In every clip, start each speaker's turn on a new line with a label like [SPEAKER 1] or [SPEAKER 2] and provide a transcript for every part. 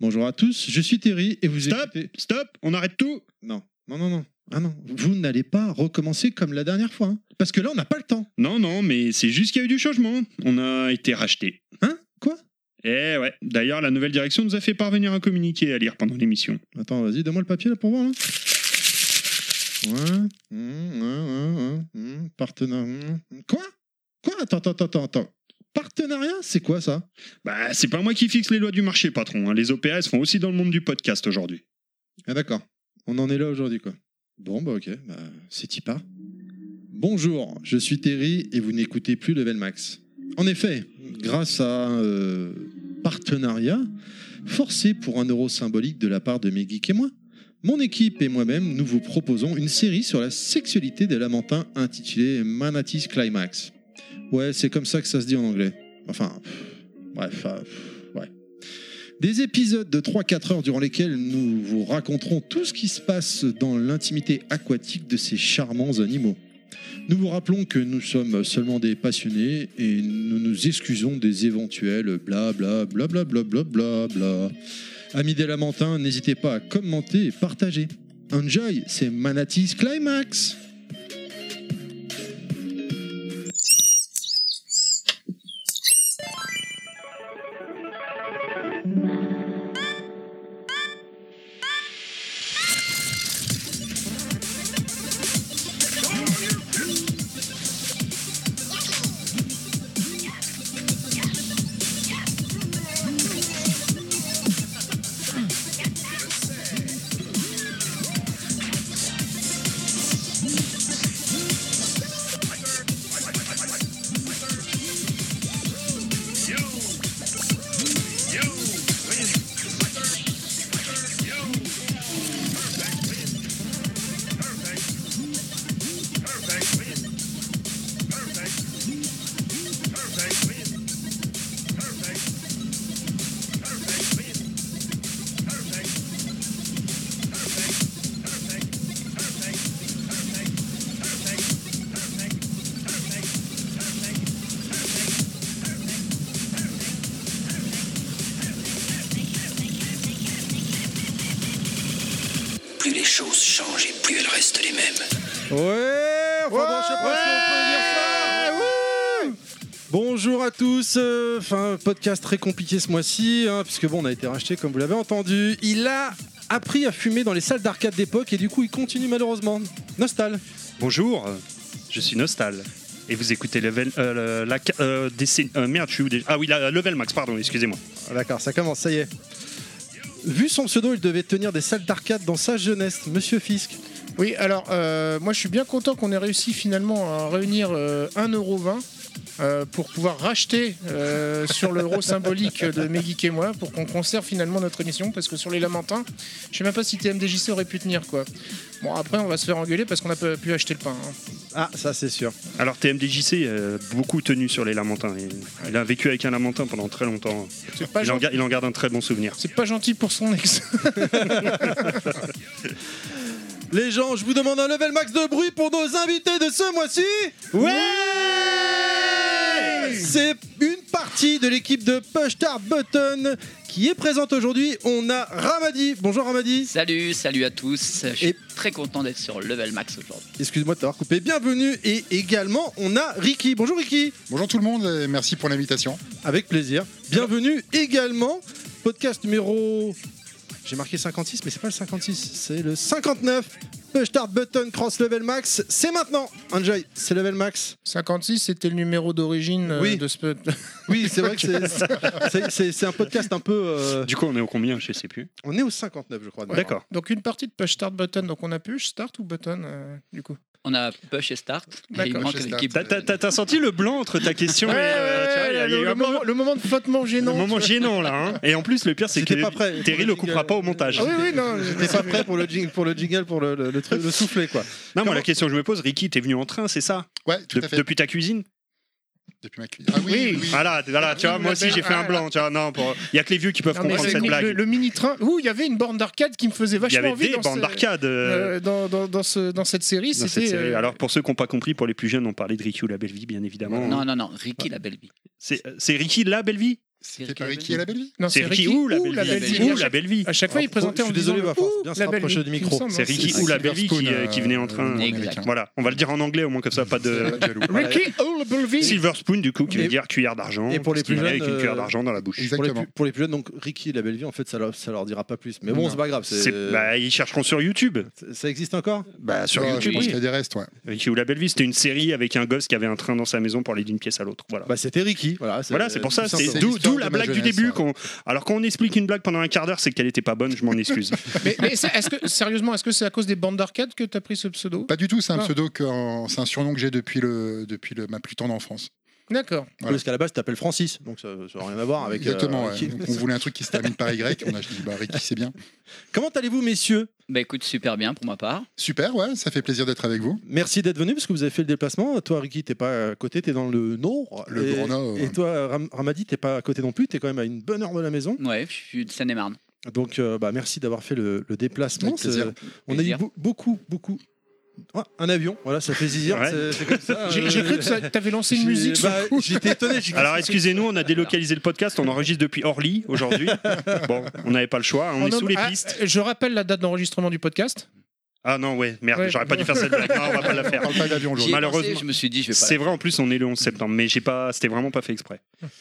[SPEAKER 1] Bonjour à tous, je suis Terry et vous
[SPEAKER 2] Stop
[SPEAKER 1] écoutez-
[SPEAKER 2] Stop On arrête tout
[SPEAKER 1] Non, non, non, non. Ah non, vous n'allez pas recommencer comme la dernière fois. hein. Parce que là, on n'a pas le temps.
[SPEAKER 2] Non, non, mais c'est juste qu'il y a eu du changement. On a été racheté.
[SPEAKER 1] Hein Quoi
[SPEAKER 2] Eh ouais. D'ailleurs, la nouvelle direction nous a fait parvenir un communiqué à lire pendant l'émission.
[SPEAKER 1] Attends, vas-y, donne-moi le papier là pour voir. Là. Ouais, hum, ouais, ouais, ouais, hum, partenariat. hum. Quoi Quoi Attends, attends, attends, attends. Partenariat C'est quoi ça
[SPEAKER 2] Bah, c'est pas moi qui fixe les lois du marché, patron. hein. Les OPA, elles se font aussi dans le monde du podcast aujourd'hui.
[SPEAKER 1] Ah d'accord, on en est là aujourd'hui quoi. Bon bah ok, bah, c'est Tipa. Bonjour, je suis Terry et vous n'écoutez plus Level Max. En effet, grâce à un euh, partenariat forcé pour un euro symbolique de la part de mes geeks et moi, mon équipe et moi-même, nous vous proposons une série sur la sexualité des lamentins intitulée Manatees Climax. Ouais, c'est comme ça que ça se dit en anglais. Enfin, pff, bref, ah, pff, ouais. Des épisodes de 3-4 heures durant lesquels nous vous raconterons tout ce qui se passe dans l'intimité aquatique de ces charmants animaux. Nous vous rappelons que nous sommes seulement des passionnés et nous nous excusons des éventuels bla bla bla bla bla bla bla bla. Amis des lamentins, n'hésitez pas à commenter et partager. Enjoy, c'est Manatees Climax
[SPEAKER 3] Plus les choses changent et plus elles restent les mêmes.
[SPEAKER 4] Ouais, enfin bon, je sais pas si on peut dire ça. Bonjour à tous, euh, enfin podcast très compliqué ce mois-ci, hein, puisque bon on a été racheté comme vous l'avez entendu. Il a appris à fumer dans les salles d'arcade d'époque et du coup il continue malheureusement. Nostal.
[SPEAKER 2] Bonjour, je suis Nostal. Et vous écoutez Level. euh, la. la- euh, décennie- euh, merde, je suis où déjà Ah oui, la, la Level Max, pardon, excusez-moi.
[SPEAKER 4] Ah, D'accord, ça commence, ça y est. Vu son pseudo, il devait tenir des salles d'arcade dans sa jeunesse, Monsieur Fisk.
[SPEAKER 5] Oui, alors euh, moi je suis bien content qu'on ait réussi finalement à réunir euh, 1,20€ euh, pour pouvoir racheter euh, sur l'euro symbolique de Megeek et moi pour qu'on conserve finalement notre émission parce que sur les Lamentins, je sais même pas si TMDJC aurait pu tenir quoi. Bon, après on va se faire engueuler parce qu'on n'a pas pu acheter le pain. hein.
[SPEAKER 4] Ah, ça c'est sûr.
[SPEAKER 2] Alors, TMDJC, euh, beaucoup tenu sur les Lamentins. Il, il a vécu avec un Lamentin pendant très longtemps.
[SPEAKER 5] C'est pas,
[SPEAKER 2] Il en,
[SPEAKER 5] gen-
[SPEAKER 2] garde- il en garde un très bon souvenir.
[SPEAKER 5] c'est pas gentil pour son ex.
[SPEAKER 4] Les gens, je vous demande un level max de bruit pour nos invités de ce mois-ci. Ouais C'est une partie de l'équipe de Push Start Button qui est présente aujourd'hui. On a Ramadi. Bonjour Ramadi.
[SPEAKER 6] Salut, salut à tous. Je suis
[SPEAKER 4] Et-
[SPEAKER 6] très content d'être sur Level Max aujourd'hui.
[SPEAKER 4] Excuse-moi de t'avoir coupé. Bienvenue. Et également, on a Ricky. Bonjour Ricky.
[SPEAKER 7] Bonjour tout le monde et Euh, merci pour l'invitation.
[SPEAKER 4] Avec plaisir. Bienvenue également. Podcast numéro. J'ai marqué 56, mais c'est pas le 56, c'est le 59. Push Start Button Cross Level Max. C'est maintenant. Enjoy. C'est Level Max.
[SPEAKER 5] 56 c'était le numéro d'origine euh,
[SPEAKER 4] Oui.
[SPEAKER 5] de ce
[SPEAKER 4] Oui, c'est vrai que c'est- c'est- c'est c'est un podcast un peu. euh,
[SPEAKER 2] Du coup, on est au combien Je sais plus.
[SPEAKER 4] on est au 59, je crois. de mémoire.
[SPEAKER 2] D'accord.
[SPEAKER 5] Donc une partie de push start button donc on a push start ou button euh, du coup.
[SPEAKER 6] On a Push et Start. et il
[SPEAKER 5] D'accord,
[SPEAKER 6] manque
[SPEAKER 7] Push et
[SPEAKER 6] l'équipe.
[SPEAKER 2] T'as- T'as t'as- t'as senti le blanc entre ta question et.
[SPEAKER 5] Ah,
[SPEAKER 2] euh, tu vois, il y a- il y a eu
[SPEAKER 5] le,
[SPEAKER 2] un moment-
[SPEAKER 5] moment, le moment de flottement gênant.
[SPEAKER 2] un moment gênant là. hein. Et en plus, le pire, c'est
[SPEAKER 4] J'étais
[SPEAKER 2] que
[SPEAKER 4] pas prêt.
[SPEAKER 2] Terry le coupera
[SPEAKER 4] euh,
[SPEAKER 2] pas au montage.
[SPEAKER 5] Ah oui oui non,
[SPEAKER 4] T'es pas prêt pour le jingle, pour le, jingle, pour le, le- le truc, le souffler, quoi.
[SPEAKER 2] Non, moi, la question que je me pose, Ricky, t'es venu en train, c'est ça
[SPEAKER 7] Ouais, tout
[SPEAKER 2] De-
[SPEAKER 7] à fait.
[SPEAKER 2] Depuis ta cuisine
[SPEAKER 7] Depuis ma cuisine. Ah oui, oui, oui.
[SPEAKER 2] Voilà, voilà, tu vois, moi aussi, j'ai fait un blanc. Tu vois, non, pour- il y a que les vieux qui peuvent
[SPEAKER 5] Non, mais
[SPEAKER 2] comprendre
[SPEAKER 5] c'est
[SPEAKER 2] cette
[SPEAKER 5] con-
[SPEAKER 2] blague.
[SPEAKER 5] le, mini train. Ouh, il y avait une borne d'arcade qui me faisait
[SPEAKER 2] Il y
[SPEAKER 5] vachement
[SPEAKER 2] avait
[SPEAKER 5] envie.
[SPEAKER 2] des
[SPEAKER 5] dans
[SPEAKER 2] bandes
[SPEAKER 5] ce-
[SPEAKER 2] d'arcade. euh,
[SPEAKER 5] euh, dans, dans, dans ce- dans cette série,
[SPEAKER 2] Dans cette
[SPEAKER 5] c'était.
[SPEAKER 2] série.
[SPEAKER 5] euh,
[SPEAKER 2] Alors pour ceux qui n'ont pas compris, pour les plus jeunes, on parlait de Ricky ou la belle vie, bien évidemment.
[SPEAKER 6] Non, non, non, Ricky la belle vie.
[SPEAKER 2] C'est c'est Ricky la belle vie
[SPEAKER 7] C'était pas Ricky à la belle vie
[SPEAKER 5] Non,
[SPEAKER 2] C'est Ricky ou la belle vie Ou la belle vie.
[SPEAKER 5] À chaque fois, il présentait
[SPEAKER 4] je
[SPEAKER 5] en
[SPEAKER 4] suis désolé,
[SPEAKER 5] disant,
[SPEAKER 4] va falloir
[SPEAKER 5] Ouh,
[SPEAKER 4] bien se
[SPEAKER 5] la belle
[SPEAKER 4] rapprocher
[SPEAKER 5] vie,
[SPEAKER 4] du
[SPEAKER 5] il me
[SPEAKER 4] micro.
[SPEAKER 5] semble,
[SPEAKER 2] C'est
[SPEAKER 5] hein.
[SPEAKER 2] Ricky
[SPEAKER 7] C'est
[SPEAKER 2] ou la
[SPEAKER 7] Silver
[SPEAKER 2] belle vie
[SPEAKER 7] Spoon,
[SPEAKER 2] qui, euh,
[SPEAKER 7] euh,
[SPEAKER 2] qui venait en train.
[SPEAKER 7] euh,
[SPEAKER 6] Exact.
[SPEAKER 2] Voilà, on va le dire en anglais au moins comme ça, pas de.
[SPEAKER 7] Pas de jaloux.
[SPEAKER 5] Ricky ou la belle vie
[SPEAKER 2] Silver Spoon, du coup, qui
[SPEAKER 4] Et-
[SPEAKER 2] veut dire cuillère d'argent.
[SPEAKER 4] et pour les
[SPEAKER 2] parce qu'il
[SPEAKER 4] plus
[SPEAKER 2] venait avec
[SPEAKER 4] jeunes,
[SPEAKER 2] une cuillère
[SPEAKER 4] euh,
[SPEAKER 2] d'argent dans la bouche.
[SPEAKER 4] Pour les,
[SPEAKER 7] Exactement.
[SPEAKER 4] plus, pour les plus jeunes, donc Ricky et la belle vie, en fait, ça leur, ça leur dira pas plus. Mais bon,
[SPEAKER 7] Non.
[SPEAKER 4] c'est pas grave. c'est-
[SPEAKER 2] C'est- bah, ils chercheront sur YouTube.
[SPEAKER 4] Ça existe encore
[SPEAKER 2] Bah, sur
[SPEAKER 7] Ouais, Je
[SPEAKER 2] YouTube,
[SPEAKER 7] pense
[SPEAKER 2] oui.
[SPEAKER 7] qu'il y a des restes, ouais.
[SPEAKER 2] Ricky ou la belle vie, c'était une série avec un gosse qui avait un train dans sa maison pour aller d'une pièce à l'autre. Voilà.
[SPEAKER 4] Bah, c'était Ricky. Voilà,
[SPEAKER 2] Voilà, c'est pour ça,
[SPEAKER 4] tout
[SPEAKER 2] c'est
[SPEAKER 4] simplement.
[SPEAKER 7] simple.
[SPEAKER 2] d'où-
[SPEAKER 7] C'est l'histoire
[SPEAKER 2] d'où la
[SPEAKER 7] de ma
[SPEAKER 2] blague du
[SPEAKER 7] jeunesse,
[SPEAKER 2] début.
[SPEAKER 4] hein.
[SPEAKER 7] ouais.
[SPEAKER 2] qu'on- Alors quand on explique une blague pendant un quart d'heure, c'est qu'elle n'était pas bonne, je m'en excuse.
[SPEAKER 5] Mais, mais c'est- est-ce que, sérieusement, est-ce que c'est à cause des bandes d'arcade que t'as pris ce pseudo
[SPEAKER 7] Pas du tout, c'est un
[SPEAKER 5] Ah.
[SPEAKER 7] pseudo, que- en- c'est un surnom que j'ai depuis, le, depuis le, ma plus tendre enfance.
[SPEAKER 5] D'accord.
[SPEAKER 7] Voilà.
[SPEAKER 4] Parce qu'à la base, t'appelles Francis. Donc, ça n'a rien à voir avec. euh,
[SPEAKER 7] Exactement, ouais.
[SPEAKER 4] Ricky.
[SPEAKER 7] Donc, on voulait un truc qui se termine par Y, on a dit bah Ricky c'est bien.
[SPEAKER 4] Comment allez-vous, messieurs
[SPEAKER 6] Bah écoute, super bien pour ma part.
[SPEAKER 7] Super, ouais, ça fait plaisir d'être avec vous.
[SPEAKER 4] Merci d'être venu parce que vous avez fait le déplacement. Toi, Ricky, t'es pas à côté, t'es dans le nord.
[SPEAKER 7] Le
[SPEAKER 4] et,
[SPEAKER 7] Grand Nord.
[SPEAKER 4] Et toi, Ram- Ramadi, t'es pas à côté non plus. T'es quand même à une bonne heure de la maison.
[SPEAKER 6] Ouais, je suis de Seine-et-Marne.
[SPEAKER 4] Donc, euh, bah, merci d'avoir fait le, le déplacement.
[SPEAKER 7] Avec plaisir.
[SPEAKER 4] C'est- euh, On a eu
[SPEAKER 6] Plaisir.
[SPEAKER 4] beau- beaucoup, beaucoup. Ah, un avion, voilà, ça fait zizir.
[SPEAKER 2] Ouais.
[SPEAKER 4] c'est- c'est comme ça,
[SPEAKER 5] J'ai
[SPEAKER 4] euh,
[SPEAKER 5] j'ai cru que ça- t'avais lancé
[SPEAKER 4] j'ai-
[SPEAKER 5] une musique. sur
[SPEAKER 4] bah,
[SPEAKER 5] le coup.
[SPEAKER 4] J'étais étonné. j'ai cru-
[SPEAKER 2] Alors excusez-nous, on a délocalisé le podcast, on enregistre depuis Orly aujourd'hui. Bon, on n'avait pas le choix, on
[SPEAKER 5] En
[SPEAKER 2] est
[SPEAKER 5] homme-
[SPEAKER 2] sous les
[SPEAKER 5] Ah,
[SPEAKER 2] pistes.
[SPEAKER 5] Je rappelle la date d'enregistrement du podcast.
[SPEAKER 2] Ah non, ouais, merde,
[SPEAKER 5] Ouais.
[SPEAKER 2] j'aurais pas dû faire cette blague, non, on va pas la
[SPEAKER 7] On
[SPEAKER 2] faire.
[SPEAKER 7] parle pas d'avion
[SPEAKER 6] J'y ai
[SPEAKER 7] aujourd'hui.
[SPEAKER 6] pensé,
[SPEAKER 2] Malheureusement.
[SPEAKER 6] je me suis dit, je vais pas.
[SPEAKER 2] C'est vrai, en plus, on est le 11 septembre, mais j'ai pas, c'était vraiment pas fait exprès.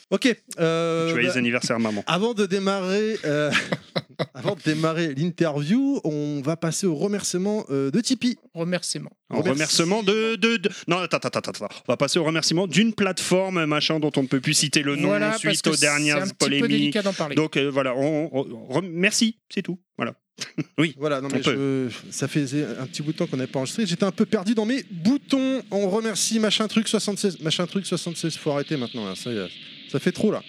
[SPEAKER 4] Ok. euh,
[SPEAKER 2] Joyeux
[SPEAKER 4] bah,
[SPEAKER 2] anniversaire, maman.
[SPEAKER 4] Avant de démarrer, euh, avant de démarrer l'interview, on va passer au remerciement euh, de Tipeee.
[SPEAKER 5] Remerciement.
[SPEAKER 2] En remerciement de, de, de- Non, attends, attends, attends, attends. On va passer au remerciement d'une plateforme, machin, dont on ne peut plus citer le nom
[SPEAKER 5] Voilà, parce
[SPEAKER 2] suite
[SPEAKER 5] que
[SPEAKER 2] aux dernières
[SPEAKER 5] c'est un petit peu
[SPEAKER 2] polémiques.
[SPEAKER 5] délicat d'en parler.
[SPEAKER 2] Donc euh, voilà, on, on- on- merci, c'est tout. Voilà.
[SPEAKER 4] Voilà, non,
[SPEAKER 2] On
[SPEAKER 4] mais je- ça faisait un petit bout de temps qu'on n'avait pas enregistré. J'étais un peu perdu dans mes boutons. On remercie machin truc 76, machin truc 76. Faut arrêter maintenant. là, Ça, y est, ça fait trop là.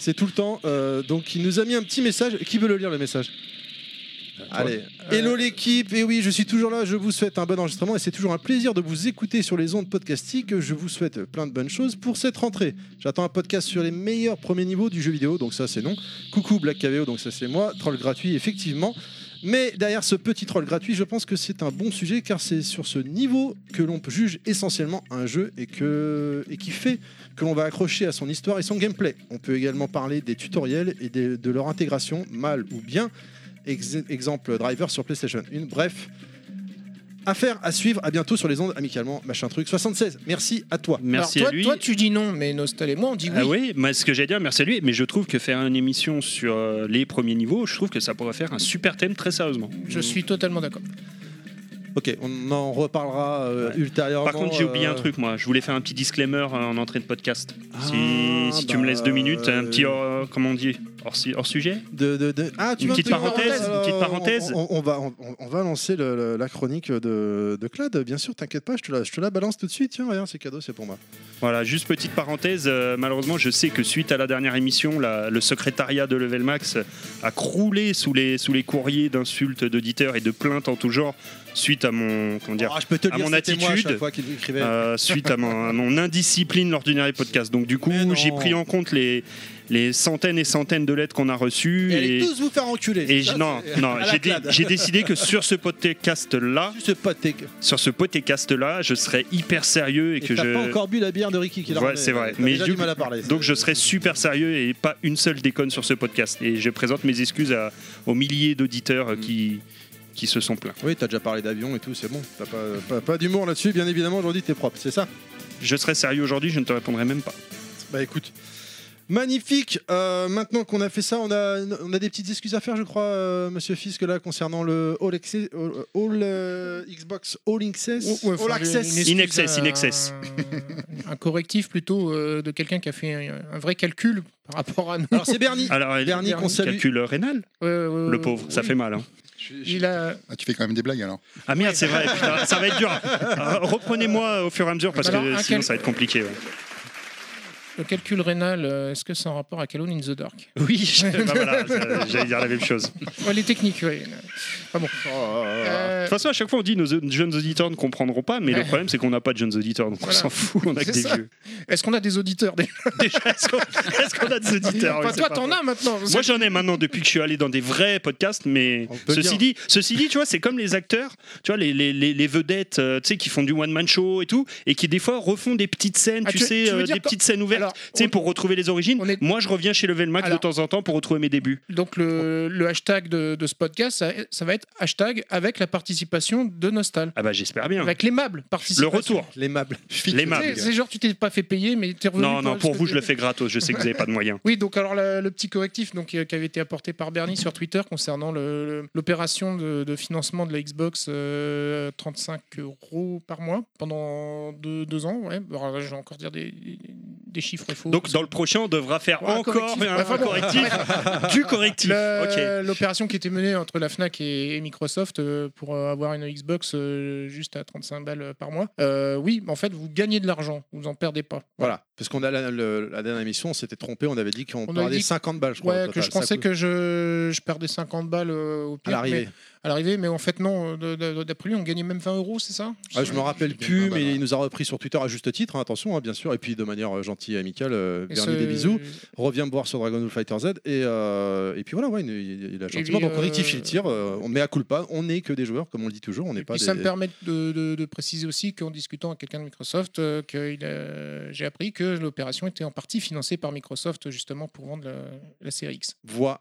[SPEAKER 4] C'est tout le temps. euh, donc il nous a mis un petit message. Qui veut le lire le message Allez. Hello l'équipe. Et oui, je suis toujours là. Je vous souhaite un bon enregistrement et c'est toujours un plaisir de vous écouter sur les ondes podcastiques. Je vous souhaite plein de bonnes choses pour cette rentrée. J'attends un podcast sur les meilleurs premiers niveaux du jeu vidéo. Donc ça c'est non. Coucou Black KVO, donc ça c'est moi, troll gratuit effectivement. Mais derrière ce petit troll gratuit, je pense que c'est un bon sujet car c'est sur ce niveau que l'on juge essentiellement un jeu et, que, et qui fait que l'on va accrocher à son histoire et son gameplay. On peut également parler des tutoriels et des- de leur intégration, mal ou bien. Ex- exemple Driver sur PlayStation 1. Bref, affaire à suivre, à bientôt sur les ondes, amicalement, machin truc 76. Merci à toi.
[SPEAKER 2] Merci
[SPEAKER 5] Alors,
[SPEAKER 2] à
[SPEAKER 5] toi,
[SPEAKER 2] lui.
[SPEAKER 5] toi, tu dis non, mais Nostal et moi, on dit oui.
[SPEAKER 2] Ah oui, mais ce que j'allais dire, merci à lui. Mais je trouve que faire une émission sur euh, les premiers niveaux, je trouve que ça pourrait faire un super thème très sérieusement.
[SPEAKER 5] Je suis totalement d'accord.
[SPEAKER 4] Ok, on en reparlera euh,
[SPEAKER 2] Ouais.
[SPEAKER 4] ultérieurement.
[SPEAKER 2] Par contre, j'ai oublié
[SPEAKER 4] euh,
[SPEAKER 2] un truc, moi. Je voulais faire un petit disclaimer euh, en entrée de podcast.
[SPEAKER 4] Ah,
[SPEAKER 2] si si tu
[SPEAKER 4] bah,
[SPEAKER 2] me laisses deux minutes, un petit
[SPEAKER 4] euh,
[SPEAKER 2] hors, euh, comment on dit, hors, si- hors sujet.
[SPEAKER 4] de, de- de- Ah, tu
[SPEAKER 2] Une
[SPEAKER 4] veux
[SPEAKER 2] petite
[SPEAKER 4] un truc-
[SPEAKER 2] parenthèse, une petite
[SPEAKER 4] on-
[SPEAKER 2] parenthèse.
[SPEAKER 4] On, on va, on, on va lancer le- le- la chronique de, de Clad, bien sûr, t'inquiète pas, je te, la, je te la balance tout de suite. Tiens, regarde, c'est cadeau, c'est pour moi.
[SPEAKER 2] Voilà, juste petite parenthèse. euh, malheureusement, je sais que suite à la dernière émission, la- le secrétariat de Level Max a croulé sous les, sous les courriers d'insultes d'auditeurs et de plaintes en tout genre suite à mon, comment dire,
[SPEAKER 4] Ah, je peux te
[SPEAKER 2] à mon
[SPEAKER 4] c'était moi à
[SPEAKER 2] attitude,
[SPEAKER 4] chaque fois qu'il écrivait.
[SPEAKER 2] euh, suite à mon, à mon indiscipline lors du dernier podcast. Donc du coup,
[SPEAKER 4] Mais non.
[SPEAKER 2] j'ai pris en compte les, les centaines et centaines de lettres qu'on a reçues.
[SPEAKER 4] et allez
[SPEAKER 2] et-
[SPEAKER 4] tous vous faire enculer.
[SPEAKER 2] et
[SPEAKER 4] Ça,
[SPEAKER 2] j- non,
[SPEAKER 4] c'est-
[SPEAKER 2] non,
[SPEAKER 4] à la
[SPEAKER 2] j'ai dé-
[SPEAKER 4] Clad.
[SPEAKER 2] j'ai décidé que sur ce podcast-là,
[SPEAKER 4] Je sais pas, t'es-
[SPEAKER 2] sur ce podcast-là, je serais hyper sérieux et,
[SPEAKER 4] et
[SPEAKER 2] que
[SPEAKER 4] t'as
[SPEAKER 2] je.
[SPEAKER 4] pas encore bu la bière de Ricky qui l'a
[SPEAKER 2] Ouais,
[SPEAKER 4] ramenée.
[SPEAKER 2] c'est vrai.
[SPEAKER 4] T'as
[SPEAKER 2] Mais
[SPEAKER 4] déjà
[SPEAKER 2] du
[SPEAKER 4] du mal
[SPEAKER 2] coup-
[SPEAKER 4] à parler.
[SPEAKER 2] Donc
[SPEAKER 4] c'est-
[SPEAKER 2] je serai super sérieux et pas une seule déconne sur ce podcast. Et je présente mes excuses à- aux milliers d'auditeurs
[SPEAKER 5] Mm.
[SPEAKER 2] euh, qui, qui se sont plaints.
[SPEAKER 4] Oui, t'as déjà parlé d'avion et tout, c'est bon. T'as pas, pas, pas d'humour là-dessus, bien évidemment, aujourd'hui t'es propre, c'est ça
[SPEAKER 2] Je serai sérieux aujourd'hui, je ne te répondrai même pas.
[SPEAKER 4] Bah écoute. Magnifique. Euh, maintenant qu'on a fait ça, on a, on a des petites excuses à faire, je crois, euh, Monsieur Fisk, là, concernant le All, Access- All- All, euh, Xbox All Access.
[SPEAKER 5] Ou- ou, enfin,
[SPEAKER 4] All
[SPEAKER 5] une-
[SPEAKER 4] Access.
[SPEAKER 5] une excuse,
[SPEAKER 2] In excess,
[SPEAKER 5] un-
[SPEAKER 2] in excess.
[SPEAKER 5] Un correctif plutôt euh, de quelqu'un qui a fait un, un vrai calcul par rapport à nous.
[SPEAKER 4] Alors c'est Bernie.
[SPEAKER 2] Alors, euh,
[SPEAKER 4] Bernie, qu'on salue.
[SPEAKER 2] calcul euh, rénal,
[SPEAKER 5] Ouais, ouais, ouais,
[SPEAKER 2] le pauvre, ça
[SPEAKER 5] oui.
[SPEAKER 2] fait mal. hein.
[SPEAKER 5] Il a...
[SPEAKER 7] Ah, tu fais quand même des blagues alors.
[SPEAKER 2] Ah merde, c'est vrai, putain, ça va être dur. Euh, Reprenez-moi au fur et à mesure parce
[SPEAKER 5] Alors,
[SPEAKER 2] que
[SPEAKER 5] un
[SPEAKER 2] sinon
[SPEAKER 5] cal-
[SPEAKER 2] ça va être compliqué. ouais.
[SPEAKER 5] Le calcul rénal, euh, est-ce que c'est en rapport avec Alone in the Dark
[SPEAKER 2] Oui, je- bah voilà, ça- j'allais dire la même chose.
[SPEAKER 5] Ouais, Les techniques, oui. Ah bon.
[SPEAKER 2] De
[SPEAKER 4] Oh,
[SPEAKER 5] Euh,
[SPEAKER 2] toute façon, à chaque fois, on dit nos jeunes auditeurs ne comprendront pas, mais le
[SPEAKER 5] Ouais.
[SPEAKER 2] problème, c'est qu'on n'a pas de jeunes auditeurs, donc on
[SPEAKER 5] Voilà.
[SPEAKER 2] s'en fout, on a que
[SPEAKER 5] C'est
[SPEAKER 2] des
[SPEAKER 5] ça.
[SPEAKER 2] vieux.
[SPEAKER 5] Est-ce qu'on a des auditeurs déjà
[SPEAKER 2] Déjà, est-ce qu'on est-ce qu'on a des auditeurs
[SPEAKER 5] Enfin,
[SPEAKER 2] Oui, c'est
[SPEAKER 5] Toi,
[SPEAKER 2] pas
[SPEAKER 5] t'en
[SPEAKER 2] vrai.
[SPEAKER 5] as maintenant.
[SPEAKER 2] Moi, j'en ai maintenant depuis que je suis allé dans des vrais podcasts, mais
[SPEAKER 4] On peut
[SPEAKER 2] ceci
[SPEAKER 4] dire.
[SPEAKER 2] dit, ceci dit, tu vois, c'est comme les acteurs, tu vois, les, les, les, les vedettes, euh, tu sais, qui font du one-man show et tout, et qui des fois refont des petites scènes,
[SPEAKER 5] Ah,
[SPEAKER 2] tu,
[SPEAKER 5] tu-
[SPEAKER 2] sais,
[SPEAKER 5] tu
[SPEAKER 2] euh,
[SPEAKER 5] veux dire
[SPEAKER 2] des
[SPEAKER 5] quand-
[SPEAKER 2] petites scènes ouvertes,
[SPEAKER 5] Alors,
[SPEAKER 2] tu sais,
[SPEAKER 5] on-
[SPEAKER 2] pour retrouver les origines.
[SPEAKER 5] on est-
[SPEAKER 2] Moi, je reviens chez Level Max de
[SPEAKER 5] Alors-
[SPEAKER 2] temps en temps pour retrouver mes débuts.
[SPEAKER 5] Donc le, le hashtag de, de ce podcast, ça, ça va être hashtag avec la participation de Nostal.
[SPEAKER 2] Ah bah, j'espère bien.
[SPEAKER 5] Avec l'aimable
[SPEAKER 2] Le
[SPEAKER 5] participation.
[SPEAKER 2] retour,
[SPEAKER 4] L'aimable.
[SPEAKER 2] l'aimable.
[SPEAKER 5] Tu sais, C'est genre tu t'es pas fait payer, mais t'es revenu.
[SPEAKER 2] Non, non,
[SPEAKER 5] parce
[SPEAKER 2] pour
[SPEAKER 5] que
[SPEAKER 2] vous,
[SPEAKER 5] t'es-
[SPEAKER 2] je le fais gratos. Je sais que vous n'avez pas de moyens.
[SPEAKER 5] Oui, donc alors la- le petit correctif donc, euh, qui avait été apporté par Bernie sur Twitter concernant le- le- l'opération de, de financement de la Xbox, euh, 35 euros par mois pendant deux, deux ans. Ouais. Alors là, je vais encore dire des, des chiffres faux.
[SPEAKER 2] Donc, dans le prochain, on devra faire
[SPEAKER 5] Ouais, un
[SPEAKER 2] encore
[SPEAKER 5] correctif.
[SPEAKER 2] un
[SPEAKER 5] Enfin, bon.
[SPEAKER 2] correctif, du correctif.
[SPEAKER 5] Le-
[SPEAKER 2] Ok.
[SPEAKER 5] L'opération qui était menée entre la FNAC et, et Microsoft euh, pour euh, avoir une Xbox euh, juste à 35 balles par mois, euh, oui, en fait, vous gagnez de l'argent, vous en perdez pas.
[SPEAKER 4] Voilà, parce qu'on a la, le- la dernière émission, on s'était trompé, on avait dit qu'on
[SPEAKER 5] On avait
[SPEAKER 4] parlait
[SPEAKER 5] dit-
[SPEAKER 4] 50 balles, je crois.
[SPEAKER 5] Ouais,
[SPEAKER 4] au
[SPEAKER 5] que
[SPEAKER 4] total.
[SPEAKER 5] je
[SPEAKER 4] Ça
[SPEAKER 5] pensais
[SPEAKER 4] coûte-
[SPEAKER 5] que je, je perdais 50 balles euh, au
[SPEAKER 4] à
[SPEAKER 5] pire.
[SPEAKER 4] l'arrivée.
[SPEAKER 5] mais- à l'arrivée, mais en fait, non, euh, de- de- d'après lui, on gagnait même 20 euros, c'est ça
[SPEAKER 4] Ah, je me rappelle
[SPEAKER 7] bien
[SPEAKER 4] plus,
[SPEAKER 7] pas mal,
[SPEAKER 4] mais
[SPEAKER 7] ouais.
[SPEAKER 4] il nous a repris sur Twitter à juste titre, hein, attention, hein, bien sûr, et puis de manière euh, gentille et amicale, euh,
[SPEAKER 5] Et
[SPEAKER 4] Bernie,
[SPEAKER 5] ce-
[SPEAKER 4] des bisous. Reviens me voir sur Dragon Ball Fighter Z, et, euh, et puis voilà, ouais, il, il- il a gentiment
[SPEAKER 5] puis,
[SPEAKER 4] donc
[SPEAKER 5] euh,
[SPEAKER 4] rectifié le tir, euh, on met à coup pas, on n'est que des joueurs, comme on le dit toujours, on n'est
[SPEAKER 5] Et
[SPEAKER 4] pas
[SPEAKER 5] puis
[SPEAKER 4] des.
[SPEAKER 5] ça me permet de, de- de préciser aussi qu'en discutant avec quelqu'un de Microsoft, euh, que il a- j'ai appris que l'opération était en partie financée par Microsoft justement pour vendre la, la série X.
[SPEAKER 4] Voilà.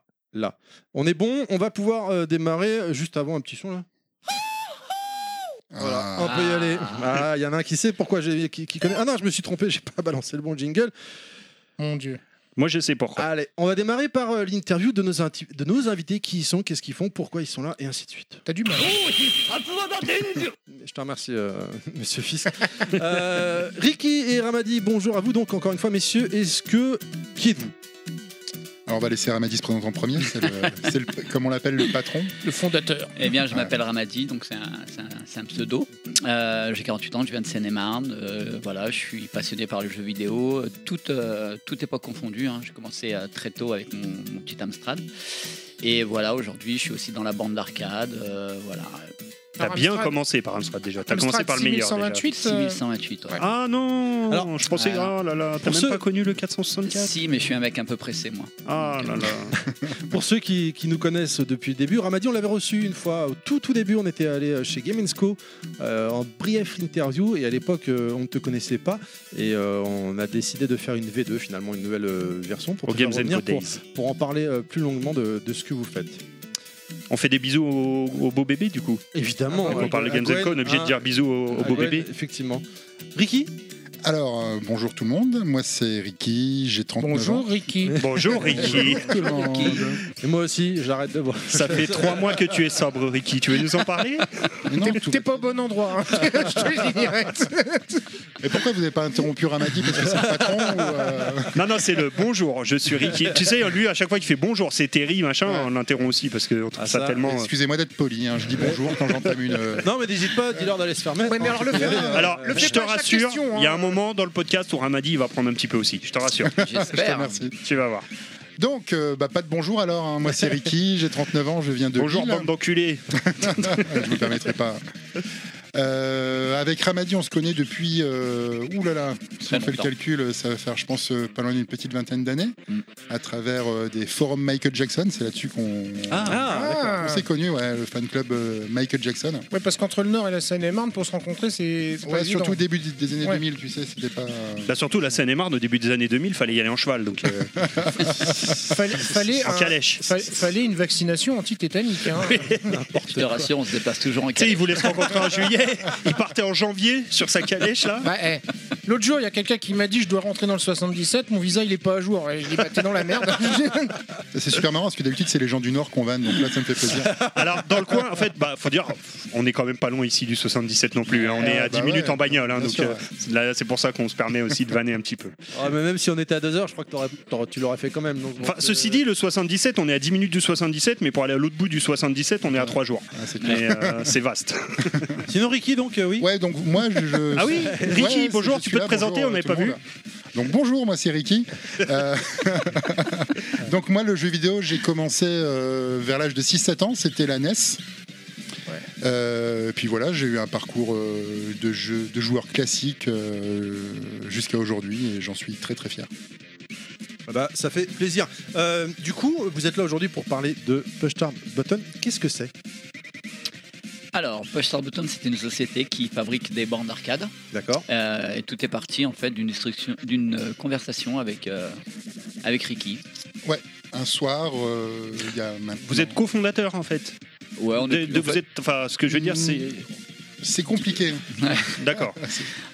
[SPEAKER 4] On est bon, on va pouvoir euh, démarrer euh, juste avant un petit son là. Voilà,
[SPEAKER 7] Ah,
[SPEAKER 4] on peut y
[SPEAKER 6] Ah.
[SPEAKER 4] aller. Ah, il y en a un qui sait pourquoi j'ai qui, qui connaît. Ah non, je me suis trompé, j'ai pas balancé le bon jingle.
[SPEAKER 5] Mon Dieu.
[SPEAKER 2] Moi, je sais
[SPEAKER 5] Ah,
[SPEAKER 2] pourquoi.
[SPEAKER 4] Allez, on va démarrer par euh, l'interview de nos, inti- de nos invités, qui ils sont, qu'est-ce qu'ils font, pourquoi ils sont là, et ainsi de suite.
[SPEAKER 5] T'as du mal. hein.
[SPEAKER 4] Je te remercie, euh, monsieur Fils. Euh, Ricky et Ramadi, bonjour à vous donc encore une fois, messieurs. Est-ce que... Qui êtes-vous
[SPEAKER 7] Alors on va laisser Ramadis se présenter en premier, c'est le- c'est le- comme on l'appelle le patron.
[SPEAKER 5] Le fondateur.
[SPEAKER 6] Eh bien, je
[SPEAKER 7] Ouais.
[SPEAKER 6] m'appelle Ramadi, donc c'est un, c'est un- c'est un pseudo. Euh, J'ai 48 ans, je viens de Seine-et-Marne. euh, voilà, je suis passionné par le jeu vidéo, euh, toute, euh, toute époque confondue. hein. J'ai commencé euh, très tôt avec mon, mon petit Amstrad. Et voilà, aujourd'hui, je suis aussi dans la bande d'arcade. euh, voilà,
[SPEAKER 2] T'as
[SPEAKER 5] Par
[SPEAKER 2] bien
[SPEAKER 5] Amstrad-
[SPEAKER 2] commencé par Amstrad déjà. T'as
[SPEAKER 5] Amstrad
[SPEAKER 2] commencé par le meilleur. déjà.
[SPEAKER 5] 6128, euh,
[SPEAKER 6] 6128. ouais.
[SPEAKER 5] Ouais.
[SPEAKER 2] Ah non
[SPEAKER 4] Alors-
[SPEAKER 2] je pensais.
[SPEAKER 6] Ah.
[SPEAKER 2] Oh là là, t'as
[SPEAKER 4] Pour
[SPEAKER 2] même
[SPEAKER 4] ceux-
[SPEAKER 2] pas connu le 464
[SPEAKER 6] Si, mais je suis un mec un peu pressé, moi.
[SPEAKER 2] Ah là là.
[SPEAKER 4] Pour ceux qui, qui nous connaissent depuis le début, Ramadi, on l'avait reçu une fois. Au tout tout début, on était allé chez Game Co euh, en brief interview. Et à l'époque, euh, on ne te connaissait pas. Et euh, on a décidé de faire une V2, finalement, une nouvelle euh, version pour,
[SPEAKER 2] Au
[SPEAKER 4] te faire
[SPEAKER 2] Games and
[SPEAKER 4] revenir,
[SPEAKER 2] Go
[SPEAKER 4] pour,
[SPEAKER 2] Days.
[SPEAKER 4] pour en parler euh, plus longuement de, de ce que vous faites.
[SPEAKER 2] On fait des bisous au, au beau bébé du coup.
[SPEAKER 4] Évidemment.
[SPEAKER 2] Quand on parle de Games and
[SPEAKER 4] Co,
[SPEAKER 2] Co, on est obligé de dire bisous au, au beau bébé.
[SPEAKER 4] Ah, Effectivement. Ricky
[SPEAKER 7] Alors euh, bonjour tout le monde, moi c'est Ricky, j'ai 39 ans.
[SPEAKER 5] Bonjour Ricky.
[SPEAKER 2] Bonjour Ricky.
[SPEAKER 7] tout le monde.
[SPEAKER 4] Et moi aussi, j'arrête de boire.
[SPEAKER 2] Ça fait trois mois que tu es sobre Ricky. Tu veux nous en parler
[SPEAKER 7] Mais non,
[SPEAKER 5] T'es
[SPEAKER 7] tout-
[SPEAKER 5] t'es pas au bon endroit. hein. je te le dis direct.
[SPEAKER 7] Mais pourquoi vous n'avez pas interrompu Ramadi parce que c'est le patron ou, euh,
[SPEAKER 2] Non non c'est le bonjour. Je suis Ricky. Tu sais lui à chaque fois qu'il fait bonjour c'est Terry machin. On l'interrompt aussi parce qu'on trouve
[SPEAKER 4] Ah,
[SPEAKER 2] ça,
[SPEAKER 4] ça,
[SPEAKER 2] tellement.
[SPEAKER 7] Excusez-moi d'être poli, hein, je dis bonjour quand j'entame une. euh,
[SPEAKER 4] Non, mais n'hésite pas, dis-leur d'aller se faire mettre.
[SPEAKER 5] Ouais, mais alors le hein. fais pas.
[SPEAKER 2] Alors,
[SPEAKER 5] Le
[SPEAKER 2] euh, je
[SPEAKER 5] fais
[SPEAKER 2] te
[SPEAKER 5] pas à chaque
[SPEAKER 2] rassure, il
[SPEAKER 5] question, hein.
[SPEAKER 2] y a un moment dans le podcast où Ramadi il va prendre un petit peu aussi. Je te rassure.
[SPEAKER 7] Je te
[SPEAKER 6] J'espère.
[SPEAKER 7] remercie.
[SPEAKER 2] tu vas voir.
[SPEAKER 7] Donc, euh, bah, pas de bonjour alors. hein. Moi, c'est Ricky, j'ai 39 ans, je viens de.
[SPEAKER 2] Bonjour,
[SPEAKER 7] Lille. hein,
[SPEAKER 2] bande d'enculés.
[SPEAKER 7] je vous permettrai pas. Euh, avec Ramadi, on se connaît depuis. Euh, Ouh là là, si
[SPEAKER 6] Très
[SPEAKER 7] on fait le
[SPEAKER 6] longtemps.
[SPEAKER 7] calcul, ça va faire, je pense, euh, pas loin d'une petite vingtaine d'années,
[SPEAKER 6] Mm.
[SPEAKER 7] à travers euh, des forums Michael Jackson. C'est là-dessus qu'on
[SPEAKER 5] Ah.
[SPEAKER 7] on s'est connu, ouais, le fan club euh, Michael Jackson.
[SPEAKER 5] Ouais, parce qu'entre le Nord et la Seine-et-Marne, pour se rencontrer, c'est. c'est pas
[SPEAKER 7] Ouais,
[SPEAKER 5] évident.
[SPEAKER 7] surtout au début des- des années
[SPEAKER 5] Ouais.
[SPEAKER 7] 2000, tu sais, c'était pas.
[SPEAKER 2] Bah surtout la Seine-et-Marne au début des années 2000, fallait y aller en cheval, donc euh,
[SPEAKER 5] Fallait, fallait,
[SPEAKER 2] en
[SPEAKER 5] un-
[SPEAKER 2] calèche.
[SPEAKER 5] fa- fallait une vaccination anti-tétanique. hein.
[SPEAKER 6] Je te rassure, on se déplace toujours en
[SPEAKER 2] Tu sais,
[SPEAKER 6] calèche.
[SPEAKER 2] ils voulaient se rencontrer en juillet, ils partaient en janvier sur sa calèche là.
[SPEAKER 5] Bah, eh, L'autre jour, il y a quelqu'un qui m'a dit je dois rentrer dans le 77, mon visa il est pas à jour. Et je dis bah t'es dans la merde.
[SPEAKER 7] C'est super marrant parce que d'habitude, c'est les gens du Nord qu'on vanne, donc là, ça me fait plaisir.
[SPEAKER 2] Alors dans le coin, en fait, bah faut dire, on est quand même pas loin ici du 77 non plus. hein. On est à
[SPEAKER 7] bah
[SPEAKER 2] 10 minutes
[SPEAKER 7] ouais.
[SPEAKER 2] en bagnole, hein,
[SPEAKER 7] Bien
[SPEAKER 2] donc
[SPEAKER 7] sûr,
[SPEAKER 2] euh, là c'est pour ça qu'on se permet aussi de vanner un petit peu.
[SPEAKER 4] Ah, mais même si on était à 2 heures, je crois que t'aurais- t'aurais- tu l'aurais fait quand même. donc-
[SPEAKER 2] Enfin,
[SPEAKER 4] donc,
[SPEAKER 2] ceci
[SPEAKER 4] euh,
[SPEAKER 2] dit, le 77, on est à 10 minutes du 77, mais pour aller à l'autre bout du 77, on est à 3 jours.
[SPEAKER 7] Ah, c'est clair.
[SPEAKER 2] Mais euh, c'est vaste.
[SPEAKER 4] Sinon, Ricky, donc, euh, oui.
[SPEAKER 7] Ouais, donc moi, je. je-
[SPEAKER 2] Ah oui,
[SPEAKER 7] Ouais,
[SPEAKER 2] Ricky,
[SPEAKER 7] c'est-
[SPEAKER 2] bonjour,
[SPEAKER 7] je
[SPEAKER 2] tu
[SPEAKER 7] suis
[SPEAKER 2] peux te
[SPEAKER 7] là,
[SPEAKER 2] présenter,
[SPEAKER 7] bonjour,
[SPEAKER 2] on n'avait
[SPEAKER 7] tout le
[SPEAKER 2] pas vu.
[SPEAKER 7] monde. Donc bonjour, moi c'est Ricky. Euh, donc moi, le jeu vidéo, j'ai commencé euh, vers l'âge de 6-7 ans, c'était la NES. Euh, puis voilà, j'ai eu un parcours euh, de, jeu, de joueur classique euh, jusqu'à aujourd'hui et j'en suis très très fier.
[SPEAKER 4] Ah Bah, ça fait plaisir. Euh, du coup, vous êtes là aujourd'hui pour parler de Push Start Button. Qu'est-ce que c'est
[SPEAKER 6] Alors, Push Start Button, c'est une société qui fabrique des bandes d'arcade.
[SPEAKER 4] D'accord
[SPEAKER 6] Euh, et tout est parti en fait d'une instruction- d'une euh, conversation avec, euh, avec Ricky.
[SPEAKER 7] Un soir, euh, il y a maintenant-
[SPEAKER 2] Vous êtes cofondateur en fait.
[SPEAKER 6] Ouais, on
[SPEAKER 2] De-
[SPEAKER 6] est-
[SPEAKER 2] de-
[SPEAKER 6] en,
[SPEAKER 2] vous
[SPEAKER 6] fait, Mm.
[SPEAKER 2] êtes, enfin, ce que je veux dire, c'est
[SPEAKER 7] C'est compliqué.
[SPEAKER 2] d'accord.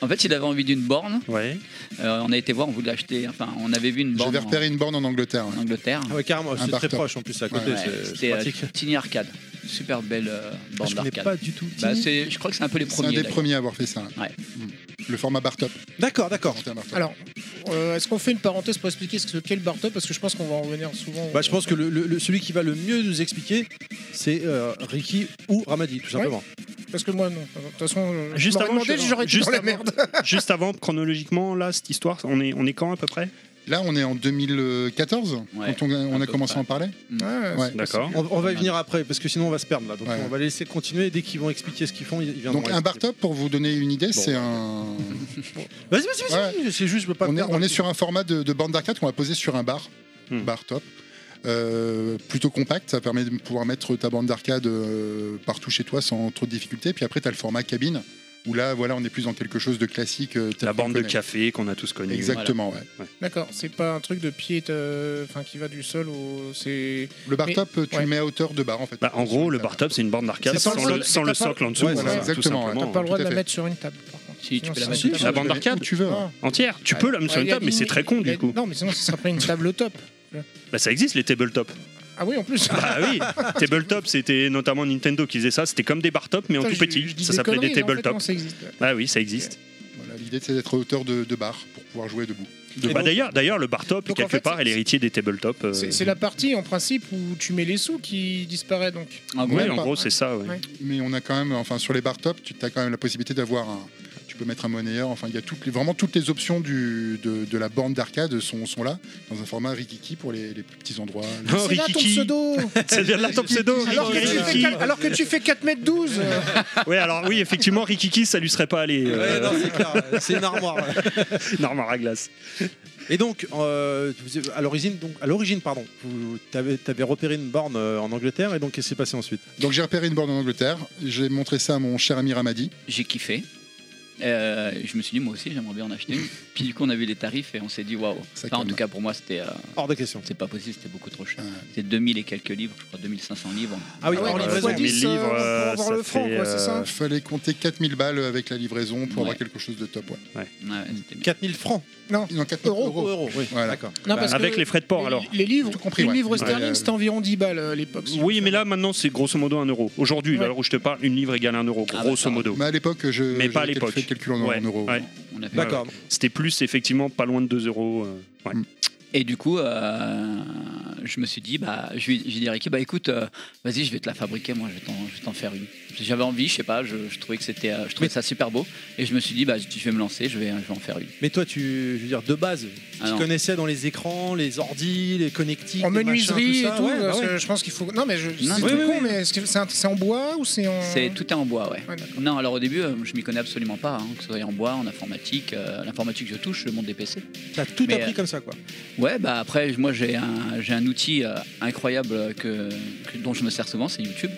[SPEAKER 6] en fait, il avait envie d'une borne.
[SPEAKER 2] Ouais.
[SPEAKER 6] Euh, on a été voir, on voulait acheter. Enfin, on avait vu une borne
[SPEAKER 7] J'avais
[SPEAKER 6] en,
[SPEAKER 7] repéré une borne en Angleterre. ouais.
[SPEAKER 6] en Angleterre.
[SPEAKER 4] Ah ouais, carrément, c'est très
[SPEAKER 7] bartop.
[SPEAKER 4] proche en plus à côté,
[SPEAKER 6] Ouais,
[SPEAKER 4] c'est- c'est
[SPEAKER 6] C'était euh,
[SPEAKER 4] pratique.
[SPEAKER 6] Tiny Arcade, super belle euh,
[SPEAKER 4] Ah,
[SPEAKER 6] borne
[SPEAKER 4] je connais
[SPEAKER 6] d'arcade.
[SPEAKER 4] pas du tout.
[SPEAKER 6] Bah,
[SPEAKER 4] Tini.
[SPEAKER 6] c'est- je crois que c'est un peu les
[SPEAKER 7] C'est un
[SPEAKER 6] premiers.
[SPEAKER 7] des
[SPEAKER 6] d'ailleurs.
[SPEAKER 7] premiers à avoir fait ça.
[SPEAKER 6] Ouais.
[SPEAKER 7] Mm. Le format bar top.
[SPEAKER 4] D'accord, d'accord.
[SPEAKER 7] Format bar top.
[SPEAKER 5] Alors, euh, est-ce qu'on fait une parenthèse pour expliquer ce qu'est le bar top Parce que je pense qu'on va en revenir souvent.
[SPEAKER 4] Bah, je pense que le, le- le- celui qui va le mieux nous expliquer, c'est euh, Ricky ou Ramadi, tout simplement.
[SPEAKER 5] Parce que moi, non. De toute façon, euh,
[SPEAKER 2] Juste
[SPEAKER 5] je m'aurais
[SPEAKER 2] avant,
[SPEAKER 5] demandé,
[SPEAKER 2] je-
[SPEAKER 5] j'aurais été
[SPEAKER 2] juste
[SPEAKER 5] dans la
[SPEAKER 2] avant.
[SPEAKER 5] merde.
[SPEAKER 2] Juste avant, chronologiquement, là, cette histoire, on est, on est quand à peu près
[SPEAKER 7] Là, on est en 2014
[SPEAKER 6] Ouais,
[SPEAKER 7] quand on, on
[SPEAKER 6] un
[SPEAKER 7] a
[SPEAKER 6] peu
[SPEAKER 7] commencé à
[SPEAKER 6] près.
[SPEAKER 7] en parler.
[SPEAKER 5] Ouais,
[SPEAKER 7] Ouais.
[SPEAKER 5] c'est-
[SPEAKER 2] D'accord.
[SPEAKER 4] On, on va y venir après, parce que sinon on va se perdre là. Donc
[SPEAKER 7] Ouais.
[SPEAKER 4] on va laisser continuer. Dès qu'ils vont expliquer ce qu'ils font, ils ils viendront.
[SPEAKER 7] Donc un bar
[SPEAKER 4] expliquer.
[SPEAKER 7] top, pour vous donner une idée, c'est un.
[SPEAKER 4] Vas-y, vas-y, vas-y. C'est juste, je veux pas.
[SPEAKER 7] on, est,
[SPEAKER 4] perdre.
[SPEAKER 7] on est sur un format de, de bande d'arcade qu'on va poser sur un bar,
[SPEAKER 2] Hmm.
[SPEAKER 7] bar top. Euh, plutôt compact, ça permet de pouvoir mettre ta bande d'arcade euh, partout chez toi sans trop de difficultés. Puis après, tu as le format cabine, où là, voilà, on est plus dans quelque chose de classique. euh, tel
[SPEAKER 2] La
[SPEAKER 7] qu'on
[SPEAKER 2] bande de
[SPEAKER 7] connaît.
[SPEAKER 2] café qu'on a tous connue.
[SPEAKER 7] Exactement, ouais.
[SPEAKER 5] D'accord, c'est pas un truc de pied, euh, enfin qui va du sol au. C'est.
[SPEAKER 7] Le bar
[SPEAKER 5] Mais-
[SPEAKER 7] top, tu
[SPEAKER 5] ouais.
[SPEAKER 7] le mets à hauteur de bar en fait.
[SPEAKER 2] Bah, en gros, le
[SPEAKER 7] Sur la
[SPEAKER 2] bar top, c'est une borne d'arcade
[SPEAKER 7] C'est
[SPEAKER 2] sans,
[SPEAKER 7] sans le-
[SPEAKER 2] le, sans le
[SPEAKER 5] t'as pas-
[SPEAKER 2] socle en dessous.
[SPEAKER 4] Ouais,
[SPEAKER 2] voilà,
[SPEAKER 7] voilà,
[SPEAKER 2] tout
[SPEAKER 7] exactement, ouais.
[SPEAKER 2] simplement.
[SPEAKER 5] T'as pas le droit
[SPEAKER 7] tout
[SPEAKER 5] de
[SPEAKER 7] à
[SPEAKER 5] la
[SPEAKER 7] fait.
[SPEAKER 5] mettre sur une table, par contre.
[SPEAKER 6] Si, tu
[SPEAKER 5] Sinon,
[SPEAKER 6] peux la
[SPEAKER 5] ça
[SPEAKER 6] mettre
[SPEAKER 5] serait-
[SPEAKER 6] sur
[SPEAKER 2] La bande d'arcade
[SPEAKER 7] Où tu veux. hein.
[SPEAKER 5] Ah.
[SPEAKER 2] entière. Tu peux la mettre sur
[SPEAKER 5] Ouais,
[SPEAKER 2] une
[SPEAKER 5] il a
[SPEAKER 2] table, mais
[SPEAKER 5] dit-
[SPEAKER 2] c'est très con
[SPEAKER 5] il a
[SPEAKER 2] du
[SPEAKER 5] dit-
[SPEAKER 2] coup.
[SPEAKER 5] Non, mais sinon, ce serait pas une table top.
[SPEAKER 2] Bah, ça existe les tabletops.
[SPEAKER 5] Ah oui, en plus.
[SPEAKER 2] Bah oui, tabletop, c'était notamment Nintendo qui faisait ça. C'était comme des bar top, mais en
[SPEAKER 5] Putain,
[SPEAKER 2] tout
[SPEAKER 5] je-
[SPEAKER 2] petit.
[SPEAKER 5] je dis
[SPEAKER 2] Ça s'appelait des
[SPEAKER 5] conneries, mais en fait, non,
[SPEAKER 2] tabletops.
[SPEAKER 5] ça existe.
[SPEAKER 2] Ah oui, ça existe.
[SPEAKER 7] Voilà, L'idée, c'est d'être à hauteur de, de bar pour pouvoir jouer debout.
[SPEAKER 2] Bah, D'ailleurs, d'ailleurs, le bar top,
[SPEAKER 5] Donc, en
[SPEAKER 2] quelque
[SPEAKER 5] fait,
[SPEAKER 2] part, est
[SPEAKER 5] c'est-
[SPEAKER 2] l'héritier des tabletops. euh,
[SPEAKER 5] C'est c'est la partie en principe où tu mets les sous qui disparaît donc.
[SPEAKER 6] En gros,
[SPEAKER 2] Oui,
[SPEAKER 7] même
[SPEAKER 2] en
[SPEAKER 7] pas.
[SPEAKER 5] hein.
[SPEAKER 2] gros, c'est ça. ouais.
[SPEAKER 5] Ouais.
[SPEAKER 7] Mais on a quand même, enfin, sur les bar top, tu as quand même la possibilité d'avoir un. Tu peux mettre un monnayeur, enfin, il y a toutes les, vraiment toutes les options du, de, de la borne d'arcade sont, sont là, dans un format Rikiki pour les, les plus petits endroits.
[SPEAKER 2] Oh,
[SPEAKER 5] C'est là ton
[SPEAKER 2] Rikiki.
[SPEAKER 5] pseudo
[SPEAKER 2] C'est bien là ton pseudo.
[SPEAKER 5] alors, que
[SPEAKER 2] Rikiki.
[SPEAKER 5] tu fais quatre- alors que tu fais 4 mètres 12
[SPEAKER 2] Ouais, alors oui, effectivement, Rikiki, ça lui serait pas allé.
[SPEAKER 4] Ouais,
[SPEAKER 2] euh,
[SPEAKER 4] non, c'est clair. C'est une armoire.
[SPEAKER 2] Normand à glace.
[SPEAKER 4] Et donc, euh, vous- à l'origine, donc à l'origine, pardon, vous t'avais t'avais repéré une borne euh, en Angleterre et donc qu'est-ce qui s'est passé ensuite
[SPEAKER 7] Donc j'ai repéré une borne en Angleterre, j'ai montré ça à mon cher ami Ramadi.
[SPEAKER 6] j'ai kiffé. Euh, je me suis dit moi aussi j'aimerais bien en acheter une. Puis du coup on a vu les tarifs et on s'est dit waouh. Enfin,
[SPEAKER 7] Ça
[SPEAKER 6] en
[SPEAKER 7] calme.
[SPEAKER 6] tout cas pour moi c'était euh,
[SPEAKER 4] Hors de question.
[SPEAKER 6] c'est pas possible, c'était beaucoup trop cher.
[SPEAKER 7] Ouais.
[SPEAKER 6] C'était 2000 et quelques livres, je crois 2500 livres.
[SPEAKER 4] Ah oui,
[SPEAKER 5] Ah ouais,
[SPEAKER 4] en
[SPEAKER 5] mais
[SPEAKER 4] livraison.
[SPEAKER 5] fois 10, euh, pour avoir
[SPEAKER 2] ça
[SPEAKER 5] le franc,
[SPEAKER 2] fait,
[SPEAKER 5] quoi, c'est ça
[SPEAKER 7] Il fallait compter 4000 balles avec la livraison pour
[SPEAKER 6] Ouais.
[SPEAKER 7] avoir quelque chose de top. Ouais.
[SPEAKER 6] Ouais, ouais, c'était bien.
[SPEAKER 4] 4000 francs.
[SPEAKER 7] Non, 4000
[SPEAKER 5] Euros,
[SPEAKER 7] euros.
[SPEAKER 4] Euros, oui.
[SPEAKER 7] Voilà.
[SPEAKER 4] D'accord.
[SPEAKER 5] Non,
[SPEAKER 4] Bah,
[SPEAKER 5] parce
[SPEAKER 2] Avec
[SPEAKER 5] que
[SPEAKER 2] les frais de port,
[SPEAKER 5] les-
[SPEAKER 2] alors.
[SPEAKER 5] Les livres,
[SPEAKER 7] Tout compris,
[SPEAKER 5] une
[SPEAKER 7] ouais.
[SPEAKER 5] livre
[SPEAKER 7] Ouais,
[SPEAKER 5] sterling
[SPEAKER 7] euh,
[SPEAKER 5] c'était environ 10 balles euh, à l'époque. si
[SPEAKER 2] Oui,
[SPEAKER 5] je me
[SPEAKER 2] mais là, maintenant, c'est grosso modo un euro. Aujourd'hui,
[SPEAKER 5] Ouais.
[SPEAKER 2] à l'heure où je te parle, une livre égale un euro,
[SPEAKER 6] Ah,
[SPEAKER 2] grosso
[SPEAKER 6] bah,
[SPEAKER 2] modo.
[SPEAKER 7] Mais à l'époque, je
[SPEAKER 2] Mais pas à
[SPEAKER 7] j'ai
[SPEAKER 2] l'époque.
[SPEAKER 7] fait le calcul en, en
[SPEAKER 2] Ouais,
[SPEAKER 7] euros.
[SPEAKER 2] ouais. Bah,
[SPEAKER 6] On a fait-
[SPEAKER 4] D'accord.
[SPEAKER 2] C'était plus, effectivement, pas loin de 2 euros. euh, ouais.
[SPEAKER 6] Et du coup, euh, je me suis dit, bah, je lui j'ai dit à Ricky, bah écoute, euh, vas-y, je vais te la fabriquer, moi, je vais t'en- je vais t'en faire une. J'avais envie, je sais pas, je, je trouvais que c'était, euh, je trouvais ça super beau, et je me suis dit, bah, je vais me lancer, je vais, je vais en faire une.
[SPEAKER 4] Mais toi, tu, je veux dire, de base,
[SPEAKER 6] Ah
[SPEAKER 4] tu
[SPEAKER 6] non.
[SPEAKER 4] connaissais dans les écrans, les ordis, les connectiques,
[SPEAKER 5] En
[SPEAKER 4] les machins,
[SPEAKER 5] menuiserie
[SPEAKER 4] ça,
[SPEAKER 5] et tout,
[SPEAKER 4] ouais, bah
[SPEAKER 5] parce
[SPEAKER 4] ouais.
[SPEAKER 5] que je pense qu'il faut. Non, mais je... c'est
[SPEAKER 6] Non,
[SPEAKER 5] très
[SPEAKER 4] oui,
[SPEAKER 5] con,
[SPEAKER 4] oui.
[SPEAKER 5] mais est-ce que c'est un- c'est en bois ou c'est en.
[SPEAKER 6] C'est tout est en bois, ouais.
[SPEAKER 5] Ouais, d'accord.
[SPEAKER 6] non, alors au début, euh, je m'y connais absolument pas, hein, que ce soit en bois, en informatique, euh, l'informatique je touche, le monde des PC.
[SPEAKER 4] T'as tout
[SPEAKER 6] Mais,
[SPEAKER 4] appris
[SPEAKER 6] euh,
[SPEAKER 4] comme ça, quoi.
[SPEAKER 6] Ouais, bah après, moi j'ai un, j'ai un outil euh, incroyable euh, que, que- dont je me sers souvent, c'est YouTube.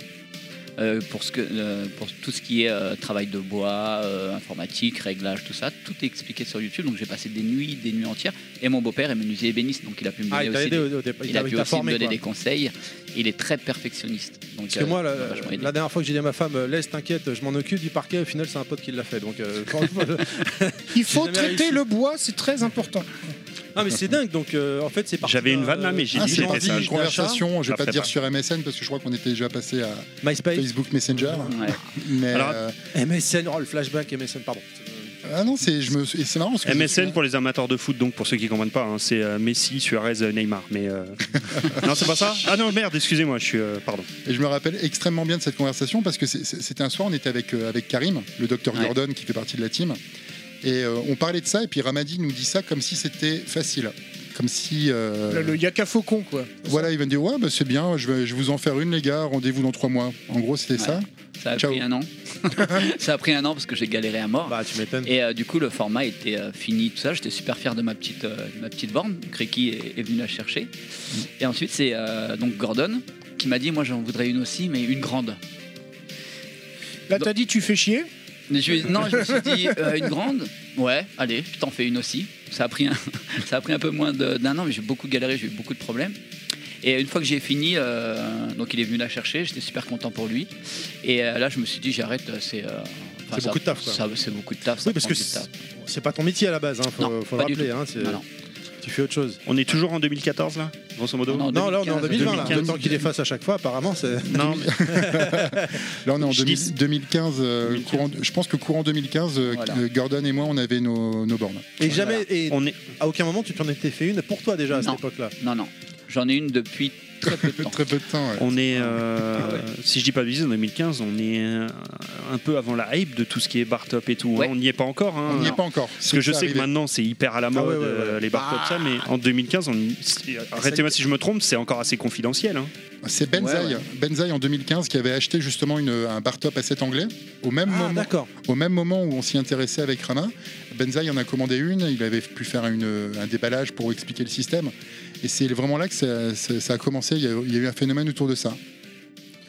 [SPEAKER 6] Euh, pour, ce que, euh, pour tout ce qui est euh, travail de bois, euh, informatique, réglage, tout ça, tout est expliqué sur YouTube. Donc j'ai passé des nuits, des nuits entières. Et mon beau-père est menuisier ébéniste, donc il a pu me
[SPEAKER 4] Ah,
[SPEAKER 6] donner
[SPEAKER 4] il t'a
[SPEAKER 6] aussi,
[SPEAKER 4] aidé
[SPEAKER 6] des,
[SPEAKER 4] au au départ,
[SPEAKER 6] il a
[SPEAKER 4] t'a-
[SPEAKER 6] pu
[SPEAKER 4] t'a
[SPEAKER 6] aussi me
[SPEAKER 4] formé.
[SPEAKER 6] donner
[SPEAKER 4] quoi.
[SPEAKER 6] des conseils. Il est très perfectionniste. Donc,
[SPEAKER 4] Parce que
[SPEAKER 6] euh, ça
[SPEAKER 4] moi,
[SPEAKER 6] m'a
[SPEAKER 4] la,
[SPEAKER 6] vachement aidé.
[SPEAKER 4] la dernière fois que j'ai dit à ma femme, euh, laisse, t'inquiète, je m'en occupe du parquet, au final, c'est un pote qui l'a fait. Donc, euh, franchement, je-
[SPEAKER 5] Il faut
[SPEAKER 4] jamais
[SPEAKER 5] traiter
[SPEAKER 4] réussi.
[SPEAKER 5] le bois, c'est très important.
[SPEAKER 4] Ah, mais c'est dingue. Donc, euh, en fait, c'est parti.
[SPEAKER 2] J'avais une
[SPEAKER 4] d'un,
[SPEAKER 2] vanne, là,
[SPEAKER 4] euh,
[SPEAKER 2] mais j'ai
[SPEAKER 7] Ah,
[SPEAKER 2] dit,
[SPEAKER 7] c'est
[SPEAKER 2] j'étais
[SPEAKER 7] parti,
[SPEAKER 2] sage.
[SPEAKER 7] une conversation, je vais
[SPEAKER 2] Après,
[SPEAKER 7] pas te dire
[SPEAKER 2] pas.
[SPEAKER 7] sur MSN parce que je crois qu'on était déjà passé à
[SPEAKER 4] MySpace.
[SPEAKER 7] Facebook Messenger.
[SPEAKER 6] Ouais.
[SPEAKER 7] Mais
[SPEAKER 2] Alors-
[SPEAKER 7] euh,
[SPEAKER 4] MSN, oh, le flashback MSN, pardon.
[SPEAKER 7] ah non, c'est je me et c'est marrant parce que je me
[SPEAKER 2] MSN
[SPEAKER 7] souviens-
[SPEAKER 2] pour les amateurs de foot, donc pour ceux qui comprennent pas, hein, c'est euh, Messi, Suarez, euh, Neymar. Mais euh, non, c'est pas ça. Ah non, merde, excusez-moi, je suis euh, pardon.
[SPEAKER 7] et je me rappelle extrêmement bien de cette conversation parce que c'est- c'est- c'était un soir, on était avec euh, avec Karim, le docteur
[SPEAKER 6] Ouais.
[SPEAKER 7] Gordon qui fait partie de la team. Et euh, on parlait de ça, et puis Ramadi nous dit ça comme si c'était facile. Comme si. euh,
[SPEAKER 5] Le, le Yaka Faucon, quoi.
[SPEAKER 7] voilà, il va me dire Ouais, bah, c'est bien, je vais, je vais vous en faire une, les gars, rendez-vous dans trois mois. En gros, c'était ça.
[SPEAKER 6] Ça a
[SPEAKER 7] Ciao.
[SPEAKER 6] pris un an. ça a pris un an parce que j'ai galéré à mort.
[SPEAKER 4] Bah, tu m'étonnes.
[SPEAKER 6] Et euh, du coup, le format était euh, fini, tout ça. J'étais super fier de ma petite, euh, de ma petite borne. Creki est, est venu la chercher. Et ensuite, c'est euh, donc Gordon qui m'a dit Moi, j'en voudrais une aussi, mais une grande.
[SPEAKER 5] Là, t'as dit, tu fais chier.
[SPEAKER 6] Mais je lui ai- non, je me suis dit euh, Une grande Ouais, allez, je t'en fais une aussi. Ça a pris un, ça a pris un peu moins de- d'un an, mais j'ai beaucoup galéré, j'ai eu beaucoup de problèmes. Et une fois que j'ai fini, euh, donc il est venu la chercher, j'étais super content pour lui. Et euh, là, je me suis dit J'arrête, c'est. euh, enfin,
[SPEAKER 4] C'est
[SPEAKER 6] ça-
[SPEAKER 4] beaucoup de taf, quoi.
[SPEAKER 6] ça- C'est beaucoup de taf. ça
[SPEAKER 4] Oui, parce
[SPEAKER 6] prend
[SPEAKER 4] que
[SPEAKER 6] du taf.
[SPEAKER 4] c'est c'est pas ton métier à la base, hein, faut,
[SPEAKER 6] Non,
[SPEAKER 4] faut
[SPEAKER 6] pas du
[SPEAKER 4] le rappeler.
[SPEAKER 6] tout.
[SPEAKER 4] hein, c'est-
[SPEAKER 6] Non, non.
[SPEAKER 4] Tu fais autre chose.
[SPEAKER 2] On est toujours en 2014 là, grosso modo.
[SPEAKER 6] Non,
[SPEAKER 4] non, là on est en 2020, là.
[SPEAKER 2] 2015.
[SPEAKER 4] Le temps qu'il les fasse à chaque fois, apparemment, c'est.
[SPEAKER 2] Non, mais-
[SPEAKER 7] Là, on est en
[SPEAKER 2] Je
[SPEAKER 7] 2000
[SPEAKER 2] dis-
[SPEAKER 7] 2015. euh,
[SPEAKER 6] 2015.
[SPEAKER 7] courant- je pense que courant 2015, euh,
[SPEAKER 6] Voilà.
[SPEAKER 7] euh, Gordon et moi, on avait nos, nos bornes.
[SPEAKER 4] Et jamais. Et
[SPEAKER 2] on est
[SPEAKER 4] à aucun moment, tu t'en étais fait une pour toi déjà à cette
[SPEAKER 6] Non. Ah,
[SPEAKER 4] époque-là.
[SPEAKER 6] Non, non. J'en ai une depuis très peu de temps.
[SPEAKER 7] Très peu de temps. ouais.
[SPEAKER 2] On est, euh,
[SPEAKER 6] Ouais.
[SPEAKER 2] si je dis pas de bêtises, en 2015, on est euh, un peu avant la hype de tout ce qui est bar top et tout. hein.
[SPEAKER 6] Ouais.
[SPEAKER 2] On n'y est pas encore. hein.
[SPEAKER 7] On n'y est
[SPEAKER 6] non.
[SPEAKER 7] pas encore.
[SPEAKER 2] Parce que je sais que maintenant c'est hyper à la mode
[SPEAKER 4] Ah ouais, ouais, ouais.
[SPEAKER 2] euh, les bar top ça, mais en 2015, on y- c'est- arrêtez-moi si je me trompe, c'est encore assez confidentiel. hein.
[SPEAKER 7] C'est Benzaï,
[SPEAKER 6] Ouais, ouais.
[SPEAKER 7] Benzaï en 2015 qui avait acheté justement une, euh, un bar top à 7 anglais. Au même,
[SPEAKER 4] Ah,
[SPEAKER 7] moment,
[SPEAKER 4] d'accord.
[SPEAKER 7] au même moment où on s'y intéressait avec Rama, Benzaï en a commandé une. Il avait pu faire une- un déballage pour expliquer le système. Et c'est vraiment là que ça, ça- ça a commencé. Il y a, il y a eu un phénomène autour de ça.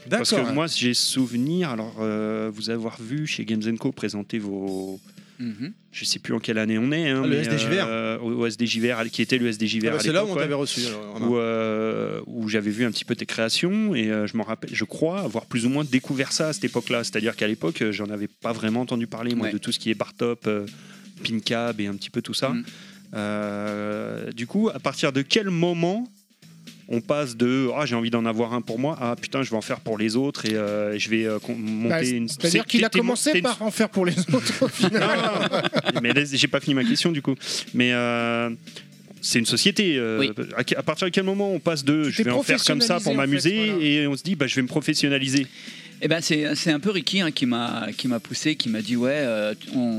[SPEAKER 2] Parce que
[SPEAKER 4] D'accord. Ah,
[SPEAKER 2] moi j'ai souvenir, alors euh, vous avoir vu chez Games Co présenter vos.
[SPEAKER 6] Mhm.
[SPEAKER 2] Je sais plus en quelle année on est. hein,
[SPEAKER 4] Ah,
[SPEAKER 2] mais,
[SPEAKER 4] le SDJVR.
[SPEAKER 2] euh, au SDJVR, qui était le
[SPEAKER 4] Ah
[SPEAKER 2] SDJVR.
[SPEAKER 4] bah,
[SPEAKER 2] à
[SPEAKER 4] c'est là où
[SPEAKER 2] l'époque,
[SPEAKER 4] on
[SPEAKER 2] ouais.
[SPEAKER 4] t'avait reçu. alors, Romain.
[SPEAKER 2] où, euh, où j'avais vu un petit peu tes créations et euh, je m'en rappelle, je crois avoir plus ou moins découvert ça à cette époque-là. C'est-à-dire qu'à l'époque, euh, j'en avais pas vraiment entendu parler moi
[SPEAKER 6] Ouais.
[SPEAKER 2] de tout ce qui est bar top, euh, pin cab et un petit peu tout ça.
[SPEAKER 6] Mhm.
[SPEAKER 2] Euh, du coup, à partir de quel moment on passe de ah j'ai envie d'en avoir un pour moi ah putain je vais en faire pour les autres et euh, je vais euh, con- monter
[SPEAKER 5] Bah,
[SPEAKER 2] une
[SPEAKER 5] C'est-à-dire
[SPEAKER 2] c'est-
[SPEAKER 5] qu'il a
[SPEAKER 2] t'es- t'es mon-
[SPEAKER 5] commencé
[SPEAKER 2] t'es une-
[SPEAKER 5] par en faire pour les autres. au final.
[SPEAKER 2] Non, non, non. mais laisse- j'ai pas fini ma question du coup. Mais euh, c'est une société. euh,
[SPEAKER 6] Oui.
[SPEAKER 2] à, que- à partir de quel moment on passe de je
[SPEAKER 5] t'es
[SPEAKER 2] vais en faire comme ça pour
[SPEAKER 5] professionnalisé,
[SPEAKER 2] m'amuser
[SPEAKER 5] en fait, voilà.
[SPEAKER 2] et on se dit bah, je vais me professionnaliser
[SPEAKER 6] Eh ben, c'est c'est un peu Ricky hein, qui m'a qui m'a poussé, qui m'a dit ouais, euh, tu- on,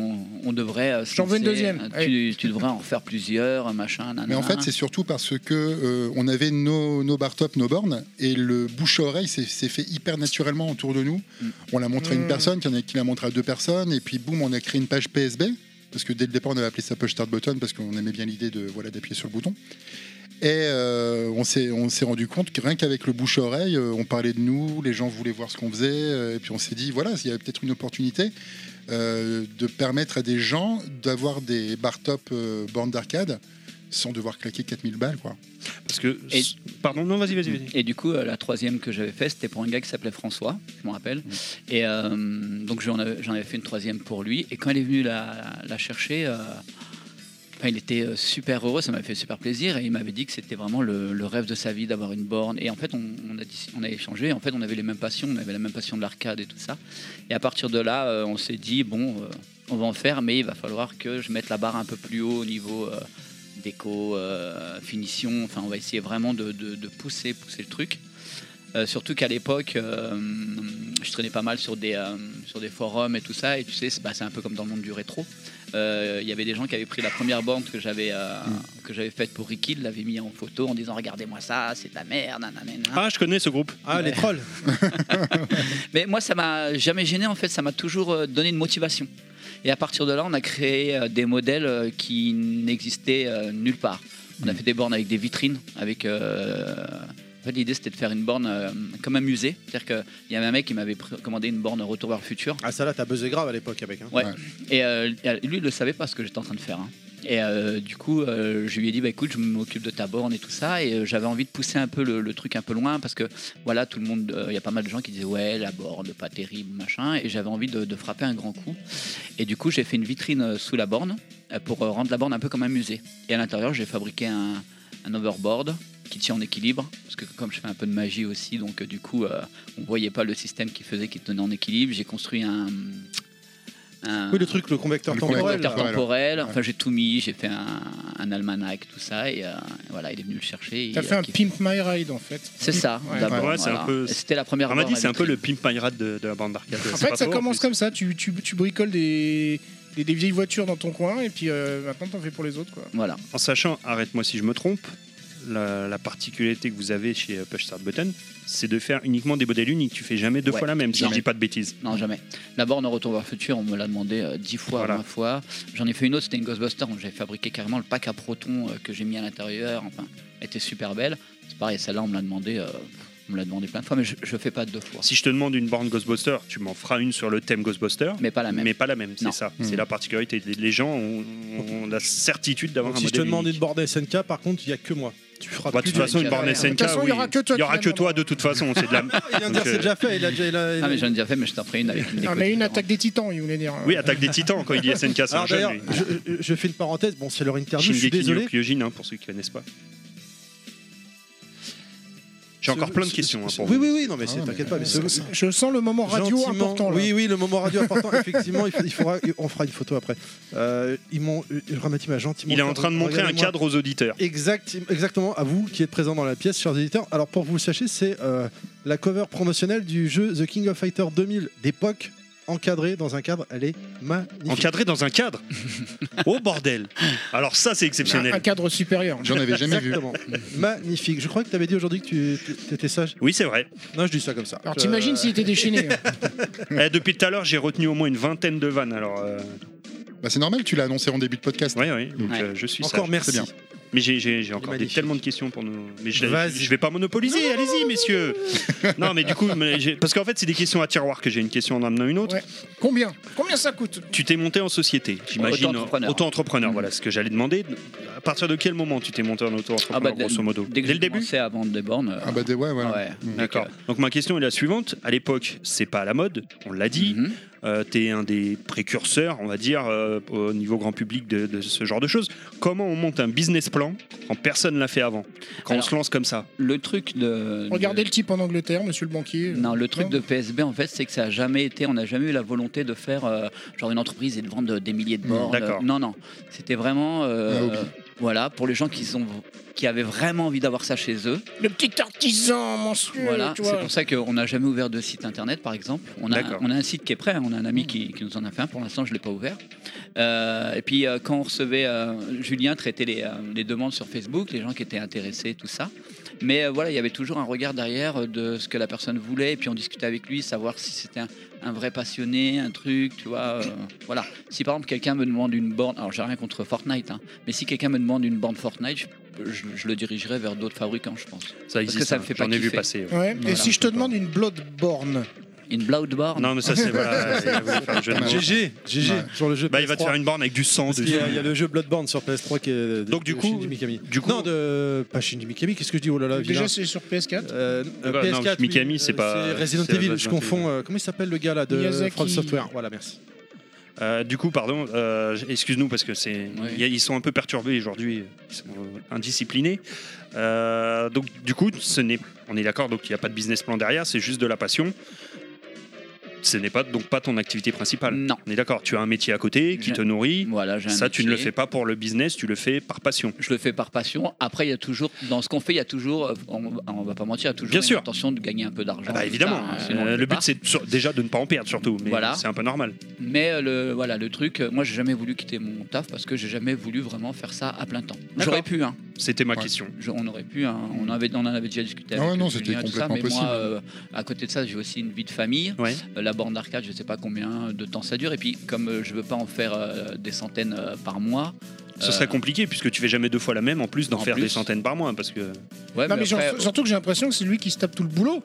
[SPEAKER 6] on devrait. euh, se
[SPEAKER 5] J'en veux une
[SPEAKER 6] lancer,
[SPEAKER 5] deuxième.
[SPEAKER 6] euh, Tu, tu devrais en faire plusieurs, euh, machin. Nanana.
[SPEAKER 7] Mais en fait, c'est surtout parce que euh, on avait nos, nos bar top, nos bornes, et le bouche à oreille s'est s'est fait hyper naturellement autour de nous.
[SPEAKER 6] Mm.
[SPEAKER 7] On l'a montré à une
[SPEAKER 5] Mm.
[SPEAKER 7] personne, qui en a- qui l'a montré à deux personnes, et puis boum, on a créé une page PSB. Parce que dès le départ, on avait appelé ça push start button parce qu'on aimait bien l'idée de voilà d'appuyer sur le bouton. Et euh, on s'est on s'est rendu compte que rien qu'avec le bouche à oreille, euh, on parlait de nous, les gens voulaient voir ce qu'on faisait, euh, et puis on s'est dit voilà, il y avait peut-être une opportunité euh, de permettre à des gens d'avoir des bar top euh, bornes d'arcade sans devoir claquer 4000 balles quoi.
[SPEAKER 2] parce que
[SPEAKER 6] Et-
[SPEAKER 2] pardon non vas-y vas-y vas-y
[SPEAKER 6] Et du coup, euh, la troisième que j'avais fait, c'était pour un gars qui s'appelait François, je me
[SPEAKER 2] Mm.
[SPEAKER 6] rappelle. Et euh, donc j'en avais, j'en avais fait une troisième pour lui. Et quand il est venu la, la chercher, euh, enfin, il était euh, super heureux, ça m'avait fait super plaisir. Et il m'avait dit que c'était vraiment le, le rêve de sa vie d'avoir une borne. Et en fait, on, on a, dis- on a échangé. En fait, on avait les mêmes passions, on avait la même passion de l'arcade et tout ça. Et à partir de là, euh, on s'est dit bon, euh, on va en faire, mais il va falloir que je mette la barre un peu plus haut au niveau. euh, déco, euh, finition. Enfin, on va essayer vraiment de, de- de pousser, pousser le truc. Euh, surtout qu'à l'époque, euh, je traînais pas mal sur des, euh, sur des forums et tout ça. Et tu sais, c'est bah, c'est un peu comme dans le monde du rétro. Euh, Il y avait des gens qui avaient pris la première borne que j'avais euh, que j'avais faite pour Ricky, ils l'avaient mis en photo en disant Regardez-moi ça, c'est de la merde. nanana.
[SPEAKER 2] ah je connais ce groupe
[SPEAKER 4] Ah, les trolls.
[SPEAKER 6] Mais moi, ça m'a jamais gêné en fait, ça m'a toujours euh, donné une motivation. Et à partir de là, on a créé euh, des modèles euh, qui n'existaient euh, nulle part. On a fait des bornes avec des vitrines, avec. euh, en fait, l'idée c'était de faire une borne euh, comme un musée. C'est-à-dire qu'il y avait un mec qui m'avait pr- commandé une borne Retour vers le futur.
[SPEAKER 4] Ah, ça là, t'as buzzé grave à l'époque avec. Hein.
[SPEAKER 6] Et euh, lui, il ne savait pas ce que j'étais en train de faire. hein. Et euh, du coup, euh, je lui ai dit, bah, écoute, je m'occupe de ta borne et tout ça. Et euh, j'avais envie de pousser un peu le, le truc un peu loin parce que, voilà, tout le monde, euh, il y a pas mal de gens qui disaient, ouais, la borne, pas terrible, machin. Et j'avais envie de, de frapper un grand coup. Et du coup, j'ai fait une vitrine euh, sous la borne euh, pour euh, rendre la borne un peu comme un musée. Et à l'intérieur, j'ai fabriqué un, un overboard qui tient en équilibre. Parce que comme je fais un peu de magie aussi, donc euh, du coup, euh, on voyait pas le système qui faisait qui tenait en équilibre. J'ai construit un... un-
[SPEAKER 4] Oui, le truc, le convecteur
[SPEAKER 7] Le
[SPEAKER 4] temporel.
[SPEAKER 6] Convecteur
[SPEAKER 7] temporel.
[SPEAKER 4] là.
[SPEAKER 6] temporel. Enfin, j'ai tout mis, j'ai fait un, un almanach, tout ça, et euh, voilà, il est venu le chercher. il
[SPEAKER 5] T'as
[SPEAKER 6] a
[SPEAKER 5] fait un
[SPEAKER 6] kiffé.
[SPEAKER 5] Pimp My Ride en fait.
[SPEAKER 6] C'est ça,
[SPEAKER 5] Ouais.
[SPEAKER 6] d'abord.
[SPEAKER 2] Ouais, c'est
[SPEAKER 6] voilà.
[SPEAKER 2] un peu-
[SPEAKER 6] Et C'était la première.
[SPEAKER 2] on m'a dit
[SPEAKER 6] borne à
[SPEAKER 2] c'est un peu le
[SPEAKER 6] vitrine.
[SPEAKER 2] pimp my ride de, de la bande d'arcade
[SPEAKER 5] En fait, ça commence comme ça. Tu, tu, tu bricoles des, des, des vieilles voitures dans ton coin et puis euh, maintenant t'en fais pour les autres quoi.
[SPEAKER 6] Voilà.
[SPEAKER 2] En sachant, arrête-moi si je me trompe, la, la particularité que vous avez chez euh, Push Start Button, c'est de faire uniquement des modèles uniques. Tu fais jamais deux
[SPEAKER 6] Ouais,
[SPEAKER 2] fois la même, si je
[SPEAKER 6] jamais.
[SPEAKER 2] dis pas de bêtises.
[SPEAKER 6] Non, jamais. D'abord, dans Retour vers le futur, on me l'a demandé euh, dix fois,
[SPEAKER 2] Voilà.
[SPEAKER 6] vingt fois. J'en ai fait une autre, c'était une Ghostbuster, où j'ai fabriqué carrément le pack à protons euh, que j'ai mis à l'intérieur. Enfin, elle était super belle. C'est pareil, celle-là, on me l'a demandé, euh, on me l'a demandé plein de fois, mais je, je fais pas deux fois.
[SPEAKER 2] Si je te demande une borne Ghostbuster, tu m'en feras une sur le thème Ghostbuster.
[SPEAKER 6] Mais pas la même.
[SPEAKER 2] Mais pas la même, c'est
[SPEAKER 6] Non. Hmm.
[SPEAKER 2] ça.
[SPEAKER 7] Mhm.
[SPEAKER 2] C'est la particularité. Les- Les gens ont, ont la certitude d'avoir
[SPEAKER 4] Donc,
[SPEAKER 2] un
[SPEAKER 4] si je te
[SPEAKER 2] modèle
[SPEAKER 4] demande
[SPEAKER 2] unique.
[SPEAKER 4] une borne SNK, par contre, il n'y a que moi. Tu feras
[SPEAKER 2] Bah, de
[SPEAKER 4] plus
[SPEAKER 2] toute façon,
[SPEAKER 6] de
[SPEAKER 2] une borne
[SPEAKER 6] la-
[SPEAKER 2] SNK,
[SPEAKER 5] De toute façon, il
[SPEAKER 2] oui.
[SPEAKER 5] y aura que toi
[SPEAKER 2] Il y aura
[SPEAKER 5] qui
[SPEAKER 2] que toi,
[SPEAKER 5] la
[SPEAKER 2] de toute façon. C'est de la...
[SPEAKER 4] Il vient de dire,
[SPEAKER 2] Donc, euh,
[SPEAKER 4] c'est déjà fait. Il a déjà. il a-
[SPEAKER 6] Ah, mais j'en ai déjà fait, mais je t'en ferai une avec une
[SPEAKER 5] Il y
[SPEAKER 6] déco
[SPEAKER 5] en a Ah, une
[SPEAKER 6] différente.
[SPEAKER 5] attaque des titans, il voulait dire. Euh,
[SPEAKER 2] Oui, attaque des titans quand il dit SNK, c'est un
[SPEAKER 4] Alors
[SPEAKER 2] jeune.
[SPEAKER 4] d'ailleurs,
[SPEAKER 2] lui.
[SPEAKER 4] je, je fais une parenthèse. Bon, c'est leur interview. Je suis
[SPEAKER 2] Shingeki
[SPEAKER 4] désolé.
[SPEAKER 2] no Kyojin, hein, pour ceux qui connaissent pas. J'ai encore plein de questions hein, pour
[SPEAKER 4] Oui,
[SPEAKER 2] vous.
[SPEAKER 4] oui, oui. Non, mais c'est-
[SPEAKER 7] Ah,
[SPEAKER 4] t'inquiète pas. Mais
[SPEAKER 7] c'est
[SPEAKER 4] c'est-
[SPEAKER 7] ça.
[SPEAKER 5] Je sens le moment radio
[SPEAKER 4] Gentiment.
[SPEAKER 5] important là.
[SPEAKER 4] Oui, oui, le moment radio important. Effectivement, il, faut- il faudra, on fera une photo après. Euh, ils m'ont, euh, Ramati m'a gentiment.
[SPEAKER 2] Il est en train de montrer un
[SPEAKER 4] Regardez-moi.
[SPEAKER 2] cadre aux auditeurs.
[SPEAKER 4] Exact, exactement, à vous qui êtes présent dans la pièce, chers éditeurs. Alors, pour que vous le sachiez, c'est euh, la cover promotionnelle du jeu The King of Fighter 2000 d'époque, encadrée dans un cadre. Elle est magnifique.
[SPEAKER 2] Encadré dans un cadre Oh bordel Alors ça, c'est
[SPEAKER 5] Un, un
[SPEAKER 4] Ah,
[SPEAKER 2] exceptionnel.
[SPEAKER 5] cadre supérieur.
[SPEAKER 7] J'en avais jamais vu.
[SPEAKER 4] Exactement. magnifique. Je crois que tu avais dit aujourd'hui que tu tu- étais sage.
[SPEAKER 2] Oui, c'est vrai.
[SPEAKER 4] Non, je dis ça comme ça.
[SPEAKER 5] Alors
[SPEAKER 4] Je-
[SPEAKER 5] t'imagines s'il
[SPEAKER 2] euh,
[SPEAKER 5] était déchaîné. hein.
[SPEAKER 2] Eh, depuis tout à l'heure, j'ai retenu au moins une vingtaine de vannes. Alors, euh,
[SPEAKER 7] Bah, c'est normal, tu l'as annoncé en début de podcast.
[SPEAKER 2] oui, oui. Donc,
[SPEAKER 6] Ouais.
[SPEAKER 2] euh, je suis
[SPEAKER 4] Encore
[SPEAKER 2] sage.
[SPEAKER 4] merci.
[SPEAKER 7] C'est bien.
[SPEAKER 2] Mais j'ai- j'ai j'ai encore des,
[SPEAKER 4] Magnifique.
[SPEAKER 2] tellement de questions pour nous. Mais je,
[SPEAKER 4] Vas-y.
[SPEAKER 2] je vais pas monopoliser, allez-y, messieurs. non, mais du coup, mais j'ai- parce qu'en fait, c'est des questions à tiroir que j'ai une question en amenant une autre.
[SPEAKER 5] Ouais. Combien Combien ça coûte
[SPEAKER 2] Tu t'es monté en société, j'imagine.
[SPEAKER 6] Auto-entrepreneur.
[SPEAKER 2] Auto-entrepreneur, voilà ce que j'allais demander. À partir de quel moment tu t'es monté en
[SPEAKER 6] Ah
[SPEAKER 2] auto-entrepreneur,
[SPEAKER 6] bah, dès,
[SPEAKER 2] grosso modo
[SPEAKER 6] dès
[SPEAKER 2] Dès
[SPEAKER 6] que j'ai
[SPEAKER 2] le début
[SPEAKER 6] commencé à vendre des bornes. euh,
[SPEAKER 7] Ah bah des- ouais, voilà.
[SPEAKER 6] ouais.
[SPEAKER 7] Mm.
[SPEAKER 2] D'accord. Donc ma question est la suivante. À l'époque, c'est pas à la mode, on l'a dit.
[SPEAKER 6] Mhm.
[SPEAKER 2] Euh, T'es un des précurseurs, on va dire, euh, au niveau grand public de, de ce genre de choses. Comment on monte un business plan quand personne l'a fait avant Quand
[SPEAKER 6] Alors-
[SPEAKER 2] on se lance comme ça
[SPEAKER 6] Le truc de.
[SPEAKER 5] Regardez
[SPEAKER 6] de-
[SPEAKER 5] le type en Angleterre, monsieur le banquier. euh,
[SPEAKER 6] Non, le truc
[SPEAKER 5] Non.
[SPEAKER 6] de PSB, en fait, c'est que ça a jamais été. On n'a jamais eu la volonté de faire euh, genre une entreprise et de vendre des milliers de
[SPEAKER 7] Mm,
[SPEAKER 6] bornes.
[SPEAKER 2] d'accord.
[SPEAKER 6] Non, non. C'était vraiment. euh,
[SPEAKER 7] Un hobby.
[SPEAKER 6] voilà, pour les gens qui, sont, qui avaient vraiment envie d'avoir ça chez eux.
[SPEAKER 5] Le petit artisan monstrueux,
[SPEAKER 6] Voilà,
[SPEAKER 5] tu
[SPEAKER 6] c'est
[SPEAKER 5] vois.
[SPEAKER 6] pour ça qu'on n'a jamais ouvert de site internet, par exemple. On a,
[SPEAKER 2] D'accord.
[SPEAKER 6] on a un site qui est prêt, hein. on a un
[SPEAKER 5] Mm.
[SPEAKER 6] ami qui, qui nous en a fait un, pour l'instant je ne l'ai pas ouvert. Euh, et puis euh, quand on recevait, euh, Julien traitait les, euh, les demandes sur Facebook, les gens qui étaient intéressés, tout ça. Mais euh, voilà, il y avait toujours un regard derrière euh, de ce que la personne voulait, et puis on discutait avec lui, savoir si c'était un, un vrai passionné, un truc, tu vois. euh, voilà. Si par exemple quelqu'un me demande une borne, alors j'ai rien contre Fortnite, hein, mais si quelqu'un me demande une borne Fortnite, je- je- je le dirigerai vers d'autres fabricants, je pense.
[SPEAKER 2] Ça
[SPEAKER 6] Parce que
[SPEAKER 2] existe.
[SPEAKER 6] ça
[SPEAKER 2] hein.
[SPEAKER 6] me fait pas
[SPEAKER 2] J'en ai vu
[SPEAKER 6] kiffer.
[SPEAKER 2] passer. ouais.
[SPEAKER 5] Ouais. Et
[SPEAKER 6] Voilà.
[SPEAKER 5] si je te demande une Bloodborne
[SPEAKER 6] Une Blood Borne
[SPEAKER 2] Non, mais ça c'est. voilà, il voulait faire un jeu de mots.
[SPEAKER 4] GG, GG,
[SPEAKER 7] Ouais.
[SPEAKER 4] sur le jeu.
[SPEAKER 2] Bah, il va te
[SPEAKER 4] PS3.
[SPEAKER 2] faire une borne avec du sang
[SPEAKER 4] Parce qu'il
[SPEAKER 2] dessus.
[SPEAKER 4] y a- Il y, a le jeu Bloodborne sur PS3 qui est.
[SPEAKER 2] Donc, du
[SPEAKER 4] de
[SPEAKER 2] coup-
[SPEAKER 4] Shinji Mikami.
[SPEAKER 2] Du coup,
[SPEAKER 4] Non, de. Pas Shinji Mikami, qu'est-ce que je dis Oh
[SPEAKER 6] Euh,
[SPEAKER 4] là là, vilain.
[SPEAKER 5] Déjà c'est sur PS4.
[SPEAKER 4] Euh, euh,
[SPEAKER 2] Ouais, non,
[SPEAKER 4] PS4,
[SPEAKER 2] Mikami,
[SPEAKER 4] oui,
[SPEAKER 2] c'est
[SPEAKER 4] euh,
[SPEAKER 2] pas-
[SPEAKER 4] c'est Resident
[SPEAKER 2] c'est
[SPEAKER 4] Evil, je
[SPEAKER 2] Resident
[SPEAKER 4] confonds.
[SPEAKER 2] Evil.
[SPEAKER 4] euh, comment il s'appelle le gars là de
[SPEAKER 5] Miyazaki.
[SPEAKER 4] From Software Voilà, merci.
[SPEAKER 2] Euh, du coup, pardon, euh, j- excuse-nous parce que c'est,
[SPEAKER 6] Oui.
[SPEAKER 2] il y a- ils sont un peu perturbés aujourd'hui, ils sont euh, indisciplinés. Euh, donc, du coup, ce n'est, on est d'accord, donc il n'y a pas de business plan derrière, c'est juste de la passion. Ce n'est pas donc pas ton activité principale.
[SPEAKER 6] Non.
[SPEAKER 2] On est d'accord, tu as un métier à côté qui
[SPEAKER 6] Je-
[SPEAKER 2] te nourrit.
[SPEAKER 6] Voilà, j'ai un
[SPEAKER 2] Ça, tu ne le
[SPEAKER 6] métier.
[SPEAKER 2] fais pas pour le business, tu le fais par passion.
[SPEAKER 6] Je le fais par passion. Après, il y a toujours, dans ce qu'on fait, il y a toujours, euh, on, on va pas mentir, il y a toujours
[SPEAKER 2] Bien
[SPEAKER 6] une
[SPEAKER 2] sûr.
[SPEAKER 6] intention de gagner un peu d'argent.
[SPEAKER 2] Ah bah,
[SPEAKER 6] tout
[SPEAKER 2] évidemment,
[SPEAKER 6] ça, hein,
[SPEAKER 2] euh,
[SPEAKER 6] sinon on le
[SPEAKER 2] le
[SPEAKER 6] fait
[SPEAKER 2] but
[SPEAKER 6] pas.
[SPEAKER 2] c'est sur- déjà de ne pas en perdre surtout, mais
[SPEAKER 6] Voilà.
[SPEAKER 2] c'est un peu normal.
[SPEAKER 6] Mais euh, le, voilà, le truc, euh, moi, j'ai jamais voulu quitter mon taf parce que j'ai jamais voulu vraiment faire ça à plein temps.
[SPEAKER 2] D'accord.
[SPEAKER 6] J'aurais pu, hein.
[SPEAKER 2] C'était ma
[SPEAKER 7] Ouais.
[SPEAKER 2] question.
[SPEAKER 6] Je- on aurait pu, hein. on, avait, on en avait déjà discuté
[SPEAKER 7] Ah
[SPEAKER 6] avec
[SPEAKER 7] ouais, non,
[SPEAKER 6] euh,
[SPEAKER 7] c'était
[SPEAKER 6] Julien, tout ça,
[SPEAKER 7] complètement
[SPEAKER 6] mais
[SPEAKER 7] possible.
[SPEAKER 6] moi, euh, à côté de ça, j'ai aussi une vie de famille.
[SPEAKER 2] Ouais.
[SPEAKER 6] Euh, La borne d'arcade, je sais pas combien de temps ça dure. Et puis, comme euh, je veux pas en faire euh, des centaines euh, par mois.
[SPEAKER 2] Ce
[SPEAKER 6] euh,
[SPEAKER 2] serait compliqué puisque tu fais jamais deux fois la même, en plus d'en
[SPEAKER 6] en
[SPEAKER 2] faire des
[SPEAKER 6] plus.
[SPEAKER 2] centaines par mois, parce que
[SPEAKER 6] ouais,
[SPEAKER 5] Non
[SPEAKER 6] mais
[SPEAKER 5] mais genre-
[SPEAKER 6] après,
[SPEAKER 5] surtout que j'ai l'impression que c'est lui qui se tape tout le boulot.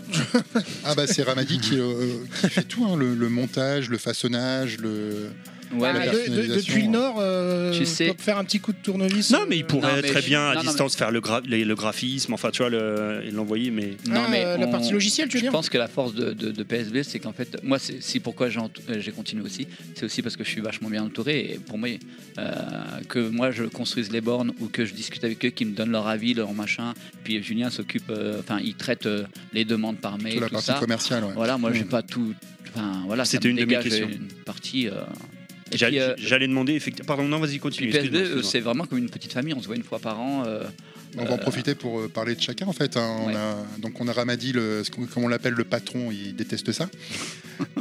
[SPEAKER 7] Ah bah c'est Ramadi qui, euh, qui fait tout, hein, le, le montage, le façonnage, le...
[SPEAKER 6] ouais,
[SPEAKER 5] Ah,
[SPEAKER 6] mais-
[SPEAKER 5] de- de-
[SPEAKER 7] personnalisation,
[SPEAKER 5] depuis le nord, euh,
[SPEAKER 6] Tu sais-
[SPEAKER 5] pour faire un petit coup de tournevis.
[SPEAKER 2] Non, mais il
[SPEAKER 5] euh,
[SPEAKER 2] pourrait
[SPEAKER 6] Non, mais
[SPEAKER 2] très
[SPEAKER 6] je-
[SPEAKER 2] bien à
[SPEAKER 6] non, non,
[SPEAKER 2] distance faire le, gra- les- le graphisme, enfin tu vois, le- et l'envoyer, mais.
[SPEAKER 6] Non,
[SPEAKER 5] Ah,
[SPEAKER 6] mais
[SPEAKER 5] euh, la
[SPEAKER 6] on-
[SPEAKER 5] partie logicielle, tu veux
[SPEAKER 6] Je
[SPEAKER 5] dire
[SPEAKER 6] pense que la force de, de- de PSB, c'est qu'en fait, moi, c'est c'est pourquoi j'ai ent- euh, j'ai continué aussi. C'est aussi parce que je suis vachement bien entouré. Et pour moi, euh, que moi, je construise les bornes ou que je discute avec eux, qui me donnent leur avis, leur machin. Puis Julien s'occupe, euh, enfin, il traite euh, les demandes par mail,
[SPEAKER 7] toute la
[SPEAKER 6] tout
[SPEAKER 7] partie
[SPEAKER 6] ça.
[SPEAKER 5] Hmm.
[SPEAKER 7] commerciale. ouais.
[SPEAKER 6] Voilà, moi, j'ai
[SPEAKER 7] Mm.
[SPEAKER 6] pas tout. Enfin, voilà, ça
[SPEAKER 2] C'était
[SPEAKER 6] me
[SPEAKER 2] une de mes
[SPEAKER 6] dégage
[SPEAKER 2] questions.
[SPEAKER 6] Une partie. euh, Et puis,
[SPEAKER 2] J'allais
[SPEAKER 6] euh,
[SPEAKER 2] j'allais demander, effectivement. Pardon, non, vas-y,
[SPEAKER 6] puis
[SPEAKER 2] continue.
[SPEAKER 6] PS2,
[SPEAKER 2] excuse-moi,
[SPEAKER 6] euh,
[SPEAKER 2] excuse-moi.
[SPEAKER 6] c'est vraiment comme une petite famille. On se voit une fois par an. euh,
[SPEAKER 7] On va en
[SPEAKER 6] Euh,
[SPEAKER 7] profiter pour euh, parler de chacun en fait. hein. On
[SPEAKER 6] Ouais.
[SPEAKER 7] a- donc on a Ramadi, le, ce qu'on- comme on l'appelle le patron, il déteste ça.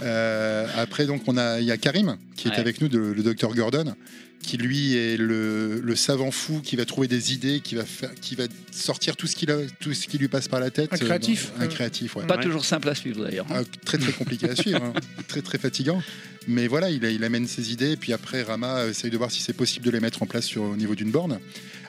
[SPEAKER 7] Euh, après donc on a, il y a Karim qui est
[SPEAKER 6] Ouais.
[SPEAKER 7] avec nous, de- le docteur Gordon, qui lui est le, le savant fou qui va trouver des idées, qui va faire, qui va sortir tout ce qu'il a, tout ce qui lui passe par la tête.
[SPEAKER 5] Un créatif.
[SPEAKER 7] Euh, dans- un créatif, ouais.
[SPEAKER 6] Pas
[SPEAKER 2] Ouais.
[SPEAKER 6] toujours simple à suivre d'ailleurs. hein.
[SPEAKER 7] Ah, très très compliqué à suivre, hein. très très fatigant. Mais voilà, il, il amène ses idées, et puis après Rama essaye de voir si c'est possible de les mettre en place sur, au niveau d'une borne.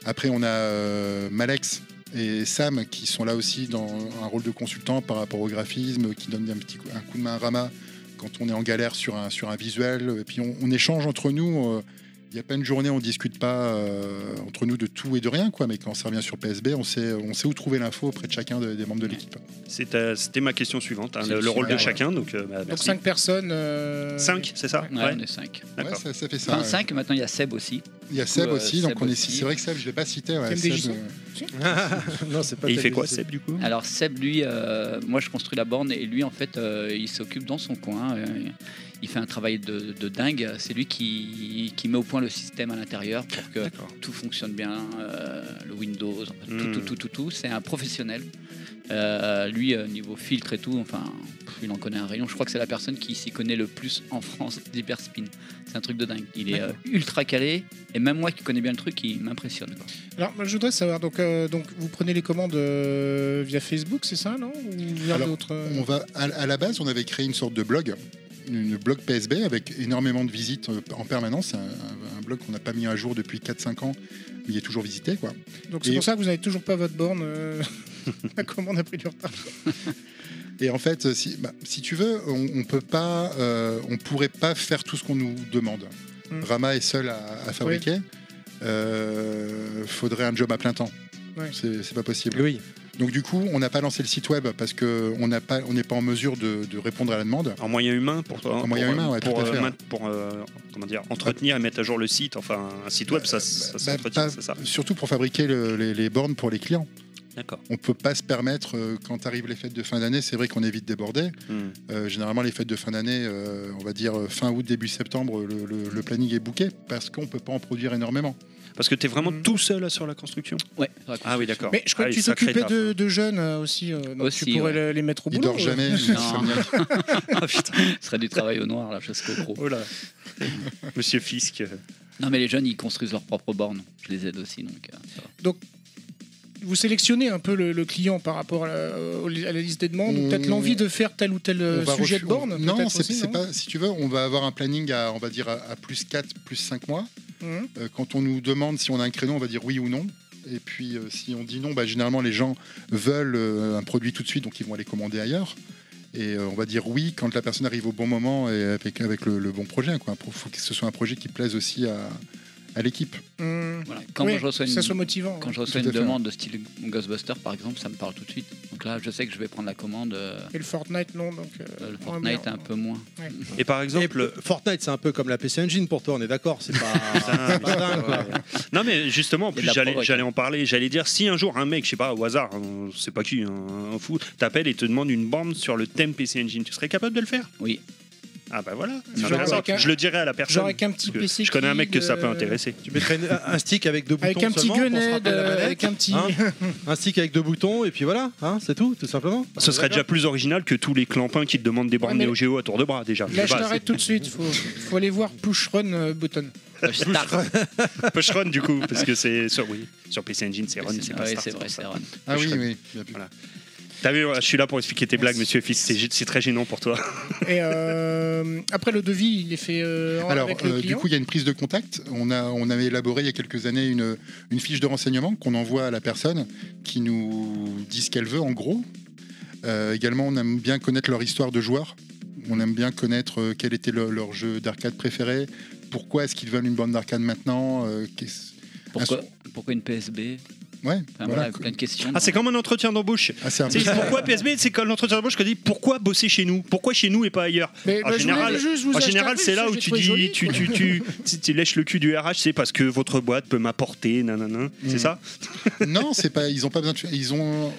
[SPEAKER 7] Après, on a euh, Malex et Sam qui sont là aussi dans un rôle de consultant par rapport au graphisme, qui donne un petit coup, un coup de main à Rama quand on est en galère sur un, sur un visuel. Et puis on, on échange entre nous. euh, Il n'y a pas une journée, on discute pas euh, entre nous de tout et de rien, quoi. Mais quand ça revient sur PSB, on sait, on sait où trouver l'info auprès de chacun de- des membres de l'équipe.
[SPEAKER 2] C'est, euh, C'était ma question suivante, hein,
[SPEAKER 6] C'est
[SPEAKER 2] le, le
[SPEAKER 6] super,
[SPEAKER 2] rôle de
[SPEAKER 6] ouais.
[SPEAKER 2] chacun. Donc, euh, bah,
[SPEAKER 5] Donc
[SPEAKER 2] merci.
[SPEAKER 5] 5 personnes. euh,
[SPEAKER 2] Cinq, c'est ça
[SPEAKER 6] Ouais,
[SPEAKER 2] Ouais,
[SPEAKER 6] on est 5.
[SPEAKER 7] Ah Ouais,
[SPEAKER 2] D'accord.
[SPEAKER 7] ça, ça fait ça.
[SPEAKER 6] Enfin,
[SPEAKER 7] ouais.
[SPEAKER 6] 5, maintenant il y a Seb aussi.
[SPEAKER 7] Il y a
[SPEAKER 6] coup,
[SPEAKER 7] Seb
[SPEAKER 6] euh,
[SPEAKER 7] aussi, donc
[SPEAKER 6] Seb
[SPEAKER 7] on est.
[SPEAKER 6] aussi.
[SPEAKER 7] C'est vrai que Seb, je l'ai pas cité. Ouais,
[SPEAKER 5] MDJ.
[SPEAKER 7] Seb, euh,
[SPEAKER 4] non, c'est pas
[SPEAKER 2] Et il fait
[SPEAKER 4] Tabitha.
[SPEAKER 2] quoi, Seb, du coup
[SPEAKER 6] Alors Seb, lui, euh, moi je construis la borne et lui en fait euh, il s'occupe dans son coin. euh, il fait un travail de, de dingue. C'est lui qui, qui met au point le système à l'intérieur pour que
[SPEAKER 2] D'accord.
[SPEAKER 6] tout fonctionne bien, euh, le Windows, en fait,
[SPEAKER 2] Hmm.
[SPEAKER 6] tout, tout, tout, tout, tout. C'est un professionnel. Euh, lui, euh, niveau filtre et tout, enfin, pff, il en connaît un rayon. Je crois que c'est la personne qui s'y connaît le plus en France d'hyperspin. C'est un truc de dingue. Il est euh, ultra calé et même moi qui connais bien le truc, il m'impressionne. quoi.
[SPEAKER 5] Alors, moi, je voudrais savoir, donc, euh, donc vous prenez les commandes euh, via Facebook, c'est ça, non Ou via
[SPEAKER 7] Alors,
[SPEAKER 5] d'autres euh,
[SPEAKER 7] On va à, à la base, on avait créé une sorte de blog, une blog PSB avec énormément de visites euh, en permanence. Un, un- un blog qu'on n'a pas mis à jour depuis 4-5 ans, mais il est toujours visité, quoi.
[SPEAKER 5] Donc, c'est
[SPEAKER 7] et-
[SPEAKER 5] pour ça que vous n'avez toujours pas votre borne. euh, La commande a pris du retard.
[SPEAKER 7] Et en fait, si, bah, si tu veux, on, on peut pas, euh, on pourrait pas faire tout ce qu'on nous demande.
[SPEAKER 5] Mm.
[SPEAKER 7] Rama est seul à, à fabriquer. Euh, faudrait un job à plein temps.
[SPEAKER 5] Ouais.
[SPEAKER 7] C'est c'est pas possible.
[SPEAKER 4] Oui.
[SPEAKER 7] Donc du coup, on n'a pas lancé le site web parce que on n'a pas, on n'est pas en mesure de, de répondre à la demande.
[SPEAKER 2] En moyen humain pour toi. hein,
[SPEAKER 7] En moyen
[SPEAKER 2] pour,
[SPEAKER 7] humain, ouais,
[SPEAKER 2] pour,
[SPEAKER 7] tout à
[SPEAKER 2] euh,
[SPEAKER 7] fait, ouais.
[SPEAKER 2] main- pour, euh, comment dire, entretenir et mettre à jour le site. Enfin, un site web, ça, ça
[SPEAKER 7] bah,
[SPEAKER 2] s'entretient,
[SPEAKER 7] pas-
[SPEAKER 2] c'est ça.
[SPEAKER 7] Surtout pour fabriquer le- les, les bornes pour les clients.
[SPEAKER 2] D'accord.
[SPEAKER 7] On peut pas se permettre euh, quand arrivent les fêtes de fin d'année. C'est vrai qu'on est vite débordé.
[SPEAKER 2] Hmm.
[SPEAKER 7] Euh, généralement, les fêtes de fin d'année, euh, on va dire euh, fin août, début septembre, le, le- le planning est booké parce qu'on peut pas en produire énormément.
[SPEAKER 2] Parce que t'es vraiment
[SPEAKER 7] Hmm.
[SPEAKER 5] Mhm.
[SPEAKER 2] tout seul là, sur la construction
[SPEAKER 6] Ouais, ça raconte.
[SPEAKER 2] Ah oui, d'accord.
[SPEAKER 5] Mais je crois
[SPEAKER 2] Ah
[SPEAKER 5] que
[SPEAKER 2] oui,
[SPEAKER 5] tu
[SPEAKER 2] sacré
[SPEAKER 5] t'occupais
[SPEAKER 2] taf,
[SPEAKER 5] de,
[SPEAKER 2] hein.
[SPEAKER 5] de jeunes euh, aussi, euh, donc
[SPEAKER 6] Aussi,
[SPEAKER 5] tu pourrais
[SPEAKER 6] ouais.
[SPEAKER 5] le- les mettre au
[SPEAKER 7] Il
[SPEAKER 5] boulot. euh,
[SPEAKER 7] dort jamais. il
[SPEAKER 6] Non. Ah, putain, ce serait du travail au noir là, jusqu'au gros.
[SPEAKER 2] Oh là. Monsieur Fisk. euh,
[SPEAKER 6] Non, mais les jeunes, ils construisent leurs propres bornes. Je les aide aussi, donc. euh, ça va.
[SPEAKER 5] Vous sélectionnez un peu le, le client par rapport à la, au- à la liste des demandes, ou peut-être
[SPEAKER 7] On-
[SPEAKER 5] l'envie de faire tel ou tel euh,
[SPEAKER 7] on va
[SPEAKER 5] sujet
[SPEAKER 7] refu-
[SPEAKER 5] de borne
[SPEAKER 7] on- Non,
[SPEAKER 5] peut-être
[SPEAKER 7] c'est
[SPEAKER 5] aussi,
[SPEAKER 7] c'est
[SPEAKER 5] non
[SPEAKER 7] pas. Si tu veux, on va avoir un planning à, on va dire, à, à plus 4, plus 5 mois.
[SPEAKER 5] Mhm.
[SPEAKER 7] Euh, Quand on nous demande si on a un créneau, on va dire oui ou non. Et puis, euh, si on dit non, bah, généralement, les gens veulent euh, un produit tout de suite, donc ils vont aller commander ailleurs. Et euh, on va dire oui quand la personne arrive au bon moment et avec, avec le, le bon projet. Il faut que ce soit un projet qui plaise aussi à, à l'équipe.
[SPEAKER 5] Hum.
[SPEAKER 6] Voilà. Quand
[SPEAKER 5] Oui,
[SPEAKER 6] moi, je reçois
[SPEAKER 5] que ça soit
[SPEAKER 6] une,
[SPEAKER 5] motivant. hein.
[SPEAKER 6] quand je
[SPEAKER 7] Tout à
[SPEAKER 6] reçois une
[SPEAKER 7] fait.
[SPEAKER 6] demande de style Ghostbuster, par exemple, ça me parle tout de suite. Donc là, je sais que je vais prendre la commande. euh,
[SPEAKER 5] Et le Fortnite, non. Donc, euh,
[SPEAKER 6] euh, le
[SPEAKER 5] moins
[SPEAKER 6] Fortnite,
[SPEAKER 5] bien.
[SPEAKER 6] un peu moins.
[SPEAKER 2] Et par
[SPEAKER 4] Et
[SPEAKER 2] exemple.
[SPEAKER 4] p- Fortnite, c'est un peu comme la PC Engine pour toi, on est d'accord, c'est pas, c'est pas dingue. quoi.
[SPEAKER 2] Non mais justement, en
[SPEAKER 6] Il y
[SPEAKER 2] plus
[SPEAKER 6] a de la
[SPEAKER 2] j'allais
[SPEAKER 6] provoque.
[SPEAKER 2] j'allais en parler, j'allais dire si un jour un mec, je sais pas au hasard, on sait pas qui, un, un fou, t'appelle et te demande une borne sur le thème PC Engine, tu serais capable de le faire
[SPEAKER 6] Oui.
[SPEAKER 2] Ah bah voilà,
[SPEAKER 5] Genre
[SPEAKER 2] intéressant.
[SPEAKER 5] avec un-
[SPEAKER 2] je le dirais à la personne.
[SPEAKER 5] Genre avec un petit
[SPEAKER 2] parce que
[SPEAKER 5] PC.
[SPEAKER 2] je connais un mec que
[SPEAKER 5] kid,
[SPEAKER 2] ça peut
[SPEAKER 5] euh,
[SPEAKER 2] intéresser.
[SPEAKER 4] Tu mettrais une- un stick avec deux
[SPEAKER 5] Avec
[SPEAKER 4] boutons
[SPEAKER 5] un petit
[SPEAKER 4] seulement pour se
[SPEAKER 5] gunhead,
[SPEAKER 4] rappeler la
[SPEAKER 5] euh,
[SPEAKER 4] manette.
[SPEAKER 5] avec un petit.
[SPEAKER 4] Hein un stick avec deux boutons et puis voilà, hein, c'est tout, tout simplement.
[SPEAKER 2] Ce serait déjà plus original que tous les clampins qui te demandent des bornes
[SPEAKER 5] mais-
[SPEAKER 2] Neo Geo à tour de bras déjà.
[SPEAKER 5] Là, je
[SPEAKER 2] Bah,
[SPEAKER 5] t'arrête tout de suite. Faut, faut aller voir Push Run euh, Button.
[SPEAKER 6] Euh, Star.
[SPEAKER 2] c'est Push Run du coup parce que c'est sur oui, sur PC Engine c'est Run, c'est pas
[SPEAKER 6] Ouais,
[SPEAKER 2] Start, c'est
[SPEAKER 6] c'est vrai,
[SPEAKER 2] pour ça.
[SPEAKER 6] c'est Ron.
[SPEAKER 7] Ah
[SPEAKER 2] Je
[SPEAKER 7] oui,
[SPEAKER 2] serais-
[SPEAKER 7] oui.
[SPEAKER 2] T'as vu, je suis là pour expliquer tes blagues monsieur Fils, c'est c'est très gênant pour toi.
[SPEAKER 5] Et euh, après, le devis, il est fait euh, en-
[SPEAKER 7] Alors,
[SPEAKER 5] avec le
[SPEAKER 7] euh, du
[SPEAKER 5] client.
[SPEAKER 7] coup, il y a une prise de contact. On, a, on avait élaboré il y a quelques années une, une fiche de renseignement qu'on envoie à la personne qui nous dit ce qu'elle veut, en gros. Euh, également, on aime bien connaître leur histoire de joueur. On aime bien connaître euh, quel était le- leur jeu d'arcade préféré. Pourquoi est-ce qu'ils veulent une bande d'arcade maintenant euh, qu'est-ce-
[SPEAKER 6] Pourquoi, pourquoi une PSB
[SPEAKER 7] Ouais,
[SPEAKER 6] Enfin, voilà,
[SPEAKER 7] voilà.
[SPEAKER 6] plein de questions.
[SPEAKER 2] Ah c'est comme un entretien d'embauche.
[SPEAKER 7] Ah, c'est un peu
[SPEAKER 2] C'est
[SPEAKER 7] ça.
[SPEAKER 2] pourquoi PSB C'est comme l'entretien d'embauche que dit pourquoi bosser chez nous Pourquoi chez nous et pas ailleurs
[SPEAKER 5] Mais
[SPEAKER 2] en
[SPEAKER 5] bah, je voulais
[SPEAKER 2] général-
[SPEAKER 5] juste vous
[SPEAKER 2] En
[SPEAKER 5] acheter un
[SPEAKER 2] général,
[SPEAKER 5] truc,
[SPEAKER 2] c'est là
[SPEAKER 5] parce
[SPEAKER 2] où
[SPEAKER 5] que j'ai
[SPEAKER 2] tu dis,
[SPEAKER 5] trouvé joli,
[SPEAKER 2] tu,
[SPEAKER 5] quoi.
[SPEAKER 2] tu, tu, si tu lèches le cul du RH, c'est parce que votre boîte peut m'apporter, nanana.
[SPEAKER 7] Mm.
[SPEAKER 2] C'est ça
[SPEAKER 7] Non, c'est pas. Ils ont pas besoin. De, ils ont.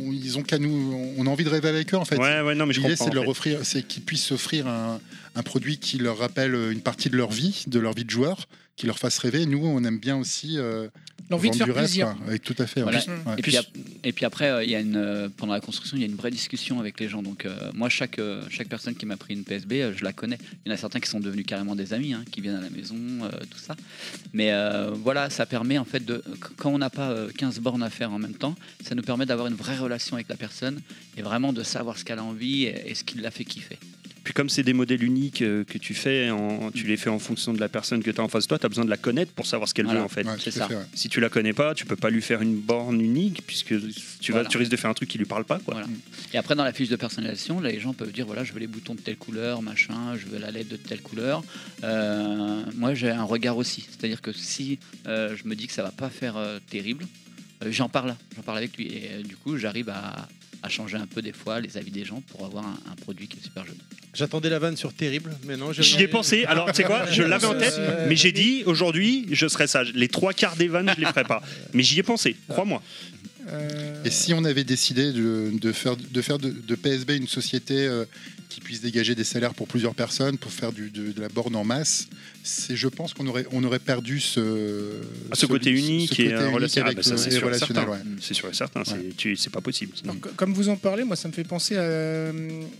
[SPEAKER 7] on- ils ont qu'à nous, on a envie de rêver avec eux en fait.
[SPEAKER 2] Ouais, ouais, non, mais je
[SPEAKER 7] L'idée,
[SPEAKER 2] comprends.
[SPEAKER 7] c'est de leur
[SPEAKER 2] en fait.
[SPEAKER 7] offrir, c'est qu'ils puissent s'offrir un, un produit qui leur rappelle une partie de leur vie, de leur vie de joueur, qui leur fasse rêver. Nous, on aime bien aussi euh,
[SPEAKER 5] L'envie de
[SPEAKER 7] vendre
[SPEAKER 5] faire
[SPEAKER 7] du rêve,
[SPEAKER 5] plaisir.
[SPEAKER 7] quoi. Ouais, tout à fait. ouais.
[SPEAKER 6] Voilà.
[SPEAKER 7] Ouais.
[SPEAKER 6] Et puis, ap- et puis après, euh, il y a une, euh, pendant la construction, il y a une vraie discussion avec les gens. Donc, euh, moi, chaque, euh, chaque personne qui m'a pris une PSB, euh, je la connais. Il y en a certains qui sont devenus carrément des amis, hein, qui viennent à la maison, euh, tout ça. Mais euh, voilà, ça permet en fait de. Quand on n'a pas euh, 15 bornes à faire en même temps, ça nous permet d'avoir une vraie relation avec la personne et vraiment de savoir ce qu'elle a envie et, et ce qui l'a fait kiffer.
[SPEAKER 2] Puis comme c'est des modèles uniques euh, que tu fais, en- tu les fais en fonction de la personne que tu as en face de toi, tu as besoin de la connaître pour savoir ce qu'elle
[SPEAKER 6] Voilà.
[SPEAKER 2] veut en fait.
[SPEAKER 7] Ouais,
[SPEAKER 6] c'est
[SPEAKER 7] tout à
[SPEAKER 6] ça.
[SPEAKER 7] fait, ouais.
[SPEAKER 2] Si tu la connais pas, tu peux pas lui faire une borne unique puisque tu, vas,
[SPEAKER 6] Voilà.
[SPEAKER 2] tu risques de faire un truc qui lui parle pas. Quoi.
[SPEAKER 6] Voilà. Et après, dans la fiche de personnalisation, là, les gens peuvent dire voilà, je veux les boutons de telle couleur, machin, je veux la LED de telle couleur. Euh, moi, j'ai un regard aussi. C'est-à-dire que si euh, je me dis que ça va pas faire euh, terrible, euh, j'en parle. J'en parle avec lui. Et euh, du coup, j'arrive à, à changer un peu des fois les avis des gens pour avoir un, un produit qui est super joli.
[SPEAKER 4] J'attendais la vanne sur terrible, mais non, j'ai-
[SPEAKER 2] J'y ai pensé, alors tu sais quoi, je l'avais en tête,
[SPEAKER 4] Euh,
[SPEAKER 2] mais j'ai dit aujourd'hui je serai sage. Les trois quarts des vannes, je les ferai pas. Mais j'y ai pensé, crois-moi.
[SPEAKER 5] Euh,
[SPEAKER 7] Et si on avait décidé de, de faire, de, faire de, de PSB une société euh, qui puisse dégager des salaires pour plusieurs personnes, pour faire du- de, de la borne en masse, c'est, je pense qu'on aurait, on aurait perdu ce,
[SPEAKER 2] Ah, ce côté unique et, euh, relationnel.
[SPEAKER 7] avec
[SPEAKER 2] Ah, bah, ça,
[SPEAKER 7] le-
[SPEAKER 2] c'est
[SPEAKER 7] et
[SPEAKER 2] sûr et
[SPEAKER 7] relationnel,
[SPEAKER 2] certain.
[SPEAKER 7] ouais.
[SPEAKER 2] C'est sûr et certain, c'est- tu- c'est pas possible.
[SPEAKER 5] Alors, co- comme vous en parlez, moi, ça me fait penser à,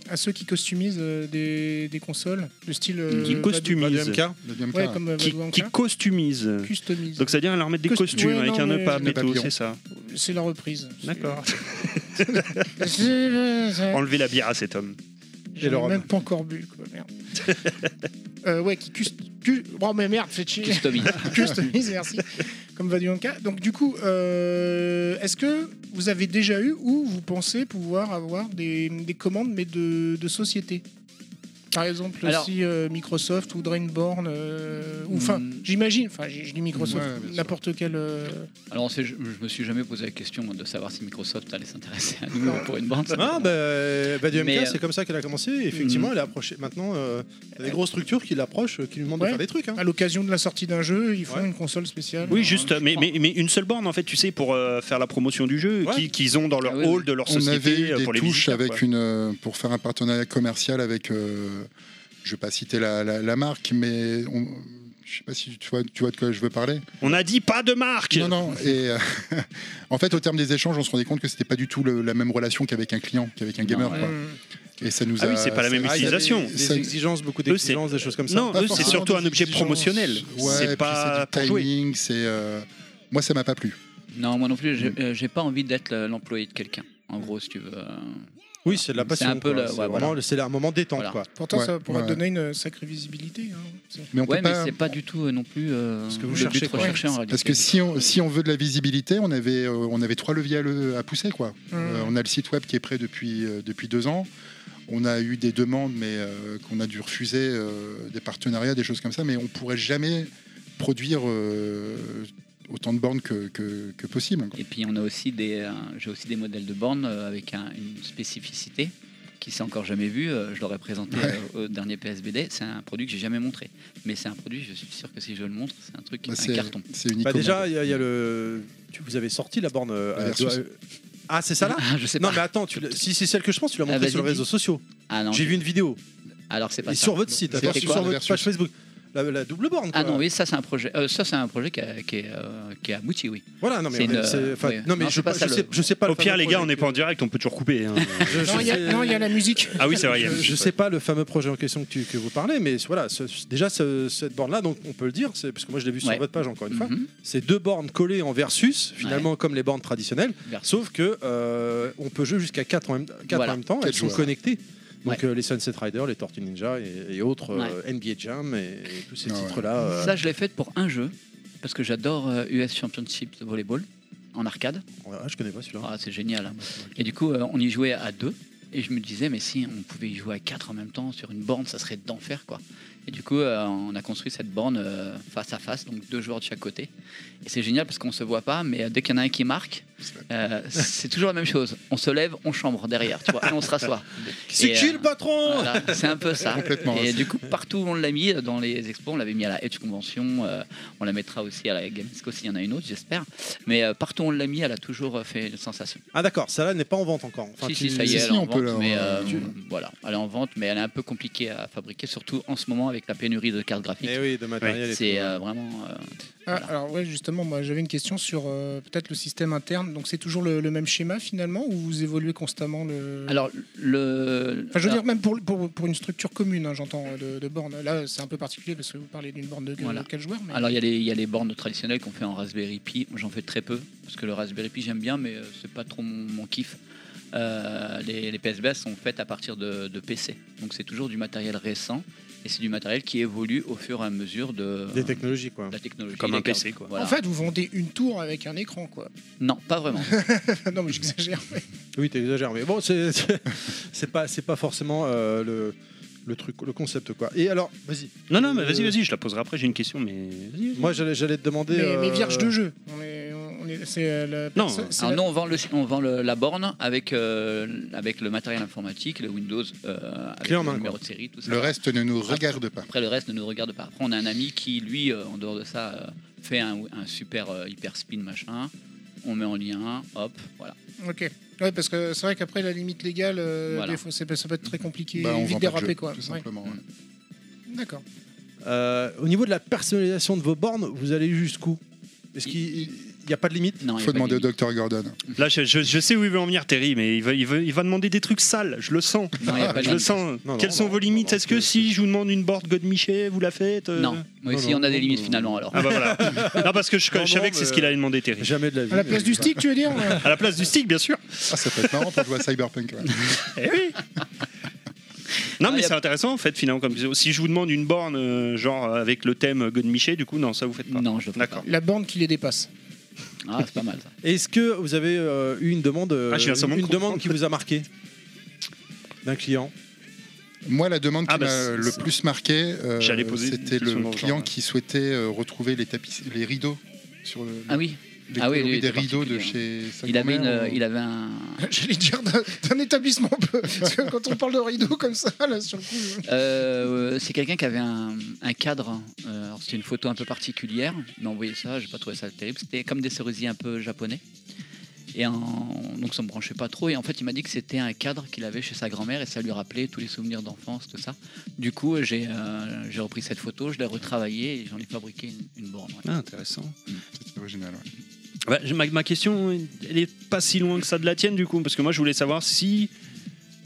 [SPEAKER 5] à ceux qui customisent euh, des, des consoles, le style. euh,
[SPEAKER 2] Qui
[SPEAKER 5] Badu-
[SPEAKER 4] Pas de
[SPEAKER 2] customise.
[SPEAKER 4] MK
[SPEAKER 7] Le hein. BMK,
[SPEAKER 5] Ouais,
[SPEAKER 7] ouais.
[SPEAKER 5] comme euh,
[SPEAKER 2] Qui,
[SPEAKER 5] Badu
[SPEAKER 2] qui
[SPEAKER 5] Anka.
[SPEAKER 2] customise.
[SPEAKER 5] Customise.
[SPEAKER 2] Donc c'est-à-dire leur mettre des
[SPEAKER 5] Costume,
[SPEAKER 2] costumes
[SPEAKER 5] ouais,
[SPEAKER 2] avec
[SPEAKER 5] non,
[SPEAKER 2] un nœud
[SPEAKER 5] mais-
[SPEAKER 2] pape
[SPEAKER 7] Des
[SPEAKER 2] et tout,
[SPEAKER 7] papillons.
[SPEAKER 2] c'est ça.
[SPEAKER 5] C'est la reprise.
[SPEAKER 2] D'accord.
[SPEAKER 5] C'est-
[SPEAKER 2] Enlever la bière à cet homme.
[SPEAKER 4] Et le
[SPEAKER 5] J'en ai
[SPEAKER 4] rhum.
[SPEAKER 5] même pas encore bu, quoi, merde. Euh, ouais, qui cust... cu- Oh, mais merde, fait chier.
[SPEAKER 6] Customise.
[SPEAKER 5] Customise, merci. Comme Vadionka. Donc, du coup, euh, est-ce que vous avez déjà eu ou vous pensez pouvoir avoir des, des commandes, mais de, de société par exemple,
[SPEAKER 6] Alors-
[SPEAKER 5] si euh, Microsoft ou Drainborn, euh, ou enfin,
[SPEAKER 6] Hmm.
[SPEAKER 5] j'imagine, enfin, j'ai- je dis Microsoft,
[SPEAKER 7] Ouais, bien sûr.
[SPEAKER 5] n'importe quel. euh,
[SPEAKER 6] Alors, on sait- je, je me suis jamais posé la question de savoir si Microsoft allait s'intéresser à nous pour une bande.
[SPEAKER 4] Ah bah, bah, du MK
[SPEAKER 6] Mais, euh,
[SPEAKER 4] c'est comme ça qu'elle a commencé et
[SPEAKER 2] Mm.
[SPEAKER 4] effectivement elle a approché maintenant euh, il y a des grosses structures qui l'approchent euh, qui lui demandent
[SPEAKER 5] Ouais.
[SPEAKER 4] de faire des trucs hein.
[SPEAKER 5] à l'occasion de la sortie d'un jeu, ils font
[SPEAKER 4] Ouais.
[SPEAKER 5] une console spéciale.
[SPEAKER 2] Oui,
[SPEAKER 5] Alors,
[SPEAKER 2] juste,
[SPEAKER 5] je
[SPEAKER 2] mais,
[SPEAKER 5] crois.
[SPEAKER 2] mais, mais une seule borne en fait, tu sais, pour euh, faire la promotion du jeu,
[SPEAKER 4] Ouais.
[SPEAKER 2] qui- qu'ils ont dans leur
[SPEAKER 6] Ah oui,
[SPEAKER 2] hall
[SPEAKER 6] oui.
[SPEAKER 2] de leur
[SPEAKER 7] On avait
[SPEAKER 2] société
[SPEAKER 7] eu
[SPEAKER 2] euh,
[SPEAKER 7] des
[SPEAKER 2] pour les
[SPEAKER 7] touches
[SPEAKER 2] visiteurs,
[SPEAKER 7] avec
[SPEAKER 2] quoi.
[SPEAKER 7] une, euh, pour faire un partenariat commercial avec, euh, je vais pas citer la, la- la marque, mais on- je sais pas si tu vois, tu vois de quoi je veux parler.
[SPEAKER 2] On a dit pas de marque.
[SPEAKER 7] Non, non. Et euh, en fait, au terme des échanges, on se rendait compte que c'était pas du tout le- la même relation qu'avec un client, qu'avec un gamer.
[SPEAKER 6] Non,
[SPEAKER 7] quoi.
[SPEAKER 5] Hmm.
[SPEAKER 7] Et ça nous
[SPEAKER 2] Ah
[SPEAKER 7] a-
[SPEAKER 2] oui, c'est pas la même
[SPEAKER 7] ça-
[SPEAKER 4] il y avait
[SPEAKER 2] utilisation.
[SPEAKER 4] des
[SPEAKER 7] Ça-
[SPEAKER 4] exigences beaucoup
[SPEAKER 2] c'est-
[SPEAKER 4] d'exigences des choses comme ça
[SPEAKER 2] Non,
[SPEAKER 7] Pas
[SPEAKER 2] eux, c'est
[SPEAKER 7] forcément
[SPEAKER 2] surtout un
[SPEAKER 7] des
[SPEAKER 2] objet
[SPEAKER 7] exigences.
[SPEAKER 2] promotionnel.
[SPEAKER 7] Ouais,
[SPEAKER 2] c'est
[SPEAKER 7] puis
[SPEAKER 2] pas
[SPEAKER 7] c'est
[SPEAKER 2] pour
[SPEAKER 7] du
[SPEAKER 2] jouer.
[SPEAKER 7] timing. C'est euh, moi, ça m'a pas plu.
[SPEAKER 6] Non, moi non plus, j'ai euh, j'ai pas envie d'être le- l'employé de quelqu'un. En gros, si tu veux. euh,
[SPEAKER 4] oui c'est de la passion
[SPEAKER 6] C'est un peu
[SPEAKER 4] quoi.
[SPEAKER 6] le-
[SPEAKER 4] C'est
[SPEAKER 6] ouais,
[SPEAKER 4] vraiment
[SPEAKER 6] voilà.
[SPEAKER 4] le- c'est un moment détente
[SPEAKER 6] Voilà.
[SPEAKER 4] quoi
[SPEAKER 5] Pourtant,
[SPEAKER 7] Ouais,
[SPEAKER 5] ça pourra
[SPEAKER 7] ouais.
[SPEAKER 5] donner une sacrée visibilité. hein. C'est-
[SPEAKER 7] Mais on
[SPEAKER 6] Ouais,
[SPEAKER 7] peut
[SPEAKER 6] mais
[SPEAKER 7] pas.
[SPEAKER 6] c'est pas du tout euh, non plus euh,
[SPEAKER 4] Ce que vous
[SPEAKER 6] le
[SPEAKER 4] cherchez,
[SPEAKER 6] but
[SPEAKER 4] quoi.
[SPEAKER 6] recherché en réalité.
[SPEAKER 7] Parce que si on, si on veut de la visibilité, on avait, euh, on avait trois leviers à, le- à pousser. Quoi.
[SPEAKER 5] Hmm.
[SPEAKER 7] Euh, on a le site web qui est prêt depuis, euh, depuis deux ans. On a eu des demandes, mais euh, qu'on a dû refuser, euh, des partenariats, des choses comme ça. Mais on pourrait jamais produire euh, autant de bornes que, que- que possible.
[SPEAKER 6] Et puis on a aussi des, euh, j'ai aussi des modèles de bornes euh, avec un- une spécificité qui s'est encore jamais vue. Euh, je l'aurais présenté
[SPEAKER 7] Ouais.
[SPEAKER 6] euh, au dernier PSBD. C'est un produit que j'ai jamais montré, mais c'est un produit. Je suis sûr que si je le montre, c'est un truc,
[SPEAKER 7] Bah,
[SPEAKER 6] un
[SPEAKER 7] c'est
[SPEAKER 6] carton.
[SPEAKER 7] c'est une
[SPEAKER 4] bah
[SPEAKER 7] icône.
[SPEAKER 4] déjà il y, a- il y a le tu, vous avez sorti la borne euh,
[SPEAKER 7] La
[SPEAKER 4] à-
[SPEAKER 7] Versus.
[SPEAKER 4] doit- ah c'est ça là
[SPEAKER 6] Ah, je sais
[SPEAKER 4] non
[SPEAKER 6] pas.
[SPEAKER 4] mais attends tu l'as- si c'est celle que je pense tu l'as
[SPEAKER 6] Ah,
[SPEAKER 4] montrée
[SPEAKER 6] vas-y,
[SPEAKER 4] sur les
[SPEAKER 6] dis.
[SPEAKER 4] réseaux sociaux
[SPEAKER 6] Ah non.
[SPEAKER 4] j'ai vu une vidéo
[SPEAKER 6] Alors c'est pas
[SPEAKER 4] et
[SPEAKER 6] ça.
[SPEAKER 4] sur votre site
[SPEAKER 7] C'était
[SPEAKER 4] attends,
[SPEAKER 7] quoi,
[SPEAKER 4] sur
[SPEAKER 7] la
[SPEAKER 4] votre
[SPEAKER 7] Versus
[SPEAKER 4] page Facebook la, la double borne
[SPEAKER 6] Ah
[SPEAKER 4] quoi.
[SPEAKER 6] non, oui, ça c'est un projet. euh, ça c'est un projet qui a- qui est, euh, qui a abouti, oui.
[SPEAKER 4] voilà non mais
[SPEAKER 6] C'est une,
[SPEAKER 4] euh, c'est- enfin,
[SPEAKER 6] oui.
[SPEAKER 4] non mais
[SPEAKER 6] Non,
[SPEAKER 4] je
[SPEAKER 6] c'est pas
[SPEAKER 4] je
[SPEAKER 6] ça, le-
[SPEAKER 4] sais je sais pas
[SPEAKER 2] Au
[SPEAKER 4] le
[SPEAKER 2] pire,
[SPEAKER 4] fameux
[SPEAKER 2] les gars, on n'est
[SPEAKER 4] projet
[SPEAKER 2] pas en direct, on peut toujours couper. hein.
[SPEAKER 4] que- je- je
[SPEAKER 5] Non, il y a-
[SPEAKER 4] sais-
[SPEAKER 5] non, il y a la musique.
[SPEAKER 2] ah oui, c'est vrai. il y a-
[SPEAKER 4] Je, je sais pas le fameux projet en question que, tu, que vous parlez, mais voilà, ce- ce- déjà ce- cette borne-là, donc on peut le dire, c'est parce que moi je l'ai vu
[SPEAKER 6] Ouais.
[SPEAKER 4] sur votre page encore une fois.
[SPEAKER 6] Mhm.
[SPEAKER 4] C'est deux bornes collées en versus, finalement comme les bornes traditionnelles,
[SPEAKER 6] Versus.
[SPEAKER 4] sauf que euh, on peut jouer jusqu'à 4 en même, quatre
[SPEAKER 6] Voilà.
[SPEAKER 4] en même temps, elles
[SPEAKER 7] Quatre
[SPEAKER 4] sont
[SPEAKER 7] joueurs.
[SPEAKER 4] connectées. Donc euh, les Sunset Riders, les Tortues Ninja et, et autres euh, NBA Jam et, et tous ces
[SPEAKER 7] Ah ouais.
[SPEAKER 4] titres-là. euh,
[SPEAKER 6] Ça je l'ai faite pour un jeu parce que j'adore euh, US Championship de volleyball en arcade.
[SPEAKER 4] ouais, je connais pas celui-là.
[SPEAKER 6] hein. Ah, c'est génial. Et du coup, euh, on y jouait à deux. Et je me disais, mais si on pouvait y jouer à 4 en même temps sur une borne, ça serait d'enfer quoi. Et du coup, euh, on a construit cette borne euh, face à face, donc deux joueurs de chaque côté. Et c'est génial parce qu'on se voit pas, mais euh, dès qu'il y en a un qui marque, euh, c'est toujours la même chose. On se lève, on chambre derrière, tu vois, et on se rassoit.
[SPEAKER 4] C'est
[SPEAKER 6] Et,
[SPEAKER 4] qui
[SPEAKER 6] euh,
[SPEAKER 4] le patron
[SPEAKER 6] Voilà, c'est un peu ça.
[SPEAKER 7] Complètement,
[SPEAKER 6] Et
[SPEAKER 7] ouais.
[SPEAKER 6] du coup, partout où on l'a mis, dans les expos, on l'avait mis à la Edge Convention, euh, on la mettra aussi à la Gamesco s'il y en a une autre, j'espère. Mais euh, partout où on l'a mis, elle a toujours euh, fait une sensation.
[SPEAKER 4] Ah d'accord, celle-là n'est pas en vente encore. Enfin,
[SPEAKER 6] si,
[SPEAKER 4] tu-
[SPEAKER 6] si, ça y est,
[SPEAKER 7] si,
[SPEAKER 6] elle est en
[SPEAKER 7] on peut
[SPEAKER 6] vente,
[SPEAKER 7] la-
[SPEAKER 6] mais
[SPEAKER 7] on-
[SPEAKER 6] euh,
[SPEAKER 7] tu-
[SPEAKER 6] voilà, elle est en vente, mais elle est un peu compliquée à fabriquer, surtout en ce moment avec la pénurie de cartes graphiques.
[SPEAKER 4] Eh oui, de matériel. et
[SPEAKER 6] C'est
[SPEAKER 4] tout.
[SPEAKER 6] euh, vraiment. euh,
[SPEAKER 5] Ah,
[SPEAKER 6] Voilà.
[SPEAKER 5] alors ouais, justement, moi j'avais une question sur euh, peut-être le système interne. Donc c'est toujours le, le même schéma finalement ou vous évoluez constamment le.
[SPEAKER 6] Alors, le.
[SPEAKER 5] Enfin, je veux
[SPEAKER 6] alors,
[SPEAKER 5] dire, même pour, pour, pour une structure commune, hein, j'entends, euh, de, de borne. Là, c'est un peu particulier parce que vous parlez d'une borne de,
[SPEAKER 6] Voilà.
[SPEAKER 5] 4 joueurs. Mais...
[SPEAKER 6] Alors il y, a les- il y a les bornes traditionnelles qu'on fait en Raspberry Pi, j'en fais très peu, parce que le Raspberry Pi j'aime bien, mais euh, c'est pas trop mon, mon kiff. Euh, les, les PSBS sont faites à partir de, de PC, donc c'est toujours du matériel récent, et c'est du matériel qui évolue au fur et à mesure de,
[SPEAKER 4] Des technologies quoi.
[SPEAKER 6] de la technologie.
[SPEAKER 2] Comme
[SPEAKER 6] des
[SPEAKER 2] un
[SPEAKER 6] cartes.
[SPEAKER 2] PC, quoi.
[SPEAKER 6] Voilà.
[SPEAKER 5] En fait, vous vendez une tour avec un écran, quoi.
[SPEAKER 6] Non, pas vraiment.
[SPEAKER 5] non, mais j'exagère.
[SPEAKER 4] Oui, t'exagères, mais bon, c'est c'est- c'est pas c'est pas forcément euh, le le truc le concept quoi. Et alors, vas-y.
[SPEAKER 2] Non, non, mais vas-y,
[SPEAKER 4] Euh,
[SPEAKER 2] vas-y, je la poserai après, j'ai une question, mais vas-y. vas-y.
[SPEAKER 4] Moi, j'allais j'allais te demander.
[SPEAKER 5] Mais, mais
[SPEAKER 4] euh,
[SPEAKER 5] vierge de jeu. On est, on est- c'est euh, la
[SPEAKER 2] Non.
[SPEAKER 5] personne- c'est
[SPEAKER 6] Alors
[SPEAKER 5] la-
[SPEAKER 6] nous on vend, le, on vend le- la borne avec, euh, avec le matériel informatique, le Windows, euh, avec
[SPEAKER 4] Clé en
[SPEAKER 6] le
[SPEAKER 4] main,
[SPEAKER 6] numéro de série, tout ça.
[SPEAKER 7] Le reste ne nous regarde pas.
[SPEAKER 6] Après, le reste ne nous regarde pas. Après, on a un ami qui, lui, euh, en dehors de ça, euh, fait un, un super euh, hyper spin machin. On met en lien, hop, voilà.
[SPEAKER 5] Ok. Ouais, parce que c'est vrai qu'après la limite légale, euh,
[SPEAKER 6] Voilà.
[SPEAKER 5] des fois, c'est- ça peut être très compliqué,
[SPEAKER 7] Bah, on
[SPEAKER 5] vite
[SPEAKER 7] vend pas de
[SPEAKER 5] déraper
[SPEAKER 7] jeu,
[SPEAKER 5] quoi.
[SPEAKER 7] Tout
[SPEAKER 5] Ouais.
[SPEAKER 7] simplement. hein. ouais.
[SPEAKER 6] Mm.
[SPEAKER 5] D'accord.
[SPEAKER 4] euh, au niveau de la personnalisation de vos bornes, vous allez jusqu'où Est-ce qu'il n'y a pas de limite
[SPEAKER 6] Non, y a
[SPEAKER 7] Faut
[SPEAKER 6] pas
[SPEAKER 7] demander au
[SPEAKER 6] de limite.
[SPEAKER 7] Dr Gordon.
[SPEAKER 2] Là, je, je- je sais où il veut en venir, Terry, mais il va, il veut- il va demander des trucs sales, je le sens.
[SPEAKER 6] Non, y a pas de
[SPEAKER 2] je le
[SPEAKER 6] limite.
[SPEAKER 2] sens.
[SPEAKER 4] Non, non,
[SPEAKER 2] Quelles sont
[SPEAKER 4] non,
[SPEAKER 2] vos limites
[SPEAKER 4] non,
[SPEAKER 2] Est-ce que
[SPEAKER 4] c'est-
[SPEAKER 2] si je vous demande une board God Miché, vous la faites euh
[SPEAKER 6] Non, moi
[SPEAKER 4] Non,
[SPEAKER 6] aussi,
[SPEAKER 4] non,
[SPEAKER 6] on a des
[SPEAKER 4] non,
[SPEAKER 6] limites
[SPEAKER 4] non.
[SPEAKER 6] finalement. Alors,
[SPEAKER 2] Ah bah voilà. non, parce que je,
[SPEAKER 4] Non,
[SPEAKER 2] je savais
[SPEAKER 4] non,
[SPEAKER 2] que c'est ce
[SPEAKER 4] mais- euh,
[SPEAKER 2] qu'il allait demander, Terry.
[SPEAKER 4] Jamais de la vie.
[SPEAKER 5] À la place
[SPEAKER 7] euh,
[SPEAKER 4] mais-
[SPEAKER 5] du stick, tu veux dire euh, ouais.
[SPEAKER 2] À la place du stick, bien sûr.
[SPEAKER 7] Ah, ça peut être marrant pour jouer à Cyberpunk. ouais.
[SPEAKER 2] Eh oui. Non,
[SPEAKER 6] Ah,
[SPEAKER 2] mais
[SPEAKER 6] y a-
[SPEAKER 2] c'est intéressant en fait, finalement. Comme... Si je vous demande une borne, euh, genre avec le thème God Miché, du coup, non, ça vous faites pas.
[SPEAKER 6] non, je le ferai
[SPEAKER 2] bah, D'accord.
[SPEAKER 6] pas.
[SPEAKER 5] La borne qui les dépasse.
[SPEAKER 6] Ah, c'est pas mal ça.
[SPEAKER 4] Est-ce que vous avez euh, eu une demande euh,
[SPEAKER 2] Ah, je viens seulement
[SPEAKER 4] une
[SPEAKER 2] de comprendre.
[SPEAKER 4] demande qui vous a marqué d'un client
[SPEAKER 7] Moi, la demande
[SPEAKER 2] Ah,
[SPEAKER 7] qui
[SPEAKER 2] bah,
[SPEAKER 7] m'a
[SPEAKER 2] c'est-
[SPEAKER 7] le
[SPEAKER 2] c'est-
[SPEAKER 7] plus marqué, euh,
[SPEAKER 2] J'allais poser une
[SPEAKER 7] c'était
[SPEAKER 2] question
[SPEAKER 7] le
[SPEAKER 2] dans le genre,
[SPEAKER 7] client
[SPEAKER 2] ouais.
[SPEAKER 7] qui souhaitait euh, retrouver les, tapis, les rideaux sur le.
[SPEAKER 6] Ah oui,
[SPEAKER 7] les
[SPEAKER 6] Ah oui,
[SPEAKER 7] coloris
[SPEAKER 6] lui,
[SPEAKER 7] des
[SPEAKER 6] était
[SPEAKER 7] rideaux de
[SPEAKER 6] particulier, hein.
[SPEAKER 7] chez euh, sa
[SPEAKER 6] il avait, une, euh,
[SPEAKER 7] grand-mère, ou-
[SPEAKER 6] il avait un.
[SPEAKER 5] J'allais dire d'un d'un établissement. un peu. Parce que quand on parle de rideau comme ça, là, sur le coup. je-
[SPEAKER 6] Euh, c'est quelqu'un qui avait un, un cadre. euh, alors, c'était une photo un peu particulière, mais on voyait ça, j'ai pas trouvé ça terrible. C'était comme des cerisiers un peu japonais. Et en- donc ça me branchait pas trop. Et en fait, il m'a dit que c'était un cadre qu'il avait chez sa grand-mère et ça lui rappelait tous les souvenirs d'enfance, tout ça. Du coup, j'ai euh, j'ai repris cette photo, je l'ai retravaillée et j'en ai fabriqué une, une borne. ouais.
[SPEAKER 2] Ah, intéressant.
[SPEAKER 7] C'est original. ouais.
[SPEAKER 2] Ouais, Bah, je- ma, ma question, elle est pas si loin que ça de la tienne du coup, parce que moi je voulais savoir si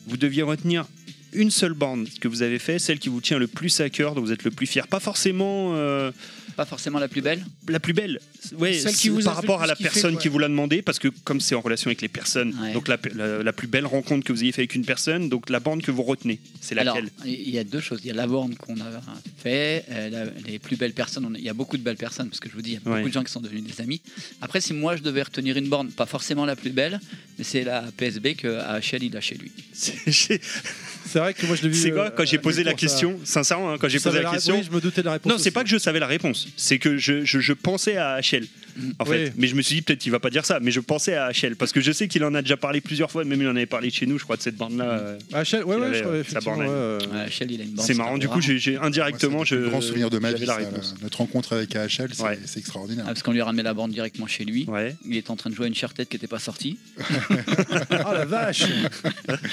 [SPEAKER 2] vous deviez retenir une seule borne que vous avez fait, celle qui vous tient le plus à cœur, dont vous êtes le plus fier, pas forcément euh,
[SPEAKER 6] Pas forcément la plus belle.
[SPEAKER 2] la plus belle, ouais,
[SPEAKER 5] Celle qui
[SPEAKER 2] c'est
[SPEAKER 5] vous a
[SPEAKER 2] par
[SPEAKER 5] fait
[SPEAKER 2] rapport
[SPEAKER 5] le
[SPEAKER 2] à la
[SPEAKER 5] plus kiffer,
[SPEAKER 2] personne
[SPEAKER 5] quoi.
[SPEAKER 2] qui vous l'a demandé, parce que comme c'est en relation avec les personnes,
[SPEAKER 6] Ouais.
[SPEAKER 2] donc la, la- la plus belle rencontre que vous ayez fait avec une personne, donc la borne que vous retenez, c'est
[SPEAKER 6] Alors,
[SPEAKER 2] laquelle
[SPEAKER 6] il y a deux choses. Il y a la borne qu'on a fait, euh, la- les plus belles personnes. on- Il y a beaucoup de belles personnes, parce que je vous dis, il y a beaucoup
[SPEAKER 2] Ouais.
[SPEAKER 6] de gens qui sont devenus des amis. Après, si moi je devais retenir une borne, pas forcément la plus belle, mais c'est la PSB que HL il a chez lui.
[SPEAKER 2] C'est j'ai-
[SPEAKER 4] C'est vrai que moi je l'ai vu.
[SPEAKER 2] c'est quoi
[SPEAKER 4] euh,
[SPEAKER 2] quand j'ai
[SPEAKER 4] euh,
[SPEAKER 2] posé la
[SPEAKER 4] pour ça.
[SPEAKER 2] question, sincèrement, hein, quand j'ai
[SPEAKER 4] Tu savais
[SPEAKER 2] posé la
[SPEAKER 4] ré-
[SPEAKER 2] question,
[SPEAKER 4] oui, je me doutais de la réponse.
[SPEAKER 2] Non, c'est pas que je savais la réponse. C'est que je, je- je pensais à HL, en
[SPEAKER 4] Oui.
[SPEAKER 2] fait. Mais je me suis dit, peut-être il va pas dire ça, mais je pensais à HL. Parce que je sais qu'il en a déjà parlé plusieurs fois, même il en avait parlé chez nous, je crois, de cette bande-là.
[SPEAKER 7] Mmh.
[SPEAKER 2] euh.
[SPEAKER 4] Ah, Shell- ouais,
[SPEAKER 2] Il
[SPEAKER 4] ouais,
[SPEAKER 2] avait,
[SPEAKER 4] je crois,
[SPEAKER 2] euh, sa
[SPEAKER 4] effectivement.
[SPEAKER 2] bornelle.
[SPEAKER 4] ouais, euh,
[SPEAKER 6] HL, il a une borne.
[SPEAKER 2] C'est marrant,
[SPEAKER 6] un
[SPEAKER 2] du
[SPEAKER 6] peu
[SPEAKER 2] coup,
[SPEAKER 6] rare.
[SPEAKER 2] j'ai j'ai- indirectement.
[SPEAKER 7] Moi, c'est le
[SPEAKER 2] je,
[SPEAKER 7] plus grand souvenir de ma
[SPEAKER 2] j'avais
[SPEAKER 7] vie,
[SPEAKER 2] la
[SPEAKER 7] ça,
[SPEAKER 2] réponse.
[SPEAKER 7] la- notre rencontre avec AHL, c'est
[SPEAKER 2] Ouais.
[SPEAKER 6] Ah,
[SPEAKER 7] c'est extraordinaire.
[SPEAKER 6] parce qu'on lui a ramené la borne directement chez lui.
[SPEAKER 2] Ouais.
[SPEAKER 6] Il était en train de jouer à une chartette qui n'était pas sortie.
[SPEAKER 4] Ah la vache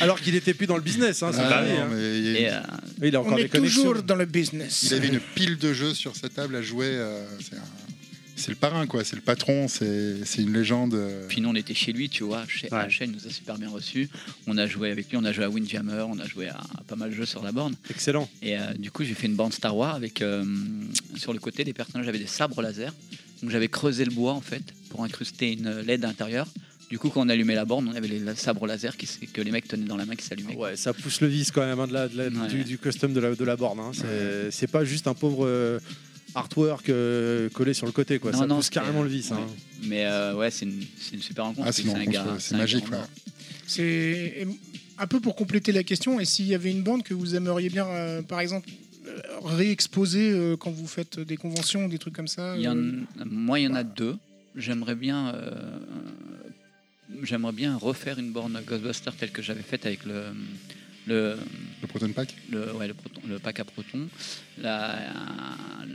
[SPEAKER 4] Alors qu'il était plus dans le business, hein, c'est
[SPEAKER 7] Ah,
[SPEAKER 4] pareil,
[SPEAKER 7] non,
[SPEAKER 4] hein.
[SPEAKER 7] mais il,
[SPEAKER 6] Et, euh,
[SPEAKER 4] Oui, Il a encore
[SPEAKER 5] On
[SPEAKER 4] des
[SPEAKER 5] est toujours
[SPEAKER 4] connexions.
[SPEAKER 5] dans le business.
[SPEAKER 7] il avait une pile de jeux sur sa table à jouer. euh, c'est un- c'est le parrain, quoi. C'est le patron. C'est c'est une légende. euh.
[SPEAKER 6] puis nous, on était chez lui, tu vois. Chez
[SPEAKER 2] Ouais.
[SPEAKER 6] HL, il nous a super bien reçus. On a joué avec lui, on a joué à Windjammer, on a joué à, à pas mal de jeux sur la borne.
[SPEAKER 4] Excellent.
[SPEAKER 6] Et euh, du coup, j'ai fait une bande Star Wars avec euh, sur le côté des personnages, j'avais des sabres laser. Donc j'avais creusé le bois en fait pour incruster une LED à l'intérieur. Du coup, quand on allumait la borne, on avait les la- sabres laser qui, s- que les mecs tenaient dans la main qui
[SPEAKER 7] Ah
[SPEAKER 6] s'allumaient.
[SPEAKER 4] Ouais, ça pousse le vice quand même hein, de la, de la-
[SPEAKER 6] Ouais.
[SPEAKER 4] du, du custom de la, de la borne. hein. C'est c'est pas juste un pauvre euh, artwork euh, collé sur le côté, quoi.
[SPEAKER 6] Non,
[SPEAKER 4] ça
[SPEAKER 6] non,
[SPEAKER 4] pousse
[SPEAKER 6] c'est-
[SPEAKER 4] carrément le vice.
[SPEAKER 6] ouais.
[SPEAKER 4] hein.
[SPEAKER 6] Mais euh, ouais, c'est une, c'est une super rencontre.
[SPEAKER 7] Ah, c'est une
[SPEAKER 6] un
[SPEAKER 7] rencontre,
[SPEAKER 6] gars-
[SPEAKER 7] euh,
[SPEAKER 6] c'est
[SPEAKER 7] c'est
[SPEAKER 6] un
[SPEAKER 7] magique,
[SPEAKER 6] gars en or.
[SPEAKER 7] ouais.
[SPEAKER 5] C'est et un peu pour compléter la question, et s'il y avait une bande que vous aimeriez bien, euh, par exemple, euh, réexposer euh, quand vous faites des conventions ou des trucs comme ça
[SPEAKER 6] Il y en-
[SPEAKER 5] euh,
[SPEAKER 6] moi, il y en a deux. J'aimerais bien, euh, j'aimerais bien refaire une borne Ghostbuster telle que j'avais faite avec le, le,
[SPEAKER 7] Le Proton Pack
[SPEAKER 6] le, ouais, le, proton- le pack à protons. La,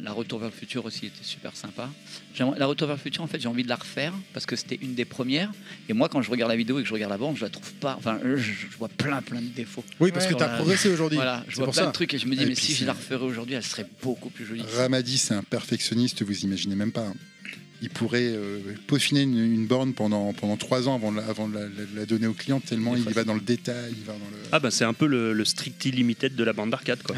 [SPEAKER 6] la Retour vers le futur aussi était super sympa. J'aimerais- La Retour vers le futur, en fait, j'ai envie de la refaire parce que c'était une des premières. Et moi, quand je regarde la vidéo et que je regarde la borne, je la trouve pas. Enfin, je, je vois plein, plein de défauts.
[SPEAKER 4] Oui, parce
[SPEAKER 5] Ouais,
[SPEAKER 4] que t'as
[SPEAKER 6] voilà.
[SPEAKER 4] progressé aujourd'hui.
[SPEAKER 6] Voilà, je
[SPEAKER 4] C'est
[SPEAKER 6] vois
[SPEAKER 4] pour
[SPEAKER 6] plein
[SPEAKER 4] ça.
[SPEAKER 6] de trucs et je me dis,
[SPEAKER 7] Et
[SPEAKER 6] mais
[SPEAKER 7] puis
[SPEAKER 6] si
[SPEAKER 7] c'est-
[SPEAKER 6] je la referais aujourd'hui, elle serait beaucoup plus jolie.
[SPEAKER 7] Ramadi, c'est un perfectionniste, vous imaginez même pas. hein. Il pourrait euh, peaufiner une, une borne pendant, pendant trois ans avant de la, avant de la, la- la donner au client, tellement
[SPEAKER 6] Des
[SPEAKER 7] il
[SPEAKER 6] fois,
[SPEAKER 7] va dans le détail, il va dans le...
[SPEAKER 2] Ah bah c'est un peu le, le strict limited de la bande d'arcade quoi.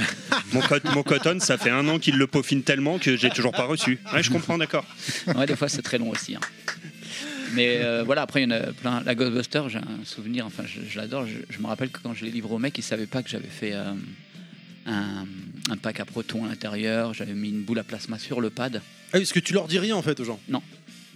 [SPEAKER 2] mon, co- mon coton, ça fait un an qu'il le peaufine tellement que j'ai toujours pas reçu. Ouais, je comprends, d'accord.
[SPEAKER 6] Ouais, des fois c'est très long aussi. hein. Mais euh, voilà, après il y en a plein. La Ghostbuster, j'ai un souvenir, enfin je, je l'adore. Je, je me rappelle que quand je l'ai livré au mec, il savait pas que j'avais fait euh, un, un pack à protons à l'intérieur. J'avais mis une boule à plasma sur le pad.
[SPEAKER 4] Ah, est-ce que tu leur dis rien en fait aux gens
[SPEAKER 6] Non.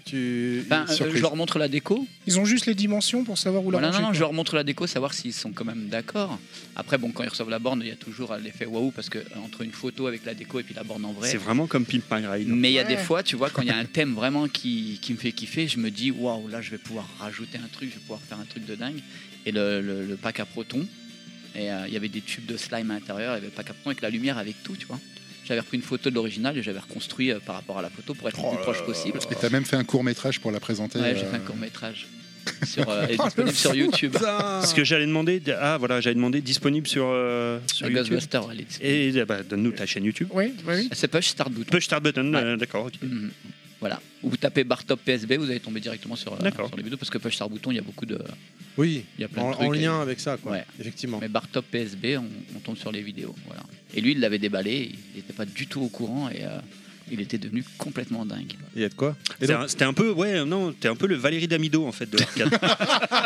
[SPEAKER 4] Tu.
[SPEAKER 6] Enfin, euh,
[SPEAKER 7] surprise.
[SPEAKER 6] je leur montre la déco.
[SPEAKER 5] Ils ont juste les dimensions pour savoir où la
[SPEAKER 6] Voilà, non,
[SPEAKER 5] ranger,
[SPEAKER 6] non,
[SPEAKER 5] quoi.
[SPEAKER 6] je leur montre la déco, savoir s'ils sont quand même d'accord. Après, bon, quand ils reçoivent la borne, il y a toujours euh, l'effet waouh parce que euh, entre une photo avec la déco et puis la borne en vrai.
[SPEAKER 2] C'est vraiment comme Pimp My Ride.
[SPEAKER 6] Mais il y a des
[SPEAKER 5] Ouais.
[SPEAKER 6] fois, tu vois, quand il y a un thème vraiment qui, qui me fait kiffer, je me dis, waouh, là, je vais pouvoir rajouter un truc, je vais pouvoir faire un truc de dingue. Et le, le- le pack à protons, et euh, il y avait des tubes de slime à l'intérieur, il y avait le pack à protons avec la lumière, avec tout, tu vois. J'avais repris une photo de l'original et j'avais reconstruit euh, par rapport à la photo pour être le plus proche possible.
[SPEAKER 7] Et t'as même fait un court métrage pour la présenter.
[SPEAKER 6] Ah. Ouais, j'ai fait un
[SPEAKER 7] euh,
[SPEAKER 6] court métrage. Sur, euh, est disponible sur YouTube.
[SPEAKER 2] Ce que j'allais demander, ah voilà, j'allais demander disponible sur, euh, sur
[SPEAKER 6] La
[SPEAKER 2] YouTube.
[SPEAKER 6] Ghostbuster, elle est disponible.
[SPEAKER 2] Et euh, bah, donne-nous ta chaîne YouTube.
[SPEAKER 5] Oui, oui, oui.
[SPEAKER 6] C'est pas Start Button.
[SPEAKER 2] Push Start Button,
[SPEAKER 6] Ouais.
[SPEAKER 2] euh, d'accord. ok.
[SPEAKER 6] Mhm. Voilà. Ou vous tapez bar top PSB, vous allez tomber directement sur, euh,
[SPEAKER 2] D'accord.
[SPEAKER 6] sur les vidéos parce que Push Start Button, il y a beaucoup de.
[SPEAKER 4] Oui,
[SPEAKER 6] Il y a plein
[SPEAKER 4] en,
[SPEAKER 6] de
[SPEAKER 4] en
[SPEAKER 6] trucs. euh,
[SPEAKER 4] lien avec ça, quoi.
[SPEAKER 6] Ouais.
[SPEAKER 4] Effectivement.
[SPEAKER 6] Mais bar top PSB, on, on tombe sur les vidéos. Voilà. Et lui, il l'avait déballé, il n'était pas du tout au courant et euh, il était devenu complètement dingue.
[SPEAKER 4] Il y a de quoi Et
[SPEAKER 2] C'est
[SPEAKER 4] donc-
[SPEAKER 2] un- C'était un peu, ouais, non, t'es un peu le Valérie Damido en fait de l'arcade.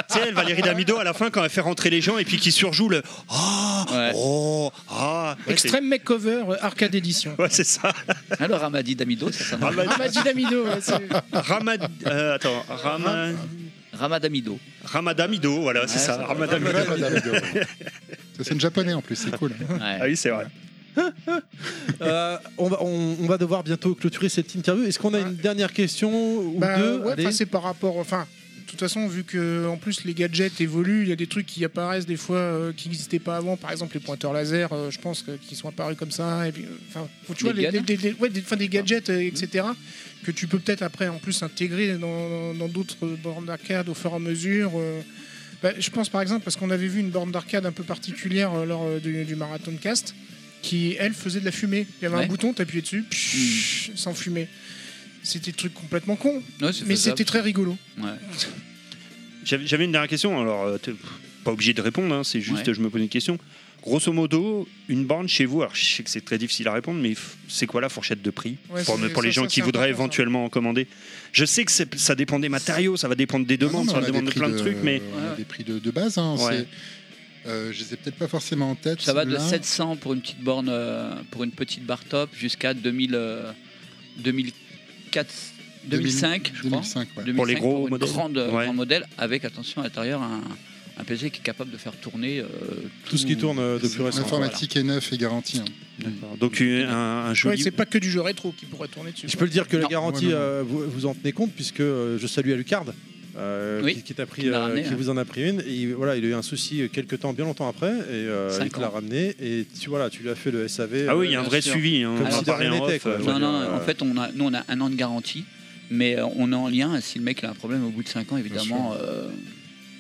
[SPEAKER 2] tu sais, le Valérie Damido à la fin quand elle fait rentrer les gens et puis qui surjoue le ah,
[SPEAKER 6] Ouais.
[SPEAKER 2] oh, ah. Ouais, c'est-
[SPEAKER 5] Extreme Makeover euh, Arcade Edition.
[SPEAKER 2] Ouais, c'est ça.
[SPEAKER 6] Alors, Ramadi Damido, ça s'appelle
[SPEAKER 2] Ramad,
[SPEAKER 5] Ramadi Damido, Ah, bah, ouais, c'est-
[SPEAKER 2] Ramad, euh, attends, Ramad,
[SPEAKER 6] Ramadamido.
[SPEAKER 2] Ramadamido, voilà, c'est
[SPEAKER 6] Ouais,
[SPEAKER 2] ça.
[SPEAKER 6] ça va.
[SPEAKER 2] Ramadamido.
[SPEAKER 7] Ça, C'est une japonais en plus, c'est cool.
[SPEAKER 2] Ah
[SPEAKER 6] Ouais.
[SPEAKER 2] oui, c'est vrai.
[SPEAKER 4] Euh, on, va, on, on va devoir bientôt clôturer cette interview. Est-ce qu'on a une dernière question ou
[SPEAKER 5] Bah,
[SPEAKER 4] deux
[SPEAKER 5] ouais,
[SPEAKER 4] Allez.
[SPEAKER 5] enfin, c'est par rapport. Enfin, de toute façon, vu que en plus les gadgets évoluent, il y a des trucs qui apparaissent des fois euh, qui n'existaient pas avant. Par exemple, les pointeurs laser, euh, je pense que- qui sont apparus comme ça. Et puis, euh, enfin, faut- tu
[SPEAKER 6] Des
[SPEAKER 5] vois, les,
[SPEAKER 6] guns
[SPEAKER 5] les- les- les- ouais, des, enfin,
[SPEAKER 4] Ah.
[SPEAKER 5] des gadgets,
[SPEAKER 4] Mmh.
[SPEAKER 5] euh, etc. Que tu peux peut-être après en plus intégrer dans dans d'autres bornes d'arcade au fur et à mesure. euh. Bah, je pense par exemple parce qu'on avait vu une borne d'arcade un peu particulière euh, lors euh, du, du marathon cast qui elle faisait de la fumée. Il y avait
[SPEAKER 6] Ouais.
[SPEAKER 5] un bouton, t'appuyais dessus,
[SPEAKER 4] Mmh.
[SPEAKER 5] pshhh, sans fumée. C'était des trucs complètement con.
[SPEAKER 6] Ouais, c'est
[SPEAKER 5] Mais
[SPEAKER 6] faisable.
[SPEAKER 5] c'était très rigolo.
[SPEAKER 6] Ouais.
[SPEAKER 2] J'avais j'avais une dernière question, alors euh, t'es pas obligé de répondre, hein, c'est juste
[SPEAKER 6] Ouais.
[SPEAKER 2] je me pose une question. Grosso modo, une borne chez vous, alors je sais que c'est très difficile à répondre, mais f- c'est quoi la fourchette de prix
[SPEAKER 5] Ouais,
[SPEAKER 2] pour,
[SPEAKER 5] c'est-
[SPEAKER 2] pour les
[SPEAKER 5] ça,
[SPEAKER 2] gens
[SPEAKER 5] ça,
[SPEAKER 2] qui
[SPEAKER 5] c'est
[SPEAKER 2] voudraient
[SPEAKER 5] important, ça.
[SPEAKER 2] éventuellement en commander Je sais que c'est- ça dépend des matériaux, ça va dépendre des demandes,
[SPEAKER 7] Non, non,
[SPEAKER 2] ça
[SPEAKER 7] mais
[SPEAKER 2] va
[SPEAKER 7] on a
[SPEAKER 2] dépendre de
[SPEAKER 7] des
[SPEAKER 2] plein de
[SPEAKER 7] prix
[SPEAKER 2] trucs, mais
[SPEAKER 7] on a
[SPEAKER 6] Ouais.
[SPEAKER 7] des prix de, de base, hein,
[SPEAKER 2] Ouais.
[SPEAKER 7] c'est- euh, je les ai peut-être pas forcément en tête.
[SPEAKER 6] Ça va de
[SPEAKER 7] là.
[SPEAKER 6] 700 pour une petite borne, euh, pour une petite bar top, jusqu'à 2000, euh, 2004, 2005, je crois.
[SPEAKER 7] 2005, ouais.
[SPEAKER 2] Pour les
[SPEAKER 6] 2005,
[SPEAKER 2] gros
[SPEAKER 6] une
[SPEAKER 2] modèles.
[SPEAKER 6] Grande,
[SPEAKER 2] Ouais.
[SPEAKER 6] grand modèle avec, attention, à l'intérieur, un, un PC qui est capable de faire tourner euh,
[SPEAKER 4] Tout ce qui tourne euh, de plus récent.
[SPEAKER 7] L'informatique est neuf et garantie. hein.
[SPEAKER 2] donc une- un, un
[SPEAKER 5] Ouais,
[SPEAKER 2] joli.
[SPEAKER 5] c'est pas que du jeu rétro qui pourrait tourner dessus.
[SPEAKER 4] Je peux le dire que la
[SPEAKER 6] Non.
[SPEAKER 4] garantie,
[SPEAKER 7] Ouais, non, non.
[SPEAKER 4] euh, vous, vous en tenez compte, puisque euh, je salue Alucard, euh,
[SPEAKER 6] Oui,
[SPEAKER 4] qui, qui t'a pris,
[SPEAKER 6] qui l'a
[SPEAKER 4] euh,
[SPEAKER 6] ramené,
[SPEAKER 4] qui
[SPEAKER 6] hein.
[SPEAKER 4] vous en a pris une. Et voilà, il a eu un souci euh, quelques temps, bien longtemps après, et euh,
[SPEAKER 6] Cinq
[SPEAKER 4] il te l'a
[SPEAKER 6] ans.
[SPEAKER 4] ramené. Et tu voilà, tu lui as fait le SAV.
[SPEAKER 2] Ah oui, il y
[SPEAKER 4] euh,
[SPEAKER 2] a un
[SPEAKER 6] bien
[SPEAKER 2] vrai
[SPEAKER 6] sûr.
[SPEAKER 2] suivi. hein,
[SPEAKER 4] Comme
[SPEAKER 2] on
[SPEAKER 6] si
[SPEAKER 2] en
[SPEAKER 6] de
[SPEAKER 2] parlait
[SPEAKER 4] rien
[SPEAKER 2] en
[SPEAKER 4] n'était,
[SPEAKER 2] off,
[SPEAKER 4] quoi.
[SPEAKER 2] euh,
[SPEAKER 4] Ouais,
[SPEAKER 6] Non, non,
[SPEAKER 4] euh,
[SPEAKER 6] en fait, on a, nous, on a un an de garantie, mais euh, on est en lien. et Si le mec a un problème au bout de 5 ans, évidemment, euh,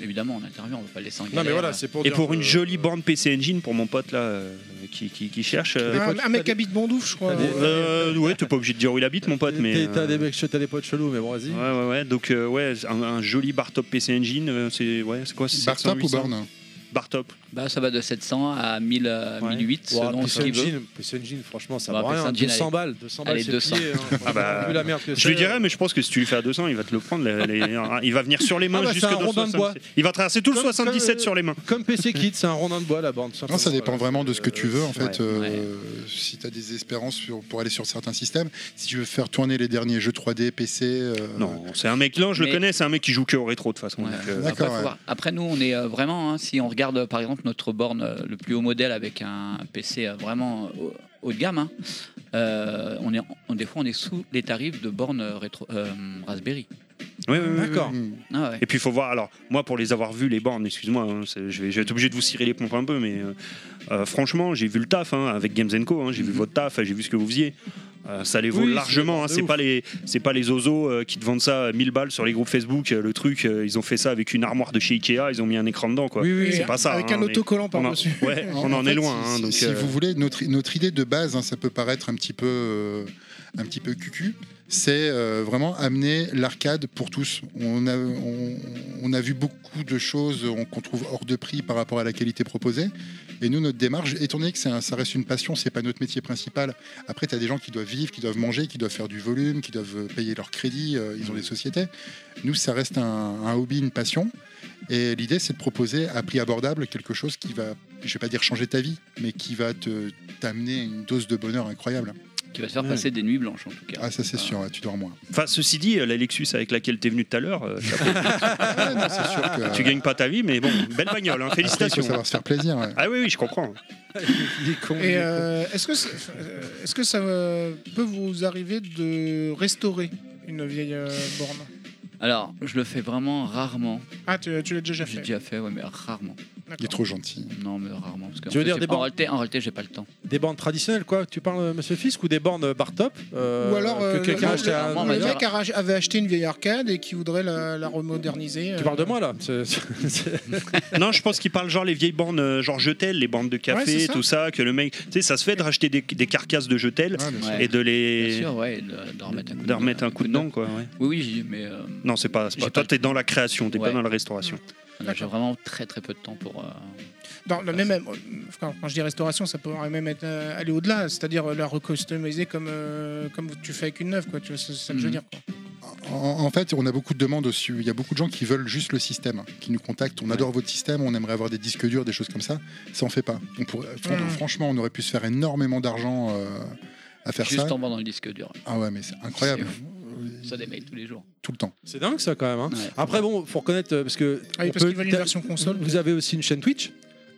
[SPEAKER 6] évidemment, on intervient, on va pas le laisser en
[SPEAKER 4] euh. Non,
[SPEAKER 6] galère.
[SPEAKER 4] mais voilà, c'est pour
[SPEAKER 2] Et
[SPEAKER 4] dire
[SPEAKER 2] pour une
[SPEAKER 4] que-
[SPEAKER 2] jolie borne PC Engine pour mon pote là euh, qui, qui- qui cherche. euh,
[SPEAKER 4] des fois,
[SPEAKER 5] Un,
[SPEAKER 4] tu
[SPEAKER 5] un
[SPEAKER 4] t'as
[SPEAKER 5] mec
[SPEAKER 4] des-
[SPEAKER 5] habite Bondouf, je crois.
[SPEAKER 4] t'as des-
[SPEAKER 5] Ouais.
[SPEAKER 2] euh, ouais, t'es pas obligé de dire où il habite, mon pote, mais.
[SPEAKER 4] T'es- T'as
[SPEAKER 2] euh,
[SPEAKER 4] des, mecs- t'as des potes chelous, mais bon, vas-y.
[SPEAKER 2] Ouais, ouais, ouais. Donc, euh, ouais, un, un joli bar top PC Engine. euh, c'est ouais, c'est quoi c'est 700,
[SPEAKER 7] Bartop ou
[SPEAKER 2] 800?
[SPEAKER 7] Born
[SPEAKER 2] Bar top.
[SPEAKER 6] Bah, ça va de 700 à 1000, euh,
[SPEAKER 4] Ouais.
[SPEAKER 6] 1008
[SPEAKER 4] Ouah,
[SPEAKER 6] selon ce
[SPEAKER 4] PlayStation
[SPEAKER 6] qu'il veut.
[SPEAKER 4] Engine, PlayStation Engine, franchement, ça
[SPEAKER 6] Bah,
[SPEAKER 4] va rien.
[SPEAKER 6] PlayStation Engine,
[SPEAKER 4] 200
[SPEAKER 6] allez.
[SPEAKER 4] balles, 200 balles,
[SPEAKER 6] Allez,
[SPEAKER 4] c'est
[SPEAKER 6] 200.
[SPEAKER 4] plié, hein.
[SPEAKER 2] Ah bah,
[SPEAKER 4] Vu la merde
[SPEAKER 2] Je
[SPEAKER 4] que
[SPEAKER 2] lui
[SPEAKER 4] c'est, euh,
[SPEAKER 2] dirais, mais je pense que si tu lui fais à 200, il va te le prendre. les- les- hein, il va venir sur les mains
[SPEAKER 4] Ah bah,
[SPEAKER 2] jusque
[SPEAKER 4] c'est un
[SPEAKER 2] dans le
[SPEAKER 4] rondin de bois.
[SPEAKER 2] 77. Il va traverser tout le
[SPEAKER 4] Comme- euh,
[SPEAKER 2] 77
[SPEAKER 4] comme-
[SPEAKER 2] sur les mains.
[SPEAKER 4] Comme PC Kit, c'est un rondin de bois la bande.
[SPEAKER 7] Non, ça dépend vraiment de ce que tu veux en
[SPEAKER 2] ouais,
[SPEAKER 7] fait. euh, Si tu as des espérances sur- pour aller sur certains systèmes, si tu veux faire tourner les derniers jeux 3D, PC. euh,
[SPEAKER 2] Non, c'est un mec. Non, je le
[SPEAKER 6] Mais-
[SPEAKER 2] connais. C'est un mec qui joue que au rétro de toute façon.
[SPEAKER 6] Ouais.
[SPEAKER 2] donc, euh,
[SPEAKER 6] Après,
[SPEAKER 7] D'accord,
[SPEAKER 6] faut
[SPEAKER 7] ouais.
[SPEAKER 6] voir. Après, nous, on est euh, vraiment, hein, si on regarde euh, par exemple notre borne, euh, le plus haut modèle avec un PC euh, vraiment euh, haut- haut de gamme, hein, euh, on est, on- des fois on est sous les tarifs de bornes euh, rétro, euh, Raspberry.
[SPEAKER 2] oui, oui, oui, oui.
[SPEAKER 4] D'accord.
[SPEAKER 7] hmm.
[SPEAKER 6] Ah ouais.
[SPEAKER 2] Et puis il faut voir, alors moi pour les avoir vus, les bornes, excuse-moi, hein, c'est- je, vais, je vais être obligé de vous cirer les pompes un peu, mais euh, euh, franchement j'ai vu le taf hein, avec Games Co, hein, j'ai vu votre taf, j'ai vu ce que vous faisiez. Euh, ça les vaut
[SPEAKER 4] Oui, c'est
[SPEAKER 2] largement, hein,
[SPEAKER 4] de
[SPEAKER 2] c'est
[SPEAKER 4] ouf.
[SPEAKER 2] pas les c'est pas les ozos euh, qui te vendent ça à 1000 balles sur les groupes Facebook, euh, le truc, euh, ils ont fait ça avec une armoire de chez Ikea, ils ont mis un écran dedans quoi.
[SPEAKER 5] Oui, oui,
[SPEAKER 2] c'est
[SPEAKER 5] oui,
[SPEAKER 2] pas ça,
[SPEAKER 5] Avec
[SPEAKER 2] hein,
[SPEAKER 5] un
[SPEAKER 2] on est-
[SPEAKER 5] autocollant
[SPEAKER 2] On en,
[SPEAKER 5] par-dessus.
[SPEAKER 2] ouais, on en
[SPEAKER 7] fait,
[SPEAKER 2] est loin.
[SPEAKER 7] si-
[SPEAKER 2] hein,
[SPEAKER 7] si-
[SPEAKER 2] donc,
[SPEAKER 7] si
[SPEAKER 2] euh,
[SPEAKER 7] vous voulez, notre, notre idée de base, hein, ça peut paraître un petit peu, euh, un petit peu cucu, c'est euh, vraiment amener l'arcade pour tous. On a, on, on a vu beaucoup de choses on- qu'on trouve hors de prix par rapport à la qualité proposée. Et nous, notre démarche, étant donné que c'est un- ça reste une passion, c'est pas notre métier principal. Après, tu as des gens qui doivent vivre, qui doivent manger, qui doivent faire du volume, qui doivent payer leur crédit, euh, ils ont des sociétés. Nous, ça reste un, un hobby, une passion. Et l'idée, c'est de proposer à prix abordable quelque chose qui va, je vais pas dire changer ta vie, mais qui va te t'amener une dose de bonheur incroyable.
[SPEAKER 6] Qui va te faire
[SPEAKER 4] Ouais.
[SPEAKER 6] passer des nuits blanches en tout cas.
[SPEAKER 7] Ah, ça c'est
[SPEAKER 6] Ah.
[SPEAKER 7] sûr, ouais, tu dors moins.
[SPEAKER 2] Enfin, ceci dit, euh, la Lexus avec laquelle t'es venu tout à l'heure, euh,
[SPEAKER 7] Ouais, non, c'est sûr que
[SPEAKER 2] tu gagnes pas ta vie, mais bon, belle bagnole, hein,
[SPEAKER 7] après, il faut
[SPEAKER 2] félicitations.
[SPEAKER 7] savoir se faire plaisir. ouais.
[SPEAKER 2] Ah oui, oui, je comprends.
[SPEAKER 4] Il est con. il
[SPEAKER 5] Et
[SPEAKER 4] est con.
[SPEAKER 5] euh, est-ce que, c'est- euh, est-ce que ça euh, peut vous arriver de restaurer une vieille euh, borne
[SPEAKER 6] Alors, je le fais vraiment rarement.
[SPEAKER 5] Ah, tu, tu l'as déjà
[SPEAKER 6] J'ai
[SPEAKER 5] fait.
[SPEAKER 6] déjà fait, ouais, mais rarement.
[SPEAKER 7] Il est
[SPEAKER 5] D'accord.
[SPEAKER 7] trop gentil.
[SPEAKER 6] Non, mais rarement. Parce que
[SPEAKER 4] Tu veux
[SPEAKER 6] en fait,
[SPEAKER 4] dire
[SPEAKER 6] j'ai
[SPEAKER 4] des
[SPEAKER 6] pas- en
[SPEAKER 4] bornes
[SPEAKER 6] réalité, en réalité, j'ai pas le temps.
[SPEAKER 4] Des bornes traditionnelles, quoi. Tu parles, euh, monsieur Fisk, ou des bornes bar top euh,
[SPEAKER 5] Ou alors, euh,
[SPEAKER 4] que quelqu'un
[SPEAKER 5] le-
[SPEAKER 4] a acheté à-
[SPEAKER 5] le,
[SPEAKER 6] un-
[SPEAKER 5] le
[SPEAKER 6] un-
[SPEAKER 5] mec a rach- avait acheté une vieille arcade et qui voudrait la, la remoderniser.
[SPEAKER 4] Tu
[SPEAKER 5] euh,
[SPEAKER 4] parles de moi, là C'est- c'est-
[SPEAKER 2] Non, je pense qu'il parle genre les vieilles bornes, euh, genre jetel, les bornes de café,
[SPEAKER 5] Ouais, c'est ça.
[SPEAKER 2] tout ça, que le mec. Tu sais, ça se fait de racheter des, des carcasses de jetel
[SPEAKER 7] Ouais, bien sûr.
[SPEAKER 6] Ouais.
[SPEAKER 2] et de les.
[SPEAKER 6] Bien sûr, ouais, et de, de remettre un coup
[SPEAKER 2] de remettre un coup de dent, quoi. ouais.
[SPEAKER 6] Oui, oui, j'y- mais euh,
[SPEAKER 2] Non, c'est pas. c'est pas-
[SPEAKER 6] J'ai
[SPEAKER 2] Toi,
[SPEAKER 6] pas-
[SPEAKER 2] t'es dans la création, t'es pas
[SPEAKER 6] Ouais.
[SPEAKER 2] dans la restauration.
[SPEAKER 6] voilà, j'ai vraiment très très peu de temps pour. euh,
[SPEAKER 5] dans le même, euh, quand, quand je dis restauration, ça pourrait même être, euh, aller au-delà, c'est-à-dire euh, la recustomiser comme, euh, comme tu fais avec une neuve, quoi. Tu vois, c'est ça que je veux
[SPEAKER 6] Mhm.
[SPEAKER 5] dire. quoi. Ah
[SPEAKER 7] En, en fait, on a beaucoup de demandes aussi. Il y a beaucoup de gens qui veulent juste le système, hein, qui nous contactent. On adore votre système, on aimerait avoir des disques durs, des choses comme ça. Ça en fait pas. On pourrait, fran-
[SPEAKER 5] Mm.
[SPEAKER 7] Franchement, on aurait pu se faire énormément d'argent euh, à faire
[SPEAKER 6] juste
[SPEAKER 7] ça.
[SPEAKER 6] en bas dans le disque dur.
[SPEAKER 7] Ah ouais, mais c'est incroyable.
[SPEAKER 6] Ça des mails tous les jours.
[SPEAKER 7] Tout le temps.
[SPEAKER 4] C'est dingue, ça, quand même. hein.
[SPEAKER 6] Ouais.
[SPEAKER 4] Après, bon, faut reconnaître, euh, parce que.
[SPEAKER 5] Ah oui,
[SPEAKER 4] on
[SPEAKER 5] parce
[SPEAKER 4] peut-
[SPEAKER 5] qu'il veulent une version console.
[SPEAKER 4] Vous avez aussi une chaîne Twitch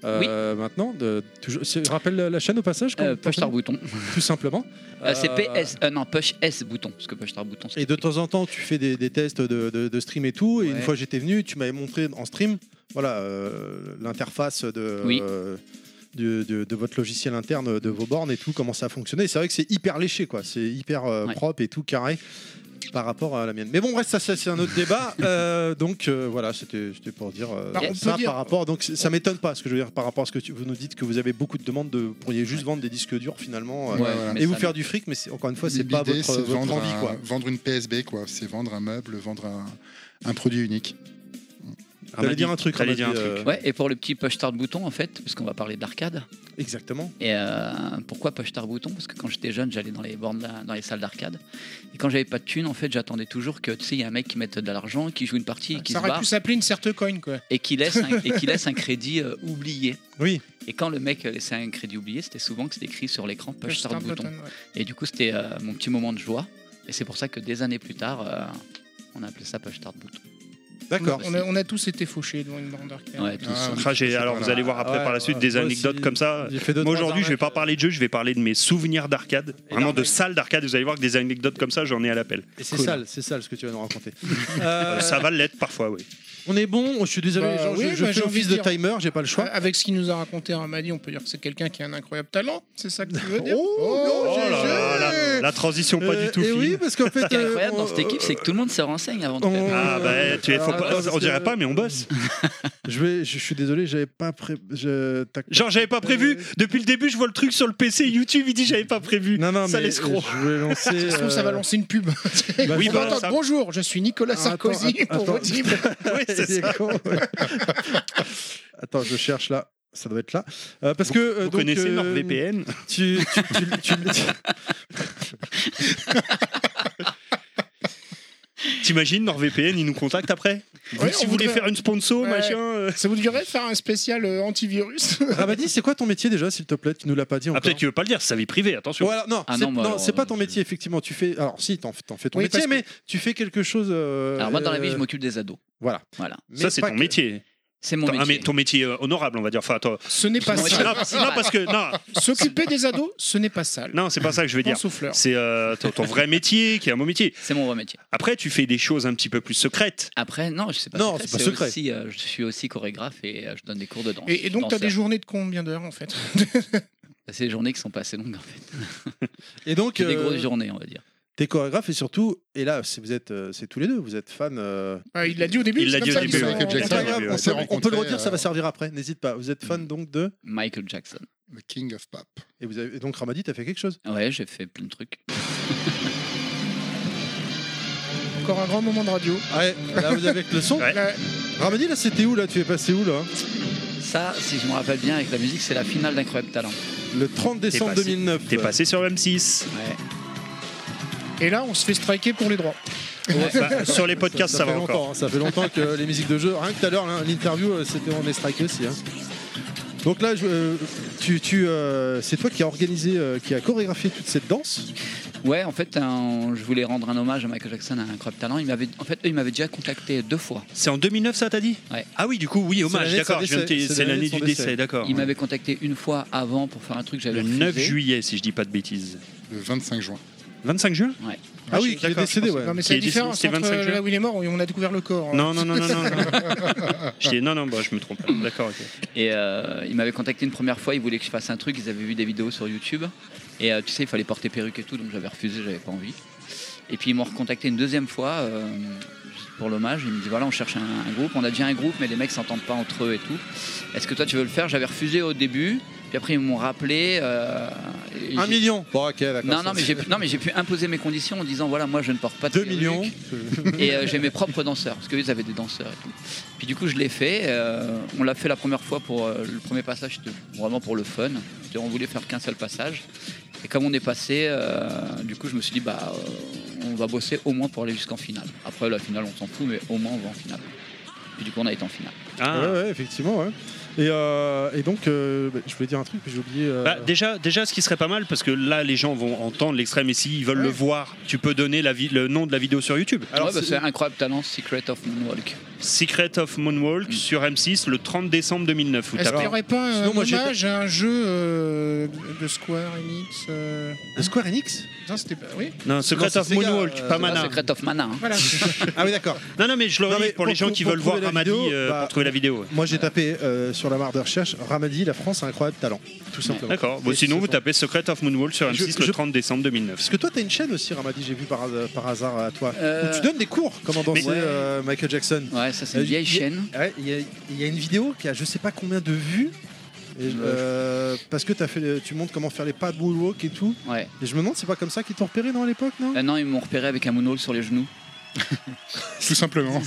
[SPEAKER 4] euh, maintenant. De, toujours, c'est- rappelle la la chaîne au passage quand
[SPEAKER 6] Euh,
[SPEAKER 4] vous
[SPEAKER 6] push
[SPEAKER 4] pensez-
[SPEAKER 6] start bouton.
[SPEAKER 4] Tout simplement.
[SPEAKER 6] Euh, c'est
[SPEAKER 4] Euh,
[SPEAKER 6] PS. euh, non, push S bouton. Parce que push start bouton. c'est
[SPEAKER 4] Et de temps en temps, tu fais des, des tests de, de- de stream et tout. Et une
[SPEAKER 6] Ouais.
[SPEAKER 4] fois, j'étais venu, tu m'avais montré en stream voilà, euh, l'interface de,
[SPEAKER 6] Oui.
[SPEAKER 4] euh, du- de, de votre logiciel interne, de vos bornes et tout, comment ça fonctionnait. Et C'est vrai que c'est hyper léché, quoi. C'est hyper euh,
[SPEAKER 6] Ouais.
[SPEAKER 4] propre et tout carré par rapport à la mienne. Mais bon, reste ça, ça, c'est un autre débat. Euh, donc euh, voilà, c'était c'était pour dire euh,
[SPEAKER 5] Bah, on
[SPEAKER 4] ça
[SPEAKER 5] peut dire-
[SPEAKER 4] par rapport. Donc c'est- ça m'étonne pas, ce que je veux dire par rapport à ce que tu- vous nous dites que vous avez beaucoup de demandes de vous pourriez juste vendre des disques durs finalement euh,
[SPEAKER 6] Ouais,
[SPEAKER 7] voilà.
[SPEAKER 6] mais
[SPEAKER 4] et vous
[SPEAKER 6] ça-
[SPEAKER 4] faire du fric. Mais c'est- encore une fois, c'est pas
[SPEAKER 7] L'idée,
[SPEAKER 4] votre,
[SPEAKER 7] c'est de
[SPEAKER 4] votre
[SPEAKER 7] vendre
[SPEAKER 4] envie,
[SPEAKER 7] un-
[SPEAKER 4] quoi.
[SPEAKER 7] Vendre une PSB, quoi. C'est vendre un meuble, vendre un, un produit unique.
[SPEAKER 4] T'allais dire un truc.
[SPEAKER 2] T'allais
[SPEAKER 4] Ramadi,
[SPEAKER 2] dire un truc.
[SPEAKER 4] euh,
[SPEAKER 6] Ouais, et pour le petit push start bouton, en fait, parce qu'on va parler d'arcade.
[SPEAKER 4] Exactement.
[SPEAKER 6] Et euh, pourquoi push start bouton Parce que quand j'étais jeune, j'allais dans les bornes, d'ar- dans les salles d'arcade. Et quand j'avais pas de thune, en fait, j'attendais toujours que, tu sais, il y a un mec qui mette de l'argent, qui joue une partie, et qui
[SPEAKER 5] Ah, Ça
[SPEAKER 6] se
[SPEAKER 5] aurait
[SPEAKER 6] barre, Bah,
[SPEAKER 5] pu s'appeler une certe coin, quoi.
[SPEAKER 6] et qui laisse un, et qui laisse un crédit euh, oublié.
[SPEAKER 4] Oui.
[SPEAKER 6] Et quand le mec euh, laissait un crédit oublié, c'était souvent que c'était écrit sur l'écran push start bouton.
[SPEAKER 5] ouais.
[SPEAKER 6] Et du coup, c'était euh, mon petit moment de joie. Et c'est pour ça que des années plus tard, euh, on a appelé ça push start bouton.
[SPEAKER 4] D'accord.
[SPEAKER 5] On a, on a tous été fauchés devant une borne d'arcade.
[SPEAKER 6] Ouais, tous.
[SPEAKER 7] Ah,
[SPEAKER 2] Ah, j'ai- alors vous allez voir après
[SPEAKER 4] Ouais,
[SPEAKER 2] par la suite
[SPEAKER 4] ouais,
[SPEAKER 2] des
[SPEAKER 4] moi
[SPEAKER 2] anecdotes
[SPEAKER 4] aussi.
[SPEAKER 2] comme ça.
[SPEAKER 4] J'ai fait deux,
[SPEAKER 2] Moi
[SPEAKER 4] trois
[SPEAKER 2] aujourd'hui, je vais pas
[SPEAKER 4] arnaques,
[SPEAKER 2] parler de jeux, je vais parler de mes souvenirs d'arcade, vraiment de
[SPEAKER 4] d'arnaques.
[SPEAKER 2] salles d'arcade. Vous allez voir que des anecdotes comme ça, j'en ai à l'appel.
[SPEAKER 4] euh, Et c'est
[SPEAKER 6] Cool.
[SPEAKER 4] sale, c'est sale ce que tu vas nous raconter. Euh,
[SPEAKER 2] Ça va l'être parfois, oui.
[SPEAKER 4] On est bon. Je suis désolé,
[SPEAKER 5] Bah
[SPEAKER 4] les gens, je-
[SPEAKER 5] oui,
[SPEAKER 4] je,
[SPEAKER 5] bah, j'ai
[SPEAKER 4] fais
[SPEAKER 5] envie
[SPEAKER 4] office
[SPEAKER 5] de
[SPEAKER 4] de
[SPEAKER 5] dire-
[SPEAKER 4] timer, j'ai pas le choix.
[SPEAKER 5] Euh, Avec ce qu'il nous a raconté Ramadi, on peut dire que c'est quelqu'un qui a un incroyable talent. C'est ça que tu veux dire
[SPEAKER 2] Oh là là là, la transition pas du tout
[SPEAKER 4] et
[SPEAKER 2] fine.
[SPEAKER 4] oui, parce qu'en fait.
[SPEAKER 6] Ce qui est incroyable dans
[SPEAKER 4] euh,
[SPEAKER 6] cette équipe, c'est que tout le monde se renseigne avant de
[SPEAKER 4] on-
[SPEAKER 6] faire.
[SPEAKER 2] Ah bah, tu es- faut
[SPEAKER 4] Alors,
[SPEAKER 2] pas-
[SPEAKER 4] parce
[SPEAKER 2] on dirait
[SPEAKER 4] que-
[SPEAKER 2] pas, mais on bosse.
[SPEAKER 4] Je vais, je, je suis désolé, j'avais pas pré. je- tac-
[SPEAKER 2] Genre j'avais pas prévu. Depuis le début, je vois le truc sur le PC, YouTube, il dit j'avais pas prévu.
[SPEAKER 4] Non, non,
[SPEAKER 2] ça
[SPEAKER 4] mais euh,
[SPEAKER 2] l'escroc.
[SPEAKER 4] je vais lancer.
[SPEAKER 5] Ça se trouve, ça va
[SPEAKER 4] euh,
[SPEAKER 5] lancer une pub.
[SPEAKER 4] bah,
[SPEAKER 2] Oui,
[SPEAKER 5] On
[SPEAKER 4] je-
[SPEAKER 5] va
[SPEAKER 2] bah,
[SPEAKER 5] entendre,
[SPEAKER 2] ça-
[SPEAKER 5] Bonjour, je suis Nicolas
[SPEAKER 4] Attends,
[SPEAKER 5] Sarkozy
[SPEAKER 4] attends,
[SPEAKER 5] pour
[SPEAKER 4] attends.
[SPEAKER 5] votre livre.
[SPEAKER 2] Oui, c'est
[SPEAKER 4] Il est
[SPEAKER 2] ça.
[SPEAKER 4] con, ouais. Attends, je cherche là. ça doit être là. Euh, parce que euh,
[SPEAKER 2] Vous
[SPEAKER 4] donc,
[SPEAKER 2] connaissez
[SPEAKER 4] euh,
[SPEAKER 2] NordVPN
[SPEAKER 4] tu, tu, tu, tu- tu-
[SPEAKER 2] T'imagines NordVPN, ils nous contactent après
[SPEAKER 5] Ouais,
[SPEAKER 2] Si
[SPEAKER 5] on
[SPEAKER 2] vous voulez
[SPEAKER 5] voudrait-
[SPEAKER 2] faire une sponsor,
[SPEAKER 5] Ouais.
[SPEAKER 2] machin. euh,
[SPEAKER 5] Ça vous dirait de faire un spécial euh, antivirus
[SPEAKER 4] Rabadi, c'est quoi ton métier déjà, s'il te plaît Tu nous l'as pas dit encore.
[SPEAKER 2] Ah, peut-être tu veux pas le dire, c'est sa vie privée, attention.
[SPEAKER 4] Voilà, non,
[SPEAKER 6] Ah
[SPEAKER 4] c'est,
[SPEAKER 6] non, bah
[SPEAKER 4] non,
[SPEAKER 6] alors,
[SPEAKER 4] c'est pas ton
[SPEAKER 6] euh,
[SPEAKER 4] métier, effectivement. Tu fais. Alors, si, t'en, t'en fais ton
[SPEAKER 5] Oui,
[SPEAKER 4] métier,
[SPEAKER 5] parce que-
[SPEAKER 4] mais tu fais quelque chose. euh,
[SPEAKER 6] Alors, moi, dans la vie,
[SPEAKER 4] euh,
[SPEAKER 6] je m'occupe des ados.
[SPEAKER 4] Voilà.
[SPEAKER 6] Voilà.
[SPEAKER 2] Ça,
[SPEAKER 4] mais
[SPEAKER 2] c'est
[SPEAKER 4] pas
[SPEAKER 2] ton
[SPEAKER 4] que-
[SPEAKER 2] métier.
[SPEAKER 6] C'est mon
[SPEAKER 2] Ton- ah, mais
[SPEAKER 6] métier.
[SPEAKER 2] ton métier euh, honorable, on va dire. Enfin, toi.
[SPEAKER 5] Ce n'est pas
[SPEAKER 6] Non, mais
[SPEAKER 2] Non,
[SPEAKER 6] c'est-
[SPEAKER 5] sale.
[SPEAKER 2] non, parce que. Non,
[SPEAKER 5] S'occuper des ados, ce n'est pas sale.
[SPEAKER 2] non c'est pas ça que je veux
[SPEAKER 5] Prends
[SPEAKER 2] dire.
[SPEAKER 5] souffleur.
[SPEAKER 2] C'est euh, ton, ton vrai métier, qui est un bon métier.
[SPEAKER 6] C'est mon vrai métier.
[SPEAKER 2] Après, tu fais des choses un petit peu plus secrètes.
[SPEAKER 6] Après, non, je sais pas.
[SPEAKER 4] Non, c'est pas secret.
[SPEAKER 6] aussi, euh, je suis aussi chorégraphe et euh, je donne des cours de danse.
[SPEAKER 5] Et, et donc, tu as des
[SPEAKER 6] Danseur.
[SPEAKER 5] journées de combien d'heures en fait
[SPEAKER 6] C'est des journées qui sont pas assez longues en fait.
[SPEAKER 4] Et donc,
[SPEAKER 6] C'est des
[SPEAKER 4] euh,
[SPEAKER 6] grosses journées, on va dire.
[SPEAKER 4] t'es chorégraphe et surtout, et là, c'est, vous êtes, euh, c'est tous les deux, vous êtes fans. euh,
[SPEAKER 5] Ah, Il l'a dit au début.
[SPEAKER 2] Il
[SPEAKER 5] c'est
[SPEAKER 2] l'a
[SPEAKER 5] comme
[SPEAKER 2] dit au
[SPEAKER 5] ça qu'ils
[SPEAKER 2] début,
[SPEAKER 5] sont-
[SPEAKER 2] ouais.
[SPEAKER 4] c'est pas
[SPEAKER 2] Jackson,
[SPEAKER 4] grave,
[SPEAKER 2] oui,
[SPEAKER 4] on,
[SPEAKER 2] oui,
[SPEAKER 4] peut-
[SPEAKER 7] oui.
[SPEAKER 4] on peut le redire, ça va
[SPEAKER 7] Euh,
[SPEAKER 4] servir après, n'hésite pas. Vous êtes fan donc de.
[SPEAKER 6] Michael Jackson.
[SPEAKER 7] Le King of Pop.
[SPEAKER 4] Et, vous avez... et donc, Ramadi, t'as fait quelque chose
[SPEAKER 6] Ouais, j'ai fait plein de trucs.
[SPEAKER 5] Encore un grand moment de radio.
[SPEAKER 4] Ouais, là, vous avez le son.
[SPEAKER 2] Ouais.
[SPEAKER 5] Là,
[SPEAKER 4] Ramadi, là, c'était où là Tu es passé où là
[SPEAKER 6] Ça, si je me rappelle bien, avec la musique, c'est la finale d'Incroyable Talent.
[SPEAKER 4] Le 30 décembre
[SPEAKER 2] passé-
[SPEAKER 4] 2009.
[SPEAKER 2] T'es passé sur M6.
[SPEAKER 6] Ouais.
[SPEAKER 5] Et là, on se fait striker pour les droits.
[SPEAKER 2] Bah, sur les podcasts, ça,
[SPEAKER 4] fait
[SPEAKER 2] va encore.
[SPEAKER 4] longtemps, hein, ça fait longtemps que les musiques de jeu. Rien que tout à l'heure, hein, l'interview, euh, c'était on est strike aussi. hein. Donc là, je- euh, tu, tu, euh, c'est toi qui a organisé, euh, qui a chorégraphié toute cette danse.
[SPEAKER 6] Ouais, en fait, un- je voulais rendre un hommage à Michael Jackson à Incroyable Talent. Il m'avait, en fait, eux, ils m'avaient déjà contacté deux fois.
[SPEAKER 2] C'est en 2009, ça, t'as dit
[SPEAKER 6] Ouais.
[SPEAKER 2] Ah oui, du coup, oui, hommage,
[SPEAKER 4] l'année de son
[SPEAKER 2] d'accord. je viens de te-
[SPEAKER 4] décès.
[SPEAKER 2] C'est l'année
[SPEAKER 4] de son
[SPEAKER 2] du
[SPEAKER 4] décès.
[SPEAKER 2] décès, d'accord.
[SPEAKER 6] Ils m'avaient contacté une fois avant pour faire un truc que j'avais
[SPEAKER 2] Le
[SPEAKER 6] refusé.
[SPEAKER 2] 9 juillet, si je dis pas de bêtises.
[SPEAKER 7] Le 25 juin.
[SPEAKER 2] 25 juin
[SPEAKER 4] Ah oui, qui est
[SPEAKER 2] d'accord,
[SPEAKER 4] décédé, ouais.
[SPEAKER 5] Non, mais
[SPEAKER 2] Qui
[SPEAKER 5] c'est
[SPEAKER 2] est décédé,
[SPEAKER 5] la différence
[SPEAKER 2] c'était
[SPEAKER 5] entre
[SPEAKER 2] 25
[SPEAKER 5] là
[SPEAKER 2] juin.
[SPEAKER 5] où il est mort, où on a découvert le corps. hein.
[SPEAKER 2] Non, non, non, non, non. non. Je dis, non, non, bah, je me trompe. D'accord, ok.
[SPEAKER 6] Et euh, ils m'avaient contacté une première fois, ils voulaient que je fasse un truc, ils avaient vu des vidéos sur YouTube. Et euh, tu sais, il fallait porter perruque et tout, donc j'avais refusé, j'avais pas envie. Et puis ils m'ont recontacté une deuxième fois euh, pour l'hommage. Ils me disent voilà, on cherche un, un groupe, on a déjà un groupe, mais les mecs s'entendent pas entre eux et tout. Est-ce que toi tu veux le faire J'avais refusé au début, puis après ils m'ont rappelé. euh, et
[SPEAKER 4] Un
[SPEAKER 6] j'ai-
[SPEAKER 4] million. Bon, ok, d'accord.
[SPEAKER 6] Non,
[SPEAKER 4] ça,
[SPEAKER 6] non, mais j'ai pu- non, mais j'ai pu imposer mes conditions en disant voilà, moi je ne porte pas de
[SPEAKER 4] 2
[SPEAKER 6] perruque.
[SPEAKER 4] millions.
[SPEAKER 6] Et euh, j'ai mes propres danseurs, parce qu'ils avaient des danseurs et tout. Puis du coup, je l'ai fait. euh, on l'a fait la première fois pour euh, le premier passage, c'était vraiment pour le fun. C'était- On voulait faire qu'un seul passage. Et comme on est passé, euh, du coup, je me suis dit, bah, euh, on va bosser au moins pour aller jusqu'en finale. Après, la finale, on s'en fout, mais au moins, on va en finale. Puis du coup, on a été en finale.
[SPEAKER 2] Ah.
[SPEAKER 4] Ouais, ouais, effectivement, ouais. Et, euh, et donc, euh, bah, je voulais dire un truc, mais j'ai oublié. euh,
[SPEAKER 2] Bah, déjà, déjà, ce qui serait pas mal, parce que là, les gens vont entendre l'extrême, et s'ils veulent le voir, tu peux donner la vi- le nom de la vidéo sur YouTube.
[SPEAKER 6] Alors,
[SPEAKER 4] c'est-
[SPEAKER 6] bah, c'est incroyable talent, Secret of Moonwalk.
[SPEAKER 2] Secret of Moonwalk
[SPEAKER 6] Mm.
[SPEAKER 2] sur M6 le 30 décembre 2009. où
[SPEAKER 5] Est-ce
[SPEAKER 2] t'as-
[SPEAKER 5] qu'il n'y aurait pas un
[SPEAKER 4] Sinon, moi, j'ai-
[SPEAKER 5] hommage à un jeu euh, de Square Enix euh,
[SPEAKER 4] de Square Enix
[SPEAKER 5] Non, c'était pas. Oui
[SPEAKER 2] Non, Secret
[SPEAKER 4] Non, c'est
[SPEAKER 2] of
[SPEAKER 4] Sega,
[SPEAKER 2] Moonwalk,
[SPEAKER 4] euh,
[SPEAKER 2] pas
[SPEAKER 4] Mana.
[SPEAKER 6] Pas
[SPEAKER 2] Mana.
[SPEAKER 6] Secret of Mana. hein.
[SPEAKER 5] Voilà.
[SPEAKER 4] Ah oui, d'accord.
[SPEAKER 2] Non, non, mais je le
[SPEAKER 4] Non,
[SPEAKER 2] redis
[SPEAKER 4] mais
[SPEAKER 2] pour les
[SPEAKER 4] pour-
[SPEAKER 2] gens qui
[SPEAKER 4] pour
[SPEAKER 2] veulent voir
[SPEAKER 4] trouver la
[SPEAKER 2] Ramadi
[SPEAKER 4] vidéo,
[SPEAKER 2] euh,
[SPEAKER 4] bah-
[SPEAKER 2] pour trouver la vidéo. ouais.
[SPEAKER 4] Moi, j'ai tapé euh, sur la barre de recherche Ramadi, la France a un incroyable talent. Tout simplement.
[SPEAKER 2] D'accord. Bon,
[SPEAKER 4] Et
[SPEAKER 2] sinon,
[SPEAKER 4] c'est
[SPEAKER 2] vous
[SPEAKER 4] bon.
[SPEAKER 2] tapez Secret of Moonwalk sur
[SPEAKER 4] Je-
[SPEAKER 2] M6
[SPEAKER 4] je-
[SPEAKER 2] le 30 décembre 2009.
[SPEAKER 4] Parce que toi, t'as une chaîne aussi, Ramadi, j'ai vu par, par hasard à toi.
[SPEAKER 6] Euh,
[SPEAKER 4] Où tu donnes des cours, comment danser
[SPEAKER 6] Mais-
[SPEAKER 4] euh, Michael Jackson.
[SPEAKER 6] Ouais, ça, c'est
[SPEAKER 4] Euh,
[SPEAKER 6] une vieille
[SPEAKER 4] y- y-
[SPEAKER 6] chaîne.
[SPEAKER 4] Ouais, Il y, a- il y a une vidéo qui a je sais pas combien de vues. Et,
[SPEAKER 6] Ouais.
[SPEAKER 4] euh, parce que as fait, le- tu montres comment faire les pas de moonwalk et tout.
[SPEAKER 6] Ouais.
[SPEAKER 4] Et je me demande, c'est pas comme ça qu'ils t'ont repéré dans l'époque, non
[SPEAKER 6] Euh, non, ils m'ont repéré avec un moonwalk sur les genoux.
[SPEAKER 7] Tout simplement.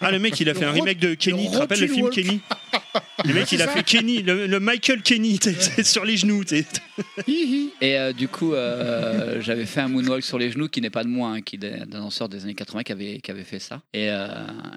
[SPEAKER 2] Ah, le mec, il a fait un
[SPEAKER 5] Rot-
[SPEAKER 2] remake de Kenny. Tu te rappelles le film
[SPEAKER 5] Rotulwalk.
[SPEAKER 2] Kenny Le mec, il a
[SPEAKER 5] ça.
[SPEAKER 2] fait Kenny, le, le Michael Kenny, t'es- t'es sur les genoux. t'es-
[SPEAKER 5] Hihi.
[SPEAKER 6] Et euh, du coup, euh, j'avais fait un moonwalk sur les genoux qui n'est pas de moi, hein, qui est d'un danseur des années 80 qui avait, qui avait fait ça. Et, euh,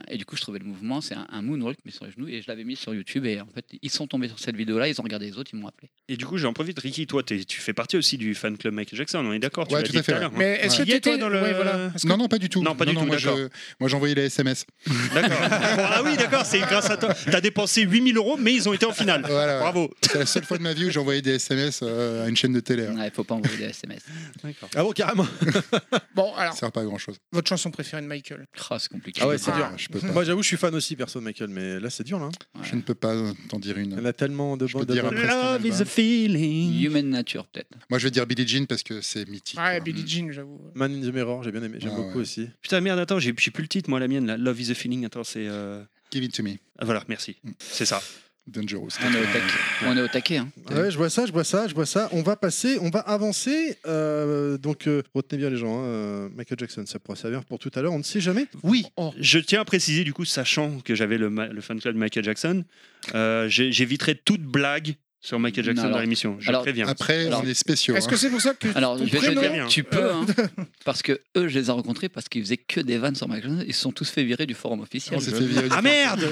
[SPEAKER 6] et du coup, je trouvais le mouvement, c'est un, un moonwalk mais sur les genoux, et je l'avais mis sur YouTube. Et en fait, ils sont tombés sur cette vidéo-là, ils ont regardé les autres, ils m'ont appelé.
[SPEAKER 2] Et du coup, j'en profite, Ricky, toi, t'es- tu fais partie aussi du fan club Michael Jackson, on est d'accord tu
[SPEAKER 7] Ouais,
[SPEAKER 2] l'as
[SPEAKER 7] tout
[SPEAKER 2] dit
[SPEAKER 7] à fait,
[SPEAKER 2] à l'heure, hein.
[SPEAKER 5] Mais est-ce
[SPEAKER 7] Ouais.
[SPEAKER 5] que
[SPEAKER 2] Y est,
[SPEAKER 5] t'étais.
[SPEAKER 2] toi, dans le-
[SPEAKER 5] Ouais, voilà. Est-ce que-
[SPEAKER 7] Non, non, pas du tout.
[SPEAKER 2] Non, pas du tout,
[SPEAKER 7] Moi,
[SPEAKER 2] d'accord.
[SPEAKER 7] je- moi, j'envoyais les SMS.
[SPEAKER 2] D'accord. ah oui, d'accord, c'est grâce à toi. T'as dépensé 8000 euros, mais ils ont été en finale.
[SPEAKER 7] Voilà.
[SPEAKER 2] Bravo.
[SPEAKER 7] C'est la seule fois de ma vie où j'ai envoyé des SMS euh, à une chaîne de télé. hein.
[SPEAKER 6] Il faut pas envoyer des SMS.
[SPEAKER 4] Ah bon, carrément
[SPEAKER 5] Bon,
[SPEAKER 7] Ça
[SPEAKER 5] alors,
[SPEAKER 7] sert pas à grand chose.
[SPEAKER 5] votre chanson préférée de Michael
[SPEAKER 6] Oh, c'est compliqué.
[SPEAKER 4] Ah ouais, c'est
[SPEAKER 5] Ah.
[SPEAKER 4] dur.
[SPEAKER 7] Je peux pas.
[SPEAKER 4] Moi, j'avoue, je suis fan aussi, perso de Michael, mais là, c'est dur, là.
[SPEAKER 7] Je ne peux pas t'en dire
[SPEAKER 4] Il y
[SPEAKER 7] une.
[SPEAKER 4] en a tellement de
[SPEAKER 7] Je peux
[SPEAKER 4] bonnes.
[SPEAKER 7] te dire après.
[SPEAKER 4] Ah,
[SPEAKER 2] Love
[SPEAKER 4] bah.
[SPEAKER 2] is a feeling.
[SPEAKER 6] Human Nature, peut-être.
[SPEAKER 7] Moi, je vais dire Billie Jean parce que c'est mythique.
[SPEAKER 5] Ouais,
[SPEAKER 7] quoi.
[SPEAKER 5] Billie Jean, j'avoue.
[SPEAKER 4] Man in the Mirror, j'ai bien aimé, j'aime
[SPEAKER 7] Ah
[SPEAKER 4] beaucoup
[SPEAKER 7] ouais.
[SPEAKER 4] aussi.
[SPEAKER 2] Putain, merde, attends, j'ai j'ai plus le titre, moi, la mienne, là. Love is a feeling. Attends, c'est. euh,
[SPEAKER 7] Give it to me.
[SPEAKER 2] Ah, voilà, merci. C'est ça.
[SPEAKER 7] Dangerous.
[SPEAKER 6] On est au taquet. On est au taquet, hein.
[SPEAKER 4] Ouais, je vois ça, je vois ça, je vois ça. On va passer, on va avancer. euh, donc, euh, retenez bien les gens. hein, euh, Michael Jackson, ça pourra servir pour tout à l'heure. On ne sait jamais.
[SPEAKER 2] Oui,
[SPEAKER 5] Oh.
[SPEAKER 2] je tiens à préciser, du coup, sachant que j'avais le, ma- le fan club de Michael Jackson, euh, j'ai- j'éviterai toute blague sur Michael Jackson
[SPEAKER 6] Non, alors-
[SPEAKER 2] dans l'émission. Je
[SPEAKER 6] alors-
[SPEAKER 2] préviens.
[SPEAKER 7] Euh, Après,
[SPEAKER 6] Alors,
[SPEAKER 7] on est spéciaux.
[SPEAKER 5] Est-ce
[SPEAKER 7] hein.
[SPEAKER 5] que c'est pour ça que
[SPEAKER 6] Alors, je
[SPEAKER 5] ton
[SPEAKER 6] vais te
[SPEAKER 5] prénom
[SPEAKER 2] dire- rien.
[SPEAKER 6] Tu peux, hein, parce que eux, je les ai rencontrés parce qu'ils faisaient que des vannes sur Michael Jackson. Ils se sont tous fait virer du forum officiel.
[SPEAKER 7] On s'est fait virer du-
[SPEAKER 2] Ah merde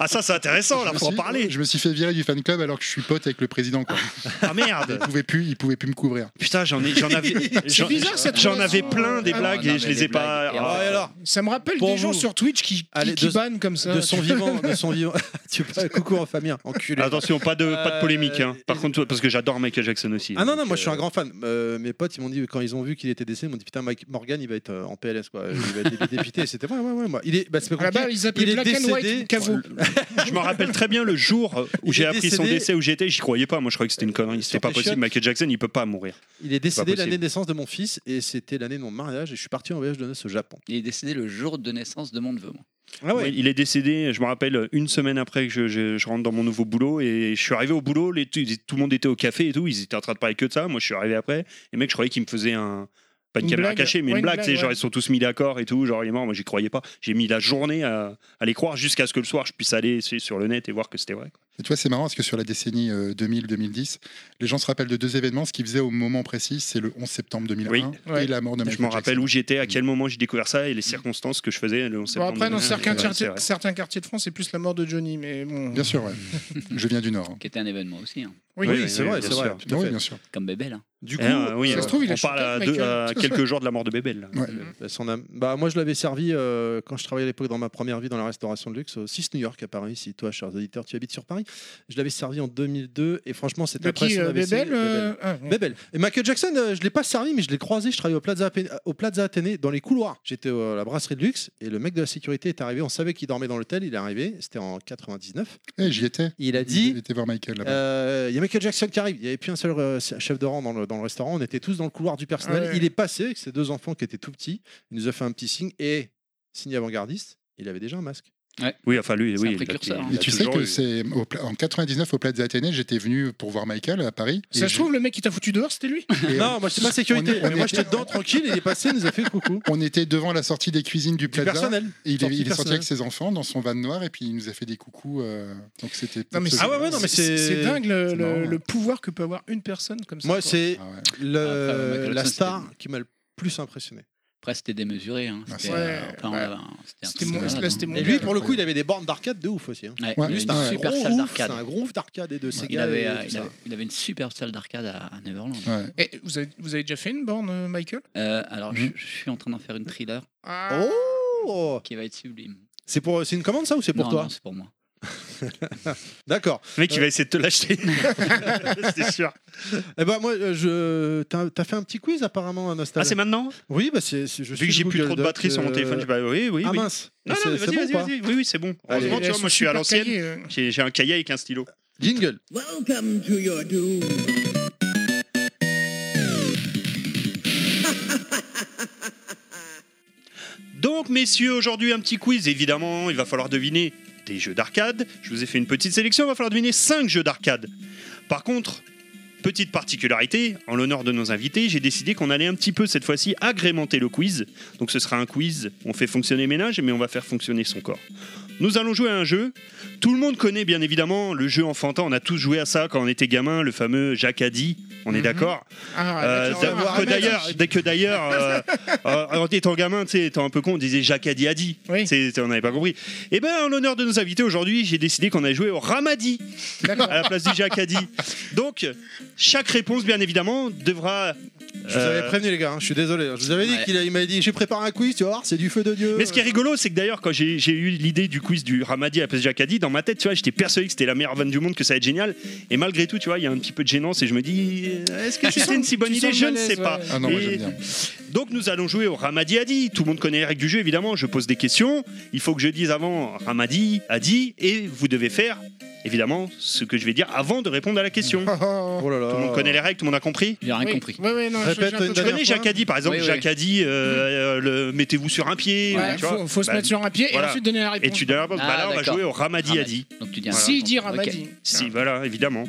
[SPEAKER 2] Ah ça c'est intéressant, là
[SPEAKER 7] Je me
[SPEAKER 2] pour en
[SPEAKER 7] suis-
[SPEAKER 2] parler.
[SPEAKER 7] Je me suis fait virer du fan club alors que je suis pote avec le président. Quoi.
[SPEAKER 2] Ah merde
[SPEAKER 7] Il pouvait plus, il pouvait plus me couvrir.
[SPEAKER 2] Putain, j'en ai, j'en avais, j'en-
[SPEAKER 5] bizarre, cette
[SPEAKER 2] j'en
[SPEAKER 5] relation.
[SPEAKER 2] avais plein des
[SPEAKER 5] Ah,
[SPEAKER 2] blagues
[SPEAKER 6] non,
[SPEAKER 2] et je
[SPEAKER 6] mais
[SPEAKER 2] les ai
[SPEAKER 6] les
[SPEAKER 2] pas.
[SPEAKER 6] blagues, et
[SPEAKER 2] Ah,
[SPEAKER 4] Bah
[SPEAKER 6] alors-
[SPEAKER 2] et alors
[SPEAKER 5] Ça me rappelle
[SPEAKER 4] Pour
[SPEAKER 5] des gens
[SPEAKER 4] vous.
[SPEAKER 5] sur Twitch qui, qui,
[SPEAKER 4] Allez,
[SPEAKER 5] qui
[SPEAKER 4] de-
[SPEAKER 5] bannent comme ça.
[SPEAKER 4] Euh, De son vivant, de son vivant. tu peux coucou Ah, en famille, enculé.
[SPEAKER 2] Attention, pas de, pas de polémique. hein. Par
[SPEAKER 4] Euh,
[SPEAKER 2] contre, parce que j'adore Michael Jackson aussi.
[SPEAKER 4] Ah non, non,
[SPEAKER 2] donc,
[SPEAKER 4] moi je suis
[SPEAKER 2] euh,
[SPEAKER 4] un grand fan. Euh, mes potes, ils m'ont dit, quand ils ont vu qu'il était décédé, ils m'ont dit putain, Mike Morgan, il va être euh, en PLS, quoi. Il va être dé- dépité. C'était ouais, ouais, ouais, moi. Il est, bah, c'est pas
[SPEAKER 5] Ah Là-bas,
[SPEAKER 4] compliqué.
[SPEAKER 5] ils appellent
[SPEAKER 4] Il est
[SPEAKER 5] Black and
[SPEAKER 4] décédé.
[SPEAKER 5] White Caveau.
[SPEAKER 2] euh, Je m'en rappelle très bien le jour où
[SPEAKER 4] Il
[SPEAKER 2] j'ai
[SPEAKER 4] est
[SPEAKER 2] appris son
[SPEAKER 4] décédé.
[SPEAKER 2] décès où j'étais. J'y croyais pas. Moi, je croyais que c'était une connerie. C'était
[SPEAKER 4] Sur
[SPEAKER 2] pas
[SPEAKER 4] tes
[SPEAKER 2] possible.
[SPEAKER 4] chiottes.
[SPEAKER 2] Michael Jackson, il peut pas mourir.
[SPEAKER 4] Il est décédé
[SPEAKER 2] possible.
[SPEAKER 4] l'année de naissance de mon fils et c'était l'année de mon mariage et je suis parti en voyage de noces au Japon.
[SPEAKER 6] Il est décédé le jour de naissance de mon neveu. moi.
[SPEAKER 4] Ah
[SPEAKER 2] Oui, il est décédé. Je me rappelle une semaine après que je, je- je rentre dans mon nouveau boulot et je suis arrivé au boulot. Les, tout, tout le monde était au café et tout. Ils étaient en train de parler que de ça. Moi, je suis arrivé après. Les mecs, je croyais qu'ils me faisaient un pas une,
[SPEAKER 5] Une
[SPEAKER 2] caméra
[SPEAKER 5] blague.
[SPEAKER 2] cachée, mais
[SPEAKER 5] Ouais,
[SPEAKER 2] une
[SPEAKER 5] une
[SPEAKER 2] blague.
[SPEAKER 5] blague,
[SPEAKER 2] tu sais, Genre,
[SPEAKER 5] ouais.
[SPEAKER 2] ils sont tous mis d'accord et tout. Genre, il est mort. Moi, j'y croyais pas. J'ai mis la journée à, à les croire jusqu'à ce que le soir, je puisse aller sur sur le net et voir que c'était vrai.
[SPEAKER 7] Et tu vois, c'est marrant parce que sur la décennie euh, 2000-2010, les gens se rappellent de deux événements. Ce qu'ils faisaient au moment précis, c'est le 11 septembre 2001
[SPEAKER 2] Oui.
[SPEAKER 5] Ouais.
[SPEAKER 7] et la mort de Michael
[SPEAKER 2] Je m'en
[SPEAKER 7] Jackson.
[SPEAKER 2] rappelle où j'étais, à quel moment j'ai découvert ça et les circonstances que je faisais le 11
[SPEAKER 5] Bon,
[SPEAKER 2] septembre.
[SPEAKER 5] après, dans
[SPEAKER 2] 2001,
[SPEAKER 5] certains
[SPEAKER 2] c'est
[SPEAKER 5] quartiers,
[SPEAKER 2] vrai.
[SPEAKER 5] certains quartiers de France, c'est plus la mort de Johnny, mais bon.
[SPEAKER 7] Bien sûr, ouais. je viens du Nord. hein.
[SPEAKER 6] Qui était un événement aussi, hein.
[SPEAKER 5] Oui,
[SPEAKER 2] Oui,
[SPEAKER 5] oui.
[SPEAKER 4] c'est
[SPEAKER 2] oui,
[SPEAKER 4] vrai,
[SPEAKER 2] bien
[SPEAKER 4] c'est vrai.
[SPEAKER 2] sûr.
[SPEAKER 4] tout à
[SPEAKER 7] oui,
[SPEAKER 4] fait.
[SPEAKER 7] bien sûr.
[SPEAKER 6] comme Bébel. hein.
[SPEAKER 4] Du coup,
[SPEAKER 2] Eh, euh, oui,
[SPEAKER 5] ça
[SPEAKER 2] euh,
[SPEAKER 5] se trouve, il a
[SPEAKER 2] on parle
[SPEAKER 5] chanté
[SPEAKER 2] à,
[SPEAKER 5] avec
[SPEAKER 2] deux-
[SPEAKER 5] Michael.
[SPEAKER 2] à quelques jours de la mort de Bébel. là.
[SPEAKER 7] Ouais.
[SPEAKER 4] Bah, son âme. Bah, moi, je l'avais servi euh, quand je travaillais à l'époque dans ma première vie dans la restauration de luxe au 6 New York à Paris. Si toi, chers auditeurs, tu habites sur Paris, je l'avais servi en 2002 et franchement, c'était
[SPEAKER 5] De
[SPEAKER 4] après
[SPEAKER 5] qui
[SPEAKER 4] son
[SPEAKER 5] euh,
[SPEAKER 4] AVC,
[SPEAKER 5] Bébel euh, ah, ouais.
[SPEAKER 4] Bebel. Et Michael Jackson, euh, je l'ai pas servi, mais je l'ai croisé. Je travaillais au Plaza, Athé- au Plaza Athénée dans les couloirs. J'étais euh, à la brasserie de luxe et le mec de la sécurité est arrivé. On savait qu'il dormait dans l'hôtel. Il est arrivé, c'était en 99.
[SPEAKER 7] Eh, j'y étais.
[SPEAKER 4] Et il a
[SPEAKER 7] J'étais
[SPEAKER 4] dit
[SPEAKER 7] voir Michael là-bas.
[SPEAKER 4] euh, Il y a Michael Jackson qui arrive. Il n'y avait plus un seul euh, chef de rang dans le, dans le restaurant. On était tous dans le couloir du personnel.
[SPEAKER 5] Ah ouais.
[SPEAKER 4] Il est passé avec ses deux enfants qui étaient tout petits. Il nous a fait un petit signe et signe avant-gardiste. Il avait déjà un masque.
[SPEAKER 2] Oui, enfin lui,
[SPEAKER 6] C'est
[SPEAKER 2] oui.
[SPEAKER 6] un
[SPEAKER 2] il a-
[SPEAKER 6] précurseur,
[SPEAKER 2] Euh, il a
[SPEAKER 6] hein.
[SPEAKER 7] Mais tu sais
[SPEAKER 2] toujours
[SPEAKER 7] que
[SPEAKER 2] eu-
[SPEAKER 7] c'est au pla- en 99 au Plaza Athénée, j'étais venu pour voir Michael à Paris.
[SPEAKER 5] Ça
[SPEAKER 7] Et
[SPEAKER 5] se trouve, le mec qui t'a foutu dehors, c'était lui.
[SPEAKER 7] je- et
[SPEAKER 4] Non, moi, c'est pas sécurité.
[SPEAKER 7] On est- on
[SPEAKER 4] Mais moi,
[SPEAKER 7] est-
[SPEAKER 4] j'étais dedans tranquille. Il est passé, il nous a fait coucou.
[SPEAKER 7] on était devant la sortie des cuisines du
[SPEAKER 4] Du
[SPEAKER 7] Plaza.
[SPEAKER 4] personnel.
[SPEAKER 7] et il
[SPEAKER 4] Sortie
[SPEAKER 7] est, il est sorti
[SPEAKER 4] personnelle.
[SPEAKER 7] avec ses enfants dans son van noir et puis il nous a fait des coucous. euh, donc c'était.
[SPEAKER 5] Non, mais
[SPEAKER 7] ce-
[SPEAKER 5] c'est-
[SPEAKER 4] Ah ouais, ouais, non, mais c'est-
[SPEAKER 5] C'est dingue le,
[SPEAKER 7] c'est
[SPEAKER 5] le-
[SPEAKER 7] marrant,
[SPEAKER 5] le
[SPEAKER 7] hein.
[SPEAKER 5] pouvoir que peut avoir une personne comme ça.
[SPEAKER 4] Moi,
[SPEAKER 5] quoi.
[SPEAKER 4] c'est
[SPEAKER 7] Ah ouais.
[SPEAKER 4] le-
[SPEAKER 6] Après, Michael
[SPEAKER 4] la
[SPEAKER 6] Jackson,
[SPEAKER 4] star
[SPEAKER 6] c'était-
[SPEAKER 4] qui m'a le plus impressionné.
[SPEAKER 6] Après, c'était démesuré. Hein.
[SPEAKER 7] Ah,
[SPEAKER 6] C'était,
[SPEAKER 5] ouais.
[SPEAKER 6] euh, enfin, on
[SPEAKER 5] Ouais.
[SPEAKER 6] avait un- c'était un
[SPEAKER 5] C'était
[SPEAKER 6] truc
[SPEAKER 5] mon-
[SPEAKER 6] de malade,
[SPEAKER 5] là,
[SPEAKER 6] hein.
[SPEAKER 5] c'était mon-
[SPEAKER 4] Et lui, pour le coup, il avait des bornes d'arcade de ouf aussi. hein.
[SPEAKER 6] Ouais,
[SPEAKER 7] Ouais,
[SPEAKER 6] il avait
[SPEAKER 7] juste
[SPEAKER 6] une
[SPEAKER 7] un
[SPEAKER 6] super
[SPEAKER 4] gros
[SPEAKER 6] salle
[SPEAKER 4] ouf, c'est
[SPEAKER 6] d'arcade.
[SPEAKER 4] un gros ouf d'arcade et de Sega.
[SPEAKER 6] Il avait,
[SPEAKER 4] et
[SPEAKER 6] euh,
[SPEAKER 4] tout
[SPEAKER 6] il,
[SPEAKER 4] ça.
[SPEAKER 6] avait, il avait une super salle d'arcade à, à Neverland.
[SPEAKER 7] Ah Ouais.
[SPEAKER 5] Eh, vous, avez, vous avez déjà fait une borne, euh, Michael
[SPEAKER 6] Euh, alors, je, je suis en train d'en faire une thriller
[SPEAKER 5] Ah.
[SPEAKER 4] Oh
[SPEAKER 6] qui va être sublime.
[SPEAKER 4] C'est pour, c'est une commande ça ou c'est pour
[SPEAKER 6] non,
[SPEAKER 4] toi
[SPEAKER 6] non, c'est pour moi.
[SPEAKER 4] D'accord.
[SPEAKER 2] Le mec, il va essayer de te l'acheter. c'est sûr.
[SPEAKER 4] Eh ben moi, euh, je, t'as, t'as fait un petit quiz apparemment, Nostal.
[SPEAKER 2] Ah, c'est maintenant
[SPEAKER 4] Oui, bah c'est, c'est- je
[SPEAKER 2] Vu
[SPEAKER 4] suis
[SPEAKER 2] que j'ai
[SPEAKER 4] le
[SPEAKER 2] plus
[SPEAKER 4] Google
[SPEAKER 2] trop de
[SPEAKER 4] Doc,
[SPEAKER 2] batterie sur mon
[SPEAKER 4] euh,
[SPEAKER 2] téléphone, je vais oui, oui,
[SPEAKER 4] Ah
[SPEAKER 2] oui.
[SPEAKER 4] mince.
[SPEAKER 2] Non,
[SPEAKER 4] C'est-
[SPEAKER 2] non, mais
[SPEAKER 4] c'est
[SPEAKER 2] vas-y,
[SPEAKER 4] bon ou
[SPEAKER 2] vas-y,
[SPEAKER 4] pas
[SPEAKER 2] vas-y. Oui, oui, c'est bon.
[SPEAKER 4] Allez,
[SPEAKER 2] Heureusement,
[SPEAKER 5] Elles
[SPEAKER 2] tu vois,
[SPEAKER 5] sont
[SPEAKER 2] moi, je suis à
[SPEAKER 5] super
[SPEAKER 2] l'ancienne.
[SPEAKER 5] cahiers, euh.
[SPEAKER 2] J'ai j'ai un cahier avec un stylo.
[SPEAKER 4] Jingle.
[SPEAKER 8] Welcome to your doom.
[SPEAKER 2] Donc, messieurs, aujourd'hui, un petit quiz. Évidemment, il va falloir deviner des jeux d'arcade. Je vous ai fait une petite sélection. Il va falloir deviner 5 jeux d'arcade. Par contre, petite particularité, en l'honneur de nos invités, j'ai décidé qu'on allait un petit peu cette fois-ci agrémenter le quiz. Donc, ce sera un quiz. On fait fonctionner ménage, mais on va faire fonctionner son corps. Nous allons jouer à un jeu. Tout le monde connaît bien évidemment le jeu enfantin. On a tous joué à ça quand on était gamin, le fameux Jacadi. On est
[SPEAKER 5] Mhm.
[SPEAKER 2] d'accord
[SPEAKER 5] Ah,
[SPEAKER 2] euh,
[SPEAKER 5] d'accord,
[SPEAKER 2] d'a-
[SPEAKER 5] on va
[SPEAKER 2] que
[SPEAKER 5] remettre.
[SPEAKER 2] d'ailleurs, dès que d'ailleurs, euh, euh, en étant gamin, tu sais, étant un peu con, on disait Jacques Adi Adi.
[SPEAKER 5] Oui.
[SPEAKER 2] C'est- On n'avait pas compris. Et ben, en l'honneur de nos invités aujourd'hui, j'ai décidé qu'on allait jouer au Ramadi
[SPEAKER 5] D'accord.
[SPEAKER 2] à la place du Jacques Adi. Donc, chaque réponse, bien évidemment, devra.
[SPEAKER 4] Je vous avais
[SPEAKER 2] euh,
[SPEAKER 4] prévenu les gars. hein, Je suis désolé. Je vous avais dit
[SPEAKER 6] Ouais.
[SPEAKER 4] qu'il a- il m'avait dit j'ai préparé un quiz. Tu vas voir, c'est du feu de dieu.
[SPEAKER 2] Mais ce qui est rigolo, c'est que d'ailleurs, quand j'ai j'ai eu l'idée du quiz du Ramadi à la place de Jacques Adi, dans ma tête, tu vois, j'étais persuadé que c'était la meilleure vanne du monde, que ça allait être génial. Et malgré tout, tu vois, il y a un petit peu de gênance et je me dis, euh, est-ce que
[SPEAKER 5] Tu
[SPEAKER 2] c'était
[SPEAKER 5] sens-
[SPEAKER 2] une si bonne
[SPEAKER 5] tu
[SPEAKER 2] idée
[SPEAKER 5] sens
[SPEAKER 2] Je
[SPEAKER 5] le
[SPEAKER 2] ne sais
[SPEAKER 5] malaise,
[SPEAKER 2] pas.
[SPEAKER 5] ouais.
[SPEAKER 7] Ah non, moi
[SPEAKER 2] Et-
[SPEAKER 7] j'aime bien.
[SPEAKER 2] Donc nous allons jouer au Ramadi Adi. Tout le monde connaît les règles du jeu, évidemment. Je pose des questions. Il faut que je dise avant Ramadi Adi et vous devez faire évidemment ce que je vais dire avant de répondre à la question. Tout
[SPEAKER 4] Oh là là.
[SPEAKER 2] le monde connaît les règles, tout le monde a compris
[SPEAKER 6] J'ai rien
[SPEAKER 5] Oui.
[SPEAKER 6] compris.
[SPEAKER 5] Ouais, ouais, non, je-
[SPEAKER 4] Répète
[SPEAKER 5] j'ai un peu
[SPEAKER 4] une
[SPEAKER 2] Je
[SPEAKER 5] de-
[SPEAKER 4] Dernier
[SPEAKER 2] connais
[SPEAKER 4] point.
[SPEAKER 2] Jacques Addy, par exemple.
[SPEAKER 6] Oui, oui.
[SPEAKER 2] Jacques Addy, euh,
[SPEAKER 7] Mm.
[SPEAKER 2] euh, le mettez-vous sur un pied.
[SPEAKER 5] Ouais,
[SPEAKER 2] tu vois.
[SPEAKER 5] faut, faut se
[SPEAKER 2] Bah,
[SPEAKER 5] mettre sur un pied
[SPEAKER 2] voilà.
[SPEAKER 5] et ensuite donner la
[SPEAKER 2] Et
[SPEAKER 5] réponse.
[SPEAKER 2] tu donnes la réponse.
[SPEAKER 6] Ah,
[SPEAKER 2] Bah là, on va
[SPEAKER 6] d'accord.
[SPEAKER 2] jouer au Ramadi
[SPEAKER 6] Ramadi.
[SPEAKER 2] Addy.
[SPEAKER 6] Donc tu dis un
[SPEAKER 2] Voilà.
[SPEAKER 5] Si, dire
[SPEAKER 6] Ok.
[SPEAKER 5] Ramadi.
[SPEAKER 2] Si, voilà, évidemment.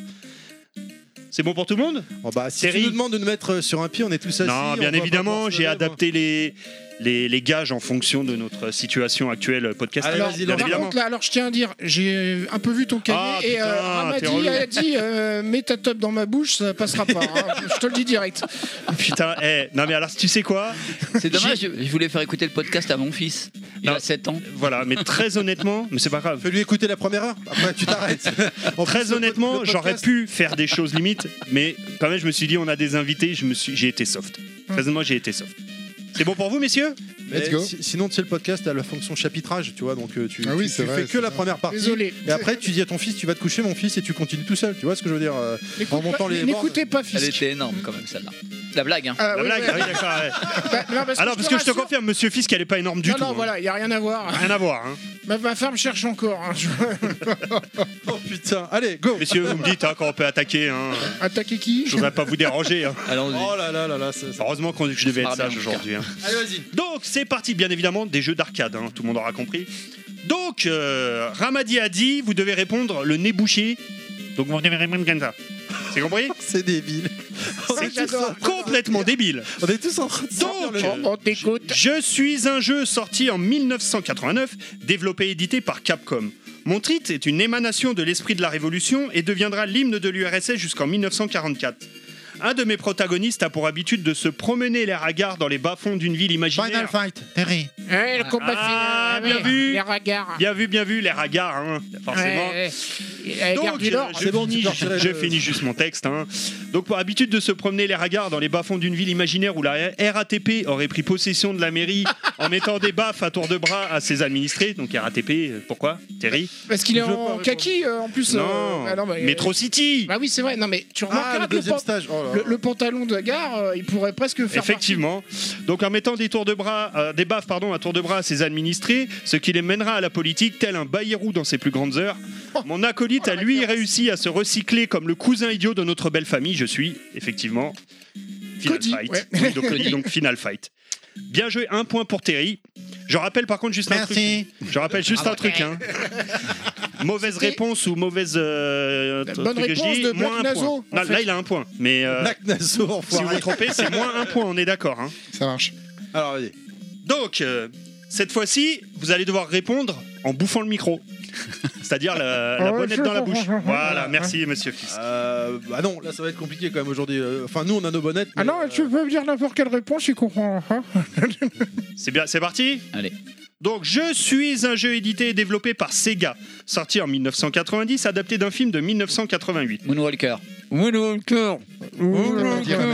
[SPEAKER 2] C'est bon pour tout le monde
[SPEAKER 4] Oh bah, si
[SPEAKER 2] Terry.
[SPEAKER 4] tu nous demandes de nous mettre euh, sur un pied, on est tous assis.
[SPEAKER 2] Non,
[SPEAKER 4] on va
[SPEAKER 2] bien
[SPEAKER 4] pas
[SPEAKER 2] évidemment,
[SPEAKER 4] pouvoir se
[SPEAKER 2] j'ai
[SPEAKER 4] lever, moi.
[SPEAKER 2] adapté les, les, les gages en fonction de notre situation actuelle podcast.
[SPEAKER 4] Allez,
[SPEAKER 5] Alors,
[SPEAKER 4] vas-y,
[SPEAKER 2] bien
[SPEAKER 5] par
[SPEAKER 2] évidemment.
[SPEAKER 5] contre, là, alors je tiens à dire, j'ai un peu vu ton cahier
[SPEAKER 2] Ah,
[SPEAKER 5] et
[SPEAKER 2] putain,
[SPEAKER 5] euh,
[SPEAKER 2] t'es
[SPEAKER 5] Ramadi
[SPEAKER 2] relou.
[SPEAKER 5] a dit euh, mets ta top dans ma bouche, ça passera pas. hein. je te le dis direct.
[SPEAKER 2] Putain, eh, non mais alors, tu sais quoi
[SPEAKER 6] C'est dommage, je je voulais faire écouter le podcast à mon fils. Il
[SPEAKER 2] Non.
[SPEAKER 6] a 7 ans.
[SPEAKER 2] Voilà, mais très honnêtement, mais c'est pas grave.
[SPEAKER 4] Fais-lui écouter la première heure, après tu t'arrêtes. En plus,
[SPEAKER 2] Très
[SPEAKER 4] le pod-
[SPEAKER 2] honnêtement,
[SPEAKER 4] le
[SPEAKER 2] j'aurais
[SPEAKER 4] podcast-
[SPEAKER 2] pu faire des choses limites, mais quand même, je me suis dit, on a des invités, je me suis, j'ai été soft. Très honnêtement, j'ai été soft. C'est bon pour vous, messieurs
[SPEAKER 4] Mais
[SPEAKER 7] Let's go.
[SPEAKER 4] si- sinon, tu sais, le podcast a la fonction chapitrage, tu vois, donc euh, tu,
[SPEAKER 7] Ah oui,
[SPEAKER 4] tu-
[SPEAKER 7] c'est
[SPEAKER 4] tu
[SPEAKER 7] vrai,
[SPEAKER 4] fais que
[SPEAKER 7] c'est
[SPEAKER 4] la
[SPEAKER 7] ça.
[SPEAKER 4] première partie.
[SPEAKER 5] Désolé.
[SPEAKER 4] Et après, tu dis à ton fils, tu vas te coucher, mon fils, et tu continues tout seul. Tu vois ce que je veux dire euh,
[SPEAKER 5] Écoute
[SPEAKER 4] en montant
[SPEAKER 5] pas-
[SPEAKER 4] les
[SPEAKER 5] N'écoutez pas
[SPEAKER 6] Elle
[SPEAKER 5] Fisk.
[SPEAKER 6] était énorme quand même celle-là. La blague, hein.
[SPEAKER 5] Ah,
[SPEAKER 2] La
[SPEAKER 5] oui,
[SPEAKER 2] blague
[SPEAKER 5] ouais.
[SPEAKER 2] Ah oui, d'accord, ouais.
[SPEAKER 5] Bah, non, parce
[SPEAKER 2] Alors, parce que je te
[SPEAKER 5] rassure-
[SPEAKER 2] confirme, monsieur Fisk, elle est pas énorme du
[SPEAKER 5] non,
[SPEAKER 2] tout.
[SPEAKER 5] non,
[SPEAKER 2] hein.
[SPEAKER 5] voilà, il n'y a rien à voir.
[SPEAKER 2] Rien à voir. hein.
[SPEAKER 5] Ma, ma femme cherche encore. hein. Je-
[SPEAKER 4] Oh putain, allez, go
[SPEAKER 2] Messieurs, vous me dites hein, quand on peut attaquer. Hein.
[SPEAKER 5] Attaquer qui
[SPEAKER 2] Je voudrais pas vous déranger. hein.
[SPEAKER 6] Allons-y.
[SPEAKER 4] Oh là là là là, ça- ça-
[SPEAKER 2] Heureusement qu'on je devais
[SPEAKER 6] Ah,
[SPEAKER 2] être
[SPEAKER 6] bien,
[SPEAKER 2] sage aujourd'hui. hein.
[SPEAKER 4] Allez, vas-y.
[SPEAKER 2] Donc, c'est parti, bien évidemment, des jeux d'arcade. hein, tout le monde aura compris. Donc, euh, Ramadi a dit, vous devez répondre le nez bouché. Donc, vous devez répondre comme ça. C'est compris
[SPEAKER 4] C'est débile. On
[SPEAKER 5] Ah,
[SPEAKER 4] est tous
[SPEAKER 5] j'adore.
[SPEAKER 4] en-
[SPEAKER 2] Complètement débile.
[SPEAKER 4] on est tous en train de sortir
[SPEAKER 2] Donc,
[SPEAKER 4] le-
[SPEAKER 5] On t'écoute.
[SPEAKER 2] Je suis un jeu sorti en 1989, développé et édité par Capcom. Mon titre est une émanation de l'esprit de la Révolution et deviendra l'hymne de l'URSS jusqu'en 1944. Un de mes protagonistes a pour habitude de se promener les ragards dans les bas-fonds d'une ville imaginaire.
[SPEAKER 4] Fight, Terry.
[SPEAKER 5] Ouais, le combat
[SPEAKER 2] Ah,
[SPEAKER 5] final.
[SPEAKER 2] bien vu.
[SPEAKER 5] Les regards.
[SPEAKER 2] Bien vu, bien vu, les ragards, hein, forcément.
[SPEAKER 5] Donc,
[SPEAKER 2] Donc, je, je
[SPEAKER 4] Eh, c'est bon, tu
[SPEAKER 2] finis,
[SPEAKER 4] peux retirer
[SPEAKER 2] je
[SPEAKER 4] le-
[SPEAKER 2] finis juste mon texte. hein. Donc, pour habitude de se promener les ragards dans les bas-fonds d'une ville imaginaire où la RATP aurait pris possession de la mairie en mettant des baffes à tour de bras à ses administrés. Donc, RATP, euh, pourquoi Terry
[SPEAKER 5] Parce qu'il est
[SPEAKER 4] Je veux pas
[SPEAKER 5] en
[SPEAKER 4] répondre.
[SPEAKER 5] kaki euh, en plus.
[SPEAKER 2] Non,
[SPEAKER 5] euh, ah bah,
[SPEAKER 2] Metro City
[SPEAKER 5] Bah oui, c'est vrai. Non, mais tu
[SPEAKER 4] Ah, le
[SPEAKER 5] remarques le,
[SPEAKER 4] deuxième
[SPEAKER 5] pan-
[SPEAKER 4] stage. Oh là là.
[SPEAKER 5] le- le pantalon de gare, euh, il pourrait presque faire.
[SPEAKER 2] Effectivement. Donc en mettant des tours de bras, euh, des baffes pardon, à tour de bras à ses administrés, ce qui les mènera à la politique tel un Bayrou dans ses plus grandes heures.
[SPEAKER 5] Oh.
[SPEAKER 2] Mon acolyte a lui réussi à se recycler comme le cousin idiot de notre belle famille. Je suis effectivement Final
[SPEAKER 5] Cody,
[SPEAKER 2] Fight.
[SPEAKER 5] ouais.
[SPEAKER 2] Oui, donc, Cody, donc Final Fight. Bien joué, un point pour Terry. Je rappelle par contre juste un truc. Je rappelle juste
[SPEAKER 5] Ah,
[SPEAKER 2] un truc. hein. Mauvaise réponse ou mauvaise euh,
[SPEAKER 5] La
[SPEAKER 2] truc
[SPEAKER 5] bonne
[SPEAKER 2] que je
[SPEAKER 5] réponse
[SPEAKER 2] dis,
[SPEAKER 5] de
[SPEAKER 2] moins
[SPEAKER 5] Black
[SPEAKER 2] un point.
[SPEAKER 5] Nazo, en
[SPEAKER 2] Non,
[SPEAKER 5] fait.
[SPEAKER 2] là il a un point, mais euh,
[SPEAKER 4] Black Nassau,
[SPEAKER 2] si vous vous
[SPEAKER 4] enfoiré.
[SPEAKER 2] trompez, c'est moins un point, on est d'accord. hein.
[SPEAKER 7] Ça marche.
[SPEAKER 4] Alors, vas-y.
[SPEAKER 2] Donc, euh, cette fois-ci, vous allez devoir répondre en bouffant le micro. C'est-à-dire la, la
[SPEAKER 5] Ah ouais,
[SPEAKER 2] bonnette
[SPEAKER 5] je
[SPEAKER 2] dans la
[SPEAKER 5] comprends.
[SPEAKER 2] bouche. Voilà, merci, monsieur Fils.
[SPEAKER 4] Euh, bah non, là ça va être compliqué quand même aujourd'hui. Euh, Enfin, nous on a nos bonnettes.
[SPEAKER 5] Ah
[SPEAKER 4] mais,
[SPEAKER 5] non,
[SPEAKER 4] euh,
[SPEAKER 5] tu peux me dire n'importe quelle réponse, il comprend. hein.
[SPEAKER 2] C'est bien, c'est parti
[SPEAKER 6] Allez.
[SPEAKER 2] Donc, Je suis un jeu édité et développé par Sega, sorti en 1990, adapté d'un film de 1988.
[SPEAKER 6] Moonwalker. Moonwalker.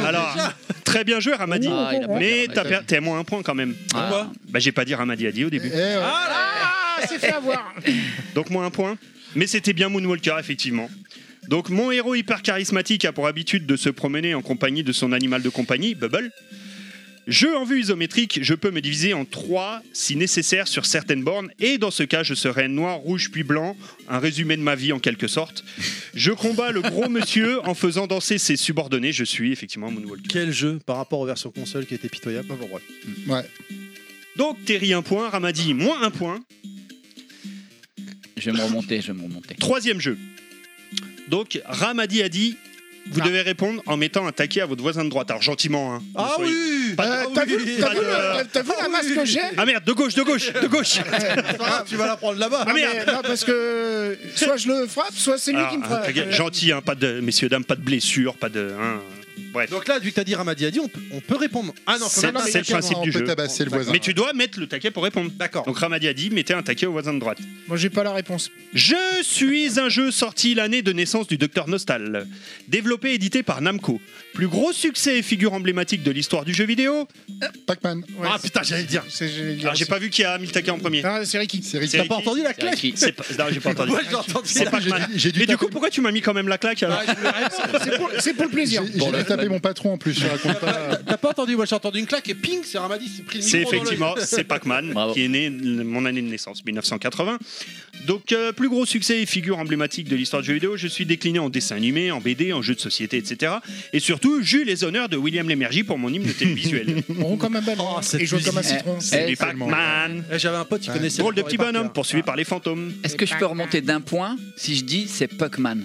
[SPEAKER 2] Alors, très bien joué, Ramadi.
[SPEAKER 6] Ah, il a pas
[SPEAKER 2] mais
[SPEAKER 6] bien,
[SPEAKER 2] t'as
[SPEAKER 6] ouais.
[SPEAKER 2] per- t'es à moins un point quand même.
[SPEAKER 6] Ah.
[SPEAKER 4] Pourquoi
[SPEAKER 2] Bah, j'ai pas dit Ramadi a dit au
[SPEAKER 7] Eh,
[SPEAKER 2] début.
[SPEAKER 7] euh,
[SPEAKER 5] Ah, c'est fait avoir.
[SPEAKER 2] Donc moins un point. Mais c'était bien Moonwalker, effectivement. Donc mon héros hyper charismatique a pour habitude de se promener en compagnie de son animal de compagnie, Bubble. Jeu en vue isométrique, je peux me diviser en trois si nécessaire sur certaines bornes, et dans ce cas, je serai noir, rouge puis blanc, un résumé de ma vie en quelque sorte. Je combats le gros monsieur en faisant danser ses subordonnés, je suis effectivement Moonwalker.
[SPEAKER 4] euh, Quel jeu par rapport aux versions console qui était pitoyable Bon, bref.
[SPEAKER 7] ouais.
[SPEAKER 2] Donc Terry un point, Ramadi moins un point,
[SPEAKER 6] Je vais me remonter, je vais me remonter.
[SPEAKER 2] Troisième jeu. Donc, Ramadi a dit vous devez répondre en mettant un taquet à votre voisin de droite. Alors, gentiment. Hein,
[SPEAKER 4] Ah
[SPEAKER 2] Soyez-
[SPEAKER 4] oui
[SPEAKER 2] Pas
[SPEAKER 5] Euh, T'as vu, t'as
[SPEAKER 2] Pas
[SPEAKER 5] vu,
[SPEAKER 2] de-
[SPEAKER 5] le- t'as vu la masse que j'ai
[SPEAKER 2] Ah merde, de gauche, de gauche, de gauche
[SPEAKER 4] C'est pas grave, Tu vas la prendre là-bas
[SPEAKER 2] Ah
[SPEAKER 5] Non,
[SPEAKER 2] merde. Ah,
[SPEAKER 5] mais- non, parce que soit je le frappe, soit c'est lui
[SPEAKER 2] Alors,
[SPEAKER 5] qui me
[SPEAKER 2] un
[SPEAKER 5] frappe.
[SPEAKER 2] taquet- Gentil, hein, pas de. Messieurs, dames, pas de blessure, pas de. hein, bref.
[SPEAKER 4] Donc là, vu que t'as dit Ramadi a dit, on peut, on peut répondre. Ah non,
[SPEAKER 2] C'est
[SPEAKER 4] quand même,
[SPEAKER 2] c'est le principe
[SPEAKER 7] on
[SPEAKER 2] du
[SPEAKER 7] peut
[SPEAKER 2] jeu.
[SPEAKER 7] tabasser le voisin.
[SPEAKER 2] Mais tu dois mettre le taquet pour répondre.
[SPEAKER 4] D'accord.
[SPEAKER 2] Donc, Ramadi a dit mettez un taquet au voisin de droite.
[SPEAKER 5] Moi, j'ai pas la réponse.
[SPEAKER 2] Je suis un jeu sorti l'année de naissance du Docteur Nostal, développé et édité par Namco. Plus gros succès et figure emblématique de l'histoire du jeu vidéo.
[SPEAKER 7] Pac-Man.
[SPEAKER 5] Ouais,
[SPEAKER 2] ah putain, j'allais le dire.
[SPEAKER 5] c'est- j'allais dire
[SPEAKER 2] Alors j'ai
[SPEAKER 5] aussi.
[SPEAKER 2] pas vu qui a mis le taquet en premier.
[SPEAKER 5] Ah, c'est Ricky.
[SPEAKER 7] Série
[SPEAKER 2] C'est
[SPEAKER 4] T'as
[SPEAKER 2] Ricky.
[SPEAKER 4] pas entendu la
[SPEAKER 6] C'est vrai
[SPEAKER 4] claque
[SPEAKER 6] qu'il-
[SPEAKER 2] C'est pas... Non, j'ai pas entendu.
[SPEAKER 4] Moi j'ai entendu
[SPEAKER 2] C'est
[SPEAKER 4] la
[SPEAKER 2] Pac-Man.
[SPEAKER 7] J'ai dû
[SPEAKER 2] Mais du
[SPEAKER 7] taper- Bah,
[SPEAKER 2] coup, pourquoi tu m'as mis quand même la claque alors
[SPEAKER 4] claque.
[SPEAKER 5] C'est pour, c'est pour le plaisir.
[SPEAKER 7] J'ai j'ai dû
[SPEAKER 6] le-
[SPEAKER 7] taper réveille mon patron en plus, je raconte pas.
[SPEAKER 4] T'as t'as pas entendu, moi j'ai entendu une claque et ping, c'est Ramadi, c'est pris le
[SPEAKER 2] C'est
[SPEAKER 4] micro dans l'œil.
[SPEAKER 2] effectivement, c'est Pac-Man,
[SPEAKER 6] Bravo.
[SPEAKER 2] qui est né le- mon année de naissance, 1980. Donc, euh, plus gros succès et figure emblématique de l'histoire du jeu vidéo, je suis décliné en dessin animé, en BD, en jeu de société, etc. Et surtout, j'eus les honneurs de William Lémergie pour mon hymne télévisuel.
[SPEAKER 5] On roule comme un ballon
[SPEAKER 4] Oh, cette
[SPEAKER 5] et joue comme un
[SPEAKER 6] musique.
[SPEAKER 5] citron.
[SPEAKER 6] Eh,
[SPEAKER 2] Les Pac-Man,
[SPEAKER 4] Eh, J'avais un pote, il
[SPEAKER 7] Ouais.
[SPEAKER 4] connaissait.
[SPEAKER 2] drôle de
[SPEAKER 4] encore
[SPEAKER 2] petit
[SPEAKER 4] les
[SPEAKER 2] bonhomme
[SPEAKER 6] hein.
[SPEAKER 4] parcs,
[SPEAKER 6] Ah.
[SPEAKER 2] poursuivi par les fantômes.
[SPEAKER 6] Est-ce que je peux remonter d'un point si je dis c'est Puckman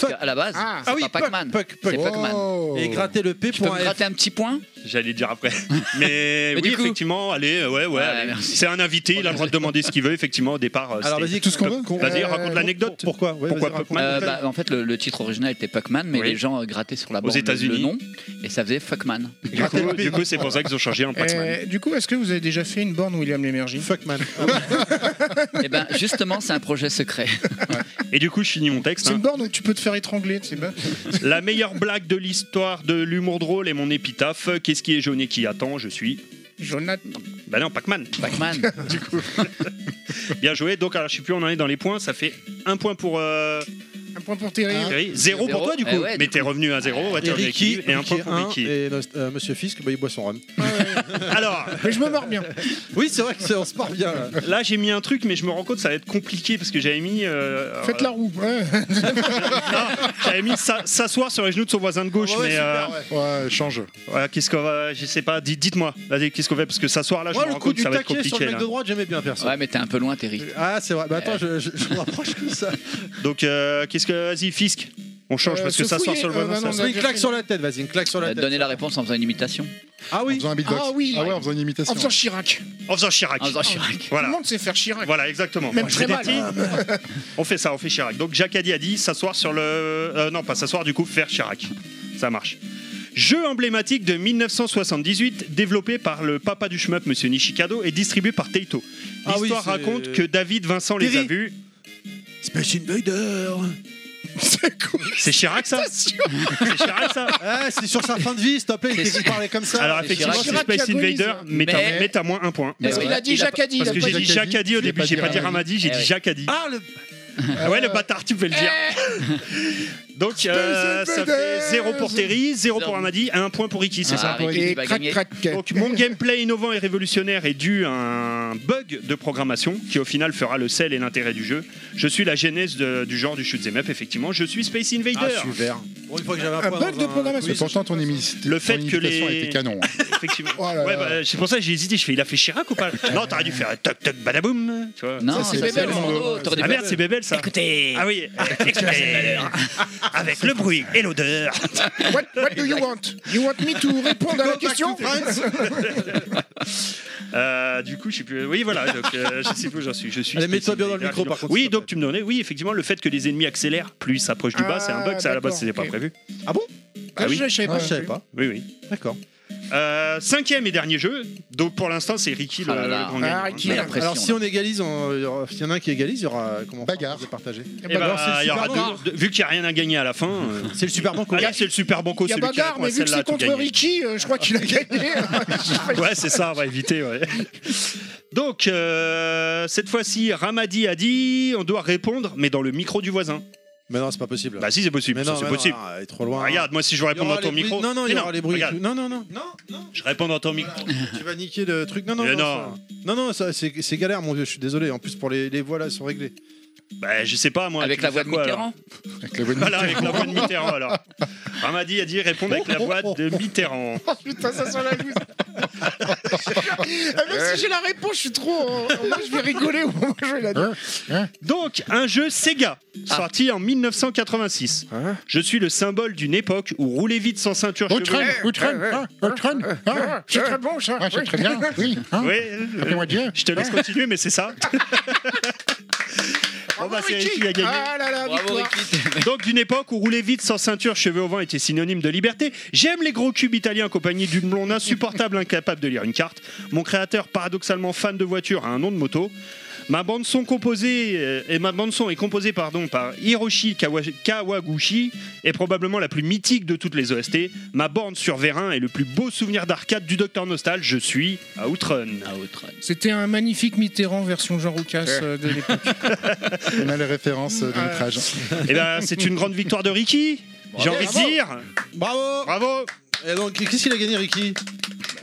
[SPEAKER 6] Parce qu'à la base,
[SPEAKER 5] Ah.
[SPEAKER 6] c'est
[SPEAKER 4] Ah oui,
[SPEAKER 6] pas Pac-Man.
[SPEAKER 4] Puck, Puck, Puck.
[SPEAKER 6] C'est Puckman.
[SPEAKER 7] Oh.
[SPEAKER 4] hein. Et gratter le P
[SPEAKER 6] Tu peux
[SPEAKER 4] pour
[SPEAKER 6] me
[SPEAKER 4] un F.
[SPEAKER 6] gratter un petit point
[SPEAKER 2] J'allais dire après. Mais,
[SPEAKER 6] Mais
[SPEAKER 2] oui,
[SPEAKER 6] du coup-
[SPEAKER 2] effectivement, allez, euh, ouais, ouais.
[SPEAKER 6] Ouais,
[SPEAKER 2] allez.
[SPEAKER 6] merci.
[SPEAKER 2] C'est un invité, il a le droit de demander ce qu'il veut, effectivement, au départ. euh,
[SPEAKER 4] Alors
[SPEAKER 2] c'était-
[SPEAKER 4] vas-y,
[SPEAKER 7] tout ce qu'on veut.
[SPEAKER 2] Vas-y,
[SPEAKER 5] Euh,
[SPEAKER 2] raconte l'anecdote.
[SPEAKER 4] Pourquoi Ouais,
[SPEAKER 2] Pourquoi
[SPEAKER 4] vas-y,
[SPEAKER 2] Pac-Man
[SPEAKER 6] Euh, bah, En fait, le, le titre original était Pac-Man, mais
[SPEAKER 2] Oui.
[SPEAKER 6] les gens euh, grattaient sur la
[SPEAKER 2] Aux
[SPEAKER 6] bande le-
[SPEAKER 2] États-Unis.
[SPEAKER 6] le nom et ça faisait Fuckman.
[SPEAKER 2] Du coup- Du coup, c'est pour ça qu'ils ont changé en Pac-Man.
[SPEAKER 5] Euh, du coup, est-ce que vous avez déjà fait une borne William Lémergie
[SPEAKER 4] Fuckman.
[SPEAKER 6] et ben justement, c'est un projet secret.
[SPEAKER 2] Et du coup, je finis mon texte.
[SPEAKER 5] C'est
[SPEAKER 2] hein.
[SPEAKER 5] une borne où tu peux te faire étrangler, tu sais pas
[SPEAKER 2] La meilleure blague de l'histoire de l'humour drôle est mon épitaphe. Qu'est-ce qui est jaune et qui attend Je suis.
[SPEAKER 5] Jonathan.
[SPEAKER 2] Bah non, Pac-Man.
[SPEAKER 6] Pac-Man.
[SPEAKER 2] Bien joué. Donc, alors, je sais plus, on en est dans les points. Ça fait un point pour euh,
[SPEAKER 5] Un point pour Terry.
[SPEAKER 2] Thierry. Zéro pour
[SPEAKER 6] Ah. Zéro.
[SPEAKER 2] toi, du coup.
[SPEAKER 6] Eh ouais,
[SPEAKER 2] Mais
[SPEAKER 6] du
[SPEAKER 2] t'es revenu à zéro. ouais, t'es
[SPEAKER 4] Et
[SPEAKER 2] revenu à
[SPEAKER 4] Ricky,
[SPEAKER 2] équilibre. et un point pour
[SPEAKER 4] un,
[SPEAKER 2] Ricky.
[SPEAKER 4] Et nos- euh, Monsieur Fisk, bah, il boit son rhum.
[SPEAKER 2] Alors,
[SPEAKER 5] Mais je me mords bien.
[SPEAKER 4] Oui, c'est vrai que c'est- on se part bien. là.
[SPEAKER 2] là, j'ai mis un truc, mais je me rends compte que ça va être compliqué parce que j'avais mis. euh,
[SPEAKER 5] Faites la roue. ouais.
[SPEAKER 2] J'avais mis sa- s'asseoir sur les genoux de son voisin de gauche. mais euh,
[SPEAKER 7] Ouais, change.
[SPEAKER 2] voilà, qu'est-ce qu'on va. Je sais pas. dites- Dites-moi. Vas-y, qu'est-ce qu'on fait Parce que s'asseoir là, je
[SPEAKER 4] Moi,
[SPEAKER 2] me
[SPEAKER 4] le
[SPEAKER 2] rends
[SPEAKER 4] coup
[SPEAKER 2] compte que
[SPEAKER 4] du
[SPEAKER 2] ça va être
[SPEAKER 4] taquet sur
[SPEAKER 2] compliqué.
[SPEAKER 4] le
[SPEAKER 2] là.
[SPEAKER 4] mec de droite, j'aimais bien personne.
[SPEAKER 6] Ouais, mais t'es un peu loin, Terry.
[SPEAKER 4] Ah, c'est vrai. Bah attends, je, je, je me rapproche comme ça.
[SPEAKER 2] Donc, euh, qu'est-ce que. Vas-y, Fisk. On change
[SPEAKER 5] Euh,
[SPEAKER 2] parce que
[SPEAKER 5] se
[SPEAKER 2] s'asseoir
[SPEAKER 5] fouiller,
[SPEAKER 2] sur le
[SPEAKER 5] euh,
[SPEAKER 2] voisin.
[SPEAKER 5] bah
[SPEAKER 2] ça-
[SPEAKER 5] non,
[SPEAKER 4] On se met une claque sur la tête, vas-y, une claque sur la
[SPEAKER 6] Euh,
[SPEAKER 4] tête.
[SPEAKER 6] Donner la réponse en faisant une imitation.
[SPEAKER 4] Ah
[SPEAKER 7] En
[SPEAKER 4] oui.
[SPEAKER 7] faisant un beatbox.
[SPEAKER 5] Ah oui.
[SPEAKER 7] ouais, en faisant une
[SPEAKER 5] En
[SPEAKER 7] imitation.
[SPEAKER 5] faisant Chirac.
[SPEAKER 2] En faisant Chirac.
[SPEAKER 6] En faisant Chirac.
[SPEAKER 5] Tout
[SPEAKER 2] Voilà.
[SPEAKER 5] le monde sait faire Chirac.
[SPEAKER 2] Voilà, exactement.
[SPEAKER 5] Même
[SPEAKER 2] Moi, je
[SPEAKER 5] très
[SPEAKER 2] fais
[SPEAKER 5] mal.
[SPEAKER 2] des
[SPEAKER 4] hein.
[SPEAKER 2] petits. On fait ça, on fait Chirac. Donc Jacques Addy a dit s'asseoir sur le. euh, non, pas s'asseoir, du coup, faire Chirac. Ça marche. Jeu emblématique de 1978, développé par le papa du shmup, Monsieur Nishikado, et distribué par Taito.
[SPEAKER 4] Ah oui,
[SPEAKER 2] L'histoire
[SPEAKER 4] c'est-
[SPEAKER 2] raconte que David Vincent les a
[SPEAKER 4] Terry.
[SPEAKER 2] vus.
[SPEAKER 4] Space Invader.
[SPEAKER 5] C'est quoi
[SPEAKER 2] C'est Chirac ça C'est Chirac ça
[SPEAKER 4] Ah, c'est sur sa fin de vie, s'il te plaît, il t'écoute parler comme ça.
[SPEAKER 2] Alors
[SPEAKER 6] c'est
[SPEAKER 2] effectivement,
[SPEAKER 6] Chirac.
[SPEAKER 2] c'est
[SPEAKER 5] Chirac qui
[SPEAKER 2] Space
[SPEAKER 5] agonise,
[SPEAKER 2] Invader,
[SPEAKER 5] hein.
[SPEAKER 2] mais t'as
[SPEAKER 6] Mais-
[SPEAKER 2] mais t'as moins un point.
[SPEAKER 6] Mais
[SPEAKER 5] Parce
[SPEAKER 6] ouais.
[SPEAKER 5] qu'il a dit
[SPEAKER 6] Il a
[SPEAKER 5] Jacques Addy.
[SPEAKER 2] Parce
[SPEAKER 5] il a
[SPEAKER 2] que
[SPEAKER 5] pas
[SPEAKER 2] j'ai dit
[SPEAKER 5] dit-
[SPEAKER 2] Jacques Addy au
[SPEAKER 7] Il a
[SPEAKER 2] début,
[SPEAKER 7] pas
[SPEAKER 2] j'ai
[SPEAKER 7] dit
[SPEAKER 2] pas dit
[SPEAKER 7] Ramadi.
[SPEAKER 2] Ramadi, j'ai
[SPEAKER 6] Eh
[SPEAKER 2] dit
[SPEAKER 6] ouais.
[SPEAKER 2] Jacques Addy.
[SPEAKER 4] Ah, le.
[SPEAKER 2] Ah ouais, le bâtard, tu peux le dire. Donc, euh, ça fait 0 pour Terry, 0 pour Amadi, 1 point pour Ricky, c'est
[SPEAKER 6] Ah,
[SPEAKER 2] ça
[SPEAKER 6] Ricky, tu
[SPEAKER 5] Et
[SPEAKER 6] vas
[SPEAKER 5] crac,
[SPEAKER 6] gagner.
[SPEAKER 5] crac.
[SPEAKER 2] donc mon gameplay innovant et révolutionnaire est dû à un bug de programmation qui au final fera le sel et l'intérêt du jeu. Je suis la genèse de- du genre du shoot 'em up effectivement. ah, Je suis Space Invader.
[SPEAKER 4] Ah, vert. Pour une fois que j'avais un,
[SPEAKER 5] Un
[SPEAKER 4] point
[SPEAKER 5] bug
[SPEAKER 4] dans
[SPEAKER 5] de programmation.
[SPEAKER 7] Mais pourtant, ton, émi-
[SPEAKER 2] Le
[SPEAKER 7] ton
[SPEAKER 2] fait que
[SPEAKER 7] imitation
[SPEAKER 2] les-
[SPEAKER 7] était canon. hein.
[SPEAKER 2] Effectivement.
[SPEAKER 7] Oh là
[SPEAKER 2] Ouais,
[SPEAKER 7] là.
[SPEAKER 2] bah, c'est pour ça que j'ai hésité. Je fais il a fait Chirac ou pas Non, t'aurais dû faire toc toc badaboum. Tu vois.
[SPEAKER 6] Non,
[SPEAKER 5] c'est
[SPEAKER 6] c'est
[SPEAKER 5] Bébel,
[SPEAKER 6] Bébel.
[SPEAKER 5] mon
[SPEAKER 6] Bordeaux,
[SPEAKER 5] dos.
[SPEAKER 6] t'aurais dû
[SPEAKER 2] Ah
[SPEAKER 6] faire-
[SPEAKER 2] merde, c'est Bébel ça.
[SPEAKER 6] Écoutez,
[SPEAKER 2] Ah oui. Avec le bruit et l'odeur.
[SPEAKER 5] What, what do you want? You want me to répondre à la question? Ah,
[SPEAKER 2] Euh, du coup, je sais plus. Oui, voilà. Donc, euh, je sais plus où j'en suis. Je suis.
[SPEAKER 4] Allez, mets-toi bien dans le
[SPEAKER 2] spécialisé.
[SPEAKER 4] micro, par contre, s'il
[SPEAKER 2] Oui,
[SPEAKER 4] te plaît.
[SPEAKER 2] donc tu me donnais. Oui, effectivement, le fait que les ennemis accélèrent, plus ils s'approchent du bas,
[SPEAKER 5] Ah,
[SPEAKER 2] c'est un bug. Ça à la base,
[SPEAKER 5] d'accord,
[SPEAKER 2] c'était pas
[SPEAKER 5] ok.
[SPEAKER 2] prévu. Ah
[SPEAKER 5] Ah,
[SPEAKER 2] oui.
[SPEAKER 5] Je je savais
[SPEAKER 4] Ah,
[SPEAKER 5] pas.
[SPEAKER 4] je savais pas.
[SPEAKER 2] Oui, oui.
[SPEAKER 4] D'accord.
[SPEAKER 2] Euh, cinquième et dernier jeu. Donc pour l'instant, c'est Ricky le,
[SPEAKER 6] Ah là là.
[SPEAKER 2] le grand
[SPEAKER 5] Ah,
[SPEAKER 2] gagnant.
[SPEAKER 5] Ricky.
[SPEAKER 6] Mais la
[SPEAKER 2] eh
[SPEAKER 6] pression.
[SPEAKER 4] Alors, si on égalise, on- il y aura- s'il y en a un qui égalise, il y aura. euh, Comment on fera
[SPEAKER 7] Bagarre.
[SPEAKER 4] pour se partager
[SPEAKER 2] Eh ben,
[SPEAKER 4] Alors, c'est le
[SPEAKER 2] il y aura
[SPEAKER 4] Super
[SPEAKER 2] deux- deux- vu qu'il n'y a rien à gagner à la fin. euh,
[SPEAKER 4] C'est le Super Banco.
[SPEAKER 2] ah, là, c'est le Super Banco.
[SPEAKER 5] Il y a
[SPEAKER 2] celui qui
[SPEAKER 5] bagarre,
[SPEAKER 2] répond à
[SPEAKER 5] mais vu que
[SPEAKER 2] celle-là,
[SPEAKER 5] c'est
[SPEAKER 2] a tout
[SPEAKER 5] contre
[SPEAKER 2] gagné.
[SPEAKER 5] Ricky, euh, je crois qu'il a gagné.
[SPEAKER 2] Ouais, c'est ça, on va éviter. ouais. Donc, euh, cette fois-ci, Ramadi a dit on doit répondre, mais dans le micro du voisin.
[SPEAKER 4] Mais non, c'est pas possible.
[SPEAKER 2] Bah, si, c'est possible.
[SPEAKER 4] mais
[SPEAKER 2] ça,
[SPEAKER 4] non,
[SPEAKER 2] c'est
[SPEAKER 4] mais
[SPEAKER 2] possible.
[SPEAKER 4] non, ah, il est trop loin.
[SPEAKER 2] Regarde, moi, si je veux
[SPEAKER 4] Il y aura
[SPEAKER 2] répondre à ton
[SPEAKER 4] les bruits-
[SPEAKER 2] micro.
[SPEAKER 4] Non, non, il y
[SPEAKER 2] Mais
[SPEAKER 4] aura les bruits. et
[SPEAKER 2] regarde,
[SPEAKER 4] tout. Non, non, non, non, non.
[SPEAKER 2] Je réponds dans ton micro.
[SPEAKER 4] Tu vas niquer le truc. Non, non,
[SPEAKER 2] Mais
[SPEAKER 4] non.
[SPEAKER 2] non.
[SPEAKER 4] ça- Non, non, ça, c'est c'est galère, mon vieux. Je suis désolé. En plus, pour les, les voix là, sont réglées.
[SPEAKER 2] Bah, je sais pas, moi.
[SPEAKER 6] avec
[SPEAKER 2] tu
[SPEAKER 6] la
[SPEAKER 2] veux
[SPEAKER 6] voix de
[SPEAKER 2] faire quoi, alors
[SPEAKER 6] Mitterrand.
[SPEAKER 7] Avec la bonne
[SPEAKER 2] Voilà, avec la voix de Mitterrand, alors. Ramadi a dit répondre avec la voix de Mitterrand.
[SPEAKER 5] Putain, ça sent la loose. Ah, Même si j'ai la réponse, je suis trop. euh, Moi, je vais rigoler au moment où je vais la dire.
[SPEAKER 2] Donc, un jeu Sega,
[SPEAKER 6] Ah.
[SPEAKER 2] sorti en 1986.
[SPEAKER 4] Hein
[SPEAKER 2] Je suis le symbole d'une époque où rouler vite sans ceinture
[SPEAKER 7] Outrun,
[SPEAKER 2] cheveux.
[SPEAKER 7] Outrun, hein, Outrun, hein,
[SPEAKER 5] C'est très bon, ça.
[SPEAKER 7] ouais, c'est très bien, oui, hein,
[SPEAKER 2] Oui, euh,
[SPEAKER 7] appelez-moi Dieu.
[SPEAKER 2] je te laisse continuer, mais c'est ça. Bon,
[SPEAKER 5] Bravo,
[SPEAKER 2] bah, c'est
[SPEAKER 5] Ricky.
[SPEAKER 2] Ricky qui a gagné.
[SPEAKER 5] Ah là là,
[SPEAKER 6] Bravo,
[SPEAKER 5] victoire.
[SPEAKER 6] Ricky.
[SPEAKER 2] Donc d'une époque où rouler vite sans ceinture, cheveux au vent était synonyme de liberté, j'aime les gros cubes italiens accompagnés d'une blonde insupportable incapable de lire une carte. Mon créateur, paradoxalement fan de voiture, a un nom de moto. Ma bande son composée euh, et ma bande son est composée pardon par Hiroshi Kawa- Kawaguchi est probablement la plus mythique de toutes les OST. Ma borne sur Vérin est le plus beau souvenir d'arcade du Docteur Nostal. Je suis à Outrun.
[SPEAKER 6] Ah, autre.
[SPEAKER 5] C'était un magnifique Mitterrand version Jean Roucas euh, de l'époque.
[SPEAKER 7] On a les références euh, de l'outrage.
[SPEAKER 2] Eh Et ben c'est une grande victoire de Ricky. J'ai envie de dire
[SPEAKER 4] Bravo.
[SPEAKER 2] bravo.
[SPEAKER 4] Et donc, qu'est-ce qu'il a gagné, Ricky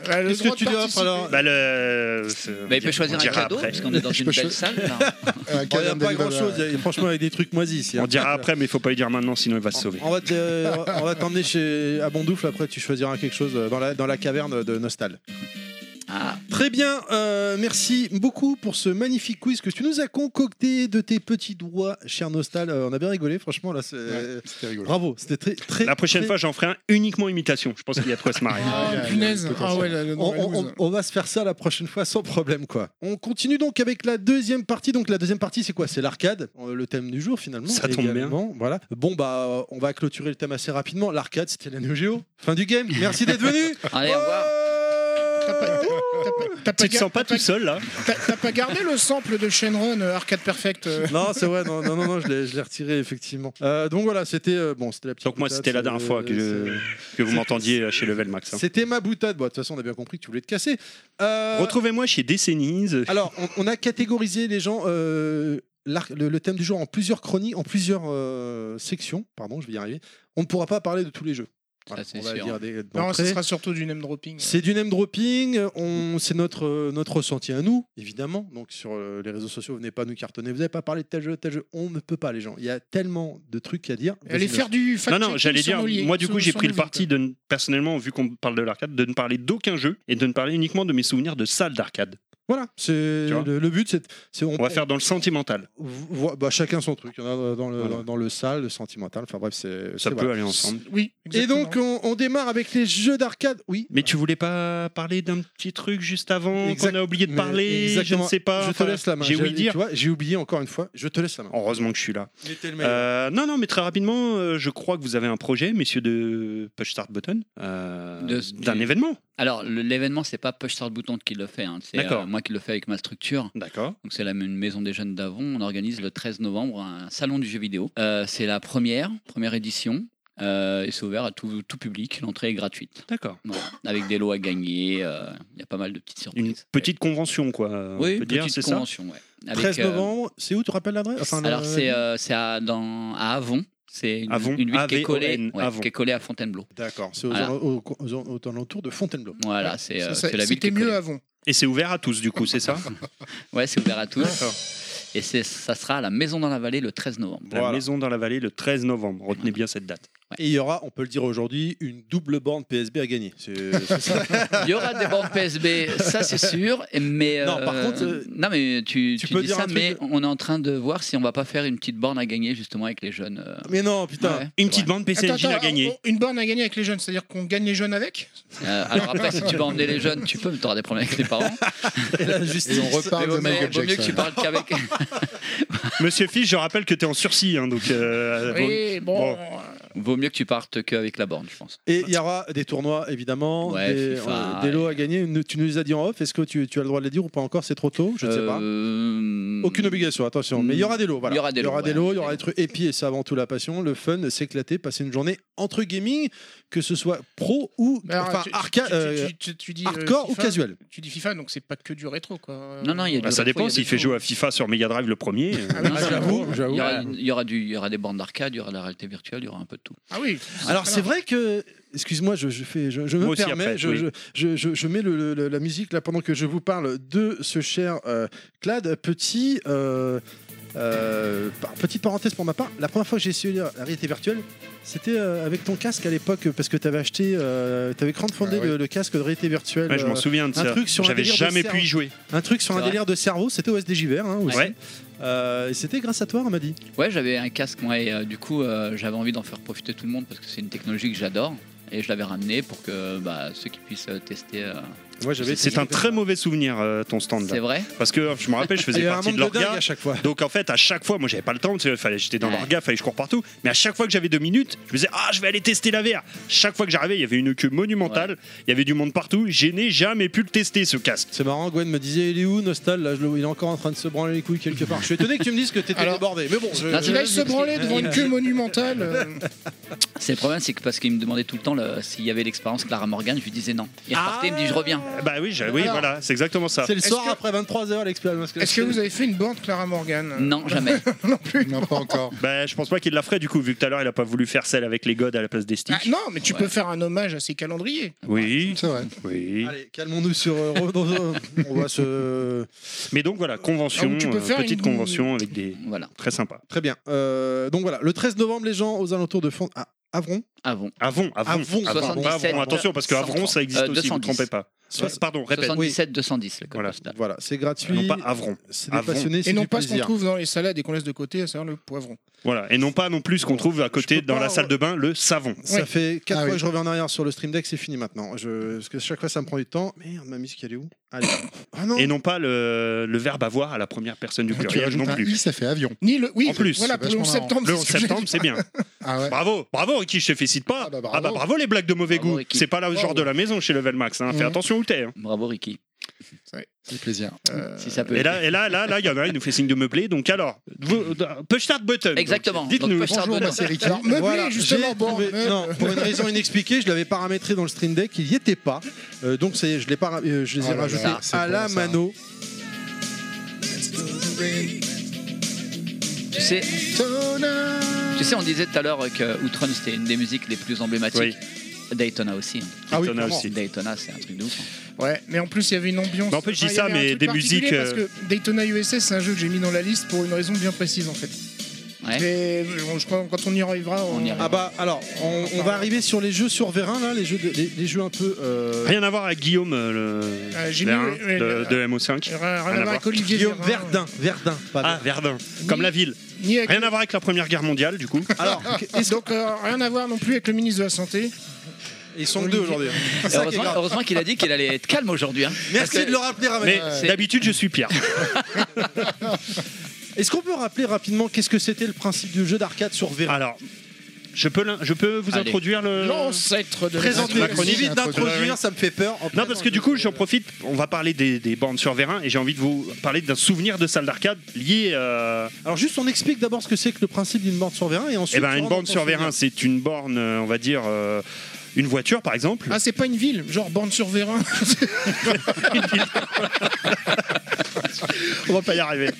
[SPEAKER 5] Ah, le
[SPEAKER 4] Qu'est-ce
[SPEAKER 5] droit
[SPEAKER 4] que
[SPEAKER 5] de
[SPEAKER 4] tu lui
[SPEAKER 5] participer.
[SPEAKER 4] offres alors
[SPEAKER 2] Bah, le.
[SPEAKER 6] Bah, il peut choisir
[SPEAKER 2] on
[SPEAKER 6] un
[SPEAKER 2] dira
[SPEAKER 6] cadeau,
[SPEAKER 2] après.
[SPEAKER 6] parce qu'on est dans
[SPEAKER 7] Je
[SPEAKER 6] une
[SPEAKER 7] peux
[SPEAKER 6] belle
[SPEAKER 7] cho-
[SPEAKER 6] salle. là.
[SPEAKER 7] Euh,
[SPEAKER 4] Bah, Il n'y a
[SPEAKER 7] Kalam
[SPEAKER 4] pas
[SPEAKER 7] Dalibaba,
[SPEAKER 4] grand chose, franchement, avec des trucs moisis.
[SPEAKER 2] On dira après, mais il faut pas le dire maintenant, sinon il va se sauver.
[SPEAKER 4] On va te- on va- on va t'emmener chez à Bondoufle, après tu choisiras quelque chose euh, dans la, dans la caverne de Nostal.
[SPEAKER 6] Ah,
[SPEAKER 4] Très bien, euh, merci beaucoup pour ce magnifique quiz que tu nous as concocté de tes petits doigts, cher Nostal. Euh, on a bien rigolé, franchement, là, c'est-
[SPEAKER 7] Ouais. C'était rigolo.
[SPEAKER 4] Bravo, c'était très, très.
[SPEAKER 2] La prochaine
[SPEAKER 4] très-
[SPEAKER 2] fois, j'en ferai un uniquement imitation. Je pense qu'il y a de quoi se marier.
[SPEAKER 5] Ah,
[SPEAKER 7] Ouais,
[SPEAKER 5] punaise.
[SPEAKER 7] ouais, peut-être.
[SPEAKER 5] Ah ouais, la- la- la-
[SPEAKER 4] On, on-
[SPEAKER 5] la-
[SPEAKER 4] on- on va se faire ça la prochaine fois sans problème quoi. On continue donc avec la deuxième partie. Donc la deuxième partie c'est quoi C'est l'arcade, euh, le thème du jour finalement.
[SPEAKER 2] Ça tombe bien.
[SPEAKER 4] également. Voilà. Bon bah euh, on va clôturer le thème assez rapidement. L'arcade c'était la Neo Geo. Fin du game. Merci d'être venu.
[SPEAKER 6] allez, au revoir.
[SPEAKER 5] T'as pas- t'as- t'as pas- t'as pas
[SPEAKER 2] Tu te
[SPEAKER 5] gar-
[SPEAKER 2] sens pas
[SPEAKER 5] t'as
[SPEAKER 2] tout seul là
[SPEAKER 5] T'as t'as pas gardé le sample de Shenron euh, Arcade Perfect euh,
[SPEAKER 4] Non c'est vrai. Non non non, non, je l'ai- je l'ai retiré effectivement. Euh, donc voilà c'était euh, bon c'était la petite.
[SPEAKER 2] Donc moi,
[SPEAKER 4] boutade,
[SPEAKER 2] c'était la
[SPEAKER 4] c'est-
[SPEAKER 2] dernière fois que,
[SPEAKER 4] c'est-
[SPEAKER 2] que vous m'entendiez chez Level Max. hein.
[SPEAKER 4] C'était ma boutade. Bon de toute façon on a bien compris que tu voulais te casser. Euh,
[SPEAKER 2] Retrouvez-moi chez Décennies.
[SPEAKER 4] Alors, on, on a catégorisé les gens, euh, l'arc- le, le thème du jour en plusieurs chroniques, en plusieurs euh, sections. Pardon, je vais y arriver. On ne pourra pas parler de tous les jeux. Voilà,
[SPEAKER 6] c'est
[SPEAKER 4] on va
[SPEAKER 6] sûr.
[SPEAKER 4] dire des-
[SPEAKER 5] Non, ce
[SPEAKER 4] d'entrée.
[SPEAKER 5] sera surtout du name dropping.
[SPEAKER 4] C'est du name dropping, on- c'est notre, euh, notre ressenti à nous, évidemment. Donc sur euh, les réseaux sociaux, vous venez pas nous cartonner, vous n'avez pas parlé de tel jeu, tel jeu. On ne peut pas, les gens. Il y a tellement de trucs à dire.
[SPEAKER 5] Allez
[SPEAKER 4] Vas-y,
[SPEAKER 5] faire du
[SPEAKER 2] Non,
[SPEAKER 5] fact
[SPEAKER 2] non, j'allais dire, moi du coup j'ai pris le parti, de, ne- personnellement, vu qu'on parle de l'arcade, de ne parler d'aucun jeu et de ne parler uniquement de mes souvenirs de salles d'arcade.
[SPEAKER 4] Voilà, c'est
[SPEAKER 2] Tu vois
[SPEAKER 4] le, le but, c'est c'est-
[SPEAKER 2] On va faire dans le sentimental.
[SPEAKER 4] vo- vo- bah, chacun son truc. Il y en a dans le,
[SPEAKER 2] Voilà.
[SPEAKER 4] dans, dans le sale, le sentimental. Enfin bref, c'est
[SPEAKER 2] Ça
[SPEAKER 4] c'est-
[SPEAKER 2] peut
[SPEAKER 4] voilà.
[SPEAKER 2] aller ensemble.
[SPEAKER 5] Oui.
[SPEAKER 4] Et
[SPEAKER 5] exactement.
[SPEAKER 4] donc, on, on démarre avec les jeux d'arcade. Oui.
[SPEAKER 2] Mais tu voulais pas parler d'un petit truc juste avant
[SPEAKER 4] Exact-
[SPEAKER 2] qu'on a oublié de
[SPEAKER 4] mais
[SPEAKER 2] parler
[SPEAKER 4] exactement.
[SPEAKER 2] Je ne sais pas.
[SPEAKER 4] Je
[SPEAKER 2] euh,
[SPEAKER 4] te
[SPEAKER 2] Enfin,
[SPEAKER 4] laisse la main.
[SPEAKER 2] J'ai oublié de dire.
[SPEAKER 4] Tu vois, j'ai oublié encore une fois. Je te laisse la main.
[SPEAKER 2] Heureusement que je suis là.
[SPEAKER 4] Euh,
[SPEAKER 2] Euh, non, non, mais très rapidement, euh, je crois que vous avez un projet, messieurs de Push Start Button, euh,
[SPEAKER 6] De-
[SPEAKER 2] d'un
[SPEAKER 6] du-
[SPEAKER 2] événement.
[SPEAKER 6] Alors, le- l'événement, c'est pas Push Start Button qui le fait, hein. c'est
[SPEAKER 2] D'accord.
[SPEAKER 6] euh, moi qui le fais avec ma structure.
[SPEAKER 2] D'accord.
[SPEAKER 6] Donc, c'est la m- maison des jeunes d'Avon. On organise le 13 novembre un salon du jeu vidéo. Euh, c'est la première, première édition. euh, et c'est ouvert à tout, tout public. L'entrée est gratuite.
[SPEAKER 2] D'accord.
[SPEAKER 6] Voilà. Avec des lots à gagner. euh, Il y a pas mal de petites surprises. Euh,
[SPEAKER 2] Une petite convention, quoi. on
[SPEAKER 6] oui,
[SPEAKER 2] peut
[SPEAKER 6] petite
[SPEAKER 2] dire, c'est ça
[SPEAKER 6] convention, ouais. Avec,
[SPEAKER 4] 13
[SPEAKER 6] euh,
[SPEAKER 4] novembre, c'est où Tu te rappelles l'adresse Enfin, le-
[SPEAKER 6] alors, c'est euh, c'est à, dans- à Avon. C'est une,
[SPEAKER 2] Avon,
[SPEAKER 6] une ville qui est, collée,
[SPEAKER 2] A-V-O-N,
[SPEAKER 6] ouais,
[SPEAKER 2] Avon.
[SPEAKER 6] qui est collée à Fontainebleau.
[SPEAKER 4] D'accord, c'est aux,
[SPEAKER 6] Voilà.
[SPEAKER 4] aux- aux- aux- aux alentours de Fontainebleau.
[SPEAKER 6] Voilà, c'est euh,
[SPEAKER 5] Ça,
[SPEAKER 6] c'est
[SPEAKER 5] ça-
[SPEAKER 6] la ville qui est
[SPEAKER 5] C'était
[SPEAKER 6] collée.
[SPEAKER 5] mieux avant.
[SPEAKER 2] Et c'est ouvert à tous, du coup, c'est ça
[SPEAKER 6] Ouais, c'est ouvert à tous. Et c'est- ça sera à la Maison dans la Vallée le 13 novembre.
[SPEAKER 2] La maison dans la vallée le 13 novembre. Retenez bien cette date.
[SPEAKER 4] Et il y aura, on peut le dire aujourd'hui, une double borne PSB à gagner. C'est- c'est ça.
[SPEAKER 6] Il y aura des bandes PSB, ça c'est sûr. Mais
[SPEAKER 4] Non, par contre, euh,
[SPEAKER 6] non mais tu,
[SPEAKER 4] tu
[SPEAKER 6] tu
[SPEAKER 4] peux
[SPEAKER 6] dis
[SPEAKER 4] dire un
[SPEAKER 6] ça,
[SPEAKER 4] truc
[SPEAKER 6] mais
[SPEAKER 4] de-
[SPEAKER 6] on est en train de voir si on va pas faire une petite borne à gagner justement avec les jeunes. euh,
[SPEAKER 4] Mais non, putain.
[SPEAKER 6] ouais,
[SPEAKER 2] Une
[SPEAKER 6] c'est
[SPEAKER 2] petite
[SPEAKER 6] vrai.
[SPEAKER 2] bande PC Engine à gagner.
[SPEAKER 5] on- on- Une borne à gagner avec les jeunes, c'est-à-dire qu'on gagne les jeunes avec
[SPEAKER 6] Euh, alors après, si tu vas emmener les jeunes, tu peux, mais tu auras des problèmes avec tes parents.
[SPEAKER 4] La justice.
[SPEAKER 7] Et on reparle de
[SPEAKER 6] Mais
[SPEAKER 7] Michael
[SPEAKER 6] vaut mieux que tu
[SPEAKER 7] Jackson.
[SPEAKER 6] parles qu'avec.
[SPEAKER 2] Monsieur Fish, je rappelle que tu es en sursis, hein, donc. euh,
[SPEAKER 5] Oui,
[SPEAKER 2] bon.
[SPEAKER 5] bon. euh,
[SPEAKER 6] Vaut mieux que tu partes qu'avec la borne, je pense.
[SPEAKER 4] Et il y aura des tournois, évidemment,
[SPEAKER 6] Ouais,
[SPEAKER 4] des,
[SPEAKER 6] FIFA,
[SPEAKER 4] euh, des lots à gagner. Une- Tu nous les as dit en off. Est-ce que tu, tu as le droit de les dire ou pas encore C'est trop tôt Je ne sais pas.
[SPEAKER 6] Euh,
[SPEAKER 4] Aucune obligation, attention. Mais il y aura des lots. voilà.
[SPEAKER 6] Il y aura des lots, ouais,
[SPEAKER 4] il y aura
[SPEAKER 6] des
[SPEAKER 4] des trucs. Et puis, et c'est avant tout la passion, le fun, s'éclater, passer une journée entre gaming, que ce soit pro ou
[SPEAKER 5] Alors,
[SPEAKER 4] enfin,
[SPEAKER 5] tu- tu-
[SPEAKER 4] arca-
[SPEAKER 5] tu-
[SPEAKER 4] euh,
[SPEAKER 5] tu- tu- tu dis, euh,
[SPEAKER 4] hardcore ou
[SPEAKER 5] FIFA,
[SPEAKER 4] casual.
[SPEAKER 5] Tu dis FIFA, donc c'est pas que du rétro, quoi.
[SPEAKER 6] Non, non, il y a du
[SPEAKER 2] bah, ça
[SPEAKER 6] Des
[SPEAKER 2] dépend
[SPEAKER 6] fois, il y a
[SPEAKER 2] s'il
[SPEAKER 6] des
[SPEAKER 2] fait
[SPEAKER 6] choses.
[SPEAKER 2] jouer à FIFA sur Mega Drive le premier. euh,
[SPEAKER 5] Ah, oui,
[SPEAKER 6] Non,
[SPEAKER 5] c'est-
[SPEAKER 6] j'avoue,
[SPEAKER 4] j'avoue.
[SPEAKER 6] Il y, aura, il y aura du, il y aura des bornes d'arcade, il y aura de la réalité virtuelle, il y aura un peu de tout.
[SPEAKER 5] Ah oui.
[SPEAKER 4] Alors, c'est vrai que. Excuse-moi, je, je fais, je, je me
[SPEAKER 2] Moi aussi,
[SPEAKER 4] permets,
[SPEAKER 2] après,
[SPEAKER 4] je,
[SPEAKER 2] oui.
[SPEAKER 4] je- je, je- je mets le- le- le- la musique là pendant que je vous parle de ce cher euh, Clad. Petit, euh, euh, par- petite parenthèse pour ma part, la première fois que j'ai essayé la réalité virtuelle, c'était euh, avec ton casque à l'époque parce que tu avais acheté, tu avais crowdfundé
[SPEAKER 7] Ah ouais.
[SPEAKER 4] le, le casque de réalité virtuelle.
[SPEAKER 2] ouais, je m'en
[SPEAKER 4] euh,
[SPEAKER 2] souviens de
[SPEAKER 4] un
[SPEAKER 2] ça.
[SPEAKER 4] truc sur un
[SPEAKER 2] J'avais
[SPEAKER 4] délire de
[SPEAKER 2] jamais
[SPEAKER 4] serveur.
[SPEAKER 2] pu y jouer.
[SPEAKER 4] Un truc sur un
[SPEAKER 6] C'est vrai.
[SPEAKER 4] délire de cerveau, c'était au SDJVR hein, aussi.
[SPEAKER 2] Ouais.
[SPEAKER 4] Euh, et c'était grâce à toi, on m'a dit.
[SPEAKER 6] Ouais, j'avais un casque, moi, et euh, du coup, euh, j'avais envie d'en faire profiter tout le monde parce que c'est une technologie que j'adore. Et je l'avais ramené pour que bah, ceux qui puissent euh, tester. euh,
[SPEAKER 4] Moi,
[SPEAKER 2] C'est un très mauvais souvenir, euh, ton stand
[SPEAKER 6] C'est
[SPEAKER 2] là.
[SPEAKER 6] vrai
[SPEAKER 2] Parce que je me rappelle, je
[SPEAKER 4] Il
[SPEAKER 2] faisais
[SPEAKER 4] y a un
[SPEAKER 2] partie
[SPEAKER 4] monde
[SPEAKER 2] de
[SPEAKER 4] de dingue
[SPEAKER 2] l'orga.
[SPEAKER 4] à chaque fois.
[SPEAKER 2] Donc en fait, à chaque fois, moi j'avais pas le temps, tu sais, fallait- j'étais dans
[SPEAKER 6] Ouais.
[SPEAKER 2] l'orga, fallait que je cours partout. Mais à chaque fois que j'avais deux minutes, je me disais, ah, je vais aller tester la VR. Chaque fois que j'arrivais, il y avait une queue monumentale, il y avait du monde partout. Je n'ai jamais pu le tester ce casque.
[SPEAKER 4] C'est marrant, Gwen me disait il est où Nostal là, je le- Il est encore en train de se branler les couilles quelque part. Je suis étonné que tu me dises que t'étais
[SPEAKER 5] Alors-
[SPEAKER 4] débordé, mais bon, je-
[SPEAKER 6] Non,
[SPEAKER 5] Tu vas se branler devant une queue monumentale. euh,
[SPEAKER 2] Ah
[SPEAKER 6] C'est le problème, c'est que parce qu'il me demandait tout le temps le- s'il y avait l'expérience Clara Morgan, je lui disais non. Il repartait, il me dit je reviens.
[SPEAKER 2] Bah oui, j'ai- oui
[SPEAKER 4] Alors,
[SPEAKER 2] voilà, c'est exactement ça.
[SPEAKER 4] C'est le
[SPEAKER 5] Est-ce
[SPEAKER 4] soir
[SPEAKER 5] que-
[SPEAKER 4] après 23h l'expérience
[SPEAKER 5] Est-ce que vous avez fait une bande Clara Morgan
[SPEAKER 6] Non, jamais.
[SPEAKER 7] Non, pas encore.
[SPEAKER 2] Bah, je pense pas qu'il la ferait du coup, vu que tout à l'heure il a pas voulu faire celle avec les godes à la place des sticks.
[SPEAKER 5] Ah, Non, mais tu
[SPEAKER 6] Ouais.
[SPEAKER 5] peux faire un hommage à ces calendriers.
[SPEAKER 2] Oui,
[SPEAKER 7] Ah, C'est vrai.
[SPEAKER 2] oui.
[SPEAKER 4] Allez, calmons-nous sur. euh, Rodo- on va se.
[SPEAKER 2] Mais donc voilà, convention,
[SPEAKER 5] Ah, donc tu peux
[SPEAKER 2] euh,
[SPEAKER 5] faire
[SPEAKER 2] petite
[SPEAKER 5] une-
[SPEAKER 2] convention avec des.
[SPEAKER 6] voilà.
[SPEAKER 2] Très sympa.
[SPEAKER 4] Très bien. Euh, donc voilà, le 13 novembre, les gens aux alentours de Fon- ah, Avron.
[SPEAKER 6] Ah bon.
[SPEAKER 2] Avon, Avon,
[SPEAKER 4] Avon,
[SPEAKER 2] Avon, pas
[SPEAKER 6] 77,
[SPEAKER 2] Avon. Attention parce que Avron ça existe
[SPEAKER 6] Euh,
[SPEAKER 2] aussi, vous ne
[SPEAKER 6] 210.
[SPEAKER 2] trompez pas.
[SPEAKER 4] Soix-
[SPEAKER 2] Euh, Pardon, répète.
[SPEAKER 6] 77 210 le code
[SPEAKER 2] Voilà.
[SPEAKER 6] postal.
[SPEAKER 4] Voilà, c'est
[SPEAKER 2] Non
[SPEAKER 4] gratuit.
[SPEAKER 2] pas Avron.
[SPEAKER 4] C'est des
[SPEAKER 2] Avron.
[SPEAKER 4] passionnés,
[SPEAKER 5] Et
[SPEAKER 4] c'est
[SPEAKER 5] non
[SPEAKER 4] du
[SPEAKER 5] pas ce qu'on
[SPEAKER 4] plaisir.
[SPEAKER 5] trouve dans les salades et qu'on laisse de côté, à savoir le poivron.
[SPEAKER 2] Voilà. Et non pas non plus ce qu'on trouve à côté
[SPEAKER 5] peux
[SPEAKER 2] dans
[SPEAKER 5] pas,
[SPEAKER 2] la salle
[SPEAKER 5] ouais.
[SPEAKER 2] de bain, le savon.
[SPEAKER 4] Ça
[SPEAKER 5] Ouais.
[SPEAKER 4] fait 4
[SPEAKER 7] Ah
[SPEAKER 4] fois
[SPEAKER 7] oui.
[SPEAKER 4] que je reviens en arrière sur le stream deck, c'est fini maintenant. Je... Parce que chaque fois ça me prend du temps. Merde, ma musique elle est où Allez. Ah non
[SPEAKER 2] Et non pas le, le verbe avoir à la première personne du
[SPEAKER 7] Ah, Tu
[SPEAKER 2] pluriel
[SPEAKER 7] rajoutes
[SPEAKER 2] non
[SPEAKER 7] un
[SPEAKER 2] plus.
[SPEAKER 7] i, ça fait avion.
[SPEAKER 5] Ni le. Oui,
[SPEAKER 2] En plus,
[SPEAKER 5] voilà,
[SPEAKER 7] c'est
[SPEAKER 5] pour le 11
[SPEAKER 7] vachement marrant.
[SPEAKER 5] septembre.
[SPEAKER 2] Le
[SPEAKER 5] c'est
[SPEAKER 2] 11
[SPEAKER 5] ce que j'ai
[SPEAKER 2] septembre,
[SPEAKER 5] dit.
[SPEAKER 2] c'est bien.
[SPEAKER 7] Ah ouais.
[SPEAKER 2] Bravo, bravo Ricky, je te félicite pas.
[SPEAKER 7] Ah bah bravo.
[SPEAKER 2] Ah bah bravo les blagues de mauvais
[SPEAKER 6] Bravo,
[SPEAKER 2] goût.
[SPEAKER 6] Ricky.
[SPEAKER 2] C'est pas le genre
[SPEAKER 7] Bravo.
[SPEAKER 2] de la maison chez Level Max. hein. Fais
[SPEAKER 7] Mhm.
[SPEAKER 2] attention où t'es. hein.
[SPEAKER 6] Bravo Ricky.
[SPEAKER 7] C'est plaisir.
[SPEAKER 5] Euh,
[SPEAKER 6] Si ça peut.
[SPEAKER 2] Et là, et là, là, là, il y en a un, il nous fait signe de meubler. Donc alors, vous- euh, push start button.
[SPEAKER 6] Exactement.
[SPEAKER 2] Donc, Dites-nous.
[SPEAKER 6] Donc, push start
[SPEAKER 7] Bonjour,
[SPEAKER 6] button.
[SPEAKER 7] moi c'est Ricky.
[SPEAKER 5] Alors, meublé,
[SPEAKER 4] Voilà,
[SPEAKER 5] justement,
[SPEAKER 4] j'ai
[SPEAKER 5] bon,
[SPEAKER 4] trouvé-
[SPEAKER 5] meuble.
[SPEAKER 4] non, pour une raison inexpliquée, je l'avais paramétré dans le stream deck, il n'y était pas. Euh, donc ça y est, je, l'ai para- euh, je
[SPEAKER 2] Oh
[SPEAKER 4] les ai
[SPEAKER 7] Ah là là,
[SPEAKER 4] rajoutés
[SPEAKER 7] c'est
[SPEAKER 4] à
[SPEAKER 7] bon,
[SPEAKER 4] la
[SPEAKER 7] ça.
[SPEAKER 4] mano.
[SPEAKER 6] Tu sais, tu sais, on disait tout à l'heure que Outrun c'était une des musiques les plus emblématiques. Daytona aussi. hein.
[SPEAKER 4] Ah oui,
[SPEAKER 2] Daytona
[SPEAKER 4] clairement.
[SPEAKER 2] aussi.
[SPEAKER 6] Daytona, c'est un truc de ouf. hein.
[SPEAKER 5] Ouais, mais en plus, il y avait une ambiance. Ah,
[SPEAKER 2] Mais en fait, je dis
[SPEAKER 5] il y
[SPEAKER 2] ça,
[SPEAKER 5] avait un
[SPEAKER 2] mais
[SPEAKER 5] truc
[SPEAKER 2] des
[SPEAKER 5] particulier
[SPEAKER 2] musiques,
[SPEAKER 5] Parce que Daytona USS, c'est un jeu que j'ai mis dans la liste pour une raison bien précise, en fait.
[SPEAKER 6] Ouais.
[SPEAKER 5] Mais bon, je crois que quand on y arrivera, on,
[SPEAKER 6] Eh. On y
[SPEAKER 4] Ah bah alors, on, on va arriver sur les jeux sur Vérin, là, les jeux, de- les, les jeux un peu... euh,
[SPEAKER 2] Rien à voir avec Guillaume, euh, le
[SPEAKER 5] Euh, j'ai
[SPEAKER 2] Vérin,
[SPEAKER 5] mis, euh,
[SPEAKER 2] de,
[SPEAKER 5] euh,
[SPEAKER 2] de MO5.
[SPEAKER 5] Rien à voir
[SPEAKER 2] Rien à
[SPEAKER 5] avec Olivier
[SPEAKER 4] Guillaume
[SPEAKER 5] Véran,
[SPEAKER 4] Verdun, Verdun, pas
[SPEAKER 2] Ah, Verdun, comme
[SPEAKER 5] Ni-
[SPEAKER 2] la ville.
[SPEAKER 5] Ni avec-
[SPEAKER 2] Rien à voir avec la Première Guerre mondiale, du coup.
[SPEAKER 4] Alors, est-ce que-
[SPEAKER 5] Donc euh, rien à voir non plus avec le ministre de la Santé.
[SPEAKER 4] ils sont que deux aujourd'hui. hein. C'est ça qui est
[SPEAKER 6] Heureusement,
[SPEAKER 4] grave.
[SPEAKER 6] heureusement qu'il a dit qu'il allait être calme aujourd'hui. hein.
[SPEAKER 4] Merci de le rappeler, Ramel.
[SPEAKER 2] Mais
[SPEAKER 6] Ouais.
[SPEAKER 2] d'habitude, je suis Pierre.
[SPEAKER 4] Est-ce qu'on peut rappeler rapidement qu'est-ce que c'était le principe du jeu d'arcade sur Vérin
[SPEAKER 2] Alors, je peux, l'in- je peux vous
[SPEAKER 6] Allez.
[SPEAKER 2] introduire le.
[SPEAKER 5] L'ancêtre de la
[SPEAKER 4] Présentez,
[SPEAKER 2] la chronique.
[SPEAKER 4] vite d'introduire,
[SPEAKER 2] Introduire.
[SPEAKER 4] ça me fait peur. En
[SPEAKER 2] Non, parce que du coup, j'en profite, on va parler des, des bandes sur Vérin et j'ai envie de vous parler d'un souvenir de salle d'arcade lié. euh,
[SPEAKER 4] Alors juste, on explique d'abord ce que c'est que le principe d'une borne sur Vérin et ensuite...
[SPEAKER 2] eh ben,
[SPEAKER 4] tu
[SPEAKER 2] une
[SPEAKER 4] rentres
[SPEAKER 2] borne
[SPEAKER 4] dans ton
[SPEAKER 2] sur Vérin, c'est une borne, euh, on va dire, euh, une voiture par exemple.
[SPEAKER 5] Ah, c'est pas une ville, genre borne sur Vérin.
[SPEAKER 2] on va pas y arriver.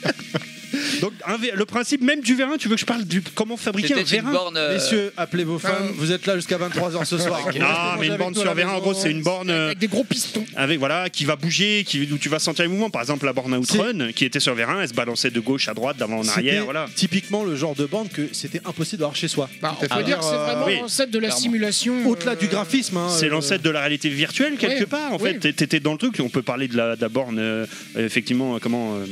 [SPEAKER 2] Donc, un vé- le principe même du Vérin, tu veux que je parle du comment fabriquer
[SPEAKER 6] C'était
[SPEAKER 2] un
[SPEAKER 6] une
[SPEAKER 2] Vérin
[SPEAKER 6] borne. euh,
[SPEAKER 4] Messieurs, appelez vos femmes,
[SPEAKER 5] euh,
[SPEAKER 4] vous êtes là jusqu'à 23h ce soir.
[SPEAKER 2] Ah, mais une borne sur Vérin, en gros, c'est une borne. euh,
[SPEAKER 5] avec des gros pistons.
[SPEAKER 2] avec voilà qui va bouger, qui, où tu vas sentir les mouvements. Par exemple, la borne à Outrun qui était sur Vérin, elle se balançait de gauche à droite, d'avant en
[SPEAKER 4] C'était
[SPEAKER 2] arrière, voilà.
[SPEAKER 4] typiquement le genre de borne que c'était impossible d'avoir chez soi.
[SPEAKER 5] Bah, on
[SPEAKER 6] Ah,
[SPEAKER 5] peut dire que c'est
[SPEAKER 4] euh,
[SPEAKER 5] vraiment
[SPEAKER 2] oui.
[SPEAKER 5] l'ancêtre de la
[SPEAKER 6] Clairement.
[SPEAKER 5] simulation.
[SPEAKER 4] Au-delà
[SPEAKER 5] euh,
[SPEAKER 4] du graphisme, hein,
[SPEAKER 2] C'est
[SPEAKER 4] euh,
[SPEAKER 2] l'ancêtre de la réalité virtuelle quelque
[SPEAKER 5] ouais,
[SPEAKER 2] part. En
[SPEAKER 5] oui.
[SPEAKER 2] fait, T'é- t'étais dans le truc. On peut parler de la, de la borne, euh, effectivement, euh, comment. euh,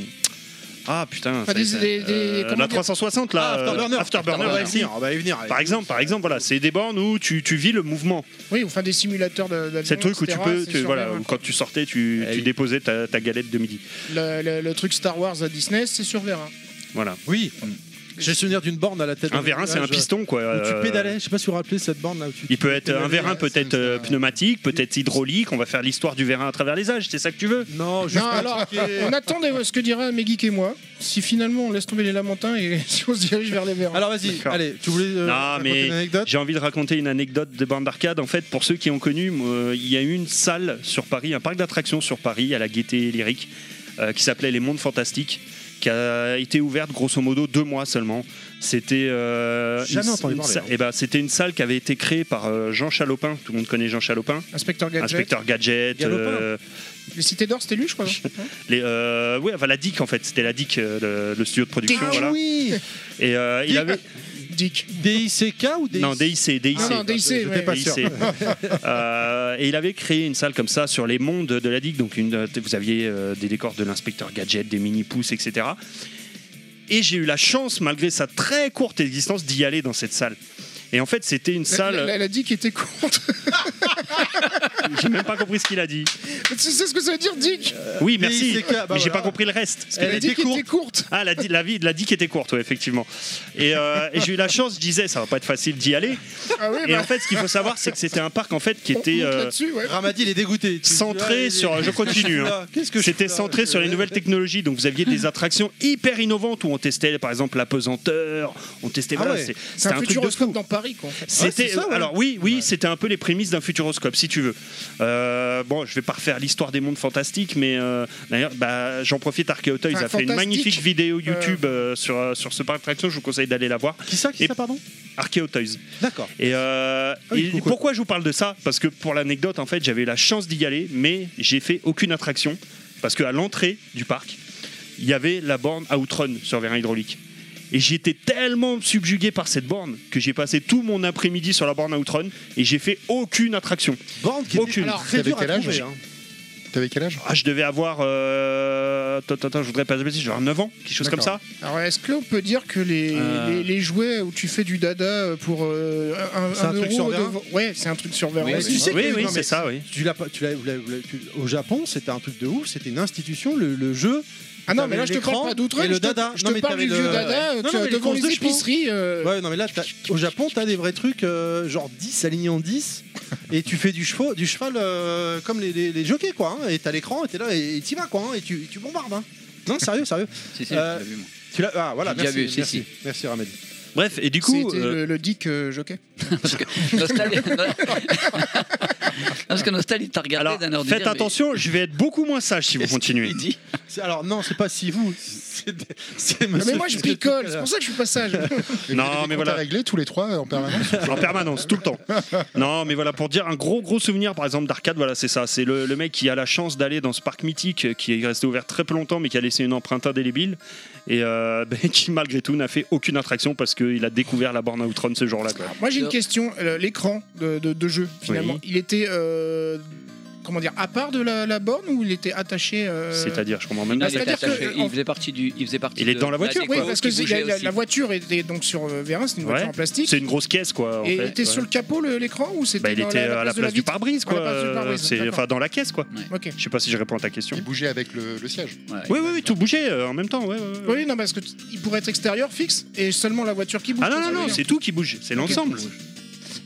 [SPEAKER 2] ah putain,
[SPEAKER 5] Ah, des-
[SPEAKER 2] ça- euh,
[SPEAKER 5] des- des- comment
[SPEAKER 2] la
[SPEAKER 5] dire
[SPEAKER 2] 360 là,
[SPEAKER 4] Ah,
[SPEAKER 2] euh,
[SPEAKER 4] Afterburner.
[SPEAKER 2] Afterburner,
[SPEAKER 4] on va
[SPEAKER 2] ouais,
[SPEAKER 4] y
[SPEAKER 2] si.
[SPEAKER 4] venir, on va y venir.
[SPEAKER 2] Par exemple, par exemple, voilà, c'est des bornes où tu, tu vis le mouvement.
[SPEAKER 5] Oui, enfin des simulateurs de. d'avion,
[SPEAKER 2] C'est le truc où tu
[SPEAKER 5] etc.,
[SPEAKER 2] peux,
[SPEAKER 5] c'est
[SPEAKER 2] tu-
[SPEAKER 5] sur
[SPEAKER 2] voilà,
[SPEAKER 5] Vérin.
[SPEAKER 2] où quand tu sortais, tu,
[SPEAKER 6] Eh
[SPEAKER 2] tu
[SPEAKER 6] oui.
[SPEAKER 2] déposais ta, ta galette de midi.
[SPEAKER 5] Le, le- le truc Star Wars à Disney, c'est sur Vérin.
[SPEAKER 2] Voilà.
[SPEAKER 4] Oui, j'ai souvenir d'une borne à la tête.
[SPEAKER 2] Mm. Un
[SPEAKER 4] de
[SPEAKER 2] vérin, c'est un
[SPEAKER 4] village,
[SPEAKER 2] piston quoi.
[SPEAKER 4] Où tu
[SPEAKER 2] Euh,
[SPEAKER 4] pédalais, je sais pas si vous vous rappelez cette borne là où tu
[SPEAKER 2] Il peut être un vérin, peut-être
[SPEAKER 7] c'est-
[SPEAKER 2] euh, pneumatique, peut-être hydraulique. On va faire l'histoire du vérin à travers les âges. C'est ça que tu veux
[SPEAKER 4] Non, juste
[SPEAKER 5] Non, alors, on attend de voir ce que dira Megeek et moi. Si finalement on laisse tomber les lamentins et si on se dirige vers les Vérins.
[SPEAKER 4] Alors vas-y,
[SPEAKER 2] D'accord.
[SPEAKER 4] allez, tu voulais euh,
[SPEAKER 2] Non,
[SPEAKER 4] raconter
[SPEAKER 2] mais-
[SPEAKER 4] une anecdote
[SPEAKER 2] J'ai envie de raconter une anecdote de borne d'arcade. En fait, pour ceux qui ont connu, moi, il y a eu une salle sur Paris, un parc d'attractions sur Paris, à la Gaieté Lyrique, euh, qui s'appelait Les Mondes Fantastiques, qui a été ouverte grosso modo deux mois seulement. C'était euh,
[SPEAKER 4] Jamais
[SPEAKER 2] une-
[SPEAKER 4] entendu
[SPEAKER 2] une
[SPEAKER 4] parler,
[SPEAKER 2] sa-
[SPEAKER 4] hein.
[SPEAKER 2] eh ben, c'était une salle qui avait été créée par euh, Jean Chalopin. Tout le monde connaît Jean Chalopin,
[SPEAKER 5] Inspecteur Gadget.
[SPEAKER 2] inspecteur gadget.
[SPEAKER 4] Galopin.
[SPEAKER 2] euh,
[SPEAKER 5] Les cités d'or, c'était lui, je crois. non
[SPEAKER 2] les, euh, ouais, enfin, la DIC en fait, c'était la DIC, euh, le, le studio de production.
[SPEAKER 4] Ah
[SPEAKER 2] voilà.
[SPEAKER 4] oui
[SPEAKER 2] Et euh, il
[SPEAKER 5] Dick.
[SPEAKER 2] avait
[SPEAKER 5] Dick.
[SPEAKER 4] DICK ou DIC
[SPEAKER 2] non DIC, DIC.
[SPEAKER 5] Ah non, DIC,
[SPEAKER 4] J'étais
[SPEAKER 5] ouais.
[SPEAKER 4] pas sûr.
[SPEAKER 2] DIC. Euh, et il avait créé une salle comme ça sur les mondes de la digue. Donc une, vous aviez euh, des décors de l'inspecteur gadget, des mini pousses, etc. Et j'ai eu la chance, malgré sa très courte existence, d'y aller dans cette salle. Et en fait, c'était une
[SPEAKER 5] La- la-
[SPEAKER 2] salle.
[SPEAKER 5] Elle a dit qu'il était contre.
[SPEAKER 2] J'ai même pas compris ce qu'il a dit.
[SPEAKER 5] tu sais ce que ça veut dire, Dick
[SPEAKER 2] Oui, merci.
[SPEAKER 4] DICK, bah
[SPEAKER 2] mais j'ai
[SPEAKER 4] voilà.
[SPEAKER 2] pas compris le reste. Parce que
[SPEAKER 5] Elle, a
[SPEAKER 2] la
[SPEAKER 5] dit
[SPEAKER 2] digue
[SPEAKER 5] qu'il était courte.
[SPEAKER 2] Ah, la, di- la vie, la digue était courte, ouais, effectivement. Et, euh, et j'ai eu la chance, je disais, ça va pas être facile d'y aller.
[SPEAKER 5] Ah oui,
[SPEAKER 2] Et
[SPEAKER 5] bah,
[SPEAKER 2] en fait, ce qu'il faut savoir, c'est que c'était un parc en fait qui
[SPEAKER 5] on
[SPEAKER 2] était
[SPEAKER 5] monte
[SPEAKER 2] euh,
[SPEAKER 5] là-dessus, ouais.
[SPEAKER 4] Ramadi, il est dégoûté. Tu- Ah, il
[SPEAKER 2] centré
[SPEAKER 4] est-
[SPEAKER 2] sur. Je continue. hein.
[SPEAKER 4] Ah, Qu'est-ce que je
[SPEAKER 2] C'était
[SPEAKER 4] fous là
[SPEAKER 2] centré sur les nouvelles technologies, donc vous aviez des attractions hyper innovantes où on testait par exemple la pesanteur, on testait
[SPEAKER 4] Ah
[SPEAKER 2] voilà,
[SPEAKER 4] ouais,
[SPEAKER 2] c'est-
[SPEAKER 5] C'est
[SPEAKER 2] c'était
[SPEAKER 5] un
[SPEAKER 2] un truc de
[SPEAKER 5] futuroscope
[SPEAKER 2] fou.
[SPEAKER 5] dans Paris, quoi. en fait.
[SPEAKER 2] C'était
[SPEAKER 4] Ouais, c'est ça, ouais.
[SPEAKER 2] alors oui oui c'était un peu les prémices d'un futuroscope si tu veux. Euh, bon je vais pas refaire l'histoire des mondes fantastiques mais euh, d'ailleurs bah, j'en profite Arkeota ils
[SPEAKER 5] Enfin,
[SPEAKER 2] a fait une
[SPEAKER 5] fantastique,
[SPEAKER 2] magnifique vidéo YouTube euh, sur euh, sur ce parc d'attractions je vous conseille d'aller la voir
[SPEAKER 4] Qui ça, qui
[SPEAKER 2] Et-
[SPEAKER 4] ça, pardon
[SPEAKER 2] Arkeotoys.
[SPEAKER 4] D'accord.
[SPEAKER 2] Et, euh,
[SPEAKER 4] Ah oui,
[SPEAKER 2] et
[SPEAKER 4] pourquoi
[SPEAKER 2] pourquoi je vous parle de ça Parce que pour l'anecdote, en fait, j'avais eu la chance d'y aller, mais j'ai fait aucune attraction parce qu'à l'entrée du parc, il y avait la borne Outrun sur vérin hydraulique. Et j'étais tellement subjugué par cette borne que j'ai passé tout mon après-midi sur la borne Outrun et j'ai fait aucune attraction.
[SPEAKER 4] Borne qui
[SPEAKER 2] Aucune.
[SPEAKER 4] est alors, très
[SPEAKER 7] T'avais
[SPEAKER 4] dur à
[SPEAKER 7] quel âge
[SPEAKER 4] trouver. hein.
[SPEAKER 7] T'avais quel âge
[SPEAKER 2] Ah, je devais avoir. Euh... Attends, attends, attends, je voudrais pas dire de bêtises, je devais avoir 9 ans, quelque chose comme ça.
[SPEAKER 7] D'accord.
[SPEAKER 5] Alors, est-ce qu'on peut dire que les,
[SPEAKER 2] Euh.
[SPEAKER 5] les, les jouets où tu fais du dada pour euh, un,
[SPEAKER 4] C'est un
[SPEAKER 5] un
[SPEAKER 4] truc
[SPEAKER 5] euro
[SPEAKER 4] sur verre
[SPEAKER 5] de- Ouais, c'est un truc sur verre.
[SPEAKER 6] Oui,
[SPEAKER 5] Ouais,
[SPEAKER 6] oui.
[SPEAKER 5] c'est-
[SPEAKER 4] Tu sais
[SPEAKER 2] oui,
[SPEAKER 4] que-
[SPEAKER 2] oui,
[SPEAKER 4] non, mais-
[SPEAKER 2] c'est ça, oui.
[SPEAKER 4] Tu l'as pas- tu l'as- vous l'avez- vous l'avez- tu- au Japon, c'était un truc de ouf, c'était une institution, le, le jeu.
[SPEAKER 5] Ah non, mais
[SPEAKER 4] T'avais
[SPEAKER 5] là, je te
[SPEAKER 4] l'écran
[SPEAKER 5] parle pas d'outre.
[SPEAKER 4] et le
[SPEAKER 5] je te-
[SPEAKER 4] dada.
[SPEAKER 5] Je
[SPEAKER 4] Non,
[SPEAKER 5] te
[SPEAKER 4] mais
[SPEAKER 5] parle
[SPEAKER 4] t'avais
[SPEAKER 5] du
[SPEAKER 4] le-
[SPEAKER 5] vieux dada tu
[SPEAKER 4] Non, non,
[SPEAKER 5] as
[SPEAKER 4] mais les
[SPEAKER 5] devant
[SPEAKER 4] courses
[SPEAKER 5] les
[SPEAKER 4] de chevaux.
[SPEAKER 5] épiceries. euh,
[SPEAKER 4] Ouais, non, mais là, t'as- au Japon, t'as des vrais trucs, euh, genre 10 alignés en 10, et tu fais du, chevaux, du cheval euh, comme les, les, les jockeys, quoi. hein, et t'as l'écran, et t'es là, et et t'y vas, quoi, hein, et tu, et tu bombardes. hein. Non, sérieux, sérieux.
[SPEAKER 6] Si, si,
[SPEAKER 4] Euh,
[SPEAKER 6] je l'ai vu, moi.
[SPEAKER 4] Tu l'as- ah, voilà,
[SPEAKER 6] J'ai déjà
[SPEAKER 4] merci,
[SPEAKER 6] vu, si,
[SPEAKER 4] merci,
[SPEAKER 6] si.
[SPEAKER 4] merci, Ramel.
[SPEAKER 2] Bref, et du coup.
[SPEAKER 5] C'était
[SPEAKER 2] euh,
[SPEAKER 5] le, le Dick euh, Jockey.
[SPEAKER 6] Parce que Nostal, parce que Nostal il t'a regardé
[SPEAKER 2] Alors,
[SPEAKER 6] d'un air de
[SPEAKER 2] faites
[SPEAKER 6] dire, mais
[SPEAKER 2] attention, je vais être beaucoup moins sage si vous
[SPEAKER 6] qu'est-ce
[SPEAKER 2] continuez.
[SPEAKER 6] qu'il dit
[SPEAKER 4] C'est- Alors, non, c'est pas si vous, c'est c'est
[SPEAKER 5] Ah, mais
[SPEAKER 4] monsieur-
[SPEAKER 5] moi, je picole. C'est pour ça que je suis pas sage.
[SPEAKER 7] Et
[SPEAKER 2] Non,
[SPEAKER 7] vous avez des
[SPEAKER 2] mais
[SPEAKER 7] comptes
[SPEAKER 2] voilà.
[SPEAKER 7] à régler tous les trois euh, en permanence
[SPEAKER 2] en permanence, tout le temps. Non, mais voilà, pour dire un gros, gros souvenir, par exemple, d'arcade, voilà, c'est ça. C'est le, le mec qui a la chance d'aller dans ce parc mythique euh, qui est resté ouvert très peu longtemps, mais qui a laissé une empreinte indélébile et euh, ben, qui, malgré tout, n'a fait aucune attraction parce qu'il a découvert la borne à Outrun ce jour-là. quoi.
[SPEAKER 5] Moi j'ai une
[SPEAKER 6] Alors-
[SPEAKER 5] question, Euh, l'écran de, de- de jeu finalement,
[SPEAKER 2] Oui.
[SPEAKER 5] il était euh, comment dire à part de la, la borne ou il était attaché euh,
[SPEAKER 2] C'est-à-dire, je comprends même
[SPEAKER 6] Non,
[SPEAKER 2] pas.
[SPEAKER 6] il, était
[SPEAKER 5] c'est-à-dire que,
[SPEAKER 6] attaché,
[SPEAKER 5] euh, en-
[SPEAKER 6] il faisait partie du, il faisait partie.
[SPEAKER 2] Il est
[SPEAKER 6] de-
[SPEAKER 2] dans la
[SPEAKER 6] de
[SPEAKER 2] voiture,
[SPEAKER 5] Oui,
[SPEAKER 6] déco
[SPEAKER 5] parce que
[SPEAKER 6] qui
[SPEAKER 5] c'est-
[SPEAKER 6] bougeait
[SPEAKER 5] la, la-
[SPEAKER 6] aussi.
[SPEAKER 5] la voiture était donc sur euh, Vérin, c'est une voiture
[SPEAKER 2] Ouais.
[SPEAKER 5] en plastique.
[SPEAKER 2] C'est une grosse caisse, quoi. en
[SPEAKER 5] et il
[SPEAKER 2] fait,
[SPEAKER 5] était sur
[SPEAKER 2] ouais.
[SPEAKER 5] le capot le- l'écran ou c'était
[SPEAKER 2] Bah, il
[SPEAKER 5] dans
[SPEAKER 2] était euh, à la
[SPEAKER 5] de
[SPEAKER 2] place du
[SPEAKER 5] vitre
[SPEAKER 2] pare-brise,
[SPEAKER 5] À la
[SPEAKER 2] quoi.
[SPEAKER 5] place du
[SPEAKER 2] euh,
[SPEAKER 5] pare-brise,
[SPEAKER 2] c'est-
[SPEAKER 5] d'accord.
[SPEAKER 2] Enfin, dans la caisse, quoi.
[SPEAKER 5] Ok.
[SPEAKER 2] Je sais pas si je réponds à ta question.
[SPEAKER 7] Il bougeait avec le, le siège.
[SPEAKER 6] Ouais.
[SPEAKER 2] Oui, oui, oui, tout bougeait euh, en même temps, ouais, ouais, ouais.
[SPEAKER 5] Oui, non, parce que t- il pourrait être extérieur fixe et seulement la voiture qui bouge.
[SPEAKER 2] Ah non, non, non,
[SPEAKER 5] Oui.
[SPEAKER 2] c'est tout qui bouge, c'est l'ensemble.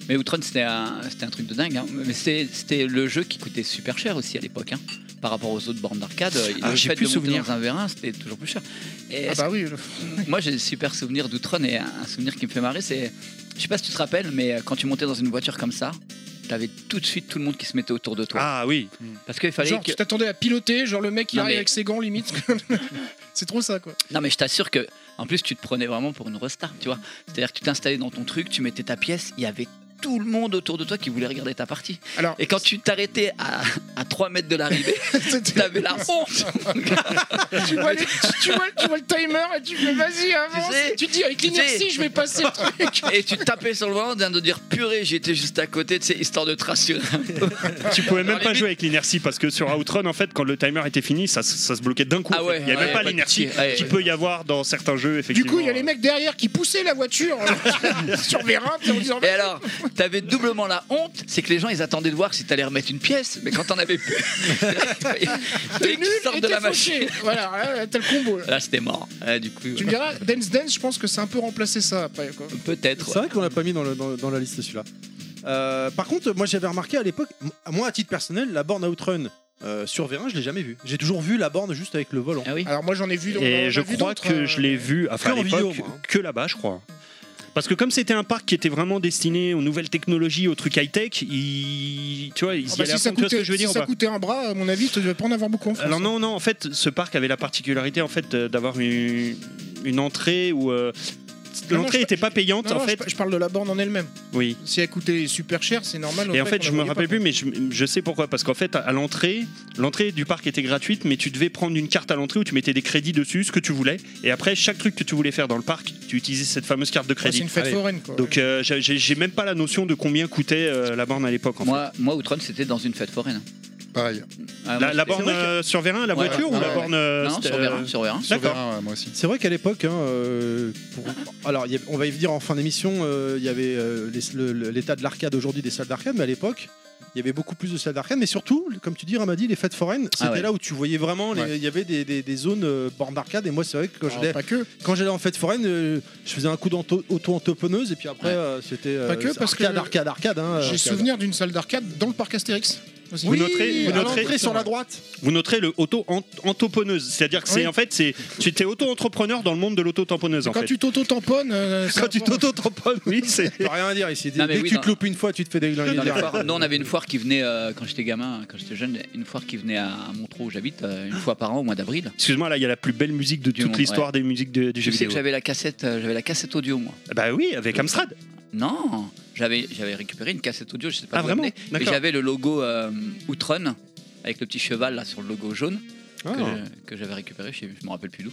[SPEAKER 6] Mais Outrun, c'était un, c'était un truc de dingue. hein. Mais c'est- c'était le jeu qui coûtait super cher aussi à l'époque. hein. Par rapport aux autres bornes d'arcade, euh,
[SPEAKER 2] Ah,
[SPEAKER 6] le
[SPEAKER 2] j'ai
[SPEAKER 6] fait
[SPEAKER 2] plus
[SPEAKER 6] de monter
[SPEAKER 2] souvenir.
[SPEAKER 6] dans un vérin, c'était toujours plus cher. Et
[SPEAKER 5] Ah bah oui. le-
[SPEAKER 6] Moi, j'ai des super souvenirs d'Outrun et un souvenir qui me fait marrer, c'est. Je sais pas si tu te rappelles, mais euh, quand tu montais dans une voiture comme ça, t'avais tout de suite tout le monde qui se mettait autour de toi.
[SPEAKER 2] Ah oui,
[SPEAKER 6] Parce qu'il fallait
[SPEAKER 5] Genre,
[SPEAKER 6] que.
[SPEAKER 5] tu t'attendais à piloter, genre le mec il
[SPEAKER 6] Non,
[SPEAKER 5] arrive
[SPEAKER 6] mais-
[SPEAKER 5] avec ses gants limite. c'est trop ça quoi.
[SPEAKER 6] Non, mais je t'assure que. En plus, tu te prenais vraiment pour une resta, tu vois. C'est-à-dire que tu t'installais dans ton truc, tu mettais ta pièce, il y avait tout le monde autour de toi qui voulait regarder ta partie.
[SPEAKER 5] Alors,
[SPEAKER 6] Et quand tu t'arrêtais à, à 3 mètres de l'arrivée,
[SPEAKER 5] c'était-
[SPEAKER 6] t'avais la honte.
[SPEAKER 5] tu vois, les- tu, vois, tu vois le timer et tu fais vas-y avance.
[SPEAKER 6] sais-
[SPEAKER 5] tu te dis avec
[SPEAKER 6] tu
[SPEAKER 5] l'inertie
[SPEAKER 6] sais-
[SPEAKER 5] je vais passer le truc.
[SPEAKER 6] Et tu tapais sur le volant, en train de dire purée, j'étais juste à côté, tu sais, histoire de te rassurer.
[SPEAKER 2] Tu pouvais même
[SPEAKER 6] Alors,
[SPEAKER 2] pas
[SPEAKER 6] limite-
[SPEAKER 2] jouer avec l'inertie parce que sur Outrun, en fait, quand le timer était fini, ça, se- ça se bloquait d'un coup.
[SPEAKER 6] Ah
[SPEAKER 2] en fait.
[SPEAKER 6] ouais,
[SPEAKER 2] il n'y avait
[SPEAKER 6] ouais,
[SPEAKER 2] pas
[SPEAKER 6] pas de
[SPEAKER 2] l'inertie
[SPEAKER 6] tir. Ouais,
[SPEAKER 2] qui
[SPEAKER 6] ouais.
[SPEAKER 2] peut y avoir dans certains jeux,
[SPEAKER 5] Du
[SPEAKER 2] effectivement.
[SPEAKER 5] coup, il y a les mecs derrière qui poussaient la voiture euh, sur Vérin puis en disant
[SPEAKER 6] Et alors, t'avais doublement la honte, c'est que les gens ils attendaient de voir si t'allais remettre une pièce, mais quand t'en avais plus,
[SPEAKER 5] t'es
[SPEAKER 6] t'es
[SPEAKER 5] nul et t'es fauché. Voilà, là, t'as le combo. là.
[SPEAKER 6] Là c'était mort. Ouais, du coup,
[SPEAKER 5] Tu
[SPEAKER 6] ouais.
[SPEAKER 5] me diras, Dance Dance, je pense que c'est un peu remplacé ça après. Quoi.
[SPEAKER 6] peut-être.
[SPEAKER 4] C'est
[SPEAKER 6] ouais.
[SPEAKER 4] vrai qu'on l'a pas mis dans, le- dans- dans la liste celui-là. Euh, par contre, moi j'avais remarqué à l'époque, m- moi à titre personnel, la borne Outrun euh, sur Vérin, je l'ai jamais vue. J'ai toujours vu la borne juste avec le volant.
[SPEAKER 6] Ah oui.
[SPEAKER 5] Alors moi j'en ai vu. on en a
[SPEAKER 2] Et je
[SPEAKER 5] vu
[SPEAKER 2] crois
[SPEAKER 5] d'autres,
[SPEAKER 2] que
[SPEAKER 5] euh,
[SPEAKER 2] je l'ai vu, enfin, à
[SPEAKER 4] que en vidéo,
[SPEAKER 2] l'époque,
[SPEAKER 4] moi, hein.
[SPEAKER 2] que là-bas, je crois. Parce que comme c'était un parc qui était vraiment destiné aux nouvelles technologies, aux trucs high-tech, il... tu vois, ils
[SPEAKER 5] ah
[SPEAKER 2] y
[SPEAKER 5] bah,
[SPEAKER 2] allaient
[SPEAKER 5] si
[SPEAKER 2] à
[SPEAKER 5] ça
[SPEAKER 2] fond. Tu vois ce
[SPEAKER 5] coûtait,
[SPEAKER 2] que je veux
[SPEAKER 5] si
[SPEAKER 2] dire ou
[SPEAKER 5] ça
[SPEAKER 2] pas
[SPEAKER 5] coûtait un bras, à mon avis, tu devais pas en avoir beaucoup en France.
[SPEAKER 2] Alors non, non, en fait, ce parc avait la particularité en fait, euh, d'avoir une... une entrée où... euh,
[SPEAKER 5] Ah Non,
[SPEAKER 2] L'entrée
[SPEAKER 5] je-
[SPEAKER 2] n'était pas payante
[SPEAKER 5] Non,
[SPEAKER 2] en
[SPEAKER 5] non, je
[SPEAKER 2] fait.
[SPEAKER 5] pa- je, parle de la borne en elle-même.
[SPEAKER 2] Oui.
[SPEAKER 5] Si elle coûtait super cher, c'est normal.
[SPEAKER 2] Et en fait, je me rappelle plus, mais je, je sais pourquoi. Parce qu'en fait, à- à l'entrée, l'entrée du parc était gratuite, mais tu devais prendre une carte à l'entrée où tu mettais des crédits dessus, ce que tu voulais. Et après, chaque truc que tu voulais faire dans le parc, tu utilisais cette fameuse carte de
[SPEAKER 5] C'est
[SPEAKER 2] crédit.
[SPEAKER 5] une fête
[SPEAKER 4] Allez.
[SPEAKER 5] foraine. Quoi.
[SPEAKER 2] Donc, euh, j'ai- j'ai j'ai même pas la notion de combien coûtait euh, la borne à
[SPEAKER 5] Ah,
[SPEAKER 2] l'époque. en fait.
[SPEAKER 6] Moi, moi Outrun c'était dans une fête foraine.
[SPEAKER 7] Pareil.
[SPEAKER 6] Ah, moi,
[SPEAKER 2] La, la
[SPEAKER 6] c'était-
[SPEAKER 2] borne euh, sur Vérin, la
[SPEAKER 6] Ouais,
[SPEAKER 2] voiture
[SPEAKER 6] ouais,
[SPEAKER 2] ou la
[SPEAKER 6] ouais.
[SPEAKER 2] borne. euh,
[SPEAKER 6] Non,
[SPEAKER 2] c'était,
[SPEAKER 6] sur Vérin,
[SPEAKER 2] euh,
[SPEAKER 6] sur Vérin.
[SPEAKER 7] Sur
[SPEAKER 2] D'accord.
[SPEAKER 7] Vérin, ouais, moi aussi.
[SPEAKER 4] C'est vrai qu'à l'époque, hein, euh, pour- alors il y avait- on va y venir en fin d'émission, euh, il y avait euh, les- le- le- l'état de l'arcade aujourd'hui des salles d'arcade, mais à l'époque, il y avait beaucoup plus de salles d'arcade, mais surtout, comme tu dis, Ramadi, les fêtes foraines, c'était
[SPEAKER 6] Ah ouais.
[SPEAKER 4] là où tu voyais vraiment, les- il
[SPEAKER 7] Ouais. Ah,
[SPEAKER 4] y avait des, des- des zones euh, bornes d'arcade, et moi c'est vrai que quand
[SPEAKER 5] Alors,
[SPEAKER 4] j'allais-
[SPEAKER 5] pas
[SPEAKER 2] Ah,
[SPEAKER 5] que.
[SPEAKER 4] quand j'allais en fête foraine, euh, je faisais un coup d'auto-entopeneuse, et puis après
[SPEAKER 6] Ouais.
[SPEAKER 4] euh, c'était euh,
[SPEAKER 5] Pas que, parce que
[SPEAKER 4] arcade, arcade, arcade, hein,
[SPEAKER 5] J'ai
[SPEAKER 4] arcade.
[SPEAKER 5] souvenir d'une salle d'arcade dans le parc Astérix. aussi.
[SPEAKER 2] Vous noterez- vous
[SPEAKER 4] à
[SPEAKER 2] noterez-
[SPEAKER 4] l'entrée sur la droite.
[SPEAKER 2] Vous noterez le auto-tamponneuse. C'est-à-dire que c'est
[SPEAKER 5] Oui.
[SPEAKER 2] en fait, c'est tu es auto-entrepreneur dans le monde de l'auto-tamponneuse en
[SPEAKER 5] Quand
[SPEAKER 2] fait.
[SPEAKER 5] tu t'auto-tamponnes. euh, ça-
[SPEAKER 2] Quand tu t'auto-tamponnes, oui, c'est.
[SPEAKER 4] T'as rien à dire ici. Dès
[SPEAKER 6] Non, mais
[SPEAKER 4] dès que
[SPEAKER 6] oui,
[SPEAKER 4] tu
[SPEAKER 6] dans-
[SPEAKER 4] te loupes une fois, tu te fais déglinguer.
[SPEAKER 6] Dans les
[SPEAKER 4] direct.
[SPEAKER 6] foires- nous, on avait une foire qui venait, euh, quand j'étais gamin, quand j'étais jeune, une foire qui venait à Montreux où j'habite, euh, une fois par an au mois d'avril.
[SPEAKER 2] Excuse-moi, là, il y a la plus belle musique de
[SPEAKER 6] Du
[SPEAKER 2] toute
[SPEAKER 6] monde,
[SPEAKER 2] l'histoire des musiques de- du
[SPEAKER 6] Je
[SPEAKER 2] jeu
[SPEAKER 6] sais que
[SPEAKER 2] vidéo.
[SPEAKER 6] j'avais la cassette, euh, j'avais la cassette audio moi.
[SPEAKER 2] Bah oui, avec Amstrad.
[SPEAKER 6] Non, j'avais j'avais récupéré une cassette audio, je sais pas
[SPEAKER 2] Ah,
[SPEAKER 6] d'où
[SPEAKER 2] vraiment
[SPEAKER 6] elle venait, mais
[SPEAKER 2] D'accord.
[SPEAKER 6] j'avais le logo euh, Outrun avec le petit cheval là sur le logo jaune
[SPEAKER 4] Ah.
[SPEAKER 6] que je- que j'avais récupéré, je, sais- je me rappelle plus d'où.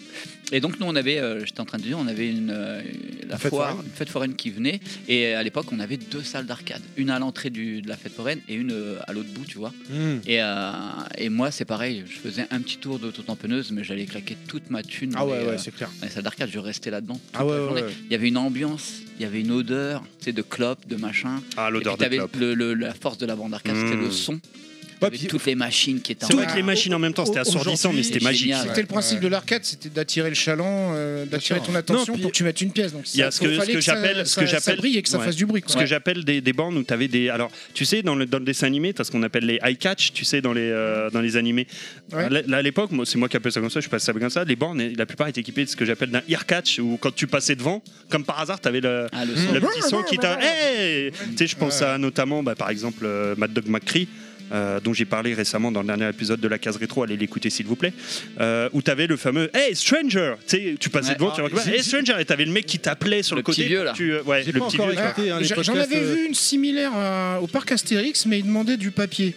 [SPEAKER 6] Et donc nous on avait, euh, j'étais en train de dire, on avait une euh, la
[SPEAKER 4] fête
[SPEAKER 6] foire,
[SPEAKER 4] foraine.
[SPEAKER 6] une fête foraine qui venait et à l'époque on avait deux salles d'arcade, une à l'entrée du- de la fête foraine et une euh, à l'autre bout, tu vois.
[SPEAKER 4] Hmm.
[SPEAKER 6] Et, euh, et moi, c'est pareil, je faisais un petit tour d'auto-tamponneuse, mais j'allais claquer toute ma thune dans,
[SPEAKER 4] Ah ouais,
[SPEAKER 6] les, euh,
[SPEAKER 4] ouais, c'est clair.
[SPEAKER 6] dans les salles d'arcade, je restais là-dedans. toute
[SPEAKER 4] Ah ouais,
[SPEAKER 6] la
[SPEAKER 4] ouais,
[SPEAKER 6] journée.
[SPEAKER 4] ouais.
[SPEAKER 6] Il y avait une ambiance, il y avait une odeur, tu sais, de clope, de machin.
[SPEAKER 2] Ah,
[SPEAKER 6] Et puis
[SPEAKER 2] l'odeur de
[SPEAKER 6] t'avais
[SPEAKER 2] clope.
[SPEAKER 6] le- le- la force de la bande arcade, c'était
[SPEAKER 2] Mmh.
[SPEAKER 6] le son.
[SPEAKER 4] Ouais,
[SPEAKER 6] T'avais
[SPEAKER 4] puis-
[SPEAKER 6] toutes les machines qui étaient
[SPEAKER 2] Tout
[SPEAKER 6] en
[SPEAKER 2] avec les
[SPEAKER 6] marche.
[SPEAKER 2] machines en même temps, c'était assourdissant, mais c'était magique.
[SPEAKER 6] génial.
[SPEAKER 5] C'était le principe de l'arcade, c'était d'attirer le chaland, euh, d'attirer ton attention
[SPEAKER 4] puis-
[SPEAKER 5] pour que tu mettes une pièce. Donc
[SPEAKER 2] Il y a
[SPEAKER 5] ça-
[SPEAKER 2] ce que-
[SPEAKER 5] fallait
[SPEAKER 2] ce que
[SPEAKER 5] ça-
[SPEAKER 2] j'appelle- ce que
[SPEAKER 5] ça- ça
[SPEAKER 2] j'appelle-
[SPEAKER 5] brille et que ça
[SPEAKER 2] Ouais.
[SPEAKER 5] fasse du bruit.
[SPEAKER 2] Ce
[SPEAKER 5] quoi.
[SPEAKER 2] que j'appelle des, des bornes où tu avais des. Alors, tu sais, dans le, dans le dessin animé, tu as ce qu'on appelle les eye catch, tu sais, dans les, euh, dans les animés.
[SPEAKER 5] Ouais.
[SPEAKER 2] Là, là, à l'époque, moi, c'est moi qui appelle ça comme ça, je passe ça comme ça. Les bornes, la plupart étaient équipées de ce que j'appelle d'un ear catch, où quand tu passais devant, comme par hasard, tu avais le,
[SPEAKER 6] Ah,
[SPEAKER 4] Mmh.
[SPEAKER 6] le son.
[SPEAKER 2] le petit son qui t'a. Hey tu sais, je pense à notamment, bah, par exemple, euh, Mad Dog McCree. euh, dont j'ai parlé récemment dans le dernier épisode de la case rétro, allez l'écouter s'il vous plaît, euh, où t'avais le fameux Hey Stranger, tu sais, tu passais
[SPEAKER 6] Ouais.
[SPEAKER 2] devant, tu
[SPEAKER 6] Ah,
[SPEAKER 2] regardes,
[SPEAKER 6] j'ai-
[SPEAKER 2] Hey Stranger, et t'avais le mec qui t'appelait sur le,
[SPEAKER 6] Le petit
[SPEAKER 2] côté.
[SPEAKER 6] vieux, là.
[SPEAKER 2] tu, euh, ouais,
[SPEAKER 4] J'ai
[SPEAKER 2] le
[SPEAKER 4] pas
[SPEAKER 2] petit
[SPEAKER 4] encore
[SPEAKER 2] vieux.
[SPEAKER 5] Ouais.
[SPEAKER 4] écouté hein, les
[SPEAKER 5] J'en j'en
[SPEAKER 4] podcasts,
[SPEAKER 5] avais
[SPEAKER 4] euh,
[SPEAKER 5] vu une similaire à- au parc Astérix, mais il demandait du papier.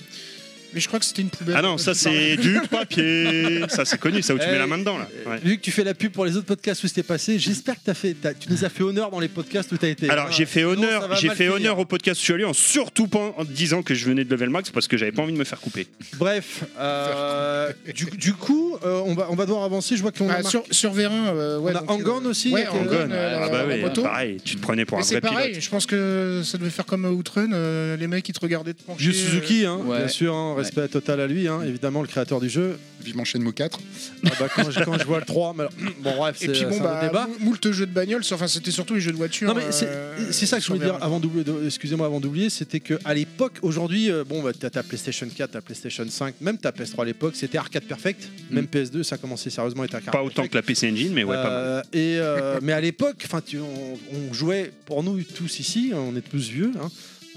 [SPEAKER 5] Mais je crois que c'était une poubelle.
[SPEAKER 2] Ah non, ça c'est du papier. Ça c'est connu, ça où tu
[SPEAKER 4] Eh,
[SPEAKER 2] mets la main dedans là. Ouais.
[SPEAKER 4] Vu que tu fais la pub pour les autres podcasts où c'était passé, j'espère que t'as fait, t'as- tu nous as fait honneur dans les podcasts où t'as été.
[SPEAKER 2] Alors j'ai fait
[SPEAKER 4] Sinon, ça
[SPEAKER 2] honneur,
[SPEAKER 4] va
[SPEAKER 2] j'ai
[SPEAKER 4] mal
[SPEAKER 2] fait
[SPEAKER 4] finir.
[SPEAKER 2] honneur au podcast où je suis allé en surtout pas en disant que je venais de Level Max parce que j'avais pas envie de me faire couper.
[SPEAKER 4] Bref, euh, du, du coup, euh, on, va, on va devoir avancer. Je vois qu'on a
[SPEAKER 5] Ah, sur, sur Vérin, euh, ouais,
[SPEAKER 4] On a
[SPEAKER 5] donc, euh,
[SPEAKER 4] Angon aussi,
[SPEAKER 5] ouais,
[SPEAKER 4] avec, euh,
[SPEAKER 5] Angon,
[SPEAKER 2] Angon,
[SPEAKER 5] euh,
[SPEAKER 2] ah bah
[SPEAKER 5] la
[SPEAKER 2] oui,
[SPEAKER 5] moto.
[SPEAKER 2] pareil, tu te prenais pour
[SPEAKER 5] Mais
[SPEAKER 2] un
[SPEAKER 5] c'est
[SPEAKER 2] vrai
[SPEAKER 5] pareil,
[SPEAKER 2] pilote.
[SPEAKER 5] je pense que ça devait faire comme à Outrun, euh, les mecs ils te regardaient de pencher. euh,
[SPEAKER 4] Yu Suzuki, hein,
[SPEAKER 6] Ouais.
[SPEAKER 4] bien sûr, hein, respect total à lui, hein, évidemment le créateur du jeu.
[SPEAKER 7] Vivement Shenmue 4.
[SPEAKER 4] Ah bah, quand, je, quand je vois le 3, mais alors, bon bref,
[SPEAKER 5] Et
[SPEAKER 4] c'est
[SPEAKER 5] puis
[SPEAKER 4] c'est
[SPEAKER 5] bon,
[SPEAKER 4] un autre
[SPEAKER 5] bah,
[SPEAKER 4] débat.
[SPEAKER 5] mou- moult jeux de bagnole, sur- enfin c'était surtout les jeux de voiture.
[SPEAKER 4] Non mais c'est
[SPEAKER 5] euh,
[SPEAKER 4] c'est ça que je
[SPEAKER 5] sur
[SPEAKER 4] voulais dire
[SPEAKER 5] Vérin.
[SPEAKER 4] avant d'oublier, de- excusez-moi avant d'oublier, c'était que à l'époque, aujourd'hui, euh, bon, bah, t'as ta PlayStation 4, ta PlayStation 5, même ta PS3 à l'époque, c'était arcade perfect, même PS2, ça commençait sérieusement à être arcade.
[SPEAKER 2] Pas autant que la PC Engine, mais ouais, pas mal.
[SPEAKER 4] Ah, Euh, et euh, mais à l'époque, enfin, tu- on, on jouait pour nous tous ici, on est tous vieux. hein,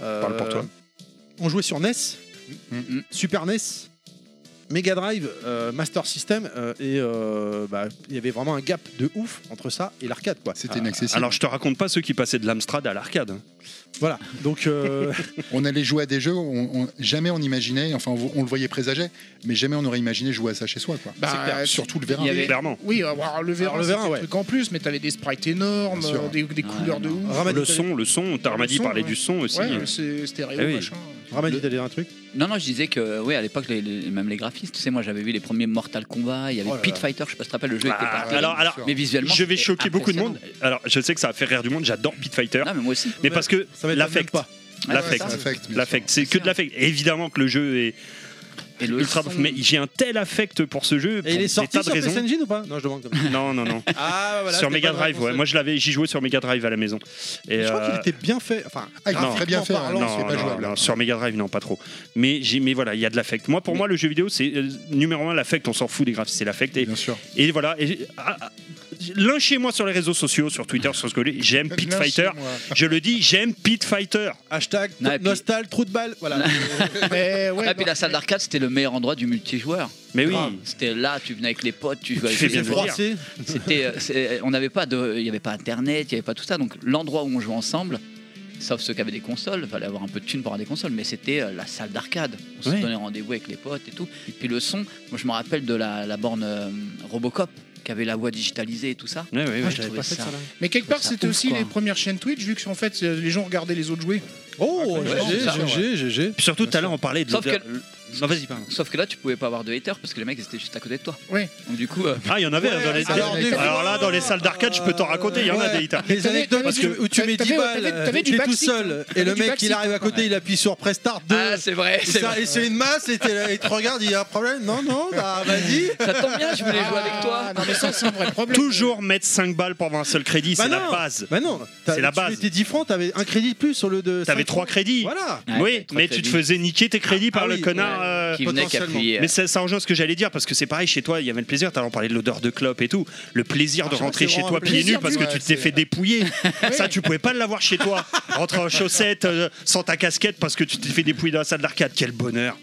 [SPEAKER 4] euh,
[SPEAKER 2] Parle pour toi.
[SPEAKER 4] On jouait sur NES,
[SPEAKER 6] Mhm.
[SPEAKER 4] Super NES, Mega Drive, euh, Master System, euh, et euh, bah, il y avait vraiment un gap de ouf entre ça et l'arcade, quoi.
[SPEAKER 7] C'était
[SPEAKER 4] Ah,
[SPEAKER 7] inaccessible.
[SPEAKER 2] Alors je te raconte pas ceux qui passaient de l'Amstrad à l'arcade. hein.
[SPEAKER 4] Voilà. Donc euh,
[SPEAKER 7] On allait jouer à des jeux, on- on- jamais on imaginait, enfin on, on le voyait présager, mais jamais on aurait imaginé jouer à ça chez soi. Quoi.
[SPEAKER 4] Ah,
[SPEAKER 5] Bah,
[SPEAKER 7] C'est clair.
[SPEAKER 5] tu-
[SPEAKER 7] Surtout le
[SPEAKER 5] il
[SPEAKER 7] vérin.
[SPEAKER 5] y avait-
[SPEAKER 2] Clairement.
[SPEAKER 5] Oui, euh, alors, le Vérin,
[SPEAKER 4] Alors, le
[SPEAKER 5] c'était
[SPEAKER 4] Vérin,
[SPEAKER 5] un
[SPEAKER 4] ouais.
[SPEAKER 5] truc en plus, mais t'avais des sprites énormes,
[SPEAKER 7] Bien sûr.
[SPEAKER 5] euh, des, des
[SPEAKER 6] Ah,
[SPEAKER 5] couleurs de
[SPEAKER 6] non, non.
[SPEAKER 5] ouf.
[SPEAKER 4] Ramadi,
[SPEAKER 2] Le
[SPEAKER 4] t'allais-
[SPEAKER 2] son, le son, Tarmadi
[SPEAKER 5] son,
[SPEAKER 2] parlait
[SPEAKER 5] ouais.
[SPEAKER 2] du son aussi.
[SPEAKER 5] Ouais, c'est stéréo,
[SPEAKER 2] Ah oui.
[SPEAKER 5] machin.
[SPEAKER 4] Ramadi,
[SPEAKER 7] Le-
[SPEAKER 4] t'allais dire un truc.
[SPEAKER 6] Non, non, je disais que, oui, à l'époque, les- les- même les graphistes, tu sais, moi j'avais vu les premiers Mortal Kombat, il y avait
[SPEAKER 4] Oh là
[SPEAKER 6] Pit
[SPEAKER 4] là.
[SPEAKER 6] Fighter, je sais pas si tu te rappelles, le jeu était
[SPEAKER 2] Ah,
[SPEAKER 6] pas terrible,
[SPEAKER 2] alors, alors,
[SPEAKER 6] mais visuellement.
[SPEAKER 2] je vais
[SPEAKER 6] c'était
[SPEAKER 2] choquer beaucoup de monde.
[SPEAKER 6] impressionnant.
[SPEAKER 2] Alors, je sais que ça va faire rire du monde. J'adore Pit Fighter,
[SPEAKER 6] Non, mais moi aussi.
[SPEAKER 2] mais parce que
[SPEAKER 4] Ça m'étonne
[SPEAKER 2] l'affect,
[SPEAKER 4] même pas.
[SPEAKER 6] Ouais,
[SPEAKER 2] L'affect.
[SPEAKER 6] c'est
[SPEAKER 7] Ça
[SPEAKER 6] ça.
[SPEAKER 7] affecte, bien
[SPEAKER 2] l'affect, c'est que de l'affect. Évidemment que le jeu est
[SPEAKER 6] Et le
[SPEAKER 2] ultra.
[SPEAKER 6] son-
[SPEAKER 2] Mais j'ai un tel affect pour ce jeu.
[SPEAKER 4] Et
[SPEAKER 2] pour
[SPEAKER 4] il est
[SPEAKER 2] des
[SPEAKER 4] sorti
[SPEAKER 2] tas de
[SPEAKER 4] sur
[SPEAKER 2] raisons.
[SPEAKER 4] PS Engine ou pas Non, je demande. Comme ça.
[SPEAKER 2] Non, non, non.
[SPEAKER 4] Ah, bah, voilà,
[SPEAKER 2] sur
[SPEAKER 4] c'était
[SPEAKER 2] Mega
[SPEAKER 4] pas la
[SPEAKER 2] Drive,
[SPEAKER 4] réponse.
[SPEAKER 2] ouais. Moi, je l'avais, j'y jouais sur Mega Drive à la maison. Et
[SPEAKER 4] Je crois
[SPEAKER 2] euh,
[SPEAKER 4] qu'il était bien fait. Enfin,
[SPEAKER 7] Ah, il était
[SPEAKER 2] Non.
[SPEAKER 7] très bien fait, hein,
[SPEAKER 4] parlant,
[SPEAKER 7] non, c'est pas
[SPEAKER 2] non,
[SPEAKER 7] jouable.
[SPEAKER 2] non, sur Mega Drive, non, pas trop. Mais, j'ai- mais voilà, il y a de l'affect. Moi, pour moi, le jeu vidéo, c'est euh, numéro un l'affect. On s'en fout des graphismes, c'est l'affect. Et,
[SPEAKER 7] Bien sûr.
[SPEAKER 2] et voilà. Et, ah, ah, Lynchez-moi sur les réseaux sociaux, sur Twitter, sur ce que vous voulez. J'aime Pit Fighter. Je le dis, j'aime Pit Fighter.
[SPEAKER 4] hashtag
[SPEAKER 6] Non, et puis-
[SPEAKER 4] nostal trou de balle. Voilà.
[SPEAKER 5] Mais ouais,
[SPEAKER 6] Ah, puis
[SPEAKER 5] bah,
[SPEAKER 6] la salle d'arcade, c'était le meilleur endroit du multijoueur.
[SPEAKER 2] Mais oui.
[SPEAKER 4] Grave.
[SPEAKER 6] C'était là, tu venais avec les potes, tu jouais
[SPEAKER 2] Tu
[SPEAKER 6] avec
[SPEAKER 2] fais
[SPEAKER 6] les
[SPEAKER 2] bien de le
[SPEAKER 6] potes.
[SPEAKER 2] dire.
[SPEAKER 4] Forcé.
[SPEAKER 6] C'était, euh, c'est- on n'avait pas de, il n'y avait pas Internet, il n'y avait pas tout ça. Donc l'endroit où on jouait ensemble, sauf ceux qui avaient des consoles, fallait avoir un peu de thunes pour avoir des consoles, mais c'était euh, la salle d'arcade. On se
[SPEAKER 2] Ouais.
[SPEAKER 6] donnait rendez-vous avec les potes et tout. Et puis le son, moi je me rappelle de la, la borne euh, Robocop qui avait la voix digitalisée et tout ça.
[SPEAKER 2] Ouais, ouais,
[SPEAKER 4] Ah,
[SPEAKER 6] Moi,
[SPEAKER 2] ouais.
[SPEAKER 6] je trouvais ça.
[SPEAKER 5] mais quelque part,
[SPEAKER 6] Ça
[SPEAKER 5] c'était
[SPEAKER 6] ouf,
[SPEAKER 5] aussi
[SPEAKER 6] quoi.
[SPEAKER 5] les premières chaînes Twitch, vu que en fait, euh, les gens regardaient les autres jouer.
[SPEAKER 4] Oh,
[SPEAKER 6] Ouais,
[SPEAKER 4] GG,
[SPEAKER 6] ça, ouais.
[SPEAKER 4] GG, GG.
[SPEAKER 2] Puis surtout, tout à l'heure, on parlait de
[SPEAKER 6] Sauf
[SPEAKER 2] l'odeur- Non, vas-y, pardon.
[SPEAKER 6] Sauf que là, tu pouvais pas avoir de hater parce que les mecs ils étaient juste à côté de toi.
[SPEAKER 5] Oui.
[SPEAKER 6] Donc du coup, euh,
[SPEAKER 2] Ah, il y en avait
[SPEAKER 4] Ouais,
[SPEAKER 2] dans les
[SPEAKER 4] alors,
[SPEAKER 2] alors,
[SPEAKER 4] des fois,
[SPEAKER 2] là, dans les salles d'arcade, je peux t'en raconter, il y en a
[SPEAKER 4] ouais.
[SPEAKER 2] des hitas.
[SPEAKER 4] Les
[SPEAKER 5] T'avais-
[SPEAKER 4] anecdotes
[SPEAKER 5] t'avais
[SPEAKER 4] parce que-
[SPEAKER 5] du-
[SPEAKER 4] où tu
[SPEAKER 5] t'avais-
[SPEAKER 4] mets
[SPEAKER 5] t'avais-
[SPEAKER 4] 10 balles,
[SPEAKER 5] t'avais du
[SPEAKER 4] t'es tout
[SPEAKER 5] backseat.
[SPEAKER 4] seul, et le
[SPEAKER 5] T'avais du
[SPEAKER 4] mec il
[SPEAKER 5] backseat.
[SPEAKER 4] arrive à côté, il appuie sur Prestart 2.
[SPEAKER 6] ah, c'est vrai,
[SPEAKER 4] Et
[SPEAKER 6] c'est
[SPEAKER 4] ça-
[SPEAKER 6] vrai.
[SPEAKER 4] et c'est une masse, et, t'es là- et tu regardes, il y a un problème Non, non, bah vas-y.
[SPEAKER 6] Ça tombe bien, je voulais jouer avec toi.
[SPEAKER 5] Ah, Non, mais ça, c'est un vrai problème.
[SPEAKER 2] Toujours mettre 5 balles pour avoir un seul crédit,
[SPEAKER 4] Bah
[SPEAKER 2] c'est la
[SPEAKER 4] non.
[SPEAKER 2] base.
[SPEAKER 4] Bah non, t'as-
[SPEAKER 2] C'est la
[SPEAKER 4] tu
[SPEAKER 2] base.
[SPEAKER 4] mettais 10 francs, t'avais un crédit de plus au lieu de.
[SPEAKER 2] T'avais
[SPEAKER 4] cinq
[SPEAKER 2] 3
[SPEAKER 4] francs.
[SPEAKER 2] crédits.
[SPEAKER 4] Voilà.
[SPEAKER 6] Ouais,
[SPEAKER 2] oui,
[SPEAKER 6] t'as
[SPEAKER 2] mais
[SPEAKER 6] très
[SPEAKER 2] tu te
[SPEAKER 6] vite.
[SPEAKER 2] faisais niquer tes crédits par
[SPEAKER 4] Ah
[SPEAKER 2] le
[SPEAKER 4] oui,
[SPEAKER 2] connard.
[SPEAKER 6] Ouais,
[SPEAKER 2] euh,
[SPEAKER 6] qui venait
[SPEAKER 4] potentiellement.
[SPEAKER 6] qu'appuyer.
[SPEAKER 2] Mais ça, ça rejoint ce que j'allais dire parce que c'est pareil chez toi, il y avait le plaisir, t'as en parlé de l'odeur de clope et tout, le plaisir de
[SPEAKER 4] Ah, je crois
[SPEAKER 2] rentrer
[SPEAKER 4] que c'est
[SPEAKER 2] chez
[SPEAKER 4] vraiment
[SPEAKER 2] toi
[SPEAKER 4] un
[SPEAKER 2] pieds nus
[SPEAKER 5] plaisir
[SPEAKER 2] parce
[SPEAKER 5] du-
[SPEAKER 2] que
[SPEAKER 5] Ouais,
[SPEAKER 2] tu t'es
[SPEAKER 5] c'est-
[SPEAKER 2] fait dépouiller. Ça, tu pouvais pas l'avoir chez toi. Rentrer en chaussettes, euh, sans ta casquette parce que tu t'es fait dépouiller dans la salle d'arcade. Quel bonheur.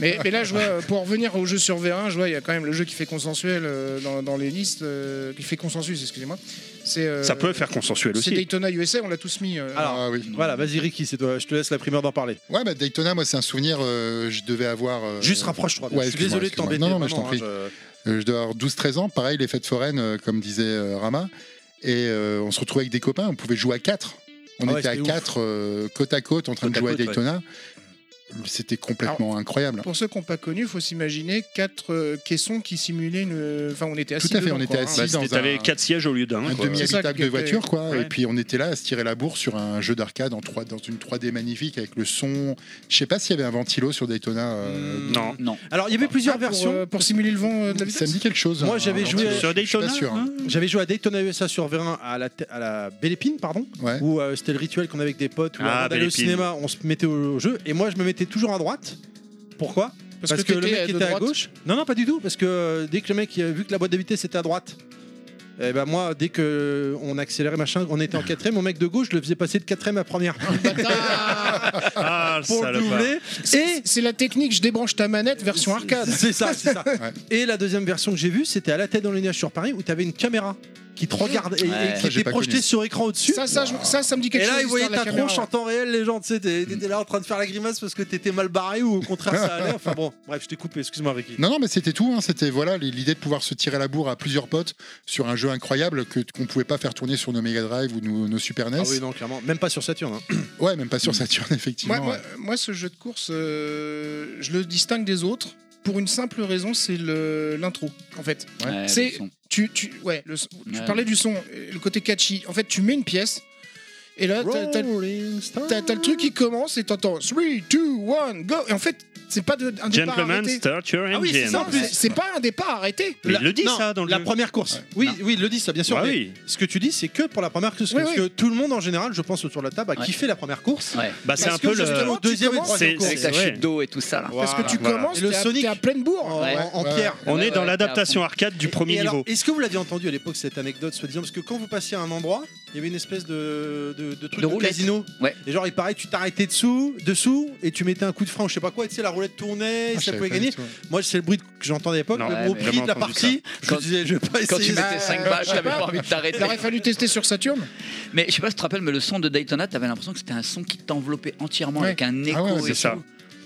[SPEAKER 5] Mais, mais là, je vois, euh, pour revenir au jeu sur V1, je vois, il y a quand même le jeu qui fait consensuel euh, dans, dans les listes, euh, qui fait consensus, excusez-moi. C'est, euh,
[SPEAKER 2] Ça peut faire consensuel
[SPEAKER 5] C'est
[SPEAKER 2] aussi.
[SPEAKER 5] Daytona USA, on l'a tous mis. euh,
[SPEAKER 4] Alors,
[SPEAKER 7] Ah oui.
[SPEAKER 4] voilà, vas-y Ricky, c'est toi, je te laisse la primeur d'en parler.
[SPEAKER 7] Ouais, bah Daytona, moi, c'est un souvenir, euh, je devais avoir. euh,
[SPEAKER 4] Juste rapproche-toi.
[SPEAKER 7] ouais,
[SPEAKER 4] je suis désolé
[SPEAKER 7] excuse-moi,
[SPEAKER 4] de
[SPEAKER 7] excuse-moi.
[SPEAKER 4] t'embêter.
[SPEAKER 7] Non, non, mais je t'en
[SPEAKER 4] vraiment,
[SPEAKER 7] prie.
[SPEAKER 4] hein,
[SPEAKER 7] Euh, je devais avoir 12-13 ans, pareil, les fêtes foraines, euh, comme disait euh, Rama. Et euh, on se retrouvait avec des copains, on pouvait jouer à 4. On
[SPEAKER 4] Ah ouais,
[SPEAKER 7] était à
[SPEAKER 4] c'était ouf.
[SPEAKER 7] 4 côte à côte en train
[SPEAKER 4] Côte à
[SPEAKER 7] de jouer
[SPEAKER 4] côte,
[SPEAKER 7] à Daytona. C'était complètement incroyable.
[SPEAKER 5] Pour ceux qui n'ont pas connu, il faut s'imaginer quatre euh, caissons qui simulaient une. Enfin, on était assis.
[SPEAKER 7] Tout à fait,
[SPEAKER 5] dedans,
[SPEAKER 7] on était
[SPEAKER 5] quoi, hein.
[SPEAKER 7] assis
[SPEAKER 2] Bah,
[SPEAKER 7] dans
[SPEAKER 2] c'était- T'avais
[SPEAKER 7] un-
[SPEAKER 2] 4 sièges au lieu d'un.
[SPEAKER 7] un
[SPEAKER 2] quoi.
[SPEAKER 5] C'est ça
[SPEAKER 7] demi-habitable
[SPEAKER 5] qui
[SPEAKER 7] de
[SPEAKER 5] était-
[SPEAKER 7] voiture, quoi.
[SPEAKER 2] Ouais.
[SPEAKER 7] Et puis on était là à se tirer la bourre sur un jeu d'arcade en trois- dans une 3D magnifique avec le son. Je sais pas s'il y avait un ventilo sur Daytona. euh,
[SPEAKER 4] je-
[SPEAKER 2] Non.
[SPEAKER 6] Non.
[SPEAKER 4] Alors, il y avait plusieurs
[SPEAKER 5] Pour,
[SPEAKER 4] versions.
[SPEAKER 5] euh, pour simuler le vent euh, de la
[SPEAKER 7] Ça
[SPEAKER 5] vitesse.
[SPEAKER 7] me dit quelque chose.
[SPEAKER 4] Moi,
[SPEAKER 7] un
[SPEAKER 4] j'avais joué
[SPEAKER 7] ventilo.
[SPEAKER 2] Sur
[SPEAKER 7] Je suis pas
[SPEAKER 2] Daytona
[SPEAKER 7] sûr, hein.
[SPEAKER 2] hein.
[SPEAKER 4] J'avais joué à Daytona USA sur Vérin à la, te- à la Belle Épine, pardon,
[SPEAKER 7] Ouais.
[SPEAKER 4] où euh, c'était le rituel qu'on avait avec des potes, où
[SPEAKER 2] Ah,
[SPEAKER 4] avant
[SPEAKER 2] Belle
[SPEAKER 4] d'aller au
[SPEAKER 2] Épine.
[SPEAKER 4] cinéma, on se mettait au, au jeu, et moi je me mettais toujours à droite. Pourquoi Parce, que, le
[SPEAKER 5] t'étais
[SPEAKER 4] mec
[SPEAKER 5] de
[SPEAKER 4] était à
[SPEAKER 5] droite.
[SPEAKER 4] gauche. Non, non, pas du tout, parce que euh, dès que le mec, il a vu que la boîte de vitesse était à droite, et ben moi, dès que on accélérait machin, on était en quatrième, mon mec de gauche, je le faisais passer de quatrième à première
[SPEAKER 2] Ah, le
[SPEAKER 4] pour le
[SPEAKER 2] salopard.
[SPEAKER 4] doubler. Et
[SPEAKER 5] C'est la technique, je débranche ta manette version arcade.
[SPEAKER 4] C'est ça, c'est ça.
[SPEAKER 7] Ouais.
[SPEAKER 4] Et la deuxième version que j'ai vue, c'était à la tête dans les nuages sur Paris où t'avais une caméra qui te regardait et-
[SPEAKER 6] Ouais.
[SPEAKER 4] et,
[SPEAKER 6] Ça,
[SPEAKER 4] qui
[SPEAKER 7] Ah, j'ai
[SPEAKER 4] était
[SPEAKER 7] pas
[SPEAKER 4] projetée
[SPEAKER 7] connu.
[SPEAKER 4] sur écran au-dessus.
[SPEAKER 5] Ça, ça, je- ça, ça me dit quelque
[SPEAKER 4] Et là,
[SPEAKER 5] chose.
[SPEAKER 4] ils voyaient
[SPEAKER 5] l'histoire
[SPEAKER 4] ta
[SPEAKER 5] de la caméra,
[SPEAKER 4] tronche en temps réel, les gens. Tu sais, t'es- t'étais là en train de faire la grimace parce que t'étais mal barré ou au contraire ça allait. Enfin bon, bref, je t'ai coupé, excuse-moi, Ricky.
[SPEAKER 7] Non, non, mais c'était tout. hein. C'était voilà l'idée de pouvoir se tirer la bourre à plusieurs potes sur un jeu incroyable que qu'on pouvait pas faire tourner sur nos Mega Drive ou nos, nos Super NES.
[SPEAKER 4] Ah oui, non, clairement. Même pas sur Saturne. hein.
[SPEAKER 7] Ouais, même pas sur Saturn effectivement.
[SPEAKER 5] Moi, moi-
[SPEAKER 7] ouais.
[SPEAKER 5] moi, ce jeu de course, euh, je le distingue des autres pour une simple raison, c'est le- l'intro, en fait.
[SPEAKER 6] Ouais,
[SPEAKER 5] C'est-
[SPEAKER 6] le son.
[SPEAKER 5] Tu, tu, ouais, le son- tu
[SPEAKER 6] Ouais.
[SPEAKER 5] parlais du son, euh, le côté catchy. En fait, tu mets une pièce, et là, t'as- t'as
[SPEAKER 4] Rolling Stone.
[SPEAKER 5] t'as- t'as le truc qui commence, et t'entends 3, 2, 1, go Et en fait, c'est pas de- un départ
[SPEAKER 2] Gentlemen,
[SPEAKER 5] arrêté.
[SPEAKER 2] start your engine.
[SPEAKER 4] Ah oui, c'est ça en plus.
[SPEAKER 5] C'est c'est pas un départ arrêté.
[SPEAKER 2] Mais il le dit
[SPEAKER 4] non,
[SPEAKER 2] ça dans le
[SPEAKER 4] la
[SPEAKER 2] jeu.
[SPEAKER 4] première course. Oui, oui, il le dit ça, bien sûr.
[SPEAKER 2] Bah
[SPEAKER 4] mais
[SPEAKER 2] oui.
[SPEAKER 4] Ce que tu dis, c'est que pour la première course,
[SPEAKER 5] Oui,
[SPEAKER 4] parce
[SPEAKER 5] oui.
[SPEAKER 4] que tout le monde en général, je pense autour de la table, a
[SPEAKER 6] Ouais.
[SPEAKER 4] kiffé la première course.
[SPEAKER 6] Ouais.
[SPEAKER 2] Bah, c'est
[SPEAKER 4] Parce
[SPEAKER 2] un
[SPEAKER 4] que
[SPEAKER 2] peu le.
[SPEAKER 4] justement, deuxième et
[SPEAKER 5] tu
[SPEAKER 4] troisième
[SPEAKER 2] commences-
[SPEAKER 4] course.
[SPEAKER 6] Avec la
[SPEAKER 2] ouais.
[SPEAKER 6] chute d'eau et tout ça. Là.
[SPEAKER 5] Parce que tu
[SPEAKER 2] voilà.
[SPEAKER 5] commences,
[SPEAKER 4] Et le
[SPEAKER 5] t'es à-
[SPEAKER 4] Sonic. Oh.
[SPEAKER 5] t'es à pleine bourre.
[SPEAKER 4] en,
[SPEAKER 6] Ouais.
[SPEAKER 4] en pierre.
[SPEAKER 2] On
[SPEAKER 6] Ouais,
[SPEAKER 2] est dans
[SPEAKER 6] ouais,
[SPEAKER 2] l'adaptation arcade du
[SPEAKER 4] Et
[SPEAKER 2] premier
[SPEAKER 4] alors,
[SPEAKER 2] niveau.
[SPEAKER 4] Est-ce que vous l'aviez entendu à l'époque cette anecdote, soi-disant Parce que quand vous passiez à un endroit, il y avait une espèce de, de, de truc
[SPEAKER 6] De
[SPEAKER 4] de,
[SPEAKER 6] roulette.
[SPEAKER 4] casino.
[SPEAKER 6] Ouais.
[SPEAKER 4] Et genre, il paraît, tu t'arrêtais dessous, dessous, et tu mettais un coup de frein ou je sais pas quoi, et tu sais, la roulette tournait, et
[SPEAKER 7] Ah, je
[SPEAKER 4] ça
[SPEAKER 7] savais
[SPEAKER 4] pouvait
[SPEAKER 7] pas du
[SPEAKER 4] gagner.
[SPEAKER 7] tout.
[SPEAKER 4] Moi, c'est le bruit que j'entendais à l'époque,
[SPEAKER 2] Non,
[SPEAKER 4] mais
[SPEAKER 6] ouais,
[SPEAKER 4] au
[SPEAKER 6] mais
[SPEAKER 4] prix de
[SPEAKER 2] jamais
[SPEAKER 4] la
[SPEAKER 2] entendu
[SPEAKER 4] partie, je
[SPEAKER 6] Quand-
[SPEAKER 4] me disais, je vais pas
[SPEAKER 6] Quand tu
[SPEAKER 4] essayer.
[SPEAKER 6] mettais
[SPEAKER 4] ça.
[SPEAKER 6] 5 balles,
[SPEAKER 5] je sais
[SPEAKER 6] j'avais
[SPEAKER 5] pas.
[SPEAKER 6] pas envie de t'arrêter.
[SPEAKER 5] Il aurait fallu tester sur Saturn.
[SPEAKER 6] Mais je sais pas si tu te rappelles, mais le son de Daytona, t'avais l'impression que c'était un son qui t'enveloppait entièrement
[SPEAKER 5] Ouais.
[SPEAKER 6] avec un écho
[SPEAKER 7] Ah ouais,
[SPEAKER 6] et
[SPEAKER 7] c'est
[SPEAKER 6] tout.
[SPEAKER 2] ça.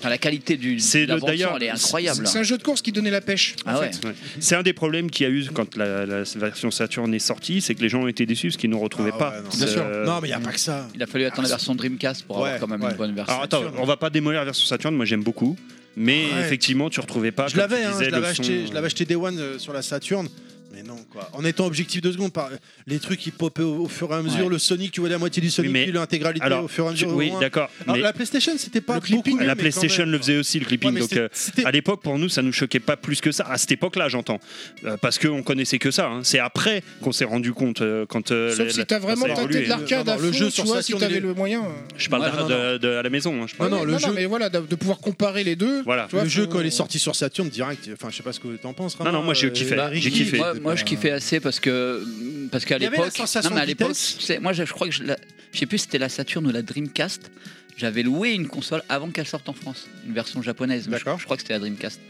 [SPEAKER 6] Enfin, la qualité du
[SPEAKER 2] C'est
[SPEAKER 6] de la
[SPEAKER 2] le-
[SPEAKER 6] bande son,
[SPEAKER 2] d'ailleurs,
[SPEAKER 6] elle est incroyable.
[SPEAKER 5] C'est un jeu de course qui donnait la pêche. en
[SPEAKER 6] Ah ouais.
[SPEAKER 5] fait.
[SPEAKER 2] Ouais. C'est un des problèmes qu'il y a eu quand la, la version Saturn est sortie, c'est que les gens ont été déçus parce qu'ils ne retrouvaient
[SPEAKER 4] Ah
[SPEAKER 2] pas. Euh,
[SPEAKER 4] ouais, non.
[SPEAKER 2] ce-
[SPEAKER 7] Bien sûr.
[SPEAKER 4] Non, mais il n'y a pas que ça.
[SPEAKER 6] Il a fallu attendre la version Dreamcast pour
[SPEAKER 4] Ouais,
[SPEAKER 6] avoir quand même
[SPEAKER 4] ouais.
[SPEAKER 6] une bonne version.
[SPEAKER 2] Alors attends, on va pas démolir la version Saturn, moi j'aime beaucoup, mais
[SPEAKER 4] Ouais.
[SPEAKER 2] effectivement tu retrouvais pas.
[SPEAKER 4] Je
[SPEAKER 2] comme tu
[SPEAKER 4] l'avais, hein,
[SPEAKER 2] disais,
[SPEAKER 4] je
[SPEAKER 2] le
[SPEAKER 4] l'avais
[SPEAKER 2] son,
[SPEAKER 4] acheté, je
[SPEAKER 2] euh,
[SPEAKER 4] l'avais acheté Day One euh, sur la Saturn. Mais non, quoi. En étant objectif deux secondes, par... les trucs qui popaient au, au fur et à mesure,
[SPEAKER 6] Ouais.
[SPEAKER 4] le Sonic, tu voyais la moitié du Sonic,
[SPEAKER 2] mais-
[SPEAKER 4] puis l'intégralité
[SPEAKER 2] Alors,
[SPEAKER 4] au fur et à
[SPEAKER 2] tu-
[SPEAKER 4] mesure. au
[SPEAKER 2] oui,
[SPEAKER 4] loin.
[SPEAKER 2] d'accord.
[SPEAKER 4] Alors,
[SPEAKER 2] mais
[SPEAKER 4] la PlayStation, c'était pas
[SPEAKER 5] Le clipping,
[SPEAKER 4] beaucoup mieux,
[SPEAKER 2] la
[SPEAKER 4] mais quand
[SPEAKER 2] PlayStation
[SPEAKER 4] même.
[SPEAKER 2] le faisait aussi, le
[SPEAKER 4] Ouais,
[SPEAKER 2] clipping.
[SPEAKER 4] mais
[SPEAKER 2] donc,
[SPEAKER 4] c'était-
[SPEAKER 2] euh,
[SPEAKER 4] c'était-
[SPEAKER 2] à l'époque, pour nous, ça nous choquait pas plus que ça. À cette époque-là, j'entends. Euh, parce qu'on connaissait que ça. hein. C'est après qu'on s'est rendu compte. euh, quand, euh, la-
[SPEAKER 5] Sauf si
[SPEAKER 2] la-
[SPEAKER 5] t'as
[SPEAKER 2] quand ça
[SPEAKER 5] vraiment
[SPEAKER 2] a
[SPEAKER 5] tenté
[SPEAKER 2] évolué.
[SPEAKER 5] de l'arcade
[SPEAKER 4] Non, non,
[SPEAKER 5] à
[SPEAKER 4] le
[SPEAKER 5] fond,
[SPEAKER 4] jeu
[SPEAKER 5] tu
[SPEAKER 4] sur
[SPEAKER 5] vois, si
[SPEAKER 4] Saturn, il
[SPEAKER 5] t'avais
[SPEAKER 4] est-
[SPEAKER 5] le moyen. euh.
[SPEAKER 2] Je parle
[SPEAKER 6] Ouais,
[SPEAKER 2] de-
[SPEAKER 6] non,
[SPEAKER 2] de, de- à la maison. hein, je parle.
[SPEAKER 4] Non, non, le jeu-
[SPEAKER 5] mais voilà, de, de pouvoir comparer les deux.
[SPEAKER 2] Voilà.
[SPEAKER 5] tu vois,
[SPEAKER 4] le jeu,
[SPEAKER 5] faut-
[SPEAKER 4] quand il est sorti sur Saturn, direct, enfin, je sais pas ce que t'en penses.
[SPEAKER 2] non, moi, j'ai kiffé,
[SPEAKER 4] euh,
[SPEAKER 2] j'ai kiffé.
[SPEAKER 6] Bah, Moi, moi, je kiffais assez parce que parce qu'à
[SPEAKER 4] Il y avait
[SPEAKER 6] l'époque,
[SPEAKER 4] la sensation
[SPEAKER 6] non, mais à
[SPEAKER 4] de
[SPEAKER 6] l'époque,
[SPEAKER 4] vitesse.
[SPEAKER 6] tu sais, moi je, je crois que je, la- je sais plus si c'était la Saturn ou la Dreamcast. J'avais loué une console avant qu'elle sorte en France, une version japonaise. mais je-
[SPEAKER 4] D'accord.
[SPEAKER 6] Je, crois que c'était la Dreamcast.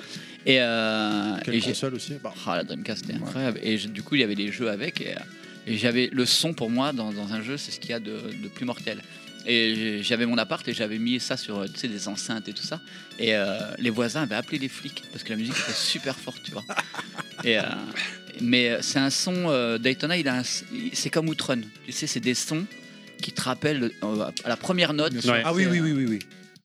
[SPEAKER 6] Et, euh, et
[SPEAKER 4] Quelle
[SPEAKER 6] j'ai-
[SPEAKER 4] console aussi bah,
[SPEAKER 6] Ah, la Dreamcast c'était incroyable. Et je- du coup, il y avait des jeux avec. Et, euh, et j'avais le son pour moi dans, dans un jeu, c'est ce qu'il y a de, de plus mortel. Et j'ai- j'avais mon appart et j'avais mis ça sur euh, tu sais, des enceintes et tout ça. Et euh, les voisins avaient appelé les flics parce que la musique était super forte, tu vois. Et, euh, mais euh, c'est un son euh, Daytona, il a un s- il- c'est comme Outrun. Tu sais, c'est des sons qui te rappellent euh, à la première note.
[SPEAKER 7] Bien
[SPEAKER 2] sûr.
[SPEAKER 6] c'est,
[SPEAKER 4] Ah oui,
[SPEAKER 6] euh,
[SPEAKER 4] oui, oui, oui. oui.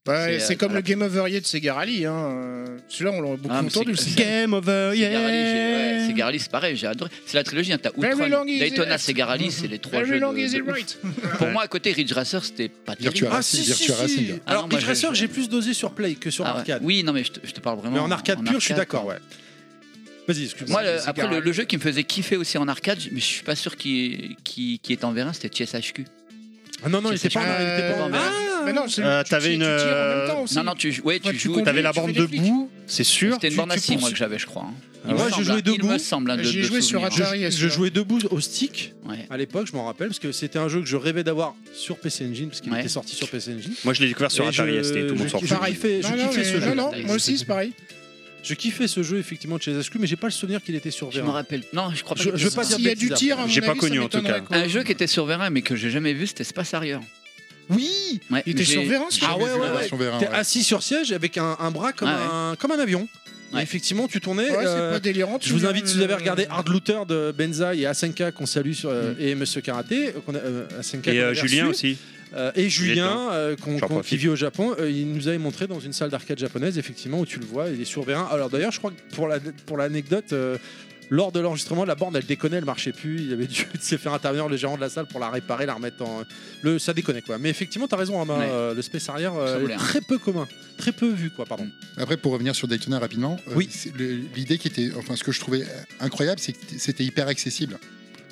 [SPEAKER 5] Ouais,
[SPEAKER 6] C'est,
[SPEAKER 5] c'est
[SPEAKER 6] euh,
[SPEAKER 5] comme
[SPEAKER 6] à la-
[SPEAKER 5] le Game Over Yeah de Segarali. Hein. euh, Celui-là, on l'a beaucoup
[SPEAKER 6] Ah, mais
[SPEAKER 5] entendu.
[SPEAKER 6] c'est-
[SPEAKER 5] aussi.
[SPEAKER 6] c'est-
[SPEAKER 5] Game Over
[SPEAKER 6] Segarali, j'ai- ouais, Segarali, c'est pareil, j'ai adoré. C'est la trilogie, hein, t'as
[SPEAKER 5] Very
[SPEAKER 6] Outrun,
[SPEAKER 5] long is it
[SPEAKER 6] Daytona,
[SPEAKER 5] right.
[SPEAKER 6] Segarali, c'est les trois
[SPEAKER 5] Very
[SPEAKER 6] jeux.
[SPEAKER 5] long
[SPEAKER 6] de-
[SPEAKER 5] is
[SPEAKER 6] de
[SPEAKER 5] it
[SPEAKER 6] ouf.
[SPEAKER 5] right
[SPEAKER 6] Pour moi, à côté, Ridge Racer, c'était pas terrible.
[SPEAKER 4] Ah,
[SPEAKER 7] Virtua Racing. Virtua Racing. hein.
[SPEAKER 6] Ah
[SPEAKER 4] Alors,
[SPEAKER 6] non, moi,
[SPEAKER 4] Ridge
[SPEAKER 6] je-
[SPEAKER 4] Racer,
[SPEAKER 6] je-
[SPEAKER 4] j'ai plus dosé sur Play que sur
[SPEAKER 6] Ah ouais.
[SPEAKER 4] arcade.
[SPEAKER 6] Oui, non, mais je te, je te parle vraiment.
[SPEAKER 4] Mais en arcade pur, je suis
[SPEAKER 6] arcade,
[SPEAKER 4] d'accord,
[SPEAKER 6] quoi.
[SPEAKER 4] ouais. Vas-y, excuse-moi.
[SPEAKER 6] Moi, le-
[SPEAKER 5] c'est
[SPEAKER 6] après, le,
[SPEAKER 5] carré.
[SPEAKER 6] le jeu qui me faisait kiffer aussi en arcade, mais je suis pas sûr qu'il qui, qui est en vérin, c'était TSHQ.
[SPEAKER 4] Ah non, non, il
[SPEAKER 6] c'est
[SPEAKER 4] était pas en
[SPEAKER 5] pas-
[SPEAKER 4] il était pas en-
[SPEAKER 6] euh,
[SPEAKER 4] Ah,
[SPEAKER 5] Mais non, c'est
[SPEAKER 2] Euh,
[SPEAKER 5] tu-
[SPEAKER 2] t'avais
[SPEAKER 5] tu-
[SPEAKER 2] une,
[SPEAKER 5] tu tires en même temps aussi.
[SPEAKER 6] Non, non, tu, ouais,
[SPEAKER 5] Ouais,
[SPEAKER 6] tu
[SPEAKER 5] tu
[SPEAKER 6] joues.
[SPEAKER 5] conduis,
[SPEAKER 2] T'avais la
[SPEAKER 5] tu fais
[SPEAKER 2] bande
[SPEAKER 5] des
[SPEAKER 2] de
[SPEAKER 5] flics.
[SPEAKER 2] boue, c'est sûr.
[SPEAKER 6] C'était une
[SPEAKER 2] Tu-
[SPEAKER 6] borne à
[SPEAKER 2] tu
[SPEAKER 6] six, moi,
[SPEAKER 2] poursuis-
[SPEAKER 6] que j'avais, je crois. hein.
[SPEAKER 4] Moi,
[SPEAKER 6] Il me
[SPEAKER 4] je
[SPEAKER 6] semble,
[SPEAKER 4] jouais
[SPEAKER 6] hein. Il
[SPEAKER 4] debout.
[SPEAKER 6] me semble. hein, de-
[SPEAKER 5] J'y ai
[SPEAKER 6] de
[SPEAKER 5] joué sur
[SPEAKER 6] souvenir,
[SPEAKER 5] Atari.
[SPEAKER 4] je, je
[SPEAKER 5] celui-là.
[SPEAKER 4] jouais debout au stick
[SPEAKER 6] hein. Ouais.
[SPEAKER 4] à l'époque, je m'en rappelle, parce que c'était un jeu que je rêvais d'avoir sur PC Engine, parce qu'il
[SPEAKER 6] Ouais.
[SPEAKER 4] était sorti sur PC Engine.
[SPEAKER 2] Moi, je l'ai découvert sur
[SPEAKER 4] Et
[SPEAKER 2] Atari
[SPEAKER 4] je-
[SPEAKER 2] ST, tout le
[SPEAKER 4] je-
[SPEAKER 2] monde s'en
[SPEAKER 4] je
[SPEAKER 2] fout.
[SPEAKER 4] kiffais- je
[SPEAKER 5] Ah Non, non,
[SPEAKER 4] kiffais ce
[SPEAKER 5] mais-
[SPEAKER 4] jeu.
[SPEAKER 5] non, non, moi aussi, c'est pareil.
[SPEAKER 4] Je kiffais ce jeu effectivement de chez HQ, mais j'ai pas le souvenir qu'il était sur
[SPEAKER 6] Je me
[SPEAKER 4] Vérin.
[SPEAKER 6] rappelle. Non, je crois pas.
[SPEAKER 4] Je-
[SPEAKER 6] que-
[SPEAKER 4] je veux pas dire
[SPEAKER 5] S'il y a du
[SPEAKER 4] bêtises
[SPEAKER 5] tir, à
[SPEAKER 4] après.
[SPEAKER 5] mon
[SPEAKER 2] J'ai pas
[SPEAKER 5] avis, ça
[SPEAKER 2] connu, en tout
[SPEAKER 5] m'étonnerait,
[SPEAKER 2] cas.
[SPEAKER 5] quoi.
[SPEAKER 6] Un jeu qui était sur Vérin, mais que j'ai jamais vu, c'était Space Harrier.
[SPEAKER 4] Oui
[SPEAKER 6] Ouais,
[SPEAKER 5] Il était
[SPEAKER 6] j'ai-
[SPEAKER 5] sur Vérin, ce
[SPEAKER 4] Ah
[SPEAKER 5] jeu.
[SPEAKER 4] ouais, ouais, ouais.
[SPEAKER 7] Version Vérin,
[SPEAKER 4] T'es
[SPEAKER 7] ouais.
[SPEAKER 4] assis sur siège avec un, un bras comme,
[SPEAKER 6] Ah ouais.
[SPEAKER 4] un, comme un avion. Et
[SPEAKER 6] Ouais.
[SPEAKER 4] effectivement, tu tournais.
[SPEAKER 5] Ouais, c'est
[SPEAKER 4] euh,
[SPEAKER 5] pas délirant. tu
[SPEAKER 4] je vous
[SPEAKER 5] mets
[SPEAKER 4] invite,
[SPEAKER 5] le- euh,
[SPEAKER 4] si vous avez regardé Hard Looter de Benzaï et Asenka, qu'on salue,
[SPEAKER 5] Mm.
[SPEAKER 4] sur, euh, et Monsieur Karaté, qu'on a- euh, Asenka,
[SPEAKER 2] Et
[SPEAKER 4] qu'on
[SPEAKER 2] euh,
[SPEAKER 4] avait
[SPEAKER 2] Julien
[SPEAKER 4] reçu.
[SPEAKER 2] aussi.
[SPEAKER 4] Euh, et Julien,
[SPEAKER 2] Lieutenant.
[SPEAKER 4] euh, qu'on-
[SPEAKER 2] J'en
[SPEAKER 4] qu'on- qui
[SPEAKER 2] profite.
[SPEAKER 4] vit au Japon, euh, il nous avait montré dans une salle d'arcade japonaise, effectivement, où tu le vois, il est sur Vérin. Alors d'ailleurs, je crois que pour la- pour l'anecdote, euh, lors de l'enregistrement, la borne, elle déconnait, elle marchait plus. Il avait dû se faire intervenir le gérant de la salle pour la réparer, la remettre en. Le, ça déconnait quoi. Mais effectivement, t'as raison, Romain,
[SPEAKER 6] Ouais.
[SPEAKER 4] euh, le Space Harrier
[SPEAKER 6] Ça
[SPEAKER 4] euh,
[SPEAKER 6] voulait,
[SPEAKER 4] est
[SPEAKER 6] hein.
[SPEAKER 4] très peu commun, très peu vu quoi, pardon.
[SPEAKER 7] Après, pour revenir sur Daytona rapidement, euh,
[SPEAKER 4] Oui.
[SPEAKER 7] c'est le- l'idée qui était, enfin, ce que je trouvais incroyable, c'est que c'était hyper accessible.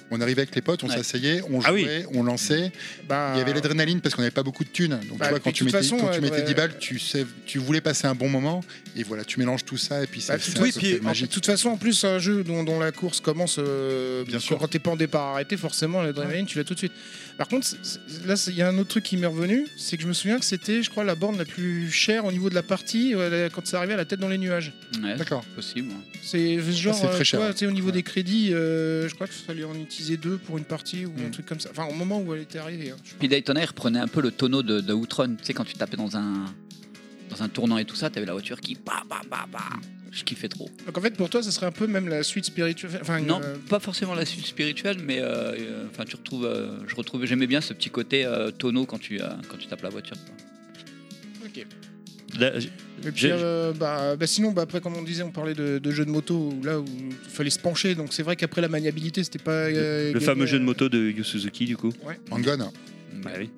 [SPEAKER 7] On arrivait avec les potes, on
[SPEAKER 6] Ouais.
[SPEAKER 7] s'asseyait, on jouait,
[SPEAKER 2] Ah oui.
[SPEAKER 7] on lançait.
[SPEAKER 5] Bah,
[SPEAKER 7] Il y avait l'adrénaline parce qu'on n'avait pas beaucoup de thunes. Donc
[SPEAKER 5] Bah,
[SPEAKER 7] tu vois,
[SPEAKER 5] et
[SPEAKER 7] quand
[SPEAKER 5] puis,
[SPEAKER 7] tu
[SPEAKER 5] de toute
[SPEAKER 7] mettais,
[SPEAKER 5] façon,
[SPEAKER 7] quand tu
[SPEAKER 5] ouais,
[SPEAKER 7] mettais
[SPEAKER 5] ouais.
[SPEAKER 7] 10 balles, tu, sais, tu voulais passer un bon moment. Et voilà, tu mélanges tout ça et puis ça,
[SPEAKER 5] Bah,
[SPEAKER 7] ça-
[SPEAKER 5] tout-
[SPEAKER 7] ça
[SPEAKER 5] oui,
[SPEAKER 7] fait
[SPEAKER 5] puis, en- de
[SPEAKER 7] magique.
[SPEAKER 5] toute façon, en plus, c'est un jeu dont, dont la course commence. euh,
[SPEAKER 7] Bien
[SPEAKER 5] quand-
[SPEAKER 7] sûr.
[SPEAKER 5] Quand t'es pas en départ arrêté, forcément, l'adrénaline, tu l'as tout de suite. Par contre, c'est- c'est- là, c'est- il y a un autre truc qui m'est revenu, c'est que je me souviens que c'était, je crois, la borne la plus chère au niveau de la partie euh, la- quand ça arrivait à la tête dans les nuages.
[SPEAKER 6] Ouais,
[SPEAKER 7] D'accord.
[SPEAKER 6] c'est possible.
[SPEAKER 5] C'est genre,
[SPEAKER 7] Ah, c'est très
[SPEAKER 5] euh, tu
[SPEAKER 7] cher,
[SPEAKER 5] vois,
[SPEAKER 7] ouais.
[SPEAKER 5] tu sais, au niveau
[SPEAKER 7] Ouais.
[SPEAKER 5] des crédits, euh, je crois qu'il fallait en utiliser deux pour une partie ou un
[SPEAKER 7] Mm.
[SPEAKER 5] truc comme ça. Enfin, au moment où elle était arrivée. hein, je
[SPEAKER 6] Puis Daytona il reprenait un peu le tonneau de, de Outrun. Tu sais, quand tu tapais dans un, dans un tournant et tout ça, t'avais la voiture qui. Bah, bah, bah, bah. Je kiffais trop.
[SPEAKER 5] Donc en fait, pour toi, ça serait un peu même la suite spirituelle. Enfin,
[SPEAKER 6] Non,
[SPEAKER 5] euh,
[SPEAKER 6] pas forcément la suite spirituelle, mais euh, euh, enfin, tu retrouves, euh, je retrouve, j'aimais bien ce petit côté euh, tonneau quand tu, euh, quand tu tapes la voiture. quoi.
[SPEAKER 5] ok.
[SPEAKER 2] Là, j-
[SPEAKER 5] Et puis,
[SPEAKER 2] J'ai-
[SPEAKER 5] euh, bah, bah, sinon, bah, après, comme on disait, on parlait de, de jeux de moto où, là où il fallait se pencher. Donc c'est vrai qu'après la maniabilité, c'était pas. euh,
[SPEAKER 2] Le
[SPEAKER 5] gagné,
[SPEAKER 2] fameux jeu de
[SPEAKER 5] euh,
[SPEAKER 2] moto de Yu Suzuki, du coup.
[SPEAKER 7] Angon,
[SPEAKER 2] Bah oui.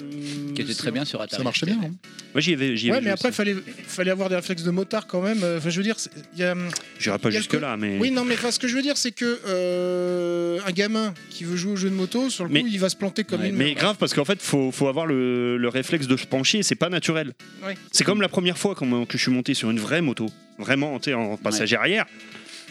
[SPEAKER 5] euh,
[SPEAKER 6] Qui était très
[SPEAKER 5] c'est-
[SPEAKER 6] bien sur Atari.
[SPEAKER 7] ça marchait bien. hein.
[SPEAKER 2] Moi, j'y avais. j'y
[SPEAKER 5] Ouais,
[SPEAKER 2] avais
[SPEAKER 5] mais
[SPEAKER 2] joué
[SPEAKER 5] après,
[SPEAKER 2] aussi.
[SPEAKER 5] fallait, fallait avoir des réflexes de motard quand même. Euh, Enfin, je veux dire, c'est- il y a. hum,
[SPEAKER 2] J'irai pas
[SPEAKER 5] il y a le
[SPEAKER 2] jusque-là, mais.
[SPEAKER 5] Oui, non, mais enfin, ce que je veux dire, c'est que euh, un gamin qui veut jouer au jeu de moto, sur le
[SPEAKER 2] Mais-
[SPEAKER 5] coup, il va se planter comme
[SPEAKER 6] Ouais,
[SPEAKER 5] une.
[SPEAKER 2] Mais grave, parce qu'en fait, faut, faut avoir le, le réflexe de se pencher, c'est pas naturel.
[SPEAKER 5] Ouais.
[SPEAKER 2] C'est comme la première fois qu'on- que je suis monté sur une vraie moto, vraiment, tu sais, en passage arrière.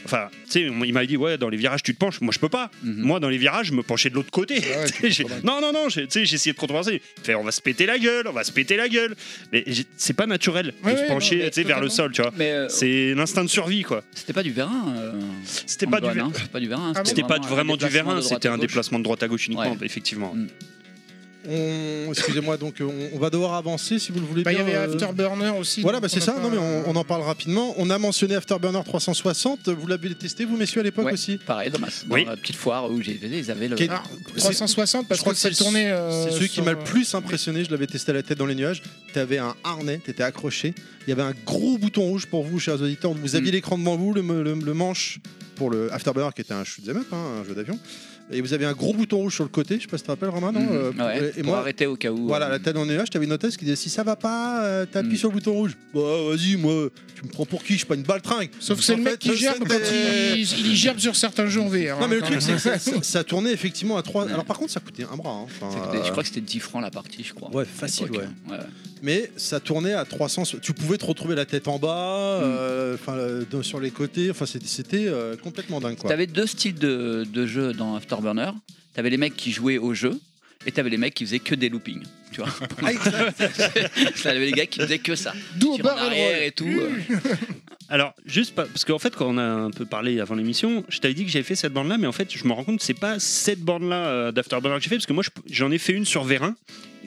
[SPEAKER 2] Enfin, tu sais, on- il m'a dit, ouais, dans les virages, tu te penches. Moi, je peux pas.
[SPEAKER 6] Mhm.
[SPEAKER 2] Mm. Moi, dans les virages, je me penchais de l'autre côté.
[SPEAKER 7] Ah ouais, tu
[SPEAKER 2] J'ai-
[SPEAKER 7] comprends
[SPEAKER 2] non, non, non, j'ai tu sais, j'ai essayé de contrebalancer. Fait, on va se péter la gueule, on va se péter la gueule. Mais j'ai- c'est pas naturel de
[SPEAKER 5] Ouais,
[SPEAKER 2] se
[SPEAKER 5] ouais,
[SPEAKER 2] pencher
[SPEAKER 5] non, mais
[SPEAKER 2] tu sais, vers le sol,
[SPEAKER 5] totalement.
[SPEAKER 2] tu vois.
[SPEAKER 6] Mais euh,
[SPEAKER 2] C'est l'instinct de survie, quoi.
[SPEAKER 6] c'était pas du vérin. euh,
[SPEAKER 2] C'était pas du.
[SPEAKER 6] Antoine, hein, c'était pas du vérin.
[SPEAKER 5] Ah bon
[SPEAKER 2] C'était pas
[SPEAKER 6] un
[SPEAKER 2] vraiment du
[SPEAKER 6] déplacement de
[SPEAKER 2] vérin,
[SPEAKER 6] droite
[SPEAKER 2] c'était
[SPEAKER 6] à
[SPEAKER 2] un
[SPEAKER 6] gauche.
[SPEAKER 2] déplacement de droite à gauche uniquement,
[SPEAKER 6] Ouais.
[SPEAKER 2] effectivement.
[SPEAKER 4] On, excusez-moi, donc euh, on, on va devoir avancer si vous le voulez
[SPEAKER 5] Bah, il y avait
[SPEAKER 4] bien, euh,
[SPEAKER 5] Afterburner aussi.
[SPEAKER 4] Voilà,
[SPEAKER 5] donc
[SPEAKER 4] bah
[SPEAKER 5] on
[SPEAKER 4] c'est
[SPEAKER 5] a
[SPEAKER 4] ça.
[SPEAKER 5] pas-
[SPEAKER 4] Non, mais on, on en parle rapidement. On a mentionné Afterburner 360. Vous l'avez testé, vous, messieurs, à l'époque
[SPEAKER 6] Ouais.
[SPEAKER 5] Euh,
[SPEAKER 4] aussi
[SPEAKER 6] Pareil, dans ma dans
[SPEAKER 2] Oui.
[SPEAKER 6] la petite foire où j'ai été, ils avaient le.
[SPEAKER 4] Qui-
[SPEAKER 5] Ah,
[SPEAKER 4] C'est-
[SPEAKER 5] 360 parce
[SPEAKER 4] je crois
[SPEAKER 5] que, euh,
[SPEAKER 4] que
[SPEAKER 5] ça
[SPEAKER 4] c'est-
[SPEAKER 5] tournait.
[SPEAKER 6] Euh,
[SPEAKER 4] C'est celui qui m'a le
[SPEAKER 5] plus
[SPEAKER 4] plus impressionné. Je l'avais testé à la tête dans les nuages. T'avais un harnais, t'étais accroché. Il y avait un gros bouton rouge pour vous, chers auditeurs. Vous aviez
[SPEAKER 6] Mm.
[SPEAKER 4] l'écran devant vous, le, me- le- le manche pour le Afterburner qui était un shoot 'em up, hein, un jeu d'avion. Et vous avez un gros bouton rouge sur le côté. Je sais pas si tu te rappelles, Romain, non
[SPEAKER 6] Mhm.
[SPEAKER 4] Euh,
[SPEAKER 6] Ouais,
[SPEAKER 4] Et
[SPEAKER 6] pour
[SPEAKER 4] moi,
[SPEAKER 6] arrêter au cas où.
[SPEAKER 4] Voilà,
[SPEAKER 6] euh,
[SPEAKER 4] la tête dans les nuages, t'avais une hôtesse qui disait si ça va pas, euh, t'appuies
[SPEAKER 6] Mm.
[SPEAKER 4] sur le bouton rouge. Bah vas-y, moi, tu me prends pour qui Je suis pas une baltringue.
[SPEAKER 5] euh, Sauf que c'est
[SPEAKER 4] En
[SPEAKER 5] le
[SPEAKER 4] fait,
[SPEAKER 5] mec qui gerbe
[SPEAKER 4] c'était-
[SPEAKER 5] quand il, il y gerbe sur certains jeux en VR.
[SPEAKER 4] Non, mais le
[SPEAKER 5] hein,
[SPEAKER 4] truc,
[SPEAKER 5] quand
[SPEAKER 4] c'est
[SPEAKER 5] même.
[SPEAKER 4] que ça, ça- ça tournait effectivement à 3.
[SPEAKER 6] Ouais.
[SPEAKER 4] Alors, par contre, ça coûtait un bras. hein. Enfin,
[SPEAKER 6] ça coûtait- Je
[SPEAKER 4] euh,
[SPEAKER 6] crois que c'était 10 francs la partie, je crois.
[SPEAKER 4] Ouais, facile,
[SPEAKER 6] Ok, ouais.
[SPEAKER 4] ouais. Mais ça tournait à 300. Tu pouvais te retrouver la tête en bas, euh, enfin, euh, dans- sur les côtés. Enfin, c'était- c'était euh, complètement dingue, quoi.
[SPEAKER 6] T'avais deux styles de, de jeux dans Afterburner. T'avais les mecs qui jouaient au jeu et t'avais les mecs qui faisaient que des loopings. Tu vois
[SPEAKER 4] Ah, exact.
[SPEAKER 6] T'avais les gars qui faisaient que ça.
[SPEAKER 5] D'où au
[SPEAKER 6] Tir en
[SPEAKER 5] bar et
[SPEAKER 6] arrière
[SPEAKER 5] le
[SPEAKER 6] et tout. euh.
[SPEAKER 2] Alors, juste pas- parce qu'en fait, quand on a un peu parlé avant l'émission, je t'avais dit que j'avais fait cette bande-là, mais en fait, je me rends compte que c'est pas cette bande-là euh, d'Afterburner que j'ai fait, parce que moi, je- j'en ai fait une sur Vérin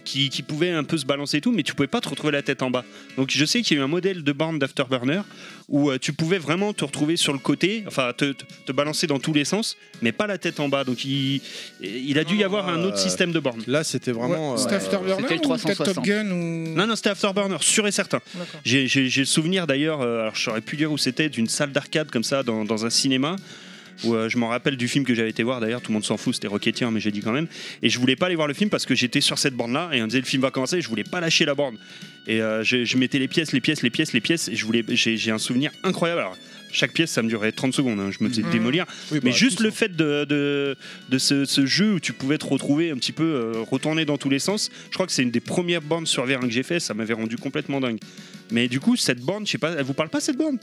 [SPEAKER 2] qui, qui pouvait un peu se balancer et tout, mais tu pouvais pas te retrouver la tête en bas. Donc je sais qu'il y a eu un modèle de borne d'Afterburner où euh, tu pouvais vraiment te retrouver sur le côté, enfin te, te- te balancer dans tous les sens, mais pas la tête en bas. Donc il, il a dû y avoir un autre
[SPEAKER 4] Euh,
[SPEAKER 2] système de borne.
[SPEAKER 4] Là, c'était vraiment.
[SPEAKER 5] Ouais,
[SPEAKER 4] euh,
[SPEAKER 5] c'était Afterburner
[SPEAKER 6] c'était le
[SPEAKER 5] ou peut-être
[SPEAKER 6] 360.
[SPEAKER 5] Top Gun ou...
[SPEAKER 2] Non, non, c'était Afterburner, sûr et certain.
[SPEAKER 5] D'accord.
[SPEAKER 2] J'ai- J'ai j'ai le souvenir d'ailleurs, euh, alors j'aurais pu dire où c'était, d'une salle d'arcade comme ça, dans, dans un cinéma. Où, euh, je m'en rappelle du film que j'avais été voir d'ailleurs, tout le monde s'en fout, c'était Rocketeer, mais j'ai dit quand même. Et je voulais pas aller voir le film parce que j'étais sur cette borne là et on disait le film va commencer, et je voulais pas lâcher la borne. Et euh, je, je mettais les pièces, les pièces, les pièces, les pièces, et je voulais, j'ai j'ai un souvenir incroyable. Alors, chaque pièce, ça me durait 30 secondes, hein, je me faisais
[SPEAKER 5] Mhm.
[SPEAKER 2] démolir.
[SPEAKER 4] oui,
[SPEAKER 2] Mais
[SPEAKER 4] bah,
[SPEAKER 2] juste
[SPEAKER 4] tous,
[SPEAKER 2] le
[SPEAKER 4] hein.
[SPEAKER 2] fait de, de, de ce, ce jeu où tu pouvais te retrouver un petit peu euh, retourner dans tous les sens, je crois que c'est une des premières bornes sur VR1 que j'ai fait, ça m'avait rendu complètement dingue. Mais du coup, cette borne, je sais pas, elle vous parle pas cette borne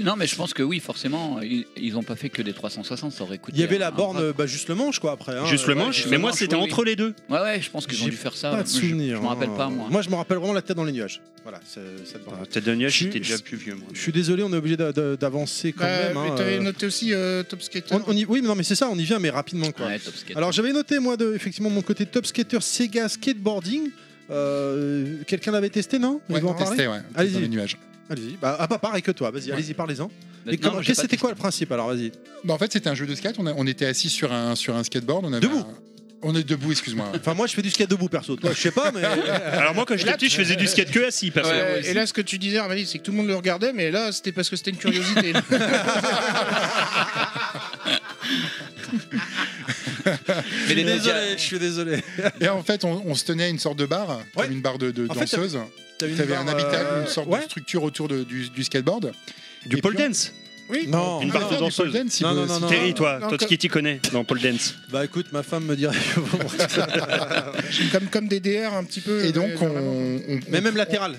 [SPEAKER 6] Non, mais je pense que oui, forcément, ils ils ont pas fait que des 360, ça aurait coûté.
[SPEAKER 4] Il y avait
[SPEAKER 6] un-
[SPEAKER 4] la
[SPEAKER 6] un
[SPEAKER 4] borne,
[SPEAKER 6] bras.
[SPEAKER 4] bah, juste le manche, quoi, après. hein.
[SPEAKER 2] Juste le
[SPEAKER 4] Ouais,
[SPEAKER 2] manche,
[SPEAKER 4] j'ai
[SPEAKER 2] mais
[SPEAKER 6] le
[SPEAKER 2] moi
[SPEAKER 6] manche,
[SPEAKER 2] c'était
[SPEAKER 6] oui,
[SPEAKER 2] entre les deux.
[SPEAKER 6] Ouais, ouais, je pense qu'ils ont
[SPEAKER 4] J'ai
[SPEAKER 6] dû faire ça.
[SPEAKER 4] Pas de
[SPEAKER 6] Je- Je,
[SPEAKER 4] souvenir.
[SPEAKER 6] me rappelle
[SPEAKER 4] hein.
[SPEAKER 6] pas, moi.
[SPEAKER 4] Moi, je me rappelle vraiment la tête dans les nuages. Voilà, c'est- cette borne.
[SPEAKER 2] Peut-être Daniel,
[SPEAKER 4] Je-
[SPEAKER 2] j'étais
[SPEAKER 4] je-
[SPEAKER 2] déjà plus vieux. Moi.
[SPEAKER 4] Je suis désolé, on est obligé d'a- d'a- d'avancer quand
[SPEAKER 5] Bah,
[SPEAKER 4] même. hein,
[SPEAKER 5] mais t'avais
[SPEAKER 4] euh,
[SPEAKER 5] noté aussi euh, Top Skater.
[SPEAKER 4] on- on y- Oui, mais non, mais c'est ça, on y vient, mais rapidement, quoi.
[SPEAKER 6] Ouais, Top Skate.
[SPEAKER 4] Alors j'avais noté moi de, effectivement mon côté top skater Sega skateboarding. Euh, Quelqu'un l'avait testé non Ils
[SPEAKER 7] Ouais,
[SPEAKER 4] vont en parler
[SPEAKER 7] testé, ouais.
[SPEAKER 4] Allez-y.
[SPEAKER 7] Dans les nuages.
[SPEAKER 4] Allez-y. Bah, ah bah pareil que toi. Vas-y, allez-y, parlez-en.
[SPEAKER 6] Bah, Non,
[SPEAKER 4] Et comment-
[SPEAKER 6] j'ai
[SPEAKER 4] Qu'est-ce
[SPEAKER 6] pas
[SPEAKER 4] c'était
[SPEAKER 6] testé.
[SPEAKER 4] quoi le principe alors Vas-y.
[SPEAKER 7] Bah, en fait, c'était un jeu de skate. On, a- on était assis sur un, sur un skateboard. On avait
[SPEAKER 4] Debout.
[SPEAKER 7] un- On est debout, excuse-moi.
[SPEAKER 4] Enfin moi je fais du skate debout perso. Toi je sais pas mais
[SPEAKER 2] Alors moi quand j'étais petit, je faisais du skate que assis. Parce que-
[SPEAKER 6] Ouais, ouais,
[SPEAKER 5] et là, ce que tu disais, Armali, c'est que tout le monde le regardait, mais là, c'était parce que c'était une curiosité.
[SPEAKER 4] je suis désolé. Je suis désolé.
[SPEAKER 7] Et en fait, on, on se tenait à une sorte de barre,
[SPEAKER 4] Ouais.
[SPEAKER 7] comme une barre de, de
[SPEAKER 4] En fait,
[SPEAKER 7] danseuse.
[SPEAKER 4] T'avais
[SPEAKER 7] T'avais un habitacle,
[SPEAKER 2] euh,
[SPEAKER 7] une sorte
[SPEAKER 4] ouais
[SPEAKER 7] de structure autour de- du, du skateboard.
[SPEAKER 2] Du
[SPEAKER 7] Et
[SPEAKER 2] pole
[SPEAKER 7] puis on-
[SPEAKER 2] dance
[SPEAKER 5] oui.
[SPEAKER 4] Non.
[SPEAKER 2] Une
[SPEAKER 7] On
[SPEAKER 2] barre
[SPEAKER 7] pouvait
[SPEAKER 2] de
[SPEAKER 7] faire du pole
[SPEAKER 2] danseuse.
[SPEAKER 7] dance, si
[SPEAKER 4] Non,
[SPEAKER 7] vous-
[SPEAKER 4] non, non,
[SPEAKER 7] si
[SPEAKER 4] non.
[SPEAKER 7] vous-
[SPEAKER 2] Terry, toi,
[SPEAKER 5] non,
[SPEAKER 2] toi
[SPEAKER 5] que-
[SPEAKER 2] qui t'y connais dans pole dance.
[SPEAKER 4] Bah écoute ma femme me dirait. que bon,
[SPEAKER 5] Comme, comme des DR un petit peu. euh,
[SPEAKER 7] Et donc,
[SPEAKER 5] ouais,
[SPEAKER 2] Euh,
[SPEAKER 7] on,
[SPEAKER 5] vraiment.
[SPEAKER 7] on-
[SPEAKER 4] mais même latéral.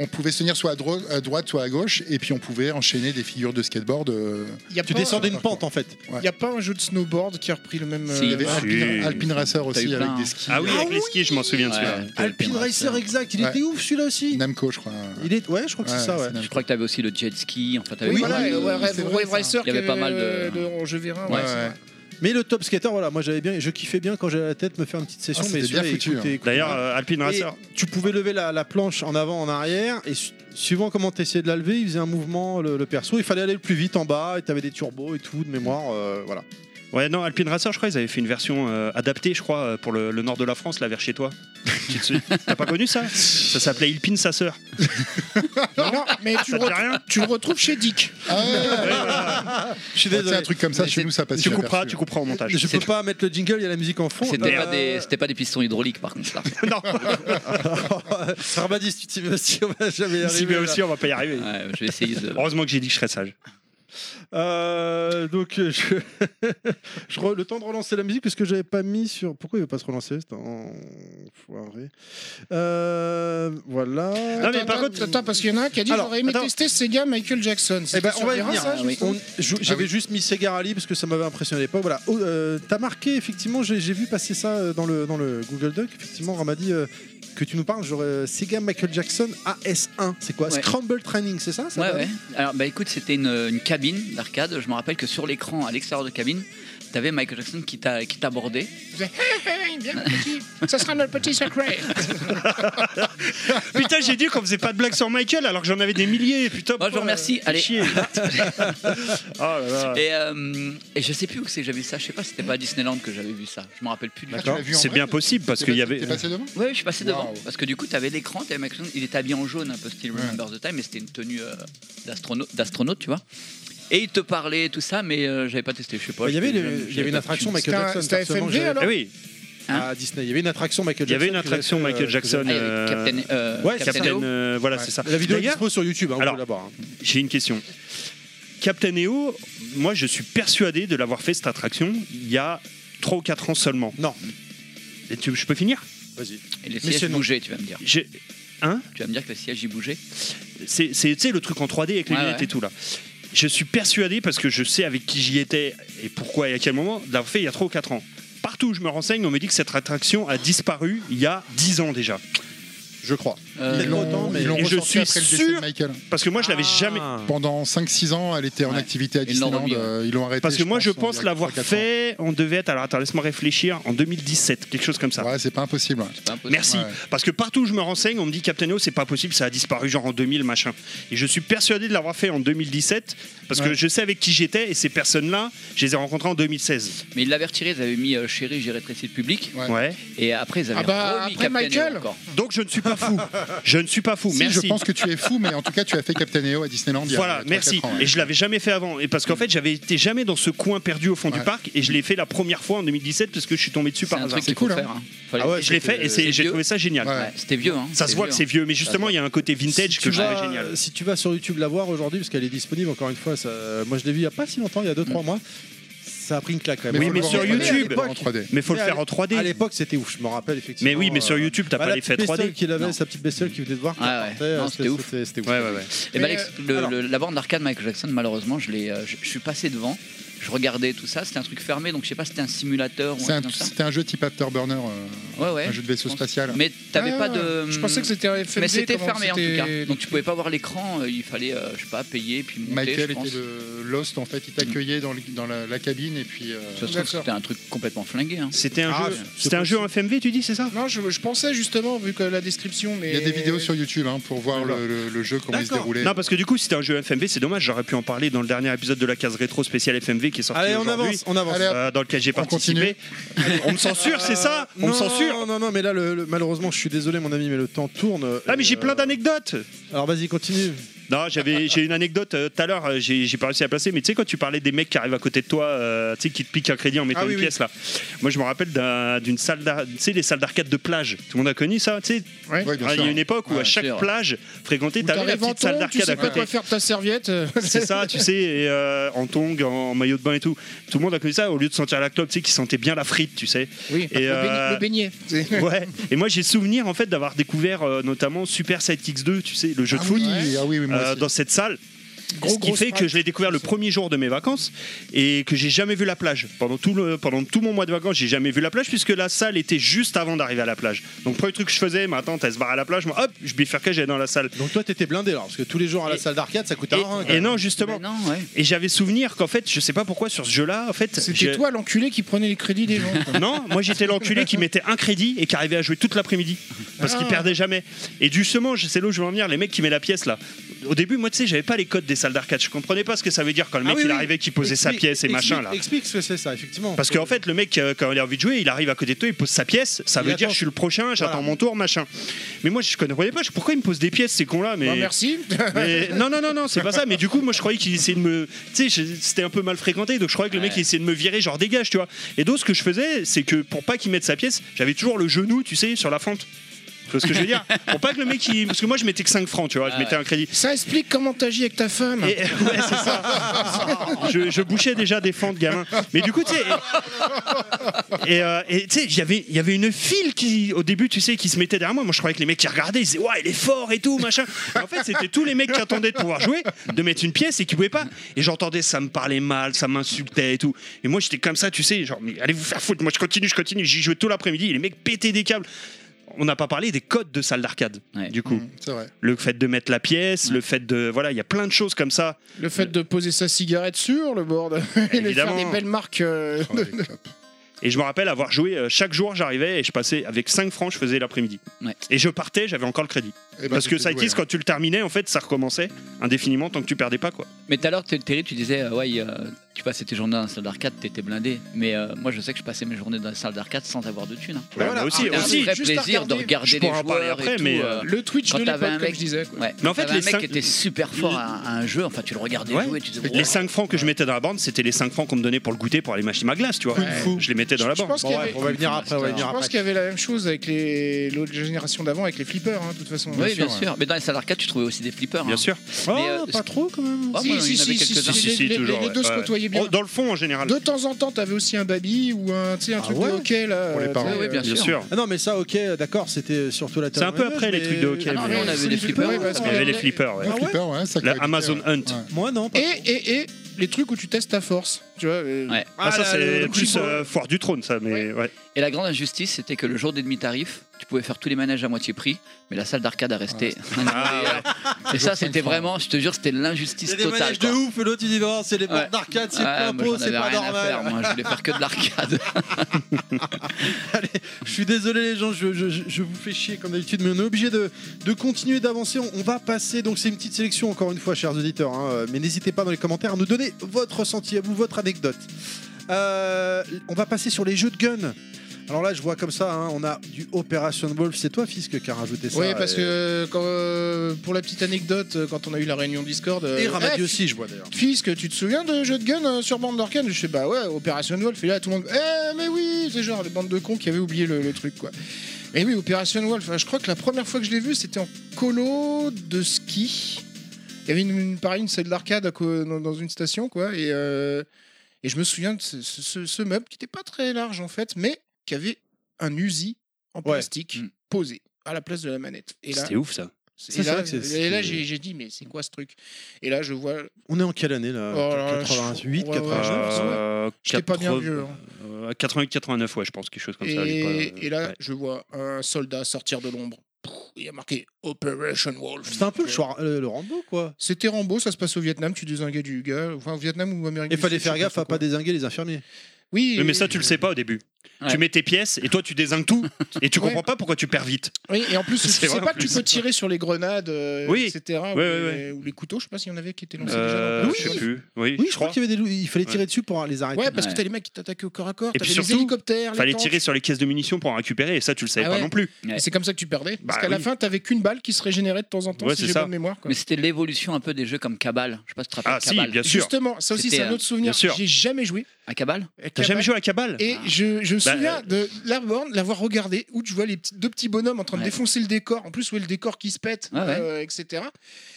[SPEAKER 7] on pouvait se tenir soit à, dro- à droite, soit à gauche, et puis on pouvait enchaîner des figures de skateboard. euh,
[SPEAKER 5] Y a
[SPEAKER 4] Tu
[SPEAKER 5] pas-
[SPEAKER 4] descends d'une pente en fait.
[SPEAKER 5] Il n'y a pas un jeu de snowboard qui a repris le même. euh,
[SPEAKER 6] Si,
[SPEAKER 7] Il y avait
[SPEAKER 6] Ah,
[SPEAKER 7] Alpine,
[SPEAKER 2] si.
[SPEAKER 7] Alpine Racer
[SPEAKER 6] eu
[SPEAKER 7] aussi
[SPEAKER 6] plein,
[SPEAKER 7] avec
[SPEAKER 6] hein.
[SPEAKER 7] des skis.
[SPEAKER 2] Ah oui,
[SPEAKER 4] Ah
[SPEAKER 2] avec les
[SPEAKER 4] oui
[SPEAKER 2] skis, je m'en souviens de
[SPEAKER 6] Ouais,
[SPEAKER 2] celui-là.
[SPEAKER 6] t'as
[SPEAKER 4] Alpine Ah, Racer exact. Il était
[SPEAKER 7] Ouais.
[SPEAKER 4] ouf celui-là aussi.
[SPEAKER 7] Namco, je crois.
[SPEAKER 4] Il est ouais je crois que c'est
[SPEAKER 7] Ouais,
[SPEAKER 4] ça
[SPEAKER 7] c'est
[SPEAKER 4] ouais.
[SPEAKER 7] Namco.
[SPEAKER 6] Je crois que t'avais aussi le jet ski. Enfin, t'avais
[SPEAKER 5] Oui,
[SPEAKER 7] Oui,
[SPEAKER 5] voilà,
[SPEAKER 7] oui,
[SPEAKER 5] et Wave-
[SPEAKER 7] c'est vrai,
[SPEAKER 5] Wave
[SPEAKER 7] ça.
[SPEAKER 5] Racer
[SPEAKER 6] Il y avait
[SPEAKER 5] qui
[SPEAKER 6] pas mal
[SPEAKER 5] avait,
[SPEAKER 6] de-
[SPEAKER 5] euh, de jeu vérin.
[SPEAKER 6] Ouais,
[SPEAKER 5] ouais,
[SPEAKER 7] ouais.
[SPEAKER 5] c'est vrai.
[SPEAKER 4] Mais le top skater voilà moi j'avais bien je kiffais bien quand j'avais la tête me faire une petite session
[SPEAKER 7] Ah,
[SPEAKER 4] mais
[SPEAKER 7] c'était bien
[SPEAKER 4] celui-là,
[SPEAKER 7] foutu,
[SPEAKER 4] écoutez, écoutez,
[SPEAKER 2] D'ailleurs, euh, Alpine
[SPEAKER 4] Et
[SPEAKER 2] Racer.
[SPEAKER 4] tu pouvais lever la, la planche en avant, en arrière, et su- suivant comment tu essayais de la lever, il faisait un mouvement, le, le perso. Il fallait aller le plus vite en bas, et tu avais des turbos et tout, de mémoire. euh, voilà.
[SPEAKER 2] Ouais, non, Alpine Racer, je crois, ils avaient fait une version euh, adaptée, je crois, euh, pour le, le nord de la France, là, vers chez toi. Tu te sou- T'as pas connu ça Ça s'appelait Ilpine, sa sœur.
[SPEAKER 5] Non, non, mais tu,
[SPEAKER 2] Ça
[SPEAKER 5] le
[SPEAKER 2] te dit
[SPEAKER 5] re-
[SPEAKER 2] rien
[SPEAKER 5] tu le retrouves chez Dick.
[SPEAKER 7] Ah ouais, ouais, ouais.
[SPEAKER 2] Ouais, voilà.
[SPEAKER 4] Je suis
[SPEAKER 7] Tu sais,
[SPEAKER 4] désolé.
[SPEAKER 7] un truc comme ça,
[SPEAKER 4] Mais
[SPEAKER 7] chez nous, ça passe
[SPEAKER 2] Tu
[SPEAKER 7] inaperçu.
[SPEAKER 2] couperas, tu couperas au montage.
[SPEAKER 4] Je peux pas mettre le jingle, il y a la musique en fond.
[SPEAKER 6] C'était
[SPEAKER 4] Euh,
[SPEAKER 6] pas, des- c'était pas des pistons hydrauliques par contre. là.
[SPEAKER 2] non,
[SPEAKER 4] Sarabadis, tu t'y mets aussi, on va jamais y
[SPEAKER 2] si
[SPEAKER 4] arriver.
[SPEAKER 2] bien
[SPEAKER 4] là.
[SPEAKER 2] aussi, on va pas y arriver.
[SPEAKER 6] Ouais, je vais essayer de.
[SPEAKER 4] Oh,
[SPEAKER 2] Heureusement que j'ai dit que je serais sage.
[SPEAKER 4] Euh, donc, euh, je... je re- le temps de relancer la musique parce que j'avais pas mis sur. Pourquoi il veut pas se relancer C'est un enfoiré. Euh, voilà.
[SPEAKER 2] Non, mais
[SPEAKER 5] Attends,
[SPEAKER 2] par
[SPEAKER 5] attends,
[SPEAKER 2] contre-
[SPEAKER 5] attends, parce qu'il y en a un qui a dit
[SPEAKER 4] Alors,
[SPEAKER 5] j'aurais aimé
[SPEAKER 4] attends.
[SPEAKER 5] tester Sega Michael Jackson.
[SPEAKER 4] Eh ben,
[SPEAKER 5] C'était
[SPEAKER 4] on va y
[SPEAKER 5] sur
[SPEAKER 4] venir.
[SPEAKER 5] Terrain, ça,
[SPEAKER 2] hein,
[SPEAKER 6] oui.
[SPEAKER 5] justement
[SPEAKER 4] On- je- J'avais juste mis Sega Rally parce que ça m'avait impressionné à l'époque. Voilà. Oh, euh, T'as marqué, effectivement, j'ai j'ai vu passer ça euh, dans le, dans le Google Doc. Effectivement, Ramadi, euh, que tu nous parles, genre euh, Sega Michael Jackson AS1. C'est quoi
[SPEAKER 6] Ouais.
[SPEAKER 4] Scramble Training, c'est ça, ça
[SPEAKER 6] Ouais,
[SPEAKER 4] va
[SPEAKER 6] ouais. Alors, bah écoute, c'était une, une cabine d'arcade. Je me rappelle que sur l'écran, à l'extérieur de cabine, t'avais Michael Jackson qui t'a- qui t'abordait.
[SPEAKER 5] Hey, viens, petit. Ça sera notre petit secret.
[SPEAKER 2] Putain, j'ai dit qu'on faisait pas de blagues sur Michael alors que j'en avais des milliers. Putain,
[SPEAKER 6] Moi, je vous
[SPEAKER 2] pourquoi,
[SPEAKER 6] remercie.
[SPEAKER 2] euh,
[SPEAKER 6] Allez.
[SPEAKER 2] chier. Oh là là.
[SPEAKER 6] Et, euh, et je sais plus où c'est que j'avais vu ça. Je sais pas, c'était pas à Disneyland que j'avais vu ça. Je me rappelle plus du
[SPEAKER 7] Ah,
[SPEAKER 6] tout.
[SPEAKER 7] tu l'as vu en
[SPEAKER 2] C'est
[SPEAKER 7] vrai,
[SPEAKER 2] bien
[SPEAKER 7] t'es-
[SPEAKER 2] possible parce
[SPEAKER 7] t'es
[SPEAKER 2] qu'il y
[SPEAKER 7] passé-
[SPEAKER 2] avait.
[SPEAKER 7] T'es passé devant
[SPEAKER 6] Ouais, je suis passé devant.
[SPEAKER 7] Waouh.
[SPEAKER 6] Parce que du coup, t'avais l'écran, t'avais Michael Jackson. Il était habillé en jaune, un peu style
[SPEAKER 7] Ouais.
[SPEAKER 6] Remember the Time, mais c'était une tenue euh, d'astronaute- d'astronaute, tu vois. Et il te parlait, tout ça, mais euh, j'avais pas testé. Je sais pas.
[SPEAKER 4] Bah, Il y avait,
[SPEAKER 6] j'étais
[SPEAKER 4] le-
[SPEAKER 6] jeune,
[SPEAKER 4] il y
[SPEAKER 6] j'avais
[SPEAKER 4] avait une
[SPEAKER 6] pas-
[SPEAKER 4] attraction Michael
[SPEAKER 5] C'était un-
[SPEAKER 4] Jackson.
[SPEAKER 5] c'était
[SPEAKER 4] personnellement,
[SPEAKER 5] FMG,
[SPEAKER 4] j'avais-
[SPEAKER 5] alors
[SPEAKER 2] Ah oui,
[SPEAKER 4] À Disney, il y avait une attraction Michael
[SPEAKER 2] Ah. il y
[SPEAKER 4] Jackson.
[SPEAKER 2] avait une
[SPEAKER 4] que j'avais
[SPEAKER 2] attraction
[SPEAKER 4] fait, euh,
[SPEAKER 2] Michael
[SPEAKER 4] que
[SPEAKER 2] Jackson.
[SPEAKER 6] Ah, il y avait
[SPEAKER 2] euh,
[SPEAKER 6] Captain, euh,
[SPEAKER 4] ouais,
[SPEAKER 6] Captain
[SPEAKER 2] Captain,
[SPEAKER 6] Halo.
[SPEAKER 2] euh, voilà,
[SPEAKER 7] Ouais.
[SPEAKER 2] c'est ça.
[SPEAKER 4] j'avais- Ah, La vidéo est
[SPEAKER 2] D'ailleurs,
[SPEAKER 4] dispo sur YouTube, hein, vous
[SPEAKER 2] Alors-
[SPEAKER 4] pouvez la voir, hein.
[SPEAKER 2] J'ai une question. Captain EO, moi je suis persuadé de l'avoir fait cette attraction il y a 3 ou 4 ans seulement.
[SPEAKER 4] Non.
[SPEAKER 2] Et tu- je peux finir
[SPEAKER 4] Vas-y.
[SPEAKER 6] Et les
[SPEAKER 4] Mais c'est
[SPEAKER 6] sièges
[SPEAKER 4] non.
[SPEAKER 6] bougeaient, tu vas me dire.
[SPEAKER 2] J'ai-
[SPEAKER 6] Tu vas me dire que les sièges, ils bougeaient.
[SPEAKER 2] C'est c'est- tu sais, le truc en 3D avec les
[SPEAKER 6] Ouais,
[SPEAKER 2] lunettes
[SPEAKER 6] ouais.
[SPEAKER 2] et tout là. Je suis persuadé parce que je sais avec qui j'y étais et pourquoi et à quel moment de l'avoir fait il y a 3 ou 4 ans. Partout où je me renseigne, on me dit que cette attraction a disparu il y a 10 ans déjà.
[SPEAKER 4] Je crois.
[SPEAKER 6] Euh,
[SPEAKER 7] Ils l'ont
[SPEAKER 1] mais-
[SPEAKER 7] ils l'ont
[SPEAKER 2] Et je
[SPEAKER 7] ressorti
[SPEAKER 2] suis
[SPEAKER 7] après le décès de
[SPEAKER 2] sûr-
[SPEAKER 7] Michael.
[SPEAKER 2] Parce que moi, je l'avais
[SPEAKER 6] Ah.
[SPEAKER 2] jamais.
[SPEAKER 7] Pendant 5-6 ans, elle était en
[SPEAKER 6] Ouais.
[SPEAKER 7] activité à
[SPEAKER 6] Ils l'ont
[SPEAKER 7] Disneyland.
[SPEAKER 6] remis, ouais.
[SPEAKER 7] euh, Ils l'ont arrêté.
[SPEAKER 2] Parce que moi, je pense
[SPEAKER 7] il y a
[SPEAKER 2] l'avoir
[SPEAKER 7] 3-4 ans.
[SPEAKER 2] fait. On devait être. Alors, attends, laisse-moi réfléchir. En 2017, quelque chose comme ça.
[SPEAKER 7] Ouais, c'est pas impossible. ouais.
[SPEAKER 6] c'est pas impossible.
[SPEAKER 2] Merci.
[SPEAKER 7] Ouais.
[SPEAKER 2] Parce que partout où je me renseigne, on me dit Captain Neo, c'est pas possible, ça a disparu genre en 2000, machin. Et je suis persuadé de l'avoir fait en 2017, parce que
[SPEAKER 7] Ouais.
[SPEAKER 2] je sais avec qui j'étais, et ces personnes-là, je les ai rencontrées en 2016.
[SPEAKER 6] Mais ils l'avaient retiré, ils avaient mis euh, Chéri, j'ai rétréci le public.
[SPEAKER 7] Ouais.
[SPEAKER 2] Ouais.
[SPEAKER 6] Et après, ils avaient
[SPEAKER 5] Ah bah,
[SPEAKER 6] remis
[SPEAKER 5] après
[SPEAKER 6] Captain
[SPEAKER 5] Michael.
[SPEAKER 6] Nemo encore.
[SPEAKER 2] Donc je ne suis pas fou. je ne suis pas fou.
[SPEAKER 7] Si,
[SPEAKER 2] merci.
[SPEAKER 7] je pense que tu es fou, mais en tout cas, tu as fait Captain EO à Disneyland. il y a hein.
[SPEAKER 2] Voilà,
[SPEAKER 7] 3-4
[SPEAKER 2] merci.
[SPEAKER 7] ans, ouais.
[SPEAKER 2] Et je l'avais jamais fait avant. Et parce qu'en fait, j'avais été jamais dans ce coin perdu au fond du
[SPEAKER 7] Ouais.
[SPEAKER 2] parc, et je l'ai fait la première fois en 2017 parce que je suis tombé dessus
[SPEAKER 6] C'est
[SPEAKER 2] par
[SPEAKER 6] un
[SPEAKER 2] hasard.
[SPEAKER 6] truc qu'il
[SPEAKER 7] cool,
[SPEAKER 6] faut
[SPEAKER 7] hein.
[SPEAKER 6] faire. hein. Fallait-
[SPEAKER 2] Ah ouais, je l'ai fait, et c'est-
[SPEAKER 6] C'est
[SPEAKER 2] j'ai
[SPEAKER 6] vieux.
[SPEAKER 2] trouvé ça génial.
[SPEAKER 7] Ouais.
[SPEAKER 6] Ouais, C'était vieux. Hein.
[SPEAKER 2] Ça se
[SPEAKER 6] C'était
[SPEAKER 2] voit
[SPEAKER 6] vieux,
[SPEAKER 2] que c'est vieux, mais
[SPEAKER 6] se
[SPEAKER 2] justement,
[SPEAKER 6] voit.
[SPEAKER 2] il y a un côté vintage
[SPEAKER 4] si,
[SPEAKER 2] que
[SPEAKER 4] tu
[SPEAKER 2] je trouvais
[SPEAKER 4] vas,
[SPEAKER 2] génial.
[SPEAKER 4] si tu vas sur YouTube la voir aujourd'hui, parce qu'elle est disponible encore une fois, ça- moi je l'ai vu il n'y a pas si longtemps, il y a 2-3 mois, ça a pris une claque quand même.
[SPEAKER 2] Mm. Oui,
[SPEAKER 7] faut
[SPEAKER 2] mais
[SPEAKER 7] le
[SPEAKER 2] sur
[SPEAKER 7] voir en 3D,
[SPEAKER 2] YouTube.
[SPEAKER 7] faut le voir en 3D.
[SPEAKER 2] Mais faut le
[SPEAKER 4] Mais
[SPEAKER 2] faire en
[SPEAKER 4] À
[SPEAKER 2] 3D.
[SPEAKER 4] l'époque c'était ouf, je me rappelle effectivement.
[SPEAKER 2] Mais oui, mais sur
[SPEAKER 4] euh,
[SPEAKER 2] YouTube, t'as
[SPEAKER 4] bah,
[SPEAKER 2] pas
[SPEAKER 4] la
[SPEAKER 2] l'effet
[SPEAKER 4] petite
[SPEAKER 2] 3D.
[SPEAKER 4] bestiole qu'il avait,
[SPEAKER 6] Non.
[SPEAKER 4] sa petite bestiole qui venait de voir, qui
[SPEAKER 6] Ouais,
[SPEAKER 2] Ah
[SPEAKER 6] ouais.
[SPEAKER 4] partait, euh,
[SPEAKER 6] Non, c'était ouf.
[SPEAKER 4] c'était
[SPEAKER 2] Ouais, ouais, ouais.
[SPEAKER 6] Eh ben,
[SPEAKER 5] Mais,
[SPEAKER 6] Alex, le-
[SPEAKER 4] alors-
[SPEAKER 6] le- la borne d'arcade Michael Jackson, malheureusement, je, l'ai, euh, je, je suis passé devant. Je regardais tout ça. C'était un truc fermé, donc je sais pas, c'était un simulateur ou
[SPEAKER 7] C'est
[SPEAKER 6] un
[SPEAKER 7] un-
[SPEAKER 6] truc comme ça.
[SPEAKER 7] C'était un, jeu type Afterburner, euh,
[SPEAKER 6] Ouais, ouais.
[SPEAKER 7] un jeu de vaisseau
[SPEAKER 6] je pense.
[SPEAKER 7] spatial.
[SPEAKER 6] Mais t'avais
[SPEAKER 5] Ah,
[SPEAKER 6] pas de.
[SPEAKER 5] Je pensais que c'était FMV.
[SPEAKER 6] Mais c'était
[SPEAKER 5] comment
[SPEAKER 6] fermé en tout
[SPEAKER 5] c'était-
[SPEAKER 6] cas. Donc tu pouvais pas voir l'écran. euh, Il fallait, euh, je sais pas, payer puis monter.
[SPEAKER 7] Michael
[SPEAKER 6] je pense.
[SPEAKER 7] était le Lost, en fait, il t'accueillait dans, le- dans la, la cabine et puis. euh,
[SPEAKER 6] Ça se trouve,
[SPEAKER 5] D'accord.
[SPEAKER 6] c'était un truc complètement flingué. hein.
[SPEAKER 2] C'était un,
[SPEAKER 4] Ah,
[SPEAKER 2] jeu,
[SPEAKER 4] c'est
[SPEAKER 2] c'était un jeu FMV, tu dis, c'est ça
[SPEAKER 5] Non, je, je pensais justement, vu que la description. Mais...
[SPEAKER 7] Il y a des vidéos sur YouTube hein, pour voir le, le- le jeu, comment il se
[SPEAKER 4] D'accord.
[SPEAKER 7] déroulait.
[SPEAKER 2] Non, parce que du coup, si c'était un jeu FMV, c'est dommage, j'aurais pu en parler dans le dernier épisode de la case rétro spéciale FMV qui est sorti
[SPEAKER 4] Allez, on
[SPEAKER 2] aujourd'hui,
[SPEAKER 4] avance, on avance.
[SPEAKER 7] Allez, hop.
[SPEAKER 2] euh, dans lequel j'ai participé. on me censure, c'est ça On me
[SPEAKER 4] Euh, non,
[SPEAKER 2] censure
[SPEAKER 4] non, non, non, mais là, le- le- malheureusement, je suis désolé, mon ami, mais le temps tourne.
[SPEAKER 2] ah mais
[SPEAKER 4] Et,
[SPEAKER 2] j'ai plein
[SPEAKER 4] euh,
[SPEAKER 2] d'anecdotes
[SPEAKER 4] Alors vas-y, continue.
[SPEAKER 2] Non j'avais j'ai une anecdote euh, tout à l'heure euh, j'ai j'ai pas réussi à placer mais tu sais quand tu parlais des mecs qui arrivent à côté de toi euh, tu sais qui te piquent un crédit en mettant
[SPEAKER 4] Ah oui,
[SPEAKER 2] une
[SPEAKER 4] oui.
[SPEAKER 2] pièce là moi je me rappelle d'un- d'une salle d'ar- tu sais les salles d'arcade de plage tout le monde a connu ça tu sais
[SPEAKER 7] Ouais, bien
[SPEAKER 2] Ah, il
[SPEAKER 7] sûr.
[SPEAKER 2] y a une époque où
[SPEAKER 7] Ouais,
[SPEAKER 2] à chaque
[SPEAKER 6] sûr.
[SPEAKER 2] plage fréquentée
[SPEAKER 5] Où
[SPEAKER 2] t'avais la
[SPEAKER 5] t'arrives en
[SPEAKER 2] petite salle
[SPEAKER 5] tongs, tu
[SPEAKER 2] d'arcade
[SPEAKER 5] sais
[SPEAKER 2] à
[SPEAKER 5] pas
[SPEAKER 2] côté
[SPEAKER 5] quoi faire de ta serviette.
[SPEAKER 2] C'est ça, tu sais, et, euh, en tongs, en maillot de bain et tout. Tout le monde a connu ça, au lieu de sentir la clope, tu sais, qui sentait bien la frite, tu sais.
[SPEAKER 5] Oui,
[SPEAKER 2] Et,
[SPEAKER 5] le,
[SPEAKER 2] euh,
[SPEAKER 5] beignet- le beignet.
[SPEAKER 2] Ouais. Et moi, j'ai souvenir, en fait, d'avoir découvert euh, notamment Super Sidekicks 2, tu sais, le jeu de
[SPEAKER 7] Ah
[SPEAKER 2] foot,
[SPEAKER 7] oui, ah oui, oui, moi
[SPEAKER 2] euh,
[SPEAKER 7] aussi.
[SPEAKER 2] dans cette salle.
[SPEAKER 5] Gros,
[SPEAKER 2] ce qui
[SPEAKER 5] gros
[SPEAKER 2] fait
[SPEAKER 5] sprite.
[SPEAKER 2] que je l'ai découvert le premier jour de mes vacances et que j'ai jamais vu la plage. Pendant tout, le, pendant tout mon mois de vacances, j'ai jamais vu la plage puisque la salle était juste avant d'arriver à la plage. Donc, premier truc que je faisais, ma tante, elle se barre à la plage, moi, hop, je bifurquais, j'allais dans la salle.
[SPEAKER 4] Donc toi, t'étais blindé alors, parce que tous les jours à la salle d'arcade, ça coûte un rein.
[SPEAKER 2] Et, et non, justement.
[SPEAKER 6] Mais non, ouais.
[SPEAKER 2] Et j'avais souvenir qu'en fait, je sais pas pourquoi sur ce jeu-là, en fait, j'ai-
[SPEAKER 5] C'était toi l'enculé qui prenait les crédits des gens. quoi.
[SPEAKER 2] Non, moi j'étais l'enculé qui mettait un crédit et qui arrivait à jouer toute l'après-midi parce
[SPEAKER 4] Ah.
[SPEAKER 2] qu'il perdait jamais. Et justement, je- c'est là où je veux en venir, les mecs qui mettent la pièce là. Au début, moi tu sais, j'avais pas les codes des salles d'arcade, je comprenais pas ce que ça veut dire quand le mec
[SPEAKER 4] Ah oui,
[SPEAKER 2] il
[SPEAKER 4] oui.
[SPEAKER 2] arrivait qui posait sa
[SPEAKER 4] Explique-
[SPEAKER 2] pièce et
[SPEAKER 4] explique-
[SPEAKER 2] machin là.
[SPEAKER 4] Explique ce que c'est ça, effectivement.
[SPEAKER 2] Parce qu'en fait, le mec, euh, quand il a envie de jouer, il arrive à côté de toi, il pose sa pièce, ça
[SPEAKER 4] Il
[SPEAKER 2] veut dire
[SPEAKER 4] attend.
[SPEAKER 2] je suis le prochain, j'attends
[SPEAKER 4] Voilà.
[SPEAKER 2] mon tour, machin. Mais moi, je comprenais pas, je- pourquoi il me pose des pièces, ces cons-là mais...
[SPEAKER 5] Bah, merci.
[SPEAKER 2] Mais- non, non, non, non, c'est pas ça. Mais du coup, moi, je croyais qu'il essayait de me. Tu sais, je- c'était un peu mal fréquenté, donc je croyais que le mec
[SPEAKER 6] Ouais.
[SPEAKER 2] il essayait de me virer, genre dégage, tu vois. Et donc, ce que je faisais, c'est que pour pas qu'il mette sa pièce, j'avais toujours le genou, tu sais, sur la fente. Tu vois ce que je veux dire Pour pas que le mec, il... parce que moi, je mettais que 5 francs, tu vois, je
[SPEAKER 6] Ah
[SPEAKER 2] mettais un crédit.
[SPEAKER 5] Ça explique comment t'agis avec ta femme.
[SPEAKER 2] Et, ouais, c'est ça. Je, je bouchais déjà des fentes, gamin. Mais du coup, tu sais. Et et, euh, et, tu sais, il y avait- il y avait une file qui, au début, tu sais, qui se mettait derrière moi. Moi, je croyais que les mecs qui regardaient, ils disaient, ouais, il est fort et tout, machin. Mais en fait, c'était tous les mecs qui attendaient de pouvoir jouer, de mettre une pièce et qui pouvaient pas. Et j'entendais, ça me parlait mal, ça m'insultait et tout. Et moi, j'étais comme ça, tu sais, genre, mais allez vous faire foutre. Moi, je continue, je continue. J'y jouais tout l'après-midi. Et les mecs pétaient des câbles. On n'a pas parlé des codes de salle d'arcade,
[SPEAKER 6] Ouais.
[SPEAKER 2] du coup.
[SPEAKER 7] Mmh, C'est vrai.
[SPEAKER 2] Le fait de mettre la pièce, le fait de. Voilà, il y a plein de choses comme ça.
[SPEAKER 5] Le fait de poser sa cigarette sur le board et de
[SPEAKER 2] Évidemment.
[SPEAKER 5] faire des belles marques. euh,
[SPEAKER 7] Oh, les clopes.
[SPEAKER 2] Et je me rappelle avoir joué euh, chaque jour, j'arrivais et je passais avec 5 francs, je faisais l'après-midi.
[SPEAKER 6] Ouais.
[SPEAKER 2] Et je partais, j'avais encore le crédit.
[SPEAKER 7] Eh ben,
[SPEAKER 2] Parce que
[SPEAKER 7] c'était doué,
[SPEAKER 2] Sidekicks,
[SPEAKER 7] hein.
[SPEAKER 2] quand tu le terminais, en fait, ça recommençait indéfiniment tant que tu perdais pas, quoi.
[SPEAKER 6] Mais tout à l'heure, Thé- Thierry, tu disais, euh, ouais, euh, tu passais tes journées dans la salle d'arcade, t'étais blindé. Mais euh, moi, je sais que je passais mes journées dans la salle d'arcade sans avoir de thunes. hein.
[SPEAKER 5] Ben
[SPEAKER 2] Ouais, moi aussi,
[SPEAKER 6] C'était
[SPEAKER 5] Ah,
[SPEAKER 6] un
[SPEAKER 2] aussi.
[SPEAKER 6] vrai
[SPEAKER 5] juste à
[SPEAKER 6] plaisir de
[SPEAKER 5] regarder.
[SPEAKER 6] regarder
[SPEAKER 2] Je
[SPEAKER 6] les
[SPEAKER 2] pourrais en
[SPEAKER 6] joueurs
[SPEAKER 2] parler
[SPEAKER 6] et
[SPEAKER 2] après,
[SPEAKER 6] tout,
[SPEAKER 2] mais,
[SPEAKER 6] euh,
[SPEAKER 5] Le Twitch
[SPEAKER 6] quand
[SPEAKER 5] de
[SPEAKER 6] t'avais
[SPEAKER 5] l'époque,
[SPEAKER 6] un
[SPEAKER 5] comme
[SPEAKER 6] mec,
[SPEAKER 5] je disais. quoi.
[SPEAKER 6] ouais,
[SPEAKER 2] Mais en fait,
[SPEAKER 6] t'avais
[SPEAKER 2] les
[SPEAKER 6] un mec
[SPEAKER 2] cinq-
[SPEAKER 6] qui était super fort à, à un jeu, enfin, tu le regardais
[SPEAKER 2] Ouais.
[SPEAKER 6] jouer, tu disais,
[SPEAKER 2] Les
[SPEAKER 6] wow.
[SPEAKER 2] 5 francs que je mettais dans la bande, c'était les 5 francs qu'on me donnait pour le goûter, pour aller m'acheter ma glace, tu vois. Je les mettais dans la
[SPEAKER 5] Je
[SPEAKER 2] bande.
[SPEAKER 5] pense qu'il y
[SPEAKER 4] Bon, ouais,
[SPEAKER 5] avait-
[SPEAKER 4] on va venir après, on va venir
[SPEAKER 5] Je pense
[SPEAKER 4] après.
[SPEAKER 5] qu'il y avait la même chose avec les l'autre génération d'avant, avec les flippers, hein, de toute façon.
[SPEAKER 6] Oui, bien
[SPEAKER 7] sûr,
[SPEAKER 6] sûr. Mais dans les salles d'arcade, tu trouvais aussi des flippers.
[SPEAKER 2] Bien
[SPEAKER 6] hein.
[SPEAKER 2] sûr.
[SPEAKER 4] Oh,
[SPEAKER 6] mais, euh,
[SPEAKER 4] pas trop quand même.
[SPEAKER 6] Ah,
[SPEAKER 5] Si,
[SPEAKER 6] moi, il y en
[SPEAKER 5] si,
[SPEAKER 6] avait
[SPEAKER 5] si, si,
[SPEAKER 6] quelques-uns.
[SPEAKER 5] si, si. les- les- les
[SPEAKER 2] ouais,
[SPEAKER 5] deux se
[SPEAKER 2] ouais.
[SPEAKER 5] côtoyait bien.
[SPEAKER 2] Oh, Dans le fond, en général.
[SPEAKER 5] De temps en temps, t'avais aussi un baby ou un, tu sais, un
[SPEAKER 4] Ah
[SPEAKER 5] truc
[SPEAKER 4] ouais
[SPEAKER 5] de hockey là.
[SPEAKER 7] Pour les
[SPEAKER 5] euh,
[SPEAKER 7] parents.
[SPEAKER 5] tu sais,
[SPEAKER 6] Oui, oui, bien
[SPEAKER 5] euh,
[SPEAKER 2] Bien sûr.
[SPEAKER 4] Ah non, mais ça, ok, d'accord, c'était surtout la
[SPEAKER 2] C'est un peu
[SPEAKER 4] Terre-Neuve,
[SPEAKER 2] après, les
[SPEAKER 4] mais-
[SPEAKER 2] trucs de hockey,
[SPEAKER 4] Ah non,
[SPEAKER 6] mais-
[SPEAKER 4] mais-
[SPEAKER 6] on avait
[SPEAKER 5] euh, c'est
[SPEAKER 6] des
[SPEAKER 5] les
[SPEAKER 6] flippers,
[SPEAKER 5] flippers, ouais,
[SPEAKER 6] parce
[SPEAKER 5] parce
[SPEAKER 2] Il y
[SPEAKER 5] que-
[SPEAKER 2] avait les flippers, ouais.
[SPEAKER 4] Ah ouais
[SPEAKER 7] Flipper, ouais, ça
[SPEAKER 2] La
[SPEAKER 7] coûtait,
[SPEAKER 2] Amazon
[SPEAKER 7] ouais.
[SPEAKER 2] Hunt.
[SPEAKER 7] Ouais.
[SPEAKER 4] Moi non. pas
[SPEAKER 5] Et, et, et les trucs où tu testes ta force. Tu vois, euh,
[SPEAKER 6] Ouais.
[SPEAKER 2] Ah, ça,
[SPEAKER 5] là, le-
[SPEAKER 2] c'est
[SPEAKER 5] le
[SPEAKER 2] plus
[SPEAKER 5] petit-
[SPEAKER 2] euh, foire du trône, ça, mais ouais.
[SPEAKER 6] Et la grande injustice, c'était que le jour des demi-tarifs, tu pouvais faire tous les manèges à moitié prix, mais la salle d'arcade a resté.
[SPEAKER 2] Ah,
[SPEAKER 6] Et, ça, c'était vraiment, je te jure, c'était l'injustice
[SPEAKER 4] C'est des
[SPEAKER 6] totale.
[SPEAKER 4] manèges de
[SPEAKER 6] quoi.
[SPEAKER 4] ouf, et l'autre il dit non, c'est les portes
[SPEAKER 6] Ouais.
[SPEAKER 4] d'arcade, c'est
[SPEAKER 6] Ouais,
[SPEAKER 4] plein
[SPEAKER 6] moi,
[SPEAKER 4] pot,
[SPEAKER 6] j'en
[SPEAKER 4] c'est
[SPEAKER 6] avais
[SPEAKER 4] pas
[SPEAKER 6] rien à faire,
[SPEAKER 4] normal.
[SPEAKER 6] moi, je voulais faire que de l'arcade.
[SPEAKER 4] Je suis désolé les gens, je, je- je- je vous fais chier comme d'habitude, mais on est obligé de, de continuer d'avancer. On, on va passer, donc c'est une petite sélection encore une fois, chers auditeurs, hein, euh, mais n'hésitez pas dans les commentaires à nous donner votre ressenti à vous, votre anecdote. Euh, on va passer sur les jeux de gun. Alors là, je vois comme ça, hein, on a du Operation Wolf. C'est toi, Fisk, qui a rajouté ça.
[SPEAKER 5] Oui, parce
[SPEAKER 4] et-
[SPEAKER 5] que euh, quand, euh, pour la petite anecdote, euh, quand on a eu la réunion Discord, euh,
[SPEAKER 4] Et
[SPEAKER 5] Eh,
[SPEAKER 4] Ramadi aussi, je vois d'ailleurs.
[SPEAKER 5] Fisk, tu te souviens de jeux de gun euh, sur bande d'arcade Je sais bah ouais, Operation Wolf. Et là, tout le monde, eh mais oui, c'est genre les bandes de cons qui avaient oublié le, le truc quoi. Mais oui, Operation Wolf. Je crois que la première fois que je l'ai vu, c'était en colo de ski. Il y avait une, une pareil, une salle d'arcade à co- dans, dans une station quoi. Et, euh, et je me souviens de ce, ce- ce- ce meuble qui était pas très large en fait, mais qui avait un Uzi en plastique
[SPEAKER 6] Mm.
[SPEAKER 5] posé à la place de la manette. Et là,
[SPEAKER 2] C'était ouf, ça.
[SPEAKER 5] et
[SPEAKER 4] Ça, c'est
[SPEAKER 5] là,
[SPEAKER 4] vrai que c'est-
[SPEAKER 5] et là,
[SPEAKER 4] c'est-
[SPEAKER 5] j'ai j'ai dit mais c'est quoi ce truc Et là, je vois
[SPEAKER 4] On est en quelle année là
[SPEAKER 5] Oh là là,
[SPEAKER 4] 88,
[SPEAKER 5] je- ouais, ouais,
[SPEAKER 4] 89
[SPEAKER 5] je- J'étais pas bien
[SPEAKER 2] 80,
[SPEAKER 5] vieux. hein.
[SPEAKER 2] euh, 88, 89, ouais, je pense, quelque chose comme ça. j'ai
[SPEAKER 5] Et,
[SPEAKER 2] pas-
[SPEAKER 5] et là,
[SPEAKER 2] ouais.
[SPEAKER 5] je vois un soldat sortir de l'ombre. Pouf, Il a marqué Operation Wolf.
[SPEAKER 4] C'était un peu le, Schwar- euh, le Rambo, quoi.
[SPEAKER 5] C'était Rambo, ça se passe au Vietnam, tu désinguais du gars, enfin au Vietnam ou Amérique.
[SPEAKER 4] Et
[SPEAKER 5] du
[SPEAKER 4] fallait
[SPEAKER 5] Sud,
[SPEAKER 4] faire
[SPEAKER 5] je sais
[SPEAKER 4] gaffe à
[SPEAKER 5] trop
[SPEAKER 4] pas
[SPEAKER 5] quoi.
[SPEAKER 4] désinguer les infirmiers.
[SPEAKER 5] Oui,
[SPEAKER 2] Oui, mais
[SPEAKER 5] oui,
[SPEAKER 2] ça, tu le sais pas au début.
[SPEAKER 6] Ouais.
[SPEAKER 2] Tu mets tes pièces et toi, tu désingues tout. Et tu
[SPEAKER 5] Ouais.
[SPEAKER 2] comprends pas pourquoi tu perds vite.
[SPEAKER 5] oui, et en plus, tu
[SPEAKER 2] C'est
[SPEAKER 5] sais
[SPEAKER 2] vrai, en
[SPEAKER 5] pas que tu
[SPEAKER 2] plus.
[SPEAKER 5] peux tirer sur les grenades, euh,
[SPEAKER 2] Oui.
[SPEAKER 5] etc. ou,
[SPEAKER 2] Ouais,
[SPEAKER 5] les,
[SPEAKER 2] ouais,
[SPEAKER 5] ou les couteaux, je sais pas s'il y en avait qui étaient lancés
[SPEAKER 2] Euh,
[SPEAKER 5] déjà. dans-
[SPEAKER 2] je sais plus. Oui,
[SPEAKER 4] Oui,
[SPEAKER 2] je
[SPEAKER 4] je crois
[SPEAKER 2] crois.
[SPEAKER 4] qu'il y avait des loups. Il fallait tirer dessus pour les arrêter.
[SPEAKER 5] Ouais, parce
[SPEAKER 6] Ouais.
[SPEAKER 5] que t'as les mecs qui t'attaquaient au corps à corps,
[SPEAKER 2] Et
[SPEAKER 5] t'avais
[SPEAKER 2] puis
[SPEAKER 5] les
[SPEAKER 2] surtout,
[SPEAKER 5] hélicoptères, les
[SPEAKER 2] Fallait
[SPEAKER 5] tanks.
[SPEAKER 2] tirer sur les caisses de munitions pour en récupérer et ça, tu le savais
[SPEAKER 5] Ah
[SPEAKER 2] pas
[SPEAKER 5] ouais.
[SPEAKER 2] non plus.
[SPEAKER 5] Et c'est comme ça que tu perdais. parce
[SPEAKER 2] Bah
[SPEAKER 5] qu'à la
[SPEAKER 2] oui.
[SPEAKER 5] fin, t'avais qu'une balle qui se régénérait de temps en temps,
[SPEAKER 2] Ouais,
[SPEAKER 5] si
[SPEAKER 2] c'est
[SPEAKER 5] j'ai
[SPEAKER 2] ça.
[SPEAKER 5] bonne mémoire. quoi.
[SPEAKER 6] Mais c'était l'évolution un peu des jeux comme Cabal. Je sais pas si tu te rappelles
[SPEAKER 2] Ah, si,
[SPEAKER 6] Cabal.
[SPEAKER 2] bien sûr.
[SPEAKER 5] Justement, ça aussi,
[SPEAKER 6] C'était,
[SPEAKER 5] c'est un
[SPEAKER 6] euh,
[SPEAKER 5] autre souvenir.
[SPEAKER 2] bien sûr.
[SPEAKER 5] J'ai jamais joué.
[SPEAKER 6] À Cabal
[SPEAKER 2] T'as jamais
[SPEAKER 5] Cabal.
[SPEAKER 2] joué à Cabal
[SPEAKER 5] Et je, je me
[SPEAKER 2] Bah,
[SPEAKER 5] souviens
[SPEAKER 2] euh,
[SPEAKER 5] de la borne, l'avoir regardé, où tu vois les petits- deux petits bonhommes en train de
[SPEAKER 6] Ouais.
[SPEAKER 5] défoncer le décor, en plus où est le décor qui se pète,
[SPEAKER 6] Ouais, ouais.
[SPEAKER 5] euh, etc.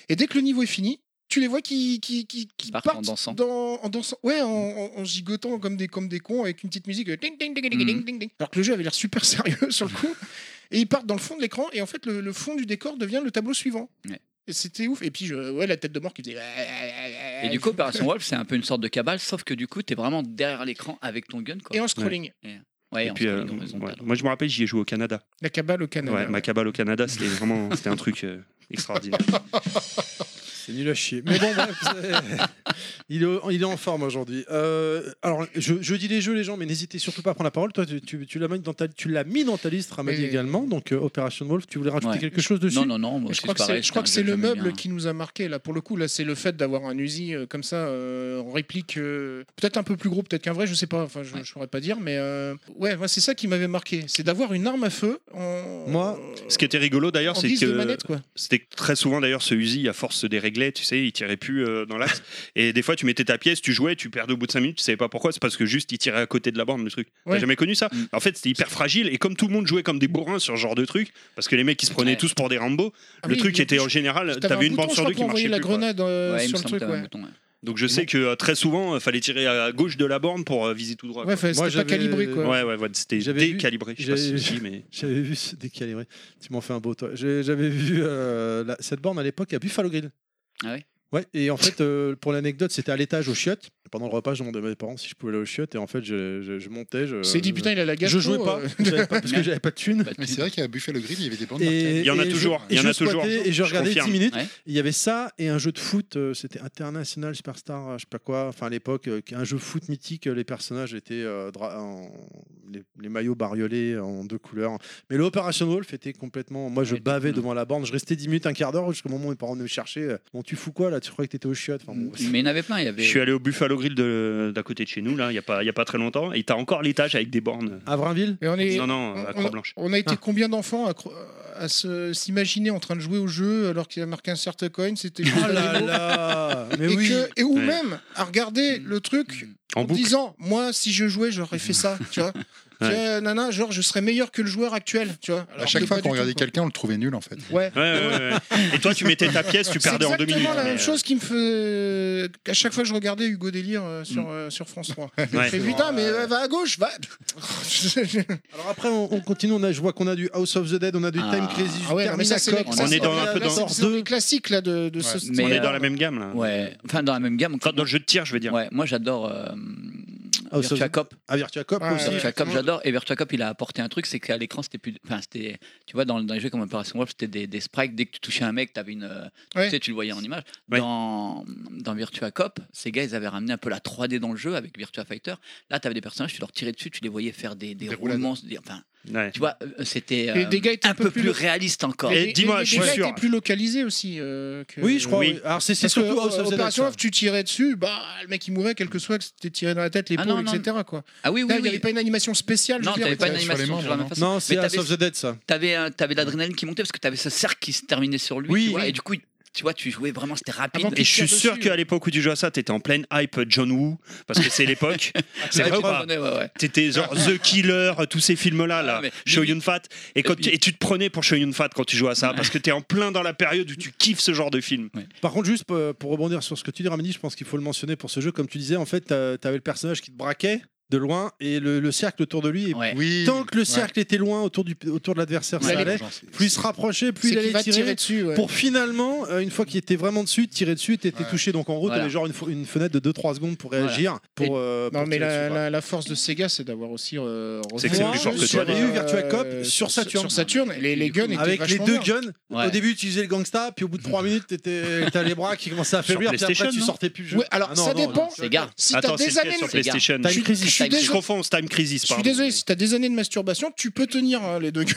[SPEAKER 5] Et dès que le niveau est fini, tu les vois qui, qui, qui, qui
[SPEAKER 6] Partent
[SPEAKER 5] partent,
[SPEAKER 6] en dansant.
[SPEAKER 5] dans- en dansant. Ouais, en, en- en gigotant comme des, comme des cons avec une petite musique. euh, ding, ding, ding, ding,
[SPEAKER 6] Mhm.
[SPEAKER 5] ding, ding, ding. Alors que le jeu avait l'air super sérieux sur le coup. Et ils partent dans le fond de l'écran, et en fait, le, le fond du décor devient le tableau suivant.
[SPEAKER 6] Ouais.
[SPEAKER 5] Et c'était ouf. Et puis, je, ouais, la tête de mort qui faisait.
[SPEAKER 6] Et du coup, Operation Wolf, c'est un peu une sorte de Cabal, sauf que du coup, t'es vraiment derrière l'écran avec ton gun. Quoi.
[SPEAKER 5] Et en scrolling.
[SPEAKER 6] bah, Ouais,
[SPEAKER 2] Et
[SPEAKER 6] en
[SPEAKER 2] puis, euh,
[SPEAKER 6] scrolling horizontal.
[SPEAKER 2] ouais. moi, je me rappelle, j'y ai joué au Canada.
[SPEAKER 5] La cabale au Canada.
[SPEAKER 2] Ouais, ma cabale au Canada, c'était vraiment c'était un truc euh, extraordinaire.
[SPEAKER 4] C'est nul à chier. Mais bon, bref, c'est- il, est, au- il est en forme aujourd'hui. Euh, alors, je, je dis les jeux, les gens, mais n'hésitez surtout pas à prendre la parole. Toi, tu, tu- tu l'as mis dans ta, tu l'as mis dans ta liste, Ramadi
[SPEAKER 5] Mais-
[SPEAKER 4] également. Donc, euh, Operation Wolf, tu voulais rajouter
[SPEAKER 6] Ouais.
[SPEAKER 4] quelque chose dessus
[SPEAKER 6] Non, non, non, moi,
[SPEAKER 5] je
[SPEAKER 6] c'est
[SPEAKER 5] crois, que
[SPEAKER 6] pareil,
[SPEAKER 5] c'est, je crois
[SPEAKER 6] un
[SPEAKER 5] que
[SPEAKER 6] jeu
[SPEAKER 5] c'est le
[SPEAKER 6] j'aimais
[SPEAKER 5] meuble
[SPEAKER 6] bien.
[SPEAKER 5] qui nous a marqué là pour le coup là c'est le fait d'avoir un Uzi euh, comme ça euh, en réplique euh, peut-être un peu plus gros peut-être qu'un vrai je sais pas enfin je,
[SPEAKER 6] Ouais.
[SPEAKER 5] je saurais pas dire mais euh, ouais moi, c'est ça qui m'avait marqué c'est d'avoir une arme à feu en
[SPEAKER 4] Moi,
[SPEAKER 2] Ce qui était rigolo d'ailleurs,
[SPEAKER 5] en
[SPEAKER 2] c'est
[SPEAKER 5] guise de
[SPEAKER 2] que
[SPEAKER 5] manette quoi
[SPEAKER 2] c'était que très souvent d'ailleurs ce Uzi, à force se déréglait, tu sais, il tirait plus euh, dans l'axe. Et des fois, tu mettais ta pièce, tu jouais, tu perdais au bout de 5 minutes, tu savais pas pourquoi, c'est parce que juste il tirait à côté de la borne le truc.
[SPEAKER 5] Ouais.
[SPEAKER 2] T'as jamais connu ça
[SPEAKER 6] Mm.
[SPEAKER 2] En fait, c'était hyper fragile et comme tout le monde jouait comme des bourrins sur ce genre de truc, parce que les mecs ils se prenaient
[SPEAKER 6] Ouais.
[SPEAKER 2] tous pour des Rambo,
[SPEAKER 5] Ah
[SPEAKER 2] le
[SPEAKER 5] oui,
[SPEAKER 2] truc
[SPEAKER 5] mais
[SPEAKER 2] était
[SPEAKER 5] je-
[SPEAKER 2] en général,
[SPEAKER 5] t'avais
[SPEAKER 2] t'avais
[SPEAKER 5] un
[SPEAKER 2] une
[SPEAKER 5] bouton,
[SPEAKER 2] bande
[SPEAKER 5] je
[SPEAKER 2] sur
[SPEAKER 5] crois,
[SPEAKER 2] deux qui
[SPEAKER 5] pour
[SPEAKER 2] marchait
[SPEAKER 5] envoyer
[SPEAKER 2] plus.
[SPEAKER 5] la
[SPEAKER 2] quoi.
[SPEAKER 5] grenade euh,
[SPEAKER 6] Ouais, il me
[SPEAKER 5] sur le
[SPEAKER 6] semble que
[SPEAKER 5] truc
[SPEAKER 6] t'avais un
[SPEAKER 5] ouais
[SPEAKER 6] bouton. ouais.
[SPEAKER 2] Donc je sais que euh, très souvent, euh, fallait tirer à gauche de la borne pour euh, viser tout droit.
[SPEAKER 5] ouais enfin,
[SPEAKER 4] Moi,
[SPEAKER 5] c'était pas
[SPEAKER 4] j'avais-
[SPEAKER 5] calibré
[SPEAKER 2] quoi. Ouais,
[SPEAKER 5] quoi
[SPEAKER 2] ouais, ouais, c'était
[SPEAKER 4] J'avais vu-
[SPEAKER 2] décalibré. Je sais pas si
[SPEAKER 4] j'avais-
[SPEAKER 2] si, mais.
[SPEAKER 4] J'avais vu ce décalibré. Tu m'en fais un beau, toi. J'ai- J'avais vu euh, la- cette borne à l'époque à Buffalo Grill.
[SPEAKER 6] Ah ouais
[SPEAKER 4] Ouais, et en fait, euh, pour l'anecdote, c'était à l'étage au chiottes. Pendant le repas, je demandais à mes parents si je pouvais aller au chiottes. Et en fait, je, je- je montais. Je,
[SPEAKER 5] c'est dit
[SPEAKER 4] je-
[SPEAKER 5] putain il a la
[SPEAKER 4] Je
[SPEAKER 5] gastro
[SPEAKER 4] jouais pas,
[SPEAKER 5] euh,
[SPEAKER 4] j'avais pas parce que j'avais pas de thunes.
[SPEAKER 6] Bah,
[SPEAKER 7] Mais c'est vrai qu'à Buffet le Grill, il y avait des bandes
[SPEAKER 4] Et-
[SPEAKER 7] d'arcade.
[SPEAKER 2] Il y en a
[SPEAKER 4] et je-
[SPEAKER 2] toujours,
[SPEAKER 4] et
[SPEAKER 2] il y en
[SPEAKER 4] je
[SPEAKER 2] a toujours.
[SPEAKER 4] squattais Et je
[SPEAKER 2] Je
[SPEAKER 4] regardais 10
[SPEAKER 2] confirme.
[SPEAKER 4] minutes.
[SPEAKER 6] Ouais.
[SPEAKER 4] Il y avait ça et un jeu de foot, euh, c'était International Superstar, euh, je sais pas quoi, enfin à l'époque, euh, un jeu foot mythique, euh, les personnages étaient euh, dra- en- les, les maillots bariolés en deux couleurs. Mais le Operation Wolf était complètement. Moi je
[SPEAKER 6] Ouais,
[SPEAKER 4] bavais
[SPEAKER 6] non.
[SPEAKER 4] devant la borne, je restais 10 minutes, un quart d'heure jusqu'au moment où mes parents venaient me chercher. euh, Bon, tu fous quoi là Tu croyais que t'étais au chiotte Enfin, bon, bref.
[SPEAKER 6] Mais il y en avait plein, il y avait.
[SPEAKER 2] Je suis allé au Buffalo Grill de- d'à côté de chez nous, là, il n'y a, pas- il y a pas très longtemps, et t'as encore l'étage avec des bornes.
[SPEAKER 4] À Vrainville
[SPEAKER 5] et on est
[SPEAKER 2] non, non,
[SPEAKER 5] on-
[SPEAKER 2] à
[SPEAKER 5] on,
[SPEAKER 2] Croix-Blanche.
[SPEAKER 5] on a été
[SPEAKER 4] Ah.
[SPEAKER 5] combien d'enfants à, cro- à se- s'imaginer en train de jouer au jeu alors qu'il a marqué un certain coin c'était
[SPEAKER 4] Oh là là Mais
[SPEAKER 5] et,
[SPEAKER 4] oui
[SPEAKER 5] que- et ou
[SPEAKER 2] Ouais.
[SPEAKER 5] même à regarder
[SPEAKER 6] Mm.
[SPEAKER 5] le truc
[SPEAKER 2] En
[SPEAKER 5] en
[SPEAKER 2] boucle.
[SPEAKER 5] disant moi si je jouais j'aurais fait ça tu vois
[SPEAKER 2] Ouais.
[SPEAKER 5] Tu vois, nana, genre, je serais meilleur que le joueur actuel, tu vois.
[SPEAKER 7] À
[SPEAKER 5] Alors
[SPEAKER 7] chaque
[SPEAKER 5] que
[SPEAKER 7] fois
[SPEAKER 5] pas du
[SPEAKER 7] qu'on
[SPEAKER 5] tout,
[SPEAKER 7] regardait quelqu'un, on le trouvait nul en fait.
[SPEAKER 5] quoi. Ouais.
[SPEAKER 2] Ouais, ouais, ouais, ouais. Et toi, tu mettais ta pièce, tu
[SPEAKER 5] C'est
[SPEAKER 2] perdais en deux minutes.
[SPEAKER 5] exactement la
[SPEAKER 2] mais,
[SPEAKER 5] même
[SPEAKER 2] euh,
[SPEAKER 5] chose qui me fait. euh, À chaque fois que je regardais Hugo Délire euh, sur, euh, sur France 3. Je fais, putain, mais euh, va à gauche, va.
[SPEAKER 4] Alors après, on, on continue. On a, je vois qu'on a du House of the Dead, on a du
[SPEAKER 6] Ah.
[SPEAKER 4] Time Crisis,
[SPEAKER 5] Ah ouais,
[SPEAKER 4] du
[SPEAKER 5] non, mais ça, c'est
[SPEAKER 4] Terminator,
[SPEAKER 2] ça,
[SPEAKER 5] les-
[SPEAKER 2] On est dans
[SPEAKER 5] là,
[SPEAKER 2] un peu
[SPEAKER 5] là,
[SPEAKER 2] dans-
[SPEAKER 5] c'est- c'est les classiques là, de, de ce
[SPEAKER 7] Ouais.
[SPEAKER 5] style.
[SPEAKER 2] On
[SPEAKER 6] Mais,
[SPEAKER 2] est dans
[SPEAKER 6] euh,
[SPEAKER 2] la même gamme, là.
[SPEAKER 6] Ouais, enfin dans la même gamme.
[SPEAKER 2] Enfin, dans le jeu de tir, je veux dire.
[SPEAKER 6] Ouais, moi j'adore euh,
[SPEAKER 4] Ah, ça-
[SPEAKER 6] Virtua Cop.
[SPEAKER 4] Ah, Virtua Cop
[SPEAKER 5] Ouais,
[SPEAKER 4] aussi.
[SPEAKER 5] ouais.
[SPEAKER 6] Virtua Cop, j'adore. Et Virtua Cop, il a apporté un truc, c'est qu'à l'écran, c'était plus. Enfin, c'était. Tu vois, dans, dans les jeux comme Operation Wolf, c'était des, des sprites. Dès que tu touchais un mec, t'avais une. euh,
[SPEAKER 5] Ouais.
[SPEAKER 6] Tu sais, tu le voyais en image.
[SPEAKER 2] Ouais.
[SPEAKER 6] Dans, dans Virtua Cop, ces gars, ils avaient ramené un peu la 3D dans le jeu avec Virtua Fighter. Là, t'avais des personnages, tu leur tirais dessus, tu les voyais faire des, des,
[SPEAKER 7] Des roulades.
[SPEAKER 6] roulements. des- enfin,
[SPEAKER 2] Ouais.
[SPEAKER 6] tu vois, euh, c'était euh,
[SPEAKER 5] Les dégâts étaient
[SPEAKER 6] un peu plus
[SPEAKER 5] lo-
[SPEAKER 6] réaliste encore.
[SPEAKER 2] Et
[SPEAKER 5] les-
[SPEAKER 2] dis-moi,
[SPEAKER 5] les
[SPEAKER 2] je suis
[SPEAKER 5] dégâts
[SPEAKER 2] sûr.
[SPEAKER 5] étaient plus localisés aussi. euh, que-
[SPEAKER 4] Oui, je crois.
[SPEAKER 2] Oui.
[SPEAKER 4] oui. Alors c'est c'est
[SPEAKER 5] Parce que
[SPEAKER 4] surtout House of the Dead.
[SPEAKER 5] Opération
[SPEAKER 4] ça.
[SPEAKER 5] Off, tu tirais dessus, bah, le mec il mourait, quel que soit que c'était tiré dans la tête, les
[SPEAKER 6] Ah
[SPEAKER 5] peaux,
[SPEAKER 6] non, non.
[SPEAKER 5] etc. Quoi.
[SPEAKER 6] Ah oui,
[SPEAKER 5] Là,
[SPEAKER 6] oui,
[SPEAKER 5] il n'y avait
[SPEAKER 6] oui.
[SPEAKER 5] pas une animation spéciale. je
[SPEAKER 6] Non,
[SPEAKER 5] veux dire,
[SPEAKER 6] t'avais
[SPEAKER 5] mais
[SPEAKER 6] pas une
[SPEAKER 5] t'as-
[SPEAKER 7] sur les
[SPEAKER 6] animation
[SPEAKER 7] membres,
[SPEAKER 6] de la même
[SPEAKER 7] non.
[SPEAKER 6] façon.
[SPEAKER 4] Non, c'est
[SPEAKER 6] Mais
[SPEAKER 4] House
[SPEAKER 6] t'avais-
[SPEAKER 4] of the Dead ça.
[SPEAKER 6] T'avais euh, t'avais de l'adrénaline qui montait parce que t'avais ce cercle qui se terminait sur lui.
[SPEAKER 4] Oui,
[SPEAKER 6] tu vois,
[SPEAKER 4] oui.
[SPEAKER 6] Et du coup, il- tu vois, tu jouais vraiment, c'était rapide.
[SPEAKER 5] Avant
[SPEAKER 2] Et
[SPEAKER 5] qu'il
[SPEAKER 2] je
[SPEAKER 5] tire
[SPEAKER 2] suis sûr
[SPEAKER 5] dessus.
[SPEAKER 2] qu'à l'époque où tu jouais à ça, t'étais en pleine hype John Woo, parce que c'est l'époque. c'est vrai ou pas
[SPEAKER 6] ouais, ouais, ouais.
[SPEAKER 2] T'étais genre The Killer, tous ces films-là, là,
[SPEAKER 6] Ah, mais-
[SPEAKER 2] Shoyun Fat. Et, quand tu,
[SPEAKER 6] puis-
[SPEAKER 2] et tu te prenais pour Shoyun Fat quand tu jouais à ça, parce que t'es en plein dans la période où tu kiffes ce genre de film.
[SPEAKER 4] Par contre, juste pour, pour rebondir sur ce que tu dis, Ramani, je pense qu'il faut le mentionner pour ce jeu. Comme tu disais, en fait, t'as- t'avais le personnage qui te braquait de loin et le, le cercle autour de lui. Et
[SPEAKER 6] Ouais.
[SPEAKER 7] Oui.
[SPEAKER 4] tant que le cercle était loin autour, du, autour de l'adversaire,
[SPEAKER 6] Ouais.
[SPEAKER 4] ça
[SPEAKER 6] Allez.
[SPEAKER 4] allait. Plus il se rapprochait, plus
[SPEAKER 5] C'est qu'il
[SPEAKER 4] il allait
[SPEAKER 5] va
[SPEAKER 4] tirer.
[SPEAKER 5] tirer dessus. ouais.
[SPEAKER 4] Pour finalement, euh, une fois qu'il était vraiment dessus, tirer dessus, t'étais
[SPEAKER 7] Ouais.
[SPEAKER 4] touché. Donc en gros,
[SPEAKER 6] Voilà.
[SPEAKER 4] t'avais genre une, fo- une fenêtre de 2-3 secondes pour
[SPEAKER 6] Voilà.
[SPEAKER 4] réagir. Pour, euh, pour
[SPEAKER 5] Non, mais
[SPEAKER 4] tirer
[SPEAKER 5] la,
[SPEAKER 4] dessus,
[SPEAKER 5] la- la force de Sega, c'est d'avoir aussi. euh,
[SPEAKER 2] C'est que c'est
[SPEAKER 5] revu
[SPEAKER 2] plus fort que
[SPEAKER 5] sur,
[SPEAKER 2] toi,
[SPEAKER 5] euh,
[SPEAKER 2] déjà.
[SPEAKER 4] Eu Virtua Cop sur Saturn.
[SPEAKER 5] Sur Saturn, les, les guns étaient
[SPEAKER 4] Avec les
[SPEAKER 5] vachement
[SPEAKER 4] deux
[SPEAKER 5] bien. Mmh.
[SPEAKER 4] guns,
[SPEAKER 6] Ouais.
[SPEAKER 4] au début tu faisais le gangsta, puis au bout de 3 minutes t'étais- t'as les bras qui commençaient à
[SPEAKER 2] Sur
[SPEAKER 4] faiblir, puis après
[SPEAKER 2] PlayStation,
[SPEAKER 4] tu
[SPEAKER 2] non
[SPEAKER 4] sortais plus le jeu.
[SPEAKER 5] Ouais, alors
[SPEAKER 4] Ah non,
[SPEAKER 5] ça
[SPEAKER 4] non,
[SPEAKER 5] dépend.
[SPEAKER 6] C'est gars.
[SPEAKER 5] Si t'as
[SPEAKER 2] Attends, c'est
[SPEAKER 5] des
[SPEAKER 2] lequel
[SPEAKER 5] années
[SPEAKER 2] sur
[SPEAKER 5] de
[SPEAKER 2] PlayStation
[SPEAKER 6] Time
[SPEAKER 2] Je suis-
[SPEAKER 6] Crisis.
[SPEAKER 5] je suis
[SPEAKER 6] Time
[SPEAKER 5] désolé.
[SPEAKER 2] Je confonds, c'est Time Crisis,
[SPEAKER 5] Je suis
[SPEAKER 2] pardon.
[SPEAKER 5] désolé, si t'as des années de masturbation, tu peux tenir hein, les deux guns.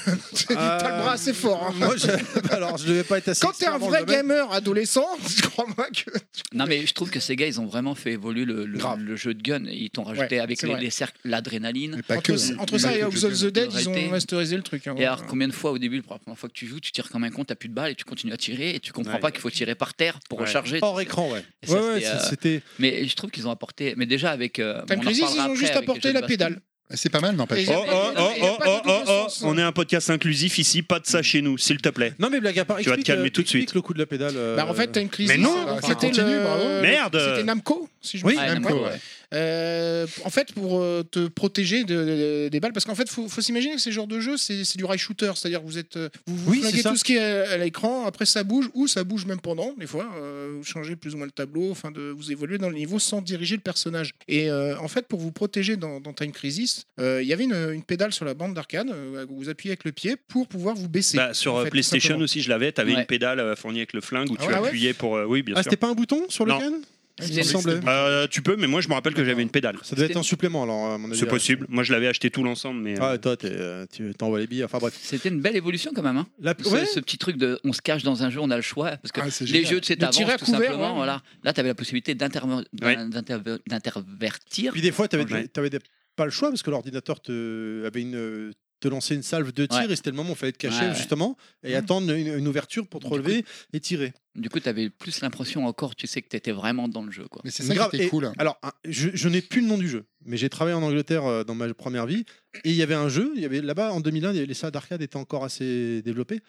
[SPEAKER 5] T'as le bras assez fort. hein.
[SPEAKER 4] Euh, Moi, je- alors je devais pas être assez.
[SPEAKER 5] Quand t'es
[SPEAKER 4] expert
[SPEAKER 5] un
[SPEAKER 4] dans le
[SPEAKER 5] vrai
[SPEAKER 4] domaine.
[SPEAKER 5] gamer adolescent, crois-moi que.
[SPEAKER 6] Non, mais je trouve que ces gars, ils ont vraiment fait évoluer le, le-
[SPEAKER 5] Grave.
[SPEAKER 6] le jeu de gun. Ils t'ont rajouté
[SPEAKER 5] Ouais,
[SPEAKER 6] avec
[SPEAKER 5] c'est
[SPEAKER 6] les,
[SPEAKER 5] vrai.
[SPEAKER 6] les cercles, l'adrénaline.
[SPEAKER 7] Mais pas
[SPEAKER 5] entre,
[SPEAKER 7] que.
[SPEAKER 5] ça-
[SPEAKER 7] hein.
[SPEAKER 5] entre ça
[SPEAKER 7] Pas
[SPEAKER 5] et
[SPEAKER 7] que
[SPEAKER 5] House
[SPEAKER 7] le
[SPEAKER 5] of the
[SPEAKER 7] jeu.
[SPEAKER 5] Dead, ils
[SPEAKER 6] Arrêtez.
[SPEAKER 5] ont masterisé le truc. hein.
[SPEAKER 6] Et alors, combien de fois au début, pour la première fois que tu joues, tu tires comme un con, t'as plus de balles et tu continues à tirer et tu comprends
[SPEAKER 2] Ouais.
[SPEAKER 6] pas qu'il faut tirer par terre pour
[SPEAKER 2] Ouais.
[SPEAKER 6] recharger.
[SPEAKER 4] Hors écran, ouais.
[SPEAKER 6] Et ça,
[SPEAKER 4] Ouais, ouais,
[SPEAKER 6] c'était, euh,
[SPEAKER 4] ça, c'était.
[SPEAKER 6] Mais je trouve qu'ils ont apporté. Mais déjà avec. euh,
[SPEAKER 5] Time
[SPEAKER 6] on en
[SPEAKER 5] Crisis, ils
[SPEAKER 6] reparlera
[SPEAKER 5] ont
[SPEAKER 6] après
[SPEAKER 5] juste
[SPEAKER 6] avec les
[SPEAKER 5] apporté
[SPEAKER 6] jeux de
[SPEAKER 5] la
[SPEAKER 6] baston.
[SPEAKER 5] pédale.
[SPEAKER 7] C'est pas mal, n'empêche.
[SPEAKER 5] Et-
[SPEAKER 2] Oh, oh, oh, oh, oh, oh, oh, on est un podcast inclusif ici, pas de sachez nous, s'il te plaît.
[SPEAKER 4] Non, mais blague à part,
[SPEAKER 2] Tu vas te
[SPEAKER 4] explique,
[SPEAKER 2] calmer
[SPEAKER 4] euh,
[SPEAKER 2] tout de suite.
[SPEAKER 4] explique le coup de la pédale. euh,
[SPEAKER 5] Bah, en fait, Time Crisis,
[SPEAKER 2] Mais non,
[SPEAKER 5] euh,
[SPEAKER 7] ça
[SPEAKER 5] c'était
[SPEAKER 7] continue,
[SPEAKER 5] le-
[SPEAKER 7] bravo.
[SPEAKER 2] Merde.
[SPEAKER 5] C'était Namco, si je me
[SPEAKER 4] Oui,
[SPEAKER 5] souviens
[SPEAKER 6] Ouais,
[SPEAKER 5] bien.
[SPEAKER 6] d'accord,
[SPEAKER 7] ouais.
[SPEAKER 6] ouais.
[SPEAKER 5] Euh, en fait, pour euh, te protéger de- de- des balles, parce qu'en fait, faut, faut s'imaginer que ces genres de jeux, c'est c'est du rail shooter, c'est-à-dire que vous êtes, euh, vous, vous
[SPEAKER 4] Oui,
[SPEAKER 5] flinguez
[SPEAKER 4] c'est ça.
[SPEAKER 5] tout ce qui est à, à l'écran, après ça bouge ou ça bouge même pendant, des fois, euh, vous changez plus ou moins le tableau, enfin, de vous évoluez dans le niveau sans diriger le personnage. Et euh, en fait, pour vous protéger dans, dans Time Crisis, euh, il y avait une, une pédale sur la bande d'arcade euh, où vous appuyez avec le pied pour pouvoir vous baisser.
[SPEAKER 2] Bah, sur
[SPEAKER 5] en
[SPEAKER 2] euh,
[SPEAKER 5] fait,
[SPEAKER 2] PlayStation
[SPEAKER 5] simplement.
[SPEAKER 2] aussi, je l'avais. T'avais
[SPEAKER 6] Ouais.
[SPEAKER 2] une pédale euh, fournie avec le flingue où
[SPEAKER 5] Ah
[SPEAKER 2] tu
[SPEAKER 5] ouais, ouais.
[SPEAKER 2] appuyais pour. euh, oui, bien
[SPEAKER 4] Ah,
[SPEAKER 2] sûr.
[SPEAKER 4] c'était pas un bouton sur le
[SPEAKER 2] Non.
[SPEAKER 4] gun Il
[SPEAKER 6] C'était-
[SPEAKER 4] me semblait.
[SPEAKER 2] Euh, tu peux, mais moi je me rappelle que j'avais une pédale.
[SPEAKER 4] Ça devait être
[SPEAKER 6] c'était-
[SPEAKER 4] un supplément, alors, à mon avis.
[SPEAKER 2] C'est possible. Moi je l'avais acheté tout l'ensemble, mais. euh,
[SPEAKER 4] Ah, toi, t'es, euh, tu t'envoies les billes. Enfin, bref.
[SPEAKER 6] C'était une belle évolution quand même. hein.
[SPEAKER 4] La...
[SPEAKER 6] Ce,
[SPEAKER 4] Ouais,
[SPEAKER 6] ce petit truc de on se cache dans un jeu, on a le choix. Parce que
[SPEAKER 7] Ah, c'est
[SPEAKER 6] les
[SPEAKER 7] génial.
[SPEAKER 6] jeux, tu sais,
[SPEAKER 5] De tirer à
[SPEAKER 6] t'avances tout
[SPEAKER 5] couvert,
[SPEAKER 6] simplement.
[SPEAKER 5] ouais.
[SPEAKER 6] Voilà. Là, t'avais la possibilité d'interver-
[SPEAKER 2] Ouais.
[SPEAKER 6] d'interver- d'intervertir.
[SPEAKER 4] Puis des fois, t'avais
[SPEAKER 2] Ouais.
[SPEAKER 4] t'avais des- pas le choix parce que l'ordinateur te avait une euh, te lançait une salve de tir
[SPEAKER 6] Ouais.
[SPEAKER 4] et c'était le moment où il fallait te cacher
[SPEAKER 6] Ouais, ouais.
[SPEAKER 4] justement et attendre une, une ouverture pour te
[SPEAKER 6] Du coup-
[SPEAKER 4] relever et tirer.
[SPEAKER 6] Du coup, t'avais plus l'impression encore, tu sais, que t'étais vraiment dans le jeu. Quoi.
[SPEAKER 7] Mais c'est
[SPEAKER 4] Mais
[SPEAKER 7] ça
[SPEAKER 4] grave,
[SPEAKER 7] qui était
[SPEAKER 4] et-
[SPEAKER 7] cool.
[SPEAKER 4] Alors, un- je, je n'ai plus le nom du jeu, mais j'ai travaillé en Angleterre euh, dans ma première vie et il y avait un jeu. Il y avait là-bas en 2001, il y avait- les salles d'arcade étaient encore assez développées.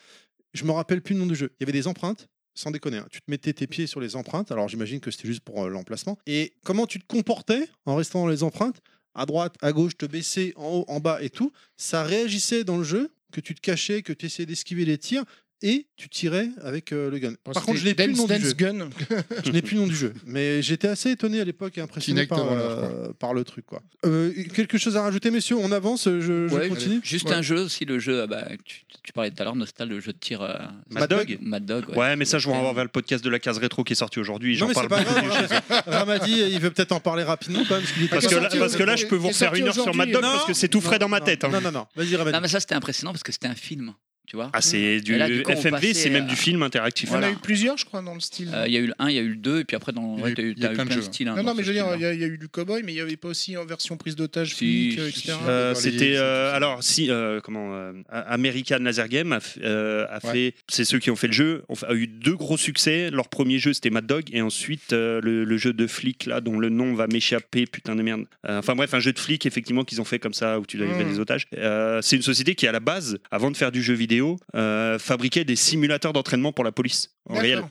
[SPEAKER 4] Je me rappelle plus le nom du jeu. Il y avait des empreintes. Sans déconner, hein. tu te mettais tes pieds sur les empreintes, alors j'imagine que c'était juste pour euh, l'emplacement. Et comment tu te comportais en restant dans les empreintes, à droite, à gauche, te baisser, en haut, en bas et tout, ça réagissait dans le jeu, que tu te cachais, que tu essayais d'esquiver les tirs, et tu tirais avec euh, le gun.
[SPEAKER 2] Oh,
[SPEAKER 4] Par contre, je n'ai plus le
[SPEAKER 5] Dance-
[SPEAKER 4] nom du jeu.
[SPEAKER 5] Dance Gun.
[SPEAKER 4] Je n'ai plus le nom du jeu, mais j'étais assez étonné à l'époque et impressionné
[SPEAKER 7] Kinect
[SPEAKER 4] par,
[SPEAKER 7] avant l'heure,
[SPEAKER 4] euh, par le truc. Quoi. Euh, quelque chose à rajouter, messieurs On avance, je, je
[SPEAKER 6] Ouais, euh,
[SPEAKER 4] continue
[SPEAKER 6] Juste
[SPEAKER 7] Ouais.
[SPEAKER 6] un jeu aussi, le jeu, ah bah, tu, tu parlais tout à l'heure, Nostal, le jeu de tir. euh,
[SPEAKER 2] Mad Dog
[SPEAKER 6] Mad Dog, ouais.
[SPEAKER 2] Ouais, mais ça, je vais en voir vers le podcast de la case rétro qui est sorti aujourd'hui.
[SPEAKER 4] Non,
[SPEAKER 2] J'en
[SPEAKER 4] mais
[SPEAKER 2] parle
[SPEAKER 4] c'est pas
[SPEAKER 2] beaucoup mieux.
[SPEAKER 4] grave. hein. Ramadi, il veut peut-être en parler rapidement quand même. Parce, qu'il est-
[SPEAKER 2] Parce que, là, parce que là, je peux vous
[SPEAKER 5] C'est sorti
[SPEAKER 2] refaire une heure sur Mad
[SPEAKER 5] aujourd'hui,
[SPEAKER 2] Dog
[SPEAKER 4] euh,
[SPEAKER 2] parce que c'est tout frais dans ma
[SPEAKER 4] Non,
[SPEAKER 2] tête. hein.
[SPEAKER 4] Non, non, non. Vas-y, Ramadi.
[SPEAKER 6] Non, mais ça, c'était impressionnant parce que c'était un film. tu vois.
[SPEAKER 2] Ah, c'est du,
[SPEAKER 6] Et là, du coup, on
[SPEAKER 2] FMV, c'est
[SPEAKER 6] passait,
[SPEAKER 2] même
[SPEAKER 6] euh,
[SPEAKER 2] du film interactif.
[SPEAKER 5] Il y en
[SPEAKER 6] Voilà.
[SPEAKER 5] a eu plusieurs, je crois, dans le style.
[SPEAKER 6] Euh, Il y a eu le 1, il y a eu le 2, et puis après, dans,
[SPEAKER 7] Il y a
[SPEAKER 6] ouais,
[SPEAKER 7] eu-
[SPEAKER 6] t'as eu,
[SPEAKER 7] il y a
[SPEAKER 6] t'as eu
[SPEAKER 7] plein de
[SPEAKER 6] plein de
[SPEAKER 7] jeux.
[SPEAKER 6] styles. hein,
[SPEAKER 5] non,
[SPEAKER 6] dans
[SPEAKER 5] non, mais
[SPEAKER 6] ce
[SPEAKER 5] je veux dire, il
[SPEAKER 6] style-là.
[SPEAKER 5] y, a- il y a eu du cowboy, mais il n'y avait pas aussi en version prise d'otage,
[SPEAKER 6] Si,
[SPEAKER 5] flic,
[SPEAKER 6] si, si,
[SPEAKER 5] euh, etc.
[SPEAKER 7] si.
[SPEAKER 2] Euh,
[SPEAKER 7] Dans les-
[SPEAKER 2] c'était euh, alors si euh, comment euh, American Laser Game a, f- euh, a
[SPEAKER 7] Ouais.
[SPEAKER 2] fait c'est ceux qui ont fait le jeu ont fait- a eu deux gros succès leur premier jeu c'était Mad Dog et ensuite euh, le, le jeu de flic là dont le nom va m'échapper putain de merde Euh, enfin bref un jeu de flic effectivement qu'ils ont fait comme ça où tu devais
[SPEAKER 6] Hmm.
[SPEAKER 5] Mm.
[SPEAKER 2] les otages Euh, c'est une société qui à la base avant de faire du jeu vidéo euh, fabriquait des simulateurs d'entraînement pour la police en
[SPEAKER 5] D'accord.
[SPEAKER 2] réel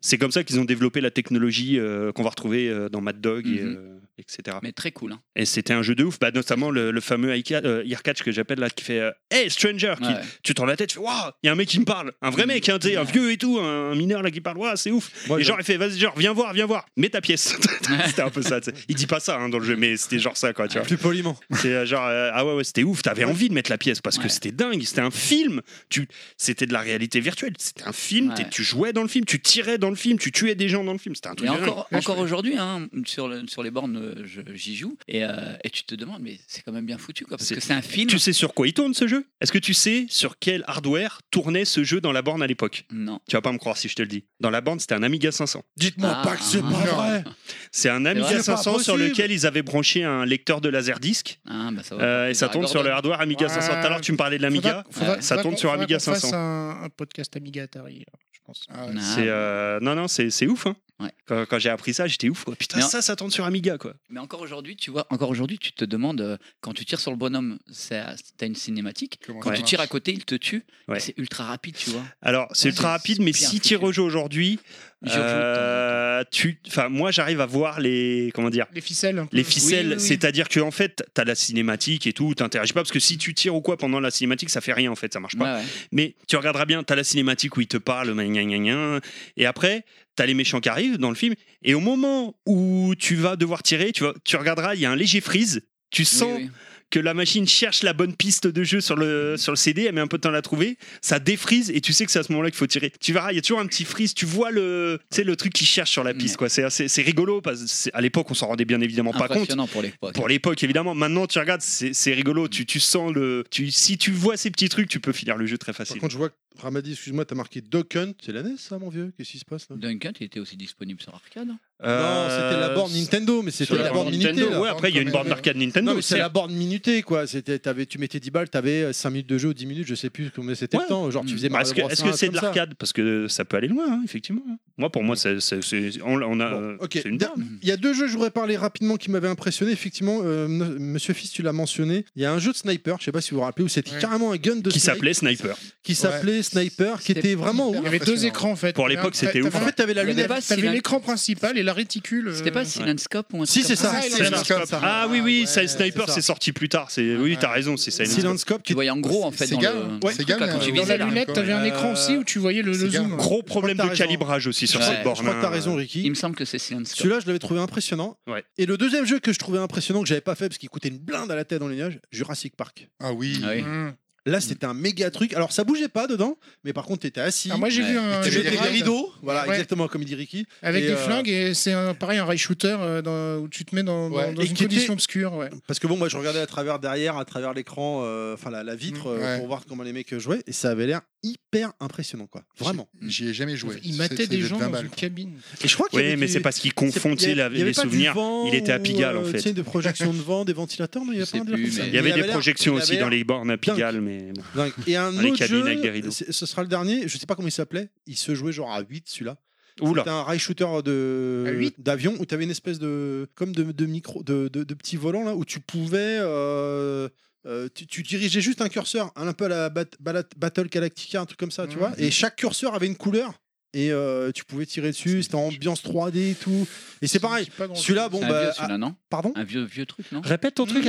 [SPEAKER 2] c'est comme ça qu'ils ont développé la technologie euh, qu'on va retrouver euh, dans Mad Dog et,
[SPEAKER 6] Mhm.
[SPEAKER 2] euh, etc
[SPEAKER 6] Mais très cool. hein.
[SPEAKER 2] et c'était un jeu de ouf, bah, notamment le, le fameux Ica- euh, ear catch que j'appelle là, qui fait euh, Hey Stranger qui-
[SPEAKER 6] Ouais. Mm.
[SPEAKER 2] Tu tends la tête, tu fais Waouh, il y a un mec qui me parle, un vrai mec, hein, tu sais, un vieux et tout, un, un mineur là qui parle, Waouh, c'est ouf.
[SPEAKER 4] Moi,
[SPEAKER 2] et
[SPEAKER 4] je-
[SPEAKER 2] genre, il fait Vas-y, genre, viens voir, viens voir, mets ta pièce. c'était un peu ça, tu sais. Il dit pas ça hein, dans le jeu, mais c'était genre ça, quoi, tu vois.
[SPEAKER 4] Plus poliment.
[SPEAKER 2] C'est euh, genre, euh, ah ouais, ouais, c'était ouf, t'avais envie de mettre la pièce parce que
[SPEAKER 6] Ouais.
[SPEAKER 2] c'était dingue, c'était un film, tu... c'était de la réalité virtuelle, c'était un film,
[SPEAKER 6] Ouais.
[SPEAKER 2] t'es- tu jouais dans le film, tu tirais dans le film, tu tuais des gens dans le film, c'était un truc
[SPEAKER 6] Et
[SPEAKER 2] de dingue.
[SPEAKER 6] encore, encore aujourd'hui, hein, sur, le- sur les bornes, euh, je- j'y joue. Et, euh, et tu te demandes, mais c'est quand même bien foutu, quoi, parce
[SPEAKER 2] C'est-
[SPEAKER 6] que c'est un film.
[SPEAKER 2] Tu sais sur quoi il tourne ce jeu Est-ce que tu sais sur quel hardware tournait ce jeu dans la borne à l'époque
[SPEAKER 6] Non.
[SPEAKER 2] Tu vas pas me croire si je te le dis. Dans la borne, c'était un Amiga 500.
[SPEAKER 4] Dites-moi
[SPEAKER 6] Ah.
[SPEAKER 4] pas que c'est pas
[SPEAKER 6] Non.
[SPEAKER 4] vrai.
[SPEAKER 2] C'est un
[SPEAKER 6] vrai
[SPEAKER 2] Amiga
[SPEAKER 4] C'est pas
[SPEAKER 2] 500 sur
[SPEAKER 4] possible.
[SPEAKER 2] lequel ils avaient branché un lecteur de laserdisc
[SPEAKER 6] Ah, bah, ça va.
[SPEAKER 2] euh, et ça
[SPEAKER 6] Bah,
[SPEAKER 2] tourne sur
[SPEAKER 6] Gordon.
[SPEAKER 2] le hardware Amiga
[SPEAKER 5] Ouais.
[SPEAKER 2] 500. Tout à l'heure, tu me parlais de l'Amiga. ça tourne sur Amiga
[SPEAKER 5] On
[SPEAKER 2] 500.
[SPEAKER 5] un, un podcast Amiga Atari, je pense.
[SPEAKER 7] Ah,
[SPEAKER 6] Non.
[SPEAKER 2] C'est euh, non non, c'est c'est ouf. Hein.
[SPEAKER 6] Ouais.
[SPEAKER 2] Quand, quand j'ai appris ça, j'étais ouf. Quoi. Putain,
[SPEAKER 6] Mais en-
[SPEAKER 2] ça, ça tourne sur Amiga quoi.
[SPEAKER 6] Mais encore aujourd'hui, tu vois, encore aujourd'hui, tu te demandes euh, quand tu tires sur le bonhomme, ça- t'as une cinématique.
[SPEAKER 7] Comment
[SPEAKER 6] Quand
[SPEAKER 7] ça
[SPEAKER 6] tu
[SPEAKER 7] marche
[SPEAKER 6] tires à côté, il te tue.
[SPEAKER 2] Ouais.
[SPEAKER 6] C'est ultra rapide, tu vois.
[SPEAKER 2] Alors, c'est
[SPEAKER 6] Ouais,
[SPEAKER 2] ultra
[SPEAKER 6] c'est-
[SPEAKER 2] rapide,
[SPEAKER 6] c'est
[SPEAKER 2] mais
[SPEAKER 6] bien
[SPEAKER 2] si
[SPEAKER 6] foutu.
[SPEAKER 2] tu rejoues aujourd'hui,
[SPEAKER 6] J'y rejoue de temps en temps.
[SPEAKER 2] euh, tu, enfin, moi, j'arrive à voir les, comment dire.
[SPEAKER 5] Les ficelles. un peu.
[SPEAKER 2] Les ficelles,
[SPEAKER 6] Oui, oui, oui.
[SPEAKER 2] c'est-à-dire que en fait, t'as la cinématique et tout, t'interagis pas parce que si tu tires ou quoi pendant la cinématique, ça fait rien en fait, ça marche pas.
[SPEAKER 6] Ouais, ouais.
[SPEAKER 2] Mais tu regarderas bien, t'as la cinématique où il te parle, gna gna gna gna, et après t'as les méchants qui arrivent dans le film, et au moment où tu vas devoir tirer, tu vas, tu regarderas, il y a un léger freeze. Tu
[SPEAKER 6] Oui,
[SPEAKER 2] sens
[SPEAKER 6] oui.
[SPEAKER 2] que la machine cherche la bonne piste de jeu sur le, sur le CD, elle met un peu de temps à la trouver, ça défrise et tu sais que c'est à ce moment-là qu'il faut tirer. Tu verras, il y a toujours un petit freeze, tu vois le, tu sais, le truc qui cherche sur la piste.
[SPEAKER 6] Ouais.
[SPEAKER 2] quoi. C'est assez- c'est rigolo, parce que c'est- à l'époque on s'en rendait bien évidemment pas compte.
[SPEAKER 6] Impressionnant pour l'époque.
[SPEAKER 2] Pour l'époque, évidemment. Maintenant, tu regardes, c'est c'est rigolo. Tu, tu sens le. Tu, si tu vois ces petits trucs, tu peux finir le jeu très
[SPEAKER 4] Par
[SPEAKER 2] facile.
[SPEAKER 4] contre, je vois que Ramadi, excuse-moi, t'as marqué Duck Hunt. C'est la NES, ça, mon vieux Qu'est-ce qui se passe là
[SPEAKER 6] Duncan, il était aussi disponible sur arcade. hein.
[SPEAKER 4] Non, c'était la borne Nintendo, mais
[SPEAKER 2] Euh, Sur
[SPEAKER 4] c'était
[SPEAKER 2] la, borne Nintendo.
[SPEAKER 4] minutée. là.
[SPEAKER 2] ouais, après, il y a une
[SPEAKER 7] Quand
[SPEAKER 2] borne
[SPEAKER 7] même.
[SPEAKER 2] d'arcade Nintendo. hein.
[SPEAKER 4] Non, mais c'est
[SPEAKER 2] certes.
[SPEAKER 4] la borne minutée, quoi. C'était, t'avais, tu mettais 10 balles, t'avais 5 minutes de jeu ou 10 minutes, je sais plus combien c'était
[SPEAKER 2] Ouais.
[SPEAKER 4] le temps. Genre, tu
[SPEAKER 6] Mm.
[SPEAKER 4] faisais
[SPEAKER 2] Ah,
[SPEAKER 4] Mario
[SPEAKER 2] Est-ce que
[SPEAKER 4] Bros.
[SPEAKER 2] est-ce
[SPEAKER 4] 1,
[SPEAKER 2] que c'est de
[SPEAKER 4] comme ça.
[SPEAKER 2] l'arcade Parce que ça peut aller loin, hein, effectivement. Moi, pour moi, c'est c'est- c'est- on, on a.
[SPEAKER 4] Bon, ok.
[SPEAKER 2] Euh, C'est une
[SPEAKER 4] Da-
[SPEAKER 2] borne.
[SPEAKER 4] Il y a deux jeux, je voudrais parler rapidement qui m'avaient impressionné. Effectivement, euh, no- Monsieur Fils, tu l'as mentionné. Il y a un jeu de sniper, je sais pas si vous vous rappelez, où c'était
[SPEAKER 5] Ouais.
[SPEAKER 4] carrément un gun de
[SPEAKER 2] Qui
[SPEAKER 4] snipe,
[SPEAKER 2] s'appelait Sniper.
[SPEAKER 4] qui s'appelait Sniper, qui
[SPEAKER 6] C'était
[SPEAKER 4] était vraiment
[SPEAKER 7] hyper
[SPEAKER 5] Il
[SPEAKER 4] ouf.
[SPEAKER 5] y avait deux
[SPEAKER 7] Impressionnant.
[SPEAKER 5] écrans en fait.
[SPEAKER 2] Pour l'époque, c'était
[SPEAKER 5] T'avais-
[SPEAKER 2] ouf,
[SPEAKER 4] En fait, t'avais la
[SPEAKER 6] Il y avait
[SPEAKER 4] lunette.
[SPEAKER 6] pas
[SPEAKER 5] T'avais
[SPEAKER 6] Silent-
[SPEAKER 5] l'écran principal et la réticule. euh,
[SPEAKER 6] C'était pas Silent Scope ou un truc
[SPEAKER 4] Si, c'est
[SPEAKER 6] comme
[SPEAKER 4] ça.
[SPEAKER 5] Ah, il y
[SPEAKER 4] c'est
[SPEAKER 5] avait
[SPEAKER 4] ça.
[SPEAKER 5] un
[SPEAKER 7] scope.
[SPEAKER 2] Ah oui, oui,
[SPEAKER 7] ouais,
[SPEAKER 2] Silent Sniper,
[SPEAKER 4] ça.
[SPEAKER 2] c'est sorti plus tard. c'est- Oui,
[SPEAKER 7] Ouais.
[SPEAKER 2] t'as raison, c'est Silent Scope.
[SPEAKER 4] Silent Scope,
[SPEAKER 6] Tu
[SPEAKER 4] qui
[SPEAKER 6] voyais en gros, en fait, dans
[SPEAKER 7] Sega,
[SPEAKER 6] le.
[SPEAKER 7] ouais.
[SPEAKER 6] le truc, là, quand tu
[SPEAKER 7] Sega, euh,
[SPEAKER 5] Dans la
[SPEAKER 6] visais, là.
[SPEAKER 5] lunette, t'avais un
[SPEAKER 4] Euh,
[SPEAKER 5] écran aussi où tu voyais le, le
[SPEAKER 7] c'est
[SPEAKER 5] zoom.
[SPEAKER 7] grave.
[SPEAKER 2] Gros
[SPEAKER 4] crois que
[SPEAKER 2] problème
[SPEAKER 4] t'as
[SPEAKER 2] de
[SPEAKER 4] raison.
[SPEAKER 2] calibrage aussi sur
[SPEAKER 6] Ouais.
[SPEAKER 2] cette borne.
[SPEAKER 4] Je crois que t'as
[SPEAKER 2] hein.
[SPEAKER 4] raison, Ricky.
[SPEAKER 6] Il me semble que c'est Silent Scope.
[SPEAKER 4] Celui-là, je l'avais trouvé impressionnant.
[SPEAKER 2] Ouais.
[SPEAKER 4] Et le deuxième jeu que je trouvais impressionnant, que j'avais pas fait parce qu'il coûtait une blinde à la tête dans les nuages, Jurassic Park.
[SPEAKER 7] Ah oui.
[SPEAKER 6] Ah oui.
[SPEAKER 5] Hum.
[SPEAKER 2] Mm.
[SPEAKER 4] Là, c'était un méga truc. Alors, ça bougeait pas dedans, mais par contre, t'étais assis.
[SPEAKER 5] Ah, moi j'ai
[SPEAKER 6] Ouais.
[SPEAKER 5] vu un.
[SPEAKER 7] Et
[SPEAKER 4] tu
[SPEAKER 7] t'avais
[SPEAKER 5] j'ai vu
[SPEAKER 4] mettais des
[SPEAKER 7] des
[SPEAKER 5] un-
[SPEAKER 7] rails.
[SPEAKER 4] rideaux, voilà,
[SPEAKER 5] Ouais.
[SPEAKER 4] exactement comme il dit Ricky.
[SPEAKER 5] Avec
[SPEAKER 4] Et,
[SPEAKER 5] des
[SPEAKER 4] euh,
[SPEAKER 5] flingues et c'est un- pareil un rail shooter euh, dans- où tu te mets dans, dans-
[SPEAKER 7] Ouais.
[SPEAKER 5] dans
[SPEAKER 4] Et
[SPEAKER 5] une
[SPEAKER 4] qui était-
[SPEAKER 5] condition obscure. ouais.
[SPEAKER 4] Parce que bon, moi, je regardais à travers derrière, à travers l'écran, euh, enfin la, la vitre, euh,
[SPEAKER 7] Ouais.
[SPEAKER 4] pour voir comment les mecs jouaient, et ça avait l'air hyper impressionnant, quoi. Vraiment.
[SPEAKER 7] J'y ai jamais joué.
[SPEAKER 5] Il
[SPEAKER 7] C'est-
[SPEAKER 5] matait
[SPEAKER 7] c'est
[SPEAKER 5] des gens
[SPEAKER 7] 20
[SPEAKER 5] dans
[SPEAKER 7] balles,
[SPEAKER 5] une
[SPEAKER 7] quoi.
[SPEAKER 5] cabine.
[SPEAKER 4] Et je crois qu'il y
[SPEAKER 2] Oui,
[SPEAKER 4] avait
[SPEAKER 2] mais
[SPEAKER 4] du-
[SPEAKER 2] c'est parce qu'ils confondent tu sais,
[SPEAKER 4] il y
[SPEAKER 2] la-
[SPEAKER 4] avait- il y avait
[SPEAKER 2] les
[SPEAKER 4] pas du
[SPEAKER 2] souvenirs.
[SPEAKER 4] vent
[SPEAKER 2] il était à Pigalle,
[SPEAKER 4] ou,
[SPEAKER 2] en
[SPEAKER 4] euh,
[SPEAKER 2] fait.
[SPEAKER 4] tu sais, des projections de vent, des ventilateurs, non, il y avait
[SPEAKER 6] Je
[SPEAKER 4] pas un
[SPEAKER 6] sais
[SPEAKER 4] délire
[SPEAKER 6] plus,
[SPEAKER 4] comme ça.
[SPEAKER 6] mais-
[SPEAKER 2] Il y avait
[SPEAKER 4] Il
[SPEAKER 2] des
[SPEAKER 4] l'air-
[SPEAKER 2] projections
[SPEAKER 4] il
[SPEAKER 2] aussi
[SPEAKER 4] avait
[SPEAKER 2] dans
[SPEAKER 4] l'air
[SPEAKER 2] les bornes à Pigalle, mais bon.
[SPEAKER 4] dingue. Et un
[SPEAKER 2] Dans les
[SPEAKER 4] autre
[SPEAKER 2] cabines
[SPEAKER 4] jeu,
[SPEAKER 2] avec des rideaux.
[SPEAKER 4] c'est- ce sera le dernier, je sais pas comment il s'appelait, il se jouait genre à 8 celui-là.
[SPEAKER 2] Oula.
[SPEAKER 4] C'était un rail shooter
[SPEAKER 5] À
[SPEAKER 4] de
[SPEAKER 5] huit
[SPEAKER 4] d'avion où tu avais une espèce de comme de, de micro de, de, de petits volants là où tu pouvais euh, euh, tu, tu dirigeais juste un curseur hein, un peu à la Bat- Bala- Battle Galactica un truc comme ça
[SPEAKER 5] Mhm.
[SPEAKER 4] tu vois et chaque curseur avait une couleur et euh, tu pouvais tirer dessus c'était en ambiance 3D et tout et c'est pareil
[SPEAKER 5] pas grand-chose.
[SPEAKER 4] celui-là bon
[SPEAKER 6] C'est un
[SPEAKER 4] bah
[SPEAKER 6] vieux,
[SPEAKER 4] ah,
[SPEAKER 6] celui-là, non
[SPEAKER 4] pardon
[SPEAKER 6] Un vieux, vieux truc, non
[SPEAKER 2] Répète ton
[SPEAKER 4] Non, non, non,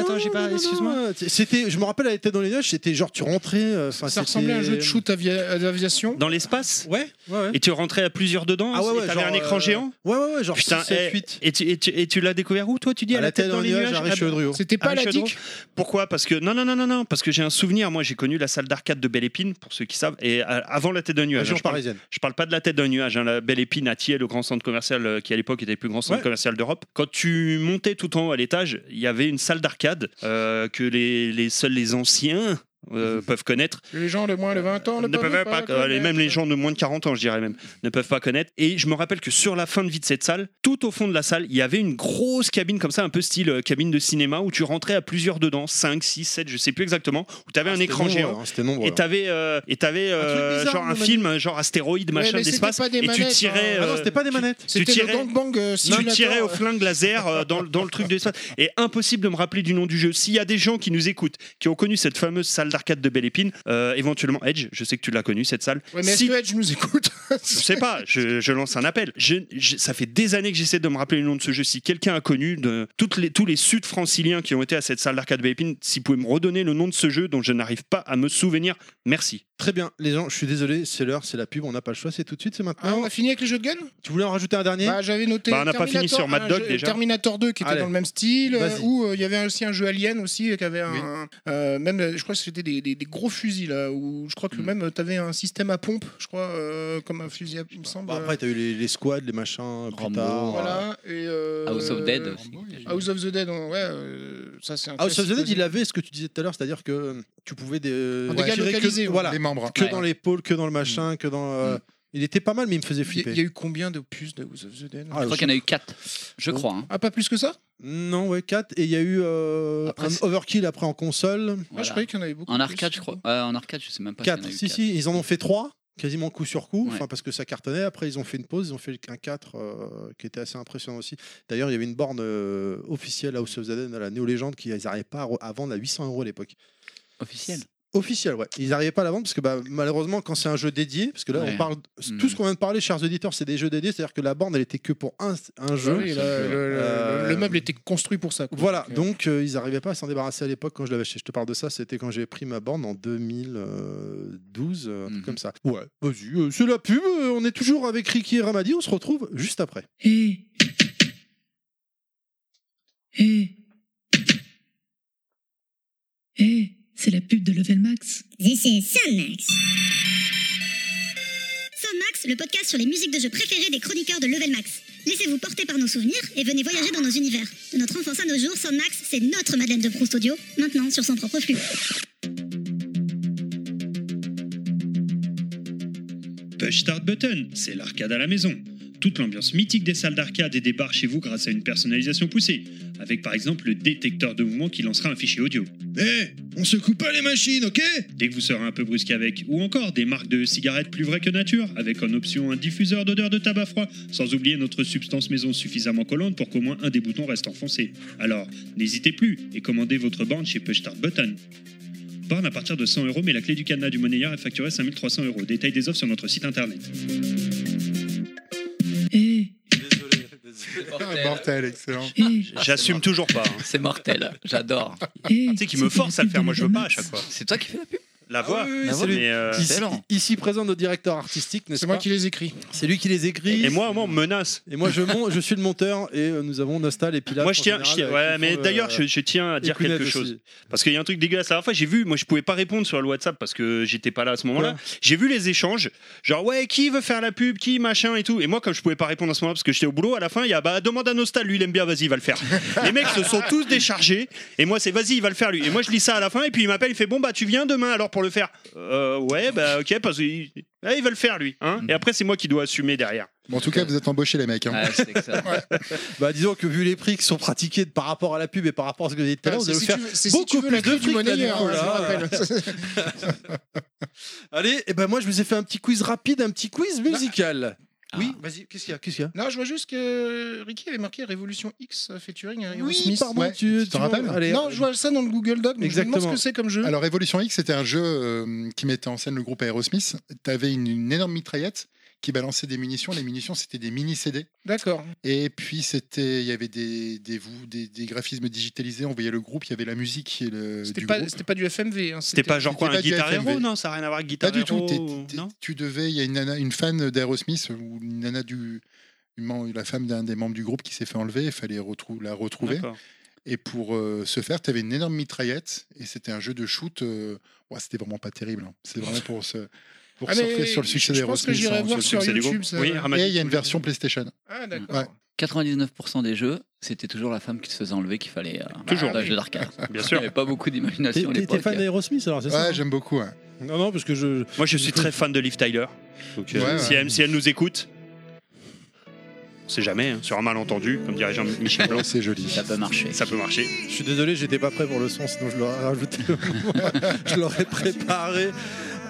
[SPEAKER 4] non, c'était je me rappelle elle était dans les nuages c'était genre tu rentrais euh, enfin,
[SPEAKER 5] Ça ressemblait à un
[SPEAKER 4] c'était-
[SPEAKER 5] jeu de shoot avia- à l'aviation.
[SPEAKER 2] Dans l'espace
[SPEAKER 4] ouais ouais, ouais.
[SPEAKER 2] Et tu rentrais à plusieurs dedans
[SPEAKER 4] Ah ouais, ouais,
[SPEAKER 2] Et t'avais
[SPEAKER 4] genre,
[SPEAKER 2] un écran
[SPEAKER 4] euh,
[SPEAKER 2] géant
[SPEAKER 4] ouais ouais ouais genre
[SPEAKER 2] Putain,
[SPEAKER 4] 6, 7,
[SPEAKER 2] eh,
[SPEAKER 4] 8
[SPEAKER 2] et tu, et tu- et tu l'as découvert où, toi Tu dis à, la tête, dans les nuages,
[SPEAKER 4] à
[SPEAKER 2] ah
[SPEAKER 4] Richelieu
[SPEAKER 2] bah,
[SPEAKER 4] de Ruot.
[SPEAKER 5] C'était pas
[SPEAKER 2] Ah,
[SPEAKER 5] à la
[SPEAKER 2] Shadow.
[SPEAKER 5] DIC.
[SPEAKER 2] Pourquoi Parce que non, non, non, non, non. Parce que j'ai un souvenir. Moi, j'ai connu la salle d'arcade de Belle Épine, pour ceux qui savent. Et euh, avant la tête d'un nuage. hein,
[SPEAKER 4] Région
[SPEAKER 2] je, parle,
[SPEAKER 4] parisienne.
[SPEAKER 2] je parle pas de la tête d'un nuage. hein, la Belle Épine à Thiers, le grand centre commercial euh, qui à l'époque était le plus grand centre
[SPEAKER 4] Ouais.
[SPEAKER 2] commercial d'Europe. Quand tu montais tout en haut à l'étage, il y avait une salle d'arcade euh, que les, les seuls les anciens euh, peuvent connaître.
[SPEAKER 5] Les gens de moins de 20 ans ne,
[SPEAKER 2] ne peuvent pas, euh, même les gens de moins de 40 ans, je dirais même, ne peuvent pas connaître. Et je me rappelle que sur la fin de vie de cette salle, tout au fond de la salle, il y avait une grosse cabine comme ça, un peu style euh, cabine de cinéma, où tu rentrais à plusieurs dedans, 5, 6, 7, je sais plus exactement, où tu avais un
[SPEAKER 4] C'était
[SPEAKER 2] écran
[SPEAKER 4] nombreux,
[SPEAKER 2] géant.
[SPEAKER 4] hein, C'était nombreux.
[SPEAKER 2] Et t'avais, euh, et t'avais euh,
[SPEAKER 5] bizarre,
[SPEAKER 2] genre un
[SPEAKER 5] mon ami.
[SPEAKER 2] film, genre astéroïde, machin
[SPEAKER 5] mais c'était
[SPEAKER 2] d'espace,
[SPEAKER 5] pas des
[SPEAKER 2] et tu
[SPEAKER 5] manettes,
[SPEAKER 2] tirais,
[SPEAKER 5] hein.
[SPEAKER 4] Ah non, c'était pas des
[SPEAKER 2] tu-
[SPEAKER 4] manettes.
[SPEAKER 2] tu
[SPEAKER 5] C'était
[SPEAKER 2] tirais,
[SPEAKER 5] le gangbang euh,
[SPEAKER 2] tu
[SPEAKER 5] simulator,
[SPEAKER 2] tirais au
[SPEAKER 5] euh.
[SPEAKER 2] flingue laser euh, dans, le- dans le truc de l'espace. Et impossible de me rappeler du nom du jeu. S'il y a des gens qui nous écoutent, qui ont connu cette fameuse salle d'arcade de Belle Épine, euh, éventuellement Edge, je sais que tu l'as connue cette salle.
[SPEAKER 5] Ouais, mais
[SPEAKER 2] Si-
[SPEAKER 5] est-ce que Edge nous écoute
[SPEAKER 2] je sais pas, je, je lance un appel. Je- je- ça fait des années que j'essaie de me rappeler le nom de ce jeu. Si quelqu'un a connu, de, toutes les, tous les sud-franciliens qui ont été à cette salle d'arcade Belle Épine, si vous pouvez me redonner le nom de ce jeu dont je n'arrive pas à me souvenir, merci.
[SPEAKER 4] Très bien, les gens, je suis désolé, c'est l'heure, c'est la pub, on n'a pas le choix, c'est tout de suite, c'est maintenant.
[SPEAKER 5] Ah, on a fini avec les jeux de gun
[SPEAKER 4] Tu voulais en rajouter un dernier
[SPEAKER 5] Bah, J'avais noté.
[SPEAKER 2] Bah, on n'a pas fini
[SPEAKER 5] Terminator,
[SPEAKER 2] sur Mad
[SPEAKER 5] un
[SPEAKER 2] Dog,
[SPEAKER 5] jeu-
[SPEAKER 2] déjà.
[SPEAKER 5] Terminator 2 qui était
[SPEAKER 4] Hmm. Allez.
[SPEAKER 5] dans le même style, euh,
[SPEAKER 4] Vas-y.
[SPEAKER 5] où euh, il y avait aussi un jeu Alien aussi euh, qui avait un.
[SPEAKER 7] Oui.
[SPEAKER 5] euh, même, euh, je crois que c'était des, des- des gros fusils là, où je crois
[SPEAKER 4] Hmm.
[SPEAKER 5] que même tu avais un système à pompe, je crois, euh, comme un fusil à pompe, il me semble. Euh,
[SPEAKER 4] Bah, Après, oh. t'as eu les, les squads, les machins, plus
[SPEAKER 6] Rambo,
[SPEAKER 4] tard.
[SPEAKER 5] voilà. Et, euh,
[SPEAKER 6] House of
[SPEAKER 7] Ah,
[SPEAKER 6] Dead aussi.
[SPEAKER 5] House of the Dead, ouais, euh, ça c'est un.
[SPEAKER 4] House of the
[SPEAKER 5] classique
[SPEAKER 4] Dead,
[SPEAKER 5] aussi.
[SPEAKER 4] il avait ce que tu disais tout à l'heure, c'est-à-dire que euh, tu pouvais des,
[SPEAKER 5] Un dégât
[SPEAKER 4] tirer
[SPEAKER 5] localisé,
[SPEAKER 4] que,
[SPEAKER 5] ouais.
[SPEAKER 4] voilà,
[SPEAKER 7] les membres.
[SPEAKER 4] que
[SPEAKER 6] Ouais.
[SPEAKER 4] dans l'épaule, que dans le machin, que dans. euh, Il était pas mal, mais il me faisait
[SPEAKER 5] Il y a- il y
[SPEAKER 4] flipper. Ah,
[SPEAKER 5] a eu combien de puces de House of the Dead
[SPEAKER 6] Je crois qu'il y en a eu 4, je
[SPEAKER 4] Bon.
[SPEAKER 6] crois. hein.
[SPEAKER 5] Ah, pas plus que ça
[SPEAKER 4] Non, ouais, 4. Et il y a eu euh,
[SPEAKER 6] Après,
[SPEAKER 4] un
[SPEAKER 6] c'est-
[SPEAKER 4] overkill après en console.
[SPEAKER 5] Ah,
[SPEAKER 6] Voilà.
[SPEAKER 5] je croyais qu'il y en avait beaucoup.
[SPEAKER 6] En
[SPEAKER 5] plus.
[SPEAKER 6] arcade, je crois. Ouais, en arcade, je sais même pas. s'il y en a
[SPEAKER 4] 4.
[SPEAKER 6] eu
[SPEAKER 4] Si,
[SPEAKER 6] quatre.
[SPEAKER 4] si, ils en ont fait 3, quasiment coup sur coup,
[SPEAKER 6] Ouais.
[SPEAKER 4] enfin parce que ça cartonnait. Après, ils ont fait une pause, ils ont fait un 4 euh, qui était assez impressionnant aussi. D'ailleurs, il y avait une borne euh, officielle House of Zaden à la Néo Légende qui ils n'arrivaient pas à re- à vendre à 800 euros à l'époque.
[SPEAKER 6] Officiel.
[SPEAKER 4] Officiel, ouais. Ils n'arrivaient pas à la vendre parce que bah, malheureusement, quand c'est un jeu dédié, parce que là,
[SPEAKER 6] Ouais.
[SPEAKER 4] on parle. Tout
[SPEAKER 6] Mhm.
[SPEAKER 4] ce qu'on vient de parler, chers auditeurs, c'est des jeux dédiés, c'est-à-dire que la borne, elle était que pour un, un
[SPEAKER 5] Ah
[SPEAKER 4] jeu.
[SPEAKER 5] oui, là, le, le-
[SPEAKER 4] Euh,
[SPEAKER 5] le meuble était construit pour ça. quoi.
[SPEAKER 4] Voilà,
[SPEAKER 5] euh,
[SPEAKER 4] donc euh, ils n'arrivaient pas à s'en débarrasser à l'époque quand je l'avais acheté. Je te parle de ça, c'était quand j'ai pris ma borne en 2012, euh, un truc
[SPEAKER 6] Mhm.
[SPEAKER 4] comme ça. Ouais, vas-y, euh, c'est la pub, euh, on est toujours avec Ricky et Ramadi, on se retrouve juste après.
[SPEAKER 8] Hey. Hey. Hey, c'est la pub de Level Max.
[SPEAKER 9] This is Sunmax. Sunmax, le podcast sur les musiques de jeux préférées des chroniqueurs de Level Max. Laissez-vous porter par nos souvenirs et venez voyager dans nos univers. De notre enfance à nos jours, Sunmax, c'est notre Madeleine de Proust audio, maintenant sur son propre flux.
[SPEAKER 2] Push Start Button, c'est l'arcade à la maison. Toute l'ambiance mythique des salles d'arcade est des bars chez vous grâce à une personnalisation poussée, avec par exemple le détecteur de mouvement qui lancera un fichier audio.
[SPEAKER 1] Eh, on se coupe pas les machines, ok
[SPEAKER 2] Dès que vous serez un peu brusque avec, ou encore des marques de cigarettes plus vraies que nature, avec en option un diffuseur d'odeur de tabac froid, sans oublier notre substance maison suffisamment collante pour qu'au moins un des boutons reste enfoncé. Alors, n'hésitez plus et commandez votre borne chez Push Start Button. Borne à partir de 100 euros, mais la clé du cadenas du monnayeur est facturée 5300 euros. Détail des offres sur notre site internet.
[SPEAKER 8] Hey.
[SPEAKER 7] Ah, Mortel, excellent.
[SPEAKER 2] Ah,
[SPEAKER 8] Hey.
[SPEAKER 2] J'assume toujours pas. hein.
[SPEAKER 6] C'est mortel, j'adore.
[SPEAKER 8] Hey.
[SPEAKER 2] Tu sais qu'il me
[SPEAKER 8] c'est la
[SPEAKER 2] force à le
[SPEAKER 8] pub
[SPEAKER 2] faire,
[SPEAKER 8] de
[SPEAKER 2] moi je veux
[SPEAKER 8] Level
[SPEAKER 2] pas à
[SPEAKER 8] Max.
[SPEAKER 2] chaque fois.
[SPEAKER 6] C'est toi qui fais la pub
[SPEAKER 2] La voix,
[SPEAKER 4] oui, oui,
[SPEAKER 6] Ah
[SPEAKER 4] c'est
[SPEAKER 6] oui.
[SPEAKER 4] lui.
[SPEAKER 2] mais, euh,
[SPEAKER 4] Ici,
[SPEAKER 6] excellent.
[SPEAKER 4] ici présent nos directeurs artistiques, n'est-ce
[SPEAKER 5] C'est
[SPEAKER 4] pas
[SPEAKER 5] moi qui les écris.
[SPEAKER 4] C'est lui qui les écrit.
[SPEAKER 2] et moi au moins on me menace.
[SPEAKER 4] Et moi, je, mon- je suis le monteur et euh, nous avons Nostal et Pilaf.
[SPEAKER 2] moi je
[SPEAKER 4] en
[SPEAKER 2] tiens, je
[SPEAKER 4] général,
[SPEAKER 2] tiens-
[SPEAKER 4] euh,
[SPEAKER 2] ouais,
[SPEAKER 4] qui
[SPEAKER 2] mais
[SPEAKER 4] font,
[SPEAKER 2] d'ailleurs
[SPEAKER 4] euh,
[SPEAKER 2] je, je tiens à
[SPEAKER 4] et
[SPEAKER 2] dire
[SPEAKER 4] Kounet
[SPEAKER 2] quelque
[SPEAKER 4] aussi.
[SPEAKER 2] chose. Parce qu'il y a un truc dégueulasse. La dernière fois, j'ai vu, moi je pouvais pas répondre sur le WhatsApp parce que j'étais pas là à ce moment-là. J'ai vu les échanges, genre ouais, qui veut faire la pub, qui machin et tout. Et moi, comme je pouvais pas répondre à ce moment-là parce que j'étais au boulot, à la fin, il y a bah demande à Nostal, lui il aime bien, vas-y, il va le faire. les mecs se sont tous déchargés et moi c'est vas-y, il va le faire lui. Et moi je lis ça à la fin et puis il m'appelle, il fait bon bah tu viens demain alors pour le faire. Euh, ouais, bah ok, parce qu'il ah, il va le faire lui. hein. Et après, c'est moi qui dois assumer derrière.
[SPEAKER 7] Bon, en tout cas, vous êtes embauchés, les mecs. hein.
[SPEAKER 6] Ah, c'est excellent.
[SPEAKER 4] Bah, disons que vu les prix qui sont pratiqués par rapport à la pub et par rapport à ce que vous avez dit tout à
[SPEAKER 5] Ah,
[SPEAKER 4] l'heure, vous
[SPEAKER 5] C'est
[SPEAKER 4] allez
[SPEAKER 5] si
[SPEAKER 4] vous faire
[SPEAKER 5] tu veux- c'est si
[SPEAKER 4] beaucoup
[SPEAKER 5] tu veux
[SPEAKER 4] plus
[SPEAKER 5] la
[SPEAKER 4] de
[SPEAKER 5] clé du
[SPEAKER 4] fric, là,
[SPEAKER 5] monnayeur,
[SPEAKER 4] du coup,
[SPEAKER 5] hein,
[SPEAKER 4] là.
[SPEAKER 5] je le rappelle.
[SPEAKER 4] Allez, et ben moi je vous ai fait un petit quiz rapide, un petit quiz
[SPEAKER 7] Bah.
[SPEAKER 4] musical.
[SPEAKER 6] Ah.
[SPEAKER 4] Oui, vas-y, qu'est-ce qu'il y a, qu'est-ce qu'il y a
[SPEAKER 5] Non, je vois juste que Ricky avait marqué Révolution X euh, featuring Aerosmith.
[SPEAKER 4] Oui, pardon,
[SPEAKER 7] ouais.
[SPEAKER 4] tu
[SPEAKER 7] Tu te
[SPEAKER 4] m'en-
[SPEAKER 7] rappelles
[SPEAKER 4] Allez, euh,
[SPEAKER 5] Non, je vois ça dans le Google Doc. Donc Je me
[SPEAKER 4] Exactement.
[SPEAKER 5] demande ce que c'est comme jeu.
[SPEAKER 7] Alors, Evolution X, c'était un jeu euh, qui mettait en scène le groupe Aerosmith. T'avais une, une énorme mitraillette qui balançait des munitions. Les munitions, c'était des mini-CD.
[SPEAKER 5] D'accord.
[SPEAKER 7] Et puis, c'était, il y avait des, des, vous- des, des graphismes digitalisés. On voyait le groupe, il y avait la musique et le,
[SPEAKER 5] C'était
[SPEAKER 7] du
[SPEAKER 5] pas,
[SPEAKER 7] groupe.
[SPEAKER 5] c'était pas du FMV. hein,
[SPEAKER 2] C'était pas genre quoi,
[SPEAKER 7] c'était
[SPEAKER 2] un
[SPEAKER 7] pas
[SPEAKER 2] guitar
[SPEAKER 7] du FMV.
[SPEAKER 2] hero Non, ça n'a rien à voir avec guitar
[SPEAKER 7] Pas du tout.
[SPEAKER 2] hero,
[SPEAKER 7] T'es- t'es-
[SPEAKER 2] non
[SPEAKER 7] tu devais, il y a une, nana- une fan d'Aerosmith ou une nana du une mem- la femme d'un des membres du groupe qui s'est fait enlever, il fallait retrou- la retrouver.
[SPEAKER 2] D'accord.
[SPEAKER 7] Et pour euh, ce faire, tu avais une énorme mitraillette et c'était un jeu de shoot. euh, ouah, c'était vraiment pas terrible. hein. C'est vraiment pour, se, pour
[SPEAKER 5] Ah, mais
[SPEAKER 7] surfer sur le succès
[SPEAKER 5] je pense que
[SPEAKER 7] d'Aerosmith.
[SPEAKER 5] j'irai
[SPEAKER 7] hein,
[SPEAKER 5] voir sur
[SPEAKER 7] sur le succès.
[SPEAKER 2] du
[SPEAKER 5] YouTube,
[SPEAKER 2] groupe.
[SPEAKER 5] ça.
[SPEAKER 2] Oui,
[SPEAKER 5] Et
[SPEAKER 2] Ramadi.
[SPEAKER 7] Et il y a une version PlayStation.
[SPEAKER 5] Ah,
[SPEAKER 7] Ouais.
[SPEAKER 5] d'accord.
[SPEAKER 6] 99% des jeux, c'était toujours la femme qui se faisait enlever qu'il fallait euh,
[SPEAKER 2] Toujours.
[SPEAKER 6] dans un jeu d'arcade.
[SPEAKER 2] Bien
[SPEAKER 6] Il
[SPEAKER 2] sûr.
[SPEAKER 6] n'y avait pas beaucoup
[SPEAKER 4] T'es
[SPEAKER 6] d'imagination à
[SPEAKER 4] t'es- t'es
[SPEAKER 6] l'époque.
[SPEAKER 4] fan d'Aerosmith alors, c'est ça hein.
[SPEAKER 7] Ouais, j'aime beaucoup. ouais.
[SPEAKER 4] Non, non, parce que je.
[SPEAKER 2] Moi, je suis très fan de Liv Tyler. Donc, euh,
[SPEAKER 7] Ouais, ouais.
[SPEAKER 2] Si, elle, si elle nous écoute, on sait jamais, hein, sur un malentendu, comme dirait Jean-Michel Blanc,
[SPEAKER 7] Ouais, c'est joli.
[SPEAKER 6] Ça peut marcher.
[SPEAKER 2] ça peut marcher.
[SPEAKER 4] Je suis désolé, j'étais pas prêt pour le son, sinon je l'aurais rajouté. je l'aurais préparé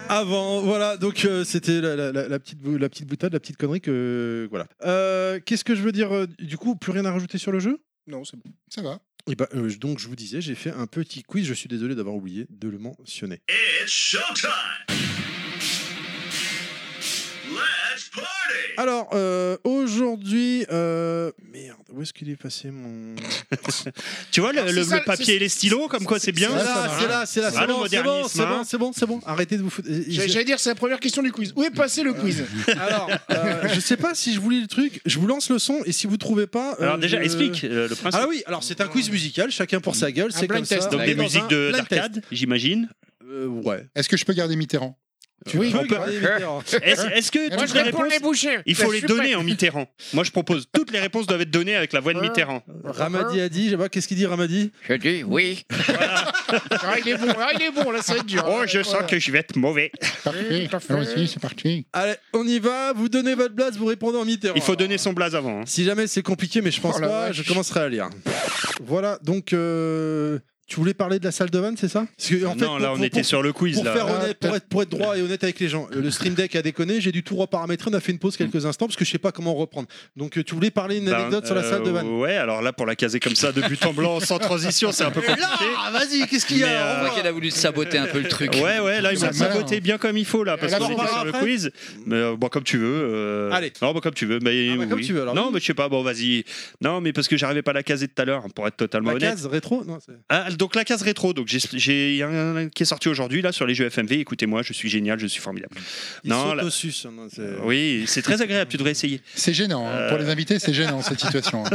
[SPEAKER 4] avant. Voilà, donc euh, c'était la, la- la- la petite, bou- la petite boutade, la petite connerie que. Voilà. Euh, Qu'est-ce que je veux dire euh, Du coup, plus rien à rajouter sur le jeu
[SPEAKER 5] Non, c'est bon.
[SPEAKER 7] Ça va.
[SPEAKER 4] et donc Eh ben, euh, je vous disais, j'ai fait un petit quiz, je suis désolé d'avoir oublié de le mentionner. Alors, euh, aujourd'hui... euh, Merde, où est-ce qu'il est passé mon...
[SPEAKER 2] Tu vois, le,
[SPEAKER 5] Alors, c'est
[SPEAKER 2] le-
[SPEAKER 5] ça,
[SPEAKER 2] le papier
[SPEAKER 5] c'est-
[SPEAKER 2] et les stylos, comme quoi c'est bien.
[SPEAKER 4] C'est là, c'est là, c'est là,
[SPEAKER 2] Ah,
[SPEAKER 4] c'est
[SPEAKER 2] le
[SPEAKER 4] bon, c'est bon,
[SPEAKER 2] modernisme,
[SPEAKER 4] c'est bon,
[SPEAKER 2] hein.
[SPEAKER 4] c'est bon, c'est bon. Arrêtez de vous foutre. Et- et-
[SPEAKER 5] J'allais j'allais dire, c'est la première question du quiz. Où est passé le quiz
[SPEAKER 4] Alors, euh, je sais pas si je vous lis le truc, je vous lance le son et si vous trouvez pas... euh,
[SPEAKER 2] Alors déjà,
[SPEAKER 4] je-
[SPEAKER 2] explique euh, le principe.
[SPEAKER 4] Ah oui, alors c'est un quiz musical, chacun pour sa gueule, c'est
[SPEAKER 5] blind
[SPEAKER 4] comme ça.
[SPEAKER 5] test.
[SPEAKER 2] Donc
[SPEAKER 4] On
[SPEAKER 2] des
[SPEAKER 4] est dans
[SPEAKER 2] musiques
[SPEAKER 4] un
[SPEAKER 2] de-
[SPEAKER 4] blind test.
[SPEAKER 2] d'arcade, j'imagine.
[SPEAKER 4] Euh, Ouais. Euh,
[SPEAKER 7] Est-ce que je peux garder Mitterrand
[SPEAKER 5] Oui.
[SPEAKER 4] On peut aller les dire.
[SPEAKER 2] Est-ce est-ce que
[SPEAKER 5] Moi,
[SPEAKER 2] toutes
[SPEAKER 5] je
[SPEAKER 2] les
[SPEAKER 5] réponds
[SPEAKER 2] réponses,
[SPEAKER 5] les bouchers.
[SPEAKER 2] il faut les donner en Mitterrand Moi, je propose toutes les réponses doivent être données avec la voix de Mitterrand.
[SPEAKER 4] Ramadi a dit, je sais pas, qu'est-ce qu'il dit Ramadi
[SPEAKER 6] Je dis oui.
[SPEAKER 5] Ah, il est bon, ah, il est bon, là, ça va être dur.
[SPEAKER 2] Oh, je sens que je vais être mauvais.
[SPEAKER 7] Parfait.
[SPEAKER 5] tout à fait.
[SPEAKER 7] Allons-y, c'est parti.
[SPEAKER 4] Allez, on y va, vous donnez votre blase, vous répondez en Mitterrand.
[SPEAKER 2] Il faut donner son blaze avant. hein.
[SPEAKER 4] Si jamais c'est compliqué, mais je pense
[SPEAKER 5] Oh la
[SPEAKER 4] pas,
[SPEAKER 5] vache.
[SPEAKER 4] je commencerai à lire. Voilà, donc euh, tu voulais parler de la salle de vanne, c'est ça Parce que, en fait,
[SPEAKER 2] non, là,
[SPEAKER 4] pour-
[SPEAKER 2] on
[SPEAKER 4] pour-
[SPEAKER 2] était
[SPEAKER 4] pour-
[SPEAKER 2] sur le quiz.
[SPEAKER 4] Pour,
[SPEAKER 2] là.
[SPEAKER 4] faire
[SPEAKER 5] Ah,
[SPEAKER 4] honnête- pour, être, pour être droit et honnête avec les gens, euh, le Stream Deck a déconné, j'ai dû tout reparamétrer, on a fait une pause quelques instants parce que je sais pas comment reprendre. Donc euh, tu voulais parler une
[SPEAKER 2] Mm. Ben,
[SPEAKER 4] anecdote sur la
[SPEAKER 2] euh,
[SPEAKER 4] salle de vanne
[SPEAKER 2] Ouais, alors là, pour la caser comme ça, de but en blanc, sans transition, c'est un peu compliqué.
[SPEAKER 4] vas-y, qu'est-ce qu'il
[SPEAKER 2] Mais, euh,
[SPEAKER 6] On voit qu'elle a voulu saboter un peu le truc.
[SPEAKER 2] Ouais, ouais, là, ils
[SPEAKER 7] Ça
[SPEAKER 2] m'ont
[SPEAKER 7] meurt.
[SPEAKER 2] saboté bien comme il faut, là, parce
[SPEAKER 4] là,
[SPEAKER 2] qu'on
[SPEAKER 4] on
[SPEAKER 2] était
[SPEAKER 4] parlera
[SPEAKER 2] sur le
[SPEAKER 4] après
[SPEAKER 2] quiz. Mais euh, bon, comme tu veux. euh,
[SPEAKER 4] Allez.
[SPEAKER 2] Non, bon, comme tu veux. Mais,
[SPEAKER 4] Ah, bah, comme
[SPEAKER 2] oui.
[SPEAKER 4] tu veux, alors.
[SPEAKER 2] Non, mais je sais pas, bon, vas-y. Non, mais parce que j'arrivais pas à la caser tout à l'heure, hein, pour être totalement
[SPEAKER 4] La
[SPEAKER 2] honnête.
[SPEAKER 4] case rétro Non, c'est-
[SPEAKER 2] Ah, donc la case rétro, donc j'ai- j'ai il y a un qui est sorti aujourd'hui là sur les jeux FMV. Écoutez-moi, je suis génial, je suis formidable.
[SPEAKER 4] il
[SPEAKER 2] Non,
[SPEAKER 4] saute
[SPEAKER 2] la-
[SPEAKER 4] au sus, hein, non, c'est-
[SPEAKER 2] Oui, c'est très agréable. Tu devrais essayer.
[SPEAKER 7] C'est gênant. hein.
[SPEAKER 2] Euh.
[SPEAKER 7] Pour les invités, c'est gênant cette situation. hein.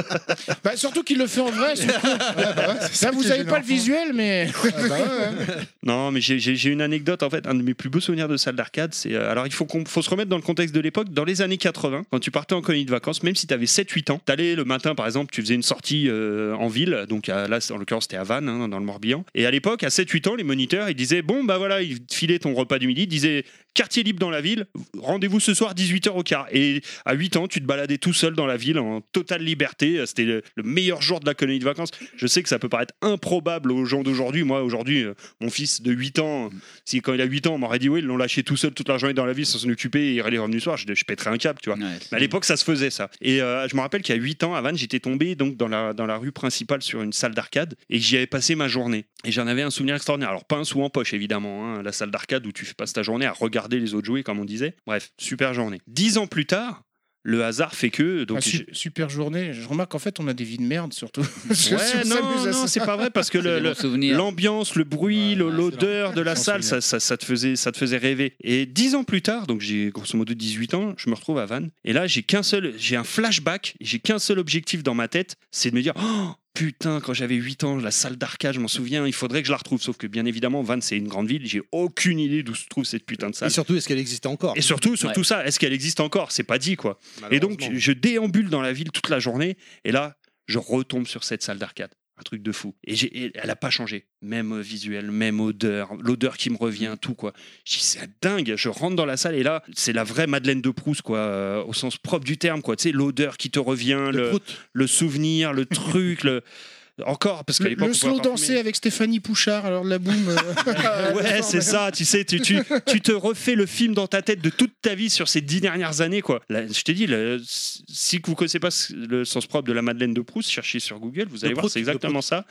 [SPEAKER 5] Bah, surtout qu'il le fait en vrai. surtout.
[SPEAKER 7] Ah, bah ouais, c'est
[SPEAKER 5] Là,
[SPEAKER 7] ça
[SPEAKER 5] vous
[SPEAKER 7] qui est
[SPEAKER 5] avez pas
[SPEAKER 7] gênant.
[SPEAKER 5] le visuel, mais.
[SPEAKER 7] Ah, bah ouais, ouais.
[SPEAKER 2] Non, mais j'ai- j'ai j'ai une anecdote en fait. Un de mes plus beaux souvenirs de salle d'arcade, c'est euh, alors il faut qu'on faut se remettre dans le contexte de l'époque. Dans les années 80, quand tu partais en colonie de vacances, même si tu avais 7-8 ans, t'allais le matin par exemple, tu faisais une sortie euh, en ville. Donc à- là, c'est- en l'occurrence, c'était à Vannes, hein, dans le Morbihan. Et à l'époque, à 7-8 ans, les moniteurs ils disaient bon bah voilà, ils te filaient ton repas du midi, ils disaient quartier libre dans la ville, rendez-vous ce soir 18h au quart. Et à 8 ans, tu te baladais tout seul dans la ville en totale liberté. C'était le, le meilleur jour de la colonie de vacances. Je sais que ça peut paraître improbable aux gens d'aujourd'hui. Moi, aujourd'hui, euh, mon fils de 8 ans, si quand il a 8 ans, on m'aurait dit oui, ils l'ont lâché tout seul toute la journée dans la ville sans s'en occuper et il est revenu le soir, je, je pèterais un câble, tu vois.
[SPEAKER 6] Ouais.
[SPEAKER 2] Mais à l'époque, ça se faisait ça. Et euh, je me rappelle qu'il y a 8 ans, à Vannes, j'étais tombé donc dans la, dans la rue principale sur une salle d'arcade et j'y avais passé ma journée. Et j'en avais un souvenir extraordinaire. Alors, pas un sou en poche, évidemment, hein, la salle d'arcade où tu passes ta journée à regarder les autres jouer, comme on disait. Bref, super journée. 10 ans plus tard, le hasard fait que. Donc,
[SPEAKER 5] Ah, su-
[SPEAKER 2] j'ai-
[SPEAKER 5] super journée. Je remarque qu'en fait, on a des vies de merde, surtout. Je
[SPEAKER 2] Ouais,
[SPEAKER 5] suis-
[SPEAKER 2] non,
[SPEAKER 5] s'amuse à
[SPEAKER 2] non,
[SPEAKER 5] ça.
[SPEAKER 2] c'est pas vrai parce que le-
[SPEAKER 6] C'est des
[SPEAKER 2] le,
[SPEAKER 6] bons souvenirs.
[SPEAKER 2] l'ambiance, le bruit, le-
[SPEAKER 6] ouais,
[SPEAKER 2] l'odeur de la
[SPEAKER 5] J'en
[SPEAKER 2] salle,
[SPEAKER 5] souviens.
[SPEAKER 2] ça, ça- ça te faisait, ça te faisait rêver. Et dix ans plus tard, donc j'ai grosso modo 18 ans, je me retrouve à Vannes. Et là, j'ai qu'un seul, j'ai un flashback, j'ai qu'un seul objectif dans ma tête, c'est de me dire. Oh, Putain, quand j'avais 8 ans, la salle d'arcade, je m'en souviens, il faudrait que je la retrouve. Sauf que, bien évidemment, Vannes, c'est une grande ville, j'ai aucune idée d'où se trouve cette putain de
[SPEAKER 4] Et
[SPEAKER 2] salle.
[SPEAKER 4] surtout, est-ce qu'elle existe encore
[SPEAKER 2] Et surtout, surtout
[SPEAKER 6] Ouais.
[SPEAKER 2] ça, est-ce qu'elle existe encore C'est pas dit, quoi. Et donc,
[SPEAKER 4] Malheureusement.
[SPEAKER 2] je déambule dans la ville toute la journée, et là, je retombe sur cette salle d'arcade. Un truc de fou. Et, j'ai- et elle a pas changé. Même euh, visuel, même odeur, l'odeur qui me revient, tout quoi. Je dis, c'est dingue. Je rentre dans la salle et là, c'est la vraie Madeleine de Proust, quoi, euh, au sens propre du terme, quoi. Tu sais, l'odeur qui te revient,
[SPEAKER 4] Le
[SPEAKER 2] le,
[SPEAKER 4] prout.
[SPEAKER 2] le souvenir, le truc, le. Encore, parce qu'à
[SPEAKER 5] Le,
[SPEAKER 2] l'époque.
[SPEAKER 5] le
[SPEAKER 2] on pouvait
[SPEAKER 5] slow
[SPEAKER 2] pas fumer.
[SPEAKER 5] danser avec Stéphanie Pouchard, alors de la boum. euh,
[SPEAKER 2] Ouais, c'est ça, tu sais, tu, tu, tu te refais le film dans ta tête de toute ta vie sur ces dix dernières années, quoi. Là, je t'ai dit, le- si vous connaissez pas ce- le sens propre de la Madeleine de Proust, cherchez sur Google, vous allez voir,
[SPEAKER 4] Proust,
[SPEAKER 2] c'est
[SPEAKER 4] le
[SPEAKER 2] exactement ça.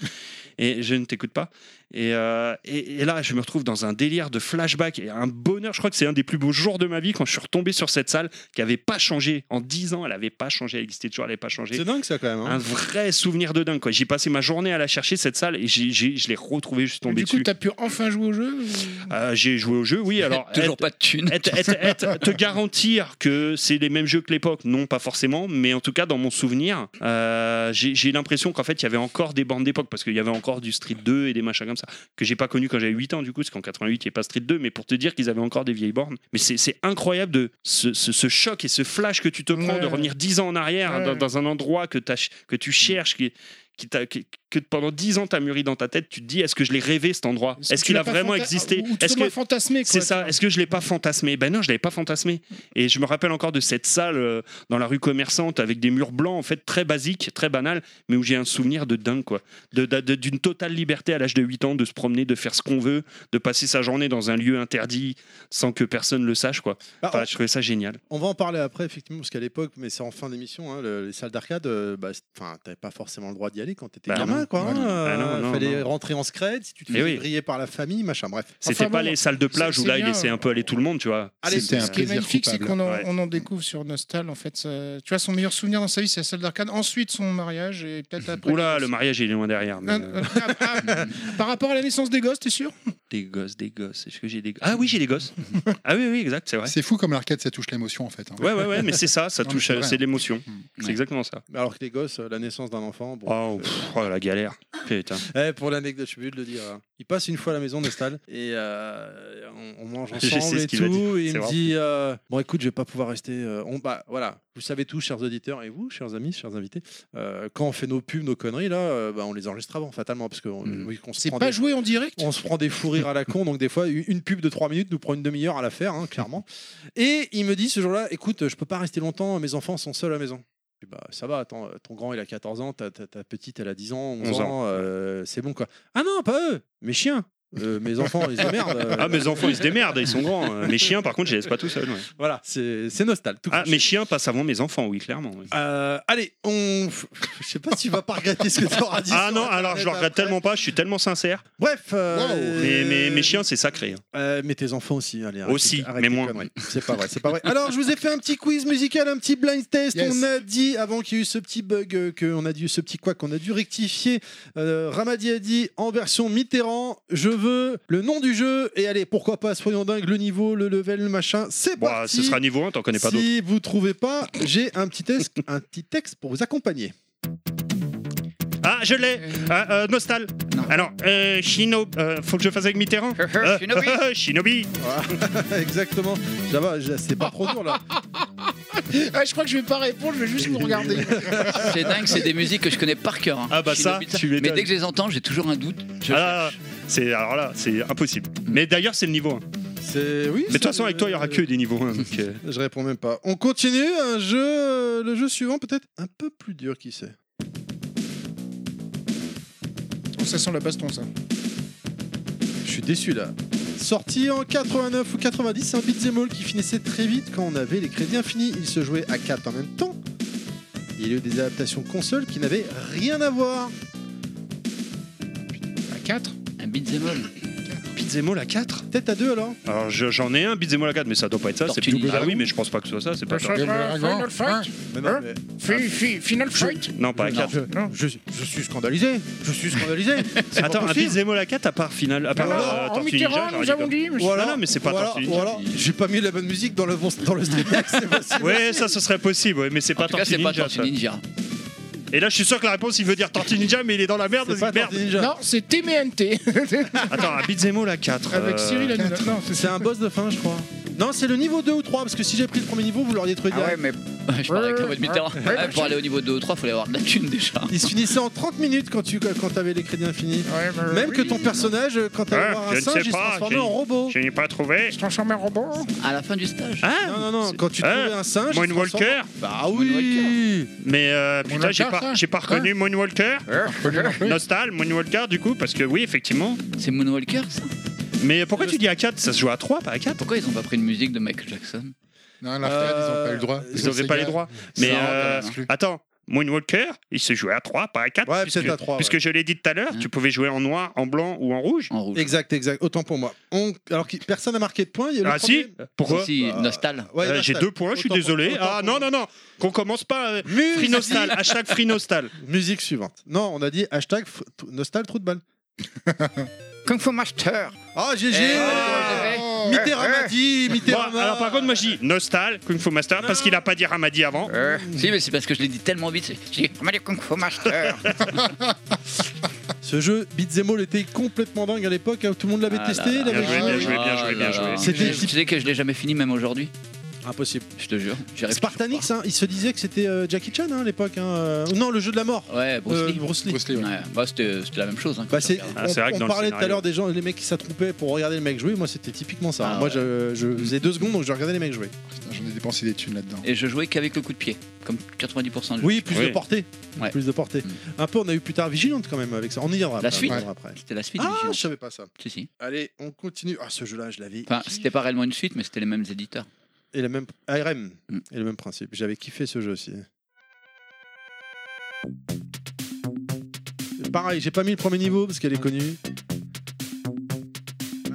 [SPEAKER 2] Et je ne t'écoute pas. Et, euh, et- et là, je me retrouve dans un délire de flashback et un bonheur. Je crois que c'est un des plus beaux jours de ma vie quand je suis retombé sur cette salle qui avait pas changé. En dix ans, elle avait pas changé, elle existait toujours, elle n'avait pas changé. Ah,
[SPEAKER 4] C'est dingue ça quand même. hein.
[SPEAKER 2] Un vrai souvenir de dingue, quoi. J'ai passé ma ma journée à la chercher, cette salle, et j'ai- j'ai- je l'ai retrouvée, je suis tombé
[SPEAKER 5] Du coup,
[SPEAKER 2] dessus.
[SPEAKER 5] t'as pu enfin jouer au jeu ou-
[SPEAKER 2] Euh, j'ai joué au jeu, oui. Alors, eh,
[SPEAKER 6] toujours
[SPEAKER 2] être-
[SPEAKER 6] pas de thunes.
[SPEAKER 2] être- être- être- te garantir que c'est les mêmes jeux que l'époque, non, pas forcément, mais en tout cas, dans mon souvenir, euh, j'ai j'ai l'impression qu'en fait, il y avait encore des bandes d'époque, parce qu'il y avait encore du Street 2 et des machins comme ça, que j'ai pas connu quand j'avais 8 ans, du coup, parce qu'en 88, il n'y a pas Street 2, mais pour te dire qu'ils avaient encore des vieilles bornes. Mais c'est c'est incroyable de ce, ce- ce choc et ce flash que tu te prends
[SPEAKER 5] Ouais.
[SPEAKER 2] de revenir 10 ans en arrière
[SPEAKER 5] Ouais.
[SPEAKER 2] dans, dans un endroit que, t'as ch- que tu cherches, qui, qui t'a- qui- que pendant 10 ans, tu as mûri dans ta tête, tu te dis, est-ce que je l'ai rêvé cet endroit
[SPEAKER 5] Est-ce que
[SPEAKER 2] Est-ce
[SPEAKER 5] tu
[SPEAKER 2] qu'il
[SPEAKER 5] l'as
[SPEAKER 2] a
[SPEAKER 5] pas
[SPEAKER 2] vraiment
[SPEAKER 5] fanta-
[SPEAKER 2] existé
[SPEAKER 5] ou tout
[SPEAKER 2] Est-ce
[SPEAKER 5] au moins
[SPEAKER 2] que
[SPEAKER 5] fantasmé quoi,
[SPEAKER 2] c'est
[SPEAKER 5] tu
[SPEAKER 2] ça.
[SPEAKER 5] vois.
[SPEAKER 2] Est-ce que je l'ai pas fantasmé Ben non, je l'avais pas fantasmé. Et je me rappelle encore de cette salle euh, dans la rue commerçante avec des murs blancs, en fait très basiques, très banales, mais où j'ai un souvenir de dingue quoi, De- de- de- d'une totale liberté à l'âge de 8 ans de se promener, de faire ce qu'on veut, de passer sa journée dans un lieu interdit sans que personne le sache quoi.
[SPEAKER 4] Bah,
[SPEAKER 2] Enfin, je trouvais ça génial.
[SPEAKER 4] On va en parler après, effectivement, parce qu'à l'époque, mais c'est en fin d'émission, hein, le- les salles d'arcade, euh, bah, c'est- enfin, t'avais pas forcément le droit d'y aller quand t'étais
[SPEAKER 2] Bah
[SPEAKER 4] gamin,
[SPEAKER 2] non,
[SPEAKER 4] quoi.
[SPEAKER 7] ouais,
[SPEAKER 4] hein,
[SPEAKER 7] non.
[SPEAKER 4] euh,
[SPEAKER 2] Bah non, non,
[SPEAKER 4] fallait
[SPEAKER 2] non.
[SPEAKER 4] rentrer en scred, si tu te
[SPEAKER 2] Eh
[SPEAKER 4] faisais
[SPEAKER 2] oui.
[SPEAKER 4] griller par la famille, machin, bref.
[SPEAKER 2] C'était
[SPEAKER 5] Enfin,
[SPEAKER 2] pas
[SPEAKER 5] bon,
[SPEAKER 2] les salles de plage
[SPEAKER 5] c'est-
[SPEAKER 2] où là
[SPEAKER 5] c'est
[SPEAKER 2] ils
[SPEAKER 5] bien.
[SPEAKER 2] laissaient un peu aller tout le monde, tu vois.
[SPEAKER 4] Allez,
[SPEAKER 7] C'était un
[SPEAKER 5] Ce qui est
[SPEAKER 7] plaisir
[SPEAKER 5] magnifique, Ah, c'est
[SPEAKER 7] coupable.
[SPEAKER 5] qu'on en,
[SPEAKER 2] Ouais.
[SPEAKER 5] on en découvre sur Nostal, en fait. ça- tu vois, son meilleur souvenir dans sa vie, c'est la salle d'arcade. Ensuite, son mariage, et peut-être après.
[SPEAKER 2] Oula, le mariage il est loin derrière. mais,
[SPEAKER 5] Ah,
[SPEAKER 2] euh,
[SPEAKER 5] ah, ah, par rapport à la naissance des gosses, t'es sûr
[SPEAKER 2] Des gosses, des gosses. Est-ce que j'ai des Ah oui, j'ai des gosses. ah oui, oui, exact, c'est vrai.
[SPEAKER 7] C'est fou comme l'arcade, ça touche l'émotion en fait. hein.
[SPEAKER 2] Ouais, ouais, ouais, mais c'est ça, ça
[SPEAKER 7] Non, mais
[SPEAKER 2] touche,
[SPEAKER 7] c'est
[SPEAKER 2] à-
[SPEAKER 7] vrai.
[SPEAKER 2] c'est l'émotion. C'est
[SPEAKER 6] Ouais.
[SPEAKER 2] exactement ça.
[SPEAKER 4] Mais alors que les gosses, euh, la naissance d'un enfant, bon,
[SPEAKER 2] Oh, pff, oh, la galère. Putain.
[SPEAKER 4] Eh, pour l'anecdote, je suis obligé de le dire. hein. Il passe une fois à la maison Nostal et euh, on, on mange
[SPEAKER 2] Je sais
[SPEAKER 4] ensemble
[SPEAKER 2] ce
[SPEAKER 4] et
[SPEAKER 2] qu'il va
[SPEAKER 4] tout.
[SPEAKER 2] dire,
[SPEAKER 4] Et il
[SPEAKER 2] c'est
[SPEAKER 4] me
[SPEAKER 2] vrai.
[SPEAKER 4] dit euh, Bon, écoute, je vais pas pouvoir rester. euh, on, bah, voilà, vous savez tout, chers auditeurs et vous, chers amis, chers invités. euh, quand on fait nos pubs, nos conneries, là, euh, bah, on les enregistre avant, fatalement, parce qu'on
[SPEAKER 2] Mmh.
[SPEAKER 6] Mhm.
[SPEAKER 4] oui, qu'on se
[SPEAKER 5] C'est
[SPEAKER 4] prend
[SPEAKER 5] pas
[SPEAKER 4] des-
[SPEAKER 5] joué en direct
[SPEAKER 4] on se prend des fous rires à la con, donc des fois, u- une pub de 3 minutes nous prend une demi-heure à la faire, hein, clairement. Et il me dit ce jour-là, écoute, je peux pas rester longtemps, mes enfants sont seuls à la maison. Je dis, Bah, ça va, attends, ton grand il a 14 ans, ta, ta- ta petite elle a 10 ans, 11,
[SPEAKER 2] 11
[SPEAKER 4] ans, euh, c'est bon quoi. Ah non, pas eux, mes chiens, Euh, mes enfants, ils euh, se merdent.
[SPEAKER 2] Ah, mes enfants, ils se démerdent, ils sont grands. Euh, Mes chiens, par contre, je les laisse pas tout seuls. ouais.
[SPEAKER 4] Voilà, c'est c'est nostal. Tout
[SPEAKER 2] Ah,
[SPEAKER 4] croche.
[SPEAKER 2] mes chiens passent avant mes enfants, oui, clairement. oui.
[SPEAKER 4] Euh, allez, on. je sais pas si tu vas pas regretter ce que tu auras dit.
[SPEAKER 2] Ah
[SPEAKER 4] sur
[SPEAKER 2] non,
[SPEAKER 4] Internet
[SPEAKER 2] alors je le regrette
[SPEAKER 4] après.
[SPEAKER 2] tellement pas, je suis tellement sincère.
[SPEAKER 4] Bref, euh,
[SPEAKER 2] Mais, mais mes chiens, c'est sacré. hein.
[SPEAKER 4] Euh, mais tes enfants aussi, allez. arrête-
[SPEAKER 2] Aussi,
[SPEAKER 4] arrête
[SPEAKER 2] mais
[SPEAKER 4] les
[SPEAKER 2] moins.
[SPEAKER 4] conneries. C'est pas vrai, c'est pas vrai. Alors, je vous ai fait un petit quiz musical, un petit blind test.
[SPEAKER 7] Yes.
[SPEAKER 4] On a dit, avant qu'il y ait eu ce petit bug, euh, qu'on a dit ce petit quoi, qu'on a dû rectifier. euh, Ramadi a dit, en version Mitterrand, je veux le nom du jeu. Et allez, pourquoi pas, soyons dingues, le niveau, le level, le machin. C'est
[SPEAKER 2] Bon,
[SPEAKER 4] parti.
[SPEAKER 2] Bah, ce sera niveau 1, t'en connais pas d'autres.
[SPEAKER 4] si vous trouvez pas, j'ai un petit test, un petit texte pour vous accompagner.
[SPEAKER 2] Ah, je l'ai Ah, euh, Nostal
[SPEAKER 6] Non.
[SPEAKER 2] Alors, euh, Shinobi. faut que je fasse avec Mitterrand Euh,
[SPEAKER 6] Shinobi.
[SPEAKER 2] Shinobi
[SPEAKER 4] Exactement. Ça va, je- c'est pas trop dur là.
[SPEAKER 5] Ah, Je crois que je vais pas répondre, je vais juste vous regarder.
[SPEAKER 6] C'est dingue, c'est des musiques que je connais par cœur. hein.
[SPEAKER 2] Ah, bah
[SPEAKER 6] Je suis
[SPEAKER 2] ça,
[SPEAKER 6] inhabitué.
[SPEAKER 2] tu
[SPEAKER 6] Mais
[SPEAKER 2] m'étonnes.
[SPEAKER 6] dès que je les entends, j'ai toujours un doute. Je
[SPEAKER 2] Ah, c'est- alors là, c'est impossible. Mais d'ailleurs, c'est le niveau 1.
[SPEAKER 4] C'est oui.
[SPEAKER 2] Mais de toute façon, avec toi, il y aura que des niveaux 1. donc, euh,
[SPEAKER 4] Je réponds même pas. On continue un jeu, euh, le jeu suivant peut-être un peu plus dur, qui sait.
[SPEAKER 5] ça sent la baston, ça.
[SPEAKER 4] Je suis déçu là. Sorti en 89 ou 90, c'est un beat'em all qui finissait très vite quand on avait les crédits infinis. Il se jouait à 4 en même temps. Il y a eu des adaptations console qui n'avaient rien à voir.
[SPEAKER 5] À 4
[SPEAKER 6] cherche Un beat'em all.
[SPEAKER 2] Beat'em à 4
[SPEAKER 4] Peut-être à 2 alors
[SPEAKER 2] Alors je- j'en ai un, Beat'em all à 4, mais ça doit pas être ça, c'est
[SPEAKER 6] Tortue
[SPEAKER 2] Double
[SPEAKER 6] Ninja.
[SPEAKER 2] Ah oui, mais je pense pas que ce soit ça, c'est pas ça.
[SPEAKER 5] Bah, Final Fight
[SPEAKER 4] Mais
[SPEAKER 5] non, Fi- fi- Final Fight
[SPEAKER 2] Non, pas à 4.
[SPEAKER 5] Non.
[SPEAKER 4] Je, je suis scandalisé. Je suis scandalisé. C'est pas
[SPEAKER 2] Attends, un
[SPEAKER 4] possible.
[SPEAKER 2] Beat'em all à 4 à part final, à part euh,
[SPEAKER 5] Alors, en
[SPEAKER 2] Tortue Ninja,
[SPEAKER 5] Mitterrand,
[SPEAKER 2] j'aurais
[SPEAKER 5] nous
[SPEAKER 2] dit
[SPEAKER 5] avons
[SPEAKER 2] comme-
[SPEAKER 5] dit.
[SPEAKER 2] Voilà. non, mais c'est pas
[SPEAKER 4] ou alors-
[SPEAKER 2] Tortue
[SPEAKER 4] ou
[SPEAKER 2] Ninja.
[SPEAKER 4] alors, j'ai pas mis la bonne musique dans le, dans le stream deck, c'est possible.
[SPEAKER 2] Ouais, ça ce serait possible, ouais, mais c'est
[SPEAKER 6] En
[SPEAKER 2] pas
[SPEAKER 6] tout cas,
[SPEAKER 2] Tortue
[SPEAKER 6] c'est pas
[SPEAKER 2] Ninja.
[SPEAKER 6] Tortue
[SPEAKER 2] ça.
[SPEAKER 6] Ninja.
[SPEAKER 2] Et là, je suis sûr que la réponse, il veut dire Tortue Ninja, mais il est dans la merde.
[SPEAKER 4] C'est pas
[SPEAKER 2] merde.
[SPEAKER 4] Tortue Ninja.
[SPEAKER 5] Non, c'est TMNT.
[SPEAKER 2] Attends, un Beat'em all à euh, 4.
[SPEAKER 5] Avec Cyril Hanouna. Non, c'est
[SPEAKER 4] C'est un boss de fin, je crois. Non, c'est le niveau 2 ou 3, parce que si j'ai pris le premier niveau, vous l'auriez trouvé
[SPEAKER 6] Ah ouais,
[SPEAKER 4] direct.
[SPEAKER 6] mais. Je parlais avec la voix de Mitterrand.
[SPEAKER 5] Ouais,
[SPEAKER 6] Ouais,
[SPEAKER 5] bah,
[SPEAKER 6] pour aller au niveau 2 ou 3, il fallait avoir de la thune déjà.
[SPEAKER 4] Il se finissait en 30 minutes quand tu quand t'avais les crédits infinis.
[SPEAKER 5] Ouais, mais-
[SPEAKER 4] Même que ton personnage, quand t'allais
[SPEAKER 2] Ah,
[SPEAKER 4] voir
[SPEAKER 2] je
[SPEAKER 4] un
[SPEAKER 2] ne
[SPEAKER 4] singe,
[SPEAKER 2] sais
[SPEAKER 4] il se
[SPEAKER 2] pas,
[SPEAKER 4] transformait
[SPEAKER 2] j'ai-
[SPEAKER 4] en robot.
[SPEAKER 2] Je n'ai pas trouvé.
[SPEAKER 5] Je transforme en robot.
[SPEAKER 6] À la fin du stage.
[SPEAKER 4] Non,
[SPEAKER 2] Hein
[SPEAKER 4] non, non, quand tu
[SPEAKER 2] Hein
[SPEAKER 4] trouvais un singe. il se transformait
[SPEAKER 2] Moonwalker
[SPEAKER 4] en- Bah oui
[SPEAKER 2] Mais euh, putain,
[SPEAKER 5] Moonwalker,
[SPEAKER 2] j'ai pas,
[SPEAKER 5] ça
[SPEAKER 2] j'ai pas reconnu Moonwalker. Nostal, Moonwalker, du coup, parce que oui, effectivement.
[SPEAKER 6] C'est Moonwalker ça
[SPEAKER 2] Mais pourquoi tu dis à 4 Ça se joue à 3, pas à 4
[SPEAKER 6] Pourquoi ils ont pas pris une musique de Michael Jackson
[SPEAKER 7] Non, l'arcade, ils n'ont pas eu le droit.
[SPEAKER 4] Euh,
[SPEAKER 7] Parce
[SPEAKER 2] Ils
[SPEAKER 7] que
[SPEAKER 2] n'avaient
[SPEAKER 7] Sega-
[SPEAKER 2] pas les droits. Mais
[SPEAKER 6] Ça,
[SPEAKER 2] euh,
[SPEAKER 6] on
[SPEAKER 7] exclu.
[SPEAKER 2] attends, Moonwalker, il se jouait à 3, pas à 4.
[SPEAKER 4] Ouais, Mmh.
[SPEAKER 2] puisque,
[SPEAKER 4] peut-être à trois,
[SPEAKER 2] puisque je l'ai dit tout à l'heure,
[SPEAKER 6] Hein.
[SPEAKER 2] tu pouvais jouer en noir, en blanc ou en rouge.
[SPEAKER 6] en rouge.
[SPEAKER 4] Exact, exact. Autant pour moi. On- Alors que personne n'a marqué de points. il y a le
[SPEAKER 2] Ah si
[SPEAKER 4] premier-
[SPEAKER 2] Pourquoi
[SPEAKER 6] Si,
[SPEAKER 4] Bah,
[SPEAKER 6] Nostal.
[SPEAKER 4] Ouais,
[SPEAKER 2] Euh, J'ai
[SPEAKER 4] Nostal.
[SPEAKER 2] deux points, je suis
[SPEAKER 4] Autant pour-
[SPEAKER 2] désolé.
[SPEAKER 4] autant
[SPEAKER 2] Ah
[SPEAKER 4] pour
[SPEAKER 2] non,
[SPEAKER 4] moi.
[SPEAKER 2] non, non, qu'on commence pas. euh,
[SPEAKER 4] Musique.
[SPEAKER 2] Free Nostal, hashtag Free Nostal.
[SPEAKER 4] Musique suivante. Non, on a dit hashtag f- t- nostal trou de balle.
[SPEAKER 10] Kung Fu Master.
[SPEAKER 4] Ah, GG
[SPEAKER 10] Eh,
[SPEAKER 7] Oh,
[SPEAKER 4] Mitterrand
[SPEAKER 6] Eh,
[SPEAKER 4] m'a dit
[SPEAKER 2] Bon,
[SPEAKER 4] Mitterrand
[SPEAKER 2] alors par contre, moi je dis Nostal, Kung Fu Master, parce qu'il a pas dit Ramadi avant.
[SPEAKER 10] Euh,
[SPEAKER 6] Si, mais c'est parce que je l'ai dit tellement vite. J'ai dit,
[SPEAKER 10] on m'a dit Kung Fu Master.
[SPEAKER 4] Ce jeu, Beat'em All, était complètement dingue à l'époque. hein, Tout le monde l'avait
[SPEAKER 6] Ah
[SPEAKER 4] testé.
[SPEAKER 6] là
[SPEAKER 4] il
[SPEAKER 6] là.
[SPEAKER 4] avait-
[SPEAKER 2] Bien joué, bien joué,
[SPEAKER 6] Ah
[SPEAKER 2] bien joué, bien
[SPEAKER 6] là là.
[SPEAKER 2] joué.
[SPEAKER 4] C'était-
[SPEAKER 6] Tu sais que je l'ai jamais fini, même aujourd'hui.
[SPEAKER 4] Impossible.
[SPEAKER 6] Je te jure. j'y arrive
[SPEAKER 4] Spartanix, hein, il se disait que c'était euh, Jackie Chan hein, à l'époque. hein, euh, Non, le jeu de la mort.
[SPEAKER 6] toujours pas. Ouais, Bruce
[SPEAKER 4] Euh,
[SPEAKER 6] Lee.
[SPEAKER 4] Bruce Lee.
[SPEAKER 7] Bruce Lee, ouais.
[SPEAKER 6] Ouais, bah, c'était c'était la même chose. hein,
[SPEAKER 4] Bah,
[SPEAKER 6] quand
[SPEAKER 4] c'est-
[SPEAKER 6] tu regardes.
[SPEAKER 2] Ah, c'est vrai que
[SPEAKER 4] on,
[SPEAKER 2] dans
[SPEAKER 4] on
[SPEAKER 2] le
[SPEAKER 4] parlait tout à
[SPEAKER 2] scénario.
[SPEAKER 4] l'heure des gens, les mecs qui s'attroupaient pour regarder le mec jouer. Moi, c'était typiquement ça.
[SPEAKER 6] Ah,
[SPEAKER 4] hein. Moi,
[SPEAKER 6] ouais.
[SPEAKER 4] je, je faisais deux secondes, donc je regardais les mecs jouer.
[SPEAKER 7] Putain, J'en ai dépensé des thunes là-dedans.
[SPEAKER 6] Et je jouais qu'avec le coup de pied, comme 90% du jeu.
[SPEAKER 4] Oui, plus
[SPEAKER 2] Oui.
[SPEAKER 4] de portée.
[SPEAKER 6] Ouais.
[SPEAKER 4] Plus de portée. Un peu, on a eu plus tard Vigilante quand même avec ça. On y reviendra
[SPEAKER 6] La
[SPEAKER 4] après,
[SPEAKER 6] suite.
[SPEAKER 4] on y reviendra après.
[SPEAKER 6] C'était la suite du
[SPEAKER 4] Ah,
[SPEAKER 6] jeu.
[SPEAKER 4] je savais pas ça.
[SPEAKER 6] Si, si.
[SPEAKER 4] Allez, on continue. Ah, ce jeu-là, je l'avais.
[SPEAKER 6] Enfin, c'était pas réellement une suite, mais c'était les mêmes éditeurs.
[SPEAKER 4] Et le même ARM
[SPEAKER 6] Mm.
[SPEAKER 4] et le même principe. J'avais kiffé ce jeu aussi. Pareil, j'ai pas mis le premier niveau parce qu'elle est connue.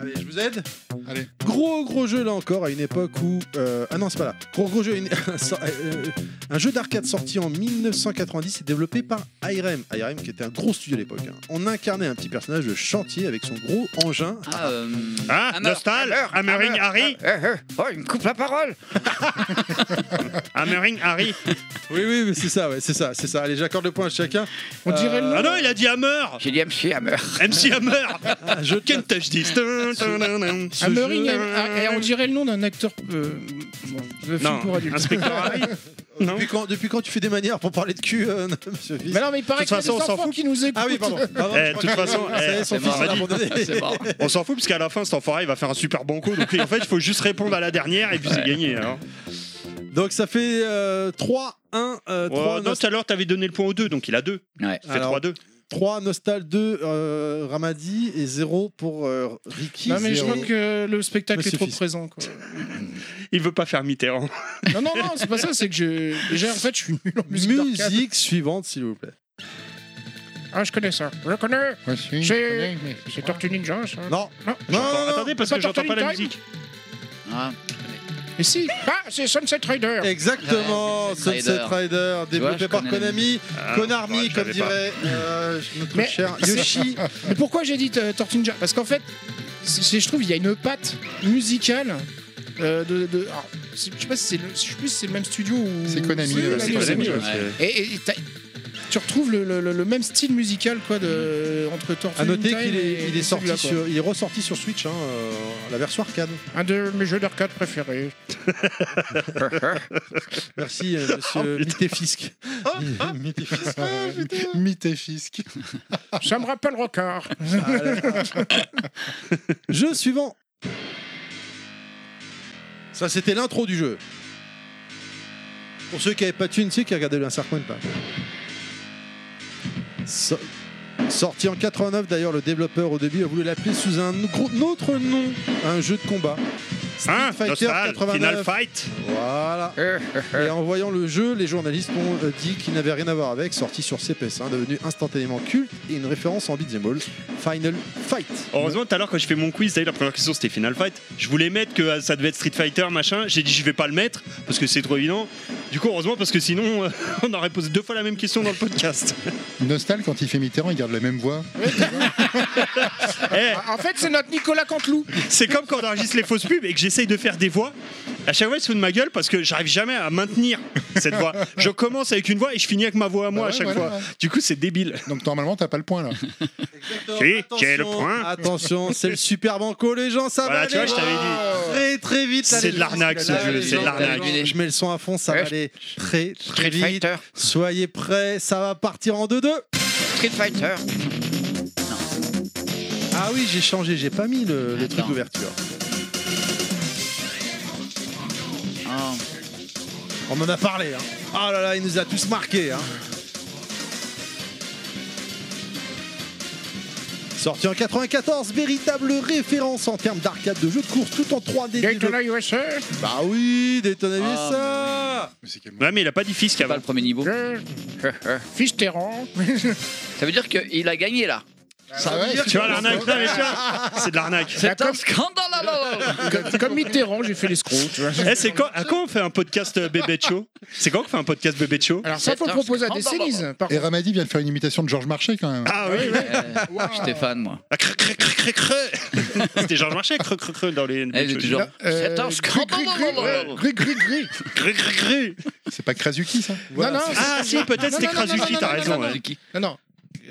[SPEAKER 4] Allez, je vous aide.
[SPEAKER 7] Allez.
[SPEAKER 4] Gros gros jeu là encore à une époque où euh, ah non c'est pas là. Gros gros jeu à une- so- euh, un jeu d'arcade sorti en 1990 et développé par IRM. IRM qui était un gros studio à l'époque. hein. On incarnait un petit personnage de chantier avec son gros engin.
[SPEAKER 6] Ah, euh,
[SPEAKER 2] Hein
[SPEAKER 6] Hammer.
[SPEAKER 2] Nostal, Hammering Harry,
[SPEAKER 10] Euh, euh, oh, il me coupe la parole.
[SPEAKER 2] Hammering Harry.
[SPEAKER 4] Oui oui mais c'est ça ouais c'est ça c'est ça. Allez j'accorde le point à chacun.
[SPEAKER 5] On dirait le nom.
[SPEAKER 2] Ah non, il a dit Hammer
[SPEAKER 10] J'ai dit MC Hammer.
[SPEAKER 2] MC Hammer
[SPEAKER 4] Un jeu de
[SPEAKER 2] Can't touch this Dun, dun, dun, dun.
[SPEAKER 4] ce
[SPEAKER 5] Hammering,
[SPEAKER 4] jeu-
[SPEAKER 5] ah, ah, on dirait le nom d'un acteur. euh, bon, le film
[SPEAKER 2] Non, Ah,
[SPEAKER 5] pour adultes.
[SPEAKER 2] inspecteur Harry. Non
[SPEAKER 4] Depuis quand, depuis quand tu fais des manières pour parler de cul, euh, monsieur Fils
[SPEAKER 5] Mais non, mais il paraît
[SPEAKER 2] De toute
[SPEAKER 5] que les
[SPEAKER 2] façon, on s'en
[SPEAKER 5] enfants
[SPEAKER 2] fout.
[SPEAKER 5] qui nous écoutent.
[SPEAKER 4] Ah oui, pardon. Pardon,
[SPEAKER 2] Eh,
[SPEAKER 4] je crois
[SPEAKER 2] de toute
[SPEAKER 4] que-
[SPEAKER 2] façon,
[SPEAKER 4] ça y est,
[SPEAKER 2] eh,
[SPEAKER 4] son
[SPEAKER 6] c'est
[SPEAKER 4] fils
[SPEAKER 6] mort.
[SPEAKER 4] il a abandonné.
[SPEAKER 6] C'est mort.
[SPEAKER 2] On s'en fout, parce qu'à la fin, cet enfoiré, il va faire un super banco. Donc, en fait, il faut juste répondre à la dernière et puis c'est
[SPEAKER 6] Ouais.
[SPEAKER 2] gagné. alors.
[SPEAKER 4] Donc ça fait euh, 3, 1, euh,
[SPEAKER 2] Oh,
[SPEAKER 4] 3,
[SPEAKER 2] non, tout à l'heure, t'avais donné le point aux deux, donc il a deux.
[SPEAKER 6] Ouais.
[SPEAKER 2] Il fait
[SPEAKER 4] Alors,
[SPEAKER 2] 3-2.
[SPEAKER 4] 3 Nostal, 2 euh, Ramadi et 0 pour euh, Ricky.
[SPEAKER 5] Non, mais je
[SPEAKER 4] Zéro.
[SPEAKER 5] vois que le spectacle
[SPEAKER 4] euh, Monsieur
[SPEAKER 5] est trop
[SPEAKER 4] Fils.
[SPEAKER 5] présent. Quoi.
[SPEAKER 2] Il veut pas faire Mitterrand.
[SPEAKER 5] non, non, non, c'est pas ça, c'est que je. Déjà, en fait, je suis nul en musique. d'arcade.
[SPEAKER 4] Musique suivante, s'il vous plaît.
[SPEAKER 5] Ah, je connais ça. Je le connais.
[SPEAKER 7] Ouais, si, je
[SPEAKER 5] C'est-
[SPEAKER 7] connais, mais-
[SPEAKER 5] C'est Tortue Ninja,
[SPEAKER 2] Mmh.
[SPEAKER 5] ça.
[SPEAKER 4] Non,
[SPEAKER 5] Non.
[SPEAKER 4] non, non, non.
[SPEAKER 2] Attendez, parce
[SPEAKER 5] c'est
[SPEAKER 2] que
[SPEAKER 5] pas
[SPEAKER 2] j'entends pas la
[SPEAKER 5] Turtle Time
[SPEAKER 2] musique.
[SPEAKER 6] Ah,
[SPEAKER 5] Et si Ah, c'est Sunset Rider.
[SPEAKER 2] Mmh.
[SPEAKER 4] Exactement,
[SPEAKER 6] Ouais,
[SPEAKER 4] Sunset
[SPEAKER 6] Rider.
[SPEAKER 4] Rider, développé
[SPEAKER 6] je
[SPEAKER 4] par
[SPEAKER 6] connais la
[SPEAKER 4] Konami,
[SPEAKER 2] Ah, ouais,
[SPEAKER 4] Konami,
[SPEAKER 2] je
[SPEAKER 4] comme
[SPEAKER 2] savais pas.
[SPEAKER 4] dirait euh, notre
[SPEAKER 5] Mais-
[SPEAKER 4] cher Yoshi.
[SPEAKER 5] Mais pourquoi j'ai dit euh, Tortue Ninja Parce qu'en fait, c'est- je trouve il y a une patte musicale. euh, de, de- alors, c'est- je sais pas si c'est le, je sais plus si c'est le même studio ou.
[SPEAKER 7] C'est Konami, ouais,
[SPEAKER 2] C'est pas la
[SPEAKER 5] Konami,
[SPEAKER 2] musique,
[SPEAKER 5] ouais.
[SPEAKER 2] parce que-
[SPEAKER 5] Et, et- et t'as- tu retrouves le, le- le- le même style musical quoi de entre Tortue
[SPEAKER 4] À noter
[SPEAKER 5] Ninja
[SPEAKER 4] qu'il
[SPEAKER 5] et-
[SPEAKER 4] est, il
[SPEAKER 5] et
[SPEAKER 4] est sorti
[SPEAKER 5] celui-là, quoi.
[SPEAKER 4] sur, il est ressorti sur Switch, hein, euh, la version arcade.
[SPEAKER 5] un de mes jeux d'arcade préférés.
[SPEAKER 4] Merci,
[SPEAKER 2] Oh,
[SPEAKER 4] euh, monsieur Mitéfisque. Mitéfisque.
[SPEAKER 2] Ah,
[SPEAKER 7] Mythe et fisc.
[SPEAKER 5] Ça me rappelle Rocard.
[SPEAKER 4] Jeu suivant. Ça, c'était l'intro du jeu. Pour ceux qui n'avaient pas de thune, tu sais, qui regardaient le Sarcoin pas. So- Sorti en 89, d'ailleurs, le développeur au début a voulu l'appeler sous un gros- autre nom, un jeu de combat. Street
[SPEAKER 2] Hein
[SPEAKER 4] Fighter
[SPEAKER 2] Nostal,
[SPEAKER 4] 89.
[SPEAKER 2] Final Fight
[SPEAKER 4] Voilà. Et en voyant le jeu, les journalistes ont euh, dit qu'il n'avait rien à voir avec, sorti sur CPS1, hein, devenu instantanément culte et une référence en beat'em all, Final Fight.
[SPEAKER 2] Heureusement, tout à l'heure, quand je fais mon quiz, d'ailleurs, la première question c'était Final Fight. Je voulais mettre que euh, ça devait être Street Fighter, machin. J'ai dit, je vais pas le mettre parce que c'est trop évident. Du coup, heureusement, parce que sinon, euh, on aurait posé deux fois la même question dans le podcast.
[SPEAKER 7] Nostal, quand il fait Mitterrand, il garde la même voix.
[SPEAKER 2] Eh,
[SPEAKER 5] en fait, c'est notre Nicolas Canteloup.
[SPEAKER 2] c'est comme quand on enregistre les fausses pubs et que j'essaye de faire des voix. À chaque fois, ils se foutent de ma gueule parce que j'arrive jamais à maintenir cette voix. Je commence avec une voix et je finis avec ma voix à moi
[SPEAKER 7] Bah
[SPEAKER 2] à
[SPEAKER 7] ouais,
[SPEAKER 2] chaque
[SPEAKER 7] voilà,
[SPEAKER 2] fois.
[SPEAKER 7] Ah ouais.
[SPEAKER 2] Du coup, c'est débile.
[SPEAKER 7] Donc normalement, t'as pas le point là.
[SPEAKER 2] Si, j'ai le point.
[SPEAKER 4] Attention, c'est le super banco, les gens, ça
[SPEAKER 2] Voilà,
[SPEAKER 4] va
[SPEAKER 2] tu vois,
[SPEAKER 4] aller
[SPEAKER 2] je t'avais dit.
[SPEAKER 4] très très vite. là,
[SPEAKER 2] C'est de
[SPEAKER 4] les gens.
[SPEAKER 2] l'arnaque, ce
[SPEAKER 4] Là,
[SPEAKER 2] jeu,
[SPEAKER 4] les
[SPEAKER 2] c'est de
[SPEAKER 4] gens,
[SPEAKER 2] l'arnaque.
[SPEAKER 4] les gens, Je mets le son à fond, ça va
[SPEAKER 10] Ouais.
[SPEAKER 4] aller très très
[SPEAKER 10] Street
[SPEAKER 4] vite.
[SPEAKER 10] Fighter.
[SPEAKER 4] Soyez prêts, ça va partir en 2-2.
[SPEAKER 10] Street Fighter.
[SPEAKER 4] Ah oui, j'ai changé, j'ai pas mis le, le truc
[SPEAKER 6] Attends.
[SPEAKER 4] d'ouverture.
[SPEAKER 6] ah.
[SPEAKER 4] On en a parlé. Hein. Oh là là, il nous a tous marqués. Hein. Sorti en 94, véritable référence en termes d'arcade de jeux de course tout en 3D.
[SPEAKER 5] Daytona USA.
[SPEAKER 4] Bah oui, Daytona
[SPEAKER 6] Ah,
[SPEAKER 4] USA
[SPEAKER 7] Mais c'est quel
[SPEAKER 2] Ouais, mais il a pas dit fisc
[SPEAKER 6] C'est pas
[SPEAKER 2] avant.
[SPEAKER 6] le premier niveau.
[SPEAKER 5] Fiche Terran.
[SPEAKER 6] Ça veut dire qu'il a gagné là.
[SPEAKER 7] Ah ouais,
[SPEAKER 2] Tu vois l'arnaque, non, mais tu vois, c'est de l'arnaque.
[SPEAKER 6] C'est un scandale alors
[SPEAKER 5] Comme- Comme Mitterrand, j'ai fait l'escroc. tu vois.
[SPEAKER 2] Eh, c'est quand, à quand on fait un podcast euh, bébé de show C'est quand qu'on fait un podcast bébé de show
[SPEAKER 5] Alors ça,
[SPEAKER 6] C'est
[SPEAKER 5] faut le
[SPEAKER 6] un
[SPEAKER 5] proposer à des
[SPEAKER 6] scandale.
[SPEAKER 5] séries. Par
[SPEAKER 7] Et Ramadi vient de faire une imitation de Georges Marchais quand même.
[SPEAKER 2] Ah oui,
[SPEAKER 6] Je Eh, Stéphane, moi.
[SPEAKER 2] Ah, creux, creux, creux, creux, creux. C'était Georges Marchais, creux, creux, creux, dans les.
[SPEAKER 6] Elle est Eh, toujours. C'est un scandale
[SPEAKER 5] Euh, Gris, gris, gris.
[SPEAKER 2] Creux, creux, creux.
[SPEAKER 7] C'est pas Krasuki ça
[SPEAKER 5] Non, non,
[SPEAKER 2] Ah si, peut-être c'était
[SPEAKER 5] Non, non, non,
[SPEAKER 2] Krasuki,
[SPEAKER 5] non,
[SPEAKER 2] t'as
[SPEAKER 5] non,
[SPEAKER 2] raison.
[SPEAKER 5] non,
[SPEAKER 2] ouais.
[SPEAKER 6] Krasuki.
[SPEAKER 5] Non, non.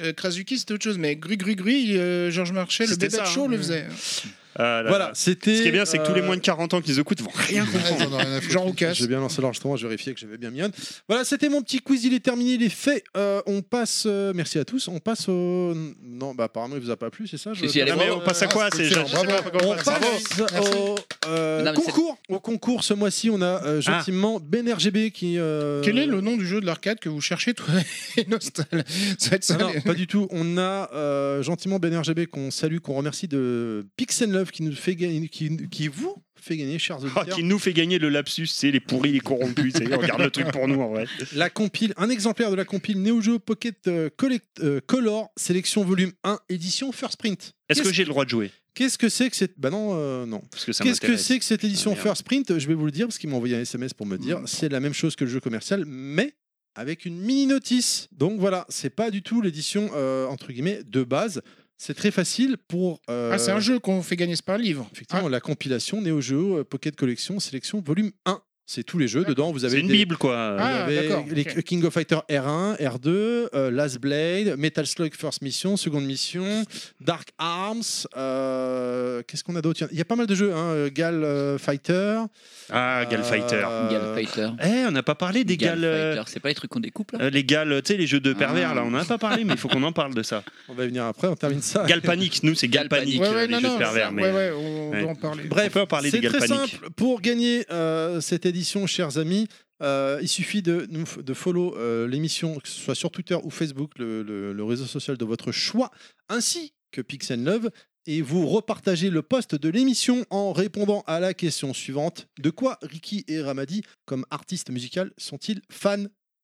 [SPEAKER 5] Euh, Krasuki, c'était autre chose, mais Gris Gris Gris, euh, Georges Marchais, le
[SPEAKER 2] C'était
[SPEAKER 5] bébé
[SPEAKER 2] ça,
[SPEAKER 5] de show
[SPEAKER 2] hein.
[SPEAKER 5] le faisait.
[SPEAKER 2] Ah là
[SPEAKER 4] Voilà,
[SPEAKER 2] là.
[SPEAKER 4] c'était.
[SPEAKER 2] Ce qui est bien, c'est que tous les
[SPEAKER 4] euh,
[SPEAKER 2] moins de 40 ans qui nous écoutent vont rien
[SPEAKER 7] Ah, ils en ont rien à foutre.
[SPEAKER 5] Jean Roucas.
[SPEAKER 4] J'ai bien lancé l'enregistrement, j'ai vérifié que j'avais bien mis on. Voilà, c'était mon petit quiz, il est terminé, il est fait. Euh, on passe, euh, merci à tous, on passe au. Non, bah apparemment il vous a pas plu, c'est ça je-
[SPEAKER 6] Si, si, elle est
[SPEAKER 2] Non, mais
[SPEAKER 6] bravo.
[SPEAKER 2] on passe à quoi
[SPEAKER 7] Ah,
[SPEAKER 2] C'est
[SPEAKER 7] excellent,
[SPEAKER 2] je sais pas
[SPEAKER 7] bravo.
[SPEAKER 2] comment
[SPEAKER 4] On
[SPEAKER 2] on passe.
[SPEAKER 4] passe au euh,
[SPEAKER 6] Non, mais c'est-
[SPEAKER 4] concours. Au concours, ce mois-ci, on a euh,
[SPEAKER 2] Ah.
[SPEAKER 4] gentiment BNRGB qui. euh,
[SPEAKER 5] Quel est le nom du jeu de l'arcade que vous cherchez, toi et Nostal Ça va être ça.
[SPEAKER 4] Ah non,
[SPEAKER 5] les-
[SPEAKER 4] pas du tout. On a euh, gentiment BNRGB qu'on salue, qu'on remercie de Pixel Love qui nous fait gagner, qui, qui vous fait gagner, chers
[SPEAKER 5] Oh,
[SPEAKER 2] Ah,
[SPEAKER 4] auditeurs,
[SPEAKER 2] qui nous fait gagner le lapsus, c'est les pourris, les corrompus, ça y est, on garde le truc pour nous en vrai.
[SPEAKER 4] la compile, un exemplaire de la compile Neo Geo Pocket euh, Collect- euh, Color sélection volume 1 édition First Print.
[SPEAKER 2] Est-ce que
[SPEAKER 4] Qu'est-ce-
[SPEAKER 2] j'ai le droit de jouer
[SPEAKER 4] Qu'est-ce que c'est que cette Bah non, euh, non.
[SPEAKER 2] Parce que ça
[SPEAKER 4] Qu'est-ce que
[SPEAKER 2] m'intéresse.
[SPEAKER 4] c'est que cette édition
[SPEAKER 2] Ah, merde. Mm.
[SPEAKER 4] First Print Je vais vous le dire parce qu'il m'a envoyé un SMS pour me dire. C'est la même chose que le jeu commercial, mais avec une mini notice. Donc voilà, c'est pas du tout l'édition euh, entre guillemets de base. C'est très facile pour. euh,
[SPEAKER 5] Ah, c'est un jeu qu'on fait gagner, c'est pas un livre.
[SPEAKER 2] Ah.
[SPEAKER 4] Effectivement, la compilation Neo Geo euh, Pocket Collection Sélection Volume 1. C'est tous les jeux dedans. Vous avez
[SPEAKER 2] C'est une
[SPEAKER 4] des-
[SPEAKER 2] bible quoi.
[SPEAKER 4] vous
[SPEAKER 5] Ah,
[SPEAKER 4] avez
[SPEAKER 5] d'accord,
[SPEAKER 4] les
[SPEAKER 5] ok.
[SPEAKER 4] King of Fighter R1, R2, euh, Last Blade, Metal Slug First Mission, Seconde Mission, Dark Arms. euh, Qu'est-ce qu'on a d'autre Il y a- Il y a pas mal de jeux. Hein, euh, Gal euh, Fighter.
[SPEAKER 2] Ah, Gal
[SPEAKER 4] euh,
[SPEAKER 2] Fighter.
[SPEAKER 6] Gal Fighter.
[SPEAKER 2] Eh, on n'a pas parlé des Gal. euh,
[SPEAKER 6] Fighter, c'est pas les trucs qu'on découpe là
[SPEAKER 2] euh, les Gal, euh, tu sais, les jeux de
[SPEAKER 6] Ah.
[SPEAKER 2] pervers, là, on n'en a pas parlé, mais il faut qu'on en parle de ça.
[SPEAKER 4] On va y venir après. On termine ça.
[SPEAKER 2] Gal Panic, nous, c'est Gal Panic,
[SPEAKER 5] Ah, Ouais,
[SPEAKER 2] euh,
[SPEAKER 5] ouais,
[SPEAKER 2] les
[SPEAKER 5] non,
[SPEAKER 2] jeux
[SPEAKER 5] non,
[SPEAKER 2] de pervers.
[SPEAKER 5] ça-
[SPEAKER 2] Mais...
[SPEAKER 5] Ouais, ouais, on
[SPEAKER 2] Ouais.
[SPEAKER 5] doit en parler.
[SPEAKER 2] Bref, on peut parler des
[SPEAKER 4] C'est
[SPEAKER 2] Gal
[SPEAKER 4] très
[SPEAKER 2] Panic.
[SPEAKER 4] simple. Pour gagner euh, cette édition, chers amis, euh, il suffit de, nous f- de follow euh, l'émission, que ce soit sur Twitter ou Facebook, le, le- le réseau social de votre choix, ainsi que Pixel Love. Et vous repartagez le post de l'émission en répondant à la question suivante. De quoi Ricky et Ramadi, comme artistes musicaux, sont-ils fans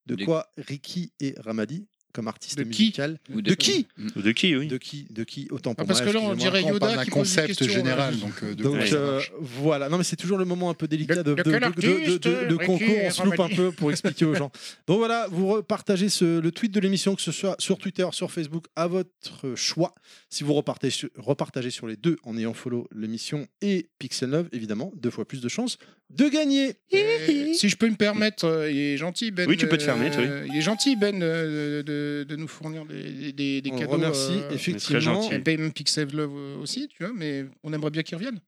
[SPEAKER 4] De
[SPEAKER 6] Des-
[SPEAKER 4] quoi Ricky et Ramadi, comme artistes
[SPEAKER 5] De qui
[SPEAKER 4] musicaux
[SPEAKER 6] Ou
[SPEAKER 4] De qui
[SPEAKER 2] De qui, oui
[SPEAKER 4] De qui De qui Autant pour
[SPEAKER 5] Ah, parce
[SPEAKER 4] moi,
[SPEAKER 5] que là, on
[SPEAKER 4] excusez-moi.
[SPEAKER 5] dirait
[SPEAKER 7] On
[SPEAKER 5] Yoda
[SPEAKER 7] parle d'un
[SPEAKER 5] qui pose des
[SPEAKER 7] concept
[SPEAKER 5] questions,
[SPEAKER 7] général.
[SPEAKER 5] là.
[SPEAKER 7] Donc, euh, de
[SPEAKER 4] Donc
[SPEAKER 7] quoi ça
[SPEAKER 4] euh,
[SPEAKER 7] marche.
[SPEAKER 4] voilà, non mais c'est toujours le moment un peu délicat de,
[SPEAKER 5] De-
[SPEAKER 4] de,
[SPEAKER 5] de quel
[SPEAKER 4] de- de- de- de
[SPEAKER 5] artiste,
[SPEAKER 4] concours,
[SPEAKER 5] Ricky
[SPEAKER 4] on se loupe un
[SPEAKER 5] Ramadi
[SPEAKER 4] peu pour expliquer aux gens. Donc voilà, vous repartagez ce- le tweet de l'émission, que ce soit sur Twitter, sur Facebook, à votre choix. Si vous repartagez, sur- repartagez sur les deux en ayant follow l'émission et Pixel 9, évidemment, deux fois plus de chances de gagner.
[SPEAKER 5] Euh, si je peux me permettre, euh, il est gentil Ben.
[SPEAKER 2] Oui, tu peux te
[SPEAKER 5] euh,
[SPEAKER 2] permettre, oui.
[SPEAKER 5] Il est gentil Ben euh, de, de nous fournir des, des- des
[SPEAKER 4] on
[SPEAKER 5] cadeaux.
[SPEAKER 4] remercie
[SPEAKER 5] euh,
[SPEAKER 4] effectivement.
[SPEAKER 2] gentil.
[SPEAKER 5] Elle paye même Pixel Love euh, aussi, tu vois, mais on aimerait bien qu'il revienne.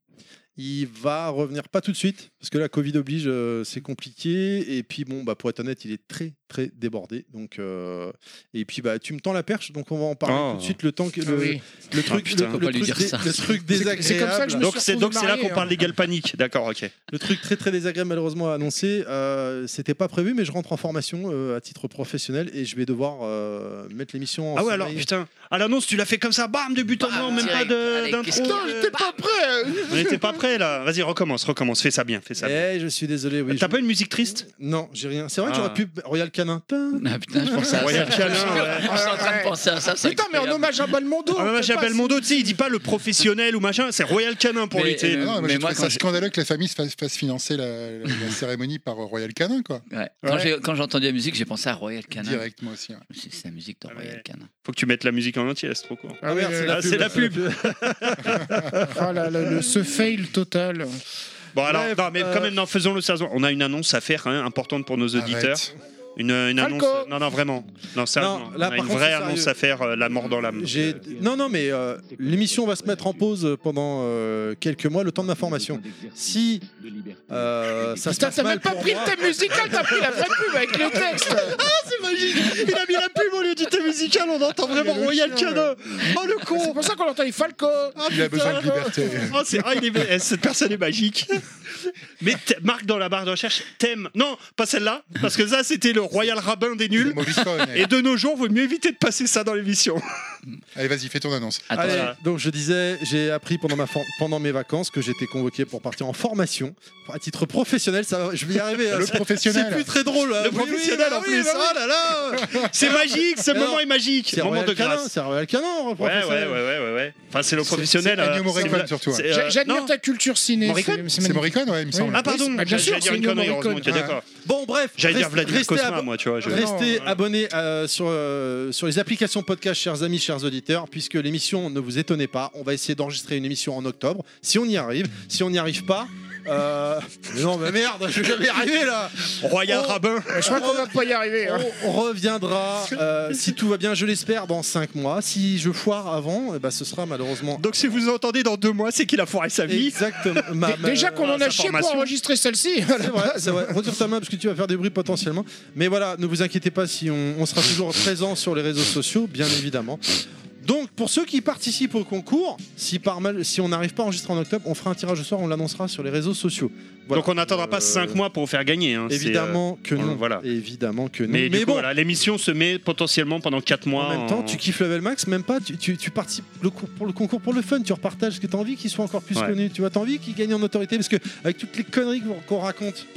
[SPEAKER 4] Il va revenir pas tout de suite parce que la Covid oblige, euh, c'est compliqué. Et puis bon, bah pour être honnête, il est très très débordé. Donc euh, et puis bah tu me tends la perche, donc on va en parler
[SPEAKER 2] Oh. Ah,
[SPEAKER 4] tout de suite. Le temps que le,
[SPEAKER 5] Oui.
[SPEAKER 4] le truc,
[SPEAKER 2] putain,
[SPEAKER 4] le-
[SPEAKER 2] faut
[SPEAKER 4] le
[SPEAKER 6] pas lui
[SPEAKER 4] truc
[SPEAKER 6] dire
[SPEAKER 4] dé-
[SPEAKER 6] ça.
[SPEAKER 4] le truc
[SPEAKER 5] C'est- c'est comme ça que je me suis
[SPEAKER 4] désagréable,
[SPEAKER 2] Donc
[SPEAKER 5] retrouvé
[SPEAKER 2] c'est donc c'est là
[SPEAKER 5] marié,
[SPEAKER 2] qu'on parle
[SPEAKER 5] hein.
[SPEAKER 2] des Gal Panic. D'accord, ok.
[SPEAKER 4] le truc très très désagréable malheureusement à annoncer. Euh, C'était pas prévu, mais je rentre en formation euh, à titre professionnel et je vais devoir euh, mettre l'émission. en
[SPEAKER 2] Ah ouais,
[SPEAKER 4] sommeil.
[SPEAKER 2] alors putain, à l'annonce, tu l'as fait comme ça, bam, de but en
[SPEAKER 6] Bam,
[SPEAKER 2] blanc, même pas
[SPEAKER 6] direct.
[SPEAKER 2] de-
[SPEAKER 6] Allez,
[SPEAKER 2] d'intro.
[SPEAKER 6] qu'est-ce que-
[SPEAKER 2] de-
[SPEAKER 5] pas prêt
[SPEAKER 2] On n'était pas prêt là. Vas-y, recommence, recommence, fais ça bien, fais ça. bien.
[SPEAKER 4] Eh, je suis désolé. Oui,
[SPEAKER 2] T'as
[SPEAKER 4] je-
[SPEAKER 2] pas une musique triste
[SPEAKER 4] Non, j'ai rien. C'est vrai que
[SPEAKER 2] Ah.
[SPEAKER 4] j'aurais pu Royal Canin. Tin.
[SPEAKER 6] Ah putain, je pensais à ça.
[SPEAKER 2] Royal
[SPEAKER 6] Je
[SPEAKER 2] Canin,
[SPEAKER 6] suis
[SPEAKER 2] ouais.
[SPEAKER 6] en train de penser à ça. c'est
[SPEAKER 5] Putain, mais en
[SPEAKER 6] incroyable.
[SPEAKER 5] hommage à Balmondo
[SPEAKER 2] Ah, moi,
[SPEAKER 5] on fait pas
[SPEAKER 2] j'appelle mon dos, tu sais, il dit pas le professionnel ou machin, c'est Royal Canin pour
[SPEAKER 6] Mais,
[SPEAKER 2] lui, tu sais.
[SPEAKER 6] euh,
[SPEAKER 7] Ah non, moi,
[SPEAKER 6] mais
[SPEAKER 7] j'ai
[SPEAKER 6] moi,
[SPEAKER 7] trouvé
[SPEAKER 6] quand
[SPEAKER 7] ça
[SPEAKER 6] j'ai-
[SPEAKER 7] scandaleux que la famille se fasse, fasse financer la, la- la cérémonie par euh, Royal Canin, quoi.
[SPEAKER 6] Ouais. Quand
[SPEAKER 5] Ouais.
[SPEAKER 6] j'ai- Quand j'ai entendu la musique, j'ai pensé à Royal Canin.
[SPEAKER 7] Direct, moi aussi. hein. ouais.
[SPEAKER 6] C'est c'est la musique de
[SPEAKER 2] Ah,
[SPEAKER 6] Royal
[SPEAKER 2] mais-
[SPEAKER 6] Canin.
[SPEAKER 2] Faut que tu mettes la musique en entier, là, c'est trop court.
[SPEAKER 5] Ah,
[SPEAKER 4] merde,
[SPEAKER 5] oui,
[SPEAKER 4] c'est
[SPEAKER 5] euh,
[SPEAKER 2] Ah, c'est la pub.
[SPEAKER 5] Ah là là, le- ce fail total.
[SPEAKER 2] Bon, alors,
[SPEAKER 4] Bref,
[SPEAKER 2] non, mais
[SPEAKER 4] euh,
[SPEAKER 2] quand même, non, faisons-le sérieusement. On a une annonce à faire, quand même, importante pour nos auditeurs.
[SPEAKER 7] Arrête.
[SPEAKER 2] Une, une annonce.
[SPEAKER 5] Falco
[SPEAKER 2] Non, non, vraiment. Non, sérieusement.
[SPEAKER 4] Non, là,
[SPEAKER 2] on a
[SPEAKER 4] par
[SPEAKER 2] une
[SPEAKER 4] contre,
[SPEAKER 2] vraie
[SPEAKER 4] c'est
[SPEAKER 2] annonce
[SPEAKER 4] sérieux.
[SPEAKER 2] à faire, euh, la mort dans l'âme.
[SPEAKER 4] J'ai- Non, non, mais euh, l'émission va se mettre en pause pendant euh, quelques mois, le temps de ma formation. Si euh, ça se
[SPEAKER 5] Putain,
[SPEAKER 4] passe
[SPEAKER 5] t'as
[SPEAKER 4] mal
[SPEAKER 5] même pas
[SPEAKER 4] pour
[SPEAKER 5] pris
[SPEAKER 4] moi-
[SPEAKER 5] ta musicale, t'as pris la vraie pub avec le texte
[SPEAKER 4] c'est magique Il a mis la pub au lieu du thé musical, on entend vraiment
[SPEAKER 5] le
[SPEAKER 4] Royal
[SPEAKER 5] chien, euh,
[SPEAKER 4] Canin Oh le
[SPEAKER 5] C'est
[SPEAKER 4] con
[SPEAKER 5] pour ça qu'on entend les Falco
[SPEAKER 7] Il a besoin de liberté.
[SPEAKER 2] Oh, c'est ah, il est- eh, cette personne est magique. Mais t- marque dans la barre de recherche thème. Non, pas celle-là, parce que ça c'était le royal rabbin des nuls.
[SPEAKER 7] Maurice Cohen,
[SPEAKER 2] Et de nos jours, vaut mieux éviter de passer ça dans l'émission.
[SPEAKER 7] Allez, vas-y, fais ton annonce.
[SPEAKER 6] Attends,
[SPEAKER 4] Allez,
[SPEAKER 2] voilà.
[SPEAKER 4] donc je disais, j'ai appris pendant, ma for- pendant mes vacances que j'étais convoqué pour partir en formation à titre professionnel. Ça, va, je vais y arriver. hein,
[SPEAKER 7] Le
[SPEAKER 4] c'est- C'est plus
[SPEAKER 7] professionnel.
[SPEAKER 4] très drôle. hein.
[SPEAKER 2] Le
[SPEAKER 4] Oui, oui,
[SPEAKER 2] professionnel,
[SPEAKER 4] bah
[SPEAKER 2] en
[SPEAKER 4] oui,
[SPEAKER 2] plus,
[SPEAKER 4] bah oui,
[SPEAKER 2] oh
[SPEAKER 4] là là.
[SPEAKER 2] C'est magique, ce
[SPEAKER 4] Mais non,
[SPEAKER 2] moment est magique.
[SPEAKER 4] C'est
[SPEAKER 2] Moment
[SPEAKER 4] Royal
[SPEAKER 2] de
[SPEAKER 4] Canin.
[SPEAKER 2] grâce.
[SPEAKER 4] C'est Royal Canin. hein,
[SPEAKER 2] Ouais, ouais, ouais, ouais, ouais, ouais. Enfin, c'est le
[SPEAKER 7] C'est-
[SPEAKER 2] professionnel.
[SPEAKER 7] c'est Ennio
[SPEAKER 2] euh,
[SPEAKER 7] Morricone,
[SPEAKER 2] c'est-
[SPEAKER 7] surtout, ouais.
[SPEAKER 2] c'est, euh,
[SPEAKER 5] J'a- J'admire
[SPEAKER 2] non.
[SPEAKER 5] ta culture ciné.
[SPEAKER 2] Morricone
[SPEAKER 5] c'est-
[SPEAKER 7] C'est
[SPEAKER 5] magnifique.
[SPEAKER 7] Morricone, ouais, il me
[SPEAKER 5] Oui.
[SPEAKER 7] semble.
[SPEAKER 2] Ah, pardon,
[SPEAKER 5] Oui, bah, bien
[SPEAKER 2] j'allais
[SPEAKER 5] sûr,
[SPEAKER 2] dire
[SPEAKER 5] c'est
[SPEAKER 2] une
[SPEAKER 5] Ennio
[SPEAKER 2] connerie, heureusement,
[SPEAKER 5] Morricone.
[SPEAKER 2] ok, d'accord.
[SPEAKER 4] Bon, bref.
[SPEAKER 2] J'allais dire
[SPEAKER 4] reste-
[SPEAKER 2] Vladimir
[SPEAKER 4] restez
[SPEAKER 2] Cosma,
[SPEAKER 4] ab-
[SPEAKER 2] moi, tu vois. je-
[SPEAKER 5] Ah, non.
[SPEAKER 4] Restez
[SPEAKER 2] ouais.
[SPEAKER 4] abonnés euh, sur, euh, sur les applications podcast, chers amis, chers auditeurs, puisque l'émission, ne vous étonnez pas, on va essayer d'enregistrer une émission en octobre, si on y arrive. Si on n'y arrive pas... euh, mais non, mais merde, je vais jamais y arriver là
[SPEAKER 2] Royal
[SPEAKER 4] Oh.
[SPEAKER 2] Rabbin.
[SPEAKER 5] Je crois qu'on va pas y arriver. hein.
[SPEAKER 4] On- On reviendra, euh, si tout va bien, je l'espère, dans 5 mois. Si je foire avant, eh ben, ce sera malheureusement.
[SPEAKER 2] Donc, si vous entendez dans deux mois, c'est qu'il a foiré sa vie.
[SPEAKER 4] Exactement. ma-
[SPEAKER 5] Dé-
[SPEAKER 4] ma-
[SPEAKER 5] Déjà qu'on en a
[SPEAKER 2] sa
[SPEAKER 5] chié pour
[SPEAKER 2] formation.
[SPEAKER 5] enregistrer celle-ci.
[SPEAKER 4] C'est vrai, c'est vrai. Retire ta main parce que tu vas faire des bruits potentiellement. Mais voilà, ne vous inquiétez pas si on, on sera toujours présent sur les réseaux sociaux, bien évidemment. Donc, pour ceux qui participent au concours, si, par mal, si on n'arrive pas à enregistrer en octobre, on fera un tirage au soir, on l'annoncera sur les réseaux sociaux. Voilà.
[SPEAKER 2] Donc, on n'attendra pas
[SPEAKER 4] Euh,
[SPEAKER 2] cinq mois pour vous faire gagner. hein, c'est, euh,
[SPEAKER 4] Évidemment que
[SPEAKER 2] on-
[SPEAKER 4] non.
[SPEAKER 2] voilà.
[SPEAKER 4] Évidemment que non.
[SPEAKER 2] Mais, du coup,
[SPEAKER 4] bon,
[SPEAKER 2] voilà, l'émission se met potentiellement pendant 4 mois.
[SPEAKER 4] En même temps, tu kiffes Level Max, même pas, tu, tu- tu participes le cours- pour le concours pour le fun, tu repartages ce que tu as envie qu'il soit encore plus
[SPEAKER 2] Ouais.
[SPEAKER 4] connu, tu vois, t'as envie qu'il gagne en autorité, parce que avec toutes les conneries qu'on qu'on raconte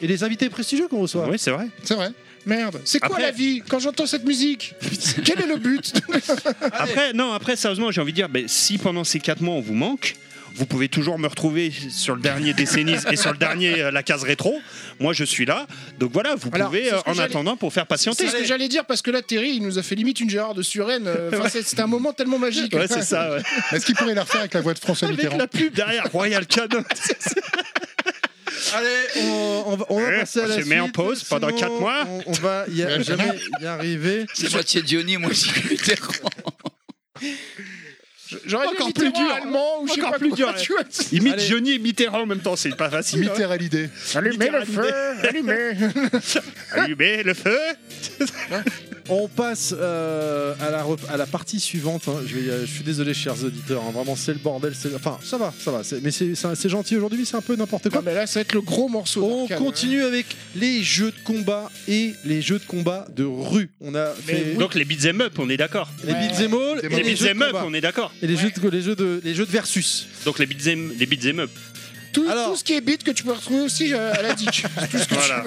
[SPEAKER 4] et les invités prestigieux qu'on reçoit.
[SPEAKER 2] Oui, c'est vrai.
[SPEAKER 7] C'est vrai.
[SPEAKER 5] Merde. C'est quoi
[SPEAKER 2] Après-
[SPEAKER 5] la vie quand j'entends cette musique Quel est le but
[SPEAKER 2] Après, non, après, sérieusement, j'ai envie de dire, ben, si pendant ces 4 mois on vous manque, vous pouvez toujours me retrouver sur le dernier décennies et sur le dernier euh, la case rétro. Moi, je suis là. Donc voilà, vous
[SPEAKER 5] Alors,
[SPEAKER 2] pouvez
[SPEAKER 5] c'est ce
[SPEAKER 2] euh,
[SPEAKER 5] que
[SPEAKER 2] en
[SPEAKER 5] j'allais-
[SPEAKER 2] attendant pour faire
[SPEAKER 5] C'est
[SPEAKER 2] patienter.
[SPEAKER 5] ce que j'allais dire parce que là, Terry, il nous a fait limite une Gérard de Suren. euh, enfin, c'est- C'était un moment tellement magique.
[SPEAKER 2] Ouais, c'est ça. ouais.
[SPEAKER 7] Est-ce qu'il pourrait la refaire avec la voix de François
[SPEAKER 2] Avec
[SPEAKER 7] Mitterrand
[SPEAKER 2] la pub derrière Royal Canin.
[SPEAKER 4] Allez, on, on va, on va
[SPEAKER 2] Ouais,
[SPEAKER 4] passer à
[SPEAKER 2] on
[SPEAKER 4] la
[SPEAKER 2] se
[SPEAKER 4] suite.
[SPEAKER 2] met en pause pendant
[SPEAKER 4] sinon
[SPEAKER 2] quatre mois.
[SPEAKER 4] On, on va y, a- jamais y arriver.
[SPEAKER 6] C'est moitié Diony, moitié Mitterrand.
[SPEAKER 5] J'aurais dit
[SPEAKER 2] Encore
[SPEAKER 5] Mitterrand
[SPEAKER 2] plus dur.
[SPEAKER 5] allemand ou je sais
[SPEAKER 2] Encore
[SPEAKER 5] pas
[SPEAKER 2] plus
[SPEAKER 5] quoi,
[SPEAKER 2] dur,
[SPEAKER 5] tu vois.
[SPEAKER 2] Imite
[SPEAKER 4] Allez.
[SPEAKER 2] Johnny et Mitterrand en même temps, c'est pas facile. hein.
[SPEAKER 7] Mitterrand l'idée.
[SPEAKER 5] Allumez le feu, allumez.
[SPEAKER 2] Allumez Ah le feu.
[SPEAKER 4] On passe euh, à, la, rep- à la partie suivante. hein. Je, vais, euh, je suis désolé, chers auditeurs. hein. Vraiment, c'est le bordel. c'est- Enfin, ça va, ça va. c'est- Mais c'est c'est- c'est gentil aujourd'hui, c'est un peu n'importe quoi.
[SPEAKER 5] Non, mais là, ça va être le gros morceau. hein.
[SPEAKER 4] On
[SPEAKER 5] d'arcade,
[SPEAKER 4] continue avec les jeux de combat et les jeux de combat de rue. On a fait
[SPEAKER 2] Donc les beat'em up, on est d'accord.
[SPEAKER 4] les beat'em all
[SPEAKER 2] Les
[SPEAKER 4] et les jeux
[SPEAKER 2] beat'em
[SPEAKER 4] de
[SPEAKER 2] up,
[SPEAKER 4] combat.
[SPEAKER 2] on est d'accord.
[SPEAKER 4] Et les jeux de les jeux de les jeux de versus.
[SPEAKER 2] Donc les beat'em les beat'em up.
[SPEAKER 5] hein. Tout,
[SPEAKER 4] Alors-
[SPEAKER 5] tout ce qui est beat que tu peux retrouver aussi euh, à la DIC.
[SPEAKER 2] Voilà.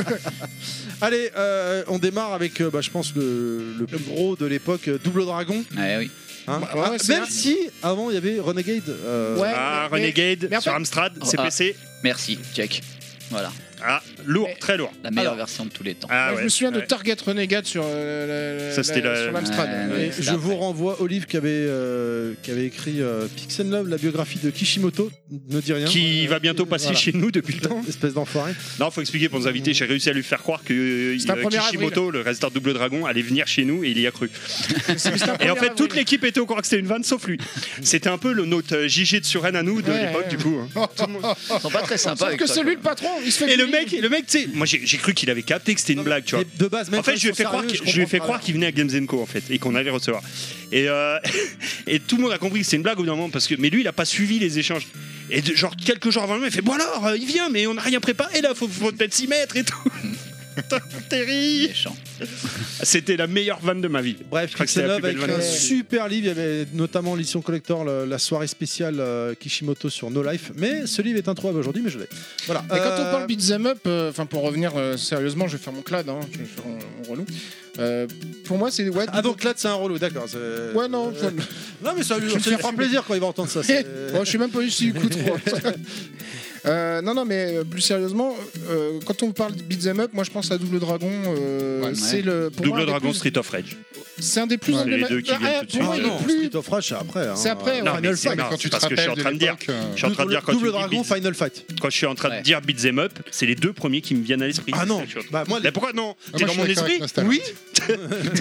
[SPEAKER 4] Allez, euh, on démarre avec euh, bah, je pense le, le plus gros de l'époque, euh, Double Dragon.
[SPEAKER 6] Ouais, Ah, eh oui.
[SPEAKER 4] hein.
[SPEAKER 5] Bah, ouais,
[SPEAKER 4] Ah,
[SPEAKER 5] c'est
[SPEAKER 4] même
[SPEAKER 5] un-
[SPEAKER 4] si avant il y avait Renegade. euh,
[SPEAKER 5] Ouais.
[SPEAKER 2] Ah,
[SPEAKER 5] mais-
[SPEAKER 2] Renegade
[SPEAKER 5] mais en
[SPEAKER 2] sur
[SPEAKER 5] fait-
[SPEAKER 2] Amstrad,
[SPEAKER 6] Ah.
[SPEAKER 2] CPC.
[SPEAKER 6] Merci, check. Voilà,
[SPEAKER 2] Ah, lourd,
[SPEAKER 5] Mais-
[SPEAKER 2] très lourd.
[SPEAKER 6] la meilleure
[SPEAKER 4] Alors.
[SPEAKER 6] version de tous les temps.
[SPEAKER 2] Ah,
[SPEAKER 5] Moi,
[SPEAKER 2] ouais.
[SPEAKER 5] Je me souviens de
[SPEAKER 2] Ouais.
[SPEAKER 5] Target Renegade sur euh, la-
[SPEAKER 2] Ça, c'était
[SPEAKER 5] la-
[SPEAKER 2] la-
[SPEAKER 5] sur l'Amstrad.
[SPEAKER 6] Ouais,
[SPEAKER 4] et
[SPEAKER 6] ouais.
[SPEAKER 4] je
[SPEAKER 6] après.
[SPEAKER 4] vous renvoie au livre qui avait, euh, qui avait écrit euh, Pix and Love, la biographie de Kishimoto, ne dis rien.
[SPEAKER 2] Qui
[SPEAKER 5] hein,
[SPEAKER 4] Euh,
[SPEAKER 2] va bientôt passer
[SPEAKER 4] voilà.
[SPEAKER 2] chez nous depuis le temps.
[SPEAKER 4] Espèce d'enfoiré.
[SPEAKER 2] Non, faut expliquer pour nos invités. J'ai réussi à lui faire croire que euh,
[SPEAKER 5] C'est un
[SPEAKER 2] euh,
[SPEAKER 5] premier
[SPEAKER 2] Kishimoto, le réalisateur de Double Dragon, allait venir chez nous et il y a cru.
[SPEAKER 5] C'est- c'est un
[SPEAKER 2] Et en
[SPEAKER 5] premier
[SPEAKER 2] fait, toute
[SPEAKER 5] avril.
[SPEAKER 2] l'équipe était au courant que c'était une vanne sauf lui. C'était un peu le notre euh, JG de Suren à nous de
[SPEAKER 5] Ouais,
[SPEAKER 2] l'époque, du
[SPEAKER 5] ouais.
[SPEAKER 2] coup. hein.
[SPEAKER 6] Ah, Ils sont pas très
[SPEAKER 2] Ah,
[SPEAKER 6] sympas.
[SPEAKER 5] Sauf
[SPEAKER 6] avec
[SPEAKER 5] que
[SPEAKER 6] toi,
[SPEAKER 5] c'est lui
[SPEAKER 6] quand
[SPEAKER 5] le patron, il se fait
[SPEAKER 2] Et le
[SPEAKER 5] bully.
[SPEAKER 2] mec, le mec, tu sais, moi j'ai j'ai cru qu'il avait capté que c'était une blague, tu vois.
[SPEAKER 4] Mais De base, même
[SPEAKER 2] En fait,
[SPEAKER 4] quand
[SPEAKER 2] je lui ai
[SPEAKER 4] ils
[SPEAKER 2] fait
[SPEAKER 4] sont
[SPEAKER 2] croire,
[SPEAKER 4] sérieux,
[SPEAKER 2] que- je lui ai
[SPEAKER 4] comprends
[SPEAKER 2] fait
[SPEAKER 4] pas.
[SPEAKER 2] croire qu'il venait à Games Co en fait et qu'on allait recevoir. Et, euh, et tout le monde a compris que c'était une blague au bout d'un moment parce que mais lui il a pas suivi les échanges. Et de- genre quelques jours avant le moment, il fait bon alors euh, il vient mais on n'a rien préparé là faut, faut peut-être s'y mettre et tout. Putain,
[SPEAKER 6] même.
[SPEAKER 2] Terry.
[SPEAKER 6] Méchant.
[SPEAKER 2] C'était la meilleure vanne de ma vie.
[SPEAKER 4] Bref,
[SPEAKER 2] crois que c'est
[SPEAKER 4] Pixel
[SPEAKER 2] la
[SPEAKER 4] Love
[SPEAKER 2] plus
[SPEAKER 4] avec
[SPEAKER 2] belle
[SPEAKER 4] un
[SPEAKER 5] vanne.
[SPEAKER 4] super livre. Il y avait notamment l'édition collector, le- la soirée spéciale euh, Kishimoto sur No Life. Mais ce livre est introuvable aujourd'hui, mais je l'ai. Voilà.
[SPEAKER 5] Et quand
[SPEAKER 4] Euh,
[SPEAKER 5] on parle beat'em up, euh, enfin pour revenir euh, sérieusement, je vais faire mon clad, hein, je vais faire mon, mon relou. Euh, pour moi, c'est ouais.
[SPEAKER 4] Ah donc là c'est un relou, d'accord. c'est-
[SPEAKER 5] Ouais non,
[SPEAKER 4] Euh, Non mais ça, lui- ça lui fera plaisir quand il va entendre ça.
[SPEAKER 5] Eh,
[SPEAKER 4] c'est- euh,
[SPEAKER 5] bon, je suis même pas eu si coup trop. Euh, non, non, mais euh, plus sérieusement, euh, quand on parle de beat'em up, moi je pense à Double Dragon. euh,
[SPEAKER 6] Ouais.
[SPEAKER 5] c'est le pour moi,
[SPEAKER 2] Double
[SPEAKER 5] un des
[SPEAKER 2] Dragon
[SPEAKER 5] plus-
[SPEAKER 2] Street of Rage.
[SPEAKER 5] C'est un des plus
[SPEAKER 7] Ouais,
[SPEAKER 2] les
[SPEAKER 5] embléma-
[SPEAKER 2] deux qui
[SPEAKER 5] Ah,
[SPEAKER 2] viennent tout de
[SPEAKER 5] pour moi,
[SPEAKER 2] suite.
[SPEAKER 5] il est
[SPEAKER 4] non,
[SPEAKER 5] plus.
[SPEAKER 4] Street of Rage, c'est après. hein.
[SPEAKER 5] C'est après,
[SPEAKER 2] Non,
[SPEAKER 5] ouais.
[SPEAKER 2] mais
[SPEAKER 4] Final
[SPEAKER 2] c'est
[SPEAKER 4] Fight.
[SPEAKER 2] marrant,
[SPEAKER 7] Quand tu te
[SPEAKER 2] parce que je suis en
[SPEAKER 7] rappelles de
[SPEAKER 2] train de dire,
[SPEAKER 7] l'époque. euh,
[SPEAKER 2] je suis en train de dire quand tu
[SPEAKER 4] Double
[SPEAKER 2] me dis
[SPEAKER 4] Dragon
[SPEAKER 2] beat-
[SPEAKER 4] Final Fight.
[SPEAKER 2] quand je suis en train de
[SPEAKER 6] Ouais.
[SPEAKER 2] dire beat'em up, c'est les deux premiers qui me viennent à l'esprit.
[SPEAKER 4] Ah
[SPEAKER 2] C'est
[SPEAKER 4] non.
[SPEAKER 2] ça que je suis en train-
[SPEAKER 4] Bah moi les-
[SPEAKER 2] Mais pourquoi non
[SPEAKER 7] Ah,
[SPEAKER 2] T'es
[SPEAKER 7] moi,
[SPEAKER 2] dans
[SPEAKER 7] je suis
[SPEAKER 2] mon
[SPEAKER 7] d'accord avec
[SPEAKER 2] esprit
[SPEAKER 7] Nostal.
[SPEAKER 2] Oui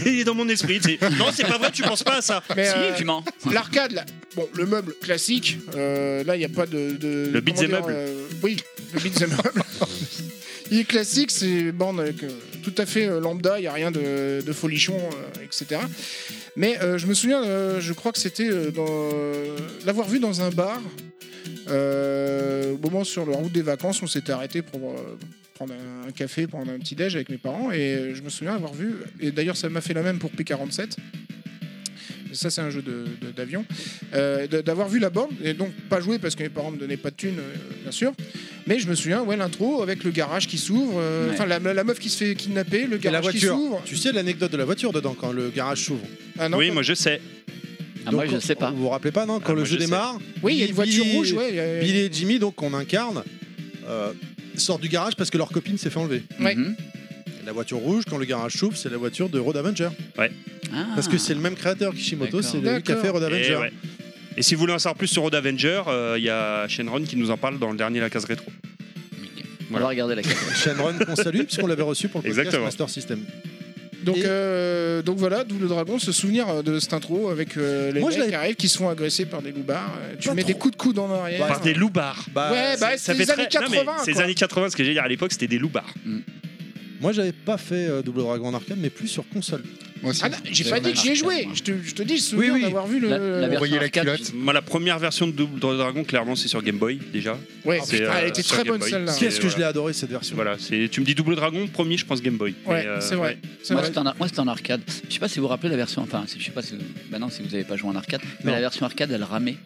[SPEAKER 2] Il est dans mon esprit. c'est- Non, c'est pas vrai, tu penses pas à ça.
[SPEAKER 5] Mais,
[SPEAKER 6] Si,
[SPEAKER 5] euh,
[SPEAKER 6] tu mens.
[SPEAKER 5] L'arcade, là, bon, le meuble classique, euh, là, il n'y a pas de. de-
[SPEAKER 2] Le beat'em
[SPEAKER 5] comment
[SPEAKER 2] up.
[SPEAKER 5] euh, Oui, le beat'em up. il est classique, c'est bande avec, euh, tout à fait euh, lambda, il n'y a rien de, de folichon, euh, etc. Mais euh, je me souviens, euh, je crois que c'était euh, dans euh, l'avoir vu dans un bar. euh, au moment sur la route des vacances, on s'était arrêté pour euh, prendre un café, prendre un petit déj avec mes parents, et euh, je me souviens avoir vu, et d'ailleurs ça m'a fait la même pour P47, ça c'est un jeu de- de- d'avion, euh, de- d'avoir vu la borne, et donc pas jouer parce que mes parents me donnaient pas de thunes, euh, bien sûr. Mais je me souviens, ouais, l'intro avec le garage qui s'ouvre, euh,
[SPEAKER 6] Ouais.
[SPEAKER 5] enfin la, la meuf qui se fait kidnapper, le
[SPEAKER 4] Et la
[SPEAKER 5] garage qui
[SPEAKER 4] voiture.
[SPEAKER 5] s'ouvre.
[SPEAKER 4] Tu sais l'anecdote de la voiture dedans quand le garage s'ouvre.
[SPEAKER 5] Ah non,
[SPEAKER 2] oui,
[SPEAKER 5] quand-
[SPEAKER 2] moi je sais.
[SPEAKER 6] Ah, moi,
[SPEAKER 4] Donc,
[SPEAKER 6] je sais pas.
[SPEAKER 4] Vous vous rappelez pas non Quand
[SPEAKER 2] Ah,
[SPEAKER 4] le
[SPEAKER 2] moi,
[SPEAKER 4] jeu
[SPEAKER 2] je sais.
[SPEAKER 4] démarre.
[SPEAKER 5] oui, il y a une voiture
[SPEAKER 4] Billy-
[SPEAKER 5] rouge, ouais. euh,
[SPEAKER 4] Billy et Jimmy, donc on incarne, euh, sortent du garage parce que leur copine s'est fait enlever.
[SPEAKER 5] Ouais.
[SPEAKER 6] Mhm.
[SPEAKER 4] La voiture rouge, quand le garage s'ouvre, c'est la voiture de Road Avenger.
[SPEAKER 6] Ah.
[SPEAKER 4] Parce que c'est le même créateur, Kishimoto,
[SPEAKER 6] D'accord.
[SPEAKER 4] c'est le qui a fait Road
[SPEAKER 2] Et,
[SPEAKER 4] Avenger.
[SPEAKER 2] ouais. Et si vous voulez en savoir plus sur Road Avenger, euh, il y a Shenron qui nous en parle dans le dernier La Case Rétro.
[SPEAKER 6] Nickel. On
[SPEAKER 2] Voilà.
[SPEAKER 6] va regarder la carte.
[SPEAKER 4] Shenron qu'on salue, puisqu'on l'avait reçu pour le podcast
[SPEAKER 2] Exactement.
[SPEAKER 4] Master System.
[SPEAKER 5] Donc,
[SPEAKER 4] Et-
[SPEAKER 5] euh, donc voilà, d'où le dragon, se souvenir euh, de cette intro avec euh, les
[SPEAKER 4] Moi, je
[SPEAKER 5] mecs
[SPEAKER 4] l'avais-
[SPEAKER 5] qui arrivent, qui se font agresser par des loupards. euh, Tu
[SPEAKER 4] Pas
[SPEAKER 5] mets
[SPEAKER 4] trop.
[SPEAKER 5] des coups de coude en arrière.
[SPEAKER 2] Par des loupards.
[SPEAKER 4] Bah,
[SPEAKER 5] ouais, bah c'est les années 80.
[SPEAKER 2] C'est les
[SPEAKER 5] quoi.
[SPEAKER 2] années 80, ce que j'ai dit à l'époque, c'était des loupards.
[SPEAKER 4] Moi, j'avais pas fait euh, Double Dragon en arcade, mais plus sur console.
[SPEAKER 7] euh, Moi aussi.
[SPEAKER 5] Ah non, j'ai pas dit que j'y ai joué. Je te, je te dis, je souviens
[SPEAKER 4] Oui, oui.
[SPEAKER 5] d'avoir vu le.
[SPEAKER 6] La, la version
[SPEAKER 7] voyait la
[SPEAKER 6] arcade,
[SPEAKER 7] culotte.
[SPEAKER 2] Moi, la première version de Double Dragon, clairement, c'est sur Game Boy déjà.
[SPEAKER 5] Ouais,
[SPEAKER 2] C'est,
[SPEAKER 5] putain, elle
[SPEAKER 2] euh,
[SPEAKER 5] était
[SPEAKER 2] sur
[SPEAKER 5] très
[SPEAKER 2] Game
[SPEAKER 5] bonne
[SPEAKER 2] Boy.
[SPEAKER 5] celle-là.
[SPEAKER 2] C'est-
[SPEAKER 4] Qu'est-ce que je l'ai adoré cette version.
[SPEAKER 2] Voilà, c'est- tu me dis Double Dragon, premier, je pense Game Boy.
[SPEAKER 5] Ouais,
[SPEAKER 2] Mais, euh,
[SPEAKER 5] c'est vrai.
[SPEAKER 2] ouais.
[SPEAKER 5] c'est
[SPEAKER 6] Moi
[SPEAKER 5] vrai.
[SPEAKER 6] c'était, en, moi, c'était en arcade. Je sais pas si vous vous rappelez la version. Enfin, je sais pas si vous, bah non, si vous avez pas joué en arcade. Mais
[SPEAKER 4] Non.
[SPEAKER 6] la version arcade, elle ramait.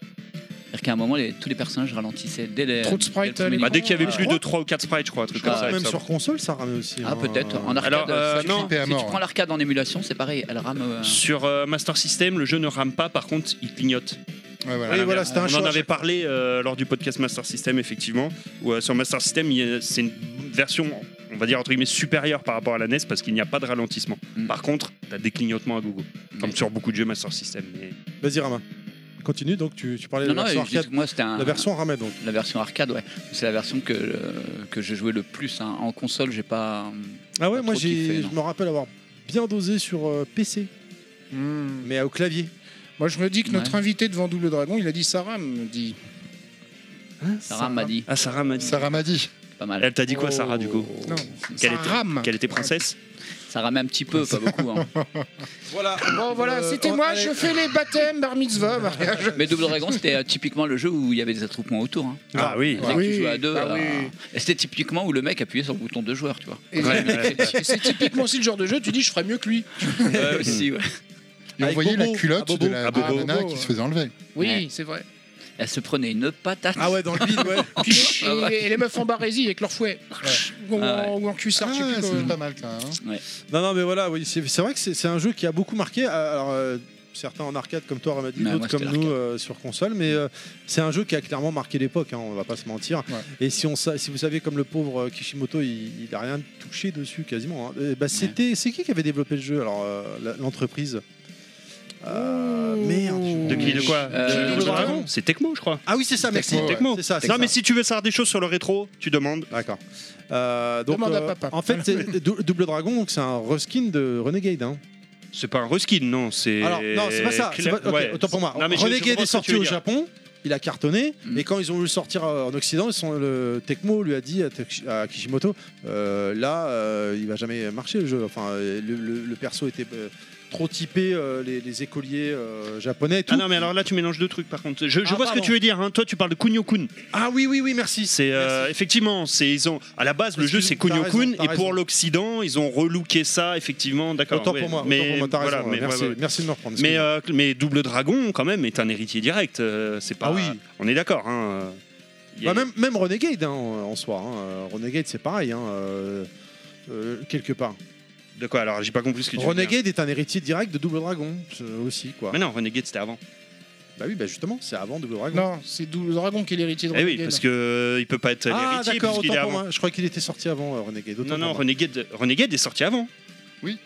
[SPEAKER 6] C'est-à-dire qu'à un moment, les- tous les personnages ralentissaient dès les.
[SPEAKER 5] Trop de sprites,
[SPEAKER 6] dès le premier
[SPEAKER 2] Bah,
[SPEAKER 5] les-
[SPEAKER 6] niveau.
[SPEAKER 2] dès qu'il y avait
[SPEAKER 6] Ah,
[SPEAKER 2] plus
[SPEAKER 4] crois-
[SPEAKER 2] de 3 ou 4 sprites, je crois, un truc
[SPEAKER 6] Je
[SPEAKER 2] comme
[SPEAKER 6] crois-
[SPEAKER 2] ça.
[SPEAKER 4] Ah, Même
[SPEAKER 2] ça-
[SPEAKER 4] sur console, ça ramait aussi.
[SPEAKER 6] Ah,
[SPEAKER 4] hein.
[SPEAKER 6] peut-être. En arcade,
[SPEAKER 2] Alors, euh,
[SPEAKER 6] si,
[SPEAKER 2] non.
[SPEAKER 6] tu prends, si tu
[SPEAKER 7] mort,
[SPEAKER 6] prends l'arcade en émulation, c'est pareil. Elle rame. euh,
[SPEAKER 2] Sur euh, Master System, le jeu ne rame pas, par contre, il clignote.
[SPEAKER 7] Ouais, voilà.
[SPEAKER 4] Oui, voilà, c'était un
[SPEAKER 2] On en
[SPEAKER 4] choix.
[SPEAKER 2] avait parlé euh, lors du podcast Master System, effectivement. Où, euh, sur Master System, il y a- c'est une version, on va dire entre guillemets, supérieure par rapport à la NES parce qu'il n'y a pas de ralentissement.
[SPEAKER 6] Mm.
[SPEAKER 2] Par contre, t'as des clignotements à gogo, comme
[SPEAKER 4] Mm.
[SPEAKER 6] mais-
[SPEAKER 2] sur beaucoup de jeux Master System. mais-
[SPEAKER 4] Vas-y, Rama. Continue, donc tu, tu parlais
[SPEAKER 6] Non,
[SPEAKER 4] de la
[SPEAKER 6] non,
[SPEAKER 4] version
[SPEAKER 6] je dis que
[SPEAKER 4] arcade.
[SPEAKER 6] moi c'était un-
[SPEAKER 4] La version ramait donc.
[SPEAKER 6] la version arcade, ouais. C'est la version que, euh, que j'ai joué le plus. hein. En console, j'ai pas. euh,
[SPEAKER 4] Ah ouais,
[SPEAKER 6] Pas
[SPEAKER 4] moi
[SPEAKER 6] trop
[SPEAKER 4] j'ai,
[SPEAKER 6] kiffé, non.
[SPEAKER 4] je me rappelle avoir bien dosé sur euh, PC,
[SPEAKER 5] Hmm.
[SPEAKER 4] mais au clavier.
[SPEAKER 5] Moi, je me dis que notre
[SPEAKER 6] Ouais.
[SPEAKER 5] invité devant Double Dragon, il a dit Sarah, me dit.
[SPEAKER 4] Hein,
[SPEAKER 6] Sarah m'a dit.
[SPEAKER 2] Ah, Sarah m'a dit.
[SPEAKER 7] Sarah m'a dit.
[SPEAKER 6] Pas mal.
[SPEAKER 2] Elle t'a dit quoi, Sarah, du coup
[SPEAKER 5] Non,
[SPEAKER 2] Qu'elle
[SPEAKER 5] Sarah
[SPEAKER 2] était-
[SPEAKER 5] Ram.
[SPEAKER 2] Qu'elle était princesse
[SPEAKER 6] Ça ramait un petit peu, pas beaucoup. hein.
[SPEAKER 4] Voilà.
[SPEAKER 5] Bon, voilà,
[SPEAKER 4] Euh,
[SPEAKER 5] c'était moi, je fais les baptêmes, bar mitzvah. bar-
[SPEAKER 6] Mais Double Dragon, c'était euh, typiquement le jeu où il y avait des attroupements autour. hein.
[SPEAKER 2] Ah oui.
[SPEAKER 6] Dès que tu jouais à deux,
[SPEAKER 5] bah
[SPEAKER 6] euh,
[SPEAKER 5] oui.
[SPEAKER 6] et c'était typiquement où le mec appuyait sur le bouton de joueur, tu vois.
[SPEAKER 5] Et-
[SPEAKER 2] Ouais, ouais.
[SPEAKER 5] et C'est typiquement aussi le genre de jeu, tu dis, je ferais mieux que lui.
[SPEAKER 6] aussi, ouais.
[SPEAKER 7] Et on
[SPEAKER 4] Avec
[SPEAKER 7] voyait
[SPEAKER 4] Bobo,
[SPEAKER 7] la culotte
[SPEAKER 4] à Bobo,
[SPEAKER 7] de la
[SPEAKER 2] à
[SPEAKER 7] de la
[SPEAKER 2] Bobo.
[SPEAKER 7] nana
[SPEAKER 5] Bobo,
[SPEAKER 7] qui
[SPEAKER 5] ouais.
[SPEAKER 7] se faisait enlever.
[SPEAKER 5] Oui,
[SPEAKER 6] Ouais.
[SPEAKER 5] c'est vrai.
[SPEAKER 6] Elle se prenait une patate.
[SPEAKER 4] Ah ouais, dans le vide, ouais.
[SPEAKER 5] Puis, et, et les meufs en barésie avec leur fouet. Ou, en-
[SPEAKER 6] Ah
[SPEAKER 5] ou en cuissard,
[SPEAKER 7] Ah,
[SPEAKER 5] je sais plus
[SPEAKER 7] c'est
[SPEAKER 5] quoi.
[SPEAKER 7] pas mal quand même. hein.
[SPEAKER 4] Non, non, mais voilà, oui, c'est c'est vrai que c'est c'est un jeu qui a beaucoup marqué. euh, Alors, euh, certains en arcade comme toi, Ramadi,
[SPEAKER 6] Bah,
[SPEAKER 4] d'autres
[SPEAKER 6] moi,
[SPEAKER 4] comme
[SPEAKER 6] c'était
[SPEAKER 4] nous euh, sur console, mais euh, c'est un jeu qui a clairement marqué l'époque, hein, on va pas se mentir.
[SPEAKER 7] Ouais.
[SPEAKER 4] Et si, on, sa- si vous savez, comme le pauvre euh, Kishimoto, il, il a rien touché dessus quasiment. hein. Eh ben, c'était, c'est qui qui avait développé le jeu Alors, euh, la- l'entreprise. Euh, merde. je me-
[SPEAKER 2] De qui De quoi
[SPEAKER 6] Euh,
[SPEAKER 2] Double
[SPEAKER 4] Double
[SPEAKER 2] Dragon
[SPEAKER 4] Dragon.
[SPEAKER 2] C'est Tecmo, je crois.
[SPEAKER 4] Ah oui, c'est ça, merci.
[SPEAKER 7] Tecmo, ouais.
[SPEAKER 2] Tecmo.
[SPEAKER 4] C'est ça. c'est
[SPEAKER 2] Non,
[SPEAKER 4] ça.
[SPEAKER 2] mais si tu veux savoir des choses sur le rétro, tu demandes.
[SPEAKER 4] D'accord. Euh, donc,
[SPEAKER 5] Demande à
[SPEAKER 4] euh,
[SPEAKER 5] papa.
[SPEAKER 4] en fait, c'est Dou- Double Dragon, donc c'est un reskin de Renegade. Hein.
[SPEAKER 2] C'est pas un reskin, non C'est.
[SPEAKER 4] Alors, non, c'est pas ça. c'est pas- ok,
[SPEAKER 2] Ouais.
[SPEAKER 4] Autant pour moi.
[SPEAKER 2] Non, mais je- je
[SPEAKER 4] Renegade
[SPEAKER 2] comprends
[SPEAKER 4] est
[SPEAKER 2] ce que tu
[SPEAKER 4] sorti
[SPEAKER 2] veux
[SPEAKER 4] au
[SPEAKER 2] dire.
[SPEAKER 4] Japon. Il a cartonné,
[SPEAKER 6] Mm.
[SPEAKER 4] et quand ils ont voulu le sortir euh, en Occident, ils sont, le Tecmo lui a dit à, Tek- à Kishimoto, euh, là, euh, il va jamais marcher le jeu. Enfin, euh, le, le- le perso était euh, trop typé, euh, les, les écoliers euh, japonais. et tout.
[SPEAKER 2] Ah non mais alors là tu mélanges deux trucs par contre. Je, je
[SPEAKER 4] Ah,
[SPEAKER 2] vois ce
[SPEAKER 4] pardon.
[SPEAKER 2] que tu veux dire. hein. Toi tu parles de Kunio Kun.
[SPEAKER 4] Ah oui, oui, oui, merci.
[SPEAKER 2] C'est euh, effectivement c'est ils ont à la base le jeu c'est Kunio
[SPEAKER 4] Excuse-moi, t'as
[SPEAKER 2] Kun
[SPEAKER 4] raison, t'as
[SPEAKER 2] et pour
[SPEAKER 4] raison.
[SPEAKER 2] l'Occident ils ont relooké ça effectivement d'accord.
[SPEAKER 4] Autant
[SPEAKER 2] ouais.
[SPEAKER 4] pour moi.
[SPEAKER 2] Mais
[SPEAKER 4] autant pour moi, t'as
[SPEAKER 2] voilà,
[SPEAKER 4] raison, hein.
[SPEAKER 2] mais,
[SPEAKER 4] merci,
[SPEAKER 2] ouais, ouais.
[SPEAKER 4] merci de me reprendre.
[SPEAKER 2] Mais,
[SPEAKER 4] excuse-moi.
[SPEAKER 2] euh, mais Double Dragon quand même est un héritier direct. euh, c'est pas.
[SPEAKER 4] Ah oui.
[SPEAKER 2] On est d'accord. Hein. Il y a-
[SPEAKER 4] Bah, même, même Renegade hein, en en soi. hein. Euh, Renegade, c'est pareil, hein, euh, euh, quelque part.
[SPEAKER 2] De quoi alors j'ai pas compris ce que tu veux dire.
[SPEAKER 4] Renegade est un héritier direct de Double Dragon euh, aussi, quoi.
[SPEAKER 2] Mais non Renegade c'était avant.
[SPEAKER 4] Bah oui, bah justement, c'est avant Double Dragon.
[SPEAKER 5] Non, c'est Double Dragon qui est l'héritier de
[SPEAKER 2] Eh oui
[SPEAKER 5] Renegade.
[SPEAKER 2] parce que euh, il peut pas être
[SPEAKER 4] Ah
[SPEAKER 2] l'héritier
[SPEAKER 4] d'accord,
[SPEAKER 2] puisqu'il est
[SPEAKER 4] autant pour
[SPEAKER 2] avant.
[SPEAKER 4] moi. Je crois qu'il était sorti avant euh, Renegade. autant
[SPEAKER 2] Non non
[SPEAKER 4] pour moi.
[SPEAKER 2] Renegade Renegade est sorti avant.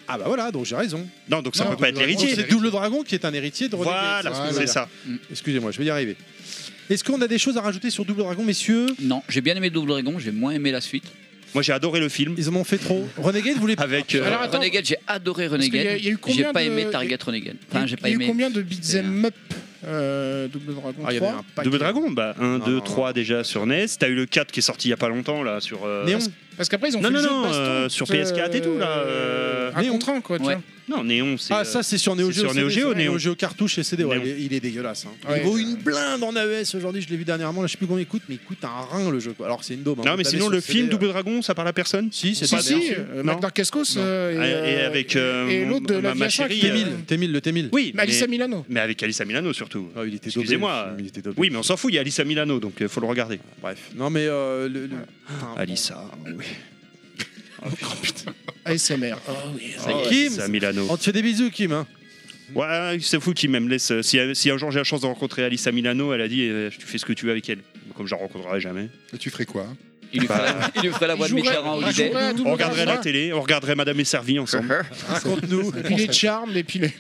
[SPEAKER 4] Ah bah voilà, donc j'ai raison.
[SPEAKER 2] Non donc ça
[SPEAKER 7] Non,
[SPEAKER 2] peut pas être
[SPEAKER 7] Double Dragon,
[SPEAKER 4] Donc,
[SPEAKER 2] l'héritier.
[SPEAKER 4] C'est Double Dragon qui est un héritier de Renegade. Ah,
[SPEAKER 2] Voilà
[SPEAKER 4] c'est ce que je veux
[SPEAKER 2] c'est
[SPEAKER 4] dire.
[SPEAKER 2] ça.
[SPEAKER 4] Excusez-moi, je vais y arriver. Est-ce qu'on a des choses à rajouter sur Double Dragon, messieurs
[SPEAKER 6] Non, j'ai bien aimé Double Dragon, j'ai moins aimé la suite.
[SPEAKER 2] Moi j'ai adoré le film
[SPEAKER 4] Ils en ont fait trop. Renegade voulait
[SPEAKER 2] avec. euh,
[SPEAKER 5] Alors, attends.
[SPEAKER 6] Renegade, j'ai adoré
[SPEAKER 5] Parce qu'il y a-
[SPEAKER 6] Renegade.
[SPEAKER 5] il y a eu combien
[SPEAKER 6] J'ai pas
[SPEAKER 5] de-
[SPEAKER 6] aimé Target Renegade. Enfin, j'ai pas
[SPEAKER 5] Il y a eu
[SPEAKER 6] aimé.
[SPEAKER 5] combien de beat'em up euh, Double Dragon
[SPEAKER 4] Ah, il y
[SPEAKER 5] 3
[SPEAKER 4] en a un paquet.
[SPEAKER 2] Double Dragon, bah 1,
[SPEAKER 4] Non,
[SPEAKER 2] 2,
[SPEAKER 4] non,
[SPEAKER 2] 3 déjà sur NES. T'as eu le 4 qui est sorti il y a pas longtemps là sur. euh,
[SPEAKER 4] Néon.
[SPEAKER 5] Parce qu'après, ils ont
[SPEAKER 2] Non,
[SPEAKER 5] fait
[SPEAKER 2] non,
[SPEAKER 5] le jeu
[SPEAKER 2] non,
[SPEAKER 5] de baston.
[SPEAKER 2] euh, sur PS4 et tout, là, euh,
[SPEAKER 5] Un
[SPEAKER 4] Néon.
[SPEAKER 5] contre un, quoi, tu
[SPEAKER 6] Ouais.
[SPEAKER 5] vois.
[SPEAKER 2] Non, Néon, c'est.
[SPEAKER 4] Ah, ça, c'est sur Neo
[SPEAKER 2] c'est
[SPEAKER 4] Geo.
[SPEAKER 2] sur Neo
[SPEAKER 4] CD,
[SPEAKER 2] Geo,
[SPEAKER 4] sur
[SPEAKER 2] Néon.
[SPEAKER 4] Neo Geo cartouche et CD. ouais,
[SPEAKER 2] Néon.
[SPEAKER 4] il, est, il est dégueulasse. hein.
[SPEAKER 5] Ouais.
[SPEAKER 4] Il vaut une blinde en AES aujourd'hui. Je l'ai vu dernièrement. Là, je sais plus combien il coûte, mais il coûte un rein le jeu. quoi. Alors, c'est une daube. hein.
[SPEAKER 2] non,
[SPEAKER 4] Vous
[SPEAKER 2] mais
[SPEAKER 4] tapez
[SPEAKER 2] sinon,
[SPEAKER 4] sur
[SPEAKER 2] le
[SPEAKER 4] CD,
[SPEAKER 2] film
[SPEAKER 4] euh,
[SPEAKER 2] Double Dragon, ça parle à personne.
[SPEAKER 4] Si, c'est
[SPEAKER 5] Si,
[SPEAKER 4] pas
[SPEAKER 5] si,
[SPEAKER 4] bien.
[SPEAKER 5] euh,
[SPEAKER 2] Non.
[SPEAKER 5] Marc Darkescos. euh,
[SPEAKER 2] Et- et
[SPEAKER 5] euh,
[SPEAKER 2] avec, euh,
[SPEAKER 5] et l'autre de
[SPEAKER 2] ma-
[SPEAKER 5] la
[SPEAKER 2] ma
[SPEAKER 5] Via 5,
[SPEAKER 2] chérie,
[SPEAKER 5] euh,
[SPEAKER 2] euh,
[SPEAKER 4] T1000, le T1000.
[SPEAKER 2] Oui, mais,
[SPEAKER 5] Malissa Bah, Milano.
[SPEAKER 2] mais avec Alissa Milano surtout.
[SPEAKER 4] Ah, il était daubé,
[SPEAKER 2] Excusez-moi.
[SPEAKER 4] le film, il était daubé.
[SPEAKER 2] Oui, mais on s'en fout, il y a Alissa Milano, donc il faut le regarder.
[SPEAKER 4] Bref. Non, mais. euh, le-
[SPEAKER 2] Ah,
[SPEAKER 4] le- Putain,
[SPEAKER 2] Alissa.
[SPEAKER 4] Ah,
[SPEAKER 5] ASMR.
[SPEAKER 2] Ça y est,
[SPEAKER 4] Ah, Kim.
[SPEAKER 2] Alissa Milano.
[SPEAKER 4] On te fait des bisous, Kim. hein.
[SPEAKER 2] Ouais, c'est fou qu'il me laisse. euh, Si, si un jour j'ai la chance de rencontrer Alissa Milano, elle a dit euh, Tu fais ce que tu veux avec elle. Comme je la rencontrerai jamais.
[SPEAKER 7] Et tu ferais quoi hein
[SPEAKER 6] Il lui ferait la, il lui ferait la voix de
[SPEAKER 5] Il jouerait-
[SPEAKER 6] Michelin
[SPEAKER 5] il
[SPEAKER 6] Holiday.
[SPEAKER 5] jouerait à double
[SPEAKER 2] On regarderait la
[SPEAKER 5] Dragon.
[SPEAKER 2] télé, on regarderait Madame et Servie ensemble.
[SPEAKER 4] Raconte-nous.
[SPEAKER 5] Et puis les charmes, et puis les.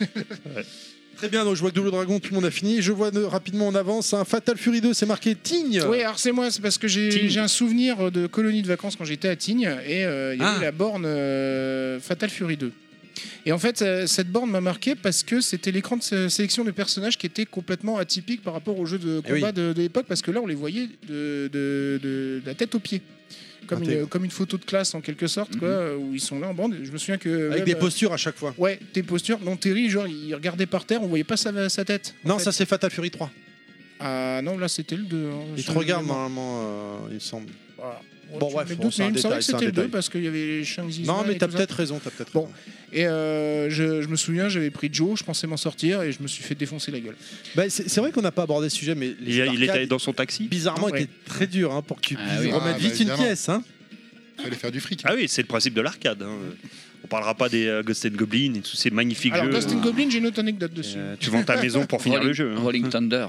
[SPEAKER 4] Très bien, donc je vois que Double Dragon, tout le monde a fini. Je vois euh, rapidement en avance un Fatal Fury 2, c'est marqué Tigne. Euh,
[SPEAKER 5] Oui, ah, alors c'est moi, c'est parce que j'ai
[SPEAKER 2] Tignes.
[SPEAKER 5] j'ai un souvenir de colonie de vacances quand j'étais à Tignes et euh, il y
[SPEAKER 4] Ah.
[SPEAKER 5] avait la borne euh, Fatal Fury 2. Et en fait, euh, cette borne m'a marqué parce que c'était l'écran de sé- sélection de personnages qui était complètement atypique par rapport aux jeux de
[SPEAKER 4] Eh oui.
[SPEAKER 5] combat de, de l'époque parce que là, on les voyait de, de- de- de la tête aux pieds. Comme
[SPEAKER 4] Intègre. Mhm.
[SPEAKER 5] une, comme une photo de classe en quelque sorte, quoi, où ils sont là en bande. Je me souviens que.
[SPEAKER 4] Avec
[SPEAKER 5] même,
[SPEAKER 4] des
[SPEAKER 5] euh,
[SPEAKER 4] postures à chaque fois.
[SPEAKER 5] Ouais, des postures. Non, Terry, genre, il regardait par terre, on voyait pas sa, sa tête. en
[SPEAKER 4] Non,
[SPEAKER 5] fait.
[SPEAKER 4] ça c'est Fatal Fury 3.
[SPEAKER 5] Ah non, là, c'était le 2. hein,
[SPEAKER 4] Il te
[SPEAKER 5] sur le
[SPEAKER 4] regarde
[SPEAKER 5] moment.
[SPEAKER 4] normalement, euh, il me semble. Bon,
[SPEAKER 5] Bon,
[SPEAKER 4] bref,
[SPEAKER 5] bref,
[SPEAKER 4] bon, c'est
[SPEAKER 5] mais
[SPEAKER 4] un
[SPEAKER 5] il me semblait
[SPEAKER 4] détail,
[SPEAKER 5] que
[SPEAKER 4] c'est un
[SPEAKER 5] c'était le 2
[SPEAKER 4] détail.
[SPEAKER 5] parce qu'il y avait Shang Tsung
[SPEAKER 4] Non, mais
[SPEAKER 5] et
[SPEAKER 4] t'as
[SPEAKER 5] tout ça.
[SPEAKER 4] peut-être raison, t'as peut-être
[SPEAKER 5] Bon.
[SPEAKER 4] raison.
[SPEAKER 5] Et euh, je, je me souviens, j'avais pris Joe, je pensais m'en sortir et je me suis fait défoncer la gueule.
[SPEAKER 4] Bah, c'est c'est vrai qu'on n'a pas abordé ce sujet, mais les
[SPEAKER 2] Il,
[SPEAKER 4] jeux
[SPEAKER 2] il était
[SPEAKER 4] d'arcade,
[SPEAKER 2] dans son taxi.
[SPEAKER 4] bizarrement
[SPEAKER 5] Ouais.
[SPEAKER 4] était très dur hein, pour que tu
[SPEAKER 6] Ah
[SPEAKER 4] puisses
[SPEAKER 6] oui.
[SPEAKER 4] remettre
[SPEAKER 7] Ah,
[SPEAKER 4] vite
[SPEAKER 7] bah,
[SPEAKER 4] une
[SPEAKER 7] évidemment.
[SPEAKER 4] pièce. Hein.
[SPEAKER 7] Fallait faire du fric.
[SPEAKER 2] Ah oui, c'est le principe de l'arcade. hein. On parlera pas des euh, Ghost and Goblin et tous ces magnifiques
[SPEAKER 5] Alors,
[SPEAKER 2] jeux.
[SPEAKER 5] Ghost and Goblin, j'ai une autre anecdote dessus.
[SPEAKER 2] Euh, tu vends ta maison pour finir
[SPEAKER 6] Rolling,
[SPEAKER 2] le jeu. hein.
[SPEAKER 6] Rolling Thunder.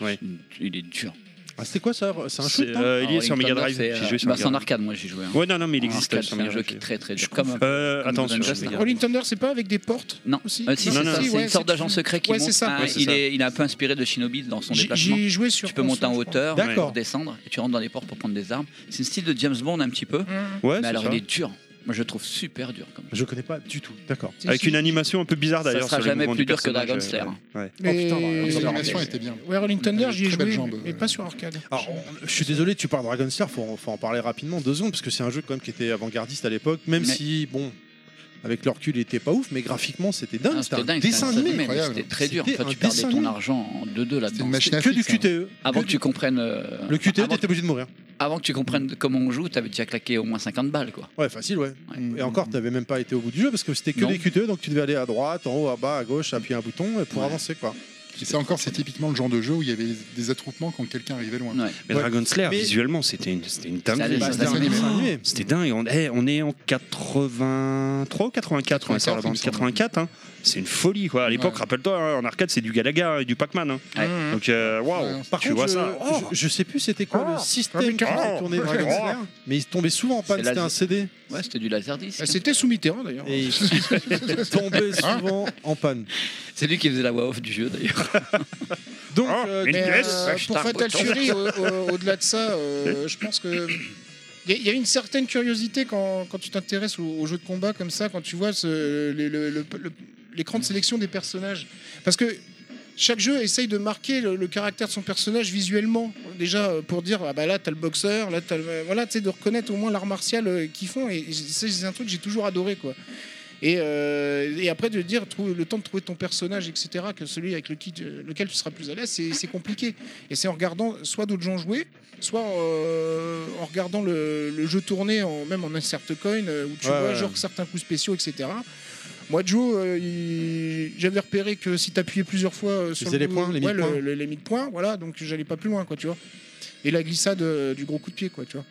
[SPEAKER 2] Ouais.
[SPEAKER 6] Il est dur.
[SPEAKER 4] Ah, c'était quoi ça C'est un
[SPEAKER 2] C'est,
[SPEAKER 4] shoot non
[SPEAKER 2] euh, il est
[SPEAKER 6] Alors,
[SPEAKER 2] sur
[SPEAKER 6] Rolling
[SPEAKER 2] Mega
[SPEAKER 6] Thunder,
[SPEAKER 2] Drive.
[SPEAKER 6] C'est
[SPEAKER 2] J'ai
[SPEAKER 6] euh,
[SPEAKER 2] joué sur
[SPEAKER 6] bah,
[SPEAKER 2] Mega
[SPEAKER 6] c'est en
[SPEAKER 2] Drive.
[SPEAKER 6] arcade, moi j'ai joué. hein.
[SPEAKER 2] Ouais, non, non, mais il
[SPEAKER 6] En
[SPEAKER 2] existe
[SPEAKER 6] arcade,
[SPEAKER 2] sur
[SPEAKER 6] C'est un
[SPEAKER 2] Mega
[SPEAKER 6] jeu
[SPEAKER 2] Drive.
[SPEAKER 6] qui est très très dur. Comme un-
[SPEAKER 2] Euh,
[SPEAKER 6] Comme
[SPEAKER 2] attends,
[SPEAKER 6] Golden
[SPEAKER 2] sur
[SPEAKER 6] Ghost,
[SPEAKER 2] Mega Drive.
[SPEAKER 5] Rolling Thunder, c'est pas avec des portes
[SPEAKER 6] Non,
[SPEAKER 5] aussi
[SPEAKER 6] Euh, si,
[SPEAKER 2] Non,
[SPEAKER 6] c'est
[SPEAKER 2] non,
[SPEAKER 6] ça,
[SPEAKER 2] non,
[SPEAKER 6] c'est
[SPEAKER 5] ouais,
[SPEAKER 6] une sorte
[SPEAKER 5] c'est-
[SPEAKER 6] d'agent secret qui
[SPEAKER 5] Ouais,
[SPEAKER 6] monte.
[SPEAKER 5] c'est ça.
[SPEAKER 6] Ah,
[SPEAKER 2] Ouais, c'est
[SPEAKER 6] il,
[SPEAKER 2] ça.
[SPEAKER 6] est, il est un peu inspiré de Shinobi dans son
[SPEAKER 5] J'y
[SPEAKER 6] déplacement.
[SPEAKER 5] j'y ai joué sur.
[SPEAKER 6] Tu peux monter en
[SPEAKER 5] console, je crois.
[SPEAKER 6] hauteur,
[SPEAKER 4] D'accord.
[SPEAKER 6] redescendre et tu rentres dans les portes pour prendre des armes. C'est le style de James Bond un petit peu.
[SPEAKER 5] Mmh.
[SPEAKER 2] Ouais,
[SPEAKER 6] mais
[SPEAKER 2] c'est
[SPEAKER 6] alors
[SPEAKER 2] ça.
[SPEAKER 6] il est dur. Moi je le trouve super dur comme jeu.
[SPEAKER 4] Je connais pas du tout, d'accord.
[SPEAKER 5] Si,
[SPEAKER 2] Avec
[SPEAKER 5] si.
[SPEAKER 2] une animation un peu bizarre
[SPEAKER 6] Ça
[SPEAKER 2] d'ailleurs.
[SPEAKER 6] sera
[SPEAKER 2] sur les
[SPEAKER 6] jamais
[SPEAKER 2] mouvements
[SPEAKER 6] plus
[SPEAKER 2] du
[SPEAKER 6] dur que
[SPEAKER 2] personnage,
[SPEAKER 6] Dragon
[SPEAKER 2] euh,
[SPEAKER 6] Slayer.
[SPEAKER 2] ouais.
[SPEAKER 5] Mais-
[SPEAKER 6] hein,
[SPEAKER 5] euh,
[SPEAKER 4] Oh, putain,
[SPEAKER 7] Les
[SPEAKER 4] Dragon
[SPEAKER 7] animations étaient bien.
[SPEAKER 5] Ouais, Rolling Thunder, j'y ai
[SPEAKER 7] Très belle
[SPEAKER 5] joué,
[SPEAKER 7] jambe.
[SPEAKER 5] mais pas sur arcade.
[SPEAKER 6] Ah,
[SPEAKER 4] Alors, on- je suis désolé, tu parles Dragon Slayer, faut, en- faut en parler rapidement, deux secondes, parce que c'est un jeu quand même qui était avant-gardiste à l'époque, même
[SPEAKER 6] Mais-
[SPEAKER 4] si, bon, avec leur recul, il était pas ouf, mais graphiquement, c'était dingue.
[SPEAKER 6] Ah,
[SPEAKER 4] C'était un
[SPEAKER 6] dingue, c'était
[SPEAKER 4] dessin
[SPEAKER 6] un
[SPEAKER 4] animé.
[SPEAKER 6] dessin animé,
[SPEAKER 7] incroyable.
[SPEAKER 6] C'était très dur.
[SPEAKER 4] C'était
[SPEAKER 6] Enfin,
[SPEAKER 4] un
[SPEAKER 6] tu perdais
[SPEAKER 4] dessin
[SPEAKER 6] ton
[SPEAKER 4] animé.
[SPEAKER 6] argent en 2-2
[SPEAKER 7] C'était
[SPEAKER 6] là-dedans.
[SPEAKER 7] une machine à
[SPEAKER 4] Que du
[SPEAKER 7] fric, ça.
[SPEAKER 4] QTE.
[SPEAKER 6] Avant
[SPEAKER 4] Que
[SPEAKER 6] que tu comprennes. euh,
[SPEAKER 4] Le QTE,
[SPEAKER 6] avant,
[SPEAKER 4] t'étais obligé de mourir.
[SPEAKER 6] avant que tu comprennes comment on joue, t'avais déjà claqué au moins 50 balles quoi.
[SPEAKER 4] Ouais, facile, ouais.
[SPEAKER 6] Ouais.
[SPEAKER 4] Et encore, t'avais même pas été au bout du jeu parce que c'était que
[SPEAKER 6] Mm. Non.
[SPEAKER 4] des QTE, donc tu devais aller à droite, en haut, à bas, à gauche, appuyer un bouton et pour
[SPEAKER 6] Ouais.
[SPEAKER 4] avancer quoi.
[SPEAKER 7] Et ça encore, c'est typiquement le genre de jeu où il y avait des attroupements quand quelqu'un arrivait loin.
[SPEAKER 6] Ouais.
[SPEAKER 2] Mais
[SPEAKER 4] Ouais.
[SPEAKER 2] Dragon Slayer,
[SPEAKER 4] Mais-
[SPEAKER 2] visuellement, c'était une, c'était une
[SPEAKER 6] Ça
[SPEAKER 2] dinguerie.
[SPEAKER 6] allait,
[SPEAKER 4] Bah,
[SPEAKER 6] ça
[SPEAKER 4] c'était un
[SPEAKER 6] allait.
[SPEAKER 4] dessin animé.
[SPEAKER 2] C'était dingue. On, eh, on est en 83 ou 84 on est sur la
[SPEAKER 7] il me
[SPEAKER 2] bande.
[SPEAKER 7] semble.
[SPEAKER 2] 84, hein. c'est une folie. Quoi. À l'époque,
[SPEAKER 7] Ouais.
[SPEAKER 2] rappelle-toi, hein, en arcade, c'est du Galaga et du Pac-Man. hein.
[SPEAKER 6] Ouais.
[SPEAKER 5] Mmh.
[SPEAKER 2] Donc, euh, waouh,
[SPEAKER 7] Ouais,
[SPEAKER 4] Par
[SPEAKER 2] tu
[SPEAKER 4] contre,
[SPEAKER 2] vois
[SPEAKER 4] je,
[SPEAKER 2] ça. Oh.
[SPEAKER 4] je, je sais plus c'était quoi le
[SPEAKER 5] Ah,
[SPEAKER 4] système
[SPEAKER 5] mais
[SPEAKER 4] qui
[SPEAKER 5] carrément.
[SPEAKER 4] tournait Dragon
[SPEAKER 2] Oh.
[SPEAKER 4] Slayer, mais il tombait souvent en panne,
[SPEAKER 6] C'est la-
[SPEAKER 4] c'était un CD
[SPEAKER 6] Ouais, c'était du laser disque.
[SPEAKER 5] Ah, C'était sous Mitterrand d'ailleurs.
[SPEAKER 4] et il tombait souvent en panne.
[SPEAKER 6] C'est lui qui faisait la voix off du jeu d'ailleurs.
[SPEAKER 4] Donc,
[SPEAKER 2] Oh,
[SPEAKER 4] euh,
[SPEAKER 2] mais-
[SPEAKER 5] Mais,
[SPEAKER 2] Yes.
[SPEAKER 5] euh,
[SPEAKER 6] Hashtag
[SPEAKER 5] pour Fatal
[SPEAKER 6] bouton.
[SPEAKER 5] Fury, au- au- au-delà de ça, euh, je pense que. Il y, a- il y a une certaine curiosité quand, quand tu t'intéresses aux, aux jeux de combat comme ça, quand tu vois ce- le- le- le- le- l'écran de sélection des personnages. Parce que chaque jeu essaye de marquer le, le caractère de son personnage visuellement. Déjà, euh, pour dire, ah bah là, t'as le boxeur, là, t'as le. Voilà, tu sais, de reconnaître au moins l'art martial euh, qu'ils font. Et, et c'est c'est un truc que j'ai toujours adoré, quoi. Et, euh, et après, de dire, trouver, le temps de trouver ton personnage, etc., que celui avec le qui tu- lequel tu seras plus à l'aise, c'est c'est compliqué. Et c'est en regardant soit d'autres gens jouer, soit euh, en regardant le, le jeu tourné, en, même en insert coin, euh, où tu
[SPEAKER 4] Ouais,
[SPEAKER 5] vois
[SPEAKER 4] ouais.
[SPEAKER 5] genre certains coups spéciaux, etc. Moi, Joe, euh, il- j'avais repéré que si t'appuyais plusieurs fois euh, sur
[SPEAKER 4] faisais
[SPEAKER 5] le
[SPEAKER 4] les points, les
[SPEAKER 5] ouais,
[SPEAKER 4] mille points.
[SPEAKER 5] le- le- les mille points, voilà, donc j'allais pas plus loin, quoi, tu vois. Et la glissade euh, du gros coup de pied, quoi, tu vois.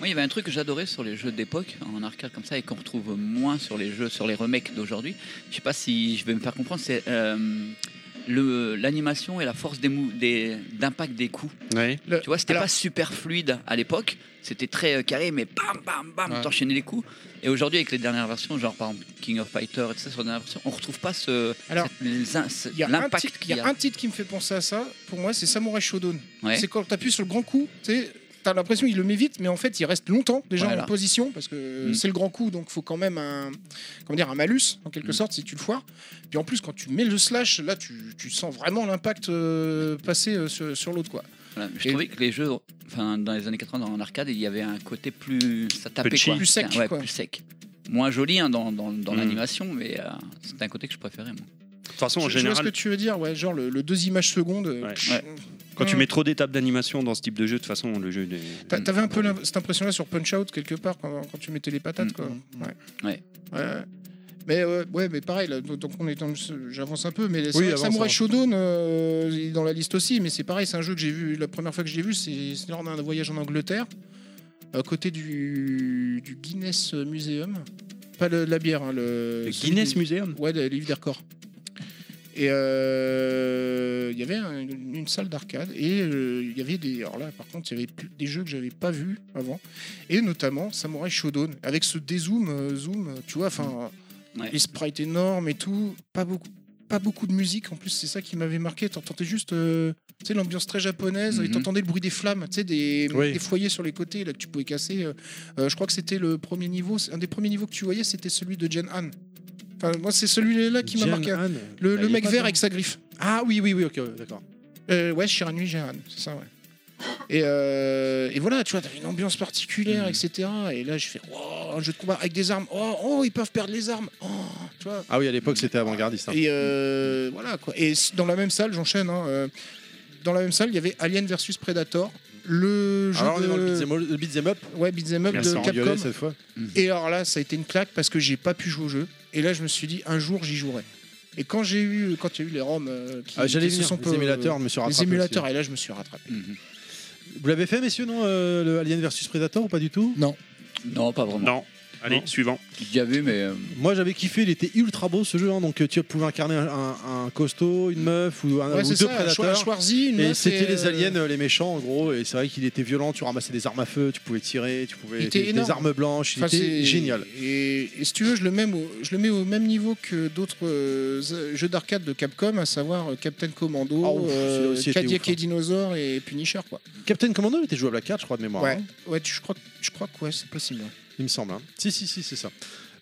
[SPEAKER 6] Moi, il y avait un truc que j'adorais sur les jeux d'époque, en arcade comme ça, et qu'on retrouve moins sur les jeux, sur les remakes d'aujourd'hui. Je sais pas si je vais me faire comprendre, c'est euh, le- l'animation et la force des mou- des- d'impact des, coups.
[SPEAKER 2] Ouais.
[SPEAKER 6] Tu vois, c'était
[SPEAKER 5] Alors-
[SPEAKER 6] pas super fluide à l'époque, c'était très euh, carré, mais bam, bam, bam,
[SPEAKER 7] Ouais.
[SPEAKER 6] t'enchaînais les coups. Et aujourd'hui, avec les dernières versions, genre par exemple King of Fighter et tout ça, sur les dernières versions, on retrouve pas ce
[SPEAKER 5] Alors,
[SPEAKER 6] cette- les in- ce-
[SPEAKER 5] Il y a, un,
[SPEAKER 6] l'impact
[SPEAKER 5] titre, il y
[SPEAKER 6] qu'il
[SPEAKER 5] a
[SPEAKER 6] y a.
[SPEAKER 5] un titre qui me fait penser à ça, pour moi, c'est Samurai Shodown.
[SPEAKER 6] Ouais.
[SPEAKER 5] C'est quand t'appuies sur le grand coup, tu sais, t'as l'impression qu'il le met vite, mais en fait, il reste longtemps déjà
[SPEAKER 6] Voilà.
[SPEAKER 5] en position, parce que
[SPEAKER 6] Mm.
[SPEAKER 5] c'est le grand coup, donc faut quand même un, comment dire, un malus, en quelque
[SPEAKER 6] Mm.
[SPEAKER 5] sorte, si tu le foires. Puis en plus, quand tu mets le slash, là, tu, tu sens vraiment l'impact euh, passer euh, sur, sur l'autre, quoi.
[SPEAKER 6] Voilà. Je
[SPEAKER 5] Et-
[SPEAKER 6] trouvais que les jeux, enfin, dans les années 80, dans l'arcade, il y avait un côté plus. Ça tapait
[SPEAKER 2] Petit.
[SPEAKER 6] quoi.
[SPEAKER 5] Plus sec,
[SPEAKER 6] Ouais,
[SPEAKER 5] quoi.
[SPEAKER 6] plus sec. Moins joli hein, dans, dans, dans
[SPEAKER 2] Mm.
[SPEAKER 6] l'animation, mais euh, c'était un côté que je préférais. Moi.
[SPEAKER 2] De toute façon, en
[SPEAKER 5] Je- je vois ce
[SPEAKER 2] général,
[SPEAKER 5] que tu veux dire, ouais, genre le, le deux images secondes. euh,
[SPEAKER 2] Ouais.
[SPEAKER 5] pff,
[SPEAKER 6] Ouais.
[SPEAKER 2] quand tu
[SPEAKER 5] Ouais.
[SPEAKER 2] mets trop d'étapes d'animation dans ce type de jeu, de toute façon, le jeu. il est-
[SPEAKER 5] t'a- T'avais un peu l'im- cette impression-là sur Punch Out quelque part quand, quand tu mettais les patates,
[SPEAKER 6] Mm.
[SPEAKER 5] quoi. Ouais.
[SPEAKER 6] Ouais.
[SPEAKER 5] Ouais, ouais. Mais euh, ouais, mais pareil. là, donc on est dans le- j'avance un peu, mais c'est
[SPEAKER 4] Oui,
[SPEAKER 5] vrai que
[SPEAKER 4] avance,
[SPEAKER 5] Samurai
[SPEAKER 4] avance.
[SPEAKER 5] Shodown euh, il est dans la liste aussi, mais c'est pareil, c'est un jeu que j'ai vu la première fois que je l'ai vu, c'est c'est lors d'un voyage en Angleterre, à côté du, du Guinness Museum, pas le- la bière, hein, le,
[SPEAKER 2] Le
[SPEAKER 5] celui
[SPEAKER 2] Guinness
[SPEAKER 5] du-
[SPEAKER 2] Museum
[SPEAKER 5] Ouais, le livre des records. Et euh, il y avait un- une, salle d'arcade et euh, il y avait des. Alors là, par contre, il y avait plus- des jeux que j'avais pas vus avant, et notamment Samurai Shodown avec ce dézoom, euh, zoom, tu vois, enfin
[SPEAKER 6] Ouais.
[SPEAKER 5] les sprites énormes et tout, pas beaucoup, pas beaucoup de musique. En plus, c'est ça qui m'avait marqué. T'entendais juste, euh, tu sais, l'ambiance très japonaise et
[SPEAKER 6] Mhm.
[SPEAKER 5] t'entendais le bruit des flammes, tu sais, des,
[SPEAKER 4] Oui.
[SPEAKER 5] des foyers sur les côtés là que tu pouvais casser. euh. Euh, je crois que c'était le premier niveau, c'est- un des premiers niveaux que tu voyais, c'était celui de Jen Han. Enfin, moi, c'est celui-là qui m'a
[SPEAKER 4] Jan
[SPEAKER 5] marqué.
[SPEAKER 4] Han.
[SPEAKER 5] Le,
[SPEAKER 4] Bah,
[SPEAKER 5] le
[SPEAKER 4] il est
[SPEAKER 5] mec
[SPEAKER 4] pas
[SPEAKER 5] vert
[SPEAKER 4] dans-
[SPEAKER 5] avec sa griffe.
[SPEAKER 4] Ah oui, oui, oui, ok, ouais, d'accord.
[SPEAKER 5] Euh, ouais, Shiranui Jan Han, c'est ça, ouais. Et, euh, et voilà, tu vois, t'avais une ambiance particulière,
[SPEAKER 4] Mm.
[SPEAKER 5] etc. Et là, je fais, wow, un jeu de combat avec des armes. Oh, oh, ils peuvent perdre les armes. Oh, tu vois.
[SPEAKER 4] Ah oui, à l'époque, c'était avant-gardiste. hein.
[SPEAKER 5] Et euh, voilà quoi. Et s- dans la même salle, j'enchaîne. hein, euh, dans la même salle, il y avait Alien versus Predator, le jeu
[SPEAKER 4] Alors, on est dans le
[SPEAKER 5] de
[SPEAKER 4] beat'em all- le beat'em up.
[SPEAKER 5] ouais beat'em up
[SPEAKER 4] On
[SPEAKER 5] de
[SPEAKER 4] s'est engueulé
[SPEAKER 5] Capcom.
[SPEAKER 4] cette fois.
[SPEAKER 5] Et alors là, ça a été une claque parce que j'ai pas pu jouer au jeu. Et là, je me suis dit un jour j'y jouerai. Et quand j'ai eu quand il y a eu les ROM euh, qui,
[SPEAKER 4] Ah, J'allais
[SPEAKER 5] qui se
[SPEAKER 4] venir,
[SPEAKER 5] sont
[SPEAKER 4] les
[SPEAKER 5] peu- euh,
[SPEAKER 4] émulateurs, monsieur
[SPEAKER 5] les émulateurs, et là je me suis rattrapé.
[SPEAKER 6] Mhm.
[SPEAKER 4] Vous l'avez fait, messieurs, non euh, Le Alien versus Predator ou pas du tout
[SPEAKER 6] Non, pas vraiment.
[SPEAKER 2] Non. Allez,
[SPEAKER 4] Non.
[SPEAKER 2] suivant.
[SPEAKER 6] J'ai déjà vu, mais. euh,
[SPEAKER 4] Moi, j'avais kiffé, il était ultra beau ce jeu. hein, donc, euh, tu pouvais incarner un, un- un costaud, une meuf ou, un,
[SPEAKER 5] Ouais,
[SPEAKER 4] ou
[SPEAKER 5] c'est ça.
[SPEAKER 4] deux
[SPEAKER 5] un Schwar-
[SPEAKER 4] prédateurs.
[SPEAKER 5] Schwarzy, une
[SPEAKER 4] Et
[SPEAKER 5] meuf
[SPEAKER 4] c'était
[SPEAKER 5] et,
[SPEAKER 4] les
[SPEAKER 5] euh,
[SPEAKER 4] aliens, euh, les méchants en gros, et c'est vrai qu'il était violent, tu ramassais des armes à feu, tu pouvais tirer, tu
[SPEAKER 5] Il
[SPEAKER 4] pouvais
[SPEAKER 5] était
[SPEAKER 4] des,
[SPEAKER 5] énorme.
[SPEAKER 4] des armes blanches, il
[SPEAKER 5] Enfin,
[SPEAKER 4] était
[SPEAKER 5] c'est-
[SPEAKER 4] génial.
[SPEAKER 5] Et, et si tu veux, je le, mets au, je le mets au même niveau que d'autres euh, z- jeux d'arcade de Capcom, à savoir euh, Captain Commando,
[SPEAKER 4] Ah, ouf,
[SPEAKER 5] euh,
[SPEAKER 4] celui-là aussi était
[SPEAKER 5] Cadillac
[SPEAKER 4] ouf, hein.
[SPEAKER 5] et Dinosaur et Punisher. Quoi.
[SPEAKER 4] Captain Commando il était jouable à 4 je crois de mémoire,
[SPEAKER 5] Ouais,
[SPEAKER 4] hein,
[SPEAKER 5] ouais, tu- je crois, que- je crois que ouais, c'est possible. ouais.
[SPEAKER 4] il me semble. hein. Si si si c'est ça.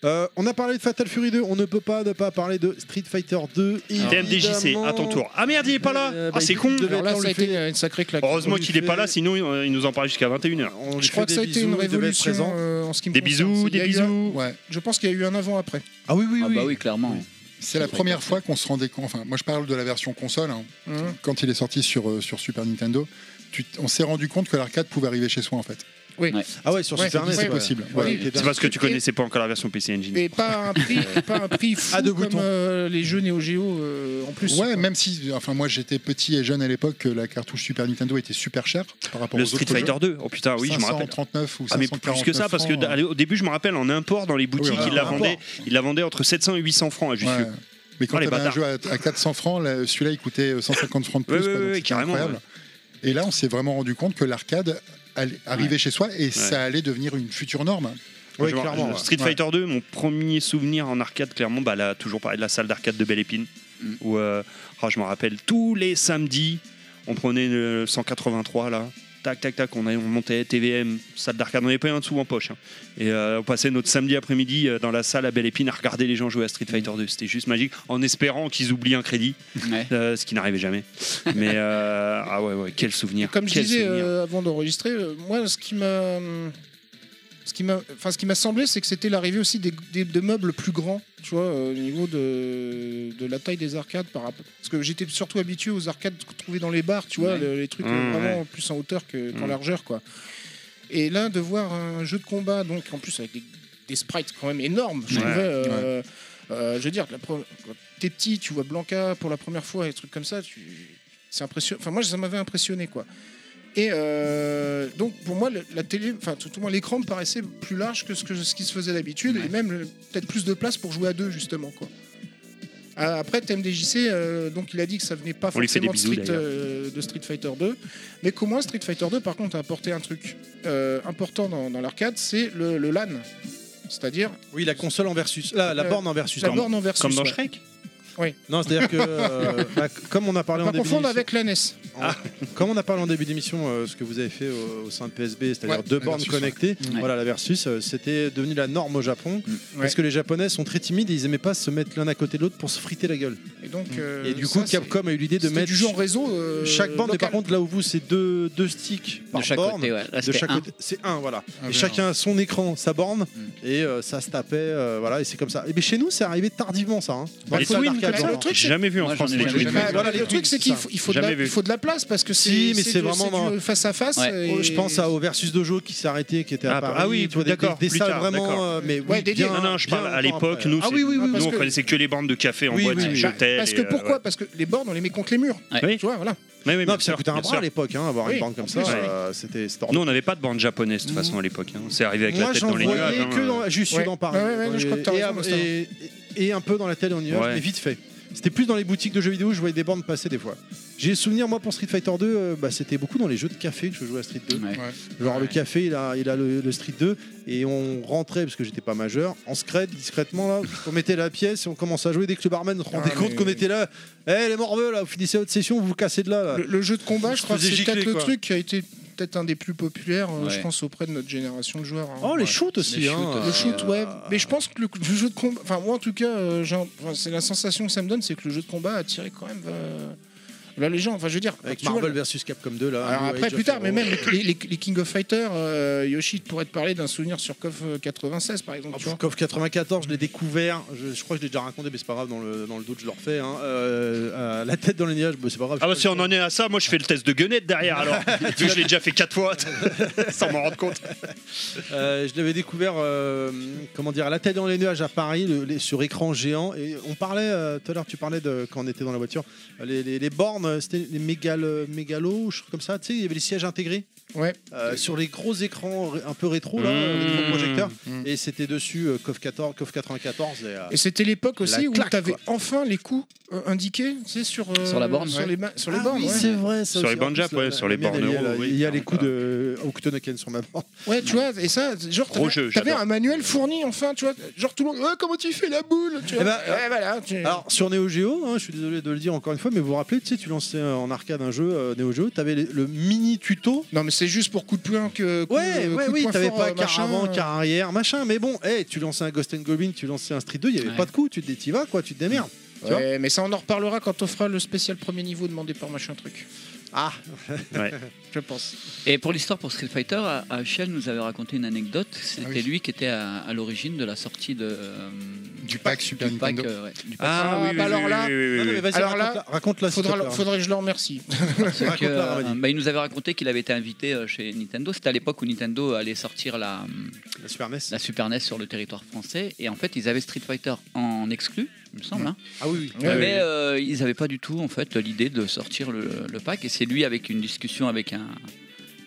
[SPEAKER 4] Euh, on a parlé de Fatal Fury 2, on ne peut pas ne pas parler de Street Fighter 2.
[SPEAKER 2] TMDJC, à ton tour. Ah merde, il est pas là
[SPEAKER 4] Euh, bah,
[SPEAKER 2] Ah, c'est
[SPEAKER 4] il-
[SPEAKER 2] con
[SPEAKER 4] il devait-
[SPEAKER 5] Alors là,
[SPEAKER 4] on
[SPEAKER 5] ça a
[SPEAKER 4] lui
[SPEAKER 5] été
[SPEAKER 4] fait-
[SPEAKER 5] une sacrée claque.
[SPEAKER 2] Heureusement
[SPEAKER 4] on lui
[SPEAKER 2] qu'il est
[SPEAKER 4] fait-
[SPEAKER 2] pas là, sinon euh, il nous en parle jusqu'à 21h.
[SPEAKER 5] Je crois que ça a été une révolution euh, en ce qui me
[SPEAKER 2] Des
[SPEAKER 5] concerne.
[SPEAKER 2] bisous,
[SPEAKER 5] Il y
[SPEAKER 2] des
[SPEAKER 5] a eu
[SPEAKER 2] bisous.
[SPEAKER 7] Ouais.
[SPEAKER 5] un- Je pense qu'il y a eu un avant après.
[SPEAKER 4] Ah oui oui
[SPEAKER 6] ah,
[SPEAKER 4] oui.
[SPEAKER 6] bah oui, clairement.
[SPEAKER 4] Oui.
[SPEAKER 7] C'est la première fois qu'on se rendait compte. Enfin, moi, je parle de la version console. hein.
[SPEAKER 5] Hein.
[SPEAKER 7] Quand il est sorti sur, euh, sur Super Nintendo, tu t- on s'est rendu compte que l'arcade pouvait arriver chez soi, en fait.
[SPEAKER 4] Ah ouais sur
[SPEAKER 5] Ouais,
[SPEAKER 4] Super NES,
[SPEAKER 5] c'est
[SPEAKER 4] ouais.
[SPEAKER 7] possible.
[SPEAKER 5] Oui.
[SPEAKER 4] Ouais, il était
[SPEAKER 2] C'est
[SPEAKER 4] dingue.
[SPEAKER 2] parce que tu connaissais pas encore la version PC Engine.
[SPEAKER 5] ben, Et pas un prix, pas un prix fou
[SPEAKER 4] À deux
[SPEAKER 5] comme
[SPEAKER 4] boutons.
[SPEAKER 5] euh, les jeux Neo Geo euh, en plus.
[SPEAKER 7] ouais, même si, enfin, moi, j'étais petit et jeune à l'époque, que la cartouche Super Nintendo était super chère par rapport
[SPEAKER 2] Le
[SPEAKER 7] aux autres
[SPEAKER 2] Street Fighter
[SPEAKER 7] jeux.
[SPEAKER 2] 2, oh putain, oui, je me rappelle.
[SPEAKER 7] 539 ou
[SPEAKER 2] Ah mais plus que ça, parce que
[SPEAKER 7] 549 francs, euh,
[SPEAKER 2] d- au début, je me rappelle, en import dans les boutiques,
[SPEAKER 7] ouais,
[SPEAKER 2] ils la
[SPEAKER 7] en
[SPEAKER 2] vendaient,
[SPEAKER 7] import.
[SPEAKER 2] ils la vendaient entre 700 et 800 francs à juste.
[SPEAKER 7] Ouais. Mais quand
[SPEAKER 2] Oh, les
[SPEAKER 7] t'avais un
[SPEAKER 2] bâtards.
[SPEAKER 7] jeu à, à 400 francs, là, celui-là il coûtait 150 francs de plus.
[SPEAKER 2] Ouais,
[SPEAKER 7] quoi,
[SPEAKER 2] ouais,
[SPEAKER 7] donc
[SPEAKER 2] ouais,
[SPEAKER 7] c'était
[SPEAKER 2] carrément,
[SPEAKER 7] incroyable. Et là, on s'est vraiment rendu compte que l'arcade allait- arrivait chez soi et ça allait devenir une future norme.
[SPEAKER 4] Ouais,
[SPEAKER 2] Je me-
[SPEAKER 4] clairement. ouais.
[SPEAKER 2] euh, Street
[SPEAKER 7] Ouais.
[SPEAKER 2] Fighter 2, mon premier souvenir en arcade, clairement, bah là, toujours pareil, la salle d'arcade de Belle Épine,
[SPEAKER 6] Mm.
[SPEAKER 2] où euh, oh, je me rappelle, tous les samedis, on prenait le 183 là. Tac, tac, tac, on, allait- on montait TVM, salle d'arcade, on n'avait pas un sou en poche. hein. Et euh, on passait notre samedi après-midi euh, dans la salle à Belle Épine à regarder les gens jouer à Street Fighter 2. C'était juste magique, en espérant qu'ils oublient un crédit,
[SPEAKER 6] Ouais.
[SPEAKER 2] euh, ce qui n'arrivait jamais. Mais euh, ah ouais, ouais, quel souvenir.
[SPEAKER 5] Comme je
[SPEAKER 2] quel
[SPEAKER 5] disais
[SPEAKER 2] souvenir.
[SPEAKER 5] euh, avant d'enregistrer, euh, moi, ce qui m'a. Ce qui m'a, enfin, ce qui m'a semblé, c'est que c'était l'arrivée aussi des, des- de meubles plus grands, tu vois, euh, au niveau de, de la taille des arcades par rapport. Parce que j'étais surtout habitué aux arcades qu'on trouvait dans les bars, tu vois,
[SPEAKER 6] Ouais.
[SPEAKER 5] le- les trucs euh,
[SPEAKER 2] Mmh,
[SPEAKER 5] vraiment plus en hauteur que- qu'en
[SPEAKER 2] Mmh.
[SPEAKER 5] largeur, quoi. Et là, de voir un jeu de combat, donc en plus avec des, des sprites quand même énormes, je
[SPEAKER 2] Ouais.
[SPEAKER 5] trouvais, euh, euh, je veux dire, la pre- quand t'es petit, tu vois Blanca pour la première fois, et des trucs comme ça, tu- c'est impressionnant. Enfin, moi, ça m'avait impressionné, quoi. Et euh, donc, pour moi, le- la télé, enfin, tout au moins l'écran me paraissait plus large que ce, que, ce qui se faisait d'habitude,
[SPEAKER 6] Ouais.
[SPEAKER 5] et même le- peut-être plus de place pour jouer à deux, justement, quoi. Euh, Après, TMDJC, euh, donc il a dit que ça venait pas
[SPEAKER 2] On lui fait des
[SPEAKER 5] forcément de
[SPEAKER 2] bisous,
[SPEAKER 5] Street,
[SPEAKER 2] d'ailleurs.
[SPEAKER 5] euh, de Street Fighter 2, mais qu'au moins Street Fighter 2, par contre, a apporté un truc euh, important dans, dans l'arcade, c'est le, le LAN. C'est-à-dire
[SPEAKER 4] Oui, la console en versus, la, la
[SPEAKER 5] Euh,
[SPEAKER 4] borne en versus.
[SPEAKER 5] la
[SPEAKER 4] pardon.
[SPEAKER 5] borne en versus.
[SPEAKER 2] Comme dans
[SPEAKER 5] ouais.
[SPEAKER 2] Shrek
[SPEAKER 5] Oui.
[SPEAKER 4] Non, c'est-à-dire que, euh, bah, comme on a parlé en
[SPEAKER 5] Pas
[SPEAKER 4] début
[SPEAKER 5] confondre
[SPEAKER 4] d'émission-
[SPEAKER 5] avec la NES.
[SPEAKER 4] Comme on a parlé en début d'émission, euh, ce que vous avez fait au, au sein de PSB, c'est-à-dire
[SPEAKER 7] Ouais,
[SPEAKER 4] deux
[SPEAKER 7] la
[SPEAKER 4] bornes
[SPEAKER 7] versus,
[SPEAKER 4] connectées,
[SPEAKER 6] Ouais.
[SPEAKER 4] voilà la versus, euh, c'était devenu la norme au Japon
[SPEAKER 5] Mm. Ouais.
[SPEAKER 4] parce que les Japonais sont très timides et ils aimaient pas se mettre l'un à côté de l'autre pour se friter la gueule.
[SPEAKER 5] Et donc. euh,
[SPEAKER 4] et du
[SPEAKER 5] ça,
[SPEAKER 4] coup,
[SPEAKER 5] c'est-
[SPEAKER 4] Capcom a eu l'idée de
[SPEAKER 5] c'était
[SPEAKER 4] mettre
[SPEAKER 5] du genre réseau. euh,
[SPEAKER 4] chaque borne. Et
[SPEAKER 5] local.
[SPEAKER 4] par contre, là où vous, c'est deux, deux sticks par
[SPEAKER 6] de chaque
[SPEAKER 4] borne.
[SPEAKER 6] côté, ouais. Là,
[SPEAKER 4] de
[SPEAKER 6] c'était
[SPEAKER 4] chaque
[SPEAKER 6] un.
[SPEAKER 4] côté, c'est un voilà.
[SPEAKER 7] Ah,
[SPEAKER 4] et
[SPEAKER 7] merde.
[SPEAKER 4] chacun a son écran, sa borne,
[SPEAKER 6] Mm.
[SPEAKER 4] et euh, ça se tapait, euh, voilà, et c'est comme ça. Et bien chez nous, c'est arrivé tardivement ça. Hein,
[SPEAKER 2] Bah,
[SPEAKER 4] les
[SPEAKER 2] les
[SPEAKER 4] salles
[SPEAKER 2] Twin,
[SPEAKER 4] d'arcade,
[SPEAKER 5] comme ça,
[SPEAKER 4] genre.
[SPEAKER 5] le truc,
[SPEAKER 2] J'ai
[SPEAKER 5] c'est-
[SPEAKER 2] jamais vu en
[SPEAKER 6] Moi,
[SPEAKER 2] France
[SPEAKER 6] j'en ai
[SPEAKER 2] les
[SPEAKER 6] jamais
[SPEAKER 2] Twin.
[SPEAKER 6] vu.
[SPEAKER 5] Ah, voilà, le truc, c'est qu'il faut, il faut, de la,
[SPEAKER 2] Jamais vu.
[SPEAKER 5] il faut de la place parce que c'est
[SPEAKER 4] Si, mais c'est
[SPEAKER 5] du-
[SPEAKER 4] vraiment dans-
[SPEAKER 5] du face à face.
[SPEAKER 6] Ouais.
[SPEAKER 5] et-
[SPEAKER 4] Oh, Je pense à au versus Dojo qui s'est arrêté, qui était à
[SPEAKER 2] Ah, bah,
[SPEAKER 4] Paris.
[SPEAKER 2] ah oui,
[SPEAKER 4] tu vois, des-
[SPEAKER 2] d'accord,
[SPEAKER 4] Des, des
[SPEAKER 2] plus
[SPEAKER 4] salles
[SPEAKER 2] tard,
[SPEAKER 4] vraiment,
[SPEAKER 2] d'accord.
[SPEAKER 4] euh, mais
[SPEAKER 5] Ouais,
[SPEAKER 4] oui,
[SPEAKER 5] dédiées.
[SPEAKER 4] bien-
[SPEAKER 2] Non, non, je
[SPEAKER 4] bien
[SPEAKER 2] parle à
[SPEAKER 4] longtemps
[SPEAKER 2] l'époque,
[SPEAKER 4] après.
[SPEAKER 2] nous,
[SPEAKER 5] Ah
[SPEAKER 2] c'est-
[SPEAKER 5] oui, oui, oui,
[SPEAKER 2] nous
[SPEAKER 5] parce
[SPEAKER 2] on
[SPEAKER 5] que-
[SPEAKER 2] connaissait que les bornes de café en
[SPEAKER 4] Oui,
[SPEAKER 2] boîte,
[SPEAKER 4] oui, oui.
[SPEAKER 2] c'est hôtel.
[SPEAKER 4] euh,
[SPEAKER 5] Parce que pourquoi Parce que les bornes, on les met contre les murs.
[SPEAKER 6] Ouais.
[SPEAKER 2] Oui.
[SPEAKER 5] Tu vois, voilà.
[SPEAKER 2] Mais oui,
[SPEAKER 4] Non,
[SPEAKER 2] bien
[SPEAKER 4] puis ça
[SPEAKER 2] sûr,
[SPEAKER 4] coûtait un
[SPEAKER 2] bien
[SPEAKER 4] bras
[SPEAKER 2] sûr.
[SPEAKER 4] à l'époque, hein, avoir
[SPEAKER 5] Oui,
[SPEAKER 4] une borne
[SPEAKER 5] en
[SPEAKER 4] comme ça,
[SPEAKER 5] plus,
[SPEAKER 4] euh, c'était c'était
[SPEAKER 2] Nous, on n'avait pas de borne japonaise de toute façon à l'époque. hein. C'est arrivé avec
[SPEAKER 4] Moi,
[SPEAKER 2] la tête
[SPEAKER 4] j'en
[SPEAKER 2] dans les
[SPEAKER 4] voyais
[SPEAKER 2] nuages. hein.
[SPEAKER 4] que dans, juste
[SPEAKER 5] Ouais.
[SPEAKER 4] dans Paris.
[SPEAKER 5] Ouais, ouais, ouais, je crois que t'as
[SPEAKER 4] et,
[SPEAKER 5] raison, Stan.
[SPEAKER 4] et- et un peu dans la télé en nuage,
[SPEAKER 2] Ouais.
[SPEAKER 4] mais vite fait. C'était plus dans les boutiques de jeux vidéo, je voyais des bornes passer des fois. J'ai souvenir, moi, pour Street Fighter 2, euh, bah, c'était beaucoup dans les jeux de café que je jouais à Street 2.
[SPEAKER 6] Ouais.
[SPEAKER 4] Genre, le
[SPEAKER 6] Ouais.
[SPEAKER 4] café, il a, il a le, le Street 2, et on rentrait, parce que j'étais pas majeur, en secret, discrètement, là. on mettait la pièce et on commençait à jouer dès que le barman se rendait
[SPEAKER 5] Ah,
[SPEAKER 4] compte
[SPEAKER 5] mais-
[SPEAKER 4] qu'on était là. Eh, les morveux, là, vous finissez votre session, vous vous cassez de là, là.
[SPEAKER 5] Le, le jeu de combat, je
[SPEAKER 4] se
[SPEAKER 5] crois que
[SPEAKER 4] faisait
[SPEAKER 5] c'est
[SPEAKER 4] gicler,
[SPEAKER 5] peut-être le
[SPEAKER 4] quoi.
[SPEAKER 5] truc qui a été peut-être un des plus populaires, euh,
[SPEAKER 6] Ouais.
[SPEAKER 5] je pense, auprès de notre génération de joueurs. hein.
[SPEAKER 4] Oh, les
[SPEAKER 5] Ouais.
[SPEAKER 4] shoots aussi,
[SPEAKER 6] Les
[SPEAKER 4] hein.
[SPEAKER 6] shoots,
[SPEAKER 5] Le shoot,
[SPEAKER 4] Euh,
[SPEAKER 5] ouais. Mais je pense que le, le jeu de combat. Enfin, moi en tout cas, euh, j'ai un- enfin, c'est la sensation que ça me donne, c'est que le jeu de combat a attiré quand même euh, là, les gens. Enfin, je veux dire.
[SPEAKER 4] Avec
[SPEAKER 5] tu vois,
[SPEAKER 4] Marvel
[SPEAKER 5] le-
[SPEAKER 4] versus Capcom 2, là.
[SPEAKER 5] alors
[SPEAKER 4] New
[SPEAKER 5] après,
[SPEAKER 4] Age
[SPEAKER 5] plus
[SPEAKER 4] of
[SPEAKER 5] tard, mais
[SPEAKER 4] Heroes.
[SPEAKER 5] même les, les- les King of Fighters, euh, Yoshi pourrait te parler d'un souvenir sur KOF euh, 96, par exemple.
[SPEAKER 4] Ah,
[SPEAKER 5] tu vois.
[SPEAKER 4] KOF 94, je l'ai découvert, je, je crois que je l'ai déjà raconté, mais c'est pas grave, dans le, dans le doute, je le refais. hein. Euh, euh, la tête dans les nuages, bon, c'est pas grave.
[SPEAKER 2] Ah bah
[SPEAKER 4] je-
[SPEAKER 2] si on en est à ça, moi je fais le test de guenette derrière alors. Vu que je l'ai déjà fait quatre fois, sans m'en rendre compte.
[SPEAKER 4] Euh, je l'avais découvert, euh, comment dire, la tête dans les nuages à Paris, le- les- sur écran géant. Et on parlait, euh, tout à l'heure, tu parlais de quand on était dans la voiture, les, les- les bornes, c'était les mégalo, mégalos, je crois comme ça, tu sais, il y avait les sièges intégrés.
[SPEAKER 5] Ouais.
[SPEAKER 4] Euh, sur les gros écrans ré- un peu rétro, là,
[SPEAKER 2] Mmh.
[SPEAKER 4] les gros projecteurs.
[SPEAKER 7] Mmh.
[SPEAKER 4] Et c'était dessus, euh, KOF 14, KOF 94. Et, euh,
[SPEAKER 5] Et c'était l'époque aussi
[SPEAKER 4] La
[SPEAKER 5] où
[SPEAKER 4] claque,
[SPEAKER 5] tu avais enfin les coups euh, indiqués, tu sais, sur, euh,
[SPEAKER 6] Sur la borne,
[SPEAKER 5] Sur
[SPEAKER 6] ouais.
[SPEAKER 5] les, ma- sur les
[SPEAKER 4] Ah
[SPEAKER 5] bornes,
[SPEAKER 4] oui,
[SPEAKER 5] ouais.
[SPEAKER 4] c'est vrai. ça
[SPEAKER 2] Sur les
[SPEAKER 4] aussi.
[SPEAKER 2] bornes
[SPEAKER 4] En plus,
[SPEAKER 2] jap, ouais,
[SPEAKER 4] la-
[SPEAKER 2] sur
[SPEAKER 4] la
[SPEAKER 2] les
[SPEAKER 4] mienne,
[SPEAKER 2] bornes
[SPEAKER 4] elle est-
[SPEAKER 2] euros,
[SPEAKER 4] elle-
[SPEAKER 2] oui, Ah,
[SPEAKER 4] Il y a
[SPEAKER 2] ça
[SPEAKER 4] les coups
[SPEAKER 2] rentre.
[SPEAKER 4] de Okutonoken sur ma borne.
[SPEAKER 5] Ouais, tu vois, et ça, genre,
[SPEAKER 2] Gros
[SPEAKER 5] t'avais-
[SPEAKER 2] jeu,
[SPEAKER 5] t'avais
[SPEAKER 2] j'adore.
[SPEAKER 5] un manuel fourni, enfin, tu vois, genre tout le monde, Ouais, comment tu fais la boule tu vois.
[SPEAKER 4] Eh ben,
[SPEAKER 5] Ouais, voilà, tu-
[SPEAKER 4] Alors sur Neo Geo, hein, je suis désolé de le dire encore une fois, mais vous vous rappelez, tu sais, tu lançais euh, en arcade un jeu euh, Neo Geo, t'avais les- le mini tuto.
[SPEAKER 5] Non, mais c'est juste pour coup de poing que. coup-
[SPEAKER 4] Ouais,
[SPEAKER 5] coup
[SPEAKER 4] ouais,
[SPEAKER 5] de
[SPEAKER 4] oui,
[SPEAKER 5] poing
[SPEAKER 4] t'avais
[SPEAKER 5] fort,
[SPEAKER 4] pas
[SPEAKER 5] euh,
[SPEAKER 4] car
[SPEAKER 5] machin.
[SPEAKER 4] avant, car arrière, machin, mais bon, hey, tu lançais un Ghost and Goblin, tu lançais un Street 2, il y avait
[SPEAKER 6] Ouais.
[SPEAKER 4] pas de coup, tu te dis, t'y vas, quoi, tu te démerdes. tu vois.
[SPEAKER 5] Ouais, mais ça, on en reparlera quand on fera le spécial premier niveau demandé par machin truc.
[SPEAKER 4] Ah,
[SPEAKER 5] Je pense.
[SPEAKER 6] Et pour l'histoire pour Street Fighter, A- Achel nous avait raconté une anecdote. C'était
[SPEAKER 7] Ah oui.
[SPEAKER 6] lui qui était à, à l'origine de la sortie de, euh,
[SPEAKER 7] Du pack Super
[SPEAKER 6] du pack,
[SPEAKER 7] Nintendo.
[SPEAKER 6] euh, ouais, du pack.
[SPEAKER 5] Ah, bah alors là,
[SPEAKER 4] non, non, mais vas-y,
[SPEAKER 5] Alors là,
[SPEAKER 4] raconte-la, raconte-la, s'il te
[SPEAKER 5] Faudra,
[SPEAKER 4] plaît. hein,
[SPEAKER 5] faudrait que je le remercie.
[SPEAKER 6] C'est que,
[SPEAKER 4] Raconte-la,
[SPEAKER 6] euh,
[SPEAKER 4] Ramadi.
[SPEAKER 6] bah, il nous avait raconté qu'il avait été invité euh, chez Nintendo. C'était à l'époque où Nintendo allait sortir la, hum,
[SPEAKER 4] La Super NES.
[SPEAKER 6] la Super NES sur le territoire français. Et en fait, ils avaient Street Fighter en exclu, il me semble. hein.
[SPEAKER 4] Ah oui, oui.
[SPEAKER 5] Ouais,
[SPEAKER 6] mais euh, ils n'avaient pas du tout en fait l'idée de sortir le, le pack. Et c'est lui avec une discussion avec un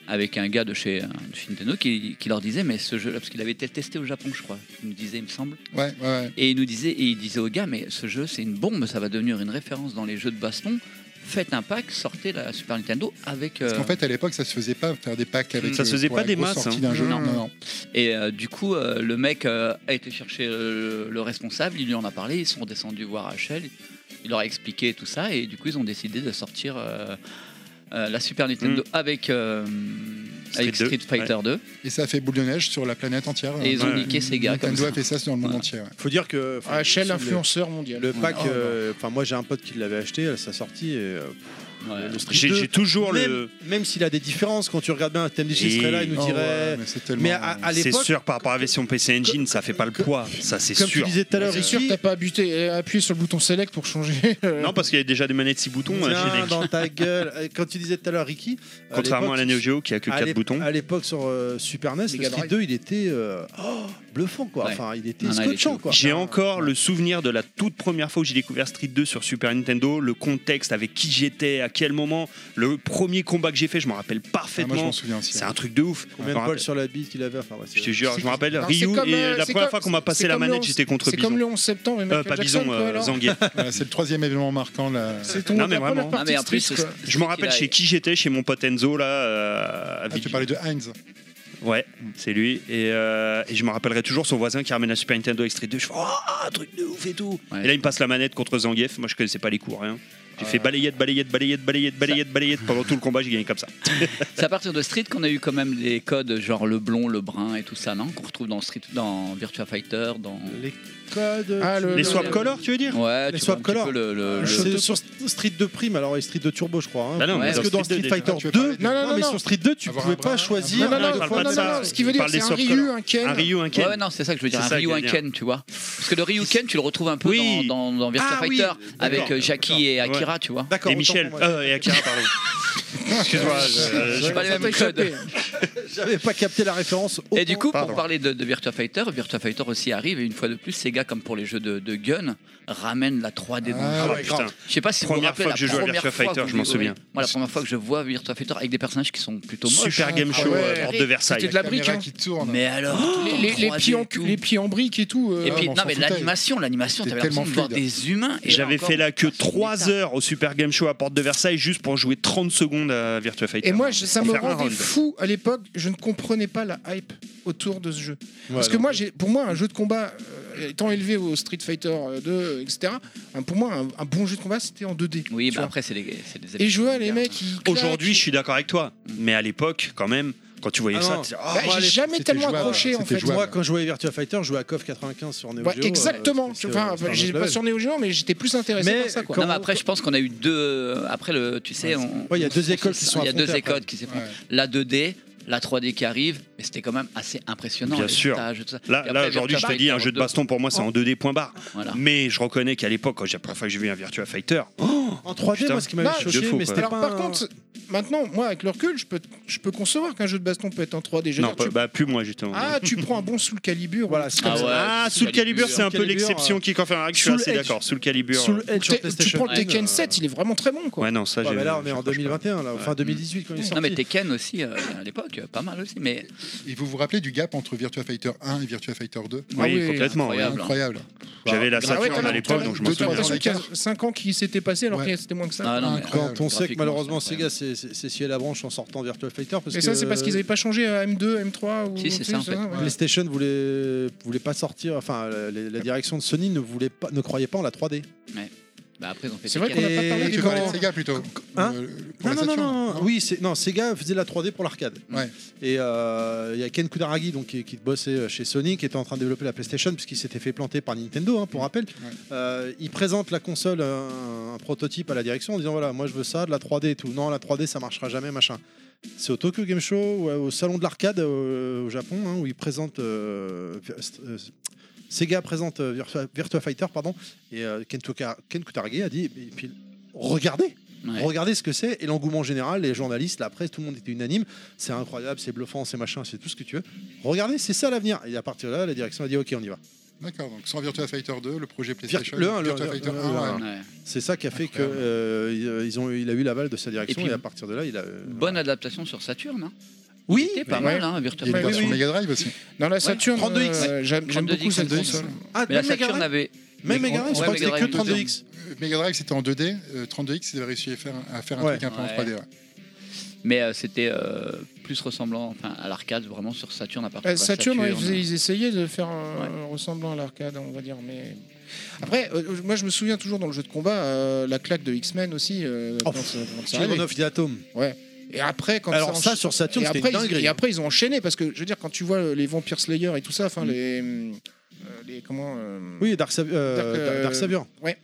[SPEAKER 6] avec un gars de chez, euh, de chez Nintendo qui, qui leur disait mais ce jeu là parce qu'il avait été testé au Japon je crois. Il nous disait il me semble.
[SPEAKER 2] euh.
[SPEAKER 7] Ouais, ouais, ouais.
[SPEAKER 6] Et il nous disait et il disait aux gars mais ce jeu c'est une bombe, ça va devenir une référence dans les jeux de baston. Faites un pack, sortez la Super Nintendo avec.
[SPEAKER 7] Parce
[SPEAKER 6] euh,
[SPEAKER 7] qu'en fait, à l'époque, ça se faisait pas faire des packs avec.
[SPEAKER 2] Ça se faisait
[SPEAKER 7] pour
[SPEAKER 2] pas
[SPEAKER 7] la
[SPEAKER 2] des
[SPEAKER 7] grosse
[SPEAKER 2] masses,
[SPEAKER 7] sortie
[SPEAKER 2] hein.
[SPEAKER 7] d'un jeu.
[SPEAKER 5] Non.
[SPEAKER 7] Mmh, Non, non.
[SPEAKER 6] Et euh, du coup, euh, le mec euh, a été chercher euh, le responsable, il lui en a parlé, ils sont descendus voir HL, il leur a expliqué tout ça, et du coup, ils ont décidé de sortir euh, euh, la Super Nintendo avec, euh,
[SPEAKER 2] Street
[SPEAKER 6] avec
[SPEAKER 2] 2,
[SPEAKER 6] Street Fighter 2,
[SPEAKER 7] Et ça a fait boule de neige sur la planète entière.
[SPEAKER 6] et ils ont
[SPEAKER 2] Ouais.
[SPEAKER 6] niqué Sega comme
[SPEAKER 7] Nintendo
[SPEAKER 6] ça.
[SPEAKER 7] a fait ça dans le monde
[SPEAKER 6] Voilà.
[SPEAKER 7] entier. ouais.
[SPEAKER 4] Faut dire que. enfin,
[SPEAKER 5] HL,
[SPEAKER 4] le-
[SPEAKER 5] Ah, influenceur mondial. Ah,
[SPEAKER 4] Le pack,
[SPEAKER 7] Oh, non.
[SPEAKER 4] euh, enfin moi j'ai un pote qui l'avait acheté à sa sortie. et, euh,
[SPEAKER 6] Ouais.
[SPEAKER 4] le Street
[SPEAKER 2] J'ai
[SPEAKER 4] 2,
[SPEAKER 2] j'ai toujours
[SPEAKER 4] même,
[SPEAKER 2] le.
[SPEAKER 4] même s'il a des différences, quand tu regardes bien, Thème des
[SPEAKER 2] Et-
[SPEAKER 4] serait là, il nous
[SPEAKER 7] Oh,
[SPEAKER 4] dirait.
[SPEAKER 7] ouais, mais c'est tellement. euh,
[SPEAKER 4] mais à, à
[SPEAKER 2] C'est
[SPEAKER 4] l'époque,
[SPEAKER 2] sûr, par rapport à la version PC Engine, ça fait pas le poids. Ça, c'est
[SPEAKER 4] comme tu
[SPEAKER 2] sûr.
[SPEAKER 4] disais tout à l'heure,
[SPEAKER 5] C'est sûr,
[SPEAKER 4] ici,
[SPEAKER 5] t'as pas buté, appuyé sur le bouton select pour changer. euh,
[SPEAKER 2] Non, parce qu'il y a déjà des manettes 6 boutons euh,
[SPEAKER 4] tiens,
[SPEAKER 2] chez les-
[SPEAKER 4] dans ta gueule. Euh, Quand tu disais tout à l'heure, Ricky, à
[SPEAKER 2] Contrairement à la Neo
[SPEAKER 4] l'époque,
[SPEAKER 2] Geo qui a que
[SPEAKER 4] à
[SPEAKER 2] 4
[SPEAKER 4] l'ép-
[SPEAKER 2] boutons.
[SPEAKER 4] À l'époque sur euh, Super NES, le
[SPEAKER 5] Mega
[SPEAKER 4] Street
[SPEAKER 5] Drive.
[SPEAKER 4] 2, il était euh, oh, bluffant quoi.
[SPEAKER 6] Ouais.
[SPEAKER 4] Enfin, il était
[SPEAKER 6] Non, non, il
[SPEAKER 4] scotchant
[SPEAKER 6] était-
[SPEAKER 4] quoi.
[SPEAKER 2] J'ai encore le souvenir de la toute première fois où j'ai découvert Street 2 sur Super Nintendo, le contexte, avec qui j'étais, à quel moment, le premier combat que j'ai fait, je m'en rappelle
[SPEAKER 7] Ah, moi, je
[SPEAKER 2] parfaitement.
[SPEAKER 7] m'en souviens aussi.
[SPEAKER 2] C'est un truc de ouf.
[SPEAKER 4] Combien
[SPEAKER 2] Je
[SPEAKER 4] de
[SPEAKER 2] m'en
[SPEAKER 4] balles
[SPEAKER 2] rappelle-
[SPEAKER 4] sur la bite qu'il avait enfin, ouais, c'est-
[SPEAKER 2] Je te jure, je me rappelle
[SPEAKER 5] Non, c'est
[SPEAKER 2] Ryu
[SPEAKER 5] comme,
[SPEAKER 2] et
[SPEAKER 5] euh,
[SPEAKER 2] la
[SPEAKER 5] c'est
[SPEAKER 2] première
[SPEAKER 5] comme-
[SPEAKER 2] fois qu'on m'a
[SPEAKER 5] c'est
[SPEAKER 2] passé la
[SPEAKER 5] comme
[SPEAKER 2] manette,
[SPEAKER 5] le-
[SPEAKER 2] j'étais contre
[SPEAKER 5] C'est comme
[SPEAKER 2] Bison.
[SPEAKER 5] le 11 septembre et
[SPEAKER 2] Euh,
[SPEAKER 5] Michael
[SPEAKER 2] pas
[SPEAKER 5] Jackson,
[SPEAKER 2] Bison,
[SPEAKER 5] quoi,
[SPEAKER 2] euh,
[SPEAKER 5] alors.
[SPEAKER 2] Zangief.
[SPEAKER 7] Voilà, c'est le troisième événement marquant. Là.
[SPEAKER 5] C'est ton
[SPEAKER 2] Non, mais
[SPEAKER 5] ta première
[SPEAKER 2] vraiment.
[SPEAKER 5] partie
[SPEAKER 6] Ah, mais
[SPEAKER 5] de
[SPEAKER 6] en plus,
[SPEAKER 5] Street, quoi.
[SPEAKER 6] c'est-
[SPEAKER 2] Je m'en rappelle
[SPEAKER 6] qu'il a-
[SPEAKER 2] chez qui j'étais, chez mon pote Enzo là. euh, à
[SPEAKER 7] Ah, tu
[SPEAKER 2] Vic-
[SPEAKER 7] parlais de Heinz.
[SPEAKER 2] Ouais, c'est lui. Et, euh, et je me rappellerai toujours son voisin qui ramène la Super Nintendo Extrait 2. Je fais Oh, truc de ouf et tout.
[SPEAKER 6] Ouais.
[SPEAKER 2] Et là, il me passe la manette contre Zangief. Moi, je connaissais pas les cours, rien. J'ai fait balayette, balayette, balayette, balayette, balayette, balayette. Pendant tout le combat, j'ai gagné comme ça.
[SPEAKER 6] C'est à partir de Street qu'on a eu quand même les codes genre le blond, le brun et tout ça, non Qu'on retrouve dans Street, dans Virtua Fighter, dans
[SPEAKER 4] Les codes.
[SPEAKER 5] Ah,
[SPEAKER 4] tu-
[SPEAKER 5] le-
[SPEAKER 2] Les
[SPEAKER 5] le-
[SPEAKER 2] swap color, tu veux dire
[SPEAKER 6] ouais,
[SPEAKER 4] les
[SPEAKER 6] tu
[SPEAKER 4] swap
[SPEAKER 6] vois un petit
[SPEAKER 4] color. Ah,
[SPEAKER 6] peu le, le- le-
[SPEAKER 4] C'est sur St- Street 2 Prime, alors et Street 2 Turbo, je crois. hein.
[SPEAKER 2] Bah non,
[SPEAKER 4] Parce
[SPEAKER 2] mais
[SPEAKER 4] que dans
[SPEAKER 2] dans Street 2,
[SPEAKER 4] Street Fighter
[SPEAKER 7] Ah, tu
[SPEAKER 4] 2,
[SPEAKER 7] veux parler de-
[SPEAKER 5] Non, non,
[SPEAKER 4] non,
[SPEAKER 5] non,
[SPEAKER 4] mais
[SPEAKER 5] non.
[SPEAKER 4] sur Street 2, tu
[SPEAKER 7] Avoir
[SPEAKER 4] pouvais
[SPEAKER 7] un bras,
[SPEAKER 4] pas
[SPEAKER 7] un
[SPEAKER 4] choisir.
[SPEAKER 5] Non, non,
[SPEAKER 2] Non,
[SPEAKER 5] non,
[SPEAKER 2] on
[SPEAKER 5] non,
[SPEAKER 2] parle pas de
[SPEAKER 5] non,
[SPEAKER 2] ça.
[SPEAKER 5] non, ce qui veut
[SPEAKER 2] On
[SPEAKER 5] dire
[SPEAKER 2] parle
[SPEAKER 5] c'est
[SPEAKER 2] des
[SPEAKER 5] un
[SPEAKER 2] swap
[SPEAKER 5] Ryu,
[SPEAKER 2] color.
[SPEAKER 5] un Ken.
[SPEAKER 2] Un Ryu, un
[SPEAKER 6] Ouais,
[SPEAKER 2] Ken.
[SPEAKER 6] ouais, non, c'est ça que je veux dire,
[SPEAKER 2] C'est
[SPEAKER 6] un
[SPEAKER 2] ça qu'il y a
[SPEAKER 6] Ryu
[SPEAKER 2] à dire.
[SPEAKER 6] Ken, tu vois. Parce que le Ryu Ken, tu le retrouves un peu
[SPEAKER 2] Oui.
[SPEAKER 6] dans, dans, dans Virtua
[SPEAKER 2] Ah oui,
[SPEAKER 6] Fighter avec
[SPEAKER 2] d'accord.
[SPEAKER 6] euh, Jackie et Akira, tu vois.
[SPEAKER 4] D'accord.
[SPEAKER 2] et
[SPEAKER 4] autant
[SPEAKER 2] Michel.
[SPEAKER 4] pour moi.
[SPEAKER 2] Euh, et Akira, pardon. Excuse-moi. je- je-
[SPEAKER 6] J'ai pas les
[SPEAKER 5] Ça
[SPEAKER 6] mêmes
[SPEAKER 5] t'a
[SPEAKER 6] codes.
[SPEAKER 5] échappé.
[SPEAKER 4] J'avais pas capté la référence.
[SPEAKER 6] Et du coup,
[SPEAKER 2] Pardon.
[SPEAKER 6] pour parler de, de Virtua Fighter, Virtua Fighter aussi arrive et une fois de plus, Sega, comme pour les jeux de, de gun, ramène la 3D dans le
[SPEAKER 7] Ah
[SPEAKER 2] Ah
[SPEAKER 6] jeu.
[SPEAKER 2] ouais, putain.
[SPEAKER 6] Je sais pas si vous vous
[SPEAKER 2] Première
[SPEAKER 6] rappelez
[SPEAKER 2] fois
[SPEAKER 6] la
[SPEAKER 2] que je joue à
[SPEAKER 6] première
[SPEAKER 2] Virtua
[SPEAKER 6] fois
[SPEAKER 2] Fighter,
[SPEAKER 6] que
[SPEAKER 2] je m'en
[SPEAKER 6] vous-
[SPEAKER 2] souviens.
[SPEAKER 6] Moi, la première fois que je vois Virtua Fighter avec des personnages qui sont plutôt moches.
[SPEAKER 2] Super game show,
[SPEAKER 5] ouais.
[SPEAKER 2] euh, porte de Versailles.
[SPEAKER 5] C'était de la brique.
[SPEAKER 7] caméra
[SPEAKER 5] hein.
[SPEAKER 7] qui tourne.
[SPEAKER 6] Mais alors,
[SPEAKER 2] Oh
[SPEAKER 5] Les, les- les
[SPEAKER 6] 3D
[SPEAKER 5] pieds en,
[SPEAKER 6] et tout.
[SPEAKER 5] les pieds en brique et
[SPEAKER 2] Eh
[SPEAKER 5] tout.
[SPEAKER 2] Ah,
[SPEAKER 5] euh,
[SPEAKER 6] Et puis,
[SPEAKER 7] on
[SPEAKER 6] non,
[SPEAKER 7] s'en
[SPEAKER 6] mais
[SPEAKER 7] foutait.
[SPEAKER 6] l'animation, l'animation,
[SPEAKER 7] C'était
[SPEAKER 6] t'avais l'impression de voir
[SPEAKER 7] tellement
[SPEAKER 6] des humains. et là
[SPEAKER 2] J'avais
[SPEAKER 6] encore, Ah,
[SPEAKER 2] fait là que
[SPEAKER 6] on passe sur
[SPEAKER 2] 3
[SPEAKER 6] l'état.
[SPEAKER 2] heures au Super Game Show à Porte de Versailles juste pour jouer 30 secondes à Virtua Fighter.
[SPEAKER 5] Et moi, je- ça me
[SPEAKER 2] Faire un
[SPEAKER 5] rendait
[SPEAKER 2] round.
[SPEAKER 5] fou à l'époque. Je ne comprenais pas la hype autour de ce jeu. Parce
[SPEAKER 4] Ouais,
[SPEAKER 5] que
[SPEAKER 4] non.
[SPEAKER 5] moi, j'ai- pour moi, un jeu de combat euh, étant élevé au Street Fighter euh, 2, etc. hein, Pour moi, un, un bon jeu de combat, c'était en 2D.
[SPEAKER 6] Oui,
[SPEAKER 5] tu
[SPEAKER 6] bah
[SPEAKER 5] vois.
[SPEAKER 6] après, c'est des. c'est des
[SPEAKER 5] Et je vois les mecs qui. claquent. Bah,
[SPEAKER 2] Aujourd'hui, je suis d'accord avec toi, mais à l'époque, quand même, quand tu voyais
[SPEAKER 4] Ah
[SPEAKER 2] ça, tu
[SPEAKER 4] non.
[SPEAKER 2] disais,
[SPEAKER 5] Bah,
[SPEAKER 2] oh,
[SPEAKER 5] j'ai jamais
[SPEAKER 7] c'était
[SPEAKER 5] tellement
[SPEAKER 7] jouable,
[SPEAKER 5] accroché en
[SPEAKER 7] c'était
[SPEAKER 5] fait.
[SPEAKER 7] jouable.
[SPEAKER 4] Moi, quand je jouais à Virtua Fighter, je jouais à KOF 95 sur Neo
[SPEAKER 5] Ouais,
[SPEAKER 4] Geo. euh,
[SPEAKER 5] exactement.
[SPEAKER 4] c'était-
[SPEAKER 5] Enfin,
[SPEAKER 4] c'était un
[SPEAKER 5] j'ai
[SPEAKER 4] autre
[SPEAKER 5] pas
[SPEAKER 4] level.
[SPEAKER 5] sur Neo Geo, mais j'étais plus intéressé
[SPEAKER 4] Mais
[SPEAKER 5] par ça. Quoi.
[SPEAKER 4] quand-
[SPEAKER 6] Non, mais après, je pense qu'on a eu deux. euh, Après, le, tu sais, on.
[SPEAKER 4] Ouais, il y a deux écoles qui sont
[SPEAKER 6] Il y a deux
[SPEAKER 4] affrontées après.
[SPEAKER 6] écoles qui s'effondrent. La 2D, la 3D qui arrive, mais c'était quand même assez impressionnant.
[SPEAKER 2] Bien
[SPEAKER 6] les
[SPEAKER 2] sûr.
[SPEAKER 6] stages et tout ça.
[SPEAKER 2] Là,
[SPEAKER 6] Et après,
[SPEAKER 2] là aujourd'hui, je
[SPEAKER 6] Virtua
[SPEAKER 2] te dis, un
[SPEAKER 6] Fighter
[SPEAKER 2] jeu de
[SPEAKER 6] 2,
[SPEAKER 2] baston pour moi, c'est en 2D point barre.
[SPEAKER 6] Voilà.
[SPEAKER 2] Mais je reconnais qu'à l'époque, quand j'ai la première fois que j'ai vu un Virtua Fighter,
[SPEAKER 4] En 3D,
[SPEAKER 2] Putain.
[SPEAKER 4] moi, ce qui m'avait
[SPEAKER 5] Non,
[SPEAKER 2] de
[SPEAKER 4] choqué,
[SPEAKER 2] faux,
[SPEAKER 4] mais
[SPEAKER 2] quoi.
[SPEAKER 4] c'était
[SPEAKER 5] Alors
[SPEAKER 4] pas.
[SPEAKER 5] par
[SPEAKER 4] un-
[SPEAKER 5] contre, maintenant, moi avec le recul, je peux, je peux concevoir qu'un jeu de baston peut être en 3D. Je veux
[SPEAKER 2] non,
[SPEAKER 5] dire,
[SPEAKER 2] pas-
[SPEAKER 5] tu-
[SPEAKER 2] bah plus moi justement.
[SPEAKER 5] Ah, tu prends un bon euh, sous le calibre.
[SPEAKER 4] Voilà, c'est comme
[SPEAKER 6] Ah
[SPEAKER 4] ça.
[SPEAKER 6] ouais,
[SPEAKER 2] Ah,
[SPEAKER 6] Soul
[SPEAKER 2] sous le calibre,
[SPEAKER 6] Calibur,
[SPEAKER 2] c'est un
[SPEAKER 4] Soul
[SPEAKER 2] peu
[SPEAKER 4] Calibur,
[SPEAKER 2] l'exception qui confirme la règle. Je suis
[SPEAKER 4] Soul
[SPEAKER 2] assez
[SPEAKER 4] Edge.
[SPEAKER 2] d'accord. Sous le calibre.
[SPEAKER 4] Sous le Edge sur
[SPEAKER 5] tu
[SPEAKER 4] PlayStation
[SPEAKER 5] prends le Tekken
[SPEAKER 6] euh,
[SPEAKER 5] 7, il est vraiment très bon quoi.
[SPEAKER 2] Ouais, non, ça
[SPEAKER 4] Ouais,
[SPEAKER 2] j'ai.
[SPEAKER 4] mais là, on est en
[SPEAKER 2] franchement,
[SPEAKER 4] 2021, là, enfin 2018 quand il est sorti.
[SPEAKER 6] Non, mais Tekken aussi, euh, à l'époque, euh, pas mal aussi. Mais
[SPEAKER 7] Et vous vous rappelez du gap entre Virtua Fighter 1 et Virtua Fighter 2
[SPEAKER 2] je-
[SPEAKER 5] Ah
[SPEAKER 2] Oui,
[SPEAKER 5] oui,
[SPEAKER 2] complètement. ouais.
[SPEAKER 6] incroyable.
[SPEAKER 7] Incroyable.
[SPEAKER 2] J'avais
[SPEAKER 5] Ah
[SPEAKER 2] la Saturn à l'époque, donc je m'en
[SPEAKER 7] deux, trois
[SPEAKER 2] souviens.
[SPEAKER 7] ans.
[SPEAKER 5] qu'il y a 5 ans qui s'étaient passés alors
[SPEAKER 7] Ouais.
[SPEAKER 5] qu'il c'était moins que ça.
[SPEAKER 6] Ah, non, mais-
[SPEAKER 7] Incroyable.
[SPEAKER 4] Quand on sait que
[SPEAKER 6] Graphiquement,
[SPEAKER 4] malheureusement
[SPEAKER 6] c'est
[SPEAKER 4] Sega s'est s'est- s'est scié la branche en sortant Virtua Fighter parce
[SPEAKER 5] Mais
[SPEAKER 4] que
[SPEAKER 5] ça, c'est parce qu'ils n'avaient pas changé à M2, M3 ou.
[SPEAKER 6] Si, c'est
[SPEAKER 5] tu sais,
[SPEAKER 6] ça, en fait.
[SPEAKER 5] ouais.
[SPEAKER 4] PlayStation voulait voulait pas sortir enfin la, la- la direction de Sony ne voulait pas ne croyait pas en la 3D.
[SPEAKER 6] Bah, après, ils ont fait
[SPEAKER 5] C'est vrai
[SPEAKER 6] Tekken.
[SPEAKER 5] qu'on a pas parlé
[SPEAKER 4] Et
[SPEAKER 7] Tu
[SPEAKER 5] du
[SPEAKER 7] parlais de
[SPEAKER 4] quand-
[SPEAKER 7] Sega plutôt.
[SPEAKER 4] Hein
[SPEAKER 7] Euh, pour
[SPEAKER 4] Non non
[SPEAKER 7] la Mm.
[SPEAKER 4] non,
[SPEAKER 7] Saturn.
[SPEAKER 4] non oui c'est non Sega faisait la 3D pour l'arcade.
[SPEAKER 7] Ouais.
[SPEAKER 4] Et euh, il y a Ken Kudaragi donc qui, qui bossait euh, chez Sony qui était en train de développer la PlayStation puisqu'il s'était fait planter par Nintendo hein,
[SPEAKER 7] Mm.
[SPEAKER 4] pour rappel. Euh, il présente la console euh, un, un prototype à la direction en disant voilà moi je veux ça de la 3D et tout. Non la 3D ça marchera jamais machin. C'est au Tokyo Game Show, ouais, au salon de l'arcade euh, au Japon, hein, où ils présentent. euh, euh, Sega présente euh, Virtua, Virtua Fighter, pardon, et euh, Ken, Tuka- Ken Kutaragi a dit et puis, regardez,
[SPEAKER 6] Ouais.
[SPEAKER 4] regardez ce que c'est, et l'engouement général, les journalistes, la presse, tout le monde était unanime, c'est incroyable, c'est bluffant, c'est machin, c'est tout ce que tu veux. Regardez, c'est ça l'avenir. Et à partir de là, la direction a dit ok, on y va.
[SPEAKER 7] D'accord, donc sans Virtua Fighter 2, le projet PlayStation.
[SPEAKER 4] le un, le
[SPEAKER 7] Virtua
[SPEAKER 4] un,
[SPEAKER 7] Fighter
[SPEAKER 4] le
[SPEAKER 7] 1,
[SPEAKER 4] un.
[SPEAKER 7] ouais.
[SPEAKER 6] Ouais.
[SPEAKER 4] C'est ça qui a fait que
[SPEAKER 7] Incroyable.
[SPEAKER 4] euh, ils ont, il a eu l'aval de sa direction,
[SPEAKER 6] Et
[SPEAKER 4] et,
[SPEAKER 6] puis,
[SPEAKER 4] à partir de là, il a. euh,
[SPEAKER 6] Bonne adaptation sur Saturn. Hein.
[SPEAKER 4] Oui,
[SPEAKER 6] C'était pas
[SPEAKER 5] Ouais.
[SPEAKER 6] mal, hein,
[SPEAKER 7] Il
[SPEAKER 6] Virtua
[SPEAKER 7] y a une
[SPEAKER 5] Ouais,
[SPEAKER 6] Fighter.
[SPEAKER 7] version
[SPEAKER 5] oui.
[SPEAKER 7] Mega Drive aussi.
[SPEAKER 5] Dans la Saturn,
[SPEAKER 4] 32X.
[SPEAKER 5] euh, j'aime j'aime
[SPEAKER 6] 32X,
[SPEAKER 5] beaucoup cette
[SPEAKER 6] 32X.
[SPEAKER 5] console. Eh,
[SPEAKER 4] Ah,
[SPEAKER 6] Mais la
[SPEAKER 4] même Mega
[SPEAKER 6] Saturn
[SPEAKER 4] Drive
[SPEAKER 6] avait.
[SPEAKER 4] Même Mega Drive, je
[SPEAKER 6] Ouais,
[SPEAKER 4] crois que
[SPEAKER 6] Mega
[SPEAKER 4] c'était que
[SPEAKER 6] Drive,
[SPEAKER 4] 32X.
[SPEAKER 7] Mega Drive c'était en 2D, euh, 32X ils avaient réussi à faire, à faire un
[SPEAKER 4] Ouais.
[SPEAKER 7] truc un peu en
[SPEAKER 6] Ouais.
[SPEAKER 7] 3D. ouais.
[SPEAKER 6] Mais euh, c'était euh, plus ressemblant enfin, à l'arcade, vraiment sur Saturn à partir
[SPEAKER 5] Euh,
[SPEAKER 6] de la
[SPEAKER 5] Saturn, ouais, ils faisaient-
[SPEAKER 6] Saturn.
[SPEAKER 5] ils essayaient de faire un- ressemblant à l'arcade, on va dire. Mais après, euh, moi, je me souviens toujours dans le jeu de combat, euh, la claque de X-Men aussi. euh,
[SPEAKER 4] Oh,
[SPEAKER 5] quand, ça- quand ça
[SPEAKER 4] Children
[SPEAKER 5] arrivait.
[SPEAKER 4] of the Atom.
[SPEAKER 5] Et après, quand
[SPEAKER 4] Alors ça
[SPEAKER 5] encha-
[SPEAKER 4] sur
[SPEAKER 5] et
[SPEAKER 4] Saturn, c'était
[SPEAKER 5] après,
[SPEAKER 4] une
[SPEAKER 5] ils,
[SPEAKER 4] dinguerie.
[SPEAKER 5] et après, ils ont enchaîné parce que je veux dire, quand tu vois euh, les Vampire Slayer et tout ça, enfin les, euh, les comment. euh,
[SPEAKER 4] Mm. Oui, Dark, Sav- euh,
[SPEAKER 5] Dark, euh,
[SPEAKER 4] Dark- Dark Savior.
[SPEAKER 5] ouais.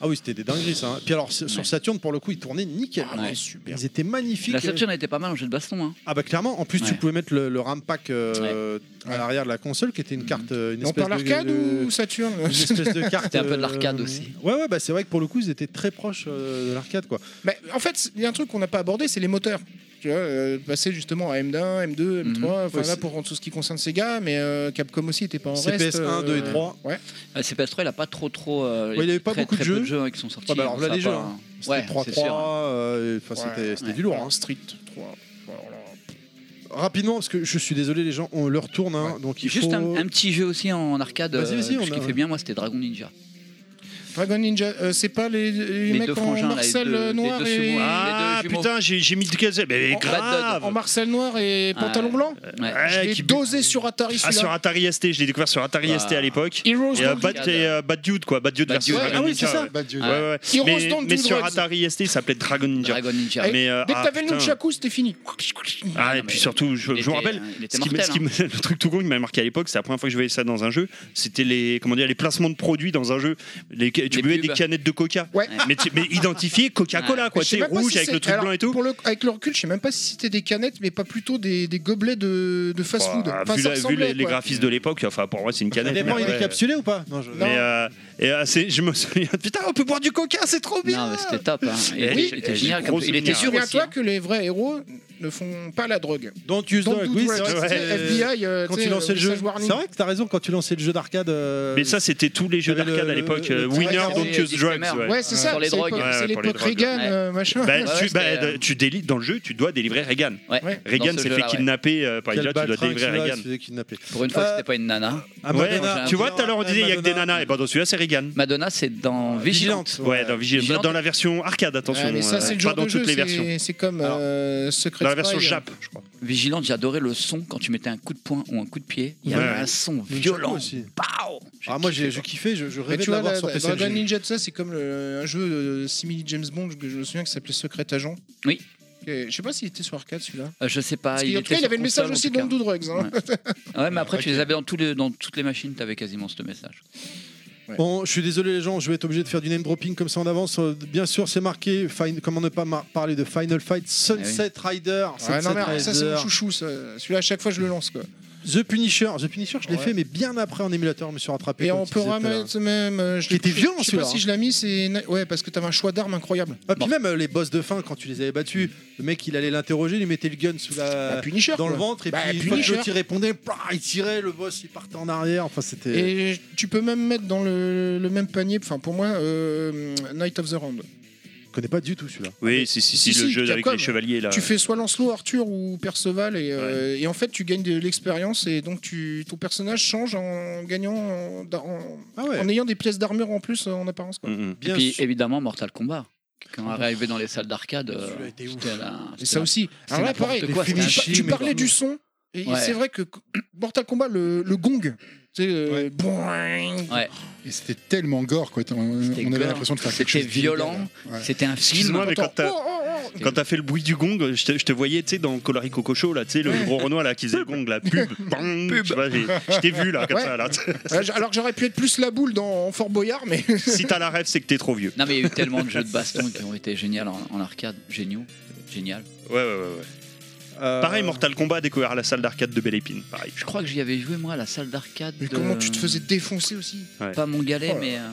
[SPEAKER 4] Ah oui, c'était des dingueries ça. hein. Puis alors sur
[SPEAKER 6] Ouais.
[SPEAKER 4] sur Saturn, pour le coup, ils tournaient nickel.
[SPEAKER 5] Ah,
[SPEAKER 6] Ouais.
[SPEAKER 5] ouais, super.
[SPEAKER 4] Ils étaient magnifiques.
[SPEAKER 6] La Saturn était pas mal en jeu de baston. Hein.
[SPEAKER 4] Ah bah clairement. En plus, tu
[SPEAKER 6] Ouais.
[SPEAKER 4] pouvais mettre le, le RAM pack euh, à l'arrière de la console, qui était une carte, euh, une
[SPEAKER 5] On
[SPEAKER 4] espèce
[SPEAKER 5] parle arcade
[SPEAKER 4] de, de-
[SPEAKER 5] ou Saturn
[SPEAKER 4] une espèce de carte.
[SPEAKER 6] C'était un peu de
[SPEAKER 4] euh,
[SPEAKER 6] l'arcade aussi.
[SPEAKER 4] Ouais ouais, bah c'est vrai que pour le coup, ils étaient très proches euh, de l'arcade quoi.
[SPEAKER 5] Mais en fait, il y a un truc qu'on n'a pas abordé, c'est les moteurs. Tu vois, euh, passer justement à M1, M2, M3,
[SPEAKER 6] Mhm.
[SPEAKER 5] enfin
[SPEAKER 4] Ouais,
[SPEAKER 5] là
[SPEAKER 4] c'est-
[SPEAKER 5] pour tout ce qui concerne Sega, mais euh, Capcom aussi n'était pas en
[SPEAKER 4] C'est
[SPEAKER 5] reste.
[SPEAKER 4] PS1, 2 et 3.
[SPEAKER 5] Ouais.
[SPEAKER 6] Euh, CPS3, il a pas trop trop. euh,
[SPEAKER 4] Ouais, il y avait pas
[SPEAKER 6] très,
[SPEAKER 4] beaucoup de
[SPEAKER 6] très peu
[SPEAKER 4] jeux.
[SPEAKER 6] jeux hein, qui sont sortis.
[SPEAKER 4] Ouais, bah alors,
[SPEAKER 6] donc
[SPEAKER 4] là,
[SPEAKER 6] ça a
[SPEAKER 4] les
[SPEAKER 6] pas
[SPEAKER 4] jeux,
[SPEAKER 6] un-
[SPEAKER 4] hein. C'était
[SPEAKER 6] Ouais,
[SPEAKER 4] 3
[SPEAKER 6] c'est sûr. hein.
[SPEAKER 4] 3 euh, enfin,
[SPEAKER 5] Ouais,
[SPEAKER 4] c'était c'était
[SPEAKER 6] ouais.
[SPEAKER 4] du lourd. hein.
[SPEAKER 5] Alors, Street 3. Voilà.
[SPEAKER 4] Rapidement parce que je suis désolé les gens, on leur tourne hein, donc il
[SPEAKER 6] Juste
[SPEAKER 4] faut
[SPEAKER 6] un, un petit jeu aussi en arcade.
[SPEAKER 4] Vas-y, vas-y,
[SPEAKER 6] euh,
[SPEAKER 4] on
[SPEAKER 6] Ce
[SPEAKER 4] a-
[SPEAKER 6] qui fait bien, moi, c'était Dragon Ninja.
[SPEAKER 5] Dragon Ninja, euh, c'est pas les, les
[SPEAKER 6] Les
[SPEAKER 5] mecs
[SPEAKER 6] deux
[SPEAKER 5] en
[SPEAKER 6] frangins, là, les
[SPEAKER 5] Marcel
[SPEAKER 6] deux-
[SPEAKER 5] euh,
[SPEAKER 6] les
[SPEAKER 5] noir
[SPEAKER 6] deux
[SPEAKER 5] et
[SPEAKER 6] jumeaux, là.
[SPEAKER 2] Ah
[SPEAKER 6] les deux jumeaux.
[SPEAKER 2] putain, j'ai j'ai mis le gazelle. Mais
[SPEAKER 5] En- en
[SPEAKER 2] grave
[SPEAKER 5] Marcel noir et pantalon
[SPEAKER 6] ouais.
[SPEAKER 5] blanc.
[SPEAKER 6] Ouais.
[SPEAKER 2] Ouais,
[SPEAKER 5] Je l'ai
[SPEAKER 2] Ah. Eh, qui-
[SPEAKER 5] dosé sur Atari
[SPEAKER 2] Ah,
[SPEAKER 5] celui-là.
[SPEAKER 2] sur Atari ST, je l'ai découvert sur Atari
[SPEAKER 6] Bah.
[SPEAKER 2] ST à l'époque.
[SPEAKER 5] Heroes,
[SPEAKER 2] Et euh,
[SPEAKER 5] Don't-
[SPEAKER 2] Bad, et, euh, Bad Dude, quoi, Bad Dude
[SPEAKER 6] Bad
[SPEAKER 2] versus
[SPEAKER 6] Dude,
[SPEAKER 2] Dragon
[SPEAKER 5] ah oui,
[SPEAKER 2] Ninja,
[SPEAKER 5] c'est ça.
[SPEAKER 2] ouais.
[SPEAKER 7] Bad Dieu.
[SPEAKER 2] Ouais, ouais, ouais.
[SPEAKER 5] Heroes
[SPEAKER 2] Mais,
[SPEAKER 5] Don't
[SPEAKER 2] mais
[SPEAKER 5] Do
[SPEAKER 2] sur
[SPEAKER 5] Drugs.
[SPEAKER 2] Atari ST, ça s'appelait Dragon Ninja.
[SPEAKER 6] Dragon Ninja.
[SPEAKER 5] Et
[SPEAKER 2] Mais, euh,
[SPEAKER 5] Dès que
[SPEAKER 2] ah,
[SPEAKER 5] t'avais le
[SPEAKER 2] putain.
[SPEAKER 5] nunchaku, c'était fini.
[SPEAKER 2] Ah,
[SPEAKER 6] non,
[SPEAKER 2] et puis
[SPEAKER 6] mais
[SPEAKER 2] surtout, je,
[SPEAKER 6] il
[SPEAKER 2] je me
[SPEAKER 6] était-
[SPEAKER 2] rappelle,
[SPEAKER 6] il était
[SPEAKER 2] ce qui me-
[SPEAKER 6] mortel,
[SPEAKER 2] ce qui me- le truc tout con qui m'a marqué à l'époque, c'est la première fois que je voyais ça dans un jeu, c'était les, comment dire, les placements de produits dans un jeu. Les- tu
[SPEAKER 6] Les
[SPEAKER 2] buvais
[SPEAKER 6] pubs.
[SPEAKER 2] des canettes de Coca.
[SPEAKER 5] Ouais.
[SPEAKER 2] Mais, tu- mais identifié Coca-Cola, quoi,
[SPEAKER 5] Je
[SPEAKER 2] tu
[SPEAKER 5] sais
[SPEAKER 2] sais,
[SPEAKER 5] même pas
[SPEAKER 2] rouge
[SPEAKER 5] si
[SPEAKER 2] avec
[SPEAKER 5] c'est-
[SPEAKER 2] le truc
[SPEAKER 5] alors,
[SPEAKER 2] blanc et tout.
[SPEAKER 5] pour le- avec le recul, je sais même pas si c'était des canettes, mais pas plutôt des, des gobelets de, de fast-food.
[SPEAKER 2] Bah,
[SPEAKER 5] Enfin,
[SPEAKER 2] vu
[SPEAKER 5] ça
[SPEAKER 2] la- vu
[SPEAKER 5] ressemblait,
[SPEAKER 2] les, les
[SPEAKER 5] quoi.
[SPEAKER 2] graphismes de l'époque, enfin pour moi c'est une
[SPEAKER 4] Ça
[SPEAKER 2] canette.
[SPEAKER 4] dépend,
[SPEAKER 2] mais
[SPEAKER 4] il est
[SPEAKER 2] ouais.
[SPEAKER 4] capsule ou pas Non, je-
[SPEAKER 5] Non.
[SPEAKER 2] Mais euh, et, euh, c'est- je me souviens, putain, on peut boire du coca, c'est trop bien.
[SPEAKER 6] Non, mais c'était top. hein.
[SPEAKER 2] Eh
[SPEAKER 6] Il, était-
[SPEAKER 2] oui,
[SPEAKER 6] il
[SPEAKER 2] j'ai
[SPEAKER 6] était génial.
[SPEAKER 2] des
[SPEAKER 6] comme-
[SPEAKER 2] gros
[SPEAKER 6] Il était
[SPEAKER 2] souvenirs.
[SPEAKER 6] sûr aussi.
[SPEAKER 5] Souviens-toi
[SPEAKER 6] hein.
[SPEAKER 5] que les vrais héros ne font pas la drogue.
[SPEAKER 4] Don't use
[SPEAKER 5] Don't
[SPEAKER 4] drugs.
[SPEAKER 5] do
[SPEAKER 4] Oui,
[SPEAKER 5] drugs,
[SPEAKER 4] c'est vrai.
[SPEAKER 5] c'était
[SPEAKER 4] euh,
[SPEAKER 5] FBI, euh,
[SPEAKER 4] Quand
[SPEAKER 5] tu sais,
[SPEAKER 4] tu lançais le jeu,
[SPEAKER 5] message warning.
[SPEAKER 4] c'est vrai que t'as raison. Quand tu lançais le jeu d'arcade, euh,
[SPEAKER 2] mais ça c'était tous les jeux
[SPEAKER 4] T'avais le-
[SPEAKER 2] d'arcade à l'époque.
[SPEAKER 4] le-
[SPEAKER 2] euh,
[SPEAKER 4] le-
[SPEAKER 2] Winner,
[SPEAKER 5] Ouais,
[SPEAKER 2] Don't
[SPEAKER 6] les
[SPEAKER 2] Use Drugs.
[SPEAKER 6] disclaimers.
[SPEAKER 2] ouais.
[SPEAKER 5] Ouais, c'est ça.
[SPEAKER 6] Sur les
[SPEAKER 5] c'est
[SPEAKER 6] drogues.
[SPEAKER 5] l'époque-
[SPEAKER 2] Ouais,
[SPEAKER 5] C'est
[SPEAKER 2] ouais, pour les
[SPEAKER 5] l'époque
[SPEAKER 2] drogues,
[SPEAKER 5] Reagan,
[SPEAKER 6] ouais.
[SPEAKER 5] euh, machin.
[SPEAKER 2] Bah,
[SPEAKER 6] Ouais,
[SPEAKER 2] tu,
[SPEAKER 6] ouais,
[SPEAKER 2] bah,
[SPEAKER 6] c'était, euh,
[SPEAKER 2] tu déli- dans le jeu, tu dois délivrer Reagan.
[SPEAKER 6] Ouais.
[SPEAKER 5] Ouais.
[SPEAKER 2] Reagan
[SPEAKER 6] Dans ce
[SPEAKER 2] s'est fait
[SPEAKER 6] jeu-là, ouais.
[SPEAKER 2] kidnapper euh, par
[SPEAKER 4] quel
[SPEAKER 2] Hydra, tu dois
[SPEAKER 4] baltringue
[SPEAKER 2] délivrer
[SPEAKER 4] celui-là,
[SPEAKER 2] Reagan.
[SPEAKER 4] il se faisait kidnapper.
[SPEAKER 6] Pour une fois,
[SPEAKER 4] Euh,
[SPEAKER 6] c'était pas une nana.
[SPEAKER 4] Ah,
[SPEAKER 2] Ouais,
[SPEAKER 4] Madonna.
[SPEAKER 2] tu vois, tout à l'heure on disait il y a que des
[SPEAKER 4] Madonna.
[SPEAKER 2] nanas, et ben dans celui-là c'est Reagan.
[SPEAKER 6] Madonna, c'est dans Vigilante.
[SPEAKER 4] Vigilante.
[SPEAKER 2] Ouais, dans, Vigil-
[SPEAKER 6] Vigilante.
[SPEAKER 2] dans la version arcade, attention.
[SPEAKER 5] Ouais, mais ça,
[SPEAKER 2] euh,
[SPEAKER 5] c'est le
[SPEAKER 2] pas
[SPEAKER 5] genre
[SPEAKER 2] dans
[SPEAKER 5] de jeu.
[SPEAKER 2] toutes les versions.
[SPEAKER 5] c'est- C'est comme
[SPEAKER 2] Alors,
[SPEAKER 5] euh, Secret
[SPEAKER 2] Dans la version
[SPEAKER 5] Spy, euh,
[SPEAKER 2] Jap, je crois.
[SPEAKER 6] Vigilante, j'adorais le son quand tu mettais un coup de poing ou un coup de pied. Il y
[SPEAKER 2] Ouais.
[SPEAKER 6] avait un son
[SPEAKER 4] Nunchaku
[SPEAKER 6] violent.
[SPEAKER 4] aussi.
[SPEAKER 6] Pow
[SPEAKER 4] Ah, moi, j'ai- je kiffais, je je
[SPEAKER 5] Mais
[SPEAKER 4] rêvais
[SPEAKER 5] tu
[SPEAKER 4] de
[SPEAKER 5] vois,
[SPEAKER 4] l'avoir
[SPEAKER 5] là,
[SPEAKER 4] sur PC. le
[SPEAKER 5] Dragon
[SPEAKER 4] jeu.
[SPEAKER 5] Ninja, ça, c'est comme le- un jeu euh, simili James Bond que je me souviens qui s'appelait Secret Agent.
[SPEAKER 6] Oui.
[SPEAKER 5] Et je sais pas s'il était sur arcade celui-là.
[SPEAKER 6] Euh, Je sais
[SPEAKER 5] Parce
[SPEAKER 6] pas.
[SPEAKER 5] qu'il- en tout
[SPEAKER 6] était
[SPEAKER 5] cas, il
[SPEAKER 6] sur
[SPEAKER 5] avait
[SPEAKER 6] console,
[SPEAKER 5] le message
[SPEAKER 6] en
[SPEAKER 5] aussi
[SPEAKER 6] tout cas.
[SPEAKER 5] dans Do Drugs. hein.
[SPEAKER 6] Ouais, mais après, tu les avais dans, tous les- dans toutes les machines, t'avais quasiment ce message.
[SPEAKER 4] Bon, je suis désolé les gens, je vais être obligé de faire du name dropping comme ça en avance. Euh, Bien sûr, c'est marqué. Fin- comment ne pas mar- parler de Final Fight, Sunset Rider,
[SPEAKER 5] Eh Ouais,
[SPEAKER 4] Sunset
[SPEAKER 5] non, mais alors, ça, c'est mon
[SPEAKER 4] Rider,
[SPEAKER 5] chouchou. ça. Celui-là, à chaque fois, je le lance. Quoi.
[SPEAKER 4] The Punisher. The Punisher, je l'ai
[SPEAKER 5] Ouais.
[SPEAKER 4] fait, mais bien après en émulateur, je me suis rattrapé.
[SPEAKER 5] Et
[SPEAKER 4] comme
[SPEAKER 5] on
[SPEAKER 4] tu
[SPEAKER 5] peut
[SPEAKER 4] disais tout à l'heure.
[SPEAKER 5] remettre même. euh, je
[SPEAKER 4] Qui
[SPEAKER 5] l'ai-
[SPEAKER 4] était violent,
[SPEAKER 5] Je sais pas
[SPEAKER 4] celui-là.
[SPEAKER 5] si je l'ai mis, c'est. na- Ouais, parce que t'avais un choix d'armes incroyable.
[SPEAKER 4] Ah, puis même euh, les boss de fin, quand tu les avais battus, le mec il allait l'interroger, il lui mettait le gun sous la.
[SPEAKER 5] Bah, Punisher.
[SPEAKER 4] Euh, dans le
[SPEAKER 5] quoi.
[SPEAKER 4] ventre et
[SPEAKER 5] Bah,
[SPEAKER 4] puis une fois que
[SPEAKER 5] Punisher.
[SPEAKER 4] l'autre il répondait, plah, il tirait, le boss il partait en arrière. Enfin c'était.
[SPEAKER 5] Et tu peux même mettre dans le, le même panier, enfin pour moi, euh, Night of the Round.
[SPEAKER 4] Je connais pas du tout celui-là.
[SPEAKER 2] Oui, si, si, si,
[SPEAKER 5] Si,
[SPEAKER 2] le
[SPEAKER 5] si,
[SPEAKER 2] jeu avec
[SPEAKER 5] Capcom.
[SPEAKER 2] les chevaliers là.
[SPEAKER 5] Tu fais soit Lancelot, Arthur ou Perceval, et, euh, et en fait, tu gagnes de l'expérience, et donc tu, ton personnage change en gagnant, en, en-
[SPEAKER 4] Ah ouais.
[SPEAKER 5] en ayant des pièces d'armure en plus euh, en apparence. Quoi.
[SPEAKER 2] Mhm.
[SPEAKER 6] Et
[SPEAKER 4] Bien
[SPEAKER 6] puis,
[SPEAKER 4] sûr.
[SPEAKER 6] évidemment, Mortal Kombat. Quand on est arrivé dans les salles d'arcade, euh,
[SPEAKER 4] Celui-là était ouf.
[SPEAKER 6] c'était la-
[SPEAKER 5] Et
[SPEAKER 6] c'était
[SPEAKER 5] ça
[SPEAKER 6] la-
[SPEAKER 5] aussi.
[SPEAKER 6] c'est
[SPEAKER 5] Alors là,
[SPEAKER 6] n'importe
[SPEAKER 5] pareil,
[SPEAKER 6] quoi,
[SPEAKER 5] tu,
[SPEAKER 6] c'est
[SPEAKER 5] par-
[SPEAKER 4] finishing,
[SPEAKER 5] tu
[SPEAKER 4] mais
[SPEAKER 5] parlais
[SPEAKER 4] vraiment.
[SPEAKER 5] du son, et
[SPEAKER 6] Ouais.
[SPEAKER 5] c'est vrai que Mortal Kombat, le, le gong, tu sais, euh, boing.
[SPEAKER 6] Ouais.
[SPEAKER 7] Et c'était tellement gore, quoi. On, on
[SPEAKER 6] C'était
[SPEAKER 7] avait
[SPEAKER 6] gore.
[SPEAKER 7] l'impression de faire quelque
[SPEAKER 6] C'était
[SPEAKER 7] chose. d'illégal,
[SPEAKER 6] violent.
[SPEAKER 7] là. Ouais.
[SPEAKER 6] C'était un film.
[SPEAKER 2] Excuse-moi, mais quand t'as.
[SPEAKER 5] Oh, oh, oh.
[SPEAKER 2] Quand t'as fait le bruit du gong, je te, je te voyais, tu sais, dans Colari Coco Show, là, tu sais, le gros Renoir, là, qui faisait le gong, là, pub, bang, tu vois, j'ai- je t'ai vu, là, comme
[SPEAKER 5] Ouais.
[SPEAKER 2] ça, là.
[SPEAKER 5] Ouais, j'- Alors que j'aurais pu être plus la boule dans Fort Boyard, mais
[SPEAKER 2] si t'as la rêve, c'est que t'es trop vieux.
[SPEAKER 6] Non, mais il y a eu tellement de jeux de baston qui ont été géniaux en, en arcade. Géniaux. Génial.
[SPEAKER 2] Ouais, ouais, ouais. ouais.
[SPEAKER 4] Euh,
[SPEAKER 2] Pareil, Mortal Kombat, découvert à la salle d'arcade de Belle Épine, pareil.
[SPEAKER 6] Je crois que j'y avais joué, moi, à la salle d'arcade.
[SPEAKER 5] Mais
[SPEAKER 6] de-
[SPEAKER 5] comment tu te faisais défoncer aussi
[SPEAKER 6] Pas Montgalet,
[SPEAKER 5] Oh là
[SPEAKER 6] mais. euh,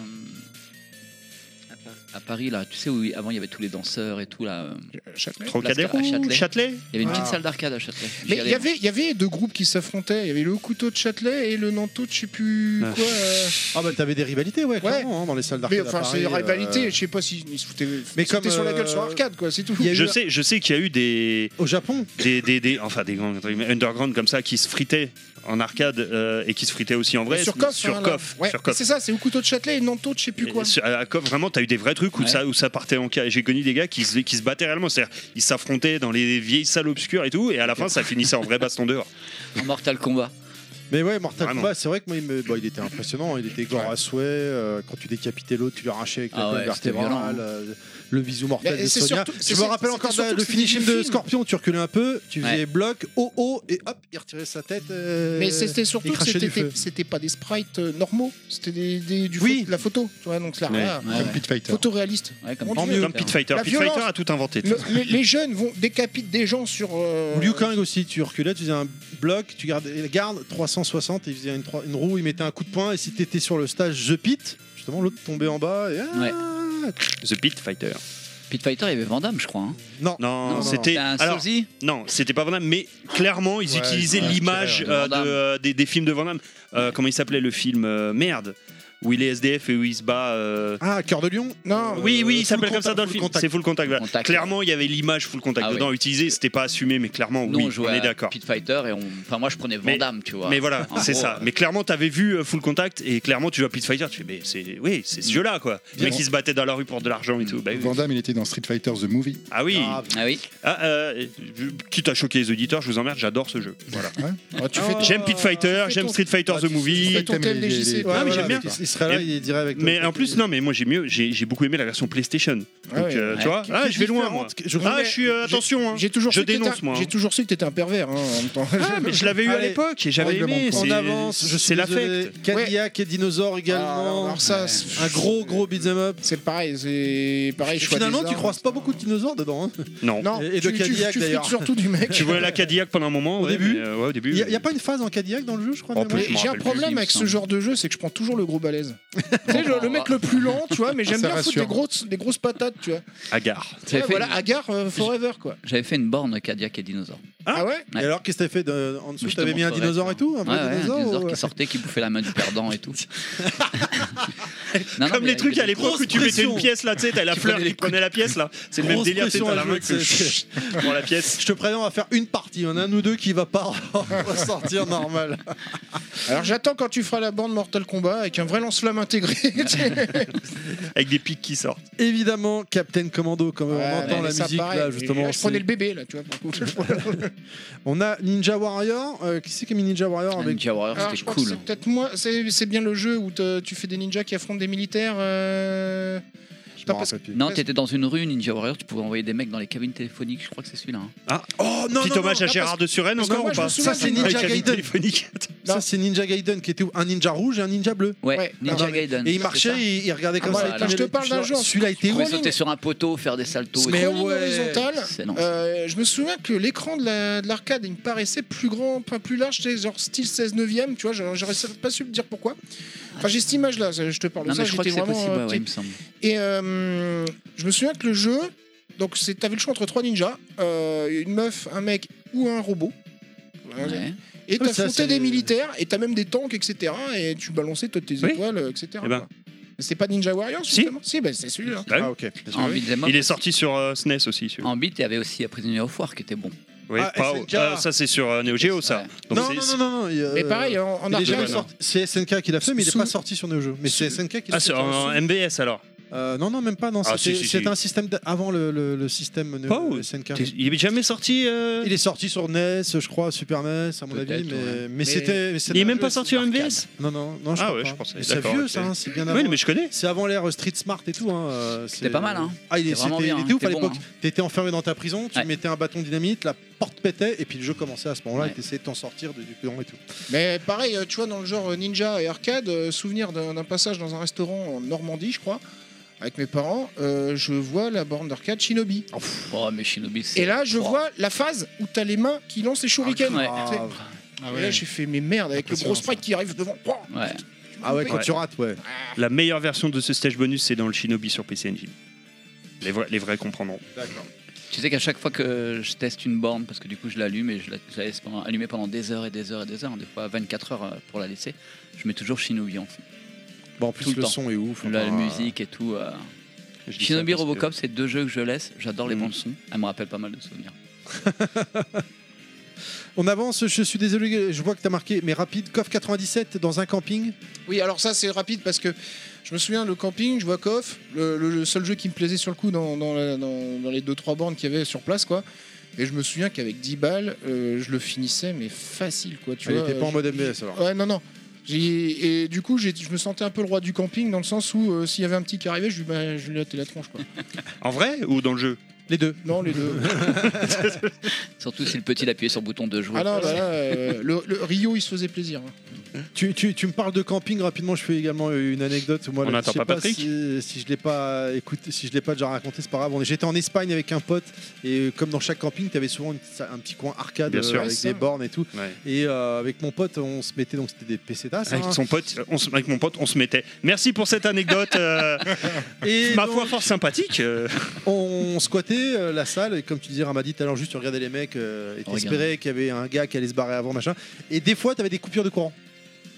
[SPEAKER 6] à Paris- À Paris, là, tu sais où avant il y avait tous les danseurs et tout là. euh,
[SPEAKER 5] Châtelet.
[SPEAKER 2] Trocadéro,
[SPEAKER 6] Place- à Châtelet.
[SPEAKER 2] Châtelet
[SPEAKER 6] Il y avait une petite
[SPEAKER 5] Ah.
[SPEAKER 6] salle d'arcade à Châtelet. J'y
[SPEAKER 5] Mais il
[SPEAKER 6] allais,
[SPEAKER 5] y avait, il y avait deux groupes qui s'affrontaient. Il y avait le couteau de Châtelet et le Nanto de je sais plus
[SPEAKER 2] Ah.
[SPEAKER 5] quoi. euh.
[SPEAKER 4] Ah bah t'avais des rivalités, ouais, clairement, hein, dans les salles
[SPEAKER 5] Mais
[SPEAKER 4] d'arcade. à
[SPEAKER 5] enfin, c'est
[SPEAKER 4] Paris,
[SPEAKER 5] des
[SPEAKER 4] euh,
[SPEAKER 5] rivalités. Je sais pas s'ils ils se foutaient,
[SPEAKER 4] Mais
[SPEAKER 5] ils se foutaient
[SPEAKER 4] comme,
[SPEAKER 5] sur la gueule
[SPEAKER 4] euh,
[SPEAKER 5] sur arcade, quoi. C'est tout.
[SPEAKER 4] il y a
[SPEAKER 2] Je
[SPEAKER 4] eu-
[SPEAKER 2] sais, je sais qu'il y a eu des,
[SPEAKER 4] Au Japon,
[SPEAKER 2] des, des, des- enfin des grands trucs, mais underground comme ça qui se fritaient en arcade euh, et qui se fritaient aussi en vrai
[SPEAKER 5] sur Coff. hein, là.
[SPEAKER 2] Coff,
[SPEAKER 5] Ouais,
[SPEAKER 2] sur Coff.
[SPEAKER 5] C'est ça, c'est au couteau de Châtelet et le Nanto de je sais plus quoi.
[SPEAKER 2] Et sur- à Coff, vraiment, t'as eu des vrais trucs où,
[SPEAKER 6] Ouais.
[SPEAKER 2] ça, où ça partait en cas. J'ai connu des gars qui se, qui se battaient réellement. C'est-à-dire, ils s'affrontaient dans les vieilles salles obscures et tout, et à la fin, ça finissait en vrai baston dehors.
[SPEAKER 6] En Mortal Kombat.
[SPEAKER 4] mais ouais, Mortal
[SPEAKER 2] Vraiment.
[SPEAKER 4] Kombat, c'est vrai que moi, il, me- bon, il était impressionnant, il était gore à souhait. euh, quand tu décapitais l'autre, tu lui arrachais avec la
[SPEAKER 6] Ah
[SPEAKER 4] colonne
[SPEAKER 6] ouais, c'était
[SPEAKER 4] vertébrale,
[SPEAKER 6] violent, hein.
[SPEAKER 4] euh, le bisou mortel
[SPEAKER 5] Mais
[SPEAKER 4] de
[SPEAKER 5] c'est
[SPEAKER 4] Sonia.
[SPEAKER 5] surtout-
[SPEAKER 4] je
[SPEAKER 5] c'est-
[SPEAKER 4] me rappelle
[SPEAKER 5] c'était
[SPEAKER 4] encore
[SPEAKER 5] surtout
[SPEAKER 4] de-
[SPEAKER 5] que
[SPEAKER 4] le
[SPEAKER 5] c'était
[SPEAKER 4] finishing
[SPEAKER 5] du
[SPEAKER 4] de
[SPEAKER 5] film.
[SPEAKER 4] Scorpion, tu reculais un peu, tu faisais
[SPEAKER 6] Ouais.
[SPEAKER 4] bloc, oh oh, et hop, il retirait sa tête. euh,
[SPEAKER 5] Mais c'était
[SPEAKER 4] il
[SPEAKER 5] surtout que
[SPEAKER 4] crachait du
[SPEAKER 5] c'était
[SPEAKER 4] feu.
[SPEAKER 5] c'était pas des sprites euh, normaux, c'était des, des- du
[SPEAKER 4] Oui.
[SPEAKER 5] pho- de la photo, tu vois, donc là,
[SPEAKER 2] Ouais.
[SPEAKER 5] là,
[SPEAKER 6] Ouais,
[SPEAKER 7] Comme Pit Fighter.
[SPEAKER 5] photoréaliste.
[SPEAKER 6] ouais, comme
[SPEAKER 5] Mon
[SPEAKER 6] Mortal
[SPEAKER 5] Dieu.
[SPEAKER 2] Comme
[SPEAKER 6] Kombat.
[SPEAKER 2] Pit Fighter.
[SPEAKER 5] La
[SPEAKER 2] Pit
[SPEAKER 5] violence.
[SPEAKER 2] Fighter a tout inventé.
[SPEAKER 5] Le- les, les jeunes vont décapitent des gens sur. euh,
[SPEAKER 4] Ou Liu Kang aussi, tu reculais, tu faisais un bloc, tu gardais la garde 360 et il faisait une, trois- une roue, il mettait un coup de poing et si t'étais sur le stage The Pit, justement l'autre tombait en bas et ah,
[SPEAKER 6] Ouais.
[SPEAKER 2] The Pit Fighter.
[SPEAKER 6] Pit Fighter, il y avait Vandame, je crois. hein.
[SPEAKER 4] Non,
[SPEAKER 2] Non,
[SPEAKER 4] non,
[SPEAKER 2] c'était.
[SPEAKER 6] un
[SPEAKER 2] alors,
[SPEAKER 6] sosie.
[SPEAKER 2] non, c'était pas Van Damme, mais clairement, ils
[SPEAKER 7] Ouais,
[SPEAKER 2] utilisaient
[SPEAKER 7] ouais,
[SPEAKER 2] l'image
[SPEAKER 6] c'est vrai, ouais.
[SPEAKER 2] euh, de,
[SPEAKER 6] Van Damme.
[SPEAKER 2] euh, des, des films de Van Damme. Euh, Comment il s'appelait le film euh, Merde où il est SDF et où il se bat. euh,
[SPEAKER 4] Ah, cœur de lion
[SPEAKER 5] Non,
[SPEAKER 2] Oui, oui, il
[SPEAKER 4] full
[SPEAKER 2] s'appelle comme ça dans le
[SPEAKER 4] contact,
[SPEAKER 2] film.
[SPEAKER 4] full contact.
[SPEAKER 2] C'est full contact. voilà.
[SPEAKER 6] Contact.
[SPEAKER 2] Clairement, il y avait l'image full contact
[SPEAKER 6] Ah
[SPEAKER 2] dedans utilisée. C'était pas assumé, mais clairement,
[SPEAKER 6] Nous,
[SPEAKER 2] oui,
[SPEAKER 6] on
[SPEAKER 2] on
[SPEAKER 6] jouait
[SPEAKER 2] est
[SPEAKER 6] à
[SPEAKER 2] d'accord.
[SPEAKER 6] Pit Fighter et on. Enfin, moi, je prenais
[SPEAKER 2] Mais-
[SPEAKER 6] Vandame, tu vois.
[SPEAKER 2] Mais voilà,
[SPEAKER 6] En
[SPEAKER 2] c'est
[SPEAKER 6] gros,
[SPEAKER 2] ça.
[SPEAKER 6] euh,
[SPEAKER 2] Mais clairement, t'avais vu euh, Full Contact et clairement, tu vois Pit Fighter, tu fais, mais c'est, oui, c'est ce jeu-là, quoi. Les
[SPEAKER 7] Bien.
[SPEAKER 2] mecs qui se battaient dans la rue pour de l'argent et tout. Bah oui.
[SPEAKER 7] Van Damme, il était dans Street Fighter The Movie.
[SPEAKER 2] Ah oui.
[SPEAKER 6] Ah oui.
[SPEAKER 2] Ah, euh, quitte à choquer les auditeurs, je vous emmerde, j'adore ce jeu. Voilà.
[SPEAKER 7] Ah, tu
[SPEAKER 4] Ah,
[SPEAKER 7] fais
[SPEAKER 4] ouais.
[SPEAKER 2] J'aime Pit Fighter, j'aime Street Fighter The Movie.
[SPEAKER 7] fais ton
[SPEAKER 5] Hôtel des JC,
[SPEAKER 7] les-
[SPEAKER 5] quoi.
[SPEAKER 2] Ah, mais j'aime bien.
[SPEAKER 4] Il il serait là, il dirait avec toi.
[SPEAKER 2] Mais en plus, non, mais moi j'ai mieux, j'ai j'ai beaucoup aimé la version PlayStation. Donc,
[SPEAKER 5] Ah ouais.
[SPEAKER 2] euh, tu
[SPEAKER 6] Ouais.
[SPEAKER 2] vois, ah, je vais loin, moi.
[SPEAKER 4] Différente. Je-
[SPEAKER 2] Ah, je suis, euh,
[SPEAKER 5] J'ai-
[SPEAKER 2] attention, hein.
[SPEAKER 5] J'ai toujours
[SPEAKER 2] Je
[SPEAKER 5] su que
[SPEAKER 2] dénonce,
[SPEAKER 5] t'étais-
[SPEAKER 2] moi, hein.
[SPEAKER 5] J'ai toujours su que t'étais un pervers hein, en même temps.
[SPEAKER 2] Ah, mais je l'avais eu à
[SPEAKER 4] Allez.
[SPEAKER 2] l'époque et j'avais
[SPEAKER 7] Règlement
[SPEAKER 2] aimé.
[SPEAKER 7] de compte.
[SPEAKER 2] c'est-
[SPEAKER 4] On avance, je
[SPEAKER 2] C'est
[SPEAKER 4] suis désolé.
[SPEAKER 2] l'affect.
[SPEAKER 4] Cadillac et dinosaure également.
[SPEAKER 5] Ah, Alors, alors ça, c'est-
[SPEAKER 4] un gros gros beat'em up.
[SPEAKER 5] c'est pareil, c'est pareil. choix
[SPEAKER 4] Finalement,
[SPEAKER 5] des
[SPEAKER 4] tu
[SPEAKER 5] armes.
[SPEAKER 4] croises pas beaucoup de dinosaures dedans. hein.
[SPEAKER 2] Non.
[SPEAKER 5] Non,
[SPEAKER 4] Et de
[SPEAKER 5] tu- tu-
[SPEAKER 4] Cadillac,
[SPEAKER 5] tu flippes
[SPEAKER 4] d'ailleurs.
[SPEAKER 5] surtout du mec.
[SPEAKER 2] Tu vois la Cadillac pendant un moment
[SPEAKER 4] Au
[SPEAKER 2] ouais,
[SPEAKER 4] début
[SPEAKER 2] mais, euh, ouais, au début.
[SPEAKER 4] Il y, a- il y a pas une phase en Cadillac dans le jeu, je crois.
[SPEAKER 2] Oh,
[SPEAKER 4] de mémoire
[SPEAKER 2] plus, je m'en
[SPEAKER 5] J'ai un
[SPEAKER 2] rappelle
[SPEAKER 6] plus, il
[SPEAKER 5] problème
[SPEAKER 6] me
[SPEAKER 5] avec ce
[SPEAKER 6] semble.
[SPEAKER 5] genre de jeu, c'est que je prends toujours le gros balèze. tu sais, le, le mec le plus lent, tu vois, mais j'aime
[SPEAKER 7] Ça
[SPEAKER 5] bien foutre
[SPEAKER 7] rassure.
[SPEAKER 5] des grosses, des grosses patates, tu vois.
[SPEAKER 2] Agar.
[SPEAKER 6] J'avais
[SPEAKER 5] Ouais,
[SPEAKER 6] fait,
[SPEAKER 5] voilà,
[SPEAKER 6] une-
[SPEAKER 5] Agar euh, Forever, quoi.
[SPEAKER 6] j'avais fait une borne Cadillac et dinosaure.
[SPEAKER 5] Ah, ouais
[SPEAKER 6] Ouais.
[SPEAKER 4] Et alors, qu'est-ce que t'as fait de- en dessous
[SPEAKER 6] Mais je
[SPEAKER 4] T'avais
[SPEAKER 6] te
[SPEAKER 4] mis un
[SPEAKER 6] montrerai,
[SPEAKER 4] dinosaure et tout Un
[SPEAKER 6] Ouais, ouais,
[SPEAKER 4] vrai
[SPEAKER 6] un dinosaure
[SPEAKER 4] dinosaure euh, ou-
[SPEAKER 6] qui sortait, qui bouffait la main du perdant et tout. Non, non,
[SPEAKER 2] Comme les
[SPEAKER 6] mais avec
[SPEAKER 2] trucs
[SPEAKER 6] des-
[SPEAKER 2] à l'époque où tu
[SPEAKER 4] Grosse
[SPEAKER 2] mettais une
[SPEAKER 4] pression.
[SPEAKER 2] pièce là, tu sais, t'as la
[SPEAKER 6] Tu
[SPEAKER 2] fleur
[SPEAKER 6] prenais
[SPEAKER 2] qui
[SPEAKER 6] les
[SPEAKER 2] prenait la pièce là. C'est le même
[SPEAKER 4] Grosse
[SPEAKER 2] délire, tu sais,
[SPEAKER 4] pression
[SPEAKER 2] t'as
[SPEAKER 4] à
[SPEAKER 2] la
[SPEAKER 4] jouer,
[SPEAKER 2] main
[SPEAKER 4] tu sais.
[SPEAKER 2] que pour la pièce.
[SPEAKER 4] Je te préviens, on va faire une partie. Il y en a un ou deux qui va pas ressortir normal.
[SPEAKER 5] Alors j'attends quand tu feras la borne Mortal Kombat avec un vrai lance-flamme intégré. tu sais.
[SPEAKER 2] Avec des pics qui sortent.
[SPEAKER 4] Évidemment, Captain Commando, quand
[SPEAKER 5] Ouais,
[SPEAKER 4] on entend
[SPEAKER 5] mais
[SPEAKER 4] la
[SPEAKER 5] ça,
[SPEAKER 4] musique
[SPEAKER 5] pareil.
[SPEAKER 4] là, justement.
[SPEAKER 5] Je prenais
[SPEAKER 4] c'est-
[SPEAKER 5] le bébé, là, tu vois. pour le coup.
[SPEAKER 4] On a Ninja Warrior. euh, qui c'est qui a mis Ninja Warrior
[SPEAKER 2] Ah,
[SPEAKER 4] avec
[SPEAKER 6] Ninja Warrior,
[SPEAKER 5] Alors, Ah, je
[SPEAKER 6] c'était
[SPEAKER 5] crois que
[SPEAKER 6] cool.
[SPEAKER 5] c'est peut-être moi, c'est c'est bien le jeu où te- tu fais des ninjas qui affrontent des militaires. euh,
[SPEAKER 7] Je
[SPEAKER 5] Putain,
[SPEAKER 7] m'en
[SPEAKER 5] parce
[SPEAKER 7] rappelle plus.
[SPEAKER 6] Non, t'étais dans une rue, Ninja Warrior, tu pouvais envoyer des mecs dans les cabines téléphoniques, je crois que c'est celui-là. hein.
[SPEAKER 2] Ah. Oh non, Petit
[SPEAKER 5] non,
[SPEAKER 2] hommage
[SPEAKER 5] non,
[SPEAKER 2] à
[SPEAKER 5] non,
[SPEAKER 2] Gérard de Suren
[SPEAKER 5] parce que
[SPEAKER 2] encore
[SPEAKER 5] moi,
[SPEAKER 2] ou
[SPEAKER 5] je me
[SPEAKER 2] pas
[SPEAKER 5] souviens
[SPEAKER 4] Ça, c'est
[SPEAKER 5] d'un
[SPEAKER 4] Ninja
[SPEAKER 2] Avec la ligne
[SPEAKER 4] Gaiden.
[SPEAKER 2] téléphonique.
[SPEAKER 4] Ça, c'est Ninja Gaiden qui était où un ninja rouge et un ninja bleu.
[SPEAKER 6] Ouais,
[SPEAKER 5] Ouais,
[SPEAKER 6] Ninja
[SPEAKER 4] non, mais-
[SPEAKER 2] Ah,
[SPEAKER 6] Gaiden.
[SPEAKER 4] Et il
[SPEAKER 6] c'est
[SPEAKER 4] marchait,
[SPEAKER 6] ça.
[SPEAKER 4] il, il regardait comme
[SPEAKER 6] Ah,
[SPEAKER 4] ça.
[SPEAKER 6] voilà.
[SPEAKER 4] il tenait
[SPEAKER 5] bah, Je te
[SPEAKER 4] le-
[SPEAKER 5] parle d'un genre-
[SPEAKER 4] Celui-là
[SPEAKER 6] Tu
[SPEAKER 4] était où
[SPEAKER 6] pouvais sauter sur un poteau, faire des saltos. et
[SPEAKER 4] Mais
[SPEAKER 6] tout.
[SPEAKER 5] scrolling
[SPEAKER 4] ouais.
[SPEAKER 5] horizontal.
[SPEAKER 6] C'est- non,
[SPEAKER 5] Euh, je me souviens que l'écran de la- de l'arcade, il me paraissait plus grand, pas plus large, c'était genre style 16 neuvième, tu vois, je- j'aurais pas su me dire pourquoi. Enfin, j'ai cette image-là, je te parle de
[SPEAKER 6] Non,
[SPEAKER 5] ça,
[SPEAKER 6] mais je crois
[SPEAKER 5] j'étais
[SPEAKER 6] que c'est
[SPEAKER 5] vraiment
[SPEAKER 6] possible,
[SPEAKER 5] euh,
[SPEAKER 6] ouais, ouais, il
[SPEAKER 5] petit.
[SPEAKER 6] me semble.
[SPEAKER 5] Et euh, je me souviens que le jeu, donc c'est- t'avais le choix entre trois ninjas, euh, une meuf, un mec ou un robot.
[SPEAKER 6] Ouais.
[SPEAKER 5] Et
[SPEAKER 4] Ouais, ça,
[SPEAKER 5] t'affrontais
[SPEAKER 4] c'est-
[SPEAKER 5] des militaires, et t'as même des tanks, etc. Et tu balançais toutes tes
[SPEAKER 2] Oui.
[SPEAKER 5] étoiles, etc.
[SPEAKER 2] Eh ben.
[SPEAKER 5] quoi. C'est pas Ninja Warrior,
[SPEAKER 2] Si.
[SPEAKER 5] justement Si, ben, c'est celui-là.
[SPEAKER 2] Bah oui.
[SPEAKER 4] Ah, ok.
[SPEAKER 6] En beat'em up,
[SPEAKER 2] Il est sorti sur euh, SNES aussi. celui-là.
[SPEAKER 6] en beat, il y avait aussi Prisoner of War qui était bon.
[SPEAKER 2] Oui,
[SPEAKER 4] Ah,
[SPEAKER 2] pas-
[SPEAKER 4] SNK.
[SPEAKER 2] euh, ça c'est sur euh, Neo Geo ça.
[SPEAKER 6] Ouais.
[SPEAKER 2] Donc,
[SPEAKER 4] non,
[SPEAKER 2] c'est-
[SPEAKER 4] non, non, non, non. il, euh,
[SPEAKER 5] Mais pareil, en, en
[SPEAKER 4] il est
[SPEAKER 5] arcade,
[SPEAKER 4] jamais
[SPEAKER 2] non.
[SPEAKER 4] sorti. C'est SNK qui l'a fait, mais il n'est
[SPEAKER 5] Sous-
[SPEAKER 4] pas sorti sur Neo Geo. Mais c'est SNK qui l'a
[SPEAKER 2] Ah,
[SPEAKER 4] fait.
[SPEAKER 2] c'est en MBS alors.
[SPEAKER 4] Euh, non, non, même pas. Non,
[SPEAKER 2] Ah,
[SPEAKER 4] c'était
[SPEAKER 2] si, si,
[SPEAKER 4] c'était
[SPEAKER 2] si.
[SPEAKER 4] un système d'a- avant le, le- le système Neo
[SPEAKER 2] Pas où
[SPEAKER 4] SNK.
[SPEAKER 2] T'es- Il est jamais sorti. euh,
[SPEAKER 4] Il est sorti sur NES, je crois, Super NES, à mon
[SPEAKER 6] Peut-être,
[SPEAKER 4] avis, mais,
[SPEAKER 6] ouais.
[SPEAKER 4] mais, c'était. mais
[SPEAKER 2] Il
[SPEAKER 4] c'était
[SPEAKER 2] est
[SPEAKER 4] un
[SPEAKER 2] même
[SPEAKER 4] jeu,
[SPEAKER 2] pas sorti en
[SPEAKER 6] arcade.
[SPEAKER 2] MBS.
[SPEAKER 4] Non, non, non.
[SPEAKER 2] Ah
[SPEAKER 4] crois
[SPEAKER 2] ouais,
[SPEAKER 4] pas.
[SPEAKER 2] je pensais,
[SPEAKER 4] Mais C'est
[SPEAKER 2] d'accord,
[SPEAKER 4] vieux,
[SPEAKER 2] ok.
[SPEAKER 4] ça. hein, C'est bien
[SPEAKER 2] Oui,
[SPEAKER 4] avant.
[SPEAKER 2] mais je connais.
[SPEAKER 4] C'est avant l'ère Street Smart et tout. Hein. euh, c'est-
[SPEAKER 6] pas mal, hein.
[SPEAKER 4] Ah, il est,
[SPEAKER 6] C'était vraiment
[SPEAKER 4] c'était-
[SPEAKER 6] bien,
[SPEAKER 4] il était ouf à
[SPEAKER 6] c'était bon,
[SPEAKER 4] l'époque.
[SPEAKER 6] hein.
[SPEAKER 4] T'étais enfermé dans ta prison, tu
[SPEAKER 6] Ouais.
[SPEAKER 4] mettais un bâton dynamite, la porte pétait, et puis le jeu commençait à ce moment-là,
[SPEAKER 6] Ouais.
[SPEAKER 4] et t'essayais de t'en sortir de- du plan et tout.
[SPEAKER 5] Mais pareil, euh, tu vois, dans le genre euh, ninja et arcade, euh, souvenir d'un d'un passage dans un restaurant en Normandie, je crois, avec mes parents, euh, je vois la borne d'arcade Shinobi.
[SPEAKER 6] Oh, mais Shinobi, c'est-
[SPEAKER 5] Et là, je
[SPEAKER 6] Oh.
[SPEAKER 5] vois la phase où t'as les mains qui lancent les shurikens.
[SPEAKER 6] Ouais.
[SPEAKER 5] Tu sais.
[SPEAKER 7] Ah
[SPEAKER 5] Et là, j'ai fait, mais merde, avec le gros sprite qui arrive devant. Pouah
[SPEAKER 6] Ouais.
[SPEAKER 4] Ah ouais, quand
[SPEAKER 2] Ouais.
[SPEAKER 4] tu rates, ouais.
[SPEAKER 2] La meilleure version de ce stage bonus, c'est dans le Shinobi sur PC Engine. Les vrais, les vrais comprendront.
[SPEAKER 6] Tu sais qu'à chaque fois que je teste une borne, parce que du coup je l'allume et je la, je la laisse pendant- allumer pendant des heures et des heures et des heures, des fois 24 heures euh, pour la laisser, je mets toujours Shinobi en fond.
[SPEAKER 4] Bon, en
[SPEAKER 6] Tout
[SPEAKER 4] plus,
[SPEAKER 6] le
[SPEAKER 4] le
[SPEAKER 6] temps.
[SPEAKER 4] son est ouf.
[SPEAKER 6] La
[SPEAKER 4] enfin,
[SPEAKER 6] musique et tout. euh.
[SPEAKER 2] Ah. Je dis ça
[SPEAKER 6] Shinobi
[SPEAKER 2] parce que-
[SPEAKER 6] Robocop, c'est deux jeux que je laisse. J'adore les
[SPEAKER 2] Mm.
[SPEAKER 6] bandes son. Elles me rappellent pas mal de souvenirs.
[SPEAKER 4] On avance, je suis désolé, je vois que t'as marqué, mais rapide, COF 97 dans un camping.
[SPEAKER 5] Oui, alors ça c'est rapide parce que je me souviens le camping, je vois Coff, le, le- le seul jeu qui me plaisait sur le coup dans, dans la- dans- dans les deux trois bornes qu'il y avait sur place quoi. Et je me souviens qu'avec 10 balles, euh, je le finissais mais facile quoi. Tu
[SPEAKER 4] Tu
[SPEAKER 5] vois,
[SPEAKER 4] n'étais pas
[SPEAKER 5] euh,
[SPEAKER 4] en mode MBS alors.
[SPEAKER 5] je- Ouais non non. J'ai- Et du coup, j'ai- je me sentais un peu le roi du camping dans le sens où euh, s'il y avait un petit qui arrivait, je lui, bah, je lui lattais la tronche quoi.
[SPEAKER 2] En vrai ou dans le jeu
[SPEAKER 4] Les deux.
[SPEAKER 5] Non les deux.
[SPEAKER 6] Surtout si le petit appuyait sur le bouton de jouer.
[SPEAKER 5] ah non bah là, euh, le, le Rio il se faisait plaisir. hein.
[SPEAKER 4] Tu, tu- tu me parles de camping rapidement. Je fais également euh, une anecdote.
[SPEAKER 2] On
[SPEAKER 4] Moi, là, je
[SPEAKER 2] n'attend
[SPEAKER 4] sais
[SPEAKER 2] pas Patrick
[SPEAKER 4] si, si je l'ai pas écouté, si je l'ai pas déjà raconté, c'est pas grave. On est- J'étais en Espagne avec un pote et euh, comme dans chaque camping, tu avais souvent une petite sa- un petit coin arcade
[SPEAKER 2] Bien
[SPEAKER 4] euh,
[SPEAKER 2] sûr.
[SPEAKER 5] Ouais,
[SPEAKER 4] avec
[SPEAKER 5] ça.
[SPEAKER 4] des bornes et tout. Et euh, avec mon pote, on se mettait donc c'était des PC d'as.
[SPEAKER 2] Avec
[SPEAKER 4] hein.
[SPEAKER 2] son pote, on se- avec mon pote, on se mettait. Merci pour cette anecdote, euh,
[SPEAKER 4] Et
[SPEAKER 2] ma
[SPEAKER 4] donc,
[SPEAKER 2] foi fort sympathique. euh.
[SPEAKER 4] on squattait euh, la salle et comme tu disais, Ramadi, tout à l'heure, juste tu regardais les mecs euh, et
[SPEAKER 6] Regarde.
[SPEAKER 4] t'espérais qu'il y avait un gars qui allait se barrer avant machin. Et des fois, tu avais des coupures de courant.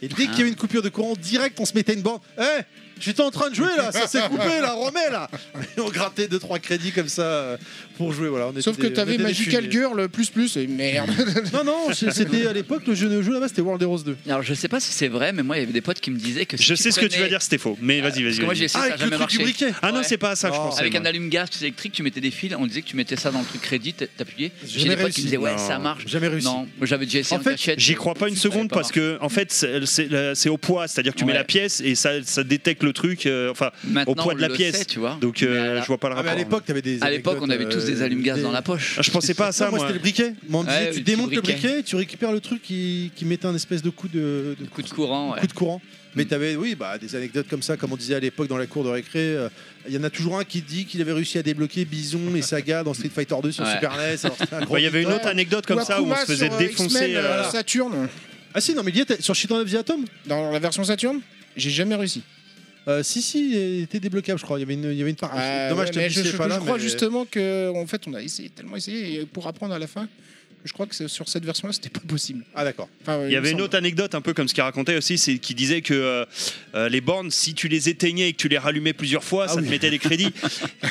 [SPEAKER 4] Et
[SPEAKER 6] Ah.
[SPEAKER 4] dès qu'il y a eu une coupure de courant, direct, on se mettait une bande. Hé J'étais en train de jouer là, ça s'est coupé là, remets là Et on grattait 2-3 crédits comme ça euh, pour jouer. Voilà, on était
[SPEAKER 5] Sauf que
[SPEAKER 4] des- on
[SPEAKER 5] t'avais
[SPEAKER 4] était des
[SPEAKER 5] Magical
[SPEAKER 4] fumiers.
[SPEAKER 5] Girl euh, plus plus et merde.
[SPEAKER 4] Non, non, c'est- c'était à l'époque, le jeu de jeu là-bas, c'était World Heroes 2.
[SPEAKER 6] Alors je sais pas si c'est vrai, mais moi il y avait des potes qui me disaient que. si
[SPEAKER 2] Je
[SPEAKER 6] tu
[SPEAKER 2] sais ce que tu
[SPEAKER 6] prenais-
[SPEAKER 2] vas dire, c'était faux. Mais vas-y,
[SPEAKER 6] Euh, Parce
[SPEAKER 2] vas-y.
[SPEAKER 6] que moi
[SPEAKER 2] vas-y.
[SPEAKER 6] j'ai essayé,
[SPEAKER 4] Ah,
[SPEAKER 6] ça n'a
[SPEAKER 4] avec le
[SPEAKER 6] jamais
[SPEAKER 4] truc du
[SPEAKER 6] marché.
[SPEAKER 4] briquet
[SPEAKER 2] Ah non,
[SPEAKER 6] Ouais.
[SPEAKER 2] c'est pas à ça que je
[SPEAKER 4] Non.
[SPEAKER 2] pensais.
[SPEAKER 6] Avec
[SPEAKER 2] moi.
[SPEAKER 6] un allume-gaz tu sais, électrique, tu mettais des fils, on disait que tu mettais ça dans le truc crédit, t'a- t'appuyais.
[SPEAKER 4] J'ai
[SPEAKER 6] J'ai des
[SPEAKER 4] jamais
[SPEAKER 6] potes qui me disaient ouais,
[SPEAKER 2] Non.
[SPEAKER 6] ça marche.
[SPEAKER 4] Jamais réussi.
[SPEAKER 6] Non, moi j'avais déjà essayé
[SPEAKER 4] En
[SPEAKER 6] en,
[SPEAKER 4] fait,
[SPEAKER 6] cachette.
[SPEAKER 2] J'y crois pas une seconde
[SPEAKER 6] pas
[SPEAKER 2] parce que en fait c'est- c'est la- c'est au poids, c'est-à-dire que tu mets
[SPEAKER 6] Ouais.
[SPEAKER 2] la pièce et ça, ça détecte le truc. euh, enfin,
[SPEAKER 6] Maintenant,
[SPEAKER 2] poids de
[SPEAKER 6] on
[SPEAKER 2] la
[SPEAKER 6] le
[SPEAKER 2] pièce.
[SPEAKER 6] sait, tu vois.
[SPEAKER 2] donc
[SPEAKER 6] Mais
[SPEAKER 2] euh,
[SPEAKER 6] à la-
[SPEAKER 2] je vois pas le
[SPEAKER 4] Ah, mais
[SPEAKER 2] rapport.
[SPEAKER 4] à l'époque, t'avais des.
[SPEAKER 6] à l'époque, on avait
[SPEAKER 4] anecdotes,
[SPEAKER 6] tous des
[SPEAKER 4] euh,
[SPEAKER 6] allumes-gaz
[SPEAKER 4] des-
[SPEAKER 6] dans la poche.
[SPEAKER 2] Ah, je pensais pas à ça
[SPEAKER 4] Non, moi,
[SPEAKER 2] moi.
[SPEAKER 4] c'était le briquet. Moi, on me
[SPEAKER 6] Ouais,
[SPEAKER 4] disait,
[SPEAKER 6] le
[SPEAKER 4] tu
[SPEAKER 6] petit
[SPEAKER 4] démontes le
[SPEAKER 6] briquet.
[SPEAKER 4] briquet, tu récupères le truc qui, qui mettait un espèce de coup de, de-
[SPEAKER 6] Coup de courant, ouais.
[SPEAKER 4] coup de courant. Mais t'avais, oui, bah, des anecdotes comme ça, comme on disait à l'époque dans la cour de récré. euh, Il y en a toujours un qui dit qu'il avait réussi à débloquer Bison et Saga dans Street Fighter 2 sur
[SPEAKER 6] Ouais.
[SPEAKER 4] Super NES. alors c'était un
[SPEAKER 2] Bah,
[SPEAKER 4] gros
[SPEAKER 2] Il y avait une
[SPEAKER 4] victoire.
[SPEAKER 2] autre anecdote comme
[SPEAKER 5] Ou
[SPEAKER 2] ça où on
[SPEAKER 5] Akuma
[SPEAKER 2] se faisait
[SPEAKER 5] sur, euh,
[SPEAKER 2] défoncer.
[SPEAKER 5] X-Men, euh,
[SPEAKER 2] euh,
[SPEAKER 5] Saturne,
[SPEAKER 4] Ah si, non, mais il y était sur Shitan of the Atom.
[SPEAKER 5] dans la version Saturne, j'ai jamais réussi.
[SPEAKER 4] Euh, si, si, il était débloquable, je crois. Il y avait une, il y avait une part.
[SPEAKER 5] Ah,
[SPEAKER 4] Dommage,
[SPEAKER 5] ouais,
[SPEAKER 4] je te
[SPEAKER 5] mais
[SPEAKER 4] dis,
[SPEAKER 5] je,
[SPEAKER 4] c'est
[SPEAKER 5] je-
[SPEAKER 4] pas
[SPEAKER 5] je
[SPEAKER 4] là.
[SPEAKER 5] crois
[SPEAKER 4] mais-
[SPEAKER 5] justement que en fait on a essayé tellement essayé et pour apprendre à la fin. Je crois que c'est- sur cette version-là, c'était pas possible.
[SPEAKER 4] Ah d'accord.
[SPEAKER 5] Enfin,
[SPEAKER 2] Il y
[SPEAKER 5] me
[SPEAKER 2] avait une
[SPEAKER 5] semble.
[SPEAKER 2] autre anecdote un peu comme ce qu'il racontait aussi, c'est qu'il disait que euh, euh, les bornes, si tu les éteignais et que tu les rallumais plusieurs
[SPEAKER 4] Ah
[SPEAKER 2] fois, ça te mettait des crédits.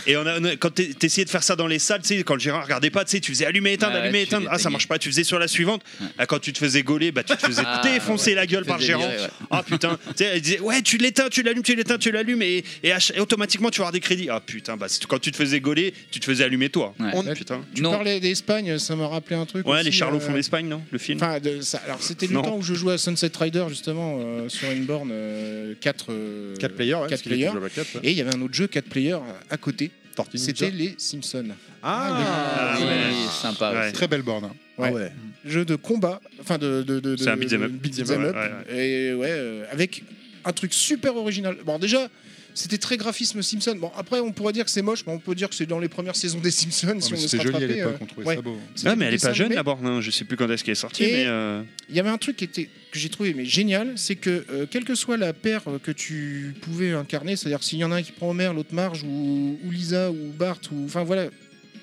[SPEAKER 2] et on a, on a- quand t'es- t'essayais de faire ça dans les salles, tu sais, quand le gérant regardait pas, tu sais, tu faisais allumer, éteindre,
[SPEAKER 6] Ah ouais,
[SPEAKER 2] allumer,
[SPEAKER 6] tu
[SPEAKER 2] éteindre. Ah, ça
[SPEAKER 6] l'éteignais.
[SPEAKER 2] marche pas, tu faisais sur la suivante. Ah, quand tu te faisais gauler, bah, tu te faisais
[SPEAKER 6] Ah,
[SPEAKER 2] défoncer
[SPEAKER 6] ouais,
[SPEAKER 2] la
[SPEAKER 6] tu te
[SPEAKER 2] gueule par le
[SPEAKER 6] faisais
[SPEAKER 2] gérant.
[SPEAKER 6] virer, ouais.
[SPEAKER 2] Ah putain, tu sais, elle disait ouais tu l'éteins, tu l'allumes, tu l'éteins, tu l'allumes et, et, ach- et automatiquement tu vas avoir des crédits. Ah putain, bah c'est- quand tu te faisais gauler, tu te faisais allumer toi.
[SPEAKER 6] Ouais.
[SPEAKER 2] On- putain.
[SPEAKER 5] Tu
[SPEAKER 6] Non.
[SPEAKER 5] parlais d'Espagne, ça m'a rappelé un truc.
[SPEAKER 2] Ouais,
[SPEAKER 5] aussi,
[SPEAKER 2] les Charlots font
[SPEAKER 5] euh,
[SPEAKER 2] l'Espagne, non Le film.
[SPEAKER 5] Enfin, de- ça- alors c'était le
[SPEAKER 2] Non.
[SPEAKER 5] temps où je jouais à Sunset Rider justement euh, sur une borne euh, 4
[SPEAKER 4] 4 players, ouais, parce qu'il
[SPEAKER 5] players.
[SPEAKER 4] était déjà 4, ouais.
[SPEAKER 5] Et il y avait un autre jeu 4 players à- à côté.
[SPEAKER 4] Tortue Ninja.
[SPEAKER 5] C'était les Simpsons.
[SPEAKER 4] Ah,
[SPEAKER 2] Ah
[SPEAKER 6] Oui,
[SPEAKER 2] ouais.
[SPEAKER 6] sympa.
[SPEAKER 2] Ouais.
[SPEAKER 6] aussi.
[SPEAKER 7] Très belle borne. hein.
[SPEAKER 4] Ah
[SPEAKER 5] ouais.
[SPEAKER 4] ouais.
[SPEAKER 5] Jeu de combat, enfin de. de, de
[SPEAKER 2] C'est un beat'em
[SPEAKER 5] de-
[SPEAKER 2] up.
[SPEAKER 5] beat'em
[SPEAKER 2] Ouais,
[SPEAKER 5] up.
[SPEAKER 2] ouais,
[SPEAKER 5] Et ouais, euh, avec un truc super original. Bon, déjà. C'était très graphisme Simpson. Bon, après, on pourrait dire que c'est moche, mais on peut dire que c'est dans les premières saisons des Simpsons.
[SPEAKER 7] Oh,
[SPEAKER 5] si on
[SPEAKER 7] mais
[SPEAKER 5] veut se
[SPEAKER 7] C'était joli à
[SPEAKER 5] rattraper,
[SPEAKER 7] l'époque,
[SPEAKER 5] euh,
[SPEAKER 7] on trouvait
[SPEAKER 5] ouais.
[SPEAKER 7] ça beau.
[SPEAKER 2] Ah mais elle est
[SPEAKER 5] Dessin
[SPEAKER 2] pas jeune
[SPEAKER 5] animé.
[SPEAKER 2] la borne, hein. je sais plus quand est-ce qu'elle est sortie,
[SPEAKER 5] Et-
[SPEAKER 2] mais euh,
[SPEAKER 5] Il y avait un truc qui était, que j'ai trouvé mais génial, c'est que euh, quelle que soit la paire euh, que tu pouvais incarner, c'est-à-dire s'il y en a un qui prend Homer, l'autre Marge, ou, ou Lisa, ou Bart, ou enfin voilà,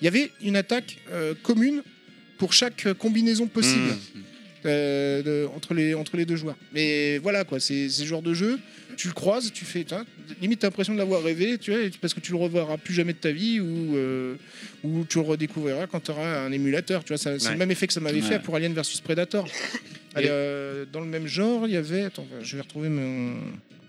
[SPEAKER 5] il y avait une attaque euh, commune pour chaque euh, combinaison possible euh, de- entre, les, entre les deux joueurs. Mais voilà quoi, c'est c'est ce genre de jeu, tu le croises, tu fais, tiens, limite t'as l'impression de l'avoir rêvé, tu vois, parce que tu le reverras plus jamais de ta vie, ou, euh, ou tu le redécouvriras quand tu auras un émulateur, tu vois, ça- c'est
[SPEAKER 2] Ouais.
[SPEAKER 5] le même effet que ça m'avait fait
[SPEAKER 6] Ouais.
[SPEAKER 5] pour Alien versus Predator. Et euh, dans le même genre, il y avait. Attends, bah, je vais retrouver mon,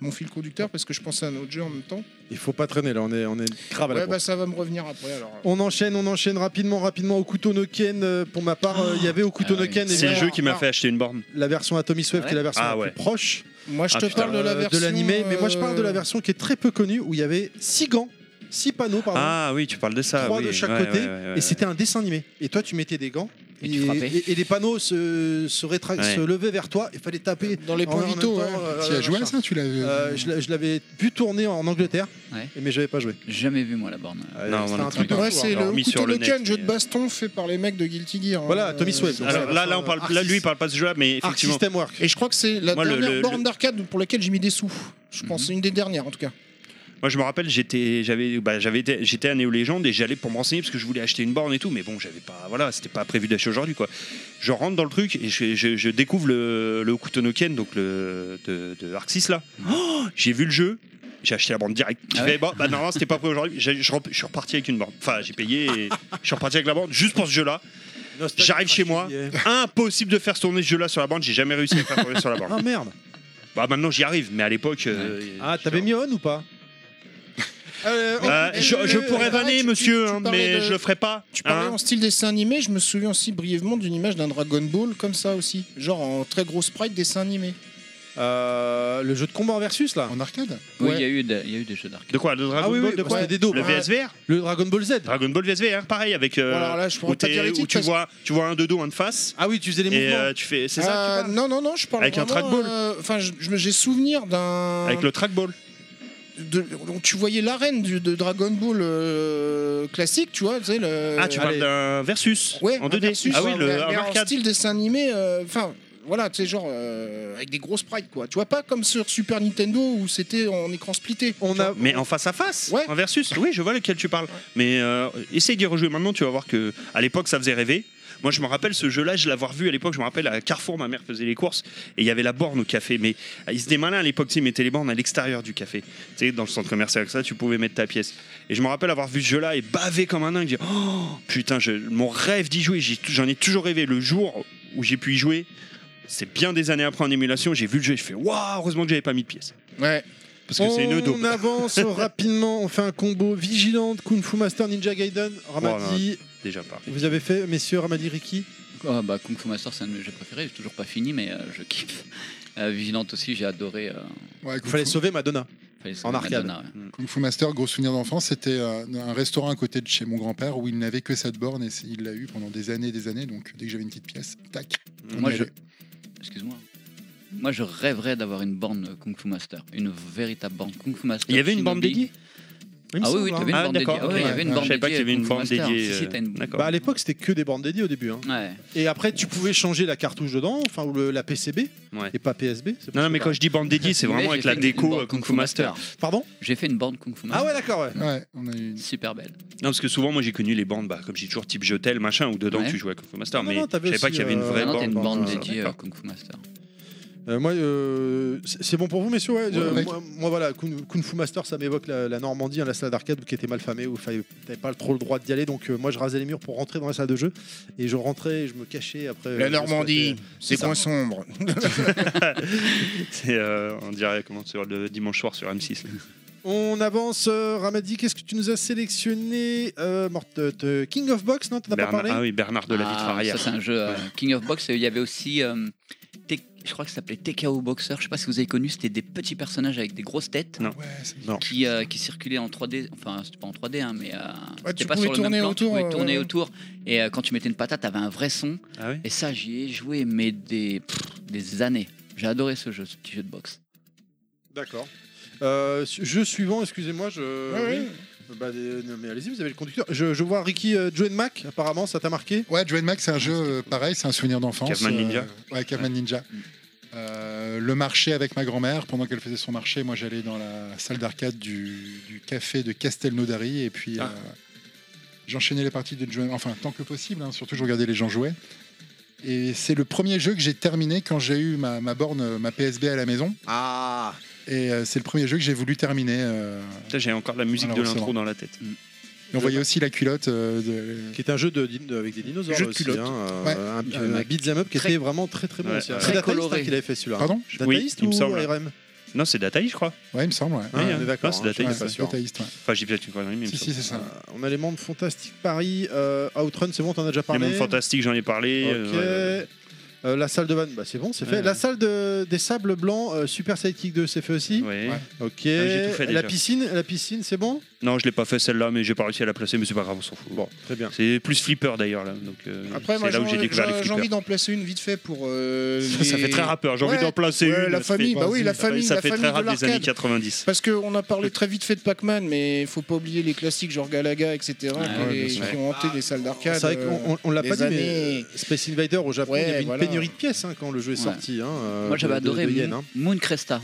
[SPEAKER 5] mon fil conducteur parce que je pensais à un autre jeu en même temps.
[SPEAKER 2] Ah,
[SPEAKER 4] Il faut pas traîner là, on est, on est grave à la
[SPEAKER 5] ouais,
[SPEAKER 4] bourre.
[SPEAKER 5] bah ça va me revenir après alors.
[SPEAKER 4] On enchaîne, on enchaîne rapidement, rapidement. Au couteau no Ken, euh, pour ma part, euh, il y avait au couteau
[SPEAKER 6] Ah
[SPEAKER 4] no
[SPEAKER 6] oui.
[SPEAKER 4] Ken,
[SPEAKER 2] c'est le
[SPEAKER 4] évidemment,
[SPEAKER 2] jeu qui m'a fait acheter une borne.
[SPEAKER 4] la version Atomic Wave,
[SPEAKER 6] Ah
[SPEAKER 4] qui est la version
[SPEAKER 2] Ah
[SPEAKER 4] la
[SPEAKER 2] ouais.
[SPEAKER 4] plus proche
[SPEAKER 5] Moi, je
[SPEAKER 2] Ah,
[SPEAKER 5] te
[SPEAKER 2] putain.
[SPEAKER 5] parle de la
[SPEAKER 4] euh,
[SPEAKER 5] version.
[SPEAKER 4] de l'animé. Mais moi, je parle de la
[SPEAKER 5] euh,
[SPEAKER 4] version qui est très peu connue, où il y avait six gants, six panneaux, pardon.
[SPEAKER 2] Ah oui, tu parles de ça.
[SPEAKER 4] Trois
[SPEAKER 2] oui.
[SPEAKER 4] de chaque
[SPEAKER 2] Ouais,
[SPEAKER 4] côté,
[SPEAKER 2] ouais, ouais, ouais,
[SPEAKER 4] et c'était un dessin animé. Et toi, tu mettais des gants,
[SPEAKER 6] Et tu frappais.
[SPEAKER 4] et- et les panneaux se, se, rétra-
[SPEAKER 2] Ouais.
[SPEAKER 4] se levaient vers toi, il fallait taper.
[SPEAKER 5] Dans les hein.
[SPEAKER 4] en- en
[SPEAKER 5] points
[SPEAKER 4] même
[SPEAKER 5] vitaux.
[SPEAKER 4] temps,
[SPEAKER 5] ouais.
[SPEAKER 4] euh,
[SPEAKER 7] Tu as joué à
[SPEAKER 4] machin.
[SPEAKER 7] ça Tu l'as
[SPEAKER 4] Euh, je l'a- je l'avais vu tourner en Angleterre,
[SPEAKER 6] Ouais.
[SPEAKER 4] mais j'avais pas joué.
[SPEAKER 6] Jamais vu moi la borne.
[SPEAKER 4] Euh,
[SPEAKER 2] Ah, Non,
[SPEAKER 4] c'était
[SPEAKER 2] voilà,
[SPEAKER 4] un truc de
[SPEAKER 5] Ouais,
[SPEAKER 4] fou, hein.
[SPEAKER 5] c'est
[SPEAKER 2] alors,
[SPEAKER 5] le
[SPEAKER 2] mis
[SPEAKER 5] couteau
[SPEAKER 2] sur le
[SPEAKER 5] de
[SPEAKER 2] net,
[SPEAKER 5] Ken, jeu
[SPEAKER 2] mais,
[SPEAKER 5] de
[SPEAKER 2] euh,
[SPEAKER 5] baston fait par les mecs de Guilty Gear. hein.
[SPEAKER 4] Voilà, Tommy
[SPEAKER 5] Euh,
[SPEAKER 4] Swift.
[SPEAKER 5] c'est-
[SPEAKER 4] Donc,
[SPEAKER 2] Alors là, là, on parle, là, lui, il parle pas de ce jeu-là, mais
[SPEAKER 4] Arc
[SPEAKER 2] effectivement.
[SPEAKER 4] System Work.
[SPEAKER 5] Et je crois que c'est la
[SPEAKER 2] Moi, le-
[SPEAKER 5] dernière
[SPEAKER 2] le-
[SPEAKER 5] borne
[SPEAKER 2] le- Mhm.
[SPEAKER 5] d'arcade pour laquelle j'ai mis des sous. Je pense, c'est une des dernières en tout cas.
[SPEAKER 2] Moi, je me rappelle, j'étais, j'avais, bah, j'avais été- j'étais à Néo Légende et j'allais pour me renseigner parce que je voulais acheter une borne et tout, mais bon, j'avais pas, voilà, c'était pas prévu d'acheter aujourd'hui, quoi. Je rentre dans le truc et je, je- je découvre le, le Kutonoken, donc le de, de Arc 6 là. Oh, j'ai vu le jeu. J'ai acheté la borne direct. Je
[SPEAKER 6] Ah
[SPEAKER 2] fais,
[SPEAKER 6] ouais
[SPEAKER 2] bon, bah, normalement, c'était pas prévu aujourd'hui. J'ai- Je, rep- je suis reparti avec une borne. Enfin, j'ai payé et je suis reparti avec la borne juste pour ce jeu-là. J'arrive chez moi. Impossible de faire tourner ce jeu-là sur la borne. J'ai jamais réussi à faire tourner sur la borne.
[SPEAKER 4] Ah merde.
[SPEAKER 2] Bah, maintenant, j'y arrive, mais à l'époque. euh,
[SPEAKER 4] Ah, t'avais mis on ou pas
[SPEAKER 2] Euh, je, je
[SPEAKER 5] Euh,
[SPEAKER 2] pourrais
[SPEAKER 5] euh,
[SPEAKER 2] vanner,
[SPEAKER 5] tu-
[SPEAKER 2] monsieur,
[SPEAKER 5] tu
[SPEAKER 2] hein,
[SPEAKER 5] parlais
[SPEAKER 2] mais
[SPEAKER 5] de-
[SPEAKER 2] je le ferai pas.
[SPEAKER 5] Tu parlais
[SPEAKER 2] hein.
[SPEAKER 5] en style dessin animé, je me souviens aussi brièvement d'une image d'un Dragon Ball comme ça aussi. Genre en très gros sprite dessin animé.
[SPEAKER 4] Euh, Le jeu de combat en versus là
[SPEAKER 7] En arcade
[SPEAKER 6] Oui,
[SPEAKER 5] Ouais.
[SPEAKER 2] euh,
[SPEAKER 6] il y a eu de- il y a eu des jeux d'arcade.
[SPEAKER 2] De quoi Le Dragon
[SPEAKER 4] Ah oui,
[SPEAKER 2] Ball
[SPEAKER 4] oui,
[SPEAKER 2] de
[SPEAKER 4] bah,
[SPEAKER 2] quoi
[SPEAKER 4] c'était des daubes.
[SPEAKER 2] Le
[SPEAKER 4] Ouais.
[SPEAKER 2] VSVR
[SPEAKER 4] Le Dragon Ball Z
[SPEAKER 2] Dragon Ball VSVR, pareil, avec. euh,
[SPEAKER 5] Alors là, je pourrais
[SPEAKER 2] où
[SPEAKER 5] pas
[SPEAKER 2] t'es-
[SPEAKER 5] dire les
[SPEAKER 2] où
[SPEAKER 5] titres
[SPEAKER 2] tu
[SPEAKER 5] parce-
[SPEAKER 2] vois, tu vois un de dos, un de face.
[SPEAKER 4] Ah oui, tu faisais les
[SPEAKER 2] Et
[SPEAKER 4] mouvements
[SPEAKER 2] euh, tu fais. C'est ça que tu
[SPEAKER 5] Euh,
[SPEAKER 2] parles
[SPEAKER 5] non, non, non, je parle
[SPEAKER 2] Avec un
[SPEAKER 5] vraiment,
[SPEAKER 2] trackball.
[SPEAKER 5] euh, Enfin, je- je me- j'ai souvenir d'un.
[SPEAKER 2] Avec le trackball.
[SPEAKER 5] Euh, de- donc, tu voyais l'arène du- de Dragon Ball euh, classique, tu vois. Tu sais, le,
[SPEAKER 2] Ah, tu
[SPEAKER 4] allez.
[SPEAKER 2] parles d'un versus
[SPEAKER 5] Ouais,
[SPEAKER 2] en
[SPEAKER 5] un
[SPEAKER 2] 2D.
[SPEAKER 5] versus,
[SPEAKER 2] ah oui, le,
[SPEAKER 5] mais- mais
[SPEAKER 2] un
[SPEAKER 5] en
[SPEAKER 2] arcade.
[SPEAKER 5] style dessin animé. euh, Enfin, voilà, tu sais, genre euh, avec des grosses sprites, quoi. Tu vois, pas comme sur Super Nintendo où c'était en écran splitté.
[SPEAKER 11] On
[SPEAKER 5] Tu
[SPEAKER 11] a-
[SPEAKER 2] Mais en face à face,
[SPEAKER 5] Ouais.
[SPEAKER 2] en versus. Oui, je vois lequel tu parles. Mais euh, essaye d'y rejouer maintenant, tu vas voir que à l'époque ça faisait rêver. Moi, je me rappelle ce jeu-là, je l'avoir vu à l'époque. Je me rappelle à Carrefour, ma mère faisait les courses et il y avait la borne au café. Mais euh, ils étaient malins à l'époque, tu sais, ils mettaient les bornes à l'extérieur du café. Tu sais, dans le centre commercial, comme ça, tu pouvais mettre ta pièce. Et je me rappelle avoir vu ce jeu-là et baver comme un dingue. dire, oh, putain, je- mon rêve d'y jouer, j'y- j'en ai toujours rêvé. Le jour où j'ai pu y jouer, c'est bien des années après en émulation, j'ai vu le jeu et je fais, waouh, heureusement que j'avais pas mis de pièce.
[SPEAKER 5] vois. Ouais.
[SPEAKER 2] Parce que c'est une
[SPEAKER 4] On
[SPEAKER 2] daube.
[SPEAKER 4] avance rapidement, on fait un combo vigilante, Kung Fu Master, Ninja Gaiden, Ramadi.
[SPEAKER 2] Déjà pas.
[SPEAKER 4] Vous avez fait, messieurs, Ramadi Riki
[SPEAKER 6] Ah bah, Kung Fu Master, c'est un de mes jeux préférés. J'ai toujours pas fini, mais euh, je kiffe. Euh, Vigilante aussi, j'ai adoré. euh,
[SPEAKER 7] Ouais, Kung
[SPEAKER 4] Il fallait
[SPEAKER 7] Fu-
[SPEAKER 4] sauver Madonna.
[SPEAKER 6] Fallait
[SPEAKER 4] En
[SPEAKER 6] sauver
[SPEAKER 4] arcade.
[SPEAKER 6] Madonna, ouais.
[SPEAKER 7] Kung Fu Master, gros souvenir d'enfance, c'était euh, un restaurant à côté de chez mon grand-père où il n'avait que cette borne et c'est- il l'a eu pendant des années et des années. Donc dès que j'avais une petite pièce, tac. on
[SPEAKER 6] Moi,
[SPEAKER 7] y
[SPEAKER 6] je-
[SPEAKER 7] allait.
[SPEAKER 6] Excuse-moi. Moi, je rêverais d'avoir une borne Kung Fu Master. Une véritable borne Kung Fu Master.
[SPEAKER 2] Il y avait une bande
[SPEAKER 6] Shinobi.
[SPEAKER 2] dédiée Il me
[SPEAKER 6] Ah
[SPEAKER 2] semble,
[SPEAKER 6] oui, oui,
[SPEAKER 2] hein.
[SPEAKER 6] t'avais une
[SPEAKER 2] Ah,
[SPEAKER 6] borne
[SPEAKER 2] d'accord,
[SPEAKER 6] dédiée. Ah oui, il y
[SPEAKER 2] ok.
[SPEAKER 6] avait
[SPEAKER 7] ouais.
[SPEAKER 6] une borne
[SPEAKER 2] Je savais pas qu'il y avait
[SPEAKER 6] dédiée
[SPEAKER 2] une
[SPEAKER 6] à
[SPEAKER 2] borne
[SPEAKER 6] Kung Fu Master.
[SPEAKER 2] dédiée, euh,
[SPEAKER 6] Si, si, t'as une-
[SPEAKER 2] D'accord.
[SPEAKER 4] Bah, à l'époque, c'était que des bandes dédiées au début. hein.
[SPEAKER 6] Ouais.
[SPEAKER 4] Et après, tu pouvais changer la cartouche dedans, enfin, ou le- la PCB,
[SPEAKER 2] Ouais.
[SPEAKER 4] et pas PSB.
[SPEAKER 2] non,
[SPEAKER 4] c'est
[SPEAKER 2] non,
[SPEAKER 4] possible.
[SPEAKER 2] mais quand je dis bande dédiée, c'est
[SPEAKER 6] Mais j'ai
[SPEAKER 2] vraiment avec
[SPEAKER 6] fait
[SPEAKER 2] la
[SPEAKER 6] une-
[SPEAKER 2] déco
[SPEAKER 6] une borne
[SPEAKER 2] euh, Kung Fu Master.
[SPEAKER 4] Pardon
[SPEAKER 6] J'ai fait une borne Kung Fu
[SPEAKER 4] Ah
[SPEAKER 6] Master.
[SPEAKER 4] ouais, d'accord, ouais.
[SPEAKER 7] Ouais, on a eu.
[SPEAKER 6] Super belle.
[SPEAKER 2] Non, parce que souvent, moi, j'ai connu les bandes, bah, comme j'ai toujours type Jotel, machin, où dedans
[SPEAKER 6] Ouais.
[SPEAKER 2] tu jouais à Kung Fu Master.
[SPEAKER 4] Non,
[SPEAKER 2] mais
[SPEAKER 4] non,
[SPEAKER 2] je
[SPEAKER 4] t'avais
[SPEAKER 2] savais pas
[SPEAKER 4] aussi,
[SPEAKER 2] qu'il y avait une
[SPEAKER 4] euh,
[SPEAKER 2] vraie
[SPEAKER 6] Maintenant, t'as
[SPEAKER 2] borne.
[SPEAKER 6] une borne
[SPEAKER 4] euh,
[SPEAKER 6] dédiée à
[SPEAKER 4] d'accord.
[SPEAKER 6] Kung Fu Master.
[SPEAKER 4] Euh, moi, euh, c'est c'est bon pour vous, messieurs. Ouais, je-
[SPEAKER 7] Ouais, ouais.
[SPEAKER 4] Euh, moi, moi, voilà, Kung, Kung Fu Master, ça m'évoque la, la Normandie, hein, la salle d'arcade qui était mal famée, où fallait- t'avais pas trop le droit d'y aller. Donc, euh, moi, je rasais les murs pour rentrer dans la salle de jeu, et je rentrais, et je me cachais après. euh,
[SPEAKER 5] La Normandie, c'est
[SPEAKER 4] ça.
[SPEAKER 5] coin sombre.
[SPEAKER 2] C'est, euh, on dirait comment sur le dimanche soir sur M6.
[SPEAKER 4] On avance, euh, Ramadi, qu'est-ce que tu nous as sélectionné Euh, Mort- euh, te- King of Box, non T'en as pas
[SPEAKER 2] Bernard-
[SPEAKER 4] parlé
[SPEAKER 2] ah oui, Bernard de la
[SPEAKER 6] Ah,
[SPEAKER 2] vitre arrière.
[SPEAKER 6] Ça, c'est un jeu euh, King of Box. Il y avait aussi. euh, T- je crois que ça s'appelait TKO Boxer. Je sais pas si vous avez connu. C'était des petits personnages avec des grosses têtes.
[SPEAKER 2] Non.
[SPEAKER 7] Ouais, c'est-
[SPEAKER 6] Qui, euh, qui circulaient en 3D, enfin c'était pas en 3D, hein, mais euh,
[SPEAKER 5] Ouais,
[SPEAKER 6] c'était
[SPEAKER 5] tu
[SPEAKER 6] pas
[SPEAKER 5] pouvais
[SPEAKER 6] sur le même
[SPEAKER 5] tourner
[SPEAKER 6] plan,
[SPEAKER 5] autour,
[SPEAKER 6] tu pouvais
[SPEAKER 5] euh,
[SPEAKER 6] tourner
[SPEAKER 5] ouais, ouais.
[SPEAKER 6] autour, et euh, quand tu mettais une patate, t'avais un vrai son,
[SPEAKER 2] Ah oui
[SPEAKER 6] et ça j'y ai joué, mais des, pff, des années. J'ai adoré ce jeu, ce petit jeu de boxe.
[SPEAKER 4] D'accord. Euh, su- jeu suivant, excusez-moi, je.
[SPEAKER 5] Ouais, ouais.
[SPEAKER 4] Oui. Bah, des- non, mais allez-y, vous avez le conducteur. Je, je vois Ricky euh, Joe and Mac, apparemment, ça t'a marqué
[SPEAKER 7] Ouais, Joan Mac, c'est un jeu euh, pareil, c'est un souvenir d'enfance.
[SPEAKER 2] Caveman Ninja.
[SPEAKER 7] Euh, ouais, Caveman Ninja. Euh, le marché avec ma grand-mère, pendant qu'elle faisait son marché, moi j'allais dans la salle d'arcade du, du café de Castelnaudary et puis
[SPEAKER 2] Ah.
[SPEAKER 7] euh, j'enchaînais les parties de Joan, enfin tant que possible, hein, surtout je regardais les gens jouer. Et c'est le premier jeu que j'ai terminé quand j'ai eu ma, ma borne, euh, ma PSB à la maison.
[SPEAKER 4] Ah
[SPEAKER 7] Et euh, c'est le premier jeu que j'ai voulu terminer. euh.
[SPEAKER 2] Putain, J'ai encore la musique
[SPEAKER 7] Alors,
[SPEAKER 2] de
[SPEAKER 7] c'est
[SPEAKER 2] l'intro
[SPEAKER 7] bon.
[SPEAKER 2] dans la tête.
[SPEAKER 7] Et on voyait aussi la culotte euh, de-
[SPEAKER 4] Qui est un jeu de, din- de- avec des dinosaures.
[SPEAKER 7] Jeu de
[SPEAKER 4] aussi,
[SPEAKER 7] culotte.
[SPEAKER 4] hein, euh,
[SPEAKER 7] Ouais.
[SPEAKER 4] un-
[SPEAKER 6] Joe
[SPEAKER 4] Un,
[SPEAKER 6] and Mac.
[SPEAKER 4] beat'em up qui
[SPEAKER 6] Très-
[SPEAKER 4] était vraiment très très bon
[SPEAKER 2] Ouais,
[SPEAKER 4] aussi. hein.
[SPEAKER 2] ouais.
[SPEAKER 4] C'est
[SPEAKER 6] Très
[SPEAKER 4] Dataist, hein,
[SPEAKER 6] coloré.
[SPEAKER 4] qu'il avait fait celui-là. hein,
[SPEAKER 7] Pardon
[SPEAKER 4] Dataist
[SPEAKER 2] il me
[SPEAKER 4] ou
[SPEAKER 2] semble.
[SPEAKER 4] ARM
[SPEAKER 2] Non, c'est Dataï, je crois.
[SPEAKER 7] Ouais, il me semble. ouais.
[SPEAKER 4] Ah,
[SPEAKER 2] Oui,
[SPEAKER 4] on
[SPEAKER 2] hein.
[SPEAKER 4] est d'accord.
[SPEAKER 2] Non, c'est
[SPEAKER 4] hein, je suis
[SPEAKER 2] Dataist.
[SPEAKER 7] Ouais,
[SPEAKER 4] pas
[SPEAKER 7] c'est
[SPEAKER 4] sûr.
[SPEAKER 7] dataïste, ouais.
[SPEAKER 2] Enfin, j'ai peut-être une connerie, mais il me
[SPEAKER 7] Si, si,
[SPEAKER 2] semble.
[SPEAKER 7] c'est
[SPEAKER 4] Euh,
[SPEAKER 7] ça.
[SPEAKER 4] On a les mondes fantastiques Paris. euh, Outrun, c'est bon, t'en as déjà
[SPEAKER 2] Les
[SPEAKER 4] parlé.
[SPEAKER 2] mondes fantastiques, j'en ai parlé.
[SPEAKER 4] Ok.
[SPEAKER 2] euh, ouais, ouais.
[SPEAKER 4] Euh, la salle de vanne, bah, c'est bon, c'est fait.
[SPEAKER 2] Ouais.
[SPEAKER 4] La salle de, des sables blancs, euh, Super Sidekick 2, c'est fait aussi.
[SPEAKER 2] Ouais. Ah,
[SPEAKER 7] Ouais.
[SPEAKER 4] Ok.
[SPEAKER 2] j'ai tout fait
[SPEAKER 4] la
[SPEAKER 2] déjà.
[SPEAKER 4] piscine, la piscine, c'est bon.
[SPEAKER 2] Non, je l'ai pas fait celle-là, mais j'ai pas réussi à la placer, mais c'est pas grave, on s'en fout.
[SPEAKER 4] Bon, très bien.
[SPEAKER 2] C'est plus flipper d'ailleurs là. Donc, euh,
[SPEAKER 5] Après, moi,
[SPEAKER 2] c'est là où j'ai
[SPEAKER 5] j'ai
[SPEAKER 2] découvert les
[SPEAKER 5] j'ai envie
[SPEAKER 2] flippers.
[SPEAKER 5] d'en placer une vite fait pour. euh,
[SPEAKER 2] Ça, ça
[SPEAKER 5] les-
[SPEAKER 2] fait très rappeur. J'ai envie
[SPEAKER 5] Ouais,
[SPEAKER 2] d'en placer
[SPEAKER 5] ouais,
[SPEAKER 2] une.
[SPEAKER 5] la
[SPEAKER 2] ça
[SPEAKER 5] famille,
[SPEAKER 2] fait-
[SPEAKER 5] bah oui, la
[SPEAKER 2] ça fait-
[SPEAKER 5] famille-
[SPEAKER 2] Ça
[SPEAKER 5] la
[SPEAKER 2] fait
[SPEAKER 5] famille
[SPEAKER 2] très
[SPEAKER 5] de
[SPEAKER 2] rap des années
[SPEAKER 5] l'arcade.
[SPEAKER 2] 90.
[SPEAKER 5] Parce qu'on a parlé très vite fait de Pac-Man, mais faut pas oublier les classiques genre Galaga, etc.,
[SPEAKER 6] Ouais,
[SPEAKER 5] qui-
[SPEAKER 2] bien sûr.
[SPEAKER 5] qui ont hanté les salles d'arcade. euh,
[SPEAKER 4] C'est vrai qu'on on- on l'a
[SPEAKER 5] les
[SPEAKER 4] pas dit, mais
[SPEAKER 5] Ah, années.
[SPEAKER 4] Space Invader au Japon,
[SPEAKER 5] Ouais,
[SPEAKER 4] il y avait une
[SPEAKER 5] voilà.
[SPEAKER 4] pénurie de pièces hein, quand le jeu est
[SPEAKER 6] Ouais.
[SPEAKER 4] sorti. hein, euh,
[SPEAKER 6] Moi j'avais
[SPEAKER 4] de- de-
[SPEAKER 6] adoré
[SPEAKER 4] de Yen,
[SPEAKER 6] Moon,
[SPEAKER 4] hein.
[SPEAKER 6] Moon Cresta.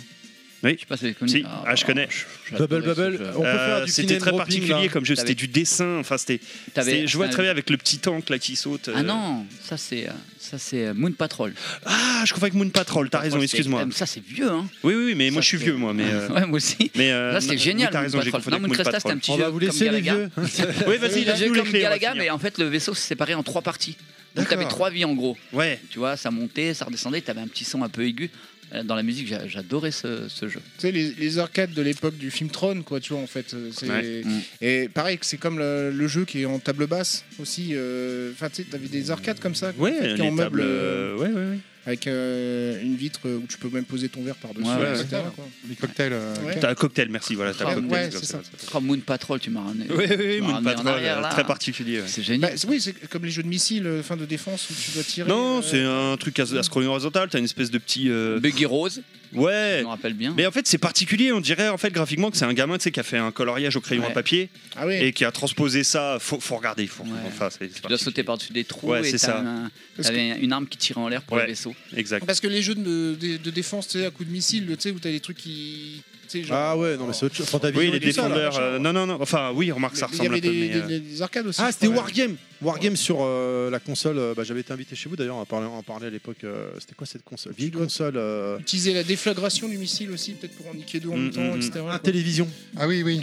[SPEAKER 2] Oui.
[SPEAKER 6] Je sais pas si vous avez connu.
[SPEAKER 2] Si, ah, je connais.
[SPEAKER 6] j'ai
[SPEAKER 4] Bubble
[SPEAKER 6] adoré ce
[SPEAKER 4] Bubble,
[SPEAKER 6] jeu.
[SPEAKER 4] on peut
[SPEAKER 2] Euh,
[SPEAKER 4] faire du
[SPEAKER 2] c'était très particulier comme jeu.
[SPEAKER 6] T'avais-
[SPEAKER 2] C'était du dessin. Enfin, c'était.
[SPEAKER 6] T'avais-
[SPEAKER 2] c'était- Je vois
[SPEAKER 6] t'avais-
[SPEAKER 2] très bien avec le petit tank là qui saute. euh.
[SPEAKER 6] Ah non, ça c'est euh, ça c'est euh, Moon Patrol.
[SPEAKER 2] Ah, je confonds avec Moon Patrol. T'as raison.
[SPEAKER 6] Patrol, c'est-
[SPEAKER 2] Excuse-moi.
[SPEAKER 6] Ça c'est vieux hein.
[SPEAKER 2] Oui, oui, oui, mais moi
[SPEAKER 6] Ça,
[SPEAKER 2] je suis
[SPEAKER 6] c'est-
[SPEAKER 2] vieux moi. Mais. euh,
[SPEAKER 6] Ouais, moi aussi.
[SPEAKER 2] Mais euh,
[SPEAKER 6] Là, c'était
[SPEAKER 2] oui,
[SPEAKER 6] génial.
[SPEAKER 2] T'as raison,
[SPEAKER 6] Moon
[SPEAKER 2] j'ai
[SPEAKER 6] Patrol.
[SPEAKER 2] confondu
[SPEAKER 6] Non,
[SPEAKER 2] avec
[SPEAKER 6] Moon
[SPEAKER 2] Moon
[SPEAKER 6] Cresta, c'était un
[SPEAKER 2] Patrol.
[SPEAKER 6] petit
[SPEAKER 4] On
[SPEAKER 6] jeu.
[SPEAKER 4] va vous laisser
[SPEAKER 6] comme
[SPEAKER 4] les
[SPEAKER 6] Galaga.
[SPEAKER 4] vieux.
[SPEAKER 2] Oui,
[SPEAKER 6] C'est
[SPEAKER 2] vas-y,
[SPEAKER 6] le jeu
[SPEAKER 2] lâche-nous Euh, les
[SPEAKER 6] comme
[SPEAKER 2] clés. on va
[SPEAKER 6] Galaga, mais
[SPEAKER 2] finir.
[SPEAKER 6] en fait, le vaisseau se séparait en trois parties. Donc,
[SPEAKER 4] D'accord.
[SPEAKER 6] t'avais trois vies en gros.
[SPEAKER 2] Ouais.
[SPEAKER 6] Tu vois, ça montait, ça redescendait, t'avais un petit son un peu aigu. Euh, Dans la musique, j'a- j'adorais ce, ce jeu.
[SPEAKER 5] Tu sais, les, les arcades de l'époque du film Tron, quoi, tu vois, en fait. euh, c'est-
[SPEAKER 2] Ouais.
[SPEAKER 6] Mm.
[SPEAKER 5] Et pareil, que c'est comme le, le jeu qui est en table basse aussi. euh, Enfin, tu sais, t'avais des arcades comme ça,
[SPEAKER 2] Ouais,
[SPEAKER 5] qui est en
[SPEAKER 2] les
[SPEAKER 5] meuble,
[SPEAKER 2] tables.
[SPEAKER 5] euh,
[SPEAKER 2] euh, Ouais, ouais, ouais.
[SPEAKER 5] avec euh, une vitre où tu peux même poser ton verre par-dessus,
[SPEAKER 6] Ouais, ouais,
[SPEAKER 5] etc.
[SPEAKER 7] ouais.
[SPEAKER 5] quoi.
[SPEAKER 2] Ah.
[SPEAKER 7] Les cocktails. euh,
[SPEAKER 5] Ouais.
[SPEAKER 2] T'as un cocktail, merci. Voilà, t'as
[SPEAKER 6] Ouais,
[SPEAKER 2] un cocktail.
[SPEAKER 5] ouais,
[SPEAKER 2] comme
[SPEAKER 5] c'est ça.
[SPEAKER 6] Oh, Moon Patrol, tu m'as ramené.
[SPEAKER 2] Oui, oui,
[SPEAKER 6] Tu
[SPEAKER 2] oui,
[SPEAKER 6] m'as
[SPEAKER 2] Moon
[SPEAKER 6] ramené en
[SPEAKER 2] Patrol, euh,
[SPEAKER 6] arrière, là.
[SPEAKER 2] très particulier. ouais.
[SPEAKER 6] C'est
[SPEAKER 5] Bah,
[SPEAKER 6] génial.
[SPEAKER 5] c'est- oui, c'est comme les jeux de missiles, euh, fin de défense, où tu dois tirer.
[SPEAKER 2] Non,
[SPEAKER 5] euh,
[SPEAKER 2] c'est un truc à, à scrolling horizontal, t'as une espèce de petit... euh,
[SPEAKER 6] Buggy Rose. Je
[SPEAKER 2] Ouais.
[SPEAKER 6] me rappelle bien.
[SPEAKER 2] Mais en fait, c'est particulier. On dirait en fait graphiquement que c'est un gamin tu sais, qui a fait un coloriage au crayon
[SPEAKER 6] Ouais.
[SPEAKER 2] à papier
[SPEAKER 5] Ah oui.
[SPEAKER 2] et qui a transposé ça. Faut, faut regarder. Faut,
[SPEAKER 6] Ouais.
[SPEAKER 2] Enfin, c'est- c'est
[SPEAKER 6] Tu dois
[SPEAKER 2] particulier.
[SPEAKER 6] sauter par-dessus des trous
[SPEAKER 2] Ouais,
[SPEAKER 6] et
[SPEAKER 2] c'est
[SPEAKER 6] t'as
[SPEAKER 2] ça.
[SPEAKER 6] un-
[SPEAKER 5] Parce
[SPEAKER 6] t'avais une arme qui tirait en l'air pour
[SPEAKER 2] Ouais.
[SPEAKER 6] le vaisseau.
[SPEAKER 2] Exact.
[SPEAKER 5] Parce que les jeux de, de- de défense, tu sais, à coups de missile, tu sais, où t'as des trucs qui. tu sais, genre-
[SPEAKER 4] Ah ouais, non mais c'est autre chose. Fantavision
[SPEAKER 2] Oui,
[SPEAKER 4] et
[SPEAKER 2] les
[SPEAKER 4] tout ça, là.
[SPEAKER 2] défendeurs. euh, non, non, non. Enfin, oui, remarque,
[SPEAKER 5] Mais
[SPEAKER 2] ça
[SPEAKER 5] Il y
[SPEAKER 2] ressemble
[SPEAKER 5] avait
[SPEAKER 2] un peu.
[SPEAKER 5] des,
[SPEAKER 2] mais, euh,
[SPEAKER 5] des- des arcades aussi.
[SPEAKER 4] Ah, c'était
[SPEAKER 5] Ouais.
[SPEAKER 4] Wargame. Wargame sur euh, la console. euh, bah, J'avais été invité chez vous d'ailleurs. On en parlait, on en parlait à l'époque. euh, c'était quoi cette console Vieille console. euh,
[SPEAKER 5] Utiliser la déflagration du missile aussi, peut-être pour en niquer deux en
[SPEAKER 2] Mm,
[SPEAKER 5] même temps,
[SPEAKER 2] mm,
[SPEAKER 5] etc.
[SPEAKER 4] Ah, télévision.
[SPEAKER 7] Ah oui, oui.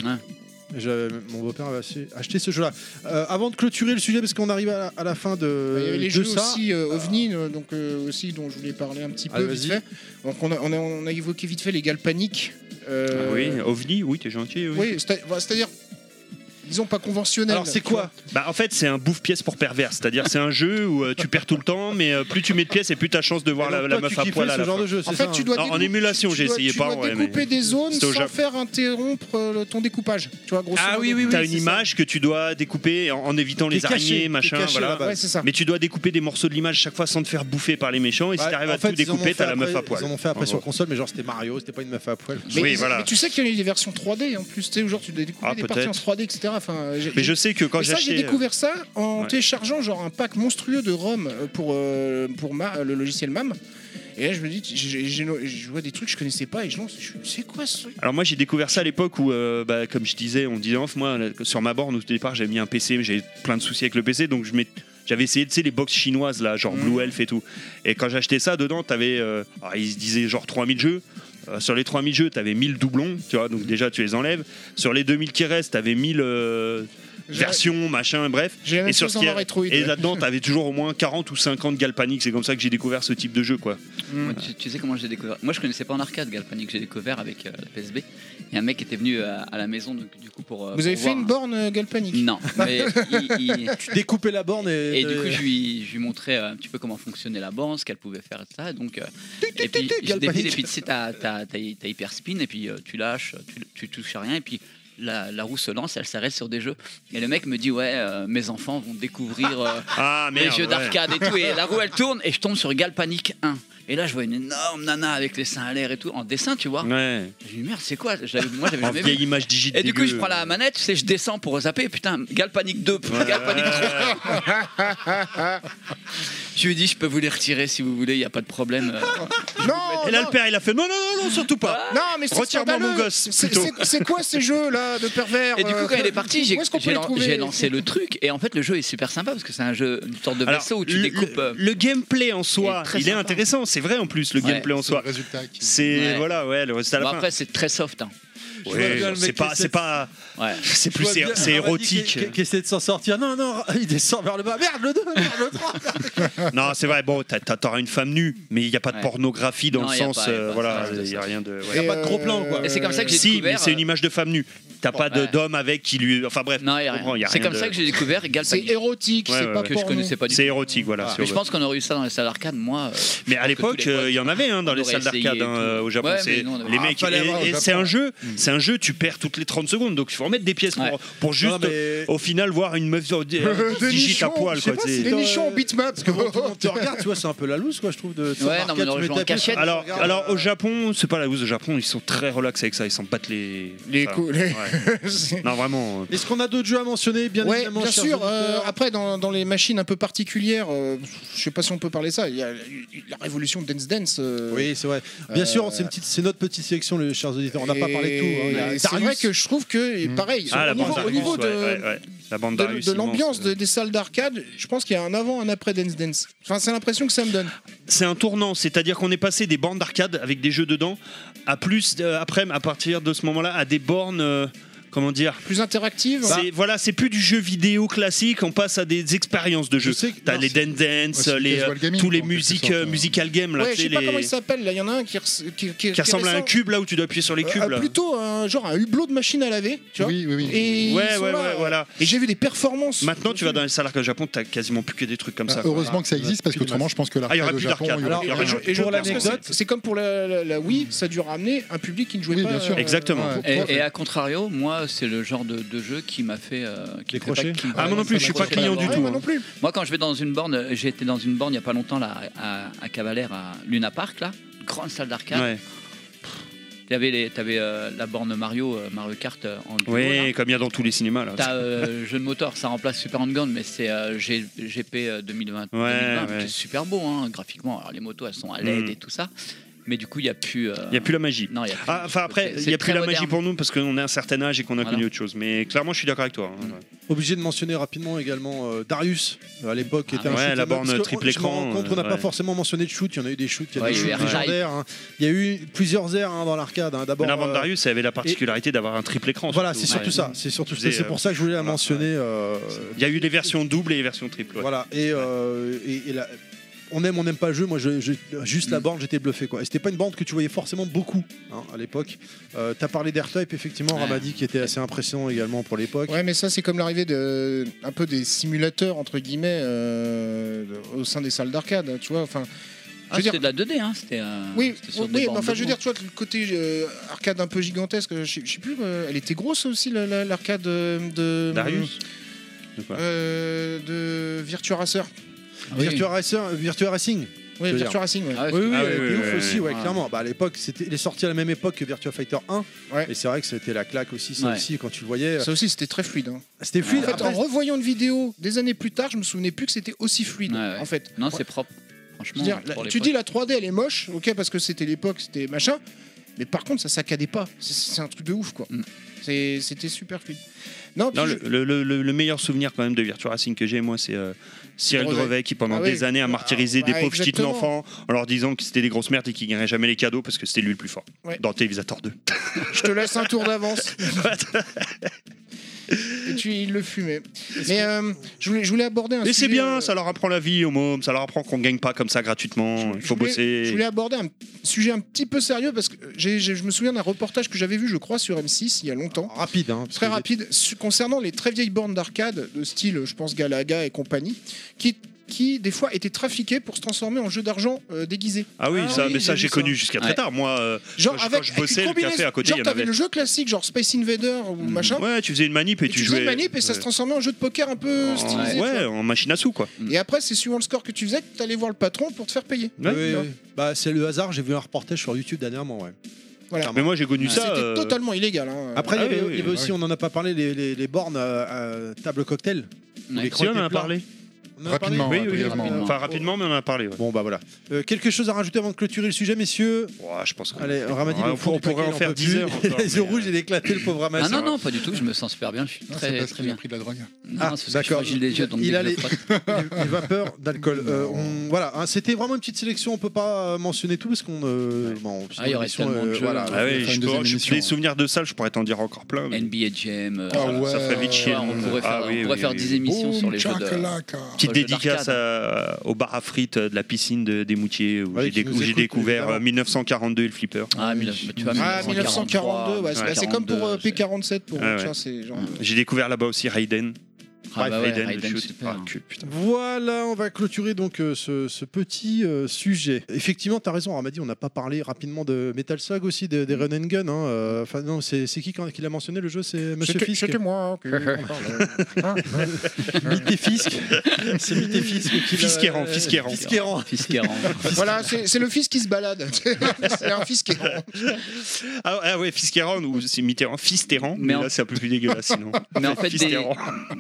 [SPEAKER 4] J'avais- Mon beau-père avait acheté- acheté ce jeu-là. Euh, avant de clôturer le sujet, parce qu'on arrive à la, à la fin de,
[SPEAKER 5] Il y avait les
[SPEAKER 4] de
[SPEAKER 5] jeux
[SPEAKER 4] ça.
[SPEAKER 5] aussi euh, OVNI, euh, donc euh, aussi dont je voulais parler un petit peu
[SPEAKER 4] Allez,
[SPEAKER 5] vite
[SPEAKER 4] vas-y.
[SPEAKER 5] fait. Donc on a, on a- on a évoqué vite fait les galpaniques.
[SPEAKER 2] Ah
[SPEAKER 5] Euh,
[SPEAKER 2] oui, OVNI, oui, t'es gentil. Oui.
[SPEAKER 5] oui, c'est- bah, c'est-à-dire, disons pas conventionnel.
[SPEAKER 4] Alors c'est
[SPEAKER 5] tu
[SPEAKER 4] quoi
[SPEAKER 2] Bah, en fait, c'est un bouffe-pièce pour pervers. C'est-à-dire, c'est un jeu où euh, tu perds tout le temps, mais euh, plus tu mets de pièces et plus t'as chance de voir
[SPEAKER 4] Alors,
[SPEAKER 2] la,
[SPEAKER 4] toi,
[SPEAKER 2] la meuf
[SPEAKER 4] tu
[SPEAKER 2] à
[SPEAKER 4] kiffais
[SPEAKER 2] poil à
[SPEAKER 4] ce
[SPEAKER 2] la
[SPEAKER 4] genre
[SPEAKER 2] fin.
[SPEAKER 4] de jeu, c'est
[SPEAKER 5] En
[SPEAKER 4] ça hein
[SPEAKER 5] fait, tu dois
[SPEAKER 2] Non, en
[SPEAKER 5] découper-
[SPEAKER 2] émulation,
[SPEAKER 5] tu
[SPEAKER 2] j'ai
[SPEAKER 5] dois-
[SPEAKER 2] essayé
[SPEAKER 5] tu
[SPEAKER 2] pas
[SPEAKER 5] dois
[SPEAKER 2] en vrai, mais-
[SPEAKER 5] découper des zones
[SPEAKER 2] C'était au
[SPEAKER 5] sans
[SPEAKER 2] Japon.
[SPEAKER 5] faire interrompre euh, le- ton découpage. Tu vois, grosso
[SPEAKER 2] Ah
[SPEAKER 5] modo.
[SPEAKER 2] oui, oui, oui. T'as une
[SPEAKER 5] c'est ça.
[SPEAKER 2] image que tu dois découper en, en évitant
[SPEAKER 4] T'es
[SPEAKER 2] les
[SPEAKER 4] caché,
[SPEAKER 2] araignées,
[SPEAKER 4] t'es
[SPEAKER 2] machin.
[SPEAKER 4] caché
[SPEAKER 2] voilà.
[SPEAKER 4] là-bas.
[SPEAKER 5] Ouais, c'est ça.
[SPEAKER 2] Mais tu dois découper des morceaux de l'image chaque fois sans te faire bouffer par les méchants. Et si
[SPEAKER 4] Ouais,
[SPEAKER 2] t'arrives
[SPEAKER 4] en
[SPEAKER 2] à
[SPEAKER 4] fait,
[SPEAKER 2] tout
[SPEAKER 4] ils en ont
[SPEAKER 2] découper,
[SPEAKER 4] fait
[SPEAKER 2] t'as la meuf
[SPEAKER 4] après-
[SPEAKER 2] à poil.
[SPEAKER 4] Ils en ont fait
[SPEAKER 2] En
[SPEAKER 4] après sur
[SPEAKER 2] gros.
[SPEAKER 4] console, mais genre c'était Mario, c'était pas une meuf à poil.
[SPEAKER 5] Mais,
[SPEAKER 2] Oui,
[SPEAKER 5] ils-
[SPEAKER 2] voilà.
[SPEAKER 5] mais tu sais qu'il y a des versions 3D en plus, tu sais, genre tu dois découvrir
[SPEAKER 2] Ah,
[SPEAKER 5] des parties
[SPEAKER 2] peut-être.
[SPEAKER 5] en 3D, etc. Enfin, euh, j'ai-
[SPEAKER 2] Mais je sais que quand euh,
[SPEAKER 5] Et
[SPEAKER 2] j'ai
[SPEAKER 5] ça, j'ai
[SPEAKER 2] acheté.
[SPEAKER 5] découvert ça en
[SPEAKER 2] ouais.
[SPEAKER 5] téléchargeant genre un pack monstrueux de ROM euh, pour, euh, pour ma, le logiciel MAM. Et là, je me dis, j'ai- j'ai- je vois des trucs que je connaissais pas et je lance, je- c'est quoi ce truc
[SPEAKER 2] Alors moi j'ai découvert ça à l'époque où, euh, bah, comme je disais, on disait off, moi là, sur ma borne au départ j'avais mis un PC, mais j'avais plein de soucis avec le PC, donc je m'étais- j'avais essayé, tu sais, les box chinoises là, genre
[SPEAKER 5] Mhm.
[SPEAKER 2] Blue Elf et tout. Et quand j'achetais ça, dedans, t'avais. Euh, alors, ils se disaient genre 3000 jeux. Euh, sur les 3000 jeux, t'avais 1000 doublons, tu vois, donc déjà tu les enlèves. Sur les 2000 qui restent, t'avais 1000 euh,
[SPEAKER 5] J'ai-
[SPEAKER 2] versions, machin, bref.
[SPEAKER 5] J'ai la même
[SPEAKER 2] Et sur
[SPEAKER 5] chose
[SPEAKER 2] ce
[SPEAKER 5] dans
[SPEAKER 2] qui
[SPEAKER 5] la
[SPEAKER 2] est-
[SPEAKER 5] rétroïde.
[SPEAKER 2] Et là-dedans, t'avais toujours au moins 40 ou 50 galpaniques. C'est comme ça que j'ai découvert ce type de jeu, quoi.
[SPEAKER 6] Moi, tu, tu sais comment j'ai découvert Moi, je connaissais pas en arcade Galpanic, j'ai découvert avec euh, la PSB. Et un mec était venu euh, à la maison donc, du coup pour. euh,
[SPEAKER 5] Vous avez
[SPEAKER 6] pour
[SPEAKER 5] fait
[SPEAKER 6] voir
[SPEAKER 5] une
[SPEAKER 6] un-
[SPEAKER 5] borne euh, galpanique
[SPEAKER 6] Non, mais il- il-
[SPEAKER 4] Tu découpais la borne et.
[SPEAKER 6] Et du coup, je lui, je lui montrais euh, un petit peu comment fonctionnait la borne, ce qu'elle pouvait faire, etc. Et donc, euh, et puis,
[SPEAKER 4] tic,
[SPEAKER 6] je dépile,
[SPEAKER 4] galvanique.
[SPEAKER 6] et puis tu sais, t'as, t'as- t'as- t'as hyper spin, et puis euh, tu lâches, tu, tu touches à rien, et puis la, la roue se lance, elle s'arrête sur des jeux. Et le mec me dit, ouais, euh, mes enfants vont découvrir euh,
[SPEAKER 2] Ah,
[SPEAKER 6] les
[SPEAKER 2] merde,
[SPEAKER 6] jeux
[SPEAKER 2] ouais.
[SPEAKER 6] d'arcade et tout. Et la roue, elle tourne, et je tombe sur Galpanic 1. Et là, je vois une énorme nana avec les seins à l'air et tout, en dessin, tu vois.
[SPEAKER 2] Ouais.
[SPEAKER 6] J'ai dit, merde, c'est quoi J'avais- Moi, j'avais
[SPEAKER 2] En
[SPEAKER 6] jamais
[SPEAKER 2] vieille
[SPEAKER 6] vu.
[SPEAKER 2] image digitale.
[SPEAKER 6] Et du coup, je prends la manette, tu sais, je descends pour zapper, et putain, Galpanic 2, Galpanic 3. Je lui ai dit, je peux vous les retirer si vous voulez, il n'y a pas de problème. Euh,
[SPEAKER 5] Non,
[SPEAKER 2] Et là,
[SPEAKER 5] non,
[SPEAKER 2] le père, il a fait non, non, non, non, surtout pas.
[SPEAKER 5] non, mais c'est
[SPEAKER 2] Retire-moi mon
[SPEAKER 5] scandaleux.
[SPEAKER 2] gosse,
[SPEAKER 5] C'est-
[SPEAKER 2] plutôt.
[SPEAKER 5] c'est- C'est quoi ces jeux là de pervers
[SPEAKER 6] Et du coup,
[SPEAKER 5] euh,
[SPEAKER 6] quand il est parti, j'ai
[SPEAKER 5] Où est-ce qu'on peut
[SPEAKER 6] j'ai
[SPEAKER 5] les
[SPEAKER 6] lan-
[SPEAKER 5] trouver
[SPEAKER 6] j'ai lancé le truc. Et en fait, le jeu est super sympa parce que c'est un jeu, une sorte de
[SPEAKER 2] Alors,
[SPEAKER 6] vaisseau où tu
[SPEAKER 2] le-
[SPEAKER 6] découpes. euh,
[SPEAKER 2] Le gameplay en
[SPEAKER 6] il est
[SPEAKER 2] soi,
[SPEAKER 6] très
[SPEAKER 2] il est
[SPEAKER 6] sympa.
[SPEAKER 2] intéressant. C'est vrai en plus, le
[SPEAKER 6] Ouais.
[SPEAKER 2] gameplay en
[SPEAKER 7] C'est le
[SPEAKER 2] soi.
[SPEAKER 7] résultat qui-
[SPEAKER 2] C'est
[SPEAKER 6] Ouais.
[SPEAKER 2] voilà, ouais, le résultat à
[SPEAKER 6] bon,
[SPEAKER 2] la fin.
[SPEAKER 6] après, c'est très soft. hein.
[SPEAKER 2] Ouais,
[SPEAKER 4] vois bien le mec
[SPEAKER 2] c'est
[SPEAKER 4] qui
[SPEAKER 2] pas,
[SPEAKER 4] essaie
[SPEAKER 2] c'est
[SPEAKER 4] de-
[SPEAKER 2] pas,
[SPEAKER 6] Ouais.
[SPEAKER 2] c'est plus, c'est- c'est érotique.
[SPEAKER 4] Qui essaie de s'en sortir. Non, non, il descend vers le bas. Merde, le 2, merde, le 3.
[SPEAKER 5] Euh,
[SPEAKER 2] Non, c'est vrai. Bon, t'as- t'as- t'auras une femme nue, mais il n'y a pas de
[SPEAKER 6] Ouais.
[SPEAKER 2] pornographie dans
[SPEAKER 6] Non,
[SPEAKER 2] le
[SPEAKER 6] y a
[SPEAKER 2] sens,
[SPEAKER 6] pas, y a
[SPEAKER 2] euh,
[SPEAKER 6] pas,
[SPEAKER 2] voilà,
[SPEAKER 6] ça reste
[SPEAKER 2] il y a
[SPEAKER 6] ça.
[SPEAKER 2] rien de.
[SPEAKER 4] Il
[SPEAKER 2] voilà.
[SPEAKER 4] n'y a pas de gros plan, quoi.
[SPEAKER 6] Et c'est comme ça que j'ai
[SPEAKER 2] Si, mais
[SPEAKER 6] découvert.
[SPEAKER 2] c'est une
[SPEAKER 6] euh,
[SPEAKER 2] image de femme nue. T'as pas de-
[SPEAKER 6] ouais.
[SPEAKER 2] d'homme avec qui lui, enfin bref.
[SPEAKER 6] Non, il y a
[SPEAKER 2] tu comprends,
[SPEAKER 6] rien.
[SPEAKER 2] y a
[SPEAKER 6] C'est
[SPEAKER 2] rien
[SPEAKER 6] comme
[SPEAKER 2] de-
[SPEAKER 6] ça que j'ai découvert
[SPEAKER 5] C'est
[SPEAKER 6] Galpanic.
[SPEAKER 5] érotique,
[SPEAKER 2] Ouais,
[SPEAKER 5] c'est
[SPEAKER 2] ouais,
[SPEAKER 5] pas
[SPEAKER 2] ouais.
[SPEAKER 6] que je
[SPEAKER 5] porno.
[SPEAKER 6] connaissais pas du tout.
[SPEAKER 2] C'est érotique, voilà.
[SPEAKER 6] Mais
[SPEAKER 2] sur-
[SPEAKER 6] je pense qu'on aurait eu ça dans les salles d'arcade, moi. euh,
[SPEAKER 2] Mais à
[SPEAKER 6] je pense que
[SPEAKER 2] l'époque,
[SPEAKER 6] tous les
[SPEAKER 2] euh, il y en avait hein, dans
[SPEAKER 6] on
[SPEAKER 2] les
[SPEAKER 6] aurait
[SPEAKER 2] salles
[SPEAKER 6] essayé
[SPEAKER 2] d'arcade
[SPEAKER 6] et
[SPEAKER 2] hein,
[SPEAKER 6] tout.
[SPEAKER 2] euh, au Japon.
[SPEAKER 6] Ouais,
[SPEAKER 2] c'est-
[SPEAKER 6] mais non, on avait-
[SPEAKER 2] les
[SPEAKER 6] Ah,
[SPEAKER 2] mecs,
[SPEAKER 4] fallait
[SPEAKER 2] et-
[SPEAKER 4] avoir au
[SPEAKER 2] et
[SPEAKER 4] Japon.
[SPEAKER 2] c'est un jeu, c'est un jeu. Tu perds toutes les 30 secondes, donc il faut remettre des pièces pour,
[SPEAKER 6] Ouais.
[SPEAKER 2] pour juste,
[SPEAKER 4] Non, mais-
[SPEAKER 2] au final, voir une meuf euh, qui se
[SPEAKER 5] Des
[SPEAKER 2] digite à
[SPEAKER 5] nichons,
[SPEAKER 2] poil.
[SPEAKER 5] je sais
[SPEAKER 2] quoi,
[SPEAKER 5] pas
[SPEAKER 2] tu sais.
[SPEAKER 5] si- Les
[SPEAKER 4] Dans,
[SPEAKER 5] nichons en
[SPEAKER 4] euh,
[SPEAKER 5] bitmap.
[SPEAKER 4] Parce que bon, tout le monde te regarde, tu vois, c'est un peu la loose, quoi, je trouve. De, de
[SPEAKER 6] Ouais, non, mais
[SPEAKER 4] marquer,
[SPEAKER 6] on
[SPEAKER 4] tu
[SPEAKER 6] le
[SPEAKER 4] mets
[SPEAKER 6] joue
[SPEAKER 4] ta
[SPEAKER 6] en
[SPEAKER 4] pièce,
[SPEAKER 6] cachette.
[SPEAKER 4] tu
[SPEAKER 2] Alors,
[SPEAKER 4] regardes,
[SPEAKER 2] alors
[SPEAKER 4] euh,
[SPEAKER 2] au Japon, c'est pas la loose. Au Japon, ils sont très relax avec ça. Ils s'en battent les.
[SPEAKER 5] Les
[SPEAKER 2] enfin,
[SPEAKER 5] cou- les-
[SPEAKER 2] ouais.
[SPEAKER 5] C'est-
[SPEAKER 2] Non, vraiment. euh,
[SPEAKER 4] Est-ce qu'on a d'autres jeux à mentionner Bien
[SPEAKER 5] Ouais,
[SPEAKER 4] évidemment,
[SPEAKER 5] bien
[SPEAKER 4] chers
[SPEAKER 5] sûr. euh,
[SPEAKER 4] auditeurs.
[SPEAKER 5] après, dans, dans les machines un peu particulières, euh, je sais pas si on peut parler de ça. Il y a eu la révolution Dance Dance. euh,
[SPEAKER 4] Oui, c'est vrai. Bien
[SPEAKER 5] euh,
[SPEAKER 4] sûr, c'est une petite- c'est notre petite sélection, les chers auditeurs. On n'a pas parlé de tout. hein. Il y a
[SPEAKER 5] Et C'est
[SPEAKER 4] Darius. Mm.
[SPEAKER 5] vrai que je trouve que, et pareil,
[SPEAKER 2] Ah, la
[SPEAKER 5] au niveau,
[SPEAKER 2] bande
[SPEAKER 5] au
[SPEAKER 2] d'Arius.
[SPEAKER 5] niveau de,
[SPEAKER 2] ouais, ouais, ouais. La bande
[SPEAKER 5] de-
[SPEAKER 2] d'Arius,
[SPEAKER 5] de l'ambiance
[SPEAKER 2] immense.
[SPEAKER 5] de- des salles d'arcade, je pense qu'il y a un avant, un après Dance Dance. Enfin, c'est l'impression que ça me donne.
[SPEAKER 2] C'est un tournant, c'est-à-dire qu'on est passé des bornes d'arcade avec des jeux dedans à plus, euh, après, à partir de ce moment-là, à des bornes. euh, comment dire
[SPEAKER 5] Plus interactive.
[SPEAKER 7] Bah.
[SPEAKER 2] C'est voilà, c'est plus du jeu vidéo classique, on passe à des expériences de jeu.
[SPEAKER 4] sais que-
[SPEAKER 2] T'as
[SPEAKER 4] non,
[SPEAKER 2] les dance dance,
[SPEAKER 7] Ouais, c'est
[SPEAKER 2] les,
[SPEAKER 7] du casual gaming,
[SPEAKER 2] tous les
[SPEAKER 7] en quelque
[SPEAKER 2] musiques
[SPEAKER 7] sorte,
[SPEAKER 2] euh,
[SPEAKER 7] hein.
[SPEAKER 2] musical game là,
[SPEAKER 5] ouais,
[SPEAKER 2] tu
[SPEAKER 5] je
[SPEAKER 2] sais,
[SPEAKER 5] sais pas
[SPEAKER 2] les-
[SPEAKER 5] comment il s'appelle. Là, il y en a un qui, res- qui, qui- qui
[SPEAKER 2] qui ressemble à un
[SPEAKER 5] ressemble-
[SPEAKER 2] cube là où tu dois appuyer sur les cubes.
[SPEAKER 5] euh,
[SPEAKER 2] là.
[SPEAKER 5] plutôt un genre un hublot de machine à laver, tu vois.
[SPEAKER 7] Oui, oui, oui.
[SPEAKER 5] Et ils
[SPEAKER 2] Ouais,
[SPEAKER 5] sont
[SPEAKER 2] ouais,
[SPEAKER 5] là,
[SPEAKER 2] ouais,
[SPEAKER 5] euh,
[SPEAKER 2] voilà.
[SPEAKER 5] Et j'ai vu des performances.
[SPEAKER 2] Maintenant, tu vas dans les salles au Japon, t'as quasiment plus que des trucs comme
[SPEAKER 7] Ah,
[SPEAKER 2] ça. quoi.
[SPEAKER 7] heureusement que ça existe parce qu'autrement, je pense que
[SPEAKER 2] Ah, il y aurait
[SPEAKER 7] l'arcade au
[SPEAKER 2] plus
[SPEAKER 7] Japon.
[SPEAKER 2] d'arcade.
[SPEAKER 7] il y aurait-
[SPEAKER 4] Alors,
[SPEAKER 2] Il y
[SPEAKER 5] Et, et je,
[SPEAKER 2] aurait-
[SPEAKER 5] et je
[SPEAKER 4] pour
[SPEAKER 5] pense que
[SPEAKER 4] l'anecdote-
[SPEAKER 5] c'est- c'est comme pour la, la- la Wii, ça a dû ramener un public qui ne jouait
[SPEAKER 7] Oui,
[SPEAKER 5] pas. euh,
[SPEAKER 7] bien sûr.
[SPEAKER 2] Exactement.
[SPEAKER 7] Ouais.
[SPEAKER 6] Et, et à contrario, moi, c'est le genre de, de jeu qui m'a fait. euh, qui me fait
[SPEAKER 4] Décrocher
[SPEAKER 6] pas- qui me-
[SPEAKER 2] Ah, moi non plus, je suis pas client du
[SPEAKER 5] Ouais,
[SPEAKER 2] tout.
[SPEAKER 5] moi
[SPEAKER 2] hein.
[SPEAKER 5] non plus.
[SPEAKER 6] Moi, quand je vais dans une borne, j'ai été dans une borne il n'y a pas longtemps là, à, à Cavalère, à Luna Park, là, grande salle d'arcade.
[SPEAKER 2] Ouais.
[SPEAKER 6] T'avais les- t'avais, euh, la borne Mario, euh, Mario Kart euh, en duo. là.
[SPEAKER 2] Oui, comme il y a dans tous les cinémas là.
[SPEAKER 6] T'as euh, jeu de moteur, ça remplace Super Handgun, mais c'est euh, G- GP euh, 2020,
[SPEAKER 2] Ouais,
[SPEAKER 6] 2020,
[SPEAKER 2] ouais.
[SPEAKER 6] qui est super beau hein, graphiquement. Alors, les motos, elles sont à l'aide
[SPEAKER 2] Mm.
[SPEAKER 6] et tout ça. Mais du coup, il n'y a plus. euh,
[SPEAKER 2] Il n'y a plus la magie.
[SPEAKER 6] Non, il y a plus.
[SPEAKER 2] Ah, enfin après,
[SPEAKER 6] c'est-
[SPEAKER 2] il
[SPEAKER 6] c'est
[SPEAKER 2] n'y a plus
[SPEAKER 6] très
[SPEAKER 2] la
[SPEAKER 6] moderne.
[SPEAKER 2] magie pour nous parce qu'on a un certain âge et qu'on a
[SPEAKER 6] Voilà.
[SPEAKER 2] connu autre chose. Mais clairement, je suis d'accord avec toi. hein.
[SPEAKER 6] Mm.
[SPEAKER 4] Obligé de mentionner rapidement également euh, Darius, euh, à l'époque, qui
[SPEAKER 6] Ah,
[SPEAKER 4] était un
[SPEAKER 2] ouais,
[SPEAKER 4] shoot
[SPEAKER 2] la
[SPEAKER 4] em up,
[SPEAKER 2] borne
[SPEAKER 4] parce que,
[SPEAKER 2] triple
[SPEAKER 4] oh, je me rends
[SPEAKER 2] écran,
[SPEAKER 4] compte qu'on n'a
[SPEAKER 2] euh,
[SPEAKER 4] pas
[SPEAKER 2] ouais.
[SPEAKER 4] forcément mentionné de shoot, il y en a eu des shoots, il y a
[SPEAKER 6] Ouais,
[SPEAKER 4] des
[SPEAKER 6] il y a eu
[SPEAKER 4] shoots
[SPEAKER 6] Airtype.
[SPEAKER 4] légendaires. hein. Il y a eu plusieurs airs hein, dans l'arcade. hein. D'abord.
[SPEAKER 2] Mais l'avant de
[SPEAKER 4] euh,
[SPEAKER 2] Darius, elle avait la particularité d'avoir un triple écran.
[SPEAKER 4] Voilà, c'est
[SPEAKER 2] surtout.
[SPEAKER 4] surtout
[SPEAKER 6] Ouais.
[SPEAKER 4] ça. C'est surtout
[SPEAKER 2] Faisait,
[SPEAKER 4] c'est pour ça que je voulais la
[SPEAKER 2] voilà,
[SPEAKER 4] mentionner. euh,
[SPEAKER 2] Il y a eu les versions doubles et les versions triples. ouais.
[SPEAKER 4] Voilà. Et, euh, et- et la- on aime, on n'aime pas le jeu. Moi, je, je- juste la borne, j'étais bluffé. Quoi. Et c'était pas une borne que tu voyais forcément beaucoup hein, à l'époque. Euh, T'as parlé d'Airtype, effectivement,
[SPEAKER 6] Ouais.
[SPEAKER 4] Ramadi, qui était assez impressionnant également pour l'époque.
[SPEAKER 5] Ouais, mais ça, c'est comme l'arrivée de un peu des simulateurs entre guillemets euh, au sein des salles d'arcade, tu vois. Enfin,
[SPEAKER 6] Ah,
[SPEAKER 5] Je veux dire-
[SPEAKER 6] c'était de la 2D, hein, c'était. euh,
[SPEAKER 5] oui,
[SPEAKER 6] c'était sur
[SPEAKER 5] oui,
[SPEAKER 6] des
[SPEAKER 5] mais
[SPEAKER 6] bornes
[SPEAKER 5] enfin,
[SPEAKER 6] de
[SPEAKER 5] je veux
[SPEAKER 6] bois.
[SPEAKER 5] dire, tu vois, le côté euh, arcade un peu gigantesque, je sais je sais plus, euh, elle était grosse aussi la- la- l'arcade euh, de
[SPEAKER 2] Darius De quoi
[SPEAKER 5] euh, de Virtua Racer.
[SPEAKER 6] Ah oui.
[SPEAKER 4] Virtua, Racer- Virtua Racing
[SPEAKER 5] Oui,
[SPEAKER 4] Je veux
[SPEAKER 5] Virtua Racing. ouais.
[SPEAKER 6] Ah,
[SPEAKER 4] Oui, oui,
[SPEAKER 2] Ah
[SPEAKER 4] elle
[SPEAKER 2] oui,
[SPEAKER 4] était
[SPEAKER 2] oui,
[SPEAKER 4] ouf
[SPEAKER 2] oui,
[SPEAKER 4] aussi,
[SPEAKER 2] oui.
[SPEAKER 4] ouais,
[SPEAKER 6] Ouais.
[SPEAKER 4] clairement. Bah, à l'époque, c'était, il est sorti à la même époque que Virtua Fighter 1.
[SPEAKER 5] Ouais.
[SPEAKER 4] Et c'est vrai que c'était la claque aussi, celle-ci, quand tu le voyais.
[SPEAKER 5] Ça aussi, c'était très fluide. hein.
[SPEAKER 4] C'était fluide.
[SPEAKER 5] En fait,
[SPEAKER 4] Après,
[SPEAKER 5] en revoyant une vidéo des années plus tard, je me souvenais plus que c'était aussi fluide.
[SPEAKER 6] Ouais, ouais.
[SPEAKER 5] En fait,
[SPEAKER 6] Non, c'est propre.
[SPEAKER 5] Je
[SPEAKER 6] Franchement,
[SPEAKER 5] veux dire, la-
[SPEAKER 6] pour
[SPEAKER 5] tu
[SPEAKER 6] l'époque.
[SPEAKER 5] dis la 3D elle est moche, ok, parce que c'était l'époque, c'était machin, mais par contre ça saccadait pas. C'est- C'est un truc de ouf quoi.
[SPEAKER 6] Mm.
[SPEAKER 5] C'est- C'était super fluide. Non, puis
[SPEAKER 2] Non,
[SPEAKER 5] je-
[SPEAKER 2] le, le- le- le meilleur souvenir quand même de Virtua Racing que j'ai, moi, c'est euh, Cyril
[SPEAKER 5] Drevet.
[SPEAKER 2] Drevet qui, pendant
[SPEAKER 5] Ah oui.
[SPEAKER 2] des années, a martyrisé
[SPEAKER 5] Ah,
[SPEAKER 2] des
[SPEAKER 5] bah,
[SPEAKER 2] pauvres petites
[SPEAKER 5] exactement.
[SPEAKER 2] enfants en leur disant que c'était des grosses merdes et qu'ils gagneraient jamais les cadeaux parce que c'était lui le plus fort
[SPEAKER 5] Ouais.
[SPEAKER 2] dans Télévisateur 2.
[SPEAKER 5] je te laisse un tour d'avance. Et tu il le fumait. Mais euh, je, voulais, je voulais aborder un
[SPEAKER 2] Et
[SPEAKER 5] sujet,
[SPEAKER 2] c'est bien,
[SPEAKER 5] euh,
[SPEAKER 2] ça leur apprend la vie au môme, ça leur apprend qu'on gagne pas comme ça gratuitement, il
[SPEAKER 5] je
[SPEAKER 2] faut
[SPEAKER 5] voulais- Je
[SPEAKER 2] bosser.
[SPEAKER 5] voulais aborder un sujet un petit peu sérieux parce que j'ai- j'ai- je me souviens d'un reportage que j'avais vu, je crois, sur M6 il y a longtemps.
[SPEAKER 4] rapide. hein, parce
[SPEAKER 5] Très
[SPEAKER 4] que-
[SPEAKER 5] rapide, su- concernant les très vieilles bornes d'arcade de style, je pense, Galaga et compagnie, qui, qui des fois étaient trafiquées pour se transformer en jeu d'argent euh, déguisé.
[SPEAKER 2] Ah oui,
[SPEAKER 5] Ah
[SPEAKER 2] ça,
[SPEAKER 5] oui,
[SPEAKER 2] mais
[SPEAKER 5] j'ai
[SPEAKER 2] ça
[SPEAKER 5] vu
[SPEAKER 2] j'ai
[SPEAKER 5] ça.
[SPEAKER 2] connu jusqu'à
[SPEAKER 6] Ouais.
[SPEAKER 2] très tard. Moi, euh,
[SPEAKER 5] Genre
[SPEAKER 2] Quand je-
[SPEAKER 5] avec,
[SPEAKER 2] quand je
[SPEAKER 5] avec une
[SPEAKER 2] bossais, le
[SPEAKER 5] combinaison-
[SPEAKER 2] café à côté,
[SPEAKER 5] genre
[SPEAKER 2] il y en
[SPEAKER 5] t'avais
[SPEAKER 2] avait.
[SPEAKER 5] le jeu classique, genre Space Invader ou
[SPEAKER 6] Mm.
[SPEAKER 5] machin.
[SPEAKER 2] ouais, tu faisais une manip et,
[SPEAKER 5] Et tu
[SPEAKER 2] jouais. euh,
[SPEAKER 5] faisais une manip et ça se transformait en jeu de poker un peu
[SPEAKER 2] En-
[SPEAKER 5] stylisé. tu vois.
[SPEAKER 2] Ouais, en machine à sous quoi.
[SPEAKER 5] Et après, c'est suivant le score que tu faisais que t'allais voir le patron pour te faire payer.
[SPEAKER 4] Oui,
[SPEAKER 2] Ouais.
[SPEAKER 4] oui, oui. Bah, c'est le hasard, j'ai vu un reportage sur YouTube dernièrement. Ouais.
[SPEAKER 5] Voilà. Ah,
[SPEAKER 2] Mais moi j'ai connu
[SPEAKER 5] C'était
[SPEAKER 2] ça. euh,
[SPEAKER 5] totalement illégal. hein.
[SPEAKER 4] Après,
[SPEAKER 2] Ah
[SPEAKER 4] il y avait,
[SPEAKER 2] oui, oui,
[SPEAKER 4] il y avait
[SPEAKER 2] oui.
[SPEAKER 4] aussi, on en a pas parlé, les, les- les bornes euh, à table cocktail. où
[SPEAKER 6] Ouais.
[SPEAKER 4] les
[SPEAKER 2] Si
[SPEAKER 4] croquettes
[SPEAKER 2] on en a
[SPEAKER 4] plats.
[SPEAKER 2] parlé.
[SPEAKER 4] On en a parlé
[SPEAKER 7] Rapidement,
[SPEAKER 2] Oui,
[SPEAKER 7] hein,
[SPEAKER 2] oui,
[SPEAKER 7] brièvement.
[SPEAKER 6] rapidement.
[SPEAKER 2] Enfin rapidement, mais on en a parlé. ouais.
[SPEAKER 4] Bon, bah voilà. Euh, quelque chose à rajouter avant de clôturer le sujet, messieurs
[SPEAKER 2] Ouais, je pense qu'on
[SPEAKER 4] Allez, Ramadi,
[SPEAKER 2] Ouais,
[SPEAKER 4] le
[SPEAKER 2] on
[SPEAKER 4] fond
[SPEAKER 2] pour-
[SPEAKER 4] du paquet,
[SPEAKER 2] pourrait en
[SPEAKER 4] il en
[SPEAKER 2] faire
[SPEAKER 4] peut
[SPEAKER 2] 10
[SPEAKER 4] plus.
[SPEAKER 2] heures encore,
[SPEAKER 4] Les yeux
[SPEAKER 2] mais, euh,
[SPEAKER 4] rouges, il a éclaté le pauvre Ramadi.
[SPEAKER 6] Ah non, non, pas du tout, je me sens super bien, je suis
[SPEAKER 7] Non, c'est
[SPEAKER 6] très,
[SPEAKER 7] parce
[SPEAKER 6] très
[SPEAKER 7] qu'il a
[SPEAKER 6] bien.
[SPEAKER 7] pris de la drogue.
[SPEAKER 6] Non, c'est
[SPEAKER 4] Ah,
[SPEAKER 6] parce que je suis
[SPEAKER 4] d'accord.
[SPEAKER 6] fragile des yeux, donc
[SPEAKER 4] Il
[SPEAKER 6] dès
[SPEAKER 4] a
[SPEAKER 6] que je
[SPEAKER 4] les-
[SPEAKER 6] le frotte,
[SPEAKER 4] les, les vapeurs d'alcool. Euh, on- voilà, hein, c'était vraiment une petite sélection. On peut pas euh, mentionner tout parce qu'on. euh, bon, sinon
[SPEAKER 6] Ah, il y aurait
[SPEAKER 4] l'émission, euh,
[SPEAKER 6] tellement de jeux.
[SPEAKER 4] voilà.
[SPEAKER 2] Ah oui,
[SPEAKER 7] faire
[SPEAKER 2] je
[SPEAKER 7] une
[SPEAKER 2] peux-
[SPEAKER 7] deuxième
[SPEAKER 2] je-
[SPEAKER 7] émission,
[SPEAKER 2] des
[SPEAKER 7] hein.
[SPEAKER 2] souvenirs de ça, je pourrais t'en dire encore plein. mais-
[SPEAKER 6] NBA Jam. euh,
[SPEAKER 7] Ah ouais.
[SPEAKER 2] Ça ferait vite chier.
[SPEAKER 6] ouais, on
[SPEAKER 2] le monde.
[SPEAKER 6] pourrait faire,
[SPEAKER 2] Ah oui,
[SPEAKER 6] on pourrait
[SPEAKER 2] oui,
[SPEAKER 6] faire
[SPEAKER 2] oui,
[SPEAKER 6] 10
[SPEAKER 2] oui.
[SPEAKER 6] émissions sur les jeux de... Mm,
[SPEAKER 7] Chakalaka.
[SPEAKER 6] Au
[SPEAKER 2] Petite
[SPEAKER 6] jeu
[SPEAKER 2] dédicace
[SPEAKER 6] d'arcade.
[SPEAKER 2] à- au bar à frites euh, de la piscine de- des Moutiers où
[SPEAKER 4] Ouais,
[SPEAKER 2] j'ai
[SPEAKER 4] qui
[SPEAKER 2] déc- où
[SPEAKER 4] nous
[SPEAKER 2] j'ai
[SPEAKER 4] écoute,
[SPEAKER 2] découvert
[SPEAKER 4] évidemment.
[SPEAKER 2] euh, 1942 et le flipper.
[SPEAKER 6] Ah, 19- tu vois,
[SPEAKER 5] Ah, 1942, ouais, c'est- bah, c'est comme pour euh,
[SPEAKER 6] 1942,
[SPEAKER 5] P47 pour
[SPEAKER 2] Ah ouais.
[SPEAKER 5] tu vois, c'est genre-
[SPEAKER 2] J'ai découvert là-bas aussi Raiden.
[SPEAKER 6] Ah bah ouais,
[SPEAKER 2] Raiden, le
[SPEAKER 6] Raiden,
[SPEAKER 2] shoot.
[SPEAKER 6] super.
[SPEAKER 2] Ah, cul, putain.
[SPEAKER 4] Voilà, on va clôturer donc euh, ce, ce petit euh, sujet. Effectivement, t'as raison, Ramadi, on n'a pas parlé rapidement de Metal Slug aussi, de- des Run and Gun. hein, euh, Enfin, non, c'est c'est qui quand- qui l'a mentionné le jeu C'est Monsieur
[SPEAKER 5] C'était-
[SPEAKER 4] Fisk
[SPEAKER 5] C'était moi. hein, qui- Hein
[SPEAKER 4] Mythe et Fisk C'est Mythe et Fisk qui l'a-
[SPEAKER 2] Fisquérant, fisquérant.
[SPEAKER 4] Fisquérant.
[SPEAKER 6] Fisquérant.
[SPEAKER 5] voilà, c'est c'est le fils qui se balade. c'est un fils qui est
[SPEAKER 2] Ah, ah ouais, Fisquérant ou c'est Mitterrand, Fisterrand. Mais,
[SPEAKER 6] Mais en-
[SPEAKER 2] là, c'est un peu plus dégueulasse sinon.
[SPEAKER 6] Mais en fait, des,
[SPEAKER 2] Fisquérant.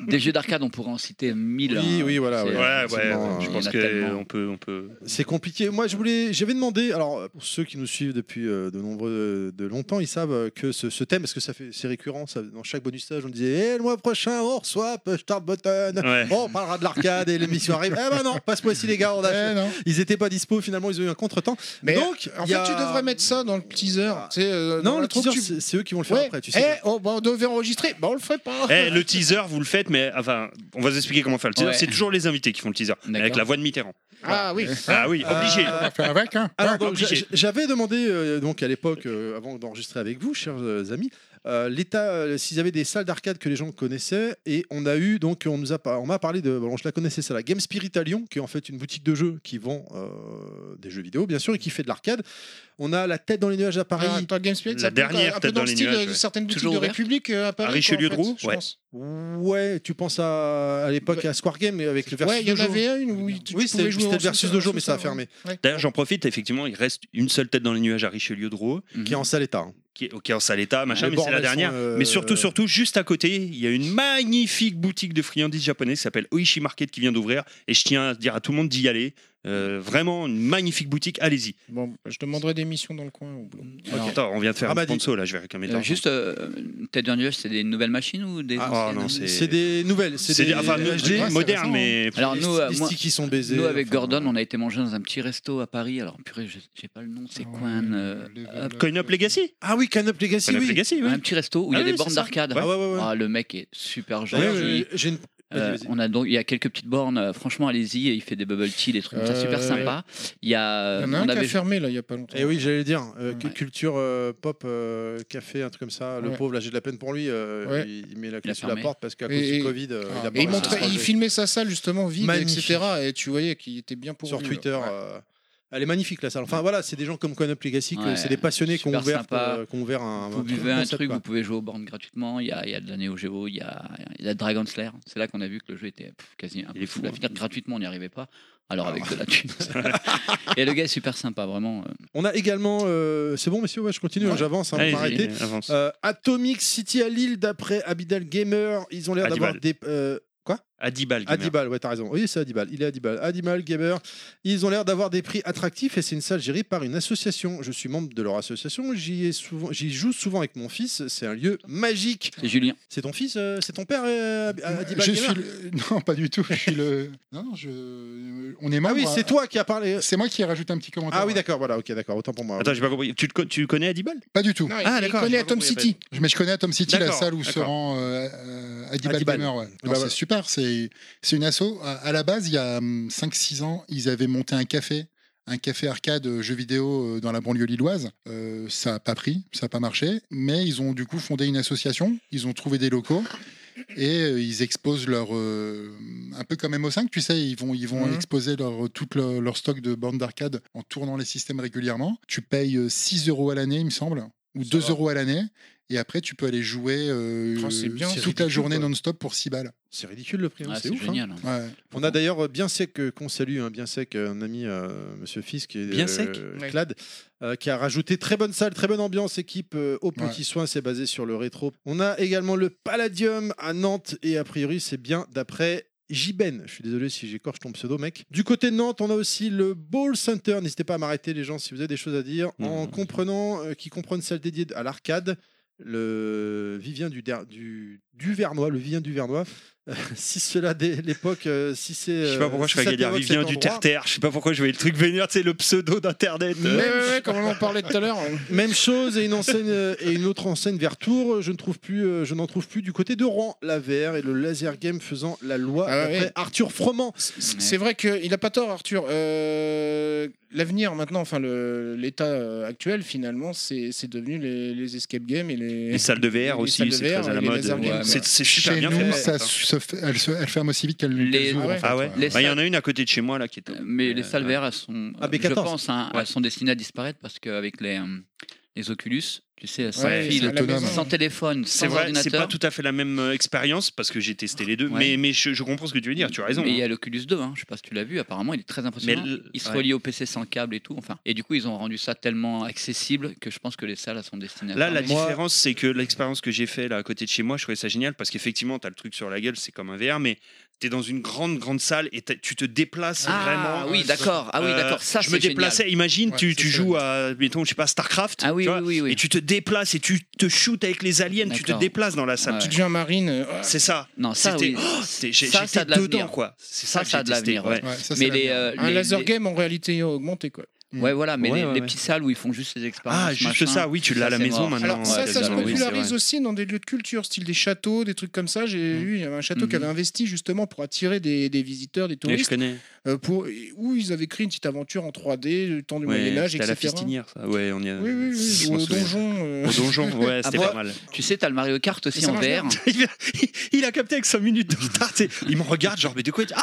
[SPEAKER 6] des jeux d'arcade, on pourrait en citer 1000.
[SPEAKER 4] Oui, oui, voilà,
[SPEAKER 6] c'est- euh,
[SPEAKER 2] Ouais, ouais, ouais, je
[SPEAKER 6] il y
[SPEAKER 2] pense
[SPEAKER 6] en a tellement.
[SPEAKER 2] qu'on peut, on peut.
[SPEAKER 4] C'est compliqué. Moi, je voulais, j'avais demandé. Alors, pour ceux qui nous suivent depuis euh, de nombreux de longtemps, ils savent euh, que ce, ce thème, parce que ça fait, c'est récurrent. ça- dans chaque bonus stage, on disait Eh, le mois prochain, on reçoit Pushstart Button.
[SPEAKER 2] Ouais.
[SPEAKER 4] On parlera de l'arcade et l'émission arrive. Eh ben non, pas ce mois-ci, les gars. On a...
[SPEAKER 5] Eh non.
[SPEAKER 4] Ils étaient pas dispo. Finalement, ils ont eu un contretemps.
[SPEAKER 5] Mais
[SPEAKER 4] Donc,
[SPEAKER 5] en
[SPEAKER 4] il y
[SPEAKER 5] fait,
[SPEAKER 4] a-
[SPEAKER 5] tu devrais mettre ça dans le teaser. tu sais, euh, dans
[SPEAKER 4] Non, le
[SPEAKER 5] l'intro
[SPEAKER 4] teaser,
[SPEAKER 5] que tu-
[SPEAKER 4] c'est- c'est eux qui vont le faire
[SPEAKER 5] Ouais.
[SPEAKER 4] après. Tu
[SPEAKER 5] Eh,
[SPEAKER 4] sais.
[SPEAKER 5] oh, bah, on devait enregistrer. Bah, on le ferait pas.
[SPEAKER 2] Eh, le teaser, vous le faites, mais enfin, on va vous expliquer comment faire le teaser.
[SPEAKER 6] Ouais.
[SPEAKER 2] C'est toujours les invités qui font le teaser, mais avec
[SPEAKER 6] D'accord. euh.
[SPEAKER 2] la voix de Mitterrand.
[SPEAKER 5] Ah oui.
[SPEAKER 2] Ah oui, obligé.
[SPEAKER 7] On va faire avec, hein
[SPEAKER 4] Alors, donc,
[SPEAKER 2] obligé.
[SPEAKER 4] j'a- j'avais demandé euh, donc à l'époque, euh, avant d'enregistrer avec vous, chers euh, amis, euh, l'état, euh, s'ils avaient des salles d'arcade que les gens connaissaient, et on a eu donc on nous a par- on m'a parlé de, bon, je la connaissais ça, la Game Spirit à Lyon, qui est en fait une boutique de jeux qui vend euh, des jeux vidéo bien sûr et qui fait de l'arcade. On a la tête dans les nuages à Paris.
[SPEAKER 5] Ah, attends, Game Spirit,
[SPEAKER 2] La
[SPEAKER 5] ça peut être
[SPEAKER 2] dernière,
[SPEAKER 5] un peu
[SPEAKER 2] peut-être
[SPEAKER 5] dans
[SPEAKER 2] dans
[SPEAKER 5] le
[SPEAKER 2] les
[SPEAKER 5] style
[SPEAKER 2] nuages,
[SPEAKER 5] de
[SPEAKER 2] ouais.
[SPEAKER 5] certaines boutiques
[SPEAKER 6] Toujours
[SPEAKER 5] de
[SPEAKER 6] ouvert
[SPEAKER 5] République euh, à Paris. quoi,
[SPEAKER 2] Richelieu
[SPEAKER 5] en fait,
[SPEAKER 2] Drouot,
[SPEAKER 5] je
[SPEAKER 2] ouais.
[SPEAKER 5] pense.
[SPEAKER 4] Ouais, tu penses à, à l'époque à Square Game avec le versus
[SPEAKER 5] Ah. Ouais, il y en
[SPEAKER 4] dojo.
[SPEAKER 5] avait une où tu
[SPEAKER 4] Oui,
[SPEAKER 5] pouvais
[SPEAKER 4] c'était
[SPEAKER 5] jouer au
[SPEAKER 1] peut-être versus
[SPEAKER 5] de
[SPEAKER 1] deux jours, mais ça a fermé.
[SPEAKER 2] D'ailleurs, j'en profite, effectivement, il reste une seule tête dans les nuages à Richelieu de Raux,
[SPEAKER 1] Qui est en sale état. hein.
[SPEAKER 2] qui est, qui est en sale état, machin,
[SPEAKER 1] Les
[SPEAKER 2] mais c'est la
[SPEAKER 1] bordels
[SPEAKER 2] dernière.
[SPEAKER 1] sont, euh,
[SPEAKER 2] Mais surtout, surtout, juste à côté, il y a une magnifique boutique de friandises japonaises qui s'appelle Oishi Market qui vient d'ouvrir. Et je tiens à dire à tout le monde d'y aller. Euh, vraiment une magnifique boutique, allez-y.
[SPEAKER 5] Bon, je demanderai des missions dans le coin. Au boulot.
[SPEAKER 6] Alors,
[SPEAKER 2] Attends, on vient de faire un
[SPEAKER 1] Ramadi.
[SPEAKER 2] ponceau là, je vais réclamer
[SPEAKER 6] Ah bah, euh, juste, euh, Tête d'un nuage, c'est des nouvelles machines ou des.
[SPEAKER 2] Ah,
[SPEAKER 6] anciennes
[SPEAKER 2] non, c'est-
[SPEAKER 1] C'est des nouvelles. C'est des,
[SPEAKER 2] enfin,
[SPEAKER 1] des-
[SPEAKER 2] je dis
[SPEAKER 7] ouais, c'est
[SPEAKER 2] moderne,
[SPEAKER 7] récent,
[SPEAKER 2] mais
[SPEAKER 6] Alors, nous, euh,
[SPEAKER 1] des
[SPEAKER 6] moi-
[SPEAKER 1] sticks qui sont baisés.
[SPEAKER 6] Nous, avec
[SPEAKER 1] enfin,
[SPEAKER 6] Gordon, on a été manger dans un petit resto à Paris. Alors, purée, je sais pas le nom,
[SPEAKER 7] Ah
[SPEAKER 6] c'est quoi un. euh,
[SPEAKER 7] Level up.
[SPEAKER 2] Coin Up Legacy.
[SPEAKER 1] Ah oui, Canop Legacy,
[SPEAKER 2] Coin Up
[SPEAKER 1] oui.
[SPEAKER 2] Legacy, oui.
[SPEAKER 6] Un petit resto où il
[SPEAKER 2] Ah
[SPEAKER 6] y a
[SPEAKER 2] oui,
[SPEAKER 6] des bornes
[SPEAKER 2] c'est ça.
[SPEAKER 6] d'arcade.
[SPEAKER 1] Ouais, ouais, ouais.
[SPEAKER 6] Ah, le mec est super gentil.
[SPEAKER 1] D'ailleurs, j'ai- j'ai une-
[SPEAKER 6] Euh,
[SPEAKER 1] vas-y, vas-y.
[SPEAKER 6] on a donc, il y a quelques petites bornes. euh, Franchement, allez-y. Il fait des bubble tea, des trucs comme ça,
[SPEAKER 5] Euh,
[SPEAKER 6] super sympa. Il y a, euh,
[SPEAKER 5] Il y en a un
[SPEAKER 6] on
[SPEAKER 5] qui a
[SPEAKER 6] avait,
[SPEAKER 5] fermé là il y a pas longtemps.
[SPEAKER 1] Eh oui, j'allais dire. euh, cu-
[SPEAKER 6] Ouais.
[SPEAKER 1] Culture euh, pop, euh, café, un truc comme ça. Le
[SPEAKER 5] Ouais.
[SPEAKER 1] pauvre, là, j'ai de la peine pour lui. euh,
[SPEAKER 5] Ouais.
[SPEAKER 1] il, il met la
[SPEAKER 6] Il a
[SPEAKER 1] clé sous la
[SPEAKER 6] fermé.
[SPEAKER 1] porte parce qu'à
[SPEAKER 5] Et-
[SPEAKER 1] cause
[SPEAKER 5] et- Ah.
[SPEAKER 1] du Covid, euh, il a pas
[SPEAKER 5] Et
[SPEAKER 1] réussi
[SPEAKER 5] il,
[SPEAKER 1] à
[SPEAKER 5] montrait,
[SPEAKER 1] se
[SPEAKER 5] il
[SPEAKER 1] relever.
[SPEAKER 5] filmait sa salle justement vide,
[SPEAKER 1] Magnifique.
[SPEAKER 5] etc. Et tu voyais qu'il était bien pour
[SPEAKER 1] sur Twitter. euh, elle est magnifique la salle. Enfin voilà, c'est des gens comme Coin Up Legacy, que
[SPEAKER 6] Ouais,
[SPEAKER 1] c'est des passionnés qui ont
[SPEAKER 6] super
[SPEAKER 1] ouvert,
[SPEAKER 6] sympa.
[SPEAKER 1] euh, qui ont ouvert un.
[SPEAKER 6] vous
[SPEAKER 1] un
[SPEAKER 6] buvez un
[SPEAKER 1] concept,
[SPEAKER 6] truc,
[SPEAKER 1] quoi.
[SPEAKER 6] vous pouvez jouer aux bornes gratuitement. Il y a, il y a de la Neo Geo, il y a, il y a Dragon Slayer. C'est là qu'on a vu que le jeu était pff, quasi
[SPEAKER 2] Il est fou,
[SPEAKER 6] impossible à
[SPEAKER 2] hein.
[SPEAKER 6] finir gratuitement. On n'y arrivait pas. Alors avec de la thune. Et le gars est super sympa, vraiment. euh,
[SPEAKER 1] On a également. euh, c'est bon, messieurs, ouais, je continue, hein, j'avance, hein, on
[SPEAKER 2] Allez-y,
[SPEAKER 1] va arrêter.
[SPEAKER 2] avance.
[SPEAKER 1] Euh, Atomic City à Lille, d'après Abidal Gamer, ils ont l'air d'avoir
[SPEAKER 2] Adibal.
[SPEAKER 1] des. euh,
[SPEAKER 2] à 10 balles. Gamer.
[SPEAKER 1] Adibal, ouais, t'as raison. Oui, c'est Adibal. Il est Adibal. Adibal Gamer. Ils ont l'air d'avoir des prix attractifs et c'est une salle gérée par une association. Je suis membre de leur association. J'y ai souvent, j'y joue souvent avec mon fils. C'est un lieu magique.
[SPEAKER 6] C'est Julien.
[SPEAKER 1] C'est ton fils, euh, c'est ton père, euh, Ab- Adibal
[SPEAKER 7] Je
[SPEAKER 1] Gamer
[SPEAKER 7] suis le- Non, pas du tout. Je suis le. Non, non, je. On est
[SPEAKER 1] Ah
[SPEAKER 7] membre.
[SPEAKER 1] oui, c'est toi qui as parlé.
[SPEAKER 7] C'est moi qui ai rajouté un petit commentaire.
[SPEAKER 1] Ah oui, d'accord, voilà, ok, d'accord, autant pour moi.
[SPEAKER 2] Attends, j'ai pas compris. Tu, te co- tu connais à 10 balles
[SPEAKER 7] Pas du tout.
[SPEAKER 5] ah,
[SPEAKER 2] d'accord,
[SPEAKER 5] d'accord. Il connaît
[SPEAKER 2] j'ai
[SPEAKER 5] Atom
[SPEAKER 2] compris,
[SPEAKER 5] City.
[SPEAKER 7] Je- Mais je connais Atom City, la
[SPEAKER 2] D'accord,
[SPEAKER 7] salle où se
[SPEAKER 2] d'accord.
[SPEAKER 7] rend euh, euh, Adibal
[SPEAKER 1] Adibal.
[SPEAKER 7] Gamer. ouais. Non,
[SPEAKER 1] bah
[SPEAKER 7] c'est
[SPEAKER 1] ouais.
[SPEAKER 7] super, c'est c'est une asso. À, à la base, il y a 5-6 ans, ils avaient monté un café, un café arcade euh, jeux vidéo euh, dans la banlieue lilloise. Euh, ça n'a pas pris, ça n'a pas marché, mais ils ont du coup fondé une association, ils ont trouvé des locaux. Et euh, ils exposent leur. euh, un peu comme MO5, tu sais, ils vont, ils vont
[SPEAKER 2] Mmh.
[SPEAKER 5] Mhm.
[SPEAKER 7] exposer leur, tout leur, leur stock de bornes d'arcade en tournant les systèmes régulièrement. Tu payes euh, 6 euros à l'année, il me semble, ou 2 euros à l'année. Et après, tu peux aller jouer euh,
[SPEAKER 5] Oh, c'est bien,
[SPEAKER 7] toute
[SPEAKER 5] c'est
[SPEAKER 7] la
[SPEAKER 1] ridicule,
[SPEAKER 7] journée
[SPEAKER 1] quoi.
[SPEAKER 7] non-stop pour 6 balles.
[SPEAKER 1] C'est ridicule le prix, hein,
[SPEAKER 6] Ah,
[SPEAKER 1] c'est
[SPEAKER 6] c'est
[SPEAKER 1] ouf. hein.
[SPEAKER 6] génial. hein.
[SPEAKER 7] Ouais.
[SPEAKER 1] On a d'ailleurs euh, bien sec euh, qu'on salue, hein, bien sec, euh, un ami, euh, Monsieur Fisk, qui est,
[SPEAKER 2] Bien sec
[SPEAKER 1] euh,
[SPEAKER 5] Ouais.
[SPEAKER 1] Clad, euh, qui a rajouté très bonne salle, très bonne ambiance, équipe euh, au petit soin, c'est basé sur le rétro. On a également le Palladium à Nantes et a priori c'est bien d'après. Jiben, je suis désolé si j'écorche ton pseudo, mec. Du côté de Nantes, on a aussi le Ball Center. N'hésitez pas à m'arrêter, les gens, si vous avez des choses à dire. En
[SPEAKER 2] Mhm.
[SPEAKER 1] comprenant, euh, qui comprennent celle dédiée à l'arcade, le Vivien du, Der- du, du Vernois, le Vivien du Vernois, si cela dès l'époque, euh, si c'est.
[SPEAKER 2] Je sais pas pourquoi je croyais dire Vivien du Terre-Terre. Je sais pas pourquoi je voyais le truc venir, tu sais, le pseudo d'Internet.
[SPEAKER 5] Ouais, ouais, ouais, comme on en parlait tout à l'heure. on-
[SPEAKER 1] Même chose et une enseigne euh, et une autre enseigne vers Tours. Je ne trouve plus, euh, je n'en trouve plus du côté de Rouen. La VR et le laser game faisant la loi
[SPEAKER 5] Ah
[SPEAKER 1] après
[SPEAKER 5] ouais.
[SPEAKER 1] Arthur Froment.
[SPEAKER 5] C'est vrai qu'il n'a pas tort, Arthur. Euh, L'avenir maintenant, enfin le- l'état euh, actuel, finalement, c'est c'est devenu les, les escape games et les.
[SPEAKER 2] Les salles de
[SPEAKER 5] les
[SPEAKER 2] VR aussi,
[SPEAKER 5] salles de
[SPEAKER 2] c'est
[SPEAKER 5] VR
[SPEAKER 2] très à la
[SPEAKER 5] et les
[SPEAKER 2] mode.
[SPEAKER 5] laser games,
[SPEAKER 6] Ouais,
[SPEAKER 2] C'est
[SPEAKER 5] quoi.
[SPEAKER 2] c'est super
[SPEAKER 7] Chez
[SPEAKER 2] bien
[SPEAKER 7] nous,
[SPEAKER 2] fait.
[SPEAKER 7] ça,
[SPEAKER 2] ça.
[SPEAKER 7] se fait- elle, se- elle ferme aussi vite qu'elle qu'elle
[SPEAKER 6] Les-
[SPEAKER 5] Ah
[SPEAKER 7] s'ouvre, en
[SPEAKER 5] ouais.
[SPEAKER 7] fait,
[SPEAKER 2] Ah ouais Bah, Il
[SPEAKER 6] Les
[SPEAKER 2] y en a une à côté de chez moi là qui est.
[SPEAKER 6] Euh, Mais les salles
[SPEAKER 2] vertes
[SPEAKER 6] VR, elles sont,
[SPEAKER 1] Ah,
[SPEAKER 6] euh, je
[SPEAKER 1] B14.
[SPEAKER 6] pense, hein,
[SPEAKER 2] Ouais.
[SPEAKER 6] elles sont destinées à disparaître parce qu'avec les, euh, les Oculus, tu sais, sans
[SPEAKER 5] Ouais,
[SPEAKER 6] fil,
[SPEAKER 5] c'est à la
[SPEAKER 7] autonome.
[SPEAKER 5] maison.
[SPEAKER 6] sans téléphone,
[SPEAKER 2] C'est
[SPEAKER 6] sans
[SPEAKER 2] vrai, c'est pas
[SPEAKER 6] ordinateur.
[SPEAKER 2] tout à fait la même euh, expérience parce que j'ai testé les deux,
[SPEAKER 6] Ouais.
[SPEAKER 2] mais, mais je, je comprends ce que tu veux dire, tu as raison.
[SPEAKER 6] Mais il y
[SPEAKER 2] hein.
[SPEAKER 6] a l'Oculus 2, hein, je sais pas si tu l'as vu, apparemment il est très
[SPEAKER 2] Mais
[SPEAKER 6] impressionnant.
[SPEAKER 2] le-
[SPEAKER 6] Il se
[SPEAKER 2] ouais.
[SPEAKER 6] relie au PC sans câble et tout. Enfin, et du coup, ils ont rendu ça tellement accessible que je pense que les salles elles sont destinées à
[SPEAKER 2] Là, la
[SPEAKER 6] fermer.
[SPEAKER 2] différence, c'est que l'expérience que j'ai fait là à côté de chez moi, je trouvais ça génial parce qu'effectivement, tu as le truc sur la gueule, c'est comme un VR, mais tu es dans une grande, grande salle et t'as- tu te déplaces
[SPEAKER 6] Ah
[SPEAKER 2] vraiment.
[SPEAKER 6] oui, d'accord. Ah oui,
[SPEAKER 2] Euh,
[SPEAKER 6] d'accord. Ça,
[SPEAKER 2] je
[SPEAKER 6] c'est
[SPEAKER 2] me
[SPEAKER 6] génial.
[SPEAKER 2] déplaçais. Imagine,
[SPEAKER 7] Ouais,
[SPEAKER 2] tu,
[SPEAKER 7] c'est
[SPEAKER 2] tu
[SPEAKER 7] ça.
[SPEAKER 2] joues à, mettons, je sais pas, Starcraft.
[SPEAKER 6] Ah oui,
[SPEAKER 2] tu
[SPEAKER 6] oui,
[SPEAKER 2] vois,
[SPEAKER 6] oui, oui.
[SPEAKER 2] Et tu te déplaces et tu te shootes avec les aliens, tu te
[SPEAKER 6] D'accord.
[SPEAKER 2] déplaces dans la salle.
[SPEAKER 6] Ouais.
[SPEAKER 5] Tu deviens marine. euh,
[SPEAKER 2] C'est ça.
[SPEAKER 6] Non, ça,
[SPEAKER 2] C'était-
[SPEAKER 6] oui.
[SPEAKER 2] oh, c'était- j'ai-
[SPEAKER 6] Ça, ça a
[SPEAKER 2] J'étais
[SPEAKER 6] de l'avenir.
[SPEAKER 2] dedans, quoi. C'est ça,
[SPEAKER 6] Ça,
[SPEAKER 2] que
[SPEAKER 6] ça a
[SPEAKER 2] j'ai
[SPEAKER 6] de
[SPEAKER 2] testé.
[SPEAKER 6] l'avenir,
[SPEAKER 2] ouais.
[SPEAKER 7] Ouais, ça, c'est
[SPEAKER 6] Mais
[SPEAKER 7] la
[SPEAKER 6] les,
[SPEAKER 7] merde.
[SPEAKER 6] euh,
[SPEAKER 5] Un
[SPEAKER 6] les-
[SPEAKER 5] laser
[SPEAKER 6] les-
[SPEAKER 5] game en réalité augmentée quoi.
[SPEAKER 6] Ouais, voilà, mais
[SPEAKER 2] Mm. Ouais,
[SPEAKER 6] les,
[SPEAKER 2] ouais,
[SPEAKER 6] les
[SPEAKER 2] ouais.
[SPEAKER 6] petites salles où ils font juste les expériences.
[SPEAKER 2] Ah, juste
[SPEAKER 6] machin.
[SPEAKER 2] ça, oui, tu l'as à la
[SPEAKER 6] c'est
[SPEAKER 2] maison
[SPEAKER 6] mort.
[SPEAKER 2] maintenant.
[SPEAKER 5] Alors
[SPEAKER 2] Non,
[SPEAKER 5] ça,
[SPEAKER 2] ouais,
[SPEAKER 5] ça se
[SPEAKER 2] déjà, oui,
[SPEAKER 5] popularise
[SPEAKER 2] c'est vrai. Mm.
[SPEAKER 5] aussi dans des lieux de culture, style des châteaux, des trucs comme ça. J'ai
[SPEAKER 6] Mhm.
[SPEAKER 5] vu, il y avait un château qui
[SPEAKER 6] Mhm.
[SPEAKER 5] avait investi justement pour attirer des, des visiteurs, des
[SPEAKER 2] Ouais, Mm-hmm. Je
[SPEAKER 5] touristes,
[SPEAKER 2] connais.
[SPEAKER 5] euh, pour, où ils avaient créé une petite aventure en 3D, le temps du
[SPEAKER 2] Ouais,
[SPEAKER 5] Moyen Âge,
[SPEAKER 2] c'était à la
[SPEAKER 5] etc.
[SPEAKER 2] fistinière, ça. Ouais, on y a...
[SPEAKER 5] Oui, oui, oui,
[SPEAKER 2] Je m'en
[SPEAKER 5] au
[SPEAKER 2] souviens.
[SPEAKER 5] donjon. euh,
[SPEAKER 2] Au donjon, ouais, c'était
[SPEAKER 6] moi-
[SPEAKER 2] pas mal.
[SPEAKER 6] Tu sais, t'as le Mario Kart
[SPEAKER 5] Mais
[SPEAKER 6] aussi
[SPEAKER 5] ça
[SPEAKER 6] en
[SPEAKER 5] marche bien.
[SPEAKER 6] VR.
[SPEAKER 2] il a capté avec 5 minutes de retard. tu sais. Il me regarde, genre, mais de quoi il- Ah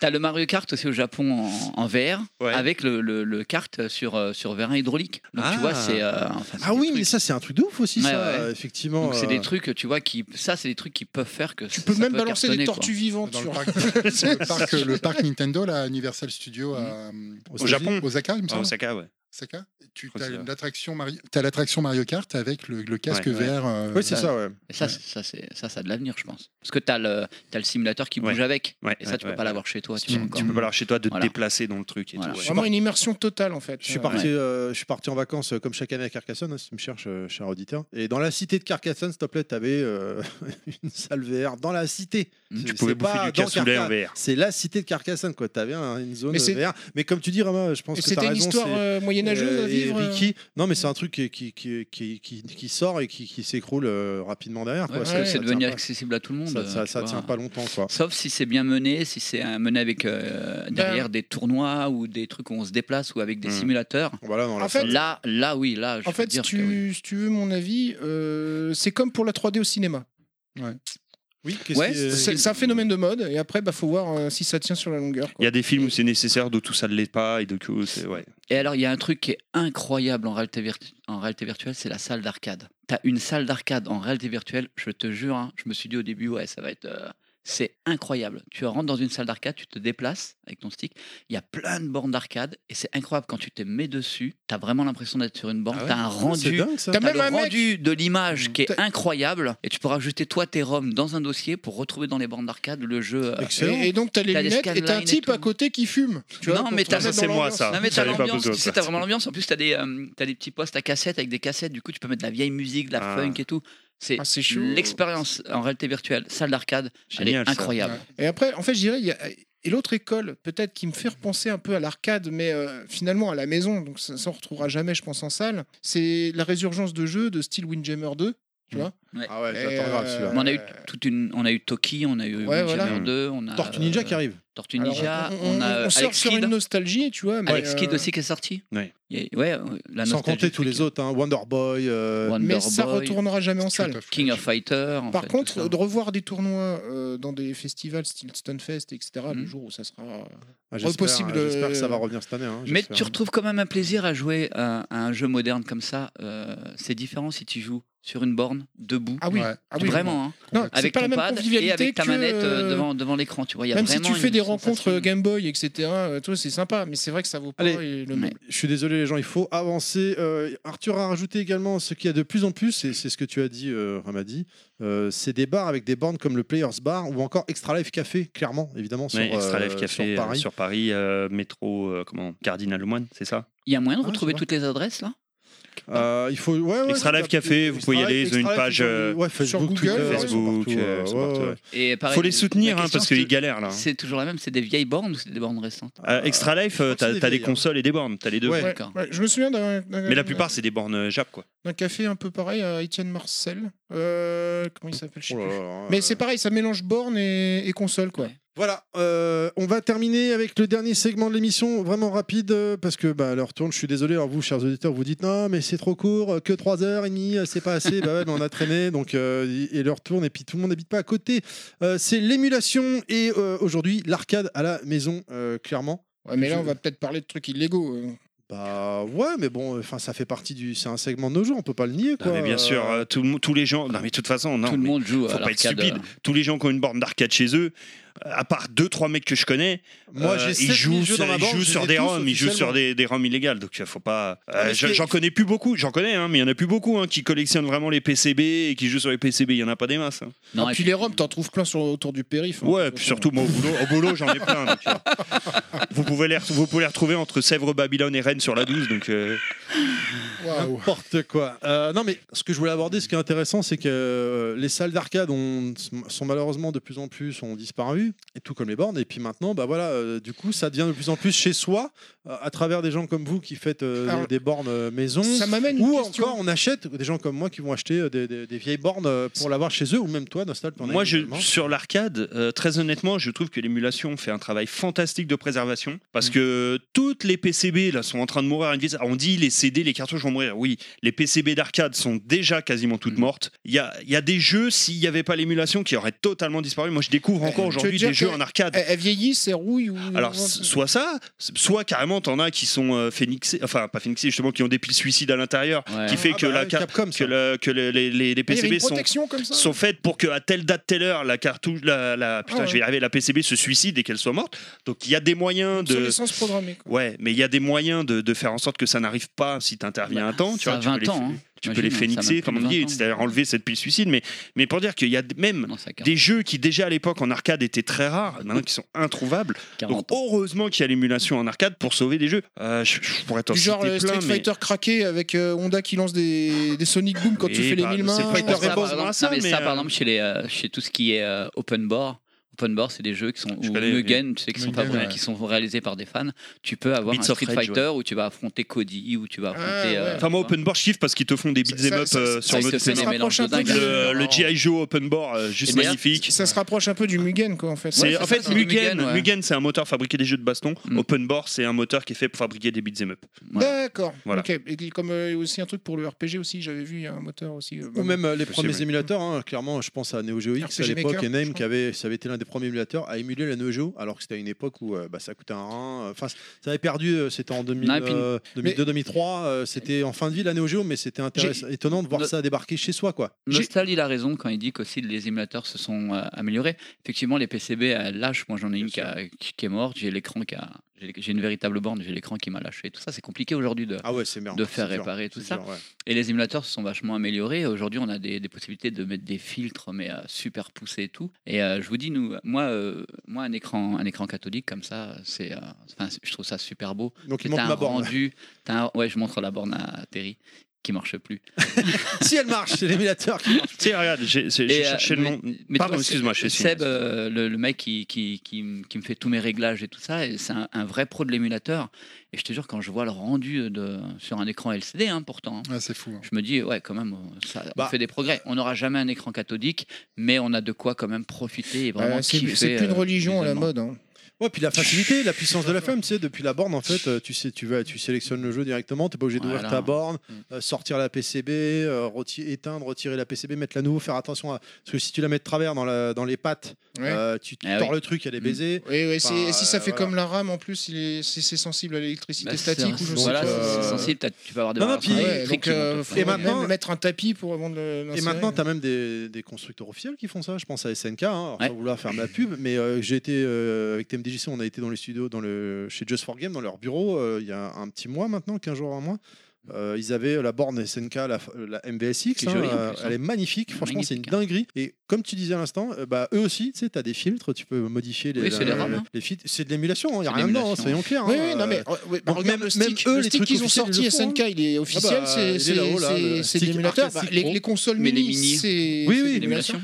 [SPEAKER 6] T'as le Mario Kart aussi au Japon en, en VR,
[SPEAKER 2] Ouais.
[SPEAKER 6] avec le, le, le kart sur, euh, sur vérin hydraulique. Donc
[SPEAKER 2] Ah.
[SPEAKER 6] tu vois, c'est. euh, enfin, c'est
[SPEAKER 4] Ah
[SPEAKER 6] des
[SPEAKER 4] oui,
[SPEAKER 6] trucs.
[SPEAKER 4] mais ça, c'est un truc de ouf aussi,
[SPEAKER 6] Ouais,
[SPEAKER 4] ça,
[SPEAKER 6] ouais.
[SPEAKER 4] euh, effectivement.
[SPEAKER 6] Donc c'est
[SPEAKER 4] euh,
[SPEAKER 2] Oh.
[SPEAKER 6] des trucs, tu vois, qui. Ça, c'est des trucs qui peuvent faire que.
[SPEAKER 5] Tu peux même balancer des tortues vivantes
[SPEAKER 7] Dans le
[SPEAKER 5] sur.
[SPEAKER 7] parc, le parc, le parc Nintendo, là, à Universal Studios à
[SPEAKER 2] Au Japon.
[SPEAKER 7] Osaka, il me
[SPEAKER 2] À
[SPEAKER 7] semble.
[SPEAKER 2] Osaka, ouais.
[SPEAKER 7] Osaka. Tu
[SPEAKER 2] crois
[SPEAKER 7] as
[SPEAKER 2] que c'est là.
[SPEAKER 7] l'attraction Mario, t'as l'attraction Mario Kart avec le, le casque
[SPEAKER 2] Ouais,
[SPEAKER 6] ouais.
[SPEAKER 7] vert. euh,
[SPEAKER 4] Oui, c'est ça, ouais.
[SPEAKER 6] Et ça, c'est- ça, c'est- ça, ça a de l'avenir, je pense. Parce que t'as le, t'as le simulateur qui
[SPEAKER 2] Ouais.
[SPEAKER 6] bouge avec.
[SPEAKER 2] ouais
[SPEAKER 6] Et ça,
[SPEAKER 2] ouais,
[SPEAKER 6] tu peux
[SPEAKER 2] ouais.
[SPEAKER 6] pas l'avoir chez toi, tu
[SPEAKER 7] Tu-
[SPEAKER 6] vois, encore.
[SPEAKER 2] Tu peux pas l'avoir chez toi de
[SPEAKER 6] Voilà.
[SPEAKER 2] te déplacer dans le truc et
[SPEAKER 6] Voilà.
[SPEAKER 2] tout. ouais.
[SPEAKER 5] Vraiment une immersion totale en fait.
[SPEAKER 4] Je suis
[SPEAKER 5] Euh,
[SPEAKER 4] parti, euh, je suis parti en vacances euh, comme chaque année à Carcassonne, hein, si tu me cherches, euh, cher auditeur. Et dans la cité de Carcassonne, s'il te plaît, t'avais euh, une salle VR dans la cité.
[SPEAKER 6] Mm.
[SPEAKER 4] C'est-
[SPEAKER 2] Tu pouvais
[SPEAKER 4] c'est
[SPEAKER 2] bouffer
[SPEAKER 4] pas
[SPEAKER 2] du
[SPEAKER 4] dans
[SPEAKER 2] cassoulet en
[SPEAKER 4] Carcassonne.
[SPEAKER 2] VR.
[SPEAKER 4] C'est la cité de Carcassonne, quoi. T'avais un- une zone
[SPEAKER 5] Mais c'est-
[SPEAKER 4] euh, VR. Mais comme tu dis, Rama, je pense
[SPEAKER 5] Et
[SPEAKER 4] que t'as
[SPEAKER 5] c'était une
[SPEAKER 4] raison.
[SPEAKER 5] histoire
[SPEAKER 4] c'est-
[SPEAKER 5] euh, moyenâgeuse à
[SPEAKER 4] euh, et
[SPEAKER 5] vivre. euh,
[SPEAKER 4] Vicky- Non, mais c'est un truc qui, qui, qui, qui, qui- qui sort et qui, qui s'écroule euh, rapidement derrière.
[SPEAKER 6] Ouais,
[SPEAKER 4] quoi.
[SPEAKER 6] parce
[SPEAKER 5] ouais,
[SPEAKER 6] que
[SPEAKER 4] Ça-
[SPEAKER 6] c'est
[SPEAKER 4] ça
[SPEAKER 6] devenu
[SPEAKER 4] tient pas-
[SPEAKER 6] accessible à tout le monde.
[SPEAKER 4] Ça, ça-
[SPEAKER 6] euh, tu
[SPEAKER 4] ça
[SPEAKER 6] vois.
[SPEAKER 4] tient pas longtemps, quoi.
[SPEAKER 6] Sauf si c'est bien mené, si c'est euh, mené avec euh, derrière des tournois ou des trucs où on se déplace ou avec des
[SPEAKER 2] Mm.
[SPEAKER 6] simulateurs.
[SPEAKER 4] Voilà, dans la
[SPEAKER 5] En fait,
[SPEAKER 4] salle.
[SPEAKER 6] Là, là, oui, là, je
[SPEAKER 5] En
[SPEAKER 6] peux
[SPEAKER 5] fait, si
[SPEAKER 6] dire
[SPEAKER 5] tu,
[SPEAKER 6] que oui.
[SPEAKER 5] si tu veux mon avis, euh, c'est comme pour la 3D au cinéma.
[SPEAKER 4] oui, qu'est-ce
[SPEAKER 6] ouais,
[SPEAKER 4] qui- euh,
[SPEAKER 5] C'est c'est un phénomène de mode et après, bah, faut voir euh, si ça tient sur la longueur.
[SPEAKER 2] Il y a des films où c'est nécessaire, d'autres où ça ne l'est pas, et donc euh, c'est ouais.
[SPEAKER 6] Et alors, il y a un truc qui est incroyable en réalité, virtu- en réalité virtuelle, c'est la salle d'arcade. T'as une salle d'arcade en réalité virtuelle, je te jure, hein, je me suis dit au début, ouais, ça va être... euh, c'est incroyable. Tu rentres dans une salle d'arcade, tu te déplaces avec ton stick, il y a plein de bornes d'arcade, et c'est incroyable quand tu te mets dessus, t'as vraiment l'impression d'être sur une borne,
[SPEAKER 4] Ah ouais
[SPEAKER 6] t'as un
[SPEAKER 4] C'est
[SPEAKER 6] rendu...
[SPEAKER 4] dingue, ça.
[SPEAKER 5] T'as
[SPEAKER 6] T'as
[SPEAKER 5] même
[SPEAKER 6] le
[SPEAKER 5] un mec-
[SPEAKER 6] rendu de l'image qui est
[SPEAKER 5] T'as-
[SPEAKER 6] incroyable et tu peux rajouter toi tes ROM dans un dossier pour retrouver dans les bornes d'arcade le jeu. euh,
[SPEAKER 4] Excellent.
[SPEAKER 5] Et, et donc, t'as les
[SPEAKER 6] T'as des
[SPEAKER 5] lunettes et t'as un
[SPEAKER 6] scanlines et
[SPEAKER 5] type
[SPEAKER 6] tout.
[SPEAKER 5] à côté qui fume. Tu vois,
[SPEAKER 6] Non,
[SPEAKER 5] pour
[SPEAKER 6] mais
[SPEAKER 5] te
[SPEAKER 6] t'as-
[SPEAKER 2] Ça,
[SPEAKER 5] mettre
[SPEAKER 2] c'est
[SPEAKER 5] dans
[SPEAKER 2] moi,
[SPEAKER 5] l'ambiance.
[SPEAKER 2] ça.
[SPEAKER 6] Non mais t'as
[SPEAKER 2] Ah, J'avais pas
[SPEAKER 6] l'ambiance,
[SPEAKER 2] besoin de
[SPEAKER 6] tu sais,
[SPEAKER 2] ça.
[SPEAKER 6] t'as vraiment l'ambiance. En plus t'as des, euh, t'as des petits postes à cassette avec des cassettes, du coup tu peux mettre de la vieille musique, de la
[SPEAKER 2] Ah.
[SPEAKER 6] funk et tout. C'est
[SPEAKER 5] Ah, c'est chaud.
[SPEAKER 6] l'expérience en réalité virtuelle, salle d'arcade, elle est
[SPEAKER 2] Génial, ça.
[SPEAKER 6] incroyable.
[SPEAKER 5] Et après, en fait, je dirais, il y a- et l'autre école, peut-être qui me fait repenser un peu à l'arcade, mais euh, finalement à la maison, donc ça, ça on retrouvera jamais, je pense, en salle, c'est la résurgence de jeux de style Windjammer 2.
[SPEAKER 6] Mmh.
[SPEAKER 4] Ah ouais,
[SPEAKER 5] Et,
[SPEAKER 4] j'attends grave celui-là.
[SPEAKER 5] euh,
[SPEAKER 6] Mais on a eu toute une, on a eu Toki, on a eu
[SPEAKER 5] Ouais,
[SPEAKER 6] Windjammer
[SPEAKER 2] voilà.
[SPEAKER 6] 2, on a
[SPEAKER 4] Tortue Ninja
[SPEAKER 6] euh,
[SPEAKER 4] qui arrive.
[SPEAKER 6] Tortue
[SPEAKER 5] Alors,
[SPEAKER 6] Ninja,
[SPEAKER 5] on,
[SPEAKER 6] on,
[SPEAKER 5] on-
[SPEAKER 6] a euh,
[SPEAKER 5] on sort
[SPEAKER 6] Alex
[SPEAKER 5] sur une
[SPEAKER 6] Kidd,
[SPEAKER 5] nostalgie, tu vois. mais,
[SPEAKER 6] Alex Kidd
[SPEAKER 5] euh,
[SPEAKER 6] aussi qui est sorti.
[SPEAKER 2] Ouais.
[SPEAKER 6] Il y a- ouais, la
[SPEAKER 4] Sans
[SPEAKER 6] nostalgie
[SPEAKER 4] compter
[SPEAKER 6] du
[SPEAKER 4] tous
[SPEAKER 6] truc.
[SPEAKER 4] les autres, hein, Wonder Boy. euh,
[SPEAKER 6] Wonder
[SPEAKER 5] Mais ça
[SPEAKER 6] Boy,
[SPEAKER 5] retournera jamais en
[SPEAKER 7] Street
[SPEAKER 5] salle.
[SPEAKER 7] of
[SPEAKER 6] King
[SPEAKER 7] Rage.
[SPEAKER 6] of Fighter. en
[SPEAKER 5] Par
[SPEAKER 6] fait, tout
[SPEAKER 5] contre,
[SPEAKER 6] ça.
[SPEAKER 5] de revoir des tournois euh, dans des festivals style Stunfest, etc., le
[SPEAKER 6] Mhm.
[SPEAKER 5] jour où ça sera.
[SPEAKER 4] ah, j'espère,
[SPEAKER 5] possible,
[SPEAKER 4] hein, j'espère
[SPEAKER 5] euh,
[SPEAKER 4] que ça va revenir cette année. hein,
[SPEAKER 6] Mais
[SPEAKER 4] j'espère.
[SPEAKER 6] tu retrouves quand même un plaisir à jouer à, à un jeu moderne comme ça. Euh, c'est différent si tu joues sur une borne, debout.
[SPEAKER 5] Ah oui,
[SPEAKER 7] Ouais.
[SPEAKER 5] ah oui.
[SPEAKER 6] vraiment, hein,
[SPEAKER 5] Non, c'est
[SPEAKER 6] avec
[SPEAKER 5] pas
[SPEAKER 6] ton
[SPEAKER 5] la même
[SPEAKER 6] pad et
[SPEAKER 5] convivialité
[SPEAKER 6] avec ta
[SPEAKER 5] que,
[SPEAKER 6] manette euh,
[SPEAKER 5] euh,
[SPEAKER 6] devant, devant l'écran. Tu vois, il y a
[SPEAKER 5] Même si
[SPEAKER 6] vraiment
[SPEAKER 5] tu fais
[SPEAKER 6] une
[SPEAKER 5] des rencontres
[SPEAKER 6] sensation.
[SPEAKER 5] euh, Game Boy, etc., euh, toi, c'est sympa, mais c'est vrai que ça vaut pas
[SPEAKER 4] Allez.
[SPEAKER 5] euh, le
[SPEAKER 6] Ouais.
[SPEAKER 5] même.
[SPEAKER 4] Je suis désolé, les gens, il faut avancer. Euh, Arthur a rajouté également ce qu'il y a de plus en plus, et c'est ce que tu as dit, euh, Ramadi. euh, c'est des bars avec des bornes comme le Players Bar ou encore Extra Life Café, clairement, évidemment, sur,
[SPEAKER 2] Ouais, Extra
[SPEAKER 4] euh,
[SPEAKER 2] Life Café
[SPEAKER 4] sur Paris.
[SPEAKER 2] sur Paris, euh, métro, euh, comment Cardinal Moine, c'est ça
[SPEAKER 6] Il y a moyen de
[SPEAKER 4] Ah,
[SPEAKER 6] retrouver
[SPEAKER 4] c'est
[SPEAKER 6] toutes les adresses là
[SPEAKER 4] Euh, il faut, ouais, ouais,
[SPEAKER 2] Ah. Extra
[SPEAKER 4] c'est-
[SPEAKER 2] Life Café, vous pouvez y
[SPEAKER 4] Extra
[SPEAKER 2] aller,
[SPEAKER 4] Life,
[SPEAKER 2] ils ont une
[SPEAKER 4] Extra
[SPEAKER 2] page,
[SPEAKER 4] Life, ils ont-
[SPEAKER 2] euh,
[SPEAKER 4] ouais, Facebook,
[SPEAKER 5] sur Google,
[SPEAKER 4] Twitter, ils sont
[SPEAKER 2] Facebook,
[SPEAKER 4] partout,
[SPEAKER 2] euh, ils sont
[SPEAKER 4] ouais,
[SPEAKER 2] partout,
[SPEAKER 4] ouais.
[SPEAKER 2] ouais.
[SPEAKER 6] Et pareil,
[SPEAKER 2] Faut les
[SPEAKER 6] la
[SPEAKER 2] soutenir hein,
[SPEAKER 6] question,
[SPEAKER 2] parce qu'ils
[SPEAKER 6] c'est-
[SPEAKER 2] galèrent là.
[SPEAKER 6] C'est toujours la même, c'est des vieilles bornes ou c'est des bornes récentes
[SPEAKER 2] Euh, Extra Life,
[SPEAKER 4] je crois que c'est
[SPEAKER 2] t'as
[SPEAKER 4] des
[SPEAKER 2] t'as des
[SPEAKER 4] vieilles,
[SPEAKER 2] consoles et des bornes, t'as les deux.
[SPEAKER 4] Ouais.
[SPEAKER 6] D'accord.
[SPEAKER 5] Ouais, je me souviens d'un. d'un-
[SPEAKER 2] Mais la plupart c'est des bornes euh, Jap quoi.
[SPEAKER 5] d'un café un peu pareil à Étienne Marcel. Euh, comment il s'appelle je sais
[SPEAKER 4] Oh là
[SPEAKER 5] plus.
[SPEAKER 4] là,
[SPEAKER 5] Mais
[SPEAKER 4] euh,
[SPEAKER 5] c'est pareil, ça mélange borne et, et console, quoi.
[SPEAKER 6] Ouais.
[SPEAKER 4] Voilà, euh, on va terminer avec le dernier segment de l'émission, vraiment rapide, euh, parce que bah, à l'heure tourne, je suis désolé, alors vous, chers auditeurs, vous dites non, mais c'est trop court, euh, que 3h30, c'est pas assez, bah ouais, mais on a traîné, donc euh, et l'heure tourne, et puis tout le monde n'habite pas à côté. Euh, c'est l'émulation, et euh, aujourd'hui, l'arcade à la maison, euh, clairement.
[SPEAKER 5] Ouais, mais là,
[SPEAKER 4] Je-
[SPEAKER 5] on va peut-être parler de trucs illégaux. euh.
[SPEAKER 4] Bah ouais, mais bon, enfin ça fait partie du. C'est un segment de nos jours, on peut pas le nier,
[SPEAKER 2] Non,
[SPEAKER 4] quoi.
[SPEAKER 2] mais bien sûr,
[SPEAKER 4] Euh,
[SPEAKER 2] euh, tout le monde- tous les gens. Non mais de toute façon, non.
[SPEAKER 6] Tout le
[SPEAKER 2] mais
[SPEAKER 6] monde joue
[SPEAKER 2] Faut
[SPEAKER 6] à
[SPEAKER 2] pas être
[SPEAKER 6] l'arcade. euh,
[SPEAKER 2] stupide. Tous les gens qui ont une borne d'arcade chez eux, euh, à part deux trois mecs que je connais,
[SPEAKER 4] moi
[SPEAKER 2] euh,
[SPEAKER 4] j'ai 7000
[SPEAKER 2] ils jouent
[SPEAKER 4] jeux
[SPEAKER 2] sur,
[SPEAKER 4] dans ma
[SPEAKER 2] ils
[SPEAKER 4] banque,
[SPEAKER 2] jouent
[SPEAKER 4] je
[SPEAKER 2] sur
[SPEAKER 4] les ai
[SPEAKER 2] des
[SPEAKER 4] tous
[SPEAKER 2] roms, ils jouent
[SPEAKER 4] officiellement.
[SPEAKER 2] sur des, des roms illégales, donc euh, faut pas. euh,
[SPEAKER 5] mais
[SPEAKER 2] je-
[SPEAKER 5] c'est-
[SPEAKER 2] J'en connais plus beaucoup, j'en connais, hein, mais il y en a plus beaucoup hein, qui collectionnent vraiment les PCB et qui jouent sur les PCB. Il y en a pas des masses. hein.
[SPEAKER 6] Non,
[SPEAKER 5] Ah,
[SPEAKER 6] et
[SPEAKER 5] puis
[SPEAKER 6] puis-
[SPEAKER 5] les robes, t'en trouves plein sur, autour du périph. hein.
[SPEAKER 2] Ouais, puis surtout moi au boulot, au boulot, j'en ai plein. donc, euh, vous pouvez les, re- vous pouvez les retrouver entre Sèvres, Babylone et Rennes sur la 12, donc. euh,
[SPEAKER 5] Waouh.
[SPEAKER 4] N'importe quoi. Euh, non, mais ce que je voulais aborder, ce qui est intéressant, c'est que euh, les salles d'arcade ont- sont malheureusement de plus en plus ont disparu, et tout comme les bornes. Et puis maintenant, bah voilà, euh, du coup, ça devient de plus en plus chez soi, euh, à travers des gens comme vous qui faites euh,
[SPEAKER 5] Alors,
[SPEAKER 4] des bornes euh,
[SPEAKER 2] Ah,
[SPEAKER 4] maison.
[SPEAKER 5] Ça m'amène une
[SPEAKER 4] Ou
[SPEAKER 5] question.
[SPEAKER 4] encore, on achète des gens comme moi qui vont acheter euh, des, des- des vieilles bornes euh, pour l'avoir chez eux, ou même toi, Nostal, t'en as
[SPEAKER 2] Moi,
[SPEAKER 4] une
[SPEAKER 2] je,
[SPEAKER 4] également.
[SPEAKER 2] sur l'arcade, euh, très honnêtement, je trouve que l'émulation fait un travail fantastique de préservation parce que toutes les PCB là sont en train de mourir. Ils disent, ah, on dit les CD, les cartouches vont mourir. Oui, les PCB d'arcade sont déjà quasiment toutes mortes. Il y a, il y a des jeux, s'il n'y avait pas l'émulation, qui auraient totalement disparu. Moi, je découvre encore
[SPEAKER 5] Euh, tu veux
[SPEAKER 2] aujourd'hui
[SPEAKER 5] dire
[SPEAKER 2] des jeux
[SPEAKER 5] que- eh,
[SPEAKER 2] en arcade.
[SPEAKER 5] Elle, elle vieillit, c'est rouille ou.
[SPEAKER 2] Alors, s- soit ça, s- soit carrément, t'en as qui sont euh, phénixés, enfin, pas phénixés, justement, qui ont des piles suicides à l'intérieur,
[SPEAKER 6] Ouais.
[SPEAKER 2] qui fait
[SPEAKER 4] Ah
[SPEAKER 2] que,
[SPEAKER 4] bah,
[SPEAKER 2] la carte,
[SPEAKER 4] Capcom,
[SPEAKER 2] que,
[SPEAKER 4] ça.
[SPEAKER 2] le- que le- les, les- les
[SPEAKER 5] Ah, Il y avait
[SPEAKER 2] PCB
[SPEAKER 5] une
[SPEAKER 2] sont
[SPEAKER 5] protection comme ça
[SPEAKER 2] sont faites pour que à telle date telle heure la cartouche la, la- putain
[SPEAKER 5] Ah ouais.
[SPEAKER 2] je vais y arriver la PCB se suicide et qu'elle soit morte donc il y a des moyens de
[SPEAKER 5] Obsolescence programmée. quoi.
[SPEAKER 2] ouais mais il y a des moyens de, de faire en sorte que ça n'arrive pas si tu interviens à temps tu vois
[SPEAKER 6] ça a
[SPEAKER 2] tu peux
[SPEAKER 6] 20
[SPEAKER 2] les-
[SPEAKER 6] ans, hein.
[SPEAKER 2] tu peux les
[SPEAKER 6] Imagine, ça
[SPEAKER 2] phénixer
[SPEAKER 6] m'a pris
[SPEAKER 2] comme on dit
[SPEAKER 6] 20 ans.
[SPEAKER 2] c'est-à-dire enlever cette pile suicide mais mais pour dire qu'il y a même
[SPEAKER 6] Non, ça a quar-
[SPEAKER 2] des jeux qui déjà à l'époque en arcade étaient très rares, maintenant qui sont introuvables.
[SPEAKER 6] 40
[SPEAKER 2] Donc heureusement qu'il y a l'émulation en arcade pour sauver des jeux. Euh, je, je pourrais t'en
[SPEAKER 5] Du genre
[SPEAKER 2] citer
[SPEAKER 5] euh,
[SPEAKER 2] plein,
[SPEAKER 5] Street
[SPEAKER 2] mais-
[SPEAKER 5] Fighter craqué avec euh, Honda qui lance des, des Sonic Boom quand
[SPEAKER 2] Oui,
[SPEAKER 5] tu fais
[SPEAKER 2] bah,
[SPEAKER 5] les mille
[SPEAKER 2] c'est
[SPEAKER 5] mains.
[SPEAKER 2] pas une
[SPEAKER 5] euh,
[SPEAKER 6] Ça, par
[SPEAKER 2] Propose-moi
[SPEAKER 6] exemple-
[SPEAKER 2] ça,
[SPEAKER 6] non, mais
[SPEAKER 2] mais,
[SPEAKER 6] ça,
[SPEAKER 2] euh,
[SPEAKER 6] par exemple, chez, les, euh, chez tout ce qui est euh, open board, open board, c'est des jeux qui sont
[SPEAKER 2] Je
[SPEAKER 6] ou
[SPEAKER 2] connais,
[SPEAKER 6] Mugen, tu sais, qui sont, pas
[SPEAKER 7] Mugen,
[SPEAKER 6] vrais,
[SPEAKER 7] ouais.
[SPEAKER 6] qui sont réalisés par des fans. Tu peux avoir
[SPEAKER 2] Beats
[SPEAKER 6] un
[SPEAKER 2] of
[SPEAKER 6] Street
[SPEAKER 2] Rage,
[SPEAKER 6] Fighter où tu vas affronter Cody, où tu vas
[SPEAKER 5] Ah,
[SPEAKER 6] affronter.
[SPEAKER 5] ouais.
[SPEAKER 6] euh,
[SPEAKER 2] Enfin moi Open Board je kiffe parce qu'ils te font des beats
[SPEAKER 5] Ça-
[SPEAKER 2] em up
[SPEAKER 5] ça-
[SPEAKER 2] euh,
[SPEAKER 5] ça-
[SPEAKER 2] sur
[SPEAKER 6] ça,
[SPEAKER 2] le
[SPEAKER 6] ils te font
[SPEAKER 5] terrain.
[SPEAKER 6] des
[SPEAKER 5] Ça
[SPEAKER 6] mélanges
[SPEAKER 5] rapproche un
[SPEAKER 6] de
[SPEAKER 5] peu
[SPEAKER 6] dingue.
[SPEAKER 5] du-
[SPEAKER 2] le, le GI Joe Open Board euh, juste
[SPEAKER 6] Et d'ailleurs,
[SPEAKER 2] magnifique.
[SPEAKER 5] Ça se rapproche un peu du Mugen, quoi, en fait.
[SPEAKER 2] C'est
[SPEAKER 6] Ouais,
[SPEAKER 2] en
[SPEAKER 6] c'est
[SPEAKER 2] fait
[SPEAKER 6] ça, c'est du
[SPEAKER 2] Mugen.
[SPEAKER 6] Mugen, ouais.
[SPEAKER 2] Mugen, c'est un moteur fabriqué des jeux de baston.
[SPEAKER 6] Mm.
[SPEAKER 2] Open Board, c'est un moteur qui est fait pour fabriquer des beats 'em up.
[SPEAKER 5] D'accord.
[SPEAKER 2] Voilà.
[SPEAKER 5] Ok. Et puis, comme euh, aussi un truc pour le RPG aussi, j'avais vu il y a un moteur aussi. euh,
[SPEAKER 1] Ou même euh, les
[SPEAKER 2] Possible.
[SPEAKER 1] premiers émulateurs, hein, clairement, je pense à Neo Geo X à
[SPEAKER 5] RPG
[SPEAKER 1] l'époque,
[SPEAKER 5] Maker,
[SPEAKER 1] et
[SPEAKER 5] je
[SPEAKER 1] Name
[SPEAKER 5] crois.
[SPEAKER 1] qui avait, ça avait été l'un des premiers émulateurs à émuler la Neo Geo, alors que c'était à une époque où euh, bah, ça coûtait un rein. Enfin, c- ça avait perdu, euh, c'était en 2000,
[SPEAKER 6] Non, et puis-
[SPEAKER 1] euh, 2002-2003, euh, c'était en fin de vie la Neo Geo, mais c'était intéressant, étonnant de voir
[SPEAKER 6] Ne-
[SPEAKER 1] ça débarquer chez soi, quoi.
[SPEAKER 6] Nostal, il a raison quand il dit qu'aussi les émulateurs se sont euh, améliorés. Effectivement, les PCB euh, lâchent. Moi, j'en ai une qui, a- qui- qui est morte. J'ai l'écran qui a. J'ai j'ai une véritable borne. J'ai l'écran qui m'a lâché. Tout ça, c'est compliqué aujourd'hui de.
[SPEAKER 1] Ah ouais, c'est merde.
[SPEAKER 6] de faire
[SPEAKER 1] c'est dur,
[SPEAKER 6] réparer tout
[SPEAKER 1] c'est
[SPEAKER 6] ça.
[SPEAKER 1] dur, ouais.
[SPEAKER 6] Et les émulateurs se sont vachement améliorés. Aujourd'hui, on a des, des possibilités de mettre des filtres, mais euh, super poussés et tout. Et euh, je vous dis, nous, moi, euh, moi, un écran, un écran cathodique comme ça, c'est, euh, enfin, c'est- je trouve ça super beau.
[SPEAKER 1] Donc il
[SPEAKER 6] Et t'as
[SPEAKER 1] manque
[SPEAKER 6] un
[SPEAKER 1] ma borne.
[SPEAKER 6] rendu, t'as un- ouais, je montre la borne à Terry qui marche plus.
[SPEAKER 1] si elle marche, c'est l'émulateur qui marche.
[SPEAKER 2] Tu sais, regarde, j'ai j'ai- j'ai
[SPEAKER 6] Et, euh,
[SPEAKER 2] cherché le
[SPEAKER 6] mais-
[SPEAKER 2] nom.
[SPEAKER 6] mais
[SPEAKER 2] Pardon,
[SPEAKER 6] toi,
[SPEAKER 2] excuse-moi, je suis.
[SPEAKER 6] Seb, euh, le, le mec qui, qui, qui, m- qui me fait tous mes réglages et tout ça, et c'est un, un vrai pro de l'émulateur. Et je te jure, quand je vois le rendu euh, de, sur un écran LCD, hein, pourtant, hein,
[SPEAKER 7] Ah, c'est fou. hein.
[SPEAKER 6] je me dis, ouais, quand même, euh, ça,
[SPEAKER 1] Bah.
[SPEAKER 6] on fait des progrès. On n'aura jamais un écran cathodique, mais on a de quoi quand même profiter et vraiment
[SPEAKER 5] Euh, c'est
[SPEAKER 6] kiffer,
[SPEAKER 5] c'est plus une
[SPEAKER 6] euh,
[SPEAKER 5] religion à la
[SPEAKER 6] visuellement.
[SPEAKER 5] mode. hein.
[SPEAKER 1] Ouais, puis la facilité, la puissance de la femme, tu sais, depuis la borne, en fait, euh, tu sais, tu vas, tu sélectionnes le jeu directement, t'es pas obligé d'ouvrir
[SPEAKER 6] Voilà.
[SPEAKER 1] ta borne,
[SPEAKER 6] Mm.
[SPEAKER 1] euh, sortir la PCB, euh, reti- éteindre, retirer la PCB, mettre la nouveau, faire attention à. Parce que si tu la mets de travers dans, la, dans les pattes,
[SPEAKER 5] Ouais.
[SPEAKER 1] euh, tu
[SPEAKER 6] Ah
[SPEAKER 1] tords
[SPEAKER 6] oui.
[SPEAKER 1] le truc, elle est
[SPEAKER 6] Mm.
[SPEAKER 1] baisée.
[SPEAKER 5] Oui, oui, c'est-
[SPEAKER 1] Enfin,
[SPEAKER 5] et si ça
[SPEAKER 1] euh,
[SPEAKER 5] fait
[SPEAKER 1] voilà.
[SPEAKER 5] comme la RAM en plus, il est- si c'est sensible à l'électricité
[SPEAKER 6] Bah, c'est-
[SPEAKER 5] statique ou je sais
[SPEAKER 6] voilà,
[SPEAKER 5] pas.
[SPEAKER 6] c'est- c'est
[SPEAKER 1] euh,
[SPEAKER 6] sensible, t'as- tu vas avoir des
[SPEAKER 1] non, non,
[SPEAKER 6] valeurs
[SPEAKER 1] puis-
[SPEAKER 5] Ouais,
[SPEAKER 6] électriques
[SPEAKER 5] donc
[SPEAKER 6] qui vont
[SPEAKER 5] euh,
[SPEAKER 6] te
[SPEAKER 5] faut
[SPEAKER 6] faire-
[SPEAKER 1] Et maintenant-
[SPEAKER 5] même mettre un tapis pour avant de le-
[SPEAKER 1] Et maintenant, tu as même des, des constructeurs officiels qui font ça. Je pense à SNK, hein, alors,
[SPEAKER 6] Ouais.
[SPEAKER 1] sans vouloir faire de la pub, mais euh, j'ai été euh, avec TMDJC, on a été dans les studios, dans le, chez Just for Game, dans leur bureau, euh, il y a un petit mois maintenant, 15 jours, un mois. Euh, ils avaient la borne SNK, la, la MVSX.
[SPEAKER 6] C'est joli, en
[SPEAKER 1] euh,
[SPEAKER 6] plus, hein.
[SPEAKER 1] elle est magnifique, franchement, c'est une
[SPEAKER 6] Magnifique,
[SPEAKER 1] dinguerie. Et comme tu disais à l'instant, euh, bah, eux aussi, tu sais, tu as des filtres, tu peux modifier les,
[SPEAKER 6] Oui, c'est des
[SPEAKER 1] la-
[SPEAKER 6] RAM, hein.
[SPEAKER 1] les filtres. C'est de l'émulation, il n'y a
[SPEAKER 6] C'est de
[SPEAKER 1] rien dedans, hein,
[SPEAKER 6] l'émulation.
[SPEAKER 1] soyons clairs.
[SPEAKER 5] Oui,
[SPEAKER 1] hein,
[SPEAKER 5] oui, non mais
[SPEAKER 1] euh,
[SPEAKER 5] euh, ouais, bah,
[SPEAKER 1] donc
[SPEAKER 5] regarde
[SPEAKER 1] même-
[SPEAKER 5] le stick,
[SPEAKER 1] même eux,
[SPEAKER 5] le
[SPEAKER 1] les
[SPEAKER 5] stick
[SPEAKER 1] trucs
[SPEAKER 5] qu'ils ont
[SPEAKER 1] officiels, ils
[SPEAKER 5] sorti
[SPEAKER 1] le font,
[SPEAKER 5] SNK, il est officiel,
[SPEAKER 1] bah, il
[SPEAKER 5] c'est
[SPEAKER 1] est
[SPEAKER 5] c'est-
[SPEAKER 1] là-haut, là,
[SPEAKER 5] c'est-
[SPEAKER 1] le
[SPEAKER 5] c'est
[SPEAKER 1] stick
[SPEAKER 5] l'émulateur.
[SPEAKER 1] Arctic
[SPEAKER 5] Bah, les,
[SPEAKER 1] Pro.
[SPEAKER 5] les consoles
[SPEAKER 6] Mais les
[SPEAKER 5] mini,
[SPEAKER 6] mini.
[SPEAKER 5] c'est
[SPEAKER 1] Oui,
[SPEAKER 5] c'est
[SPEAKER 1] oui.
[SPEAKER 5] de
[SPEAKER 6] L'émulation.
[SPEAKER 5] l'émulation.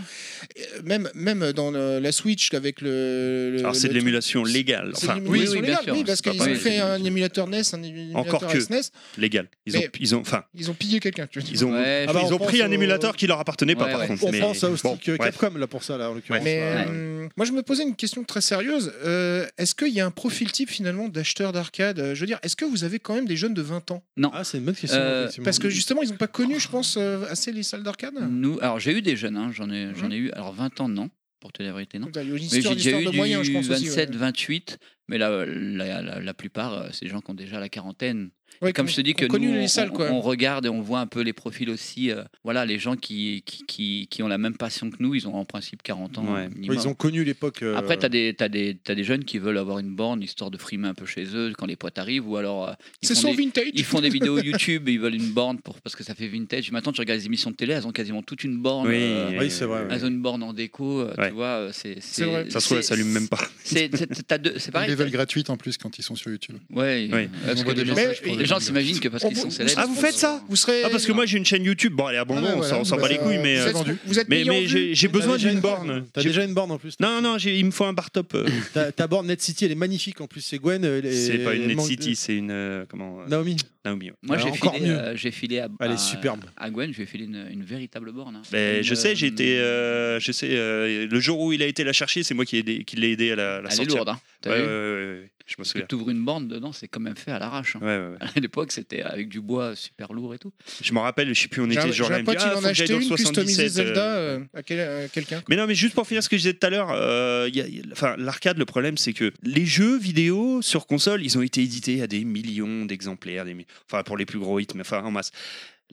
[SPEAKER 5] Euh, Même même dans le- la Switch avec le. le-
[SPEAKER 2] Alors c'est de
[SPEAKER 5] le-
[SPEAKER 2] l'émulation légale,
[SPEAKER 5] c'est de
[SPEAKER 2] enfin
[SPEAKER 5] l'émulation
[SPEAKER 6] oui, oui, bien
[SPEAKER 5] légale,
[SPEAKER 6] sûr,
[SPEAKER 5] oui, parce
[SPEAKER 6] c'est pas
[SPEAKER 5] qu'ils ont
[SPEAKER 6] pareil.
[SPEAKER 5] fait un émulateur NES, un
[SPEAKER 2] Encore
[SPEAKER 5] émulateur
[SPEAKER 2] que.
[SPEAKER 5] SNES,
[SPEAKER 2] légale. Ils ont,
[SPEAKER 5] Mais-
[SPEAKER 2] ils ont, enfin,
[SPEAKER 5] ils ont pillé quelqu'un. tu veux dire.
[SPEAKER 2] ils ont,
[SPEAKER 6] Ouais,
[SPEAKER 1] Ah bah,
[SPEAKER 2] ils
[SPEAKER 1] on
[SPEAKER 2] ont pris
[SPEAKER 1] pense
[SPEAKER 2] un
[SPEAKER 1] au-
[SPEAKER 2] émulateur qui leur appartenait pas
[SPEAKER 6] Ouais,
[SPEAKER 2] par
[SPEAKER 6] ouais.
[SPEAKER 2] contre.
[SPEAKER 1] On
[SPEAKER 2] mais-
[SPEAKER 1] pense à au
[SPEAKER 2] bon,
[SPEAKER 1] stick euh,
[SPEAKER 2] bref.
[SPEAKER 1] Capcom, là, pour ça, là, en l'occurrence.
[SPEAKER 5] Mais
[SPEAKER 1] là.
[SPEAKER 5] euh, moi, je me posais une question très sérieuse. Euh, est-ce qu'il y a un profil type finalement d'acheteurs d'arcade Euh, Je veux dire, est-ce que vous avez quand même des jeunes de 20 ans
[SPEAKER 1] Ah, c'est une bonne question.
[SPEAKER 6] Euh,
[SPEAKER 1] effectivement.
[SPEAKER 2] Mm.
[SPEAKER 5] Parce que justement, ils n'ont pas connu, je pense, euh, assez les salles d'arcade.
[SPEAKER 6] Nous, alors j'ai eu des jeunes, hein, j'en ai, j'en ai eu, alors 20 ans non, pour te dire la vérité non.
[SPEAKER 5] Bah, Il y a une
[SPEAKER 6] Hein Mais
[SPEAKER 5] histoire,
[SPEAKER 6] j'ai déjà
[SPEAKER 5] d'histoire
[SPEAKER 6] eu
[SPEAKER 5] de
[SPEAKER 6] du
[SPEAKER 5] moyens, je pense. aussi, ouais.
[SPEAKER 6] 27, 28, mais la, la, la- la plupart, euh, c'est des gens qui ont déjà la quarantaine.
[SPEAKER 5] Ouais,
[SPEAKER 6] Et comme
[SPEAKER 5] qu'on-
[SPEAKER 6] je te dis
[SPEAKER 5] qu'on
[SPEAKER 6] que
[SPEAKER 5] connu
[SPEAKER 6] nous, on,
[SPEAKER 5] les salles, quoi.
[SPEAKER 6] on- on regarde et on voit un peu les profils aussi. euh, voilà, les gens qui, qui, qui, qui ont la même passion que nous, ils ont en principe 40 ans
[SPEAKER 2] Ouais.
[SPEAKER 1] Ouais,
[SPEAKER 6] minimum.
[SPEAKER 1] ils ont connu l'époque. euh,
[SPEAKER 6] Après, tu as, des t'as des- t'as des jeunes qui veulent avoir une borne histoire de frimer un peu chez eux quand les potes arrivent, ou alors euh, ils
[SPEAKER 5] C'est
[SPEAKER 6] font
[SPEAKER 5] son
[SPEAKER 6] des-
[SPEAKER 5] vintage.
[SPEAKER 6] ils font des vidéos YouTube, ils veulent une borne pour, parce que ça fait vintage. Maintenant, tu regardes les émissions de télé, elles ont quasiment toute une borne.
[SPEAKER 2] Oui,
[SPEAKER 6] euh,
[SPEAKER 1] oui, c'est vrai,
[SPEAKER 6] elles ont une borne en déco, euh,
[SPEAKER 2] Ouais.
[SPEAKER 6] tu vois, euh, c'est
[SPEAKER 5] C'est vrai.
[SPEAKER 2] Ça se trouve, elle
[SPEAKER 6] c'est-
[SPEAKER 2] s'allume même pas.
[SPEAKER 6] C'est c'est- t'as deux- c'est
[SPEAKER 7] Ils
[SPEAKER 6] pareil.
[SPEAKER 7] les veulent gratuites en plus quand ils sont sur YouTube.
[SPEAKER 6] Ouais,
[SPEAKER 2] Oui.
[SPEAKER 6] parce
[SPEAKER 7] Ils
[SPEAKER 6] que
[SPEAKER 7] envoient
[SPEAKER 6] les
[SPEAKER 7] des
[SPEAKER 6] gens,
[SPEAKER 5] messages
[SPEAKER 7] messages
[SPEAKER 5] pour
[SPEAKER 7] pour
[SPEAKER 6] les gens s'imaginent que parce
[SPEAKER 5] On-
[SPEAKER 6] qu'ils
[SPEAKER 5] on-
[SPEAKER 6] sont célèbres.
[SPEAKER 2] Ah, vous
[SPEAKER 6] ils
[SPEAKER 2] faites
[SPEAKER 6] sont-
[SPEAKER 2] ça
[SPEAKER 5] Vous serez.
[SPEAKER 2] Ah, parce que moi j'ai une chaîne YouTube. Bon, elle est abandon,
[SPEAKER 5] Ah,
[SPEAKER 2] on
[SPEAKER 5] voilà,
[SPEAKER 2] s'en- on s'en
[SPEAKER 5] bah,
[SPEAKER 2] bat les couilles, mais.
[SPEAKER 5] vous
[SPEAKER 2] euh,
[SPEAKER 5] êtes-
[SPEAKER 7] vendu.
[SPEAKER 5] Vous êtes
[SPEAKER 2] Mais,
[SPEAKER 5] payé en
[SPEAKER 2] mais
[SPEAKER 5] vue.
[SPEAKER 2] j'ai j'ai
[SPEAKER 1] T'as
[SPEAKER 2] besoin
[SPEAKER 1] déjà
[SPEAKER 2] d'une
[SPEAKER 1] une
[SPEAKER 2] borne.
[SPEAKER 1] T'as
[SPEAKER 2] J'ai-
[SPEAKER 1] déjà une borne en plus.
[SPEAKER 2] Non, non, j'ai- il me faut un bar top. euh.
[SPEAKER 1] Ta, ta borne Net City, elle est magnifique en plus. C'est Gwen. elle est-
[SPEAKER 2] C'est pas une
[SPEAKER 1] elle
[SPEAKER 2] Net
[SPEAKER 1] manque-
[SPEAKER 2] City, c'est une. euh, Comment euh,
[SPEAKER 1] Naomi.
[SPEAKER 2] Naomi. ouais.
[SPEAKER 6] Moi,
[SPEAKER 1] Alors,
[SPEAKER 6] j'ai
[SPEAKER 1] encore
[SPEAKER 6] filé,
[SPEAKER 1] mieux.
[SPEAKER 6] euh, j'ai filé à,
[SPEAKER 1] Elle est
[SPEAKER 2] Ah.
[SPEAKER 6] à-
[SPEAKER 1] superbe.
[SPEAKER 6] à Gwen, j'ai filé une, une véritable borne. hein.
[SPEAKER 2] Ben, je
[SPEAKER 6] Une,
[SPEAKER 2] sais,
[SPEAKER 6] euh,
[SPEAKER 2] j'ai été. euh, je sais, euh, le jour où il a été la chercher, c'est moi qui ai aidé- qui l'ai aidé à la, la
[SPEAKER 6] Elle est
[SPEAKER 2] sortir.
[SPEAKER 6] lourde, hein. T'as
[SPEAKER 2] Ouais,
[SPEAKER 6] vu
[SPEAKER 2] ouais, ouais, ouais, ouais. Je me
[SPEAKER 6] Parce que
[SPEAKER 2] souviens.
[SPEAKER 6] tu ouvres une borne dedans, c'est quand même fait à l'arrache. hein.
[SPEAKER 2] Ouais, ouais, ouais.
[SPEAKER 6] À l'époque, c'était avec du bois super lourd et tout.
[SPEAKER 2] Je me rappelle, je sais plus où on
[SPEAKER 5] J'ai
[SPEAKER 2] était.
[SPEAKER 5] un-
[SPEAKER 2] genre,
[SPEAKER 5] j'ai
[SPEAKER 2] elle
[SPEAKER 5] un
[SPEAKER 2] me
[SPEAKER 5] pote,
[SPEAKER 2] dit,
[SPEAKER 5] il
[SPEAKER 2] Ah,
[SPEAKER 5] en
[SPEAKER 2] faut
[SPEAKER 5] a
[SPEAKER 2] que j'aille
[SPEAKER 5] acheté
[SPEAKER 2] dans
[SPEAKER 5] une customisée
[SPEAKER 2] 77, euh,
[SPEAKER 5] Zelda euh, à quel- à quelqu'un.
[SPEAKER 2] Mais non, mais juste pour finir ce que je disais tout à l'heure, euh, il y a- il y a- enfin, l'arcade, le problème, c'est que les jeux vidéo sur console, ils ont été édités à des millions d'exemplaires, des mi- enfin pour les plus gros hits, mais enfin en masse.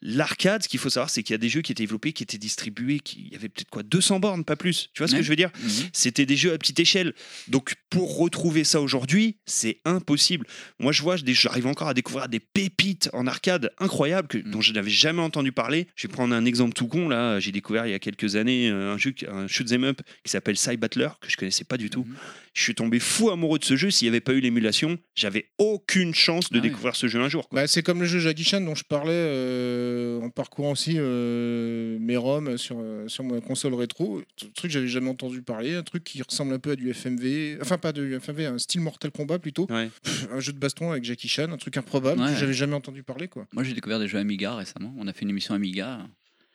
[SPEAKER 2] L'arcade, ce qu'il faut savoir, c'est qu'il y a des jeux qui étaient développés, qui étaient distribués, qui il y avait peut-être quoi 200 bornes, pas plus. Tu vois ce que
[SPEAKER 6] Ouais.
[SPEAKER 2] je veux dire C'était des jeux à petite échelle. Donc pour retrouver ça aujourd'hui, c'est impossible. Moi, je vois, je dé- j'arrive encore à découvrir des pépites en arcade incroyables que,
[SPEAKER 6] Mm.
[SPEAKER 2] dont je n'avais jamais entendu parler. Je vais prendre un exemple tout con là. J'ai découvert il y a quelques années euh, un jeu, qui- un shoot 'em up qui s'appelle Cy Battler que je connaissais pas du tout.
[SPEAKER 6] Mhm.
[SPEAKER 2] Je suis tombé fou amoureux de ce jeu. S'il n'y avait pas eu l'émulation, j'avais aucune chance de
[SPEAKER 6] Ah ouais.
[SPEAKER 2] découvrir ce jeu un jour. quoi.
[SPEAKER 5] Bah, c'est comme le jeu Jackie Chan dont je parlais euh, en parcourant aussi euh, mes ROM sur, euh, sur ma console rétro. Un truc que j'avais jamais entendu parler, un truc qui ressemble un peu à du FMV, enfin pas de FMV, un style Mortal Kombat plutôt.
[SPEAKER 2] Ouais.
[SPEAKER 5] Pff, un jeu de baston avec Jackie Chan, un truc improbable
[SPEAKER 6] Ouais.
[SPEAKER 5] que j'avais jamais entendu parler quoi.
[SPEAKER 6] Moi, j'ai découvert des jeux Amiga récemment. On a fait une émission Amiga.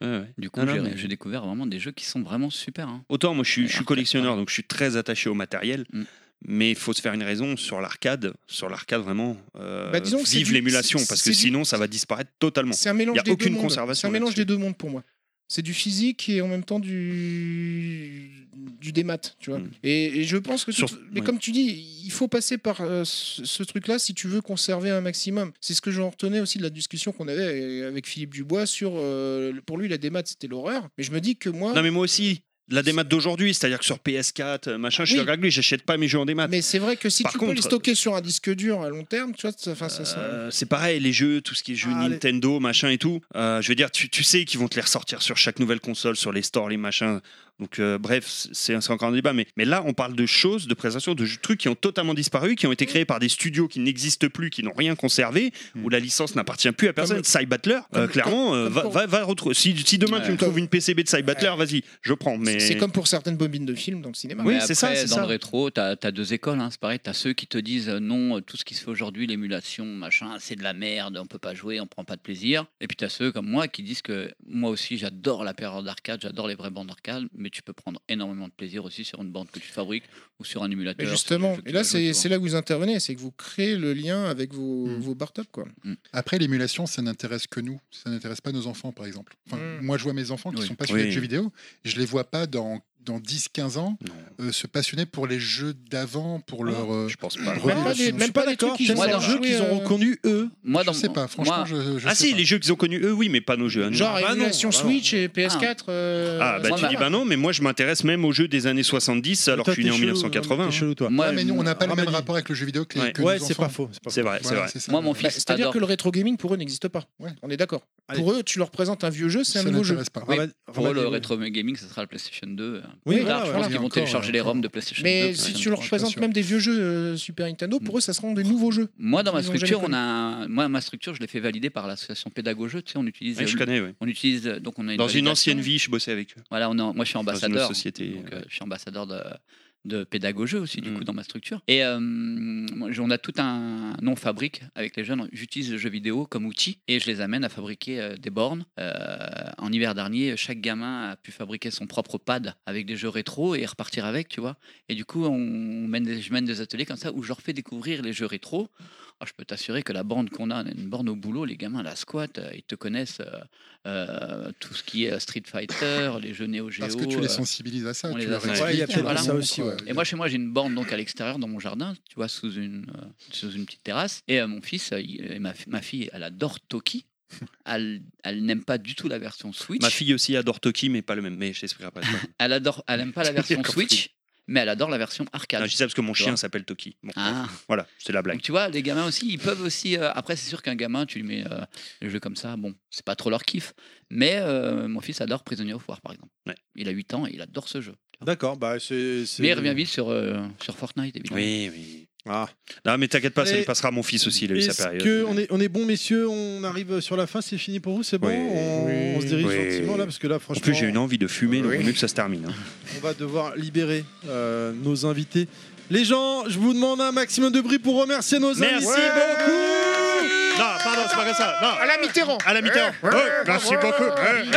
[SPEAKER 2] Ouais, ouais.
[SPEAKER 6] Du coup,
[SPEAKER 2] Ah Non, non,
[SPEAKER 6] j'ai
[SPEAKER 2] mais-
[SPEAKER 6] j'ai découvert vraiment des jeux qui sont vraiment super. hein.
[SPEAKER 2] Autant moi je suis,
[SPEAKER 5] Ah,
[SPEAKER 2] je suis
[SPEAKER 6] Arcade,
[SPEAKER 2] collectionneur, donc je suis très attaché au matériel.
[SPEAKER 6] Mm.
[SPEAKER 2] Mais il faut se faire une raison sur l'arcade, sur l'arcade vraiment. euh,
[SPEAKER 5] Bah, disons que c'est
[SPEAKER 2] vive
[SPEAKER 5] du-
[SPEAKER 2] l'émulation,
[SPEAKER 5] c'est-
[SPEAKER 2] parce que
[SPEAKER 5] c'est du-
[SPEAKER 2] sinon ça va disparaître totalement.
[SPEAKER 5] C'est un mélange
[SPEAKER 2] Y a
[SPEAKER 5] des deux
[SPEAKER 2] aucune
[SPEAKER 5] mondes.
[SPEAKER 2] conservation
[SPEAKER 5] C'est un mélange
[SPEAKER 2] là-dessus.
[SPEAKER 5] des deux mondes pour moi. C'est du physique et en même temps du du démat, tu vois.
[SPEAKER 2] Mm.
[SPEAKER 5] Et, et je pense que
[SPEAKER 2] Sur-
[SPEAKER 5] tout- mais
[SPEAKER 2] ouais.
[SPEAKER 5] comme tu dis, il faut passer par euh, ce, ce truc-là si tu veux conserver un maximum. C'est ce que j'en retenais aussi de la discussion qu'on avait avec Philippe Dubois sur euh, le- pour lui la démat c'était l'horreur, mais je me dis que moi
[SPEAKER 2] Non mais moi aussi, la démat d'aujourd'hui, c'est-à-dire que sur PS4, euh, machin, je suis
[SPEAKER 5] Oui.
[SPEAKER 2] d'accord avec lui, j'achète pas mes jeux en démat.
[SPEAKER 5] mais c'est vrai que si
[SPEAKER 2] Par
[SPEAKER 5] tu peux les
[SPEAKER 2] contre-
[SPEAKER 5] stocker sur un disque dur à long terme, tu vois, ça, enfin, ça, ça-
[SPEAKER 2] Euh, c'est pareil, les jeux, tout ce qui est jeux
[SPEAKER 5] Ah, les-
[SPEAKER 2] Nintendo, machin et tout. euh, je veux dire, tu, tu sais qu'ils vont te les ressortir sur chaque nouvelle console, sur les stores, les machins. Donc, euh, bref, c'est c'est encore un débat. Mais, mais là, on parle de choses, de prestations, de jeux- trucs qui ont totalement disparu, qui ont été créés par des studios qui n'existent plus, qui n'ont rien conservé, où la licence n'appartient plus à personne.
[SPEAKER 5] Comme-
[SPEAKER 2] Cy Battler, euh,
[SPEAKER 5] comme-
[SPEAKER 2] clairement, euh,
[SPEAKER 5] comme
[SPEAKER 2] va,
[SPEAKER 5] pour-
[SPEAKER 2] va, va retrouver. Si, si demain
[SPEAKER 6] Ouais.
[SPEAKER 2] tu me trouves une PCB de Cy Battler, vas-y, je prends. Mais...
[SPEAKER 5] c'est comme pour certaines bobines de films dans le cinéma.
[SPEAKER 2] Oui,
[SPEAKER 6] Mais
[SPEAKER 2] c'est ça,
[SPEAKER 6] après,
[SPEAKER 2] c'est
[SPEAKER 6] Dans
[SPEAKER 2] ça.
[SPEAKER 6] le rétro, tu as, deux écoles. hein, C'est pareil, tu as ceux qui te disent euh, non, euh, tout ce qui se fait aujourd'hui, l'émulation, machin, c'est de la merde, on peut pas jouer, on prend pas de plaisir. Et puis tu as ceux comme moi qui disent que moi aussi, j'adore la période d'arcade, j'adore les vraies bandes d'arcade, mais tu peux prendre énormément de plaisir aussi sur une bande que tu fabriques ou sur un émulateur.
[SPEAKER 5] Mais
[SPEAKER 6] sur le
[SPEAKER 5] justement,
[SPEAKER 6] jeu que
[SPEAKER 5] et
[SPEAKER 6] tu
[SPEAKER 5] là
[SPEAKER 6] vas jouer,
[SPEAKER 5] c'est
[SPEAKER 6] tu vois.
[SPEAKER 5] c'est là que vous intervenez, c'est que vous créez le lien avec vos,
[SPEAKER 7] Mm.
[SPEAKER 5] vos bar-top, quoi.
[SPEAKER 7] Après, l'émulation, ça n'intéresse que nous. Ça n'intéresse pas nos enfants, par exemple. Enfin,
[SPEAKER 5] Mm.
[SPEAKER 7] Moi, je vois mes enfants qui
[SPEAKER 6] Oui.
[SPEAKER 7] sont passionnés
[SPEAKER 2] Oui.
[SPEAKER 7] de jeux vidéo. Je les vois pas dans, dans 10-15 ans
[SPEAKER 2] Non.
[SPEAKER 7] euh, se passionner pour les jeux d'avant, pour leur. euh,
[SPEAKER 2] Je pense pas.
[SPEAKER 7] Re- Ouais,
[SPEAKER 1] Même pas,
[SPEAKER 7] je suis-
[SPEAKER 1] des,
[SPEAKER 7] je
[SPEAKER 1] même
[SPEAKER 7] suis
[SPEAKER 1] pas
[SPEAKER 5] pas
[SPEAKER 1] d'accord,
[SPEAKER 5] des trucs qui
[SPEAKER 1] tellement
[SPEAKER 6] sont
[SPEAKER 1] de jeux
[SPEAKER 5] joués,
[SPEAKER 1] qu'ils ont
[SPEAKER 5] euh,
[SPEAKER 1] reconnus eux.
[SPEAKER 6] Moi,
[SPEAKER 7] je sais pas, franchement,
[SPEAKER 6] moi-
[SPEAKER 7] je, je
[SPEAKER 2] Ah
[SPEAKER 7] sais
[SPEAKER 2] si,
[SPEAKER 7] pas.
[SPEAKER 2] les jeux qu'ils ont connus, eux, oui, mais pas nos jeux. à nous.
[SPEAKER 5] Genre
[SPEAKER 2] Ah, bah non,
[SPEAKER 5] émulation
[SPEAKER 2] bah non.
[SPEAKER 5] Switch et PS4. euh,
[SPEAKER 2] Ah bah
[SPEAKER 6] Moi,
[SPEAKER 2] tu
[SPEAKER 6] ma-
[SPEAKER 2] dis bah non mais moi je m'intéresse même aux jeux des années 70 alors que je suis né en 1980.
[SPEAKER 1] C'est
[SPEAKER 2] hein.
[SPEAKER 1] chelou, toi.
[SPEAKER 6] moi,
[SPEAKER 7] Ouais, mais nous, on n'a pas
[SPEAKER 1] Ah,
[SPEAKER 7] le
[SPEAKER 1] mais
[SPEAKER 7] même
[SPEAKER 1] dis-
[SPEAKER 7] rapport avec le jeu vidéo que, les-
[SPEAKER 2] Ouais.
[SPEAKER 7] que
[SPEAKER 1] Ouais,
[SPEAKER 7] nos
[SPEAKER 1] c'est
[SPEAKER 7] enfants.
[SPEAKER 1] pas faux. c'est pas
[SPEAKER 2] C'est
[SPEAKER 1] faux.
[SPEAKER 2] vrai, c'est
[SPEAKER 7] Voilà,
[SPEAKER 2] vrai.
[SPEAKER 7] c'est ça.
[SPEAKER 6] Moi, mon
[SPEAKER 7] Ouais.
[SPEAKER 5] bah,
[SPEAKER 6] fils
[SPEAKER 5] C'est-à-dire
[SPEAKER 6] adore.
[SPEAKER 5] que le rétro gaming pour eux n'existe pas.
[SPEAKER 7] Ouais.
[SPEAKER 5] On est d'accord.
[SPEAKER 1] Allez.
[SPEAKER 5] Pour eux, tu leur présentes un vieux jeu, c'est un
[SPEAKER 7] Ça
[SPEAKER 5] nouveau jeu.
[SPEAKER 7] n'intéresse pas.
[SPEAKER 6] Oui.
[SPEAKER 1] Ramad-
[SPEAKER 6] Pour eux, le
[SPEAKER 1] Ramad-
[SPEAKER 6] rétro gaming, ce sera le PlayStation 2.
[SPEAKER 1] Oui, voilà,
[SPEAKER 6] Plus tard, je
[SPEAKER 1] voilà.
[SPEAKER 6] pense qu'ils vont
[SPEAKER 7] Encore,
[SPEAKER 6] télécharger les
[SPEAKER 7] encore.
[SPEAKER 6] ROM de PlayStation 2.
[SPEAKER 5] Mais si
[SPEAKER 6] PlayStation
[SPEAKER 5] tu leur
[SPEAKER 6] 3.
[SPEAKER 5] présentes
[SPEAKER 7] sûr.
[SPEAKER 5] même des vieux jeux euh, Super Nintendo, pour eux, ça seront des nouveaux jeux.
[SPEAKER 6] Moi, dans ma
[SPEAKER 5] Ils ont jamais
[SPEAKER 6] structure, on
[SPEAKER 5] connu.
[SPEAKER 6] a, un- moi, ma structure, je l'ai fait valider par l'association Pédagogue. Tu sais, on utilise,
[SPEAKER 2] Ouais, je
[SPEAKER 6] euh,
[SPEAKER 2] connais ouais.
[SPEAKER 6] on utilise, euh, donc on a une
[SPEAKER 2] Dans une
[SPEAKER 6] validation.
[SPEAKER 2] ancienne vie je bossais avec eux.
[SPEAKER 6] Voilà, on est en- moi, je suis
[SPEAKER 2] Dans une
[SPEAKER 6] ambassadeur.
[SPEAKER 2] autre société.
[SPEAKER 6] Donc, euh, je suis ambassadeur de, de pédagogie aussi, du
[SPEAKER 2] Mm.
[SPEAKER 6] coup, dans ma structure. Et euh, moi, j'ai- on a tout un nom fabrique avec les jeunes. J'utilise le jeu vidéo comme outil et je les amène à fabriquer euh, des bornes. Euh, en hiver dernier, chaque gamin a pu fabriquer son propre pad avec des jeux rétro et repartir avec, tu vois. Et du coup, on, on mène des, je mène des ateliers comme ça où je leur fais découvrir les jeux rétro. Ah, je peux t'assurer que la borne qu'on a, une borne au boulot, les gamins la squattent, euh, ils te connaissent euh, euh, tout ce qui est euh, Street Fighter, les jeux Neo Geo.
[SPEAKER 7] Parce que tu les
[SPEAKER 6] euh,
[SPEAKER 7] sensibilises à ça.
[SPEAKER 6] on
[SPEAKER 7] tu
[SPEAKER 6] les
[SPEAKER 7] leur
[SPEAKER 6] a-
[SPEAKER 7] expliques,
[SPEAKER 1] Ouais, il y a peut-être
[SPEAKER 7] voilà.
[SPEAKER 1] ça aussi, ouais.
[SPEAKER 6] et moi, chez moi, j'ai une borne donc à l'extérieur dans mon jardin, tu vois, sous une, euh, sous une petite terrasse. Et euh, mon fils, euh, il- et ma, fi- ma fille, elle adore Toki. Elle, elle n'aime pas du tout la version Switch.
[SPEAKER 2] Ma fille aussi adore Toki mais pas le même mais je t'expliquerai après.
[SPEAKER 6] Elle adore, elle n'aime pas la
[SPEAKER 2] J'ai
[SPEAKER 6] version
[SPEAKER 2] compris.
[SPEAKER 6] Switch, mais elle adore la version
[SPEAKER 2] Non,
[SPEAKER 6] arcade.
[SPEAKER 2] je sais parce que mon
[SPEAKER 6] Tu
[SPEAKER 2] chien
[SPEAKER 6] vois.
[SPEAKER 2] s'appelle Toki. Bon,
[SPEAKER 6] Ah.
[SPEAKER 2] voilà, c'est la blague.
[SPEAKER 6] Donc tu vois, les gamins aussi, ils peuvent aussi. euh, après, c'est sûr qu'un gamin, tu lui mets euh, le jeu comme ça, bon, c'est pas trop leur kiff. Mais euh, mon fils adore Prisonnier of War, par exemple.
[SPEAKER 2] Ouais.
[SPEAKER 6] Il a 8 ans et il adore ce jeu.
[SPEAKER 1] D'accord, bah c'est. c'est-
[SPEAKER 6] Mais il revient vite sur, euh, sur Fortnite, évidemment.
[SPEAKER 2] Oui oui.
[SPEAKER 1] Ah.
[SPEAKER 2] Non mais t'inquiète pas, ça
[SPEAKER 1] Et-
[SPEAKER 2] lui passera à mon fils aussi, il a eu sa
[SPEAKER 1] Est-ce
[SPEAKER 2] période.
[SPEAKER 1] que on est, on est bon, messieurs On arrive sur la fin, c'est fini pour vous, c'est bon
[SPEAKER 2] Oui.
[SPEAKER 1] on, on se dirige
[SPEAKER 2] Oui.
[SPEAKER 1] gentiment là, parce que là,
[SPEAKER 2] En
[SPEAKER 1] franchement,
[SPEAKER 2] plus j'ai une envie de fumer, donc
[SPEAKER 10] Oui.
[SPEAKER 2] mieux que ça se termine. hein.
[SPEAKER 1] on va devoir libérer euh, nos invités. Les gens, je vous demande un maximum de bruit pour remercier nos
[SPEAKER 2] Merci
[SPEAKER 1] invités.
[SPEAKER 2] beaucoup. Non, pardon, c'est pas comme ça. Non.
[SPEAKER 5] À la Mitterrand.
[SPEAKER 2] À la mi-temps.
[SPEAKER 5] Ouais,
[SPEAKER 2] Oh,
[SPEAKER 5] ouais,
[SPEAKER 2] merci
[SPEAKER 5] ouais, Ah,
[SPEAKER 2] beaucoup.
[SPEAKER 5] ouais,
[SPEAKER 2] Eh, eh,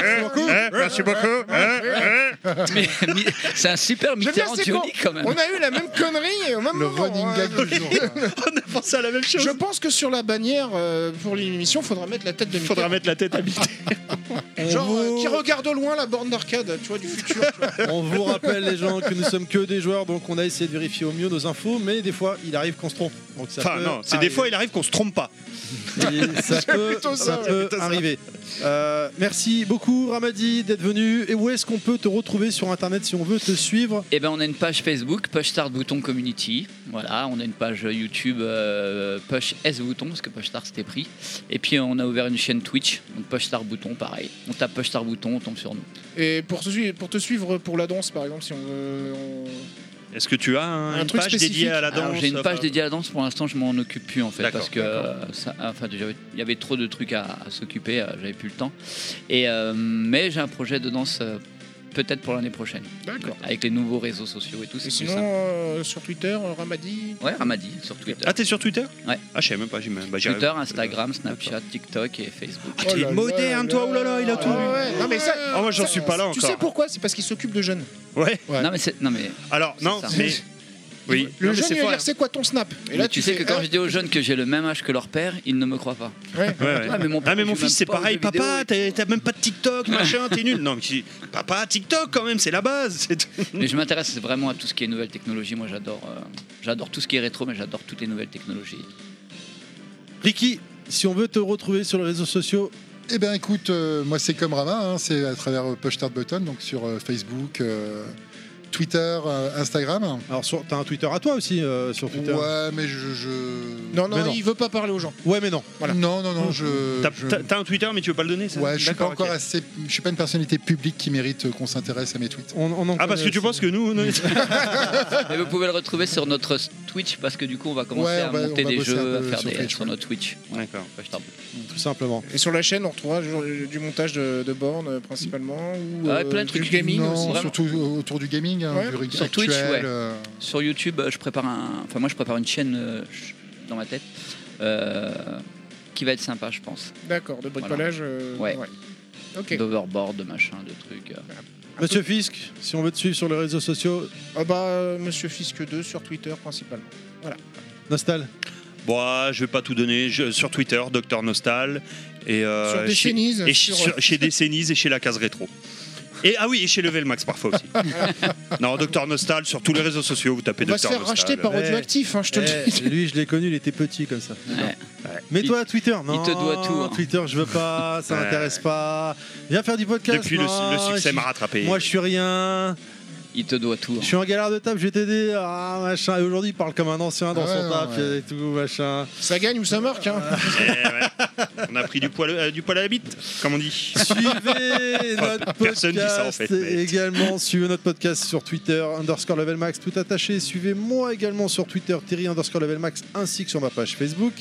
[SPEAKER 2] eh, Merci beaucoup. Eh, eh.
[SPEAKER 6] Mais- mais c'est un super
[SPEAKER 5] Je veux dire,
[SPEAKER 6] Mitterrand
[SPEAKER 5] c'est
[SPEAKER 6] Johnny
[SPEAKER 5] con.
[SPEAKER 6] quand même.
[SPEAKER 5] On a eu la même connerie au même
[SPEAKER 7] Le
[SPEAKER 5] moment.
[SPEAKER 7] running
[SPEAKER 5] hein.
[SPEAKER 7] gag du jour.
[SPEAKER 2] On a pensé à la même chose.
[SPEAKER 5] Je pense que sur la bannière euh, pour l'émission, faudra mettre la tête de Mitterrand.
[SPEAKER 2] Faudra mettre la tête à mi-temps.
[SPEAKER 5] Genre euh,
[SPEAKER 1] vous-
[SPEAKER 5] qui regarde au loin la borne d'arcade, tu vois, du futur. tu vois.
[SPEAKER 4] On vous rappelle les gens que nous sommes que des joueurs, donc on a essayé de vérifier au mieux nos infos, mais des fois il arrive qu'on se trompe. Donc ça
[SPEAKER 2] Enfin,
[SPEAKER 4] peut
[SPEAKER 2] non, c'est des
[SPEAKER 4] arriver.
[SPEAKER 2] fois, il arrive qu'on se trompe pas.
[SPEAKER 4] Et ça peut,
[SPEAKER 5] plutôt ça,
[SPEAKER 4] ça
[SPEAKER 5] ouais,
[SPEAKER 4] peut
[SPEAKER 2] plutôt ça.
[SPEAKER 4] arriver. Euh, merci beaucoup Ramadi d'être venu. Et où est-ce qu'on peut te retrouver sur internet si on veut te suivre
[SPEAKER 6] Eh ben, on a une page Facebook, Push Start Bouton Community. Voilà, on a une page YouTube, euh, Push S Bouton, parce que Push Start c'était pris. Et puis, on a ouvert une chaîne Twitch, donc Push Start Bouton, pareil. On tape Push Start Bouton, on tombe sur nous.
[SPEAKER 5] Et pour te, suivre- pour te suivre pour la danse, par exemple, si on veut. on-
[SPEAKER 2] Est-ce que tu as un-
[SPEAKER 5] Un
[SPEAKER 2] une
[SPEAKER 5] truc
[SPEAKER 2] page
[SPEAKER 5] spécifique.
[SPEAKER 2] dédiée à la
[SPEAKER 6] Alors,
[SPEAKER 2] danse
[SPEAKER 6] J'ai une
[SPEAKER 2] enfin,
[SPEAKER 6] page dédiée à la danse, pour l'instant, je m'en occupe plus en fait,
[SPEAKER 2] D'accord,
[SPEAKER 6] parce que euh, ça- enfin, déjà, il y avait trop de trucs à, à s'occuper, euh, j'avais plus le temps. Et, euh, mais j'ai un projet de danse euh, peut-être pour l'année prochaine,
[SPEAKER 5] D'accord.
[SPEAKER 6] avec les nouveaux réseaux sociaux et tout.
[SPEAKER 5] Et
[SPEAKER 6] c'est plus
[SPEAKER 5] sinon,
[SPEAKER 6] simple.
[SPEAKER 5] euh, sur Twitter, euh, Ramadi.
[SPEAKER 6] Ouais, Ramadi sur Twitter.
[SPEAKER 2] Ah, t'es sur Twitter
[SPEAKER 6] Ouais.
[SPEAKER 2] Ah, je sais même pas. j'ai même- bah, j'y
[SPEAKER 6] Twitter,
[SPEAKER 2] arrive.
[SPEAKER 6] Instagram, Snapchat, TikTok et Facebook.
[SPEAKER 2] Ah, t'es
[SPEAKER 5] Oh là
[SPEAKER 2] moderne,
[SPEAKER 5] là
[SPEAKER 2] toi. Oh là là, il a
[SPEAKER 5] Ah
[SPEAKER 2] tout.
[SPEAKER 5] ouais, non mais ça.
[SPEAKER 2] Ah, moi, j'en suis pas là
[SPEAKER 5] Tu
[SPEAKER 2] encore.
[SPEAKER 5] sais pourquoi C'est parce qu'il s'occupe de jeunes.
[SPEAKER 2] Ouais.
[SPEAKER 5] Ouais.
[SPEAKER 6] Non mais c'est non mais
[SPEAKER 2] Alors,
[SPEAKER 6] C'est
[SPEAKER 2] non,
[SPEAKER 6] ça.
[SPEAKER 2] mais. Oui.
[SPEAKER 5] Le
[SPEAKER 2] Non, mais
[SPEAKER 5] jeune,
[SPEAKER 2] c'est hein.
[SPEAKER 5] il va
[SPEAKER 2] fort,
[SPEAKER 5] dire, c'est quoi ton snap
[SPEAKER 6] mais tu, sais que quand je dis aux jeunes que j'ai le même âge que leur père, ils ne me croient pas.
[SPEAKER 5] je. Ouais.
[SPEAKER 2] hein. Ouais, ouais.
[SPEAKER 6] Ah, mais mon
[SPEAKER 2] Ah mais
[SPEAKER 6] père
[SPEAKER 2] mon
[SPEAKER 6] joue même
[SPEAKER 2] fils c'est
[SPEAKER 6] pas aux
[SPEAKER 2] pareil,
[SPEAKER 6] jeux vidéo
[SPEAKER 2] papa, t'as
[SPEAKER 6] et-
[SPEAKER 2] t'as même pas de TikTok, machin, t'es nul. Non mais si, papa, TikTok quand même, c'est la base. c'est tout.
[SPEAKER 6] Mais je m'intéresse vraiment à tout ce qui est nouvelle technologie. Moi j'adore euh, j'adore tout ce qui est rétro, mais j'adore toutes les nouvelles technologies.
[SPEAKER 4] Ricky, si on veut te retrouver sur les réseaux sociaux,
[SPEAKER 7] Eh bien, écoute, euh, moi, c'est comme Rama, hein, c'est à travers euh, Push Start Button, donc sur euh, Facebook, euh, Twitter, euh, Instagram.
[SPEAKER 4] alors sur- t'as un Twitter à toi aussi euh, sur Twitter.
[SPEAKER 7] Ouais, mais je. je-
[SPEAKER 5] Non, non,
[SPEAKER 4] Mais non.
[SPEAKER 5] il veut pas parler aux gens.
[SPEAKER 4] Ouais, mais non.
[SPEAKER 5] voilà.
[SPEAKER 7] Non, non, non, je.
[SPEAKER 2] T'as-
[SPEAKER 7] je-
[SPEAKER 2] T'as t'as un Twitter mais tu veux pas le donner ça
[SPEAKER 7] Ouais, je suis pas
[SPEAKER 2] D'accord,
[SPEAKER 7] encore
[SPEAKER 2] ok.
[SPEAKER 7] assez. Je suis pas une personnalité publique qui mérite euh, qu'on s'intéresse à mes tweets.
[SPEAKER 4] On, on en
[SPEAKER 2] Ah parce que
[SPEAKER 4] connaît
[SPEAKER 2] tu
[SPEAKER 4] aussi.
[SPEAKER 2] penses que nous, nous-
[SPEAKER 6] Et vous pouvez le retrouver sur notre Twitch parce que du coup on va commencer
[SPEAKER 7] Ouais, on
[SPEAKER 6] à
[SPEAKER 7] va-
[SPEAKER 6] monter
[SPEAKER 7] on va
[SPEAKER 6] des
[SPEAKER 7] bosser un
[SPEAKER 6] jeux, à
[SPEAKER 7] peu
[SPEAKER 6] faire
[SPEAKER 7] sur
[SPEAKER 6] des
[SPEAKER 7] Twitch,
[SPEAKER 6] sur
[SPEAKER 7] ouais.
[SPEAKER 6] notre Twitch. Ouais,
[SPEAKER 2] D'accord.
[SPEAKER 6] ouais, je t'en prie.
[SPEAKER 4] tout simplement.
[SPEAKER 5] Et sur la chaîne, on retrouvera genre, euh, du montage de, de bornes euh, principalement ou euh,
[SPEAKER 6] Ah ouais, plein de
[SPEAKER 5] du
[SPEAKER 6] trucs.
[SPEAKER 5] gaming
[SPEAKER 7] non,
[SPEAKER 5] aussi.
[SPEAKER 6] vraiment.
[SPEAKER 7] surtout euh, autour du gaming, hein,
[SPEAKER 5] Ouais.
[SPEAKER 7] du rugby
[SPEAKER 6] Sur
[SPEAKER 7] actuel,
[SPEAKER 6] Twitch, ouais.
[SPEAKER 7] euh,
[SPEAKER 6] Sur YouTube, euh, je prépare un enfin moi je prépare une chaîne euh, ch- dans ma tête euh, qui va être sympa, je pense.
[SPEAKER 5] D'accord, de bricolage. euh,
[SPEAKER 6] Ouais.
[SPEAKER 5] Ok.
[SPEAKER 6] D'overboard, de machin, de trucs. euh.
[SPEAKER 4] Monsieur Fisk, si on veut te suivre sur les réseaux sociaux,
[SPEAKER 5] Ah bah, euh, Monsieur Fiske 2 sur Twitter principalement.
[SPEAKER 4] Nostal.
[SPEAKER 2] Bon, ah, je vais pas tout donner. Je- sur Twitter, Docteur Nostal et euh,
[SPEAKER 5] sur euh,
[SPEAKER 2] chez-
[SPEAKER 5] Décennies.
[SPEAKER 2] et ch- sur- chez Décennies et chez la case rétro. Et ah oui, et chez Level Max parfois aussi. non, Docteur Nostal sur tous les réseaux sociaux, vous tapez
[SPEAKER 5] On va se
[SPEAKER 2] Docteur
[SPEAKER 5] faire
[SPEAKER 2] Nostal.
[SPEAKER 5] racheter par
[SPEAKER 4] Ouais.
[SPEAKER 5] Radioactif, hein, je te le
[SPEAKER 4] Eh,
[SPEAKER 5] dis.
[SPEAKER 4] lui, je l'ai connu, il était petit comme ça.
[SPEAKER 6] Ouais.
[SPEAKER 4] Mais
[SPEAKER 6] Il-
[SPEAKER 4] toi, Twitter, non.
[SPEAKER 6] te doit tout, hein.
[SPEAKER 4] Twitter, je veux pas, ça
[SPEAKER 2] Ouais.
[SPEAKER 4] m'intéresse pas. Viens faire du podcast.
[SPEAKER 2] Depuis le,
[SPEAKER 4] non,
[SPEAKER 2] le succès
[SPEAKER 4] Ah, je-
[SPEAKER 2] m'a rattrapé.
[SPEAKER 4] Moi, je suis rien.
[SPEAKER 6] Il te doit tout. hein.
[SPEAKER 4] Je suis en galère de table, je vais t'aider. Ah, machin. Et aujourd'hui, il parle comme un ancien dans
[SPEAKER 7] Ah
[SPEAKER 4] son
[SPEAKER 7] ouais,
[SPEAKER 4] table
[SPEAKER 7] ouais, ouais.
[SPEAKER 4] et tout, machin.
[SPEAKER 5] Ça gagne ou ça marque. Hein.
[SPEAKER 2] Eh ouais. On a pris du poil, euh, du poil à la bite, comme on dit.
[SPEAKER 4] Suivez notre
[SPEAKER 2] personne dit ça, en
[SPEAKER 4] podcast
[SPEAKER 2] fait, mais-
[SPEAKER 4] également. Suivez notre podcast sur Twitter, underscore level max, tout attaché. Suivez-moi également sur Twitter, Thierry underscore level max, ainsi que sur ma page Facebook.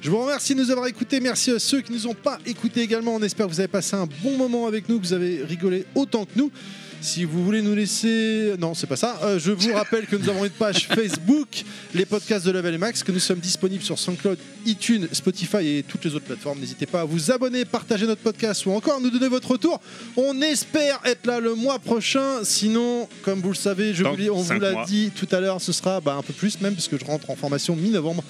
[SPEAKER 4] Je vous remercie de nous avoir écoutés. Merci à ceux qui nous ont pas écoutés également. On espère que vous avez passé un bon moment avec nous, que vous avez rigolé autant que nous. Si vous voulez nous laisser. Non, c'est pas ça. Euh, je vous rappelle que nous avons une page Facebook, les podcasts de Level Max, que nous sommes disponibles sur SoundCloud, iTunes, Spotify et toutes les autres plateformes. N'hésitez pas à vous abonner, partager notre podcast ou encore nous donner votre retour. On espère être là le mois prochain. Sinon, comme vous le savez, je
[SPEAKER 2] Dans
[SPEAKER 4] vous l'ai- on vous
[SPEAKER 2] cinq
[SPEAKER 4] l'a
[SPEAKER 2] mois.
[SPEAKER 4] dit tout à l'heure, ce sera bah, un peu plus même, puisque je rentre en formation mi-novembre.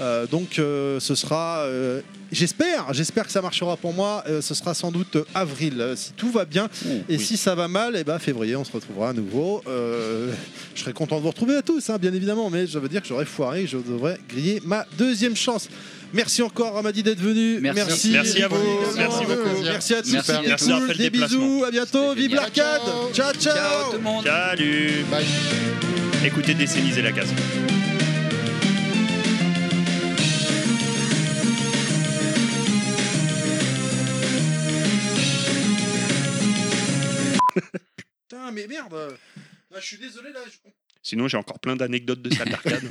[SPEAKER 4] Euh, donc euh, ce sera, euh, j'espère, j'espère que ça marchera pour moi. euh, ce sera sans doute euh, avril, euh, si tout va bien. et si ça va mal, et ben février, on se retrouvera à nouveau. Euh, je serai content de vous retrouver à tous, hein, bien évidemment. Mais ça veut dire que j'aurais foiré, je devrais griller ma deuxième chance. Merci encore Ramadi d'être venu.
[SPEAKER 6] Merci.
[SPEAKER 2] Merci à vous.
[SPEAKER 4] Ricky,
[SPEAKER 2] Merci
[SPEAKER 4] également.
[SPEAKER 7] beaucoup.
[SPEAKER 4] Merci à tous.
[SPEAKER 6] Merci à
[SPEAKER 2] tous. Merci à
[SPEAKER 4] Des
[SPEAKER 2] Raphaël Déplacement.
[SPEAKER 4] bisous. À bientôt.
[SPEAKER 6] C'était
[SPEAKER 4] Vive
[SPEAKER 6] génial.
[SPEAKER 4] l'arcade. Ciao ciao.
[SPEAKER 6] Ciao tout le monde.
[SPEAKER 2] Salut
[SPEAKER 7] Bye.
[SPEAKER 2] Écoutez Décennies et la case.
[SPEAKER 4] Putain mais merde. Là, je suis désolé là. je-
[SPEAKER 2] Sinon, j'ai encore plein d'anecdotes de salles d'arcade.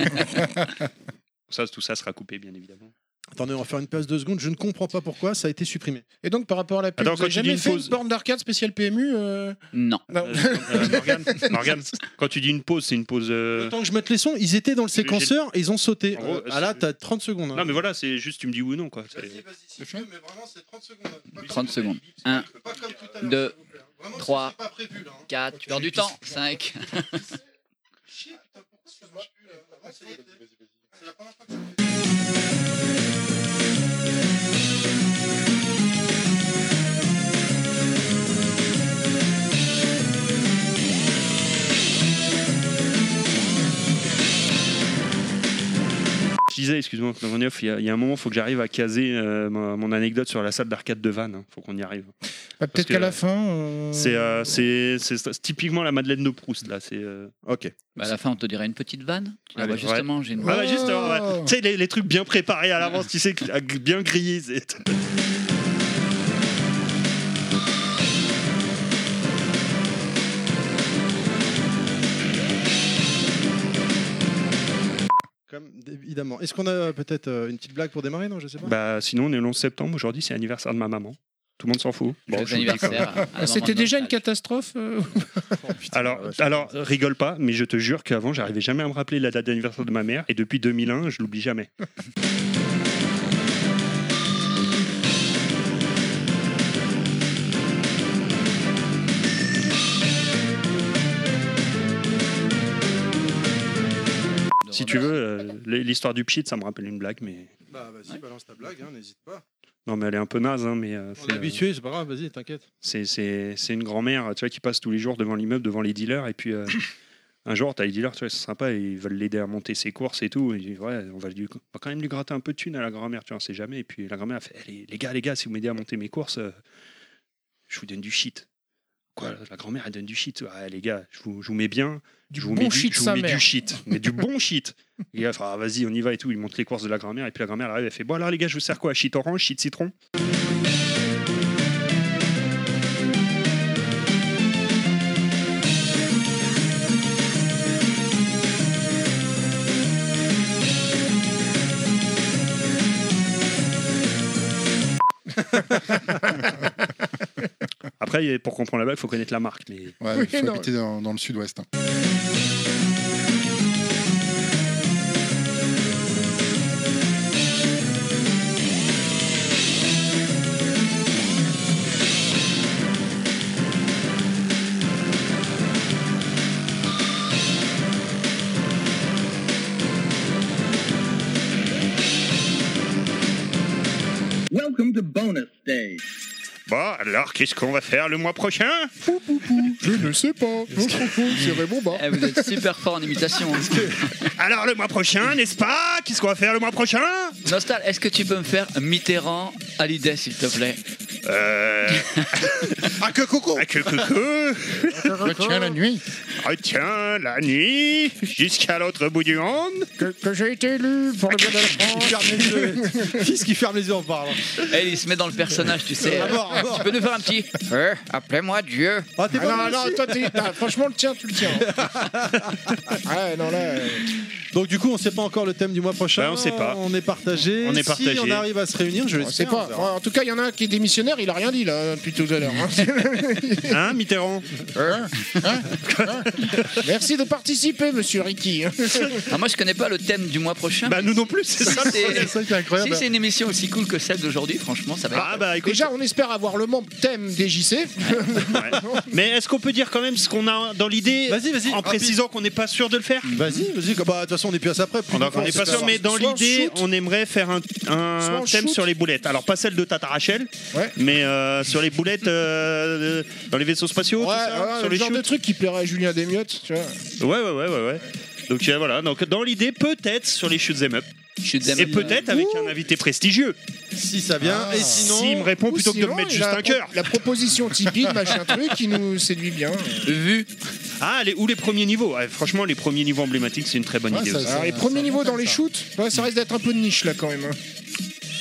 [SPEAKER 2] ça, tout ça sera coupé, bien évidemment.
[SPEAKER 4] Attendez, on va faire une pause deux secondes. Je ne comprends pas pourquoi ça a été supprimé.
[SPEAKER 5] Et donc, par rapport à la pub,
[SPEAKER 2] Attends,
[SPEAKER 5] vous
[SPEAKER 2] quand
[SPEAKER 5] avez
[SPEAKER 2] tu dis
[SPEAKER 5] jamais
[SPEAKER 2] une
[SPEAKER 5] fait
[SPEAKER 2] pause-
[SPEAKER 5] une borne d'arcade spéciale PMU euh,
[SPEAKER 6] Non.
[SPEAKER 5] non.
[SPEAKER 2] Euh, euh, Morgane, Morgane, quand tu dis une pause, c'est une pause. euh,
[SPEAKER 4] Le temps que je mette les sons, ils étaient dans le
[SPEAKER 2] j'ai-
[SPEAKER 4] séquenceur et ils ont sauté.
[SPEAKER 2] En gros,
[SPEAKER 4] Euh, ah là,
[SPEAKER 2] c'est-
[SPEAKER 4] t'as 30 secondes. hein.
[SPEAKER 2] Non, mais voilà, c'est juste, tu me dis oui ou non, quoi. C'est-
[SPEAKER 4] 30 secondes.
[SPEAKER 6] 30 secondes. Un, deux, trois, Quatre, tu perds du temps. 5.
[SPEAKER 2] Je disais, excuse-moi, Pneumoniev, il y, a- il y a un moment, faut que j'arrive à caser euh, ma- mon anecdote sur la salle d'arcade de Vannes. hein. Faut qu'on y arrive.
[SPEAKER 5] Bah, Peut-être
[SPEAKER 2] que-
[SPEAKER 5] qu'à la fin. euh,
[SPEAKER 2] C'est euh, c'est- c'est- c'est typiquement la Madeleine de Proust, là. C'est. euh,
[SPEAKER 4] Ok.
[SPEAKER 6] Bah, à la fin, on te dirait une petite vanne. Ah,
[SPEAKER 2] Allez,
[SPEAKER 6] bah, justement, j'ai une
[SPEAKER 2] Ah bah juste, euh, ouais. tu sais, les, les trucs bien préparés à l'avance, tu sais, que- à- bien grillés. c'est-
[SPEAKER 4] Comme, évidemment. Est-ce qu'on a peut-être euh, une petite blague pour démarrer Non, je sais pas.
[SPEAKER 2] Bah, sinon, on est le 11 septembre, aujourd'hui, c'est l'anniversaire de ma maman. Tout le monde s'en fout. Bon, je vous le dis quand même.
[SPEAKER 6] anniversaire. à la maman
[SPEAKER 5] C'était
[SPEAKER 6] de
[SPEAKER 5] déjà une
[SPEAKER 6] Nostal.
[SPEAKER 5] catastrophe euh,
[SPEAKER 2] Alors, alors, rigole pas, mais je te jure qu'avant, j'arrivais jamais à me rappeler la date d'anniversaire de ma mère, et depuis 2001, je l'oublie jamais. Si tu veux, euh, l'histoire du pchit, ça me rappelle une blague, mais.
[SPEAKER 4] Bah, vas-y, balance ta blague, hein, n'hésite pas.
[SPEAKER 2] Non, mais elle est un peu naze, hein, mais. euh,
[SPEAKER 4] On
[SPEAKER 2] c'est,
[SPEAKER 4] est
[SPEAKER 2] euh,
[SPEAKER 4] habitué, c'est pas grave, vas-y, t'inquiète.
[SPEAKER 2] C'est- C'est c'est une grand-mère tu vois, qui passe tous les jours devant l'immeuble, devant les dealers. Et puis, euh, un jour, tu as les dealers, tu vois, c'est sympa, et ils veulent l'aider à monter ses courses et tout. Et ils disent, ouais, on va, lui- on va quand même lui gratter un peu de thunes à la grand-mère, tu vois, on sait jamais. Et puis, la grand-mère a fait, Eh, les, les gars, les gars, si vous m'aidez à monter mes courses, euh, je vous donne du shit. Quoi, la grand-mère, elle donne du shit. Ouais, les gars, je vous, je vous mets bien.
[SPEAKER 5] du
[SPEAKER 2] je vous
[SPEAKER 5] bon
[SPEAKER 2] mets
[SPEAKER 5] shit
[SPEAKER 2] du, je vous
[SPEAKER 5] sa
[SPEAKER 2] mets du
[SPEAKER 5] mère.
[SPEAKER 2] shit. Mais du bon shit. Les gars, font, Ah, vas-y, on y va et tout. Ils montent les courses de la grand-mère. Et puis, la grand-mère elle arrive, elle fait, bon, alors, les gars, je vous sers quoi Shit orange, shit citron Après, il y a- pour comprendre la blague, il faut connaître la marque. Mais.
[SPEAKER 7] Ouais,
[SPEAKER 5] Oui,
[SPEAKER 7] faut
[SPEAKER 5] non.
[SPEAKER 7] habiter dans, dans le sud-ouest. hein.
[SPEAKER 3] Welcome to bonus day.
[SPEAKER 2] Bon, alors qu'est-ce qu'on va faire le mois prochain
[SPEAKER 7] Je ne sais pas. C'est Raymond Barre.
[SPEAKER 6] Eh, vous êtes super fort en imitation.
[SPEAKER 2] Alors le mois prochain, n'est-ce pas Qu'est-ce qu'on va faire le mois prochain
[SPEAKER 6] Nostal, est-ce que tu peux me faire Mitterrand à l'idée, s'il te plaît
[SPEAKER 2] Euh... ah que coucou Ah que coucou
[SPEAKER 7] Je tiens la nuit.
[SPEAKER 2] Retiens la nuit jusqu'à l'autre bout du monde
[SPEAKER 5] Que, que j'ai été élu pour le bien de la
[SPEAKER 4] Il
[SPEAKER 5] France.
[SPEAKER 4] ferme les yeux. Fils qui ferme les yeux en parlant.
[SPEAKER 6] Eh, il se met dans le personnage, tu
[SPEAKER 7] Ah
[SPEAKER 6] sais.
[SPEAKER 4] À mort, à mort.
[SPEAKER 6] Tu peux nous faire un petit Hein
[SPEAKER 10] Euh, Appelez-moi Dieu.
[SPEAKER 4] Ah, t'es
[SPEAKER 5] Ah
[SPEAKER 4] pas
[SPEAKER 5] non,
[SPEAKER 4] mal
[SPEAKER 5] non,
[SPEAKER 4] aussi.
[SPEAKER 5] toi, t'es- t'as- franchement, le tien, tu le tiens. ah non, là. euh,
[SPEAKER 4] Donc du coup, on sait pas encore le thème du mois prochain.
[SPEAKER 2] Bah, on sait pas.
[SPEAKER 4] On est partagé.
[SPEAKER 2] On est
[SPEAKER 4] Si
[SPEAKER 2] partagé.
[SPEAKER 4] on arrive à se réunir, je
[SPEAKER 5] on sait
[SPEAKER 4] l'espère.
[SPEAKER 5] pas. En tout cas, il y en a un qui est démissionnaire, il a rien dit, là, depuis tout à l'heure. hein.
[SPEAKER 2] Hein Mitterrand
[SPEAKER 6] Hein
[SPEAKER 5] Merci de participer, monsieur Ricky.
[SPEAKER 6] Ah, moi, je connais pas le thème du mois prochain.
[SPEAKER 2] Bah nous non plus, c'est
[SPEAKER 6] Si
[SPEAKER 2] ça
[SPEAKER 6] c'est-
[SPEAKER 7] C'est ça qui est
[SPEAKER 6] si
[SPEAKER 7] incroyable.
[SPEAKER 6] c'est une émission aussi cool que celle d'aujourd'hui, franchement, ça va être.
[SPEAKER 2] Ah bah écoute,
[SPEAKER 5] Déjà, on espère avoir le membre thème DJC.
[SPEAKER 2] ouais. mais est-ce qu'on peut dire quand même ce qu'on a dans l'idée
[SPEAKER 4] Vas-y, vas-y.
[SPEAKER 2] en
[SPEAKER 4] rapide.
[SPEAKER 2] précisant qu'on n'est pas sûr de le faire
[SPEAKER 4] Vas-y, vas-y. que- bah, De toute façon, on est plus à ça après.
[SPEAKER 2] on n'est pas sûr, mais dans
[SPEAKER 5] Soit on
[SPEAKER 2] l'idée,
[SPEAKER 5] shoot.
[SPEAKER 2] on aimerait faire un, un
[SPEAKER 5] Soit on
[SPEAKER 2] thème
[SPEAKER 5] shoot.
[SPEAKER 2] sur les boulettes. Alors, pas celle de Tata Rachel,
[SPEAKER 5] Ouais.
[SPEAKER 2] mais euh, sur les boulettes euh, dans les vaisseaux spatiaux,
[SPEAKER 5] Ouais,
[SPEAKER 2] tout ça,
[SPEAKER 5] ouais,
[SPEAKER 2] sur
[SPEAKER 5] le
[SPEAKER 2] les
[SPEAKER 5] genre de
[SPEAKER 2] shoots.
[SPEAKER 5] truc qui plairait à Julien Desmiottes, tu vois.
[SPEAKER 2] Ouais, ouais, ouais, ouais, ouais. Donc euh, voilà, donc dans l'idée peut-être sur les shoots em up
[SPEAKER 7] Ah,
[SPEAKER 6] Je suis
[SPEAKER 2] et peut-être avec un invité prestigieux.
[SPEAKER 4] Si ça vient.
[SPEAKER 5] Ah.
[SPEAKER 4] Et sinon.
[SPEAKER 2] S'il me répond
[SPEAKER 5] Ou
[SPEAKER 2] plutôt que de
[SPEAKER 5] sinon,
[SPEAKER 2] me mettre
[SPEAKER 5] il
[SPEAKER 2] juste
[SPEAKER 5] a
[SPEAKER 2] un cœur.
[SPEAKER 5] La proposition Tipeee, de machin truc, qui nous séduit bien.
[SPEAKER 6] vu.
[SPEAKER 2] Ah, les, ou les premiers niveaux. Ah, franchement, les premiers niveaux emblématiques, c'est une très bonne
[SPEAKER 7] Ouais,
[SPEAKER 2] idée.
[SPEAKER 7] ça-
[SPEAKER 2] aussi.
[SPEAKER 5] Alors, les premiers niveaux dans les shoots, ouais, ça risque d'être un peu de niche là quand même. hein.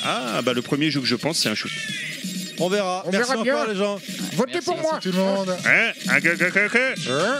[SPEAKER 2] Ah, bah le premier jeu que je pense, c'est un shoot.
[SPEAKER 4] On verra.
[SPEAKER 5] On
[SPEAKER 4] Merci
[SPEAKER 5] verra
[SPEAKER 4] encore,
[SPEAKER 5] bien.
[SPEAKER 4] les gens.
[SPEAKER 5] Votez
[SPEAKER 6] Merci,
[SPEAKER 5] pour moi
[SPEAKER 7] Tout le monde.
[SPEAKER 2] Hein Ah, que, que, que, que.
[SPEAKER 5] Hein